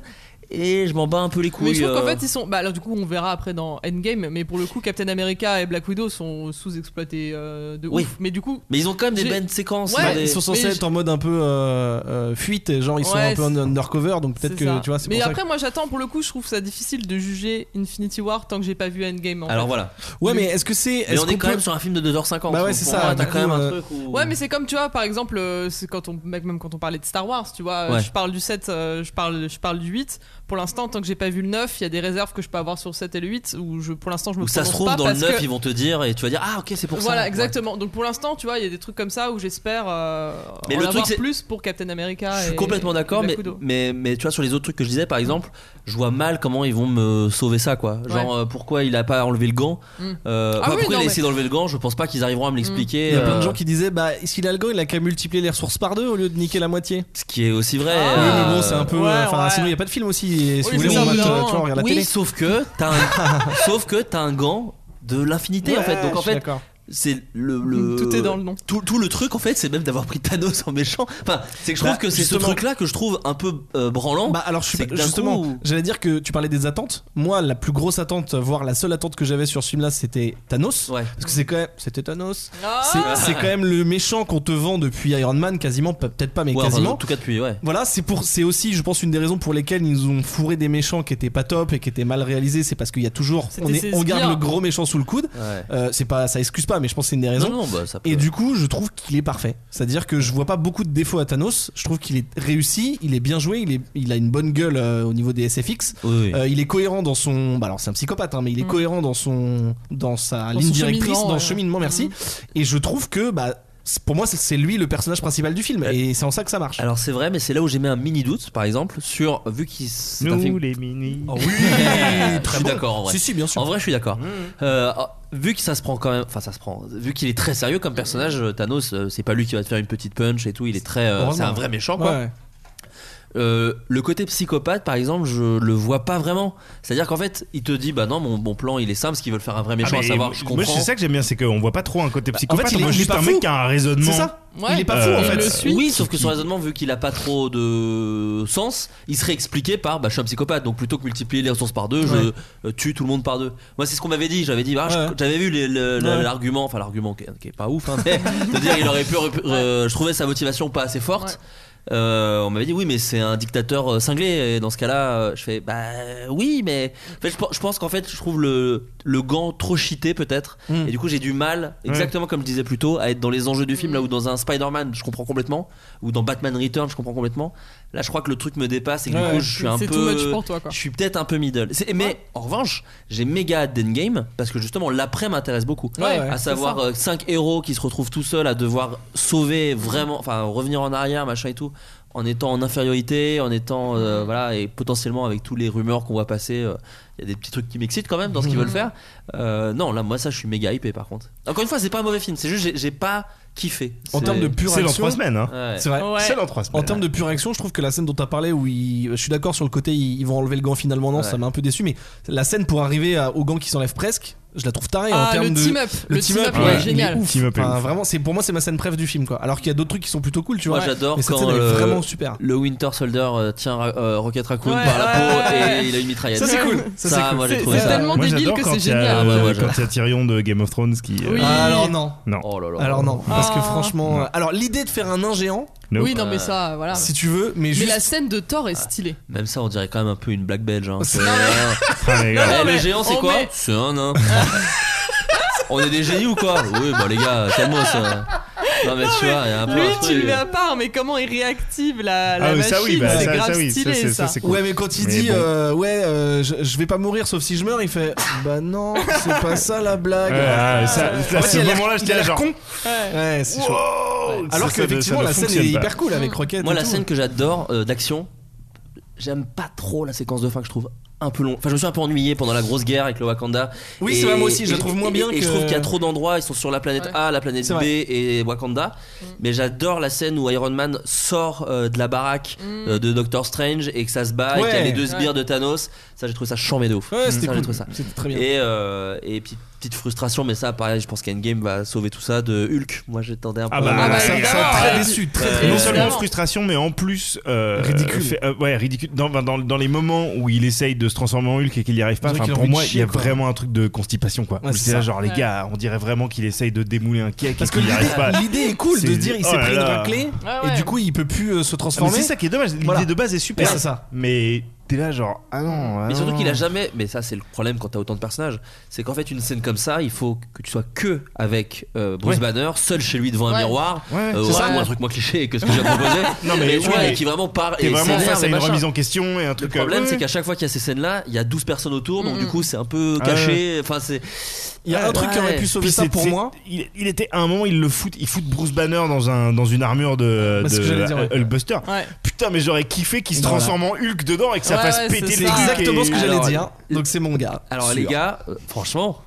Speaker 1: et je m'en bats un peu les couilles.
Speaker 3: Mais je trouve qu'en
Speaker 1: euh.
Speaker 3: fait ils sont. Bah alors du coup on verra après dans Endgame, mais pour le coup Captain America et Black Widow sont sous-exploités euh, de
Speaker 1: Oui.
Speaker 3: ouf. Mais du coup.
Speaker 1: Mais ils ont quand même des
Speaker 3: J'ai-
Speaker 1: belles séquences.
Speaker 3: Ouais,
Speaker 1: hein,
Speaker 4: ouais,
Speaker 1: des-
Speaker 4: Ils sont censés
Speaker 3: mais
Speaker 4: être en mode un peu euh, euh, fuite, et genre ils sont
Speaker 3: Ouais,
Speaker 4: un peu
Speaker 3: c'est-
Speaker 4: undercover, donc peut-être
Speaker 3: c'est
Speaker 4: que
Speaker 3: ça.
Speaker 4: tu vois, c'est
Speaker 3: Mais
Speaker 4: pour ça. que-
Speaker 3: après, moi j'attends pour le coup, je trouve ça difficile de juger Infinity War tant que j'ai pas vu Endgame. En
Speaker 1: Alors
Speaker 3: fait.
Speaker 1: voilà.
Speaker 4: Ouais, mais est-ce que c'est.
Speaker 1: Mais
Speaker 4: est-ce
Speaker 1: on est
Speaker 4: qu'on
Speaker 1: quand
Speaker 4: peut-
Speaker 1: même sur un film de 2h50.
Speaker 4: Bah ouais,
Speaker 1: donc
Speaker 4: c'est
Speaker 1: pour
Speaker 4: ça,
Speaker 1: moi,
Speaker 4: du
Speaker 1: T'as
Speaker 4: coup,
Speaker 1: quand même un
Speaker 4: euh,
Speaker 1: truc où.
Speaker 3: Ouais, mais c'est comme tu vois, par exemple, euh, c'est quand on même quand on parlait de Star Wars, tu vois, euh,
Speaker 1: Ouais.
Speaker 3: je parle du 7, euh, je parle je parle du 8. Pour l'instant, tant que j'ai pas vu le 9, il y a des réserves que je peux avoir sur le 7 et le 8 où je, pour l'instant je me
Speaker 1: Ou ça se
Speaker 3: prononce
Speaker 1: trouve
Speaker 3: pas
Speaker 1: dans le
Speaker 3: parce
Speaker 1: 9,
Speaker 3: que-
Speaker 1: ils vont te dire et tu vas dire ah ok c'est pour ça.
Speaker 3: voilà,
Speaker 1: Ouais.
Speaker 3: exactement. Donc pour l'instant, tu vois, il y a des trucs comme ça où j'espère euh,
Speaker 1: Mais
Speaker 3: en
Speaker 1: le truc,
Speaker 3: avoir
Speaker 1: c'est-
Speaker 3: plus pour Captain America.
Speaker 1: Je suis
Speaker 3: et-
Speaker 1: complètement d'accord,
Speaker 3: et
Speaker 1: mais,
Speaker 3: Black Widow.
Speaker 1: mais, mais tu vois, sur les autres trucs que je disais, par exemple, je vois mal comment ils vont me sauver ça, quoi. Genre, euh, pourquoi il a pas enlevé le gant
Speaker 3: Mm.
Speaker 1: Euh,
Speaker 3: Ah
Speaker 1: bah,
Speaker 3: oui,
Speaker 1: Pourquoi
Speaker 3: non,
Speaker 1: il a
Speaker 3: mais-
Speaker 1: essayé d'enlever le gant Je pense pas qu'ils arriveront à me l'expliquer.
Speaker 4: Il y a plein de
Speaker 1: euh,
Speaker 4: gens qui disaient bah s'il a le gant, il a qu'à multiplier les ressources par deux au lieu de niquer la moitié.
Speaker 1: Ce qui est aussi vrai.
Speaker 3: Ah.
Speaker 4: oui,
Speaker 1: euh,
Speaker 4: mais bon, c'est un peu.
Speaker 3: ouais,
Speaker 4: Enfin,
Speaker 3: ouais.
Speaker 4: sinon il y a pas de film aussi. Et si
Speaker 3: Oui,
Speaker 4: vous voulez,
Speaker 3: c'est
Speaker 4: on
Speaker 3: ça,
Speaker 4: mate,
Speaker 3: oui,
Speaker 4: tu
Speaker 3: non.
Speaker 4: vois, on regarde la
Speaker 1: Oui,
Speaker 4: télé.
Speaker 1: sauf que t'as un... sauf que t'as un gant de l'infinité en fait. Donc en
Speaker 4: Ouais, je suis
Speaker 1: fait,
Speaker 4: d'accord.
Speaker 1: c'est le,
Speaker 4: Mm,
Speaker 1: le-
Speaker 3: Tout est dans le nom.
Speaker 1: Tout, tout le truc en fait, c'est même d'avoir pris Thanos en méchant. Enfin, c'est que je
Speaker 4: Bah,
Speaker 1: trouve que c'est ce
Speaker 4: justement.
Speaker 1: truc-là que je trouve un peu euh, branlant.
Speaker 4: Bah alors je suis
Speaker 1: C'est
Speaker 4: pas-
Speaker 1: que d'un
Speaker 4: justement,
Speaker 1: coup-
Speaker 4: j'allais dire que tu parlais des attentes. Moi, la plus grosse attente, voire la seule attente que j'avais sur ce film-là, c'était Thanos.
Speaker 1: Ouais.
Speaker 4: Parce que c'est quand même, c'était Thanos. C'est-
Speaker 3: Ah
Speaker 4: C'est quand même le méchant qu'on te vend depuis Iron Man, quasiment, pe- peut-être pas, mais
Speaker 1: Ouais, enfin,
Speaker 4: quasiment.
Speaker 1: en tout cas depuis ouais.
Speaker 4: Voilà, c'est pour, c'est aussi, je pense, une des raisons pour lesquelles ils ont fourré des méchants qui étaient pas top et qui étaient mal réalisés. C'est parce qu'il y a toujours,
Speaker 3: C'était
Speaker 4: on, est-
Speaker 3: ces
Speaker 4: on garde
Speaker 3: sbires.
Speaker 4: le gros méchant sous le coude.
Speaker 1: Ouais.
Speaker 4: Euh, c'est pas, ça excuse pas, mais je pense que c'est une des raisons.
Speaker 1: Non, non, bah, ça peut...
Speaker 4: Et du coup, je trouve qu'il est parfait. C'est-à-dire que je vois pas beaucoup de défauts à Thanos. Je trouve qu'il est réussi, il est bien joué, il, est, il a une bonne gueule euh, au niveau des SFX.
Speaker 1: Oui, oui.
Speaker 4: Euh, il est cohérent dans son. Bah alors, c'est un psychopathe, hein, mais il est
Speaker 3: Mm.
Speaker 4: cohérent dans son, dans sa
Speaker 3: Dans
Speaker 4: ligne
Speaker 3: son
Speaker 4: directrice,
Speaker 3: cheminement,
Speaker 4: dans le
Speaker 3: ouais.
Speaker 4: cheminement. Merci.
Speaker 3: Mm.
Speaker 4: Et je trouve que bah, c'est- pour moi, c'est- c'est lui le personnage principal du film,
Speaker 1: Ouais.
Speaker 4: et c'est en ça que ça marche.
Speaker 1: Alors c'est vrai, mais c'est là où j'ai mis un mini doute, par exemple, sur vu qu'il c'est un film.
Speaker 2: les Ah, mini.
Speaker 4: Oh oui,
Speaker 1: Je
Speaker 4: très
Speaker 1: suis
Speaker 4: bon.
Speaker 1: d'accord, en vrai.
Speaker 4: Si si, Mm. bien sûr.
Speaker 1: En vrai, je suis d'accord. Euh, ah, vu que ça se prend quand même, enfin ça se prend. Vu qu'il est très sérieux comme personnage, euh, Thanos, euh, c'est pas lui qui va te faire une petite punch et tout. Il est très, euh,
Speaker 4: Heureusement.
Speaker 1: c'est un vrai méchant quoi.
Speaker 4: Ouais.
Speaker 1: Euh, le côté psychopathe, par exemple, je le vois pas vraiment. C'est-à-dire qu'en fait, il te dit, bah non, mon, mon plan, il est simple, parce qu'ils veulent faire un vrai
Speaker 2: Ah,
Speaker 1: méchant,
Speaker 2: mais
Speaker 1: à savoir, je
Speaker 2: Moi,
Speaker 1: comprends.
Speaker 2: c'est ça que j'aime bien, c'est qu'on voit pas trop un côté
Speaker 4: en
Speaker 2: psychopathe,
Speaker 4: fait, il
Speaker 2: on
Speaker 4: est-
Speaker 2: voit
Speaker 4: il est
Speaker 2: juste
Speaker 4: pas
Speaker 2: un
Speaker 4: fou.
Speaker 2: mec qui a un raisonnement.
Speaker 4: C'est ça.
Speaker 3: Ouais.
Speaker 4: Il est pas
Speaker 2: Euh,
Speaker 4: fou en
Speaker 2: il
Speaker 4: fait.
Speaker 3: le suit.
Speaker 1: Oui, sauf que son raisonnement, vu qu'il a pas trop de sens, il serait expliqué par bah, je suis un psychopathe, donc plutôt que multiplier les ressources par deux, je
Speaker 4: Ouais.
Speaker 1: euh, tue tout le monde par deux. Moi, c'est ce qu'on m'avait dit. J'avais dit, bah, je-
Speaker 4: Ouais.
Speaker 1: j'avais vu les- le- le-
Speaker 4: Ouais.
Speaker 1: l'argument, enfin, l'argument qui, est- qui est pas ouf, hein, mais de dire, il aurait pu. euh, je trouvais sa motivation pas assez forte. Euh, on m'avait dit oui mais c'est un dictateur euh, cinglé et dans ce cas là je fais bah oui mais en fait, je, pe- je pense qu'en fait je trouve le, le gant trop cheaté peut-être
Speaker 4: Mm.
Speaker 3: Hmm.
Speaker 1: et du coup j'ai du mal exactement comme je disais plus tôt à être dans les enjeux du film
Speaker 3: Hmm.
Speaker 1: là où dans un Spider-Man je comprends complètement ou dans Batman Return je comprends complètement là je crois que le truc me dépasse et que
Speaker 4: Ouais,
Speaker 1: du coup je suis un
Speaker 3: C'est too
Speaker 1: peu
Speaker 3: much pour toi, quoi.
Speaker 1: je suis peut-être un peu middle C'est- mais
Speaker 3: Ouais.
Speaker 1: en revanche j'ai méga hâte d'Endgame parce que justement l'après m'intéresse beaucoup
Speaker 4: Ouais,
Speaker 1: à
Speaker 4: ouais,
Speaker 1: savoir
Speaker 3: c'est
Speaker 1: 5 héros qui se retrouvent tout seuls à devoir sauver vraiment, enfin revenir en arrière, machin et tout, en étant en infériorité, en étant
Speaker 3: Mm.
Speaker 1: euh, voilà et potentiellement avec tous les rumeurs qu'on voit passer, euh, il y a des petits trucs qui m'excitent quand même dans ce
Speaker 3: Mm.
Speaker 1: qu'ils veulent faire. Euh, non, là moi ça je suis méga hypé par contre. Encore une fois, c'est pas un mauvais film, c'est juste j'ai- j'ai pas kiffé.
Speaker 4: En
Speaker 1: C'est-
Speaker 4: termes de pure
Speaker 2: C'est dans
Speaker 4: action.
Speaker 2: trois semaines. hein.
Speaker 1: Ouais.
Speaker 4: C'est vrai.
Speaker 3: Ouais.
Speaker 2: C'est dans trois semaines.
Speaker 4: En termes de pure action, je trouve que la scène dont tu as parlé, où ils- je suis d'accord sur le côté, ils ils vont enlever le gant finalement, non,
Speaker 1: Ouais.
Speaker 4: ça m'a un peu déçu, mais la scène pour arriver à- au gant qui s'enlève presque, je la trouve tarée hein, en
Speaker 3: Ah,
Speaker 4: termes
Speaker 3: le
Speaker 4: de.
Speaker 3: team-up. Le team-up,
Speaker 2: ouais,
Speaker 3: il est
Speaker 2: il est
Speaker 3: génial.
Speaker 4: ouf.
Speaker 2: Team up est
Speaker 4: Enfin,
Speaker 2: ouf.
Speaker 4: vraiment, c'est pour moi c'est ma scène préf du film quoi. Alors qu'il y a d'autres trucs qui sont plutôt cool, tu vois.
Speaker 1: Moi, j'adore
Speaker 4: Mais cette
Speaker 1: quand,
Speaker 4: scène elle est
Speaker 1: euh,
Speaker 4: vraiment super.
Speaker 1: Le Winter Soldier euh, tient Ra- euh, Rocket Raccoon
Speaker 3: Ouais,
Speaker 1: par la peau
Speaker 3: ouais, ouais, ouais.
Speaker 1: et il a une mitraillette.
Speaker 4: Ça c'est cool.
Speaker 1: Ça,
Speaker 4: Ça c'est cool.
Speaker 1: moi j'ai
Speaker 3: C'est
Speaker 1: trouvé
Speaker 3: c'est
Speaker 1: ça.
Speaker 3: tellement
Speaker 2: Moi,
Speaker 3: débile
Speaker 2: j'adore
Speaker 3: que
Speaker 2: quand
Speaker 3: c'est
Speaker 2: il y a,
Speaker 3: génial.
Speaker 1: ouais,
Speaker 2: euh,
Speaker 1: ouais,
Speaker 2: quand il y a Tyrion de Game of Thrones qui. euh,
Speaker 3: Oui.
Speaker 4: Ah, Alors non.
Speaker 2: Non.
Speaker 1: Oh là là.
Speaker 4: Alors non, parce que
Speaker 3: Ah.
Speaker 4: franchement, euh, alors l'idée de faire un nain géant,
Speaker 2: Nope.
Speaker 3: Oui, non, mais ça, voilà.
Speaker 4: si tu veux, mais
Speaker 3: Mais
Speaker 4: juste.
Speaker 3: la scène de Thor est stylée.
Speaker 1: Même ça, on dirait quand même un peu une blague belge. hein.
Speaker 4: C'est-
Speaker 1: C'est-
Speaker 2: Ah, les gars.
Speaker 1: Eh,
Speaker 3: non,
Speaker 1: le
Speaker 3: mais
Speaker 1: géant, c'est
Speaker 3: on
Speaker 1: quoi
Speaker 3: met-
Speaker 1: C'est un nain. on est des génies ou quoi Oui, bah les gars, calme-moi ça. Non, mais tu vois, il y a un peu
Speaker 3: Lui,
Speaker 1: un
Speaker 3: tu Ah, le
Speaker 1: truc. euh,
Speaker 3: mets à part, mais comment il réactive la, la
Speaker 2: Ah, oui,
Speaker 3: machine
Speaker 2: ça oui, bah,
Speaker 3: C'est
Speaker 2: ça,
Speaker 3: grave
Speaker 2: ça, oui, ça,
Speaker 3: stylé,
Speaker 2: c'est-
Speaker 3: ça.
Speaker 2: ça, c'est cool.
Speaker 4: Ouais mais quand il
Speaker 2: Mais
Speaker 4: dit
Speaker 2: bon.
Speaker 4: euh, ouais euh, je, je vais pas mourir sauf si je meurs il fait bah non c'est pas ça la blague
Speaker 2: Ouais, ah, ça, là,
Speaker 4: En fait,
Speaker 2: ce
Speaker 4: il a l'air-
Speaker 2: moment-là,
Speaker 4: il
Speaker 2: j'étais
Speaker 4: a
Speaker 2: là,
Speaker 4: l'air
Speaker 2: genre.
Speaker 4: con
Speaker 3: Ouais.
Speaker 4: ouais c'est chaud
Speaker 2: wow, ça,
Speaker 4: alors
Speaker 2: ça,
Speaker 4: qu'effectivement
Speaker 2: ça ne
Speaker 4: la scène est
Speaker 2: fonctionne pas.
Speaker 4: hyper cool avec Rocket
Speaker 1: Mm. Moi,
Speaker 4: et
Speaker 1: la
Speaker 4: tout. hein.
Speaker 1: scène que j'adore euh, d'action, j'aime pas trop la séquence de fin que je trouve un peu long. Enfin, je me suis un peu ennuyé pendant la grosse guerre avec le Wakanda.
Speaker 4: Oui,
Speaker 1: Et-
Speaker 4: c'est vrai, moi aussi, je la
Speaker 1: et-
Speaker 4: trouve moins
Speaker 1: et-
Speaker 4: bien
Speaker 1: Et je
Speaker 4: que-
Speaker 1: trouve qu'il y a trop d'endroits, ils sont sur la planète
Speaker 3: Ouais.
Speaker 1: A, la planète
Speaker 4: C'est
Speaker 1: B
Speaker 4: vrai.
Speaker 1: et Wakanda. Mais j'adore la scène où Iron Man sort euh, de la baraque euh, de Doctor Strange et que ça se bat et qu'il y a
Speaker 4: Ouais.
Speaker 1: les deux sbires de Thanos. Ça, j'ai trouvé ça chambé de ouf.
Speaker 4: Ouais,
Speaker 1: Mm, Ça,
Speaker 4: c'était
Speaker 1: j'ai
Speaker 4: cool.
Speaker 1: trouvé ça.
Speaker 4: C'était très bien.
Speaker 1: Et, euh, et petite, petite frustration, mais ça, pareil, je pense qu'Endgame va bah, sauver tout ça de Hulk. Moi, j'attendais un peu.
Speaker 2: Ah bah,
Speaker 3: Ah bah,
Speaker 4: ça,
Speaker 3: évidemment,
Speaker 4: ça, très
Speaker 3: ouais.
Speaker 4: déçu, très très
Speaker 1: Euh,
Speaker 2: non
Speaker 4: déçu.
Speaker 2: seulement
Speaker 3: Évidemment.
Speaker 2: frustration, mais en plus euh,
Speaker 4: Ridicule.
Speaker 2: fait- euh, ouais, ridicule. Dans, dans, dans les moments où il essaye de se transformer en Hulk et qu'il n'y arrive pas,
Speaker 4: On dirait
Speaker 2: enfin,
Speaker 4: qu'il a
Speaker 2: pour
Speaker 4: envie de
Speaker 2: moi, il y a
Speaker 4: chier, quoi.
Speaker 2: vraiment un truc de constipation, quoi.
Speaker 4: Ouais,
Speaker 2: Où
Speaker 4: c'est
Speaker 2: c'est là,
Speaker 4: ça.
Speaker 2: genre les
Speaker 3: Ouais.
Speaker 2: gars, on dirait vraiment qu'il essaye de démouler un cake
Speaker 4: Parce
Speaker 2: et
Speaker 4: que
Speaker 2: qu'il n'y arrive pas. Ah,
Speaker 4: l'idée- l'idée est cool de
Speaker 2: C'est-
Speaker 4: dire il
Speaker 2: oh
Speaker 4: s'est
Speaker 2: là
Speaker 4: pris une
Speaker 2: là.
Speaker 4: raclée
Speaker 3: Ouais,
Speaker 1: Ah
Speaker 4: et
Speaker 3: ouais.
Speaker 4: du coup il peut plus euh,
Speaker 2: Ah,
Speaker 4: se
Speaker 2: mais
Speaker 4: transformer.
Speaker 2: c'est ça qui est dommage. L'idée
Speaker 4: Voilà.
Speaker 2: de base est
Speaker 4: Ouais,
Speaker 2: super,
Speaker 4: c'est ça.
Speaker 2: mais t'es là genre ah non. ah
Speaker 1: Mais surtout
Speaker 2: non.
Speaker 1: qu'il a jamais. Mais ça, c'est le problème quand t'as autant de personnages. C'est qu'en fait, une scène comme ça, il faut que tu sois que avec euh, Bruce
Speaker 2: Ouais.
Speaker 1: Banner, seul chez lui devant un
Speaker 7: Ouais.
Speaker 1: miroir.
Speaker 2: Ouais, ouais.
Speaker 1: Euh,
Speaker 7: ça.
Speaker 1: vraiment un truc moins cliché que ce que j'ai proposé.
Speaker 2: Non, mais
Speaker 1: mais
Speaker 2: oui,
Speaker 1: tu vois,
Speaker 2: mais
Speaker 1: et qui vraiment parle.
Speaker 2: T'es
Speaker 1: et
Speaker 2: vraiment
Speaker 1: s'énerve
Speaker 2: face à
Speaker 1: et
Speaker 2: une
Speaker 1: machin.
Speaker 2: remise en question et un
Speaker 1: Le
Speaker 2: truc. euh,
Speaker 1: problème,
Speaker 2: ouais,
Speaker 1: c'est qu'à chaque fois qu'il y a ces scènes-là, il y a 12 personnes autour, donc
Speaker 7: Mm,
Speaker 1: du
Speaker 7: mm.
Speaker 1: coup, c'est un peu
Speaker 2: Ah
Speaker 1: caché. Enfin, c'est.
Speaker 4: Il y a
Speaker 2: Ouais,
Speaker 4: un truc qui aurait
Speaker 1: ouais.
Speaker 4: pu sauver
Speaker 2: Puis
Speaker 4: ça
Speaker 2: c'est-
Speaker 4: pour
Speaker 2: c'est-
Speaker 4: moi.
Speaker 2: Il, il était à un moment, il le fout, il fout Bruce Banner dans un dans une armure de,
Speaker 4: Bah, c'est ce que
Speaker 2: de
Speaker 4: j'allais dire, ouais.
Speaker 2: Hulkbuster.
Speaker 3: Ouais.
Speaker 2: Putain, mais j'aurais kiffé qu'il se
Speaker 4: Voilà.
Speaker 2: transforme en Hulk dedans et que ça
Speaker 3: Ouais,
Speaker 2: fasse
Speaker 3: ouais,
Speaker 2: péter
Speaker 3: c'est
Speaker 2: les
Speaker 3: ça.
Speaker 2: trucs
Speaker 4: Exactement
Speaker 2: et-
Speaker 4: ce que j'allais
Speaker 1: Alors,
Speaker 4: dire. Donc c'est mon gars.
Speaker 1: Alors
Speaker 4: Sûr.
Speaker 1: les gars, euh, franchement,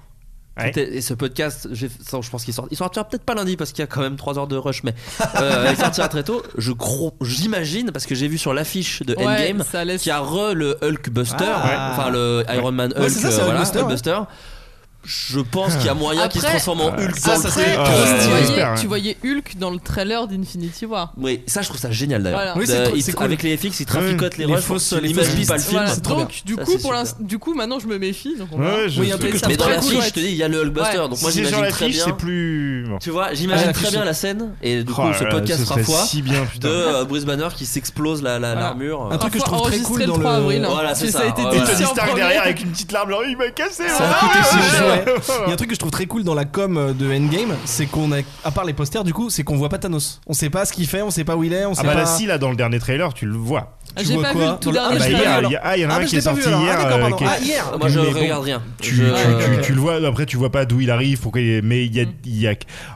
Speaker 2: Ouais.
Speaker 1: tout est- et ce podcast, j'ai- ça, je pense qu'il sort, il sortira peut-être pas lundi parce qu'il y a quand même 3 heures de rush, mais euh, il sortira très tôt. Je cro- j'imagine parce que j'ai vu sur l'affiche de
Speaker 3: Ouais,
Speaker 1: Endgame
Speaker 3: ça laisse-
Speaker 1: qu'il y a re le Hulkbuster,
Speaker 4: Ah.
Speaker 1: enfin le Iron Man Hulk,
Speaker 4: Ouais, c'est ça, c'est
Speaker 1: euh, voilà,
Speaker 4: Hulkbuster, ouais.
Speaker 1: Hulkbuster. Je pense qu'il y a moyen qu'il se
Speaker 7: Après-
Speaker 1: transforme en Hulk
Speaker 4: ça,
Speaker 1: dans
Speaker 4: ça
Speaker 1: le
Speaker 4: serait
Speaker 1: truc.
Speaker 4: trop
Speaker 3: Tu
Speaker 2: Ouais,
Speaker 3: voyais-
Speaker 1: hein.
Speaker 2: j'espère, ouais.
Speaker 3: tu voyais Hulk dans le trailer d'Infinity War.
Speaker 1: Oui, ça je trouve ça génial d'ailleurs.
Speaker 3: Voilà.
Speaker 4: Oui, c'est
Speaker 1: De-
Speaker 4: trop-
Speaker 1: ils-
Speaker 4: c'est cool.
Speaker 1: Avec les FX, ils traficotent les
Speaker 4: Les
Speaker 1: rushs,
Speaker 4: fausses-
Speaker 1: ils
Speaker 4: les fausses
Speaker 1: imaginent pas le
Speaker 4: pistes.
Speaker 1: film.
Speaker 3: Voilà,
Speaker 4: c'est trop
Speaker 3: donc du
Speaker 1: Ça,
Speaker 3: coup,
Speaker 1: c'est
Speaker 3: pour
Speaker 1: super.
Speaker 3: l'inst- du coup, maintenant je me méfie. Donc on verra.
Speaker 2: Ouais, je-
Speaker 4: Oui, il y a un truc que
Speaker 3: Ça
Speaker 1: Mais
Speaker 3: me
Speaker 1: dans
Speaker 3: paraît
Speaker 1: l'affiche,
Speaker 3: cool, ouais.
Speaker 1: je te dis, il y a le Hulkbuster, donc moi
Speaker 2: si c'est sur
Speaker 1: j'imagine très
Speaker 2: l'affiche,
Speaker 1: bien.
Speaker 2: c'est plus. bon.
Speaker 1: Tu vois, j'imagine
Speaker 4: Ah,
Speaker 1: très
Speaker 4: l'affiche,
Speaker 1: bien
Speaker 4: c'est-
Speaker 1: la scène et du coup
Speaker 2: Oh là
Speaker 1: ce
Speaker 2: là,
Speaker 1: podcast
Speaker 2: ce
Speaker 1: sera
Speaker 2: serait
Speaker 1: fois
Speaker 2: si bien,
Speaker 1: de
Speaker 2: putain.
Speaker 1: euh, Bruce Banner qui s'explose la la-
Speaker 3: Voilà.
Speaker 1: l'armure.
Speaker 4: Un truc que je trouve très cool
Speaker 3: enregistré
Speaker 4: dans
Speaker 3: le 3 avril.
Speaker 4: le.
Speaker 3: hein.
Speaker 1: Voilà,
Speaker 3: Parce que
Speaker 1: c'est
Speaker 3: ça.
Speaker 1: ça,
Speaker 3: a été
Speaker 1: ouais.
Speaker 3: dit
Speaker 1: Tony
Speaker 3: en
Speaker 2: Tony Stark
Speaker 3: premier.
Speaker 2: derrière avec une petite larme, genre il m'a cassé. hein.
Speaker 4: Ça a
Speaker 2: voilà.
Speaker 4: coûté ses jouets. Il y a un truc que je trouve très cool dans la com de Endgame, c'est qu'on a, à part les posters du coup, c'est qu'on voit pas Thanos. On sait pas ce qu'il fait, on sait pas où il est, on sait
Speaker 2: Ah bah
Speaker 4: pas.
Speaker 2: là, si là dans le dernier trailer, tu le vois.
Speaker 3: Ah,
Speaker 4: Tu
Speaker 3: J'ai
Speaker 4: vois
Speaker 3: pas
Speaker 4: quoi
Speaker 3: vu le
Speaker 4: Dans
Speaker 3: tout
Speaker 4: le-
Speaker 2: Ah
Speaker 3: dernier.
Speaker 2: bah
Speaker 3: je
Speaker 4: l'ai
Speaker 3: l'ai
Speaker 4: pas
Speaker 2: hier,
Speaker 3: pas
Speaker 4: alors.
Speaker 2: il y a- ah, il y en a
Speaker 4: Ah,
Speaker 2: un
Speaker 4: bah, je
Speaker 2: qui
Speaker 4: l'ai
Speaker 2: est
Speaker 4: pas vu,
Speaker 2: sorti
Speaker 4: alors. Ah,
Speaker 2: hier.
Speaker 4: d'accord,
Speaker 2: euh,
Speaker 4: pardon.
Speaker 2: qui est-
Speaker 4: Ah, hier.
Speaker 1: Moi je
Speaker 2: Mais bon,
Speaker 1: regarde rien.
Speaker 2: Tu,
Speaker 1: Je- euh,
Speaker 2: tu-
Speaker 3: Ouais,
Speaker 2: tu-
Speaker 3: ouais.
Speaker 2: tu le vois après tu vois pas d'où il arrive pourquoi il est- mais il
Speaker 4: Mm.
Speaker 2: y a, il y a-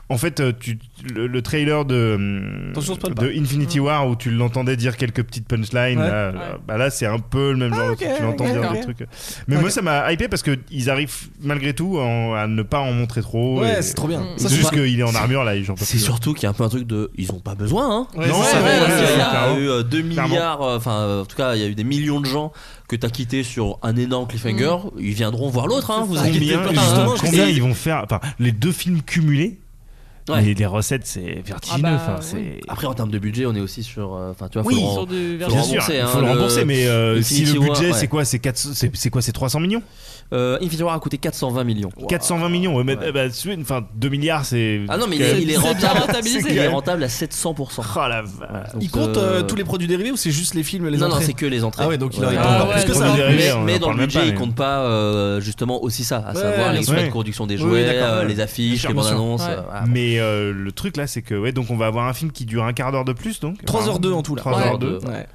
Speaker 2: en fait euh, tu, le, le trailer de hum,
Speaker 4: Attention, spoil pas. Mm.
Speaker 2: de Infinity War où tu l'entendais dire quelques petites punchlines
Speaker 4: Ouais. Ah,
Speaker 2: là, là, bah là c'est un peu le même genre de
Speaker 4: ok,
Speaker 2: truc, tu l'entends dire
Speaker 3: d'accord.
Speaker 2: des trucs mais
Speaker 4: Ok.
Speaker 2: moi ça m'a hypé parce que ils arrivent malgré tout en- à ne pas en montrer trop
Speaker 4: Ouais,
Speaker 2: et-
Speaker 4: c'est trop bien.
Speaker 3: Mm.
Speaker 4: Ça,
Speaker 2: c'est
Speaker 4: c'est
Speaker 2: juste
Speaker 4: pas-
Speaker 2: qu'il est en armure là et j'en peux
Speaker 1: C'est
Speaker 2: plus. hein.
Speaker 1: surtout qu'il y a un peu un truc de ils ont pas besoin hein.
Speaker 4: Ouais,
Speaker 2: Non,
Speaker 4: c'est
Speaker 2: ouais,
Speaker 4: ça,
Speaker 2: ouais,
Speaker 4: ouais,
Speaker 2: ouais,
Speaker 4: c'est
Speaker 1: il y
Speaker 4: ça.
Speaker 1: a
Speaker 2: clairement.
Speaker 1: eu euh, 2
Speaker 2: Clairement.
Speaker 1: milliards, euh, enfin euh, en tout cas il y a eu des millions de gens que t'as quitté sur un énorme cliffhanger,
Speaker 2: Mm.
Speaker 1: ils viendront voir l'autre, hein, vous inquiétez
Speaker 2: Combien,
Speaker 1: pas.
Speaker 4: Ah,
Speaker 2: justement,
Speaker 1: hein.
Speaker 2: combien
Speaker 1: Et-
Speaker 2: ils vont faire Enfin, les deux films cumulés,
Speaker 1: Ouais.
Speaker 2: les, les recettes, c'est vertigineux.
Speaker 3: Ah bah,
Speaker 2: enfin,
Speaker 3: oui.
Speaker 2: c'est-
Speaker 1: Après en termes de budget on est aussi sur, euh, enfin tu vois, faut
Speaker 3: Oui,
Speaker 1: le-
Speaker 3: sur
Speaker 1: faut
Speaker 3: du
Speaker 1: le
Speaker 2: Bien
Speaker 3: Virgin.
Speaker 2: sûr,
Speaker 1: rembourser,
Speaker 2: il
Speaker 1: hein,
Speaker 2: faut le rembourser, mais euh, si
Speaker 1: Infinity
Speaker 2: le
Speaker 1: War,
Speaker 2: budget,
Speaker 1: ouais.
Speaker 2: c'est quoi C'est 400 c'est- c'est quoi C'est 300 millions
Speaker 1: Euh, Infinity War a coûté 420 millions.
Speaker 2: 420 millions. ouais, mais,
Speaker 1: Ouais.
Speaker 2: eh ben, tu sais, Enfin, 2 milliards, c'est.
Speaker 1: Ah non mais il
Speaker 2: c'est-
Speaker 1: est, il est
Speaker 3: C'est bien
Speaker 1: rentable,
Speaker 3: rentabilisé.
Speaker 1: il est rentable à 700%.
Speaker 2: Oh la vache.
Speaker 1: Donc,
Speaker 4: Il compte euh,
Speaker 1: euh,
Speaker 4: tous les produits dérivés ou c'est juste les films et les
Speaker 1: non, non,
Speaker 4: entrées
Speaker 1: c'est que les entrées.
Speaker 4: Ah ouais, donc il aurait
Speaker 3: Ouais.
Speaker 4: pas encore
Speaker 3: Ah
Speaker 4: plus
Speaker 3: ouais,
Speaker 4: que
Speaker 3: donc
Speaker 4: ça. hein.
Speaker 3: on dirait-
Speaker 2: Dérivé,
Speaker 1: mais,
Speaker 2: on en
Speaker 1: mais dans
Speaker 2: parle
Speaker 1: le
Speaker 2: même
Speaker 1: budget,
Speaker 2: pas,
Speaker 1: ils
Speaker 2: mais-
Speaker 1: comptent pas euh, justement aussi ça, à
Speaker 4: Ouais,
Speaker 1: savoir
Speaker 4: bien
Speaker 1: les
Speaker 2: sûr.
Speaker 1: frais de production des
Speaker 4: Oui,
Speaker 1: jouets,
Speaker 4: d'accord,
Speaker 1: euh,
Speaker 4: ouais.
Speaker 1: les affiches,
Speaker 2: Bien
Speaker 1: les
Speaker 2: sûr,
Speaker 1: bandes
Speaker 2: bien
Speaker 1: annonces.
Speaker 2: sûr.
Speaker 3: Ouais.
Speaker 1: euh, voilà.
Speaker 2: Mais euh, le truc là, c'est que ouais, donc on va avoir un film qui dure un quart d'heure de plus, donc.
Speaker 4: 3h02 en tout là.
Speaker 1: 3h02.
Speaker 4: Ouais. Ouais.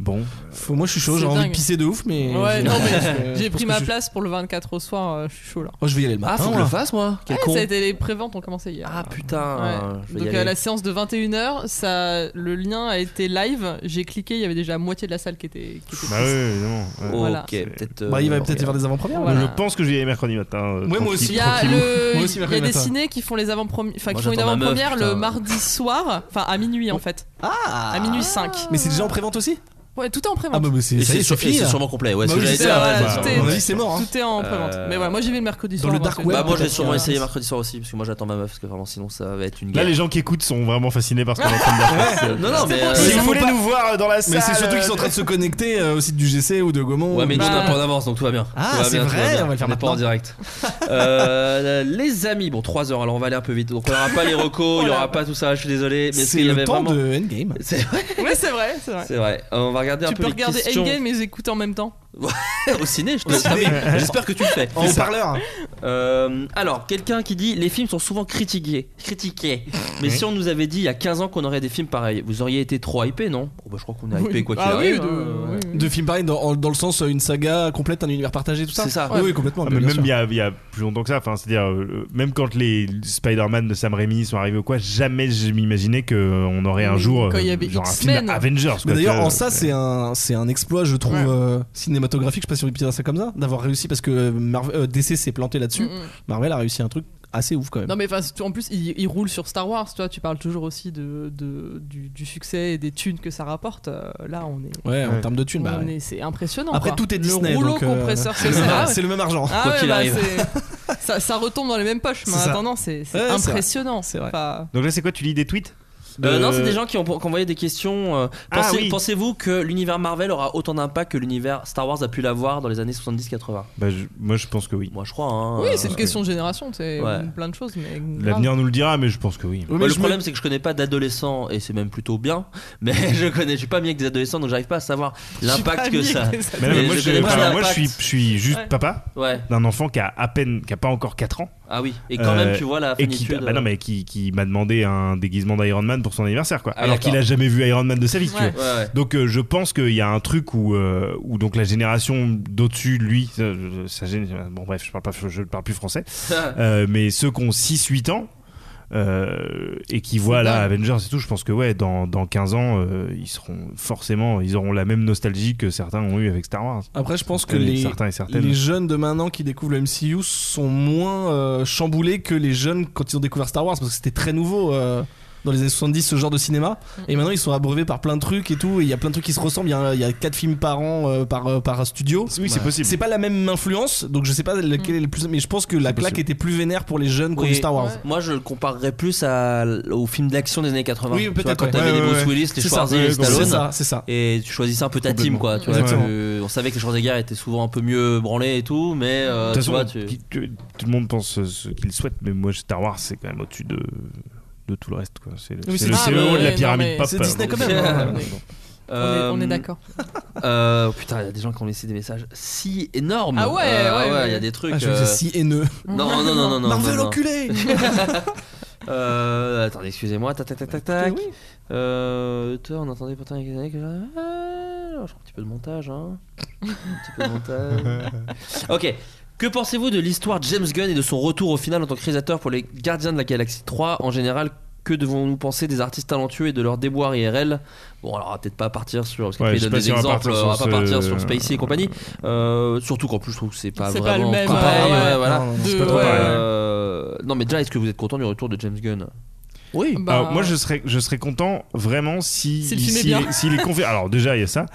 Speaker 2: Bon.
Speaker 4: Faut- moi je suis chaud,
Speaker 3: C'est
Speaker 4: j'ai envie
Speaker 3: dingue.
Speaker 4: de pisser de ouf, mais.
Speaker 3: Ouais, non, mais
Speaker 4: Euh,
Speaker 3: J'ai
Speaker 4: je pense
Speaker 3: pris
Speaker 4: que
Speaker 3: ma
Speaker 4: je-
Speaker 3: place pour le 24 au soir, euh, je suis chaud là.
Speaker 4: Oh, je vais y aller le
Speaker 1: Ah,
Speaker 4: matin.
Speaker 1: faut que je le
Speaker 4: moi.
Speaker 1: fasse moi Quel
Speaker 3: Ouais,
Speaker 1: con
Speaker 3: ça a été les préventes ont commencé hier.
Speaker 1: Ah putain
Speaker 3: Ouais.
Speaker 1: je vais y
Speaker 3: Donc
Speaker 1: aller.
Speaker 3: euh, la séance de 21h, ça, le lien a été live. J'ai cliqué, il y avait déjà la moitié de la salle qui était. Qui était
Speaker 2: Bah
Speaker 3: prise.
Speaker 2: ouais, évidemment. ouais.
Speaker 1: Ok,
Speaker 3: Voilà.
Speaker 1: peut-être. euh,
Speaker 4: Bah, il va
Speaker 1: bon,
Speaker 4: peut-être y
Speaker 1: regarde.
Speaker 4: faire des avant-premières.
Speaker 3: Ouais. voilà.
Speaker 2: Je pense que je vais y aller mercredi matin. euh,
Speaker 4: Ouais, moi
Speaker 2: tranquille,
Speaker 4: aussi. Ah,
Speaker 3: Il y a,
Speaker 2: tranquillou.
Speaker 3: le,
Speaker 4: Moi aussi,
Speaker 3: il y a
Speaker 4: mercredi
Speaker 3: des
Speaker 4: matin.
Speaker 3: ciné qui font les avant-premières, enfin
Speaker 1: Moi,
Speaker 3: qui font une
Speaker 1: j'attends ma meuf,
Speaker 3: avant-première le
Speaker 1: putain.
Speaker 3: mardi soir, enfin à minuit en fait,
Speaker 4: Ah
Speaker 3: à minuit 5.
Speaker 4: Mais c'est déjà en prévente aussi
Speaker 3: Ouais, tout est en
Speaker 4: Ah
Speaker 3: prévente.
Speaker 4: bah, bah, c'est
Speaker 1: Et
Speaker 4: ça y
Speaker 1: C'est
Speaker 4: est, c'est
Speaker 1: sur- et
Speaker 4: fini
Speaker 1: c'est
Speaker 4: là.
Speaker 1: sûrement complet. Ouais,
Speaker 4: Bah
Speaker 1: ce que
Speaker 4: oui,
Speaker 1: j'allais
Speaker 4: c'est
Speaker 1: dire.
Speaker 3: ça,
Speaker 1: ouais,
Speaker 3: ouais,
Speaker 1: c'est
Speaker 3: tout
Speaker 1: sûr.
Speaker 3: est-
Speaker 4: On a dit c'est mort. hein.
Speaker 3: Tout est en prévente. Mais ouais, moi j'y vais le mercredi
Speaker 4: Dans
Speaker 3: soir.
Speaker 4: le
Speaker 3: parce
Speaker 4: dark
Speaker 3: que-
Speaker 4: web.
Speaker 1: Bah
Speaker 4: Ouais,
Speaker 1: moi je vais
Speaker 4: peut-être
Speaker 1: sûrement
Speaker 4: qu'il y a-
Speaker 1: essayer mercredi soir aussi parce que moi j'attends ma meuf parce que vraiment sinon ça va être une
Speaker 2: Là,
Speaker 1: guerre.
Speaker 2: les gens qui écoutent sont vraiment fascinés par ce qu'on est en train de dire.
Speaker 1: Non non mais euh,
Speaker 2: Si
Speaker 4: Ils
Speaker 2: vous
Speaker 4: sont
Speaker 2: voulez
Speaker 4: pas-
Speaker 2: nous voir dans la salle.
Speaker 4: Mais c'est surtout qu'ils sont en train de se connecter euh, au site du GC ou de Gaumont.
Speaker 1: Ouais, mais nous on a
Speaker 3: Bah.
Speaker 1: un peu en avance donc tout va bien.
Speaker 4: Ah,
Speaker 1: Tout va
Speaker 4: c'est
Speaker 1: bien, tout
Speaker 4: vrai,
Speaker 1: bien.
Speaker 4: on va le faire
Speaker 1: On est pas
Speaker 4: maintenant.
Speaker 1: en direct. Euh, les amis, bon, 3 heures, alors on va aller un peu vite. Donc on aura pas les
Speaker 4: Oh
Speaker 1: recos, il y aura pas tout ça, je suis désolé. Mais
Speaker 4: c'est
Speaker 1: qu'il y
Speaker 4: le
Speaker 1: avait
Speaker 4: temps
Speaker 1: vraiment-
Speaker 4: de Endgame.
Speaker 1: C'est vrai,
Speaker 3: Ouais, c'est vrai, c'est vrai.
Speaker 1: c'est vrai. Euh, On va regarder un
Speaker 3: Tu
Speaker 1: peu
Speaker 3: peux
Speaker 1: les
Speaker 3: regarder
Speaker 1: questions.
Speaker 3: Endgame et les écouter en même temps.
Speaker 1: au ciné, je te- J'espère que tu le fais.
Speaker 4: En haut-parleur.
Speaker 1: Euh, alors, quelqu'un qui dit les films sont souvent critiqués. critiqués. Mais si on nous avait dit il y a 15 ans qu'on aurait des films pareils, vous auriez été trop hypé, non Bon, bah, Je crois qu'on est hypé quoi qu'il
Speaker 3: Ah oui,
Speaker 1: arrive.
Speaker 3: de-
Speaker 1: hein.
Speaker 3: oui, oui.
Speaker 4: De films pareil dans, dans le sens euh, une saga complète, un univers partagé, tout ça.
Speaker 1: C'est ça.
Speaker 4: Oui, oui, complètement.
Speaker 2: Ah,
Speaker 4: bien
Speaker 2: mais même
Speaker 4: sûr.
Speaker 2: il y, a, il y a plus longtemps que ça, enfin, c'est-à-dire euh, même quand les Spider-Man de Sam Raimi sont arrivés ou quoi, jamais je m'imaginais qu'on aurait un
Speaker 3: Oui,
Speaker 2: jour
Speaker 3: quand il y
Speaker 2: euh,
Speaker 3: avait
Speaker 2: genre un
Speaker 3: X-Men.
Speaker 2: film Avengers.
Speaker 4: Mais
Speaker 2: quoi, tu
Speaker 4: d'ailleurs,
Speaker 2: vois.
Speaker 4: en ça, c'est un, c'est un exploit, je trouve,
Speaker 3: Ouais.
Speaker 4: euh, cinématographique. Je sais pas si on peut dire ça comme ça, d'avoir réussi parce que euh, Marvel- euh, DC s'est planté là-dessus.
Speaker 3: Mm, mm.
Speaker 4: Marvel a réussi un truc assez ouf quand même.
Speaker 3: Non mais enfin, surtout, en plus il, il roule sur Star Wars, toi tu parles toujours aussi de, de- du, du succès et des thunes que ça rapporte. Euh, là on est,
Speaker 4: Ouais, en
Speaker 2: Ouais.
Speaker 4: termes de thunes, bah.
Speaker 3: on
Speaker 4: ouais.
Speaker 3: est- c'est impressionnant.
Speaker 4: Après,
Speaker 3: quoi.
Speaker 4: tout est
Speaker 3: le
Speaker 4: Disney,
Speaker 3: rouleau
Speaker 4: donc, euh,
Speaker 3: compresseur
Speaker 4: C'est le,
Speaker 3: c'est ça.
Speaker 4: même-
Speaker 3: Ah ouais.
Speaker 4: c'est le même argent.
Speaker 3: Ah
Speaker 1: quoi
Speaker 3: ouais,
Speaker 1: qu'il
Speaker 3: bah,
Speaker 1: arrive.
Speaker 3: c'est- ça, ça retombe dans les mêmes poches, mais
Speaker 4: C'est
Speaker 3: en
Speaker 4: ça.
Speaker 3: attendant c'est c'est
Speaker 4: Ouais, c'est vrai.
Speaker 3: impressionnant.
Speaker 4: C'est vrai.
Speaker 3: Enfin,
Speaker 2: Donc là, c'est quoi Tu lis des tweets
Speaker 1: Euh,
Speaker 2: Euh,
Speaker 1: Non, c'est des gens qui ont, qui ont envoyé des questions. euh,
Speaker 2: Ah,
Speaker 1: pensez-
Speaker 2: oui.
Speaker 1: Pensez-vous que l'univers Marvel aura autant d'impact que l'univers Star Wars a pu l'avoir dans les années 70-80
Speaker 2: Bah, je- moi, je pense que oui.
Speaker 1: Moi, je crois. hein,
Speaker 3: Oui,
Speaker 1: euh,
Speaker 3: c'est une
Speaker 1: parce
Speaker 3: question de génération, c'est
Speaker 1: Ouais.
Speaker 3: plein de choses, mais grave.
Speaker 2: L'avenir nous le dira, mais je pense que oui.
Speaker 1: que- Moi, le problème, c'est que je connais pas d'adolescents et c'est même plutôt bien, mais je connais, je suis pas mis avec des adolescents donc j'arrive pas à savoir l'impact que ça.
Speaker 2: Mais non, mais
Speaker 1: Mais
Speaker 2: moi,
Speaker 1: je
Speaker 2: je,
Speaker 1: connais pas
Speaker 2: enfin, moi, je
Speaker 1: l'impact.
Speaker 2: suis, je suis juste
Speaker 3: Ouais.
Speaker 2: papa
Speaker 1: Ouais,
Speaker 2: d'un enfant qui a à peine, qui a pas encore 4 ans.
Speaker 1: ah oui, et quand même,
Speaker 2: Euh,
Speaker 1: tu vois la
Speaker 2: Et qui,
Speaker 1: finitude.
Speaker 2: bah non, mais qui, qui m'a demandé un déguisement d'Iron Man pour son anniversaire, quoi.
Speaker 1: Ah,
Speaker 2: alors
Speaker 1: d'accord.
Speaker 2: qu'il a jamais vu Iron Man de sa vie, si tu
Speaker 3: Ouais.
Speaker 2: veux.
Speaker 1: Ouais, ouais.
Speaker 2: Donc euh, je pense qu'il y a un truc où, euh, où donc la génération d'au-dessus, lui, euh, sa gén- bon bref, je parle pas, je parle plus français, Euh, mais ceux qui ont 6-8 ans euh, et qui voient là
Speaker 3: dingue.
Speaker 2: Avengers et tout, je pense que ouais, dans, dans 15 ans, euh, ils seront forcément, ils auront la même nostalgie que certains ont eu avec Star Wars.
Speaker 4: Après, je pense que
Speaker 2: Euh,
Speaker 4: les,
Speaker 2: certains et certaines.
Speaker 4: les jeunes de maintenant qui découvrent le MCU sont moins euh, chamboulés que les jeunes quand ils ont découvert Star Wars parce que c'était très nouveau. euh, Dans les années 70, ce genre de cinéma. Et maintenant, ils sont abreuvés par plein de trucs et tout. Et il y a plein de trucs qui se ressemblent. Il y a- Il y, a quatre films par an euh, par, euh, par studio.
Speaker 2: Oui, c'est possible.
Speaker 4: C'est pas la même influence. Donc, je sais pas laquelle est le plus. Mais je pense que la
Speaker 2: C'est
Speaker 4: claque
Speaker 2: possible.
Speaker 4: était plus vénère pour les jeunes qu'au
Speaker 1: Oui.
Speaker 4: Star Wars.
Speaker 3: Ouais.
Speaker 1: Moi, je le comparerais plus à, au film d'action des années 80.
Speaker 4: Oui,
Speaker 1: Tu vois,
Speaker 4: peut-être,
Speaker 1: Quand
Speaker 4: ouais.
Speaker 1: t'avais
Speaker 2: Ouais,
Speaker 1: les
Speaker 2: ouais,
Speaker 1: Bruce
Speaker 2: ouais.
Speaker 1: Willis, les
Speaker 4: C'est ça.
Speaker 1: Schwarzy, les
Speaker 2: Ouais, complètement.
Speaker 4: C'est
Speaker 1: Stallone.
Speaker 4: ça, c'est ça.
Speaker 1: et tu choisissais un peu ta team quoi tu vois,
Speaker 2: Exactement.
Speaker 1: tu- on savait que les Schwarzenegger étaient souvent un peu mieux branlés et tout mais euh,
Speaker 2: De toute
Speaker 1: tu vois
Speaker 2: façon,
Speaker 1: tu...
Speaker 2: qui- tu- tout le monde pense euh, ce qu'il souhaite, mais moi, Star Wars, c'est quand même au-dessus de, de tout le reste. quoi. C'est le,
Speaker 4: Oui,
Speaker 2: c'est
Speaker 4: c'est
Speaker 2: le
Speaker 4: ça.
Speaker 2: CEO
Speaker 4: Ah,
Speaker 2: de la
Speaker 3: mais-
Speaker 2: pyramide
Speaker 3: non, mais
Speaker 2: pop.
Speaker 4: c'est Disney quand
Speaker 2: euh,
Speaker 4: même,
Speaker 2: donc,
Speaker 3: hein.
Speaker 2: euh,
Speaker 3: On est- on est
Speaker 1: Euh,
Speaker 3: d'accord.
Speaker 1: euh, putain il y a des gens qui ont laissé des messages si énormes
Speaker 3: Ah ouais,
Speaker 1: Euh,
Speaker 3: ouais,
Speaker 1: ah
Speaker 3: ouais.
Speaker 1: il y a des trucs
Speaker 4: Ah, je me
Speaker 1: euh,
Speaker 4: disais si haineux.
Speaker 1: non non non non non
Speaker 4: Marvel
Speaker 1: non, non.
Speaker 4: enculé
Speaker 1: Euh, attendez excusez-moi tac tac tac tac tac Euh, toi, on entendait pourtant il y a quelques années que Ah, alors, je crois un petit peu de montage hein un petit peu de montage ok que pensez-vous de l'histoire de James Gunn et de son retour au final en tant que réalisateur pour les Gardiens de la Galaxie 3 En général, que devons-nous penser des artistes talentueux et de leurs déboires IRL Bon, alors on va peut-être pas partir sur. Parce que
Speaker 2: Ouais,
Speaker 1: tu
Speaker 2: je sais
Speaker 1: donnes
Speaker 2: pas
Speaker 1: des
Speaker 2: si on va
Speaker 1: exemples,
Speaker 2: partir sur
Speaker 1: on va pas
Speaker 2: ce-
Speaker 1: partir sur Spacey et compagnie. Euh, surtout qu'en plus, je trouve que c'est pas
Speaker 3: C'est
Speaker 1: vraiment.
Speaker 3: pas le même,
Speaker 1: comparé,
Speaker 3: ouais, ouais.
Speaker 1: voilà.
Speaker 4: Non, non, non.
Speaker 3: De-
Speaker 2: pas trop
Speaker 3: ouais.
Speaker 2: pareil, ouais.
Speaker 1: Euh, non, mais déjà, est-ce que vous êtes content du retour de James Gunn
Speaker 4: Oui.
Speaker 3: Bah,
Speaker 2: Alors, Euh, moi, je serais, je serais content vraiment si
Speaker 3: Si le film est
Speaker 2: s'il
Speaker 3: bien.
Speaker 2: est, s'il est confirmé. Alors déjà, il y a ça,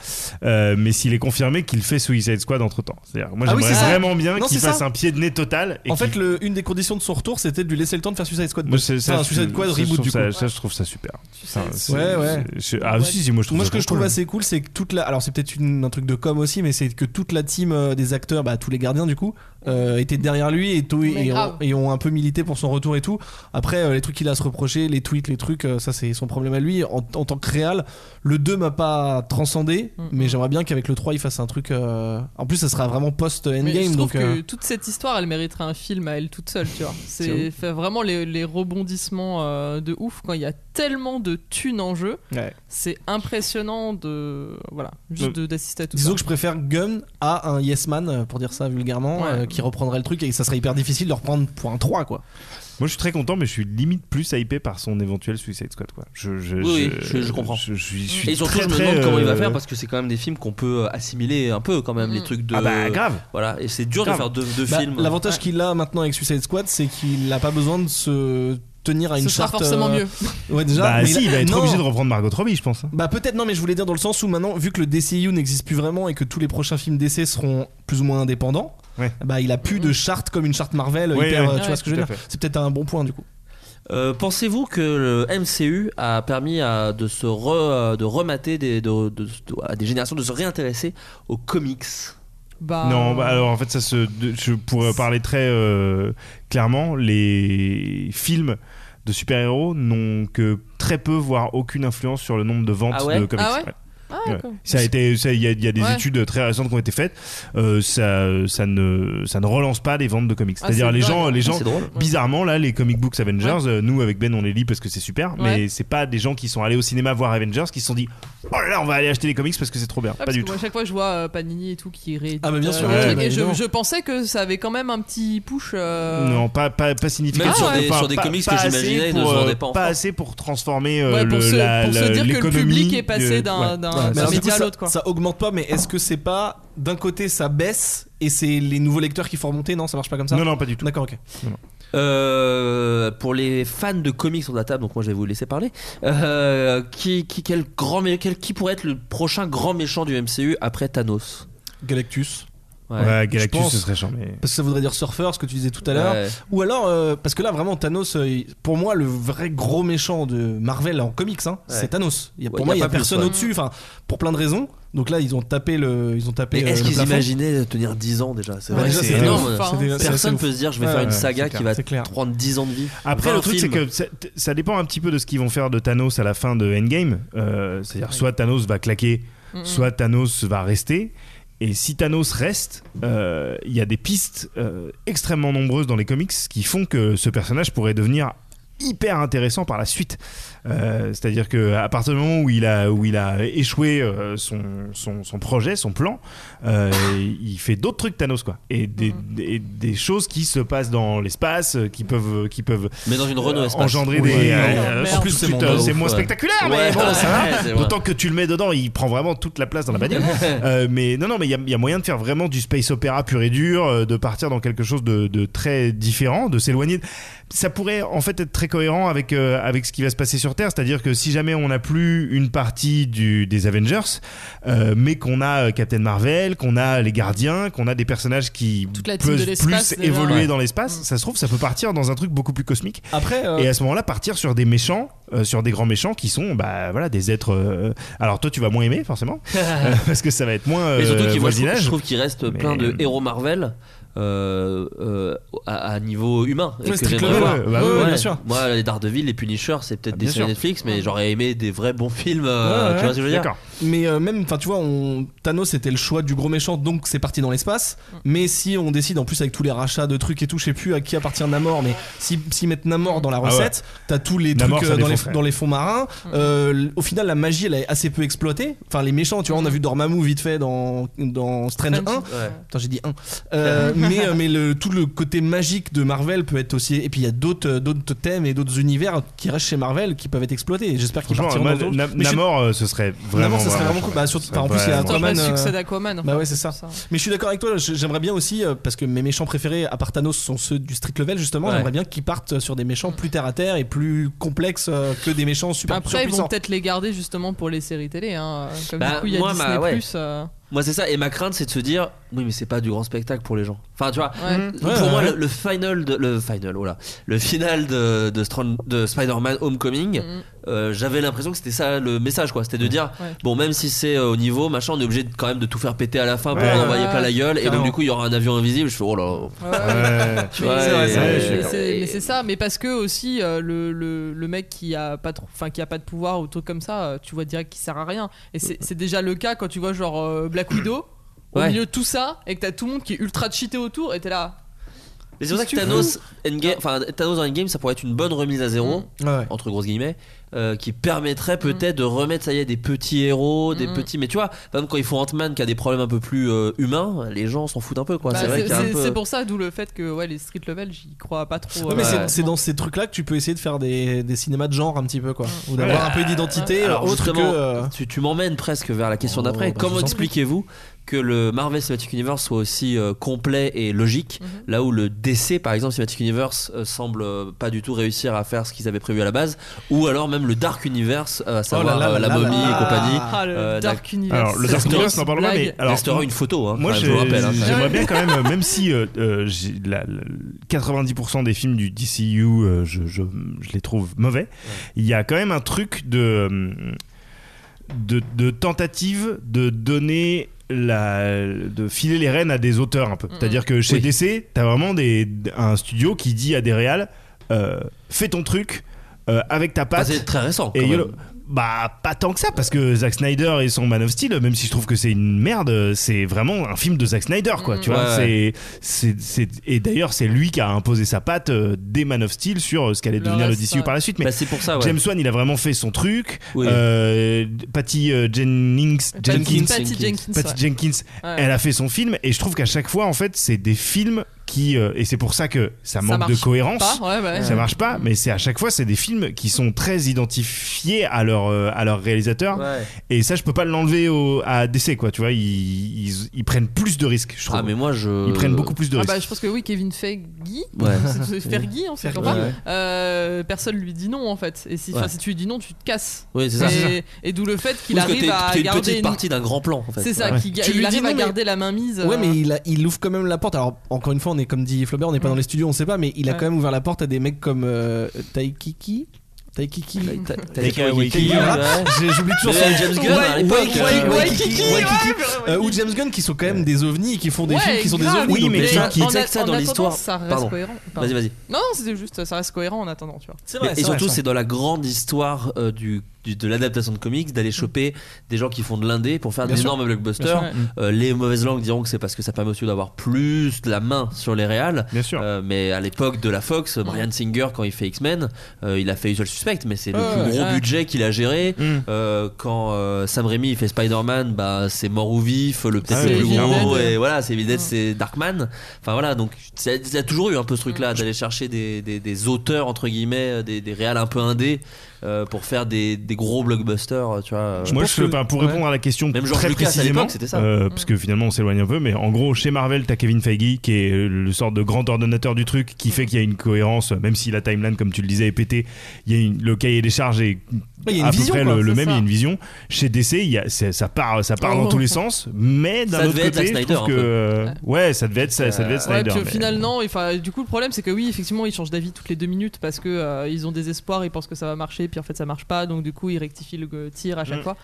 Speaker 2: Euh, mais s'il est confirmé qu'il fait Suicide Squad entre temps. C'est-à-dire, moi,
Speaker 4: Ah oui,
Speaker 2: j'aimerais
Speaker 4: c'est ça.
Speaker 2: vraiment bien
Speaker 4: Non,
Speaker 2: qu'il
Speaker 4: c'est
Speaker 2: fasse
Speaker 4: ça.
Speaker 2: un pied de nez total. Et
Speaker 4: En
Speaker 2: qu'il-
Speaker 4: fait, le- une des conditions de son retour, c'était de lui laisser le temps de faire Suicide Squad.
Speaker 2: moi, c'est- ça,
Speaker 4: Enfin,
Speaker 2: je-
Speaker 4: Suicide Squad
Speaker 2: ça, je
Speaker 4: reboot
Speaker 2: trouve
Speaker 4: du coup.
Speaker 2: ça- ça, je trouve ça super. Enfin, c'est-
Speaker 4: Ouais, ouais.
Speaker 2: c'est- je- ah, si, si, moi, je trouve
Speaker 4: Moi,
Speaker 2: ça
Speaker 4: ce que je
Speaker 2: cool.
Speaker 4: trouve assez cool, c'est que toute la. Alors, c'est peut-être une- un truc de com aussi, mais c'est que toute la team euh, des acteurs, bah, tous les gardiens du coup, euh, étaient derrière lui et, tout,
Speaker 3: Mais
Speaker 4: et,
Speaker 3: grave.
Speaker 4: ont, et ont un peu milité pour son retour et tout. Après, euh, les trucs qu'il a à se reprocher, les tweets, les trucs, euh, ça, c'est son problème à lui. En, en tant que réal, le 2 m'a pas transcendé,
Speaker 3: Mm.
Speaker 4: mais j'aimerais bien qu'avec le 3, il fasse un truc. euh, En plus, ça sera vraiment
Speaker 3: Mais je
Speaker 4: post-endgame.
Speaker 3: trouve
Speaker 4: Donc,
Speaker 3: que
Speaker 4: euh,
Speaker 3: toute cette histoire, elle mériterait un film à elle toute seule, tu vois.
Speaker 4: C'est
Speaker 3: C'est
Speaker 4: ouf.
Speaker 3: fait vraiment les, les rebondissements euh, de ouf quand il y a tellement de thunes en jeu.
Speaker 4: Ouais.
Speaker 3: C'est impressionnant de voilà, juste
Speaker 2: Donc,
Speaker 3: de- d'assister à tout
Speaker 4: Euh, Disons
Speaker 3: ça.
Speaker 4: que je préfère Gun à un Yes Man, euh, pour dire ça vulgairement,
Speaker 3: Ouais.
Speaker 4: euh, qui reprendrait le truc et ça serait hyper difficile de le reprendre pour un 3, quoi.
Speaker 2: Moi, je suis très content, mais je suis limite plus hypé par son éventuel Suicide Squad. Quoi. Je, je,
Speaker 1: Oui, oui, je- je comprends.
Speaker 2: Je, je suis, je suis
Speaker 1: Et surtout,
Speaker 2: très,
Speaker 1: je me
Speaker 2: très,
Speaker 1: demande comment il va
Speaker 2: euh,
Speaker 1: faire parce que c'est quand même des films qu'on peut euh, assimiler un peu quand même les
Speaker 3: Mm.
Speaker 1: trucs de.
Speaker 2: Ah bah grave.
Speaker 1: Voilà, et c'est dur de
Speaker 2: Grave.
Speaker 1: faire deux, deux
Speaker 4: Bah,
Speaker 1: films.
Speaker 4: L'avantage
Speaker 3: Ouais.
Speaker 4: qu'il a maintenant avec Suicide Squad, c'est qu'il n'a pas besoin de se tenir à une
Speaker 3: Ce sera
Speaker 4: charte.
Speaker 3: forcément
Speaker 4: euh,
Speaker 3: mieux.
Speaker 4: Ouais, déjà.
Speaker 2: Bah
Speaker 4: mais
Speaker 2: si,
Speaker 4: là-
Speaker 2: il va être
Speaker 4: non.
Speaker 2: obligé de reprendre Margot Robbie, je pense. hein.
Speaker 4: Bah peut-être non mais je voulais dire dans le sens où maintenant vu que le DCU n'existe plus vraiment et que tous les prochains films DC seront plus ou moins indépendants,
Speaker 2: Ouais.
Speaker 4: bah il a plus de charte comme une charte Marvel
Speaker 2: Ouais,
Speaker 4: hyper,
Speaker 2: ouais.
Speaker 4: euh, tu
Speaker 3: Ouais,
Speaker 4: vois ce que je
Speaker 2: tout à
Speaker 4: veux dire. C'est peut-être un bon point du coup.
Speaker 1: Euh, Pensez-vous que le MCU a permis à, de se re- euh, de remater des, de- de- de- à des générations de se réintéresser aux comics
Speaker 3: Bah,
Speaker 2: Non, bah, alors en fait, ça se, de- je pourrais parler très euh, clairement. Les films de super-héros n'ont que très peu, voire aucune influence sur le nombre de ventes
Speaker 1: Ah ouais
Speaker 2: de comics.
Speaker 3: Ah ouais
Speaker 2: Ouais.
Speaker 3: Ah,
Speaker 2: Ouais.
Speaker 3: d'accord.
Speaker 2: Ça a été, ça, il y, a- il y a des
Speaker 3: Ouais.
Speaker 2: études très récentes qui ont été faites. Euh, ça, ça ne, ça ne relance pas les ventes de comics.
Speaker 3: Ah,
Speaker 2: C'est-à-dire
Speaker 3: c'est
Speaker 2: les
Speaker 3: dingue.
Speaker 2: gens, les
Speaker 1: Ah,
Speaker 2: gens.
Speaker 1: C'est drôle.
Speaker 2: Bizarrement, là, les comic books Avengers, euh, nous avec Ben, on les lit parce que c'est super, mais
Speaker 3: Ouais.
Speaker 2: c'est pas des gens qui sont allés au cinéma voir Avengers qui se sont dit Oh là là, on va aller acheter les comics parce que c'est trop bien.
Speaker 3: Ouais,
Speaker 2: pas
Speaker 3: parce
Speaker 2: du
Speaker 3: que
Speaker 2: tout.
Speaker 3: moi, à chaque fois, je vois euh, Panini et tout qui réédite.
Speaker 4: Ah, bah, bien
Speaker 3: euh,
Speaker 4: sûr,
Speaker 3: le
Speaker 2: ouais,
Speaker 3: truc,
Speaker 4: bah,
Speaker 3: et je,
Speaker 4: évidemment.
Speaker 3: je pensais que ça avait quand même un petit push. euh,
Speaker 2: Non, pas, pas, pas significatif.
Speaker 1: Même sur
Speaker 2: Ah, Enfin,
Speaker 1: des- sur des
Speaker 2: pas-
Speaker 1: comics
Speaker 2: pas
Speaker 1: que
Speaker 2: assez
Speaker 1: j'imaginais ne
Speaker 2: pour,
Speaker 1: se vendaient
Speaker 2: euh,
Speaker 1: pas en France.
Speaker 2: assez pour transformer euh,
Speaker 3: Ouais, pour
Speaker 2: le-
Speaker 3: se-
Speaker 2: la-
Speaker 3: pour se
Speaker 2: la-
Speaker 3: dire que le
Speaker 2: l'économie
Speaker 3: public est passé
Speaker 2: de-
Speaker 3: d'un-
Speaker 2: ouais.
Speaker 3: d'un-
Speaker 2: Ouais,
Speaker 3: d'un
Speaker 2: c'est ça.
Speaker 4: alors, du coup,
Speaker 3: média à
Speaker 4: ça,
Speaker 3: l'autre, quoi.
Speaker 4: ça augmente pas mais est-ce que c'est pas d'un côté ça baisse et c'est les nouveaux lecteurs qui font remonter non ça marche pas comme ça
Speaker 2: Non, non, pas du tout.
Speaker 4: D'accord, ok.
Speaker 1: Euh, pour les fans de comics sur la table, donc moi je vais vous laisser parler. Euh, qui, qui, quel grand, mé- quel- qui pourrait être le prochain grand méchant du MCU après Thanos
Speaker 4: Galactus.
Speaker 1: Ouais.
Speaker 2: Ouais, Galactus,
Speaker 4: pense-
Speaker 2: ce serait charmé.
Speaker 4: Parce que ça voudrait dire surfeur, ce que tu disais tout à l'heure.
Speaker 1: Ouais.
Speaker 4: Ou alors, euh, parce que là vraiment Thanos, euh, il- pour moi le vrai gros méchant de Marvel en comics, hein,
Speaker 1: Ouais.
Speaker 4: c'est Thanos. Il y a- pour
Speaker 1: Ouais,
Speaker 4: moi, il
Speaker 1: y
Speaker 4: n'y
Speaker 1: a
Speaker 4: a,
Speaker 1: pas plus,
Speaker 4: personne
Speaker 1: ouais.
Speaker 4: au-dessus, enfin pour plein de raisons. Donc là ils ont tapé le, ils ont tapé.
Speaker 7: Mais est-ce
Speaker 4: euh, le
Speaker 7: qu'ils
Speaker 4: plafond.
Speaker 7: imaginaient tenir 10 ans déjà C'est
Speaker 4: Bah,
Speaker 7: vrai
Speaker 4: déjà,
Speaker 7: que
Speaker 1: c'est
Speaker 7: c'est
Speaker 1: énorme.
Speaker 3: Enfin, hein.
Speaker 4: C'est des- c'est assez
Speaker 7: Personne
Speaker 4: ouf.
Speaker 7: peut se dire je vais
Speaker 4: Ouais,
Speaker 7: faire une
Speaker 2: ouais,
Speaker 7: saga
Speaker 4: c'est
Speaker 7: qui
Speaker 4: clair,
Speaker 7: va
Speaker 4: c'est clair.
Speaker 7: prendre 10 ans de vie.
Speaker 2: Après,
Speaker 1: Vingt
Speaker 2: le truc, c'est
Speaker 1: films.
Speaker 2: que ça, t- ça dépend un petit peu de ce qu'ils vont faire de Thanos à la fin de Endgame. Euh, C'est-à-dire, soit Thanos va claquer,
Speaker 3: Mm, mm.
Speaker 2: soit Thanos va rester. Et si Thanos reste, euh, il y a des pistes euh, extrêmement nombreuses dans les comics qui font que ce personnage pourrait devenir hyper intéressant par la suite. Euh, C'est-à-dire que à partir du moment où il a, où il a échoué euh, son, son, son projet, son plan, euh, il fait d'autres trucs Thanos quoi. Et des, des, des choses qui se passent dans l'espace, euh, qui peuvent, qui peuvent
Speaker 1: Mais dans une Renault
Speaker 2: euh,
Speaker 1: Espace. Ah
Speaker 2: engendrer des.
Speaker 1: Ouais.
Speaker 2: euh,
Speaker 3: Merde.
Speaker 2: en plus,
Speaker 1: C'est
Speaker 2: tu
Speaker 1: mon
Speaker 2: te-
Speaker 1: bas
Speaker 2: c'est
Speaker 1: ouf,
Speaker 2: moins
Speaker 1: ouais.
Speaker 2: spectaculaire,
Speaker 1: Ouais,
Speaker 2: mais bon, ça va.
Speaker 1: ouais, c'est vrai.
Speaker 2: D'autant que tu le mets dedans, il prend vraiment toute la place dans la bagnole. Euh, mais non, non, mais il y a- il y, a moyen de faire vraiment du space opéra pur et dur, euh, de partir dans quelque chose de, de très différent, de s'éloigner. de- Ça pourrait en fait être très cohérent avec, euh, avec ce qui va se passer sur Terre, c'est-à-dire que si jamais on n'a plus une partie du, des Avengers, euh, mais qu'on a euh, Captain Marvel, qu'on a les Gardiens, qu'on a des personnages qui
Speaker 3: Toute la team de
Speaker 2: peuvent
Speaker 3: l'espace,
Speaker 2: plus
Speaker 3: déjà.
Speaker 2: évoluer
Speaker 3: Ouais.
Speaker 2: dans l'espace, ça se trouve, ça peut partir dans un truc beaucoup plus cosmique.
Speaker 4: Après, euh,
Speaker 2: Et à ce moment-là, partir sur des méchants, euh, sur des grands méchants qui sont bah, voilà, des êtres. euh, alors toi, tu vas moins aimer, forcément,
Speaker 4: Ah.
Speaker 2: euh, parce que ça va être moins euh,
Speaker 1: Et surtout qu'il voit- je trouve-
Speaker 2: voisinage.
Speaker 1: je trouve qu'il reste
Speaker 2: Mais-
Speaker 1: plein de héros Marvel euh, euh, à, à niveau humain. et
Speaker 4: Ouais,
Speaker 1: que
Speaker 4: Strict
Speaker 1: j'aimerais
Speaker 4: Level,
Speaker 1: voir.
Speaker 2: ouais, bah ouais,
Speaker 4: ouais, bien sûr.
Speaker 1: Moi, les Daredevil, les Punisher, c'est peut-être
Speaker 2: Ah,
Speaker 1: des
Speaker 2: bien
Speaker 1: séries
Speaker 2: sûr.
Speaker 1: Netflix, mais j'aurais aimé des vrais bons films. euh,
Speaker 4: Ouais,
Speaker 1: tu
Speaker 4: ouais,
Speaker 1: vois ce que je veux dire
Speaker 2: D'accord.
Speaker 4: mais euh, même, enfin tu vois, on, Thanos c'était le choix du gros méchant, donc c'est parti dans l'espace. Mais si on décide en plus avec tous les rachats de trucs et tout, je sais plus à qui appartient Namor, mais si s'ils mettent Namor dans la
Speaker 2: Ah ouais.
Speaker 4: recette, t'as tous les
Speaker 2: Namor,
Speaker 4: trucs
Speaker 2: ça
Speaker 4: euh, dans les,
Speaker 2: défoncerait.
Speaker 4: dans les fonds marins. Euh, l- au final, la magie elle est assez peu exploitée. Enfin les méchants, tu vois, on a vu Dormammu vite fait dans dans Strange 1.
Speaker 1: Ouais.
Speaker 4: Attends, j'ai dit un. Euh, mais euh, mais le, tout le côté magique de Marvel peut être aussi. Et puis il y a d'autres euh, d'autres thèmes et d'autres univers qui restent chez Marvel qui peuvent être exploités. Et J'espère qu'ils
Speaker 2: Franchement,
Speaker 4: partiront
Speaker 2: moi,
Speaker 4: dans d'autres-
Speaker 2: Na-
Speaker 4: Mais je suis-
Speaker 2: Namor, euh, ce serait vraiment.
Speaker 4: Namor, ça serait vraiment cool. Bah, surtout-
Speaker 2: ce serait
Speaker 4: en plus, il y
Speaker 2: vraiment
Speaker 4: a
Speaker 3: Attends,
Speaker 4: Aquaman,
Speaker 3: je
Speaker 4: euh,
Speaker 3: succède à Aquaman. en
Speaker 4: bah
Speaker 3: fait,
Speaker 4: ouais, c'est ça. Mais je suis d'accord avec toi, je- j'aimerais bien aussi, euh, parce que mes méchants préférés, à part Thanos, sont ceux du street level, justement,
Speaker 1: Ouais.
Speaker 4: j'aimerais bien qu'ils partent sur des méchants plus terre à terre et plus complexes euh, que des méchants super
Speaker 3: Après, ils
Speaker 4: surpuissants.
Speaker 3: vont peut-être les garder justement pour les séries télé. Hein. Comme
Speaker 1: Bah,
Speaker 3: du coup, il y a
Speaker 1: moi,
Speaker 3: Disney+.
Speaker 1: bah, ouais.
Speaker 3: euh,
Speaker 1: Moi, c'est ça. Et ma crainte, c'est de se dire Oui, mais c'est pas du grand spectacle pour les gens. Enfin, tu vois.
Speaker 3: ouais.
Speaker 1: Pour
Speaker 4: Ouais,
Speaker 1: moi,
Speaker 4: ouais.
Speaker 1: le, le final, de, le final, oh là, le final de, de, Stran- de Spider-Man Homecoming,
Speaker 3: Mhm.
Speaker 1: euh, j'avais l'impression que c'était ça le message, quoi. C'était de dire,
Speaker 3: Ouais.
Speaker 1: bon, même si c'est euh, au niveau, machin, on est obligé de, quand même de tout faire péter à la fin pour
Speaker 2: Ouais.
Speaker 1: en envoyer plein la gueule. Et donc,
Speaker 4: Carrément.
Speaker 1: du coup, il y aura un avion invisible. Je fais, oh là,
Speaker 3: Ouais, ouais.
Speaker 2: Ouais.
Speaker 1: tu
Speaker 3: Mais-
Speaker 1: vois.
Speaker 2: c'est vrai,
Speaker 1: et-
Speaker 2: c'est vrai, je suis
Speaker 3: mais
Speaker 2: d'accord.
Speaker 3: c'est mais c'est ça, mais parce que aussi euh, le, le, le mec qui a pas trop, enfin qui a pas de pouvoir ou truc comme ça, euh, tu vois direct qu'il sert à rien. Et c'est c'est déjà le cas quand tu vois genre euh, Black Widow au
Speaker 1: Ouais.
Speaker 3: milieu de tout ça et que t'as tout le monde qui est ultra cheaté autour et t'es là.
Speaker 1: Mais c'est pour ça que
Speaker 3: Qu'est-ce que tu
Speaker 1: Thanos, Endgame, enfin, Thanos dans Endgame, ça pourrait être une bonne remise à
Speaker 3: Mm.
Speaker 1: zéro,
Speaker 4: Ouais, ouais.
Speaker 1: entre grosses guillemets, euh, qui permettrait peut-être de remettre, ça y est, des petits héros, des
Speaker 3: Mm.
Speaker 1: petits. Mais tu vois, même quand ils font Ant-Man qui a des problèmes un peu plus euh, humains, les gens s'en foutent un peu, quoi.
Speaker 3: Bah,
Speaker 1: c'est vrai
Speaker 3: c'est
Speaker 1: qu'il y a un
Speaker 3: c'est-
Speaker 1: peu-
Speaker 3: c'est pour ça d'où le fait que ouais les street level j'y crois pas trop.
Speaker 4: Ouais, mais
Speaker 3: euh,
Speaker 4: c'est-
Speaker 1: Ouais.
Speaker 4: c'est dans ces trucs-là que tu peux essayer de faire des, des cinémas de genre un petit peu quoi, ou d'avoir un peu d'identité euh,
Speaker 1: Alors
Speaker 4: autre que
Speaker 1: justement,
Speaker 4: euh,
Speaker 2: Hein
Speaker 1: tu, tu m'emmènes presque vers la question
Speaker 4: Oh,
Speaker 1: d'après.
Speaker 4: bah, je
Speaker 1: Comment
Speaker 4: vous en
Speaker 1: expliquez-vous que le Marvel Cinematic Universe soit aussi euh, complet et logique,
Speaker 2: Mhm.
Speaker 1: là où le DC, par exemple, Cinematic Universe euh, semble euh, pas du tout réussir à faire ce qu'ils avaient prévu à la base, ou alors même le Dark Universe,
Speaker 2: Oh
Speaker 1: euh, à savoir
Speaker 4: là là
Speaker 1: euh, la
Speaker 4: là là
Speaker 1: momie
Speaker 4: là.
Speaker 1: et compagnie.
Speaker 3: Ah, le
Speaker 1: euh,
Speaker 3: Dark Universe.
Speaker 2: Alors, le Dark
Speaker 3: Cette
Speaker 2: Universe,
Speaker 3: grosse
Speaker 2: n'en parlons pas, mais euh,
Speaker 3: blague.
Speaker 2: alors,
Speaker 1: restera une photo, hein,
Speaker 2: Moi,
Speaker 1: enfin, je,
Speaker 2: j'ai-
Speaker 1: vous rappelle. hein.
Speaker 2: j'aimerais bien quand même, euh, même si euh, euh, j'ai la- la- 90% des films du DCU, euh, je, je- je les trouve mauvais, il y a quand même un truc de, euh, de, de tentative de donner la, de filer les rênes à des auteurs un peu. C'est-à-dire que chez
Speaker 1: Oui.
Speaker 2: DC, t'as vraiment des, un studio qui dit à des réals, euh, fais ton truc euh, avec ta
Speaker 1: Enfin,
Speaker 2: patte.
Speaker 1: c'est très récent.
Speaker 2: Et
Speaker 1: quand
Speaker 2: YOLO.
Speaker 1: même.
Speaker 2: Bah, pas tant que ça, parce que Zack Snyder et son Man of Steel, même si je trouve que c'est une merde, c'est vraiment un film de Zack Snyder, quoi. Tu vois,
Speaker 1: Mm. Ouais.
Speaker 2: c'est, c'est, c'est- et d'ailleurs, c'est lui qui a imposé sa patte euh, dès Man of Steel sur euh, ce qu'allait
Speaker 3: Le
Speaker 2: devenir
Speaker 3: reste,
Speaker 2: le DCU
Speaker 3: ouais.
Speaker 2: par la suite. Mais
Speaker 1: Bah, c'est pour ça, ouais.
Speaker 2: James Wan, il a vraiment fait son truc.
Speaker 1: Oui.
Speaker 2: Euh, Patty euh, Jennings,
Speaker 3: Patty-
Speaker 2: Jenkins,
Speaker 3: Patty Jenkins.
Speaker 2: Patty Jenkins,
Speaker 3: ouais. Ouais.
Speaker 2: elle a fait son film, et je trouve qu'à chaque fois, en fait, c'est des films qui euh, et c'est pour ça que ça manque de
Speaker 3: marche
Speaker 2: cohérence.
Speaker 3: pas, ouais, bah ouais.
Speaker 2: Ça marche pas, mais c'est à chaque fois c'est des films qui sont très identifiés à leur euh, à leur réalisateur
Speaker 1: Ouais.
Speaker 2: et ça je peux pas l'enlever au- à DC quoi, tu vois, ils, ils, ils prennent plus de risques, je trouve.
Speaker 1: Ah, mais moi, je.
Speaker 2: Ils prennent beaucoup plus de
Speaker 3: Ah
Speaker 2: risques.
Speaker 3: bah, je pense que oui, Kevin Feige.
Speaker 1: Ouais.
Speaker 3: C'est- c'est Fergie, hein, c'est
Speaker 4: Fergie,
Speaker 3: comme ça.
Speaker 1: ouais.
Speaker 3: Euh, Personne lui dit non en fait. Et si, enfin,
Speaker 1: Ouais.
Speaker 3: si tu lui dis non, tu te casses.
Speaker 1: Oui, c'est ça.
Speaker 3: et et d'où le fait qu'il
Speaker 1: Parce que
Speaker 3: arrive
Speaker 1: t'es-
Speaker 3: à
Speaker 1: t'es une
Speaker 3: garder.
Speaker 1: petite
Speaker 3: une-
Speaker 1: partie d'un grand plan, en fait.
Speaker 3: C'est ça,
Speaker 2: Ouais.
Speaker 3: qu'il ga-
Speaker 4: Tu lui
Speaker 3: il arrive
Speaker 4: dis non,
Speaker 3: à
Speaker 4: mais-
Speaker 3: garder la main mise.
Speaker 4: Ouais,
Speaker 3: euh,
Speaker 4: mais il, a- il ouvre quand même la porte. Alors, encore une fois, on est comme dit Flaubert, on n'est pas dans les studios, on sait pas, mais il a
Speaker 3: Ouais.
Speaker 4: quand même ouvert la porte à des mecs comme euh, Taikiki. Taikiki.
Speaker 1: T'as- t'as-
Speaker 2: Taika
Speaker 1: t'as-
Speaker 2: Waititi,
Speaker 1: Voilà.
Speaker 5: ouais.
Speaker 4: J'ai- J'oublie toujours
Speaker 1: Mais
Speaker 4: son
Speaker 1: James Gunn, à
Speaker 4: Ouais,
Speaker 1: l'époque,
Speaker 4: ouais,
Speaker 1: euh,
Speaker 4: ouais,
Speaker 3: Waikiki,
Speaker 4: Waikiki,
Speaker 3: ouais,
Speaker 4: Waikiki.
Speaker 3: ouais,
Speaker 4: Euh, Ou James Gunn qui sont quand même des ovnis et qui font des
Speaker 3: ouais,
Speaker 4: films qui sont des
Speaker 3: grave.
Speaker 4: ovnis.
Speaker 2: Oui,
Speaker 4: donc
Speaker 2: mais
Speaker 4: les
Speaker 2: les
Speaker 4: gens
Speaker 3: en-
Speaker 1: qui
Speaker 3: en
Speaker 1: exact ça dans
Speaker 3: attendant,
Speaker 1: l'histoire-
Speaker 3: Ça reste
Speaker 1: Pardon.
Speaker 3: cohérent. Pardon.
Speaker 1: Vas-y, vas-y.
Speaker 3: Non, non, c'était juste, ça reste cohérent en attendant, tu vois.
Speaker 4: C'est
Speaker 1: Mais-
Speaker 4: vrai,
Speaker 1: et
Speaker 4: c'est vrai,
Speaker 1: surtout,
Speaker 4: c'est
Speaker 1: c'est dans la grande histoire euh, du, du- de l'adaptation de comics d'aller choper des gens qui font de l'indé pour faire
Speaker 4: Mm. Bien sûr.
Speaker 1: d'énormes blockbusters.
Speaker 3: Ouais.
Speaker 1: Euh, les mauvaises langues diront que c'est parce que ça permet aussi d'avoir plus la main sur les réals.
Speaker 2: Bien sûr.
Speaker 1: Euh, mais à l'époque de la Fox, Brian Singer, quand il fait X-Men, euh, il a fait Usual Suspect, mais c'est le
Speaker 3: Ouais,
Speaker 1: plus gros
Speaker 3: ouais.
Speaker 1: budget qu'il a géré.
Speaker 2: Mm.
Speaker 1: Euh, quand euh, Sam Raimi il fait Spider-Man, bah, c'est mort ou vif, le peut-être
Speaker 2: Ah oui,
Speaker 1: le plus
Speaker 2: clairement.
Speaker 1: gros,
Speaker 3: Evil Dead.
Speaker 1: et voilà, c'est évident,
Speaker 3: Mm.
Speaker 1: c'est Darkman. Enfin voilà, donc ça- il y a toujours eu un peu ce truc-là d'aller chercher des, des- des auteurs, entre guillemets, euh, des, des réals un peu indés euh, pour faire des, des gros blockbusters, tu vois. euh,
Speaker 2: Moi,
Speaker 4: pense
Speaker 2: je,
Speaker 4: que-
Speaker 2: enfin, pour répondre à la question
Speaker 1: Même George
Speaker 2: très
Speaker 1: Lucas, à
Speaker 2: précisément,
Speaker 1: l'époque, c'était ça.
Speaker 2: euh, parce que finalement on s'éloigne un peu, mais en gros chez Marvel, t'as Kevin Feige qui est le sort de grand ordonnateur du truc, qui fait qu'il y a une cohérence, même si la timeline, comme tu le disais, est pétée, il y a une- le cahier des charges est
Speaker 4: Ouais, il y a une
Speaker 2: à
Speaker 4: vision,
Speaker 2: peu près
Speaker 4: quoi,
Speaker 2: le, le
Speaker 3: c'est
Speaker 2: même,
Speaker 3: ça.
Speaker 2: il y a une vision. Chez DC, il y a- c'est- ça part, ça part dans
Speaker 3: Oh.
Speaker 2: tous les sens, mais d'un
Speaker 1: Ça
Speaker 2: autre
Speaker 1: devait être
Speaker 2: côté,
Speaker 1: Zack
Speaker 2: je
Speaker 1: Snyder,
Speaker 2: trouve
Speaker 1: un
Speaker 2: que
Speaker 1: peu.
Speaker 2: euh, ouais, ça devait être ça, ça devait être
Speaker 3: Ouais,
Speaker 2: Snyder.
Speaker 3: puis au
Speaker 2: mais-
Speaker 3: final, non. Enfin, du coup, le problème, c'est que oui, effectivement, ils changent d'avis toutes les deux minutes parce que euh, ils ont des espoirs, ils pensent que ça va marcher, puis en fait, ça marche pas. Donc, du coup, ils rectifient le euh, tir à chaque
Speaker 2: Mm.
Speaker 3: fois.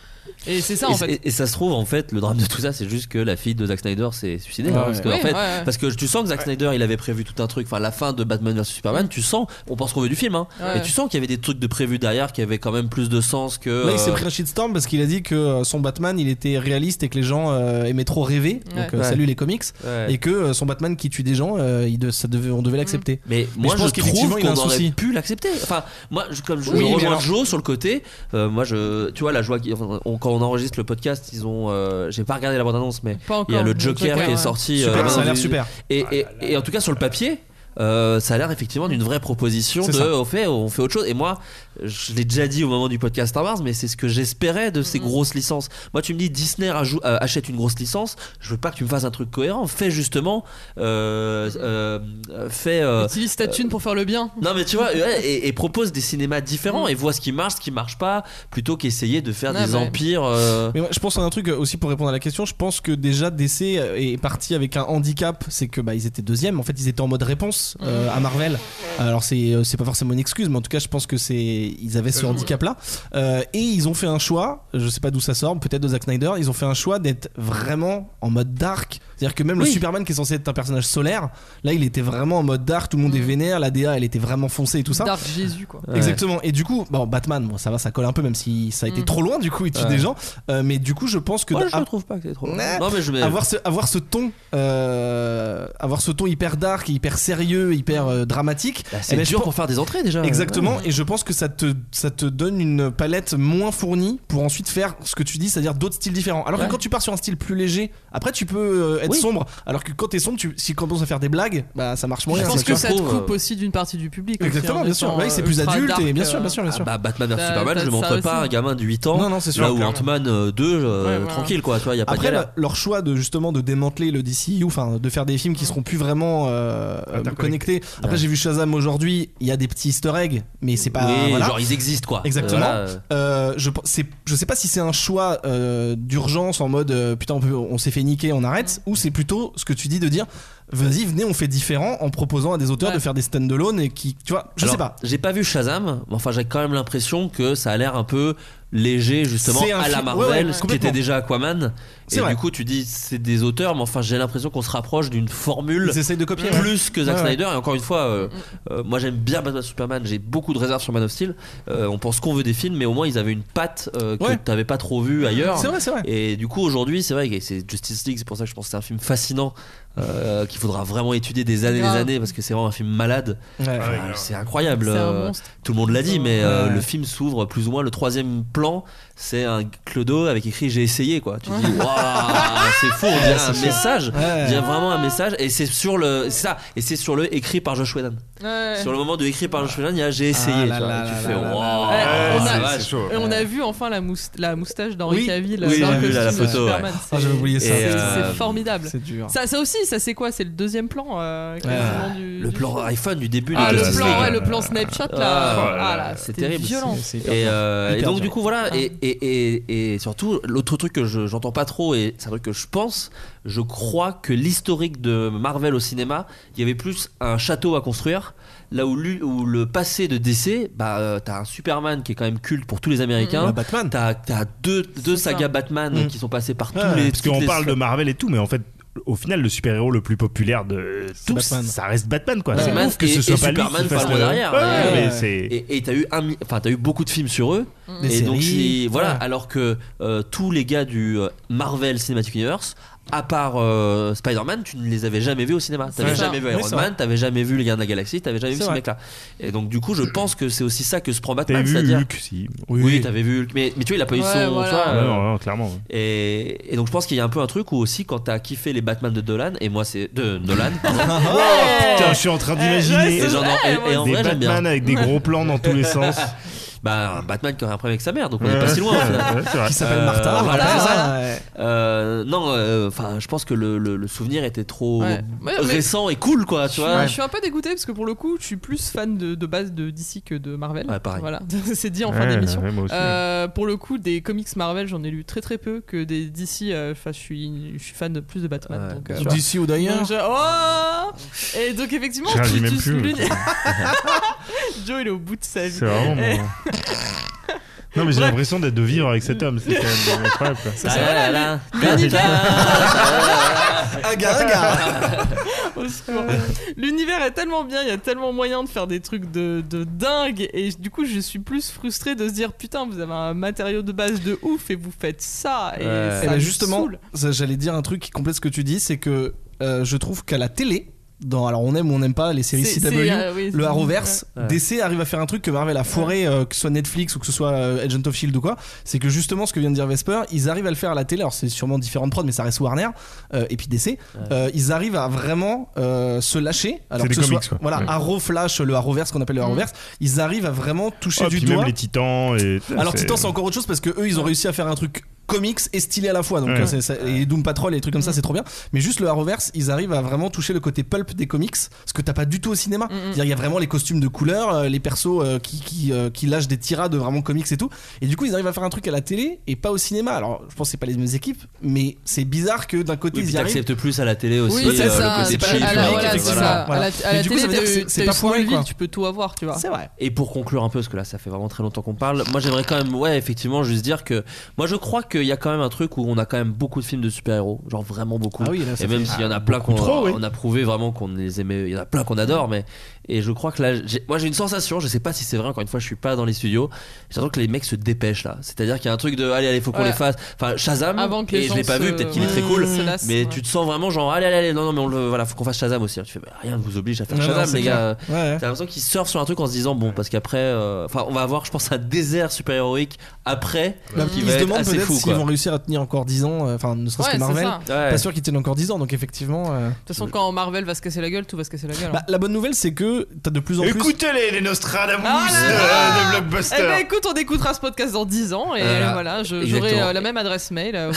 Speaker 3: Et c'est ça,
Speaker 1: et,
Speaker 3: en fait.
Speaker 1: et- et ça se trouve, en fait, le drame de tout ça, c'est juste que la fille de Zack Snyder s'est suicidée.
Speaker 4: Ouais.
Speaker 1: hein, parce que,
Speaker 3: Oui,
Speaker 1: en fait,
Speaker 3: ouais, ouais.
Speaker 1: Parce que tu sens que Zack Snyder il avait prévu tout un truc, enfin la fin de Batman vs Superman, tu sens, on pense qu'on veut du film, hein,
Speaker 3: Ouais.
Speaker 1: mais tu sens qu'il y avait des trucs de prévu derrière qui avaient quand même plus de sens que.
Speaker 4: Là, il s'est
Speaker 1: euh,
Speaker 4: pris un shitstorm parce qu'il a dit que euh, son Batman, il était réaliste et que les gens euh, aimaient trop rêver. Donc,
Speaker 3: Ouais.
Speaker 4: euh,
Speaker 1: Ouais.
Speaker 4: salut les comics.
Speaker 1: ouais.
Speaker 4: Et que euh, son Batman qui tue des gens, euh, il de- ça devait- on devait l'accepter.
Speaker 1: Mais moi
Speaker 4: je
Speaker 1: je,
Speaker 4: pense
Speaker 1: trouve
Speaker 4: qu'effectivement, il a
Speaker 1: qu'on
Speaker 4: un
Speaker 1: aurait
Speaker 4: souci.
Speaker 1: pu l'accepter. Enfin, moi je, comme je,
Speaker 3: Oui,
Speaker 1: je
Speaker 3: mais
Speaker 1: rejoins
Speaker 3: alors-
Speaker 1: Joe sur le côté, euh, moi je, tu vois la joie qui, enfin, on- quand on enregistre le podcast, ils ont, euh, j'ai pas regardé la bande annonce, mais
Speaker 3: Pas encore.
Speaker 1: il y a le Joker, qui est
Speaker 3: ouais.
Speaker 1: sorti.
Speaker 4: Super,
Speaker 1: euh,
Speaker 4: ça a l'air
Speaker 1: dans-
Speaker 4: super.
Speaker 1: Et, et- et en tout cas sur le papier, euh, ça a l'air effectivement d'une vraie proposition
Speaker 4: C'est
Speaker 1: de
Speaker 4: ça.
Speaker 1: on fait, on fait autre chose. Et moi, je l'ai déjà dit au moment du podcast Star Wars, mais c'est ce que j'espérais de ces grosses licences. Moi, tu me dis Disney rajou- euh, achète une grosse licence, je veux pas que tu me fasses un truc cohérent. Fais justement, euh, euh, euh, fais. euh,
Speaker 3: Utilise ta thune pour faire le bien.
Speaker 1: non mais tu vois ouais, et, et propose des cinémas différents
Speaker 3: Mm.
Speaker 1: et vois ce qui marche, ce qui marche pas, plutôt qu'essayer de faire
Speaker 3: Ouais,
Speaker 1: des
Speaker 3: ouais.
Speaker 1: empires. euh,
Speaker 4: Mais moi, je pense à un truc euh, aussi pour répondre à la question. Je pense que déjà DC est parti avec un handicap, c'est que bah ils étaient deuxième. En fait, ils étaient en mode réponse euh, à Marvel. Alors c'est euh, c'est pas forcément une excuse, mais en tout cas, je pense que c'est ils avaient ce handicap là. et ils ont fait un choix. Je sais pas d'où ça sort, peut-être de Zack Snyder. Ils ont fait un choix d'être vraiment en mode dark. C'est-à-dire que même le
Speaker 1: Oui.
Speaker 4: Superman qui est censé être un personnage solaire, là il était vraiment en mode dark. Tout le monde
Speaker 1: Mm.
Speaker 4: est vénère. La DA elle était vraiment foncée et tout ça.
Speaker 3: Dark Jésus, quoi.
Speaker 1: Ouais.
Speaker 4: Exactement. Et du coup, bon, Batman, bon, ça va, ça colle un peu, même si ça a été
Speaker 3: Mm.
Speaker 4: trop loin, du coup, il tue
Speaker 1: Ouais.
Speaker 4: des gens. Euh, mais du coup, je pense que
Speaker 1: Moi,
Speaker 4: d'a-
Speaker 1: je ne trouve pas que c'est trop.
Speaker 4: Ouais.
Speaker 1: Non mais je mets.
Speaker 4: avoir ce avoir ce ton, euh, avoir ce ton hyper dark, hyper sérieux, hyper euh, dramatique.
Speaker 1: Bah,
Speaker 4: eh
Speaker 1: c'est
Speaker 4: ben, je
Speaker 1: dur
Speaker 4: pense-
Speaker 1: pour faire des entrées déjà.
Speaker 4: Exactement, et je pense que ça te, ça te donne une palette moins fournie pour ensuite faire ce que tu dis, c'est-à-dire d'autres styles différents. Alors
Speaker 1: Ouais.
Speaker 4: que quand tu pars sur un style plus léger, après tu peux euh, être
Speaker 1: Oui.
Speaker 4: sombre, alors que quand t'es sombre, tu, si tu commences à faire des blagues, bah ça marche moins
Speaker 1: Je
Speaker 4: bien.
Speaker 1: pense
Speaker 3: Parce
Speaker 4: tu
Speaker 3: que
Speaker 1: que
Speaker 4: vois.
Speaker 3: ça te
Speaker 1: trouve,
Speaker 3: coupe
Speaker 1: euh,
Speaker 3: aussi d'une partie du public. aussi, en
Speaker 4: Exactement, bien sûr.
Speaker 3: étant,
Speaker 4: Ouais,
Speaker 3: euh,
Speaker 4: c'est plus
Speaker 3: ultra
Speaker 4: adulte,
Speaker 3: dark,
Speaker 4: et bien
Speaker 3: euh,
Speaker 4: sûr, bien sûr, bien
Speaker 1: Ah
Speaker 4: sûr.
Speaker 1: bah Batman vs
Speaker 3: Ça-
Speaker 1: Superman,
Speaker 3: ça-
Speaker 1: je le
Speaker 3: ça
Speaker 1: montre pas à un
Speaker 3: aussi.
Speaker 1: gamin de 8 ans.
Speaker 4: Non, non, c'est sûr.
Speaker 1: là où
Speaker 2: clairement.
Speaker 1: Ant-Man euh, 2, euh,
Speaker 3: Ouais, voilà.
Speaker 1: tranquille quoi, tu vois, y a pas
Speaker 4: Après,
Speaker 1: de galère.
Speaker 4: bah, leur choix de justement de démanteler le DCU, enfin de faire des films qui seront plus vraiment euh, euh,
Speaker 2: Interconnectés.
Speaker 4: connectés. Après,
Speaker 1: Ouais.
Speaker 4: j'ai vu Shazam aujourd'hui, il y a des petits easter eggs, mais c'est pas.
Speaker 1: oui,
Speaker 4: bah, voilà.
Speaker 1: genre ils existent quoi.
Speaker 4: Exactement.
Speaker 1: Euh, voilà.
Speaker 4: Euh, je, pense- c'est- je sais pas si c'est un choix euh, d'urgence en mode euh, putain, on, peut- on s'est fait niquer, on arrête, ou c'est plutôt ce que tu dis de dire vas-y, venez, on fait différent en proposant à des auteurs
Speaker 3: Ouais.
Speaker 4: de faire des stand-alone et qui, tu vois, je
Speaker 1: Alors,
Speaker 4: sais pas.
Speaker 1: J'ai pas vu Shazam, mais enfin j'ai quand même l'impression que ça a l'air un peu léger justement
Speaker 4: C'est un
Speaker 1: à la
Speaker 4: film- ouais,
Speaker 1: Marvel,
Speaker 4: ouais,
Speaker 1: ce qui
Speaker 4: complètement.
Speaker 1: était déjà Aquaman.
Speaker 4: C'est
Speaker 1: et
Speaker 4: vrai.
Speaker 1: du coup tu dis c'est des auteurs, mais enfin j'ai l'impression qu'on se rapproche d'une formule
Speaker 4: Ils essayent de copier. ouais.
Speaker 1: plus que Zack
Speaker 4: Ouais, ouais.
Speaker 1: Snyder. Et encore une fois,
Speaker 3: Mm,
Speaker 1: euh, euh, moi j'aime bien Batman Superman, j'ai beaucoup de réserves sur Man of Steel. Euh, on pense qu'on veut des films, mais au moins ils avaient une patte euh, que
Speaker 4: Ouais.
Speaker 1: t'avais pas trop vue ailleurs.
Speaker 4: C'est vrai, c'est vrai.
Speaker 1: Et du coup, aujourd'hui, c'est vrai que c'est Justice League, c'est pour ça que je pense que c'est un film fascinant euh, qu'il faudra vraiment étudier des années et des
Speaker 3: Grave.
Speaker 1: années parce que c'est vraiment un film malade.
Speaker 4: Ouais.
Speaker 3: Ah
Speaker 2: Ouais,
Speaker 1: Enfin,
Speaker 2: grave.
Speaker 1: c'est incroyable.
Speaker 3: C'est un
Speaker 1: Euh,
Speaker 3: monstre.
Speaker 1: Tout le monde l'a dit, mais euh,
Speaker 4: Ouais.
Speaker 1: le film s'ouvre plus ou moins le troisième plan, c'est un clodo avec écrit j'ai essayé quoi. Tu dis waouh, c'est fou, on dirait un message,
Speaker 4: Ouais.
Speaker 1: il y a vraiment un message et c'est sur le c'est ça et c'est sur le écrit par Josh Whedon.
Speaker 3: Ouais. Ah
Speaker 1: Sur le moment de écrit par Josh Whedon, il y a j'ai essayé,
Speaker 4: là
Speaker 1: tu, vois,
Speaker 4: là
Speaker 1: et tu
Speaker 4: là
Speaker 1: fais
Speaker 4: là là
Speaker 1: waouh,
Speaker 3: là là.
Speaker 1: la
Speaker 3: Ouais,
Speaker 1: vache.
Speaker 2: c'est chaud.
Speaker 3: Et on a vu enfin la, mous- la moustache d'Henri
Speaker 4: Oui.
Speaker 3: Cavill
Speaker 1: Oui,
Speaker 3: dans
Speaker 1: j'ai
Speaker 3: le
Speaker 1: vu
Speaker 3: costume
Speaker 1: la- la
Speaker 3: de
Speaker 1: photo, ouais.
Speaker 3: Superman.
Speaker 4: Ah, j'avais oublié
Speaker 3: C'est-
Speaker 4: ça.
Speaker 1: Et,
Speaker 3: c'est-
Speaker 1: euh,
Speaker 3: C'est formidable.
Speaker 4: C'est dur.
Speaker 3: Ça, ça aussi, ça c'est quoi C'est le deuxième plan euh, quasiment du,
Speaker 1: Le
Speaker 3: du
Speaker 1: plan
Speaker 3: film.
Speaker 1: iPhone du début
Speaker 3: Ah,
Speaker 1: de
Speaker 3: le
Speaker 1: Justice
Speaker 3: plan,
Speaker 1: League.
Speaker 3: ouais, le plan snapshot
Speaker 1: Ah,
Speaker 2: oh
Speaker 3: là.
Speaker 2: là là,
Speaker 3: Ah là,
Speaker 1: c'est
Speaker 3: c'était
Speaker 1: terrible.
Speaker 3: violent.
Speaker 4: C'est hyper
Speaker 1: Et,
Speaker 4: dur.
Speaker 1: euh,
Speaker 4: Hyper
Speaker 1: et donc
Speaker 4: dur. Ah.
Speaker 1: du coup voilà et, et, et, et surtout l'autre truc que je- j'entends pas trop et c'est un truc que je pense je crois que l'historique de Marvel au cinéma il y avait plus un château à construire là où, l'u- où le passé de DC bah euh, t'as un Superman qui est quand même culte pour tous les Américains
Speaker 4: Bah, Batman.
Speaker 1: t'as t'as deux, deux
Speaker 3: ça.
Speaker 1: sagas Batman
Speaker 4: Mm.
Speaker 1: qui sont passées par tous
Speaker 4: Ouais,
Speaker 1: les
Speaker 2: Ah, Parce
Speaker 1: toutes
Speaker 2: qu'on
Speaker 1: les-
Speaker 2: parle de Marvel et tout, mais en fait, au final, le super-héros le plus populaire de
Speaker 4: C'est
Speaker 2: tous,
Speaker 4: Batman.
Speaker 2: ça reste Batman, quoi.
Speaker 4: Ouais.
Speaker 2: C'est
Speaker 1: Batman
Speaker 2: ouf que
Speaker 1: et-
Speaker 2: ce soit
Speaker 1: et
Speaker 2: pas lui
Speaker 1: Superman
Speaker 2: qui fasse
Speaker 1: pas loin
Speaker 2: le-
Speaker 1: derrière.
Speaker 2: Ouais,
Speaker 4: Ouais.
Speaker 2: mais c'est.
Speaker 1: et et t'as eu un mi- enfin t'as eu beaucoup de films sur eux
Speaker 4: Des
Speaker 1: et donc
Speaker 4: séries.
Speaker 1: si- voilà
Speaker 4: Ouais.
Speaker 1: alors que euh, tous les gars du euh, Marvel Cinematic Universe à part euh, Spider-Man tu ne les avais jamais vus au cinéma t'avais
Speaker 3: ça.
Speaker 1: jamais vu
Speaker 4: Oui,
Speaker 1: Iron
Speaker 4: c'est
Speaker 1: Man
Speaker 4: vrai.
Speaker 1: t'avais jamais vu les Gardiens de la Galaxie t'avais jamais vu
Speaker 4: C'est
Speaker 1: ces
Speaker 4: vrai.
Speaker 1: mecs là et donc du coup je pense que c'est aussi ça que se prend
Speaker 2: T'as
Speaker 1: Batman
Speaker 2: vu
Speaker 1: c'est-à-dire
Speaker 2: Luke, si.
Speaker 1: oui, t'avais vu Hulk, mais, mais tu vois il a pas eu
Speaker 3: Ouais,
Speaker 1: son
Speaker 3: voilà.
Speaker 1: tu vois,
Speaker 2: Ouais,
Speaker 1: euh,
Speaker 2: non, non, clairement. ouais.
Speaker 1: et, et donc je pense qu'il y a un peu un truc où aussi quand t'as kiffé les Batman de Dolan et moi c'est de Nolan pardon, Oh,
Speaker 2: Putain, je suis en train d'imaginer.
Speaker 1: et, j'en- et- et en
Speaker 2: des
Speaker 1: vrai j'aime bien
Speaker 2: Batman avec des gros plans dans tous les sens.
Speaker 1: bah un Batman qui aurait un problème avec sa mère donc on est pas si loin au final.
Speaker 2: Ouais, c'est vrai.
Speaker 4: Qui s'appelle
Speaker 1: Euh,
Speaker 4: Martha.
Speaker 1: voilà,
Speaker 4: Martha,
Speaker 1: c'est ça.
Speaker 4: ouais.
Speaker 1: Euh, non, euh, enfin, je pense que le, le- le souvenir était trop
Speaker 3: Ouais. Ouais, mais-
Speaker 1: récent et cool, quoi, tu
Speaker 3: Je suis-
Speaker 1: vois.
Speaker 3: Je suis un peu dégoûté parce que pour le coup, je suis plus fan de, de base de DC que de Marvel.
Speaker 1: Ouais, pareil.
Speaker 3: Voilà, c'est dit en fin
Speaker 2: Ouais,
Speaker 3: d'émission.
Speaker 2: ouais, moi aussi, ouais.
Speaker 3: Euh, pour le coup, des comics Marvel, j'en ai lu très très peu que des DC. euh, Enfin, je suis je suis fan de plus de Batman.
Speaker 1: Ouais,
Speaker 3: donc,
Speaker 1: bien
Speaker 3: euh,
Speaker 1: sûr.
Speaker 3: voilà.
Speaker 4: D'ici ou d'ailleurs.
Speaker 3: Donc, je- Oh Et donc effectivement,
Speaker 2: Je réagis
Speaker 3: tu-
Speaker 2: même
Speaker 3: tu-
Speaker 2: plus,
Speaker 3: tu-
Speaker 2: mais-
Speaker 3: Joe il est au bout de sa vie.
Speaker 2: C'est vraiment.
Speaker 3: Eh,
Speaker 2: mon- Non, mais j'ai
Speaker 3: Bref.
Speaker 2: l'impression d'être de vivre avec cet homme. C'est quand même incroyable. quoi.
Speaker 1: Ah là là.
Speaker 3: au secours. L'univers est tellement bien, il y a tellement moyen de faire des trucs de, de dingue. Et du coup, je suis plus frustrée de se dire putain, vous avez un matériau de base de ouf et vous faites ça. Et
Speaker 1: Ouais.
Speaker 3: ça
Speaker 4: Eh ben,
Speaker 3: me
Speaker 4: justement,
Speaker 3: saoule.
Speaker 4: ça, j'allais dire un truc qui complète ce que tu dis, c'est que euh, je trouve qu'à la télé, dans, alors on aime ou on n'aime pas les séries
Speaker 3: C'est-
Speaker 4: CW,
Speaker 3: c'est, euh, oui,
Speaker 4: le
Speaker 3: c'est-
Speaker 4: Arrowverse,
Speaker 1: Ouais.
Speaker 4: DC arrive à faire un truc que Marvel a foiré, euh, que ce soit Netflix ou que ce soit euh, Agent of Shield ou quoi, c'est que justement ce que vient de dire Vesper, ils arrivent à le faire à la télé, alors c'est sûrement différentes prods, mais ça reste Warner euh, et puis DC, euh, ils arrivent à vraiment euh, se lâcher. Alors
Speaker 2: C'est
Speaker 4: que
Speaker 2: des
Speaker 4: ce
Speaker 2: comics,
Speaker 4: soit,
Speaker 2: quoi.
Speaker 4: voilà,
Speaker 2: Ouais.
Speaker 4: Arrow Flash, le Arrowverse qu'on appelle le
Speaker 3: Mm.
Speaker 4: Arrowverse, ils arrivent à vraiment toucher
Speaker 2: Oh,
Speaker 4: du
Speaker 2: puis
Speaker 4: doigt.
Speaker 2: même les titans. Et...
Speaker 4: Alors Titan c'est encore autre chose parce que eux ils ont réussi à faire un truc comics et stylé à la fois donc
Speaker 2: Ouais.
Speaker 4: euh, c'est- ça- et Doom Patrol et des trucs comme ça
Speaker 1: Mm.
Speaker 4: c'est trop bien mais juste le Arrowverse ils arrivent à vraiment toucher le côté pulp des comics ce que t'as pas du tout au
Speaker 1: Mm,
Speaker 4: cinéma C'est-à-dire, il y a vraiment les costumes de couleur euh, les persos euh, qui, qui, euh, qui lâchent des tirades vraiment comics et tout et du coup ils arrivent à faire un truc à la télé et pas au cinéma alors je pense que c'est pas les mêmes équipes mais c'est bizarre que d'un côté
Speaker 1: Oui, puis
Speaker 4: ils y arrivent
Speaker 1: t'acceptes plus à la télé aussi.
Speaker 3: Oui, c'est
Speaker 1: euh,
Speaker 3: ça,
Speaker 1: le côté
Speaker 3: c'est pas-
Speaker 1: cheap,
Speaker 3: à la-
Speaker 1: le
Speaker 3: voilà,
Speaker 1: côté-
Speaker 3: c'est
Speaker 4: etc.
Speaker 1: voilà.
Speaker 3: ça. À la-
Speaker 4: Voilà.
Speaker 3: à
Speaker 4: Et
Speaker 3: la
Speaker 4: du coup, ça
Speaker 3: télé,
Speaker 4: veut dire que
Speaker 3: t'as eu-
Speaker 4: c'est- c'est
Speaker 3: t'as eu
Speaker 4: pas
Speaker 3: Smallville,
Speaker 4: foiré, quoi.
Speaker 3: tu peux tout avoir, tu vois.
Speaker 4: c'est vrai
Speaker 1: Et pour conclure un peu, parce que là, ça fait vraiment très longtemps qu'on parle, moi j'aimerais quand même, ouais, effectivement, juste dire que moi je crois qu'il y a quand même un truc où on a quand même beaucoup de films de super-héros, genre vraiment beaucoup.
Speaker 4: Ah oui, là, ça
Speaker 1: et même
Speaker 4: fait-
Speaker 1: s'il y en a plein qu'on
Speaker 2: trop, oui.
Speaker 1: on a prouvé vraiment qu'on les aimait, il y en a plein qu'on adore, mais. Et je crois que là, j'ai- moi j'ai une sensation, je sais pas si c'est vrai, encore une fois, je suis pas dans les studios, j'ai l'impression que les mecs se dépêchent là. C'est-à-dire qu'il y a un truc de, allez, allez, faut qu'on
Speaker 3: Ouais.
Speaker 1: les fasse. Enfin, Shazam,
Speaker 3: Avant que les
Speaker 1: et je
Speaker 3: gens
Speaker 1: l'ai pas
Speaker 3: se-
Speaker 1: vu, peut-être qu'il est très
Speaker 3: se
Speaker 1: cool,
Speaker 3: lassent,
Speaker 1: mais
Speaker 3: ouais.
Speaker 1: tu te sens vraiment genre, allez, allez, allez, non, non, mais on le, voilà, faut qu'on fasse Shazam aussi. Tu fais, bah, rien ne vous oblige à faire
Speaker 4: Non, non,
Speaker 1: Shazam,
Speaker 4: c'est
Speaker 1: les
Speaker 4: clair.
Speaker 1: gars.
Speaker 4: Ouais, ouais.
Speaker 1: T'as l'impression qu'ils surfent sur un truc en se disant bon parce qu'après euh, enfin on va avoir je pense un désert super héroïque après
Speaker 4: Bah,
Speaker 1: qui
Speaker 4: ils
Speaker 1: va
Speaker 4: se
Speaker 1: être
Speaker 4: demandent
Speaker 1: assez
Speaker 4: peut-être
Speaker 1: fou
Speaker 4: s'ils vont
Speaker 1: quoi.
Speaker 4: réussir à tenir encore 10 ans euh, enfin ne serait-ce que
Speaker 3: Ouais, c'est
Speaker 4: Marvel
Speaker 3: ça.
Speaker 1: Ouais.
Speaker 4: pas sûr qu'ils tiennent encore 10 ans donc effectivement euh,
Speaker 3: De toute façon, quand Marvel va se casser la gueule, tout va se casser la gueule. hein.
Speaker 4: Bah, la bonne nouvelle, c'est que t'as de plus en plus.
Speaker 2: Écoutez-les, les Nostradamus
Speaker 3: Ah là
Speaker 2: euh,
Speaker 3: là
Speaker 2: de
Speaker 3: Eh ben
Speaker 2: Blockbuster.
Speaker 3: écoute, on écoutera ce podcast dans 10 ans et
Speaker 1: Voilà,
Speaker 3: euh, voilà, je- j'aurai
Speaker 1: exactement.
Speaker 3: euh, la même adresse mail. euh,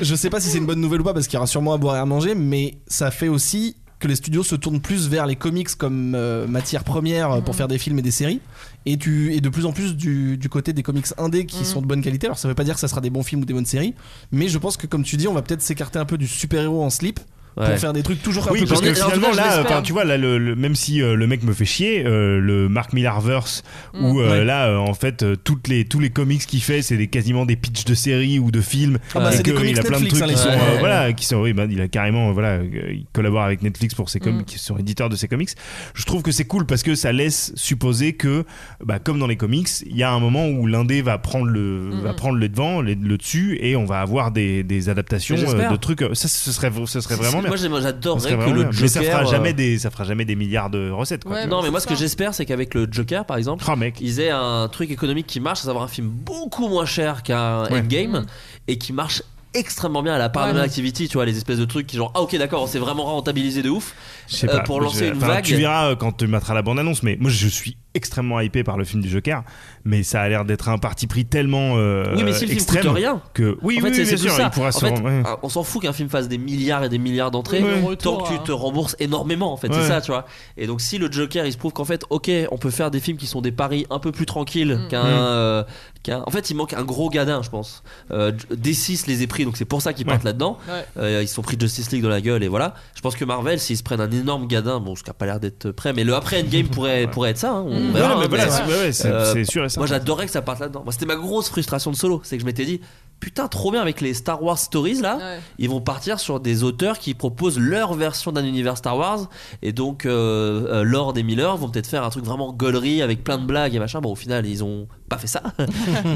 Speaker 4: Je sais pas si c'est une bonne nouvelle ou pas, parce qu'il y aura sûrement à boire et à manger, mais ça fait aussi que les studios se tournent plus vers les comics comme euh, matière première euh, pour faire des films et des séries, et, tu, et de plus en plus du, du côté des comics indés qui
Speaker 3: Mhm.
Speaker 4: sont de bonne qualité. Alors ça veut pas dire que ça sera des bons films ou des bonnes séries, mais je pense que comme tu dis, on va peut-être s'écarter un peu du super-héros en slip
Speaker 1: Ouais.
Speaker 4: pour faire des trucs toujours un
Speaker 2: Oui,
Speaker 4: peu
Speaker 2: parce
Speaker 1: j'en ai-
Speaker 2: que
Speaker 1: alors,
Speaker 2: finalement,
Speaker 1: je
Speaker 2: là,
Speaker 1: l'espère.
Speaker 2: enfin, tu vois, là, le, le- même si euh, le mec me fait chier, euh, le Mark Millarverse,
Speaker 3: Mm.
Speaker 2: où euh,
Speaker 4: Ouais.
Speaker 2: là, euh, en fait, euh, toutes les, tous les comics qu'il fait, c'est des, quasiment des pitchs de séries ou de films.
Speaker 4: Ah bah,
Speaker 2: et
Speaker 4: c'est des
Speaker 2: que
Speaker 4: comics
Speaker 2: il a plein
Speaker 4: Netflix,
Speaker 2: de
Speaker 4: hein,
Speaker 2: trucs
Speaker 4: les
Speaker 2: qui sont,
Speaker 1: sources.
Speaker 2: euh,
Speaker 1: Ouais.
Speaker 2: voilà, qui sont, oui, bah, il a carrément, voilà, euh, il collabore avec Netflix pour ses comics,
Speaker 3: Mm.
Speaker 2: qui sont éditeurs de ses comics. Je trouve que c'est cool parce que ça laisse supposer que, bah, comme dans les comics, il y a un moment où l'indé va prendre le,
Speaker 4: Mm-hmm.
Speaker 3: Mm.
Speaker 2: va prendre le devant, le, le dessus, et on va avoir des, des adaptations
Speaker 1: Mais
Speaker 2: euh,
Speaker 1: j'espère.
Speaker 2: de trucs. Ça, ce serait, ce serait vraiment
Speaker 1: moi j'aime-
Speaker 2: Ça serait
Speaker 1: j'adorerais que
Speaker 2: vraiment
Speaker 1: le
Speaker 2: bien. Mais ça
Speaker 1: Joker.
Speaker 2: fera jamais
Speaker 1: euh,
Speaker 2: des, ça fera jamais des milliards de recettes. Quoi,
Speaker 3: Ouais,
Speaker 2: tu vois.
Speaker 1: Non, mais moi ce que
Speaker 3: ça.
Speaker 1: j'espère, c'est qu'avec le Joker par exemple,
Speaker 2: Ah, mec.
Speaker 1: ils aient un truc économique qui marche, à savoir un film beaucoup moins cher qu'un
Speaker 2: Ouais.
Speaker 1: Endgame
Speaker 3: Mm.
Speaker 1: et qui marche extrêmement bien à la part
Speaker 3: Ouais.
Speaker 1: de l'activity, tu vois, les espèces de trucs qui genre ah ok d'accord, c'est vraiment rentabilisé de ouf.
Speaker 2: Je sais
Speaker 1: euh,
Speaker 2: pas,
Speaker 1: pour
Speaker 2: je-
Speaker 1: lancer une
Speaker 2: enfin,
Speaker 1: vague.
Speaker 2: Tu verras euh, quand tu mettras la bande-annonce, mais moi je suis extrêmement hypé par le film du Joker, mais ça a l'air d'être un parti pris tellement euh,
Speaker 1: oui, mais si le film
Speaker 2: extrême
Speaker 1: coûte rien.
Speaker 2: que oui,
Speaker 1: en fait,
Speaker 2: oui,
Speaker 1: c'est-
Speaker 2: oui,
Speaker 1: c'est
Speaker 2: bien
Speaker 1: plus
Speaker 2: sûr,
Speaker 1: ça.
Speaker 2: il pourra
Speaker 1: En
Speaker 2: se
Speaker 1: fait,
Speaker 2: rendre- ouais.
Speaker 1: ah, on s'en fout qu'un film fasse des milliards et des milliards d'entrées,
Speaker 3: Oui, le
Speaker 1: tant
Speaker 3: retour,
Speaker 1: que tu
Speaker 3: hein.
Speaker 1: te rembourses énormément. En fait,
Speaker 2: Ouais.
Speaker 1: c'est ça, tu vois. Et donc, si le Joker, il se prouve qu'en fait, ok, on peut faire des films qui sont des paris un peu plus tranquilles
Speaker 3: Mm.
Speaker 1: qu'un,
Speaker 2: Mm.
Speaker 1: euh, qu'un- En fait, il manque un gros gadin, je pense. Euh, D6 les est pris, donc c'est pour ça qu'ils partent là-dedans.
Speaker 3: Ouais.
Speaker 1: Euh, ils se sont pris Justice League dans la gueule et voilà. Je pense que Marvel, s'ils se prennent un énorme gadin, bon, ce qui a pas l'air d'être prêt, mais le après Endgame pourrait pourrait être ça. hein. on
Speaker 3: Mm.
Speaker 1: verra,
Speaker 2: Ouais,
Speaker 1: hein,
Speaker 2: mais voilà,
Speaker 1: mais-
Speaker 2: c'est- ouais, ouais, c'est
Speaker 1: Euh,
Speaker 2: c'est sûr et certain.
Speaker 1: moi j'adorais que ça parte là-dedans. Moi c'était ma grosse frustration de solo, c'est que je m'étais dit putain trop bien avec les Star Wars stories là,
Speaker 3: Ouais.
Speaker 1: ils vont partir sur des auteurs qui proposent leur version d'un univers Star Wars et donc euh, euh, Lord et Miller vont peut-être faire un truc vraiment gaulerie avec plein de blagues et machin. Bon au final ils ont pas fait ça,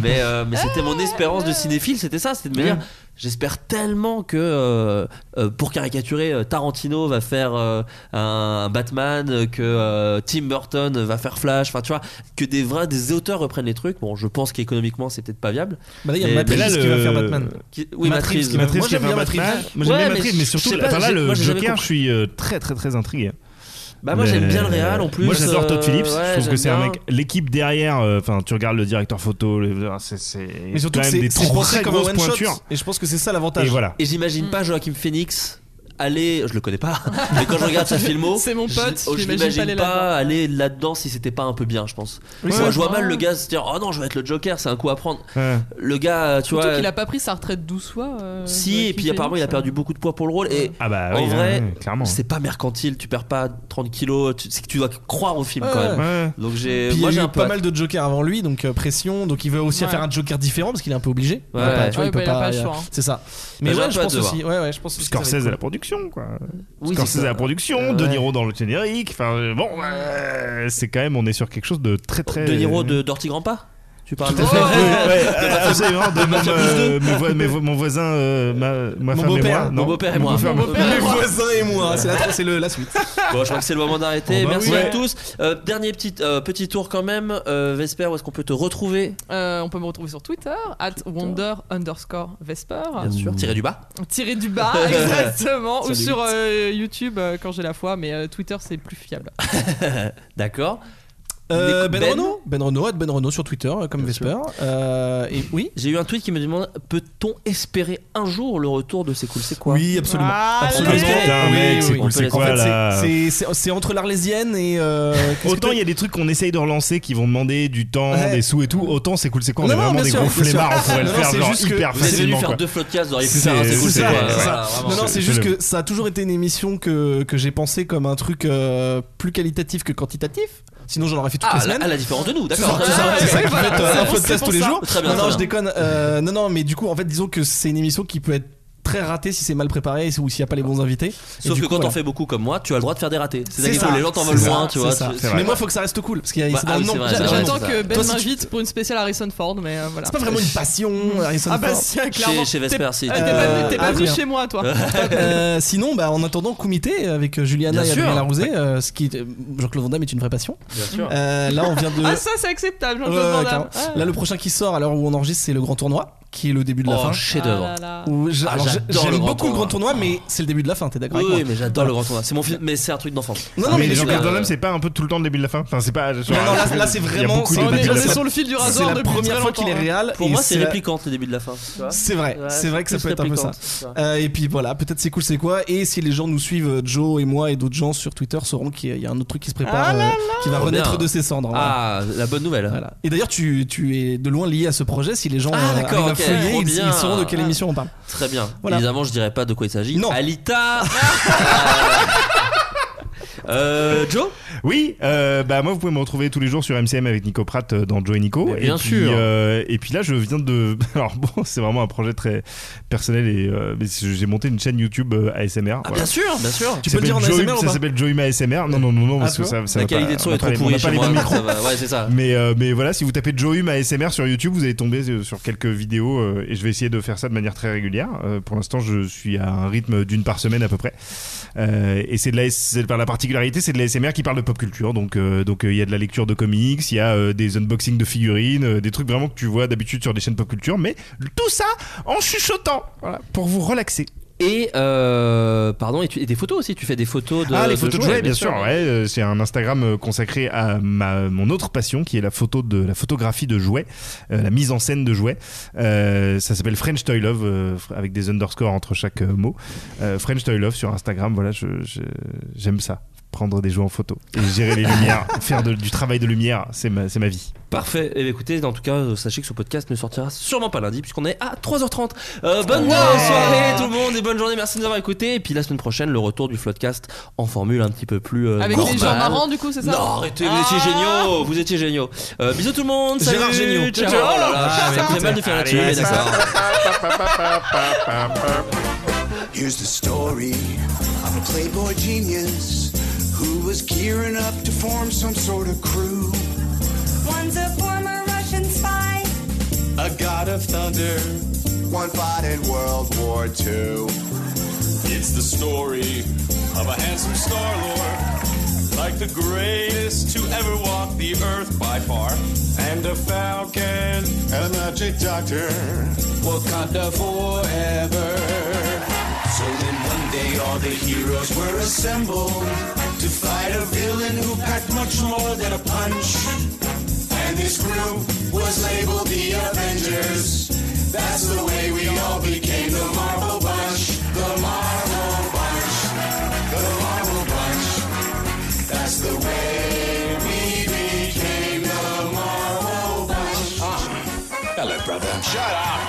Speaker 1: mais, euh, mais c'était mon espérance de cinéphile, c'était ça, c'était de me dire j'espère tellement que euh, euh, pour caricaturer euh, Tarantino va faire euh, un, un Batman, euh, que euh, Tim Burton va faire Flash, enfin tu vois que des vrais des auteurs reprennent les trucs. Bon, je pense qu'économiquement, c'est peut-être pas viable.
Speaker 4: Bah là, il y a
Speaker 1: Mais-
Speaker 4: Matrix
Speaker 1: mais là,
Speaker 4: qui va
Speaker 2: le-
Speaker 4: faire Batman.
Speaker 1: Qui- Oui, Matrix.
Speaker 4: qui Matrix
Speaker 2: Moi
Speaker 4: Moi,
Speaker 2: j'aime
Speaker 4: j'aime
Speaker 2: bien
Speaker 4: bien
Speaker 2: Matrix, moi j'aime
Speaker 1: Ouais,
Speaker 2: bien
Speaker 1: mais
Speaker 2: Matrix,
Speaker 1: je-
Speaker 2: mais
Speaker 1: je
Speaker 2: surtout
Speaker 1: sais pas,
Speaker 2: attends, là
Speaker 1: j'ai-
Speaker 2: le
Speaker 1: moi, j'ai jamais
Speaker 2: Joker, je
Speaker 1: compris.
Speaker 2: suis euh, très très très intrigué.
Speaker 1: Bah moi
Speaker 2: Mais-
Speaker 1: j'aime bien le réal en plus.
Speaker 2: Moi j'adore Todd
Speaker 1: euh,
Speaker 2: Phillips,
Speaker 1: ouais,
Speaker 2: je trouve que
Speaker 1: j'aime
Speaker 2: c'est un
Speaker 1: bien.
Speaker 2: mec. L'équipe derrière, euh, enfin tu regardes le directeur photo, le- euh, c'est- c'est
Speaker 4: Mais surtout,
Speaker 2: quand
Speaker 4: que
Speaker 2: même des
Speaker 4: c'est c'est pensé
Speaker 2: très
Speaker 4: comme un
Speaker 2: grosses
Speaker 4: one shot.
Speaker 2: pointures.
Speaker 4: Et je pense que c'est ça
Speaker 2: Et
Speaker 4: l'avantage.
Speaker 2: voilà.
Speaker 1: Et j'imagine pas Joachim Phoenix aller, je le connais pas, mais quand je regarde sa filmo,
Speaker 3: C'est mon pote,
Speaker 1: je- oh, je
Speaker 3: je l'imagine pas
Speaker 1: l'imagine
Speaker 3: aller
Speaker 1: pas
Speaker 3: là-dedans.
Speaker 1: aller là-dedans si c'était pas un peu bien, je pense.
Speaker 2: Oui,
Speaker 1: Moi,
Speaker 2: c'est
Speaker 1: je vois
Speaker 3: vrai.
Speaker 1: mal le gars se dire, oh non, je vais être le Joker, c'est un coup à prendre.
Speaker 2: Ouais.
Speaker 1: Le gars, euh, tu
Speaker 3: Surtout
Speaker 1: vois,
Speaker 3: qu'il a pas pris sa retraite douce fois. euh,
Speaker 1: si, et
Speaker 3: Joaquin
Speaker 1: puis apparemment il a
Speaker 3: Phoenix,
Speaker 1: perdu beaucoup de poids pour le rôle. Et
Speaker 2: Ah bah
Speaker 1: En
Speaker 2: oui,
Speaker 1: vrai,
Speaker 2: ouais, ouais, clairement.
Speaker 1: c'est pas mercantile, tu perds pas 30 kilos, tu- c'est que tu dois croire au film
Speaker 4: Ouais,
Speaker 1: quand
Speaker 4: ouais.
Speaker 1: même.
Speaker 2: Ouais.
Speaker 1: Donc j'ai,
Speaker 4: Puis
Speaker 1: moi
Speaker 4: il y
Speaker 1: j'ai
Speaker 4: a
Speaker 1: un
Speaker 4: eu
Speaker 1: peu
Speaker 4: pas mal de Joker avant lui, donc euh, pression. Donc il veut aussi
Speaker 3: Ouais.
Speaker 4: faire un Joker différent parce qu'il est un peu obligé. Il peut
Speaker 1: Ouais.
Speaker 4: pas- tu vois,
Speaker 3: Ouais,
Speaker 4: il peut
Speaker 3: bah, il a
Speaker 4: pas-
Speaker 3: pas le choix, hein.
Speaker 4: C'est ça. Mais
Speaker 1: j'ai un
Speaker 4: ouais, je
Speaker 1: peu
Speaker 4: pense
Speaker 1: hâte de
Speaker 4: aussi. Ouais, ouais, je pense aussi. que ça va être
Speaker 2: Scorsese à
Speaker 4: cool.
Speaker 2: la production, quoi.
Speaker 1: Oui,
Speaker 2: Scorsese
Speaker 1: c'est
Speaker 2: à
Speaker 1: ça.
Speaker 2: la production,
Speaker 1: Euh,
Speaker 2: De
Speaker 1: ouais.
Speaker 2: Niro dans le générique. Enfin, euh, bon, euh, c'est quand même, on est sur quelque chose de très très.
Speaker 1: De Niro de Dorty Grandpa Tu parles
Speaker 2: Ouais, ouais, euh, absolument, de mon,
Speaker 1: Mathieu
Speaker 2: euh, mes voi- mes vo- mon voisin, euh, ma, ma
Speaker 4: Mon
Speaker 2: femme et
Speaker 4: beau-père.
Speaker 2: moi.
Speaker 1: Mon
Speaker 2: non
Speaker 1: beau-père et moi.
Speaker 2: beau-père, ma-
Speaker 4: Mes voisins et moi, c'est la, c'est le- la suite.
Speaker 1: Bon, je crois que c'est le moment d'arrêter.
Speaker 4: Ah
Speaker 2: Oh, bah
Speaker 1: Merci
Speaker 2: oui.
Speaker 1: à
Speaker 2: Ouais.
Speaker 1: tous. Euh, dernier petit, euh, petit tour quand même. Euh, Vesper, où est-ce qu'on peut te retrouver
Speaker 3: Euh, on peut me retrouver sur Twitter, at wonder underscore Vesper,
Speaker 1: sûr. Tiré du bas.
Speaker 3: tiré du bas, exactement,
Speaker 4: Sur les
Speaker 3: ou sur
Speaker 4: huit.
Speaker 3: euh, YouTube euh, quand j'ai la foi, mais euh, Twitter c'est plus fiable.
Speaker 1: Ah, D'accord.
Speaker 4: Euh, ben,
Speaker 1: Ben.
Speaker 4: Renault Ben Renault, at Ben Renault sur Twitter, euh, comme Vesper. Euh, et oui
Speaker 1: J'ai eu un tweet qui me demande peut-on espérer un jour le retour de C'est cool, c'est quoi
Speaker 4: Oui, absolument.
Speaker 3: Ah,
Speaker 1: Ah,
Speaker 2: Absolument. Putain,
Speaker 4: Oui,
Speaker 2: mec,
Speaker 4: oui,
Speaker 2: c'est
Speaker 4: oui.
Speaker 1: on
Speaker 2: cool,
Speaker 1: peut
Speaker 2: c'est
Speaker 1: les-
Speaker 4: En
Speaker 2: quoi
Speaker 4: fait,
Speaker 2: là
Speaker 4: c'est- c'est- c'est- c'est entre l'arlésienne et. euh, qu'est-ce
Speaker 2: Autant
Speaker 4: que
Speaker 2: il y a des trucs qu'on essaye de relancer qui vont demander du temps,
Speaker 4: Ouais.
Speaker 2: des sous et tout, autant c'est cool, c'est quoi On
Speaker 4: Non,
Speaker 2: est
Speaker 4: non,
Speaker 2: vraiment
Speaker 4: bien
Speaker 2: des
Speaker 4: sûr,
Speaker 2: gros
Speaker 4: bien sûr.
Speaker 2: flemmards, on pourrait le
Speaker 4: Non, non,
Speaker 2: faire
Speaker 4: c'est
Speaker 2: genre
Speaker 4: juste que
Speaker 2: hyper
Speaker 1: Vous êtes venu
Speaker 2: facilement.
Speaker 1: faire
Speaker 2: quoi.
Speaker 1: deux floodcasts, vous auriez pu
Speaker 2: C'est-
Speaker 1: faire un C'est cool,
Speaker 2: c'est
Speaker 1: c'est
Speaker 2: ça,
Speaker 1: quoi
Speaker 2: c'est
Speaker 1: Ouais,
Speaker 2: ça.
Speaker 1: vraiment.
Speaker 4: Non, non,
Speaker 2: c'est-
Speaker 4: c'est
Speaker 2: c'est
Speaker 4: juste
Speaker 2: le-
Speaker 4: que ça a toujours été une émission que, que j'ai pensé comme un truc euh, plus qualitatif que quantitatif. Sinon, j'en aurais fait toutes
Speaker 1: Ah,
Speaker 4: les
Speaker 1: à la,
Speaker 4: semaines.
Speaker 1: à la différence de nous,
Speaker 4: C'est ça,
Speaker 1: d'accord.
Speaker 4: c'est ça, c'est ça qui fait euh, un podcast tous les jours.
Speaker 1: Très bien,
Speaker 4: non,
Speaker 1: très
Speaker 4: non,
Speaker 1: bien.
Speaker 4: je déconne. Euh, non, non, mais du coup, en fait, disons que c'est une émission qui peut être très ratée si c'est mal préparé ou s'il n'y a pas les bons invités. Et
Speaker 1: Sauf
Speaker 4: du
Speaker 1: que
Speaker 4: coup,
Speaker 1: quand on
Speaker 4: voilà.
Speaker 1: fait beaucoup comme moi, tu as le droit de faire des ratés. C'est ça
Speaker 4: C'est
Speaker 1: qu'il faut,
Speaker 4: ça,
Speaker 1: les gens t'en veulent
Speaker 4: c'est
Speaker 1: loin,
Speaker 4: ça,
Speaker 1: tu
Speaker 4: c'est
Speaker 1: vois.
Speaker 4: ça.
Speaker 1: tu-
Speaker 2: C'est vrai.
Speaker 4: Mais moi, il faut que ça reste cool parce qu'il y a
Speaker 1: Bah,
Speaker 4: c'est dans
Speaker 1: ah
Speaker 4: le
Speaker 1: oui,
Speaker 4: nom.
Speaker 1: c'est vrai,
Speaker 3: J'a-
Speaker 1: c'est vrai,
Speaker 3: J'attends
Speaker 1: c'est
Speaker 3: que
Speaker 1: vrai.
Speaker 3: Ben
Speaker 4: Toi, si tu-
Speaker 3: m'invite pour une spéciale Harrison Ford, mais euh, voilà.
Speaker 4: C'est pas vraiment une passion, Harrison
Speaker 3: Ah bah
Speaker 4: Ford.
Speaker 3: si, clairement.
Speaker 1: Chez, chez
Speaker 3: T'es-
Speaker 1: Vesper, si.
Speaker 3: Ah, T'es pas venu- t'es
Speaker 4: Ah,
Speaker 3: pas venu
Speaker 4: bien.
Speaker 3: chez moi, toi.
Speaker 4: Euh, sinon, bah, en attendant, Comité avec euh, Juliana
Speaker 1: Bien
Speaker 4: et Adrien
Speaker 1: sûr.
Speaker 4: Larousé, euh, ce qui est- euh, Jean-Claude Van Damme est une vraie passion.
Speaker 1: Bien sûr.
Speaker 4: Euh, là, on vient de.
Speaker 3: Ah, ça, c'est acceptable.
Speaker 4: Ouais, ouais,
Speaker 3: hein.
Speaker 4: carrément. Là, le prochain qui sort à l'heure où on enregistre, c'est le Grand Tournoi, qui est le début de la
Speaker 1: Oh,
Speaker 4: fin.
Speaker 1: chef-d'œuvre.
Speaker 4: Où je-
Speaker 1: Ah,
Speaker 4: alors, je-
Speaker 1: j'adore le
Speaker 4: J'aime
Speaker 1: Grand
Speaker 4: beaucoup le Grand
Speaker 1: Tournoi.
Speaker 4: Tournoi, mais c'est le début de la fin, t'es d'accord
Speaker 1: Oui,
Speaker 4: avec moi
Speaker 1: mais j'adore le grand tournoi. C'est mon film, mais c'est un truc d'enfance.
Speaker 4: Non, non,
Speaker 2: Ah,
Speaker 4: mais
Speaker 2: mais
Speaker 4: les
Speaker 2: jean
Speaker 4: gens
Speaker 2: pierre
Speaker 1: euh,
Speaker 2: Van Damme, c'est pas un peu tout le temps le début de la fin Enfin, c'est pas.
Speaker 4: Non,
Speaker 1: bah,
Speaker 4: non, là- là, c'est
Speaker 2: Il y a
Speaker 4: vraiment-
Speaker 2: beaucoup de
Speaker 4: on est
Speaker 2: début de
Speaker 3: déjà
Speaker 2: la fin.
Speaker 3: sur le fil du
Speaker 4: C'est
Speaker 3: rasoir
Speaker 4: la
Speaker 3: depuis très
Speaker 4: première fois qu'il est
Speaker 3: longtemps, hein.
Speaker 4: réal.
Speaker 1: Pour
Speaker 4: et
Speaker 1: moi, c'est
Speaker 4: la-
Speaker 1: réplicante le début de la fin. tu vois.
Speaker 4: C'est vrai,
Speaker 1: Ouais,
Speaker 4: c'est vrai que ça
Speaker 1: plus
Speaker 4: peut être un peu ça.
Speaker 1: réplicante, tu vois.
Speaker 4: Euh, et puis voilà, peut-être c'est cool, c'est quoi. Et si les gens nous suivent, euh, Joe et moi et d'autres gens sur Twitter sauront qu'il y a un autre truc qui se prépare,
Speaker 3: Ah là
Speaker 4: euh, qui va
Speaker 1: Trop
Speaker 4: renaître
Speaker 1: Oh, bien.
Speaker 4: de ses cendres. voilà.
Speaker 1: Ah, la bonne nouvelle.
Speaker 4: Voilà. Et d'ailleurs, tu, tu es de loin lié à ce projet. Si les gens
Speaker 1: Ah,
Speaker 4: euh,
Speaker 1: d'accord,
Speaker 4: arrivent à
Speaker 1: ok,
Speaker 4: fouiller,
Speaker 1: trop
Speaker 4: ils,
Speaker 1: bien.
Speaker 4: ils sauront de quelle
Speaker 1: Ah.
Speaker 4: émission on parle.
Speaker 1: Très bien.
Speaker 4: Voilà.
Speaker 1: Évidemment, je dirais pas de quoi il s'agit.
Speaker 4: Non.
Speaker 1: Alita. Euh, Euh, Joe
Speaker 2: Oui, euh, bah moi vous pouvez me retrouver tous les jours sur MCM avec Nico Pratt euh, dans Joe et Nico.
Speaker 1: Mais bien
Speaker 2: et puis,
Speaker 1: sûr.
Speaker 2: euh, et puis là je viens de. Alors bon, c'est vraiment un projet très personnel et euh, mais j'ai monté une chaîne YouTube euh, ASMR.
Speaker 1: Ah,
Speaker 2: voilà.
Speaker 1: Bien sûr, bien sûr.
Speaker 8: Tu peux le dire en
Speaker 2: Ça
Speaker 8: ASMR
Speaker 2: s'appelle
Speaker 8: ou
Speaker 2: Joey-
Speaker 8: pas
Speaker 2: Ça s'appelle Joima ASMR. Non, non, non, non, parce
Speaker 8: tu
Speaker 2: que ça, ça
Speaker 1: La
Speaker 2: va pas-
Speaker 1: qualité de
Speaker 2: on
Speaker 1: son
Speaker 2: a
Speaker 1: est trop
Speaker 2: pas les- on a
Speaker 1: pourrie
Speaker 2: pas
Speaker 1: chez
Speaker 2: les
Speaker 1: moi.
Speaker 2: mêmes
Speaker 1: ça
Speaker 2: micros.
Speaker 1: va. Ouais, c'est ça.
Speaker 2: Mais, euh, mais voilà, si vous tapez Joey ASMR sur YouTube, vous allez tomber euh, sur quelques vidéos euh, et je vais essayer de faire ça de manière très régulière. Euh, pour l'instant, je suis à un rythme d'une par semaine à peu près. Euh, et c'est de la, c'est- par la particularité, c'est de l'ASMR qui parle de pop culture. Donc, euh, donc euh, il y a de la lecture de comics, il y a euh, des unboxings de figurines, euh, des trucs vraiment que tu vois d'habitude sur des chaînes pop culture, mais tout ça en chuchotant voilà, pour vous relaxer.
Speaker 1: Et euh, pardon, et, tu- et des photos aussi. Tu fais des photos de.
Speaker 2: ah, les photos de
Speaker 1: jouets,
Speaker 2: jouets, bien sûr. ouais, euh, c'est un Instagram euh, consacré à ma, mon autre passion qui est la photo de la photographie de jouets, euh, la mise en scène de jouets. Euh, ça s'appelle French Toy Love euh, fr- avec des underscores entre chaque euh, mot. Euh, French Toy Love sur Instagram. Voilà, je- je- j'aime ça. Prendre des jouets en photo et gérer les lumières, faire de- du travail de lumière, c'est ma, c'est ma vie.
Speaker 1: Parfait. Et écoutez, en tout cas, euh, sachez que ce podcast ne sortira sûrement pas lundi puisqu'on est à 3h30. Euh, bonne soirée tout le monde et bonne journée. Merci de nous avoir écoutés. Et puis la semaine prochaine, le retour du Floodcast en formule un petit peu plus. euh,
Speaker 3: Avec les gens
Speaker 1: gourmande.
Speaker 3: marrants, du coup, c'est ça
Speaker 1: Non, arrêtez, vous
Speaker 3: Ah.
Speaker 1: étiez géniaux, vous étiez géniaux. Euh, bisous tout le monde, salut,
Speaker 8: Gérard Géniaux.
Speaker 1: ciao.
Speaker 8: Ciao.
Speaker 1: Oh là là,
Speaker 3: Ah,
Speaker 1: ça me fait
Speaker 3: putain.
Speaker 1: mal de faire là-dessus, mais d'accord.
Speaker 6: Here's the story of a playboy genius who was gearing up to form some sort of crew.
Speaker 9: One's a former Russian spy.
Speaker 6: A god of thunder, one fought in World War II.
Speaker 10: It's the story of a handsome Star Lord, like the greatest to ever walk the earth by far.
Speaker 6: And a falcon, and a magic doctor, Wakanda forever. So then one day all the heroes were assembled to fight a villain who packed much more than a punch. And this group was labeled the Avengers. That's the way we all became the Marvel Bunch. The Marvel Bunch. The Marvel Bunch. That's the way we became the Marvel Bunch.
Speaker 10: Hello, brother. Shut up.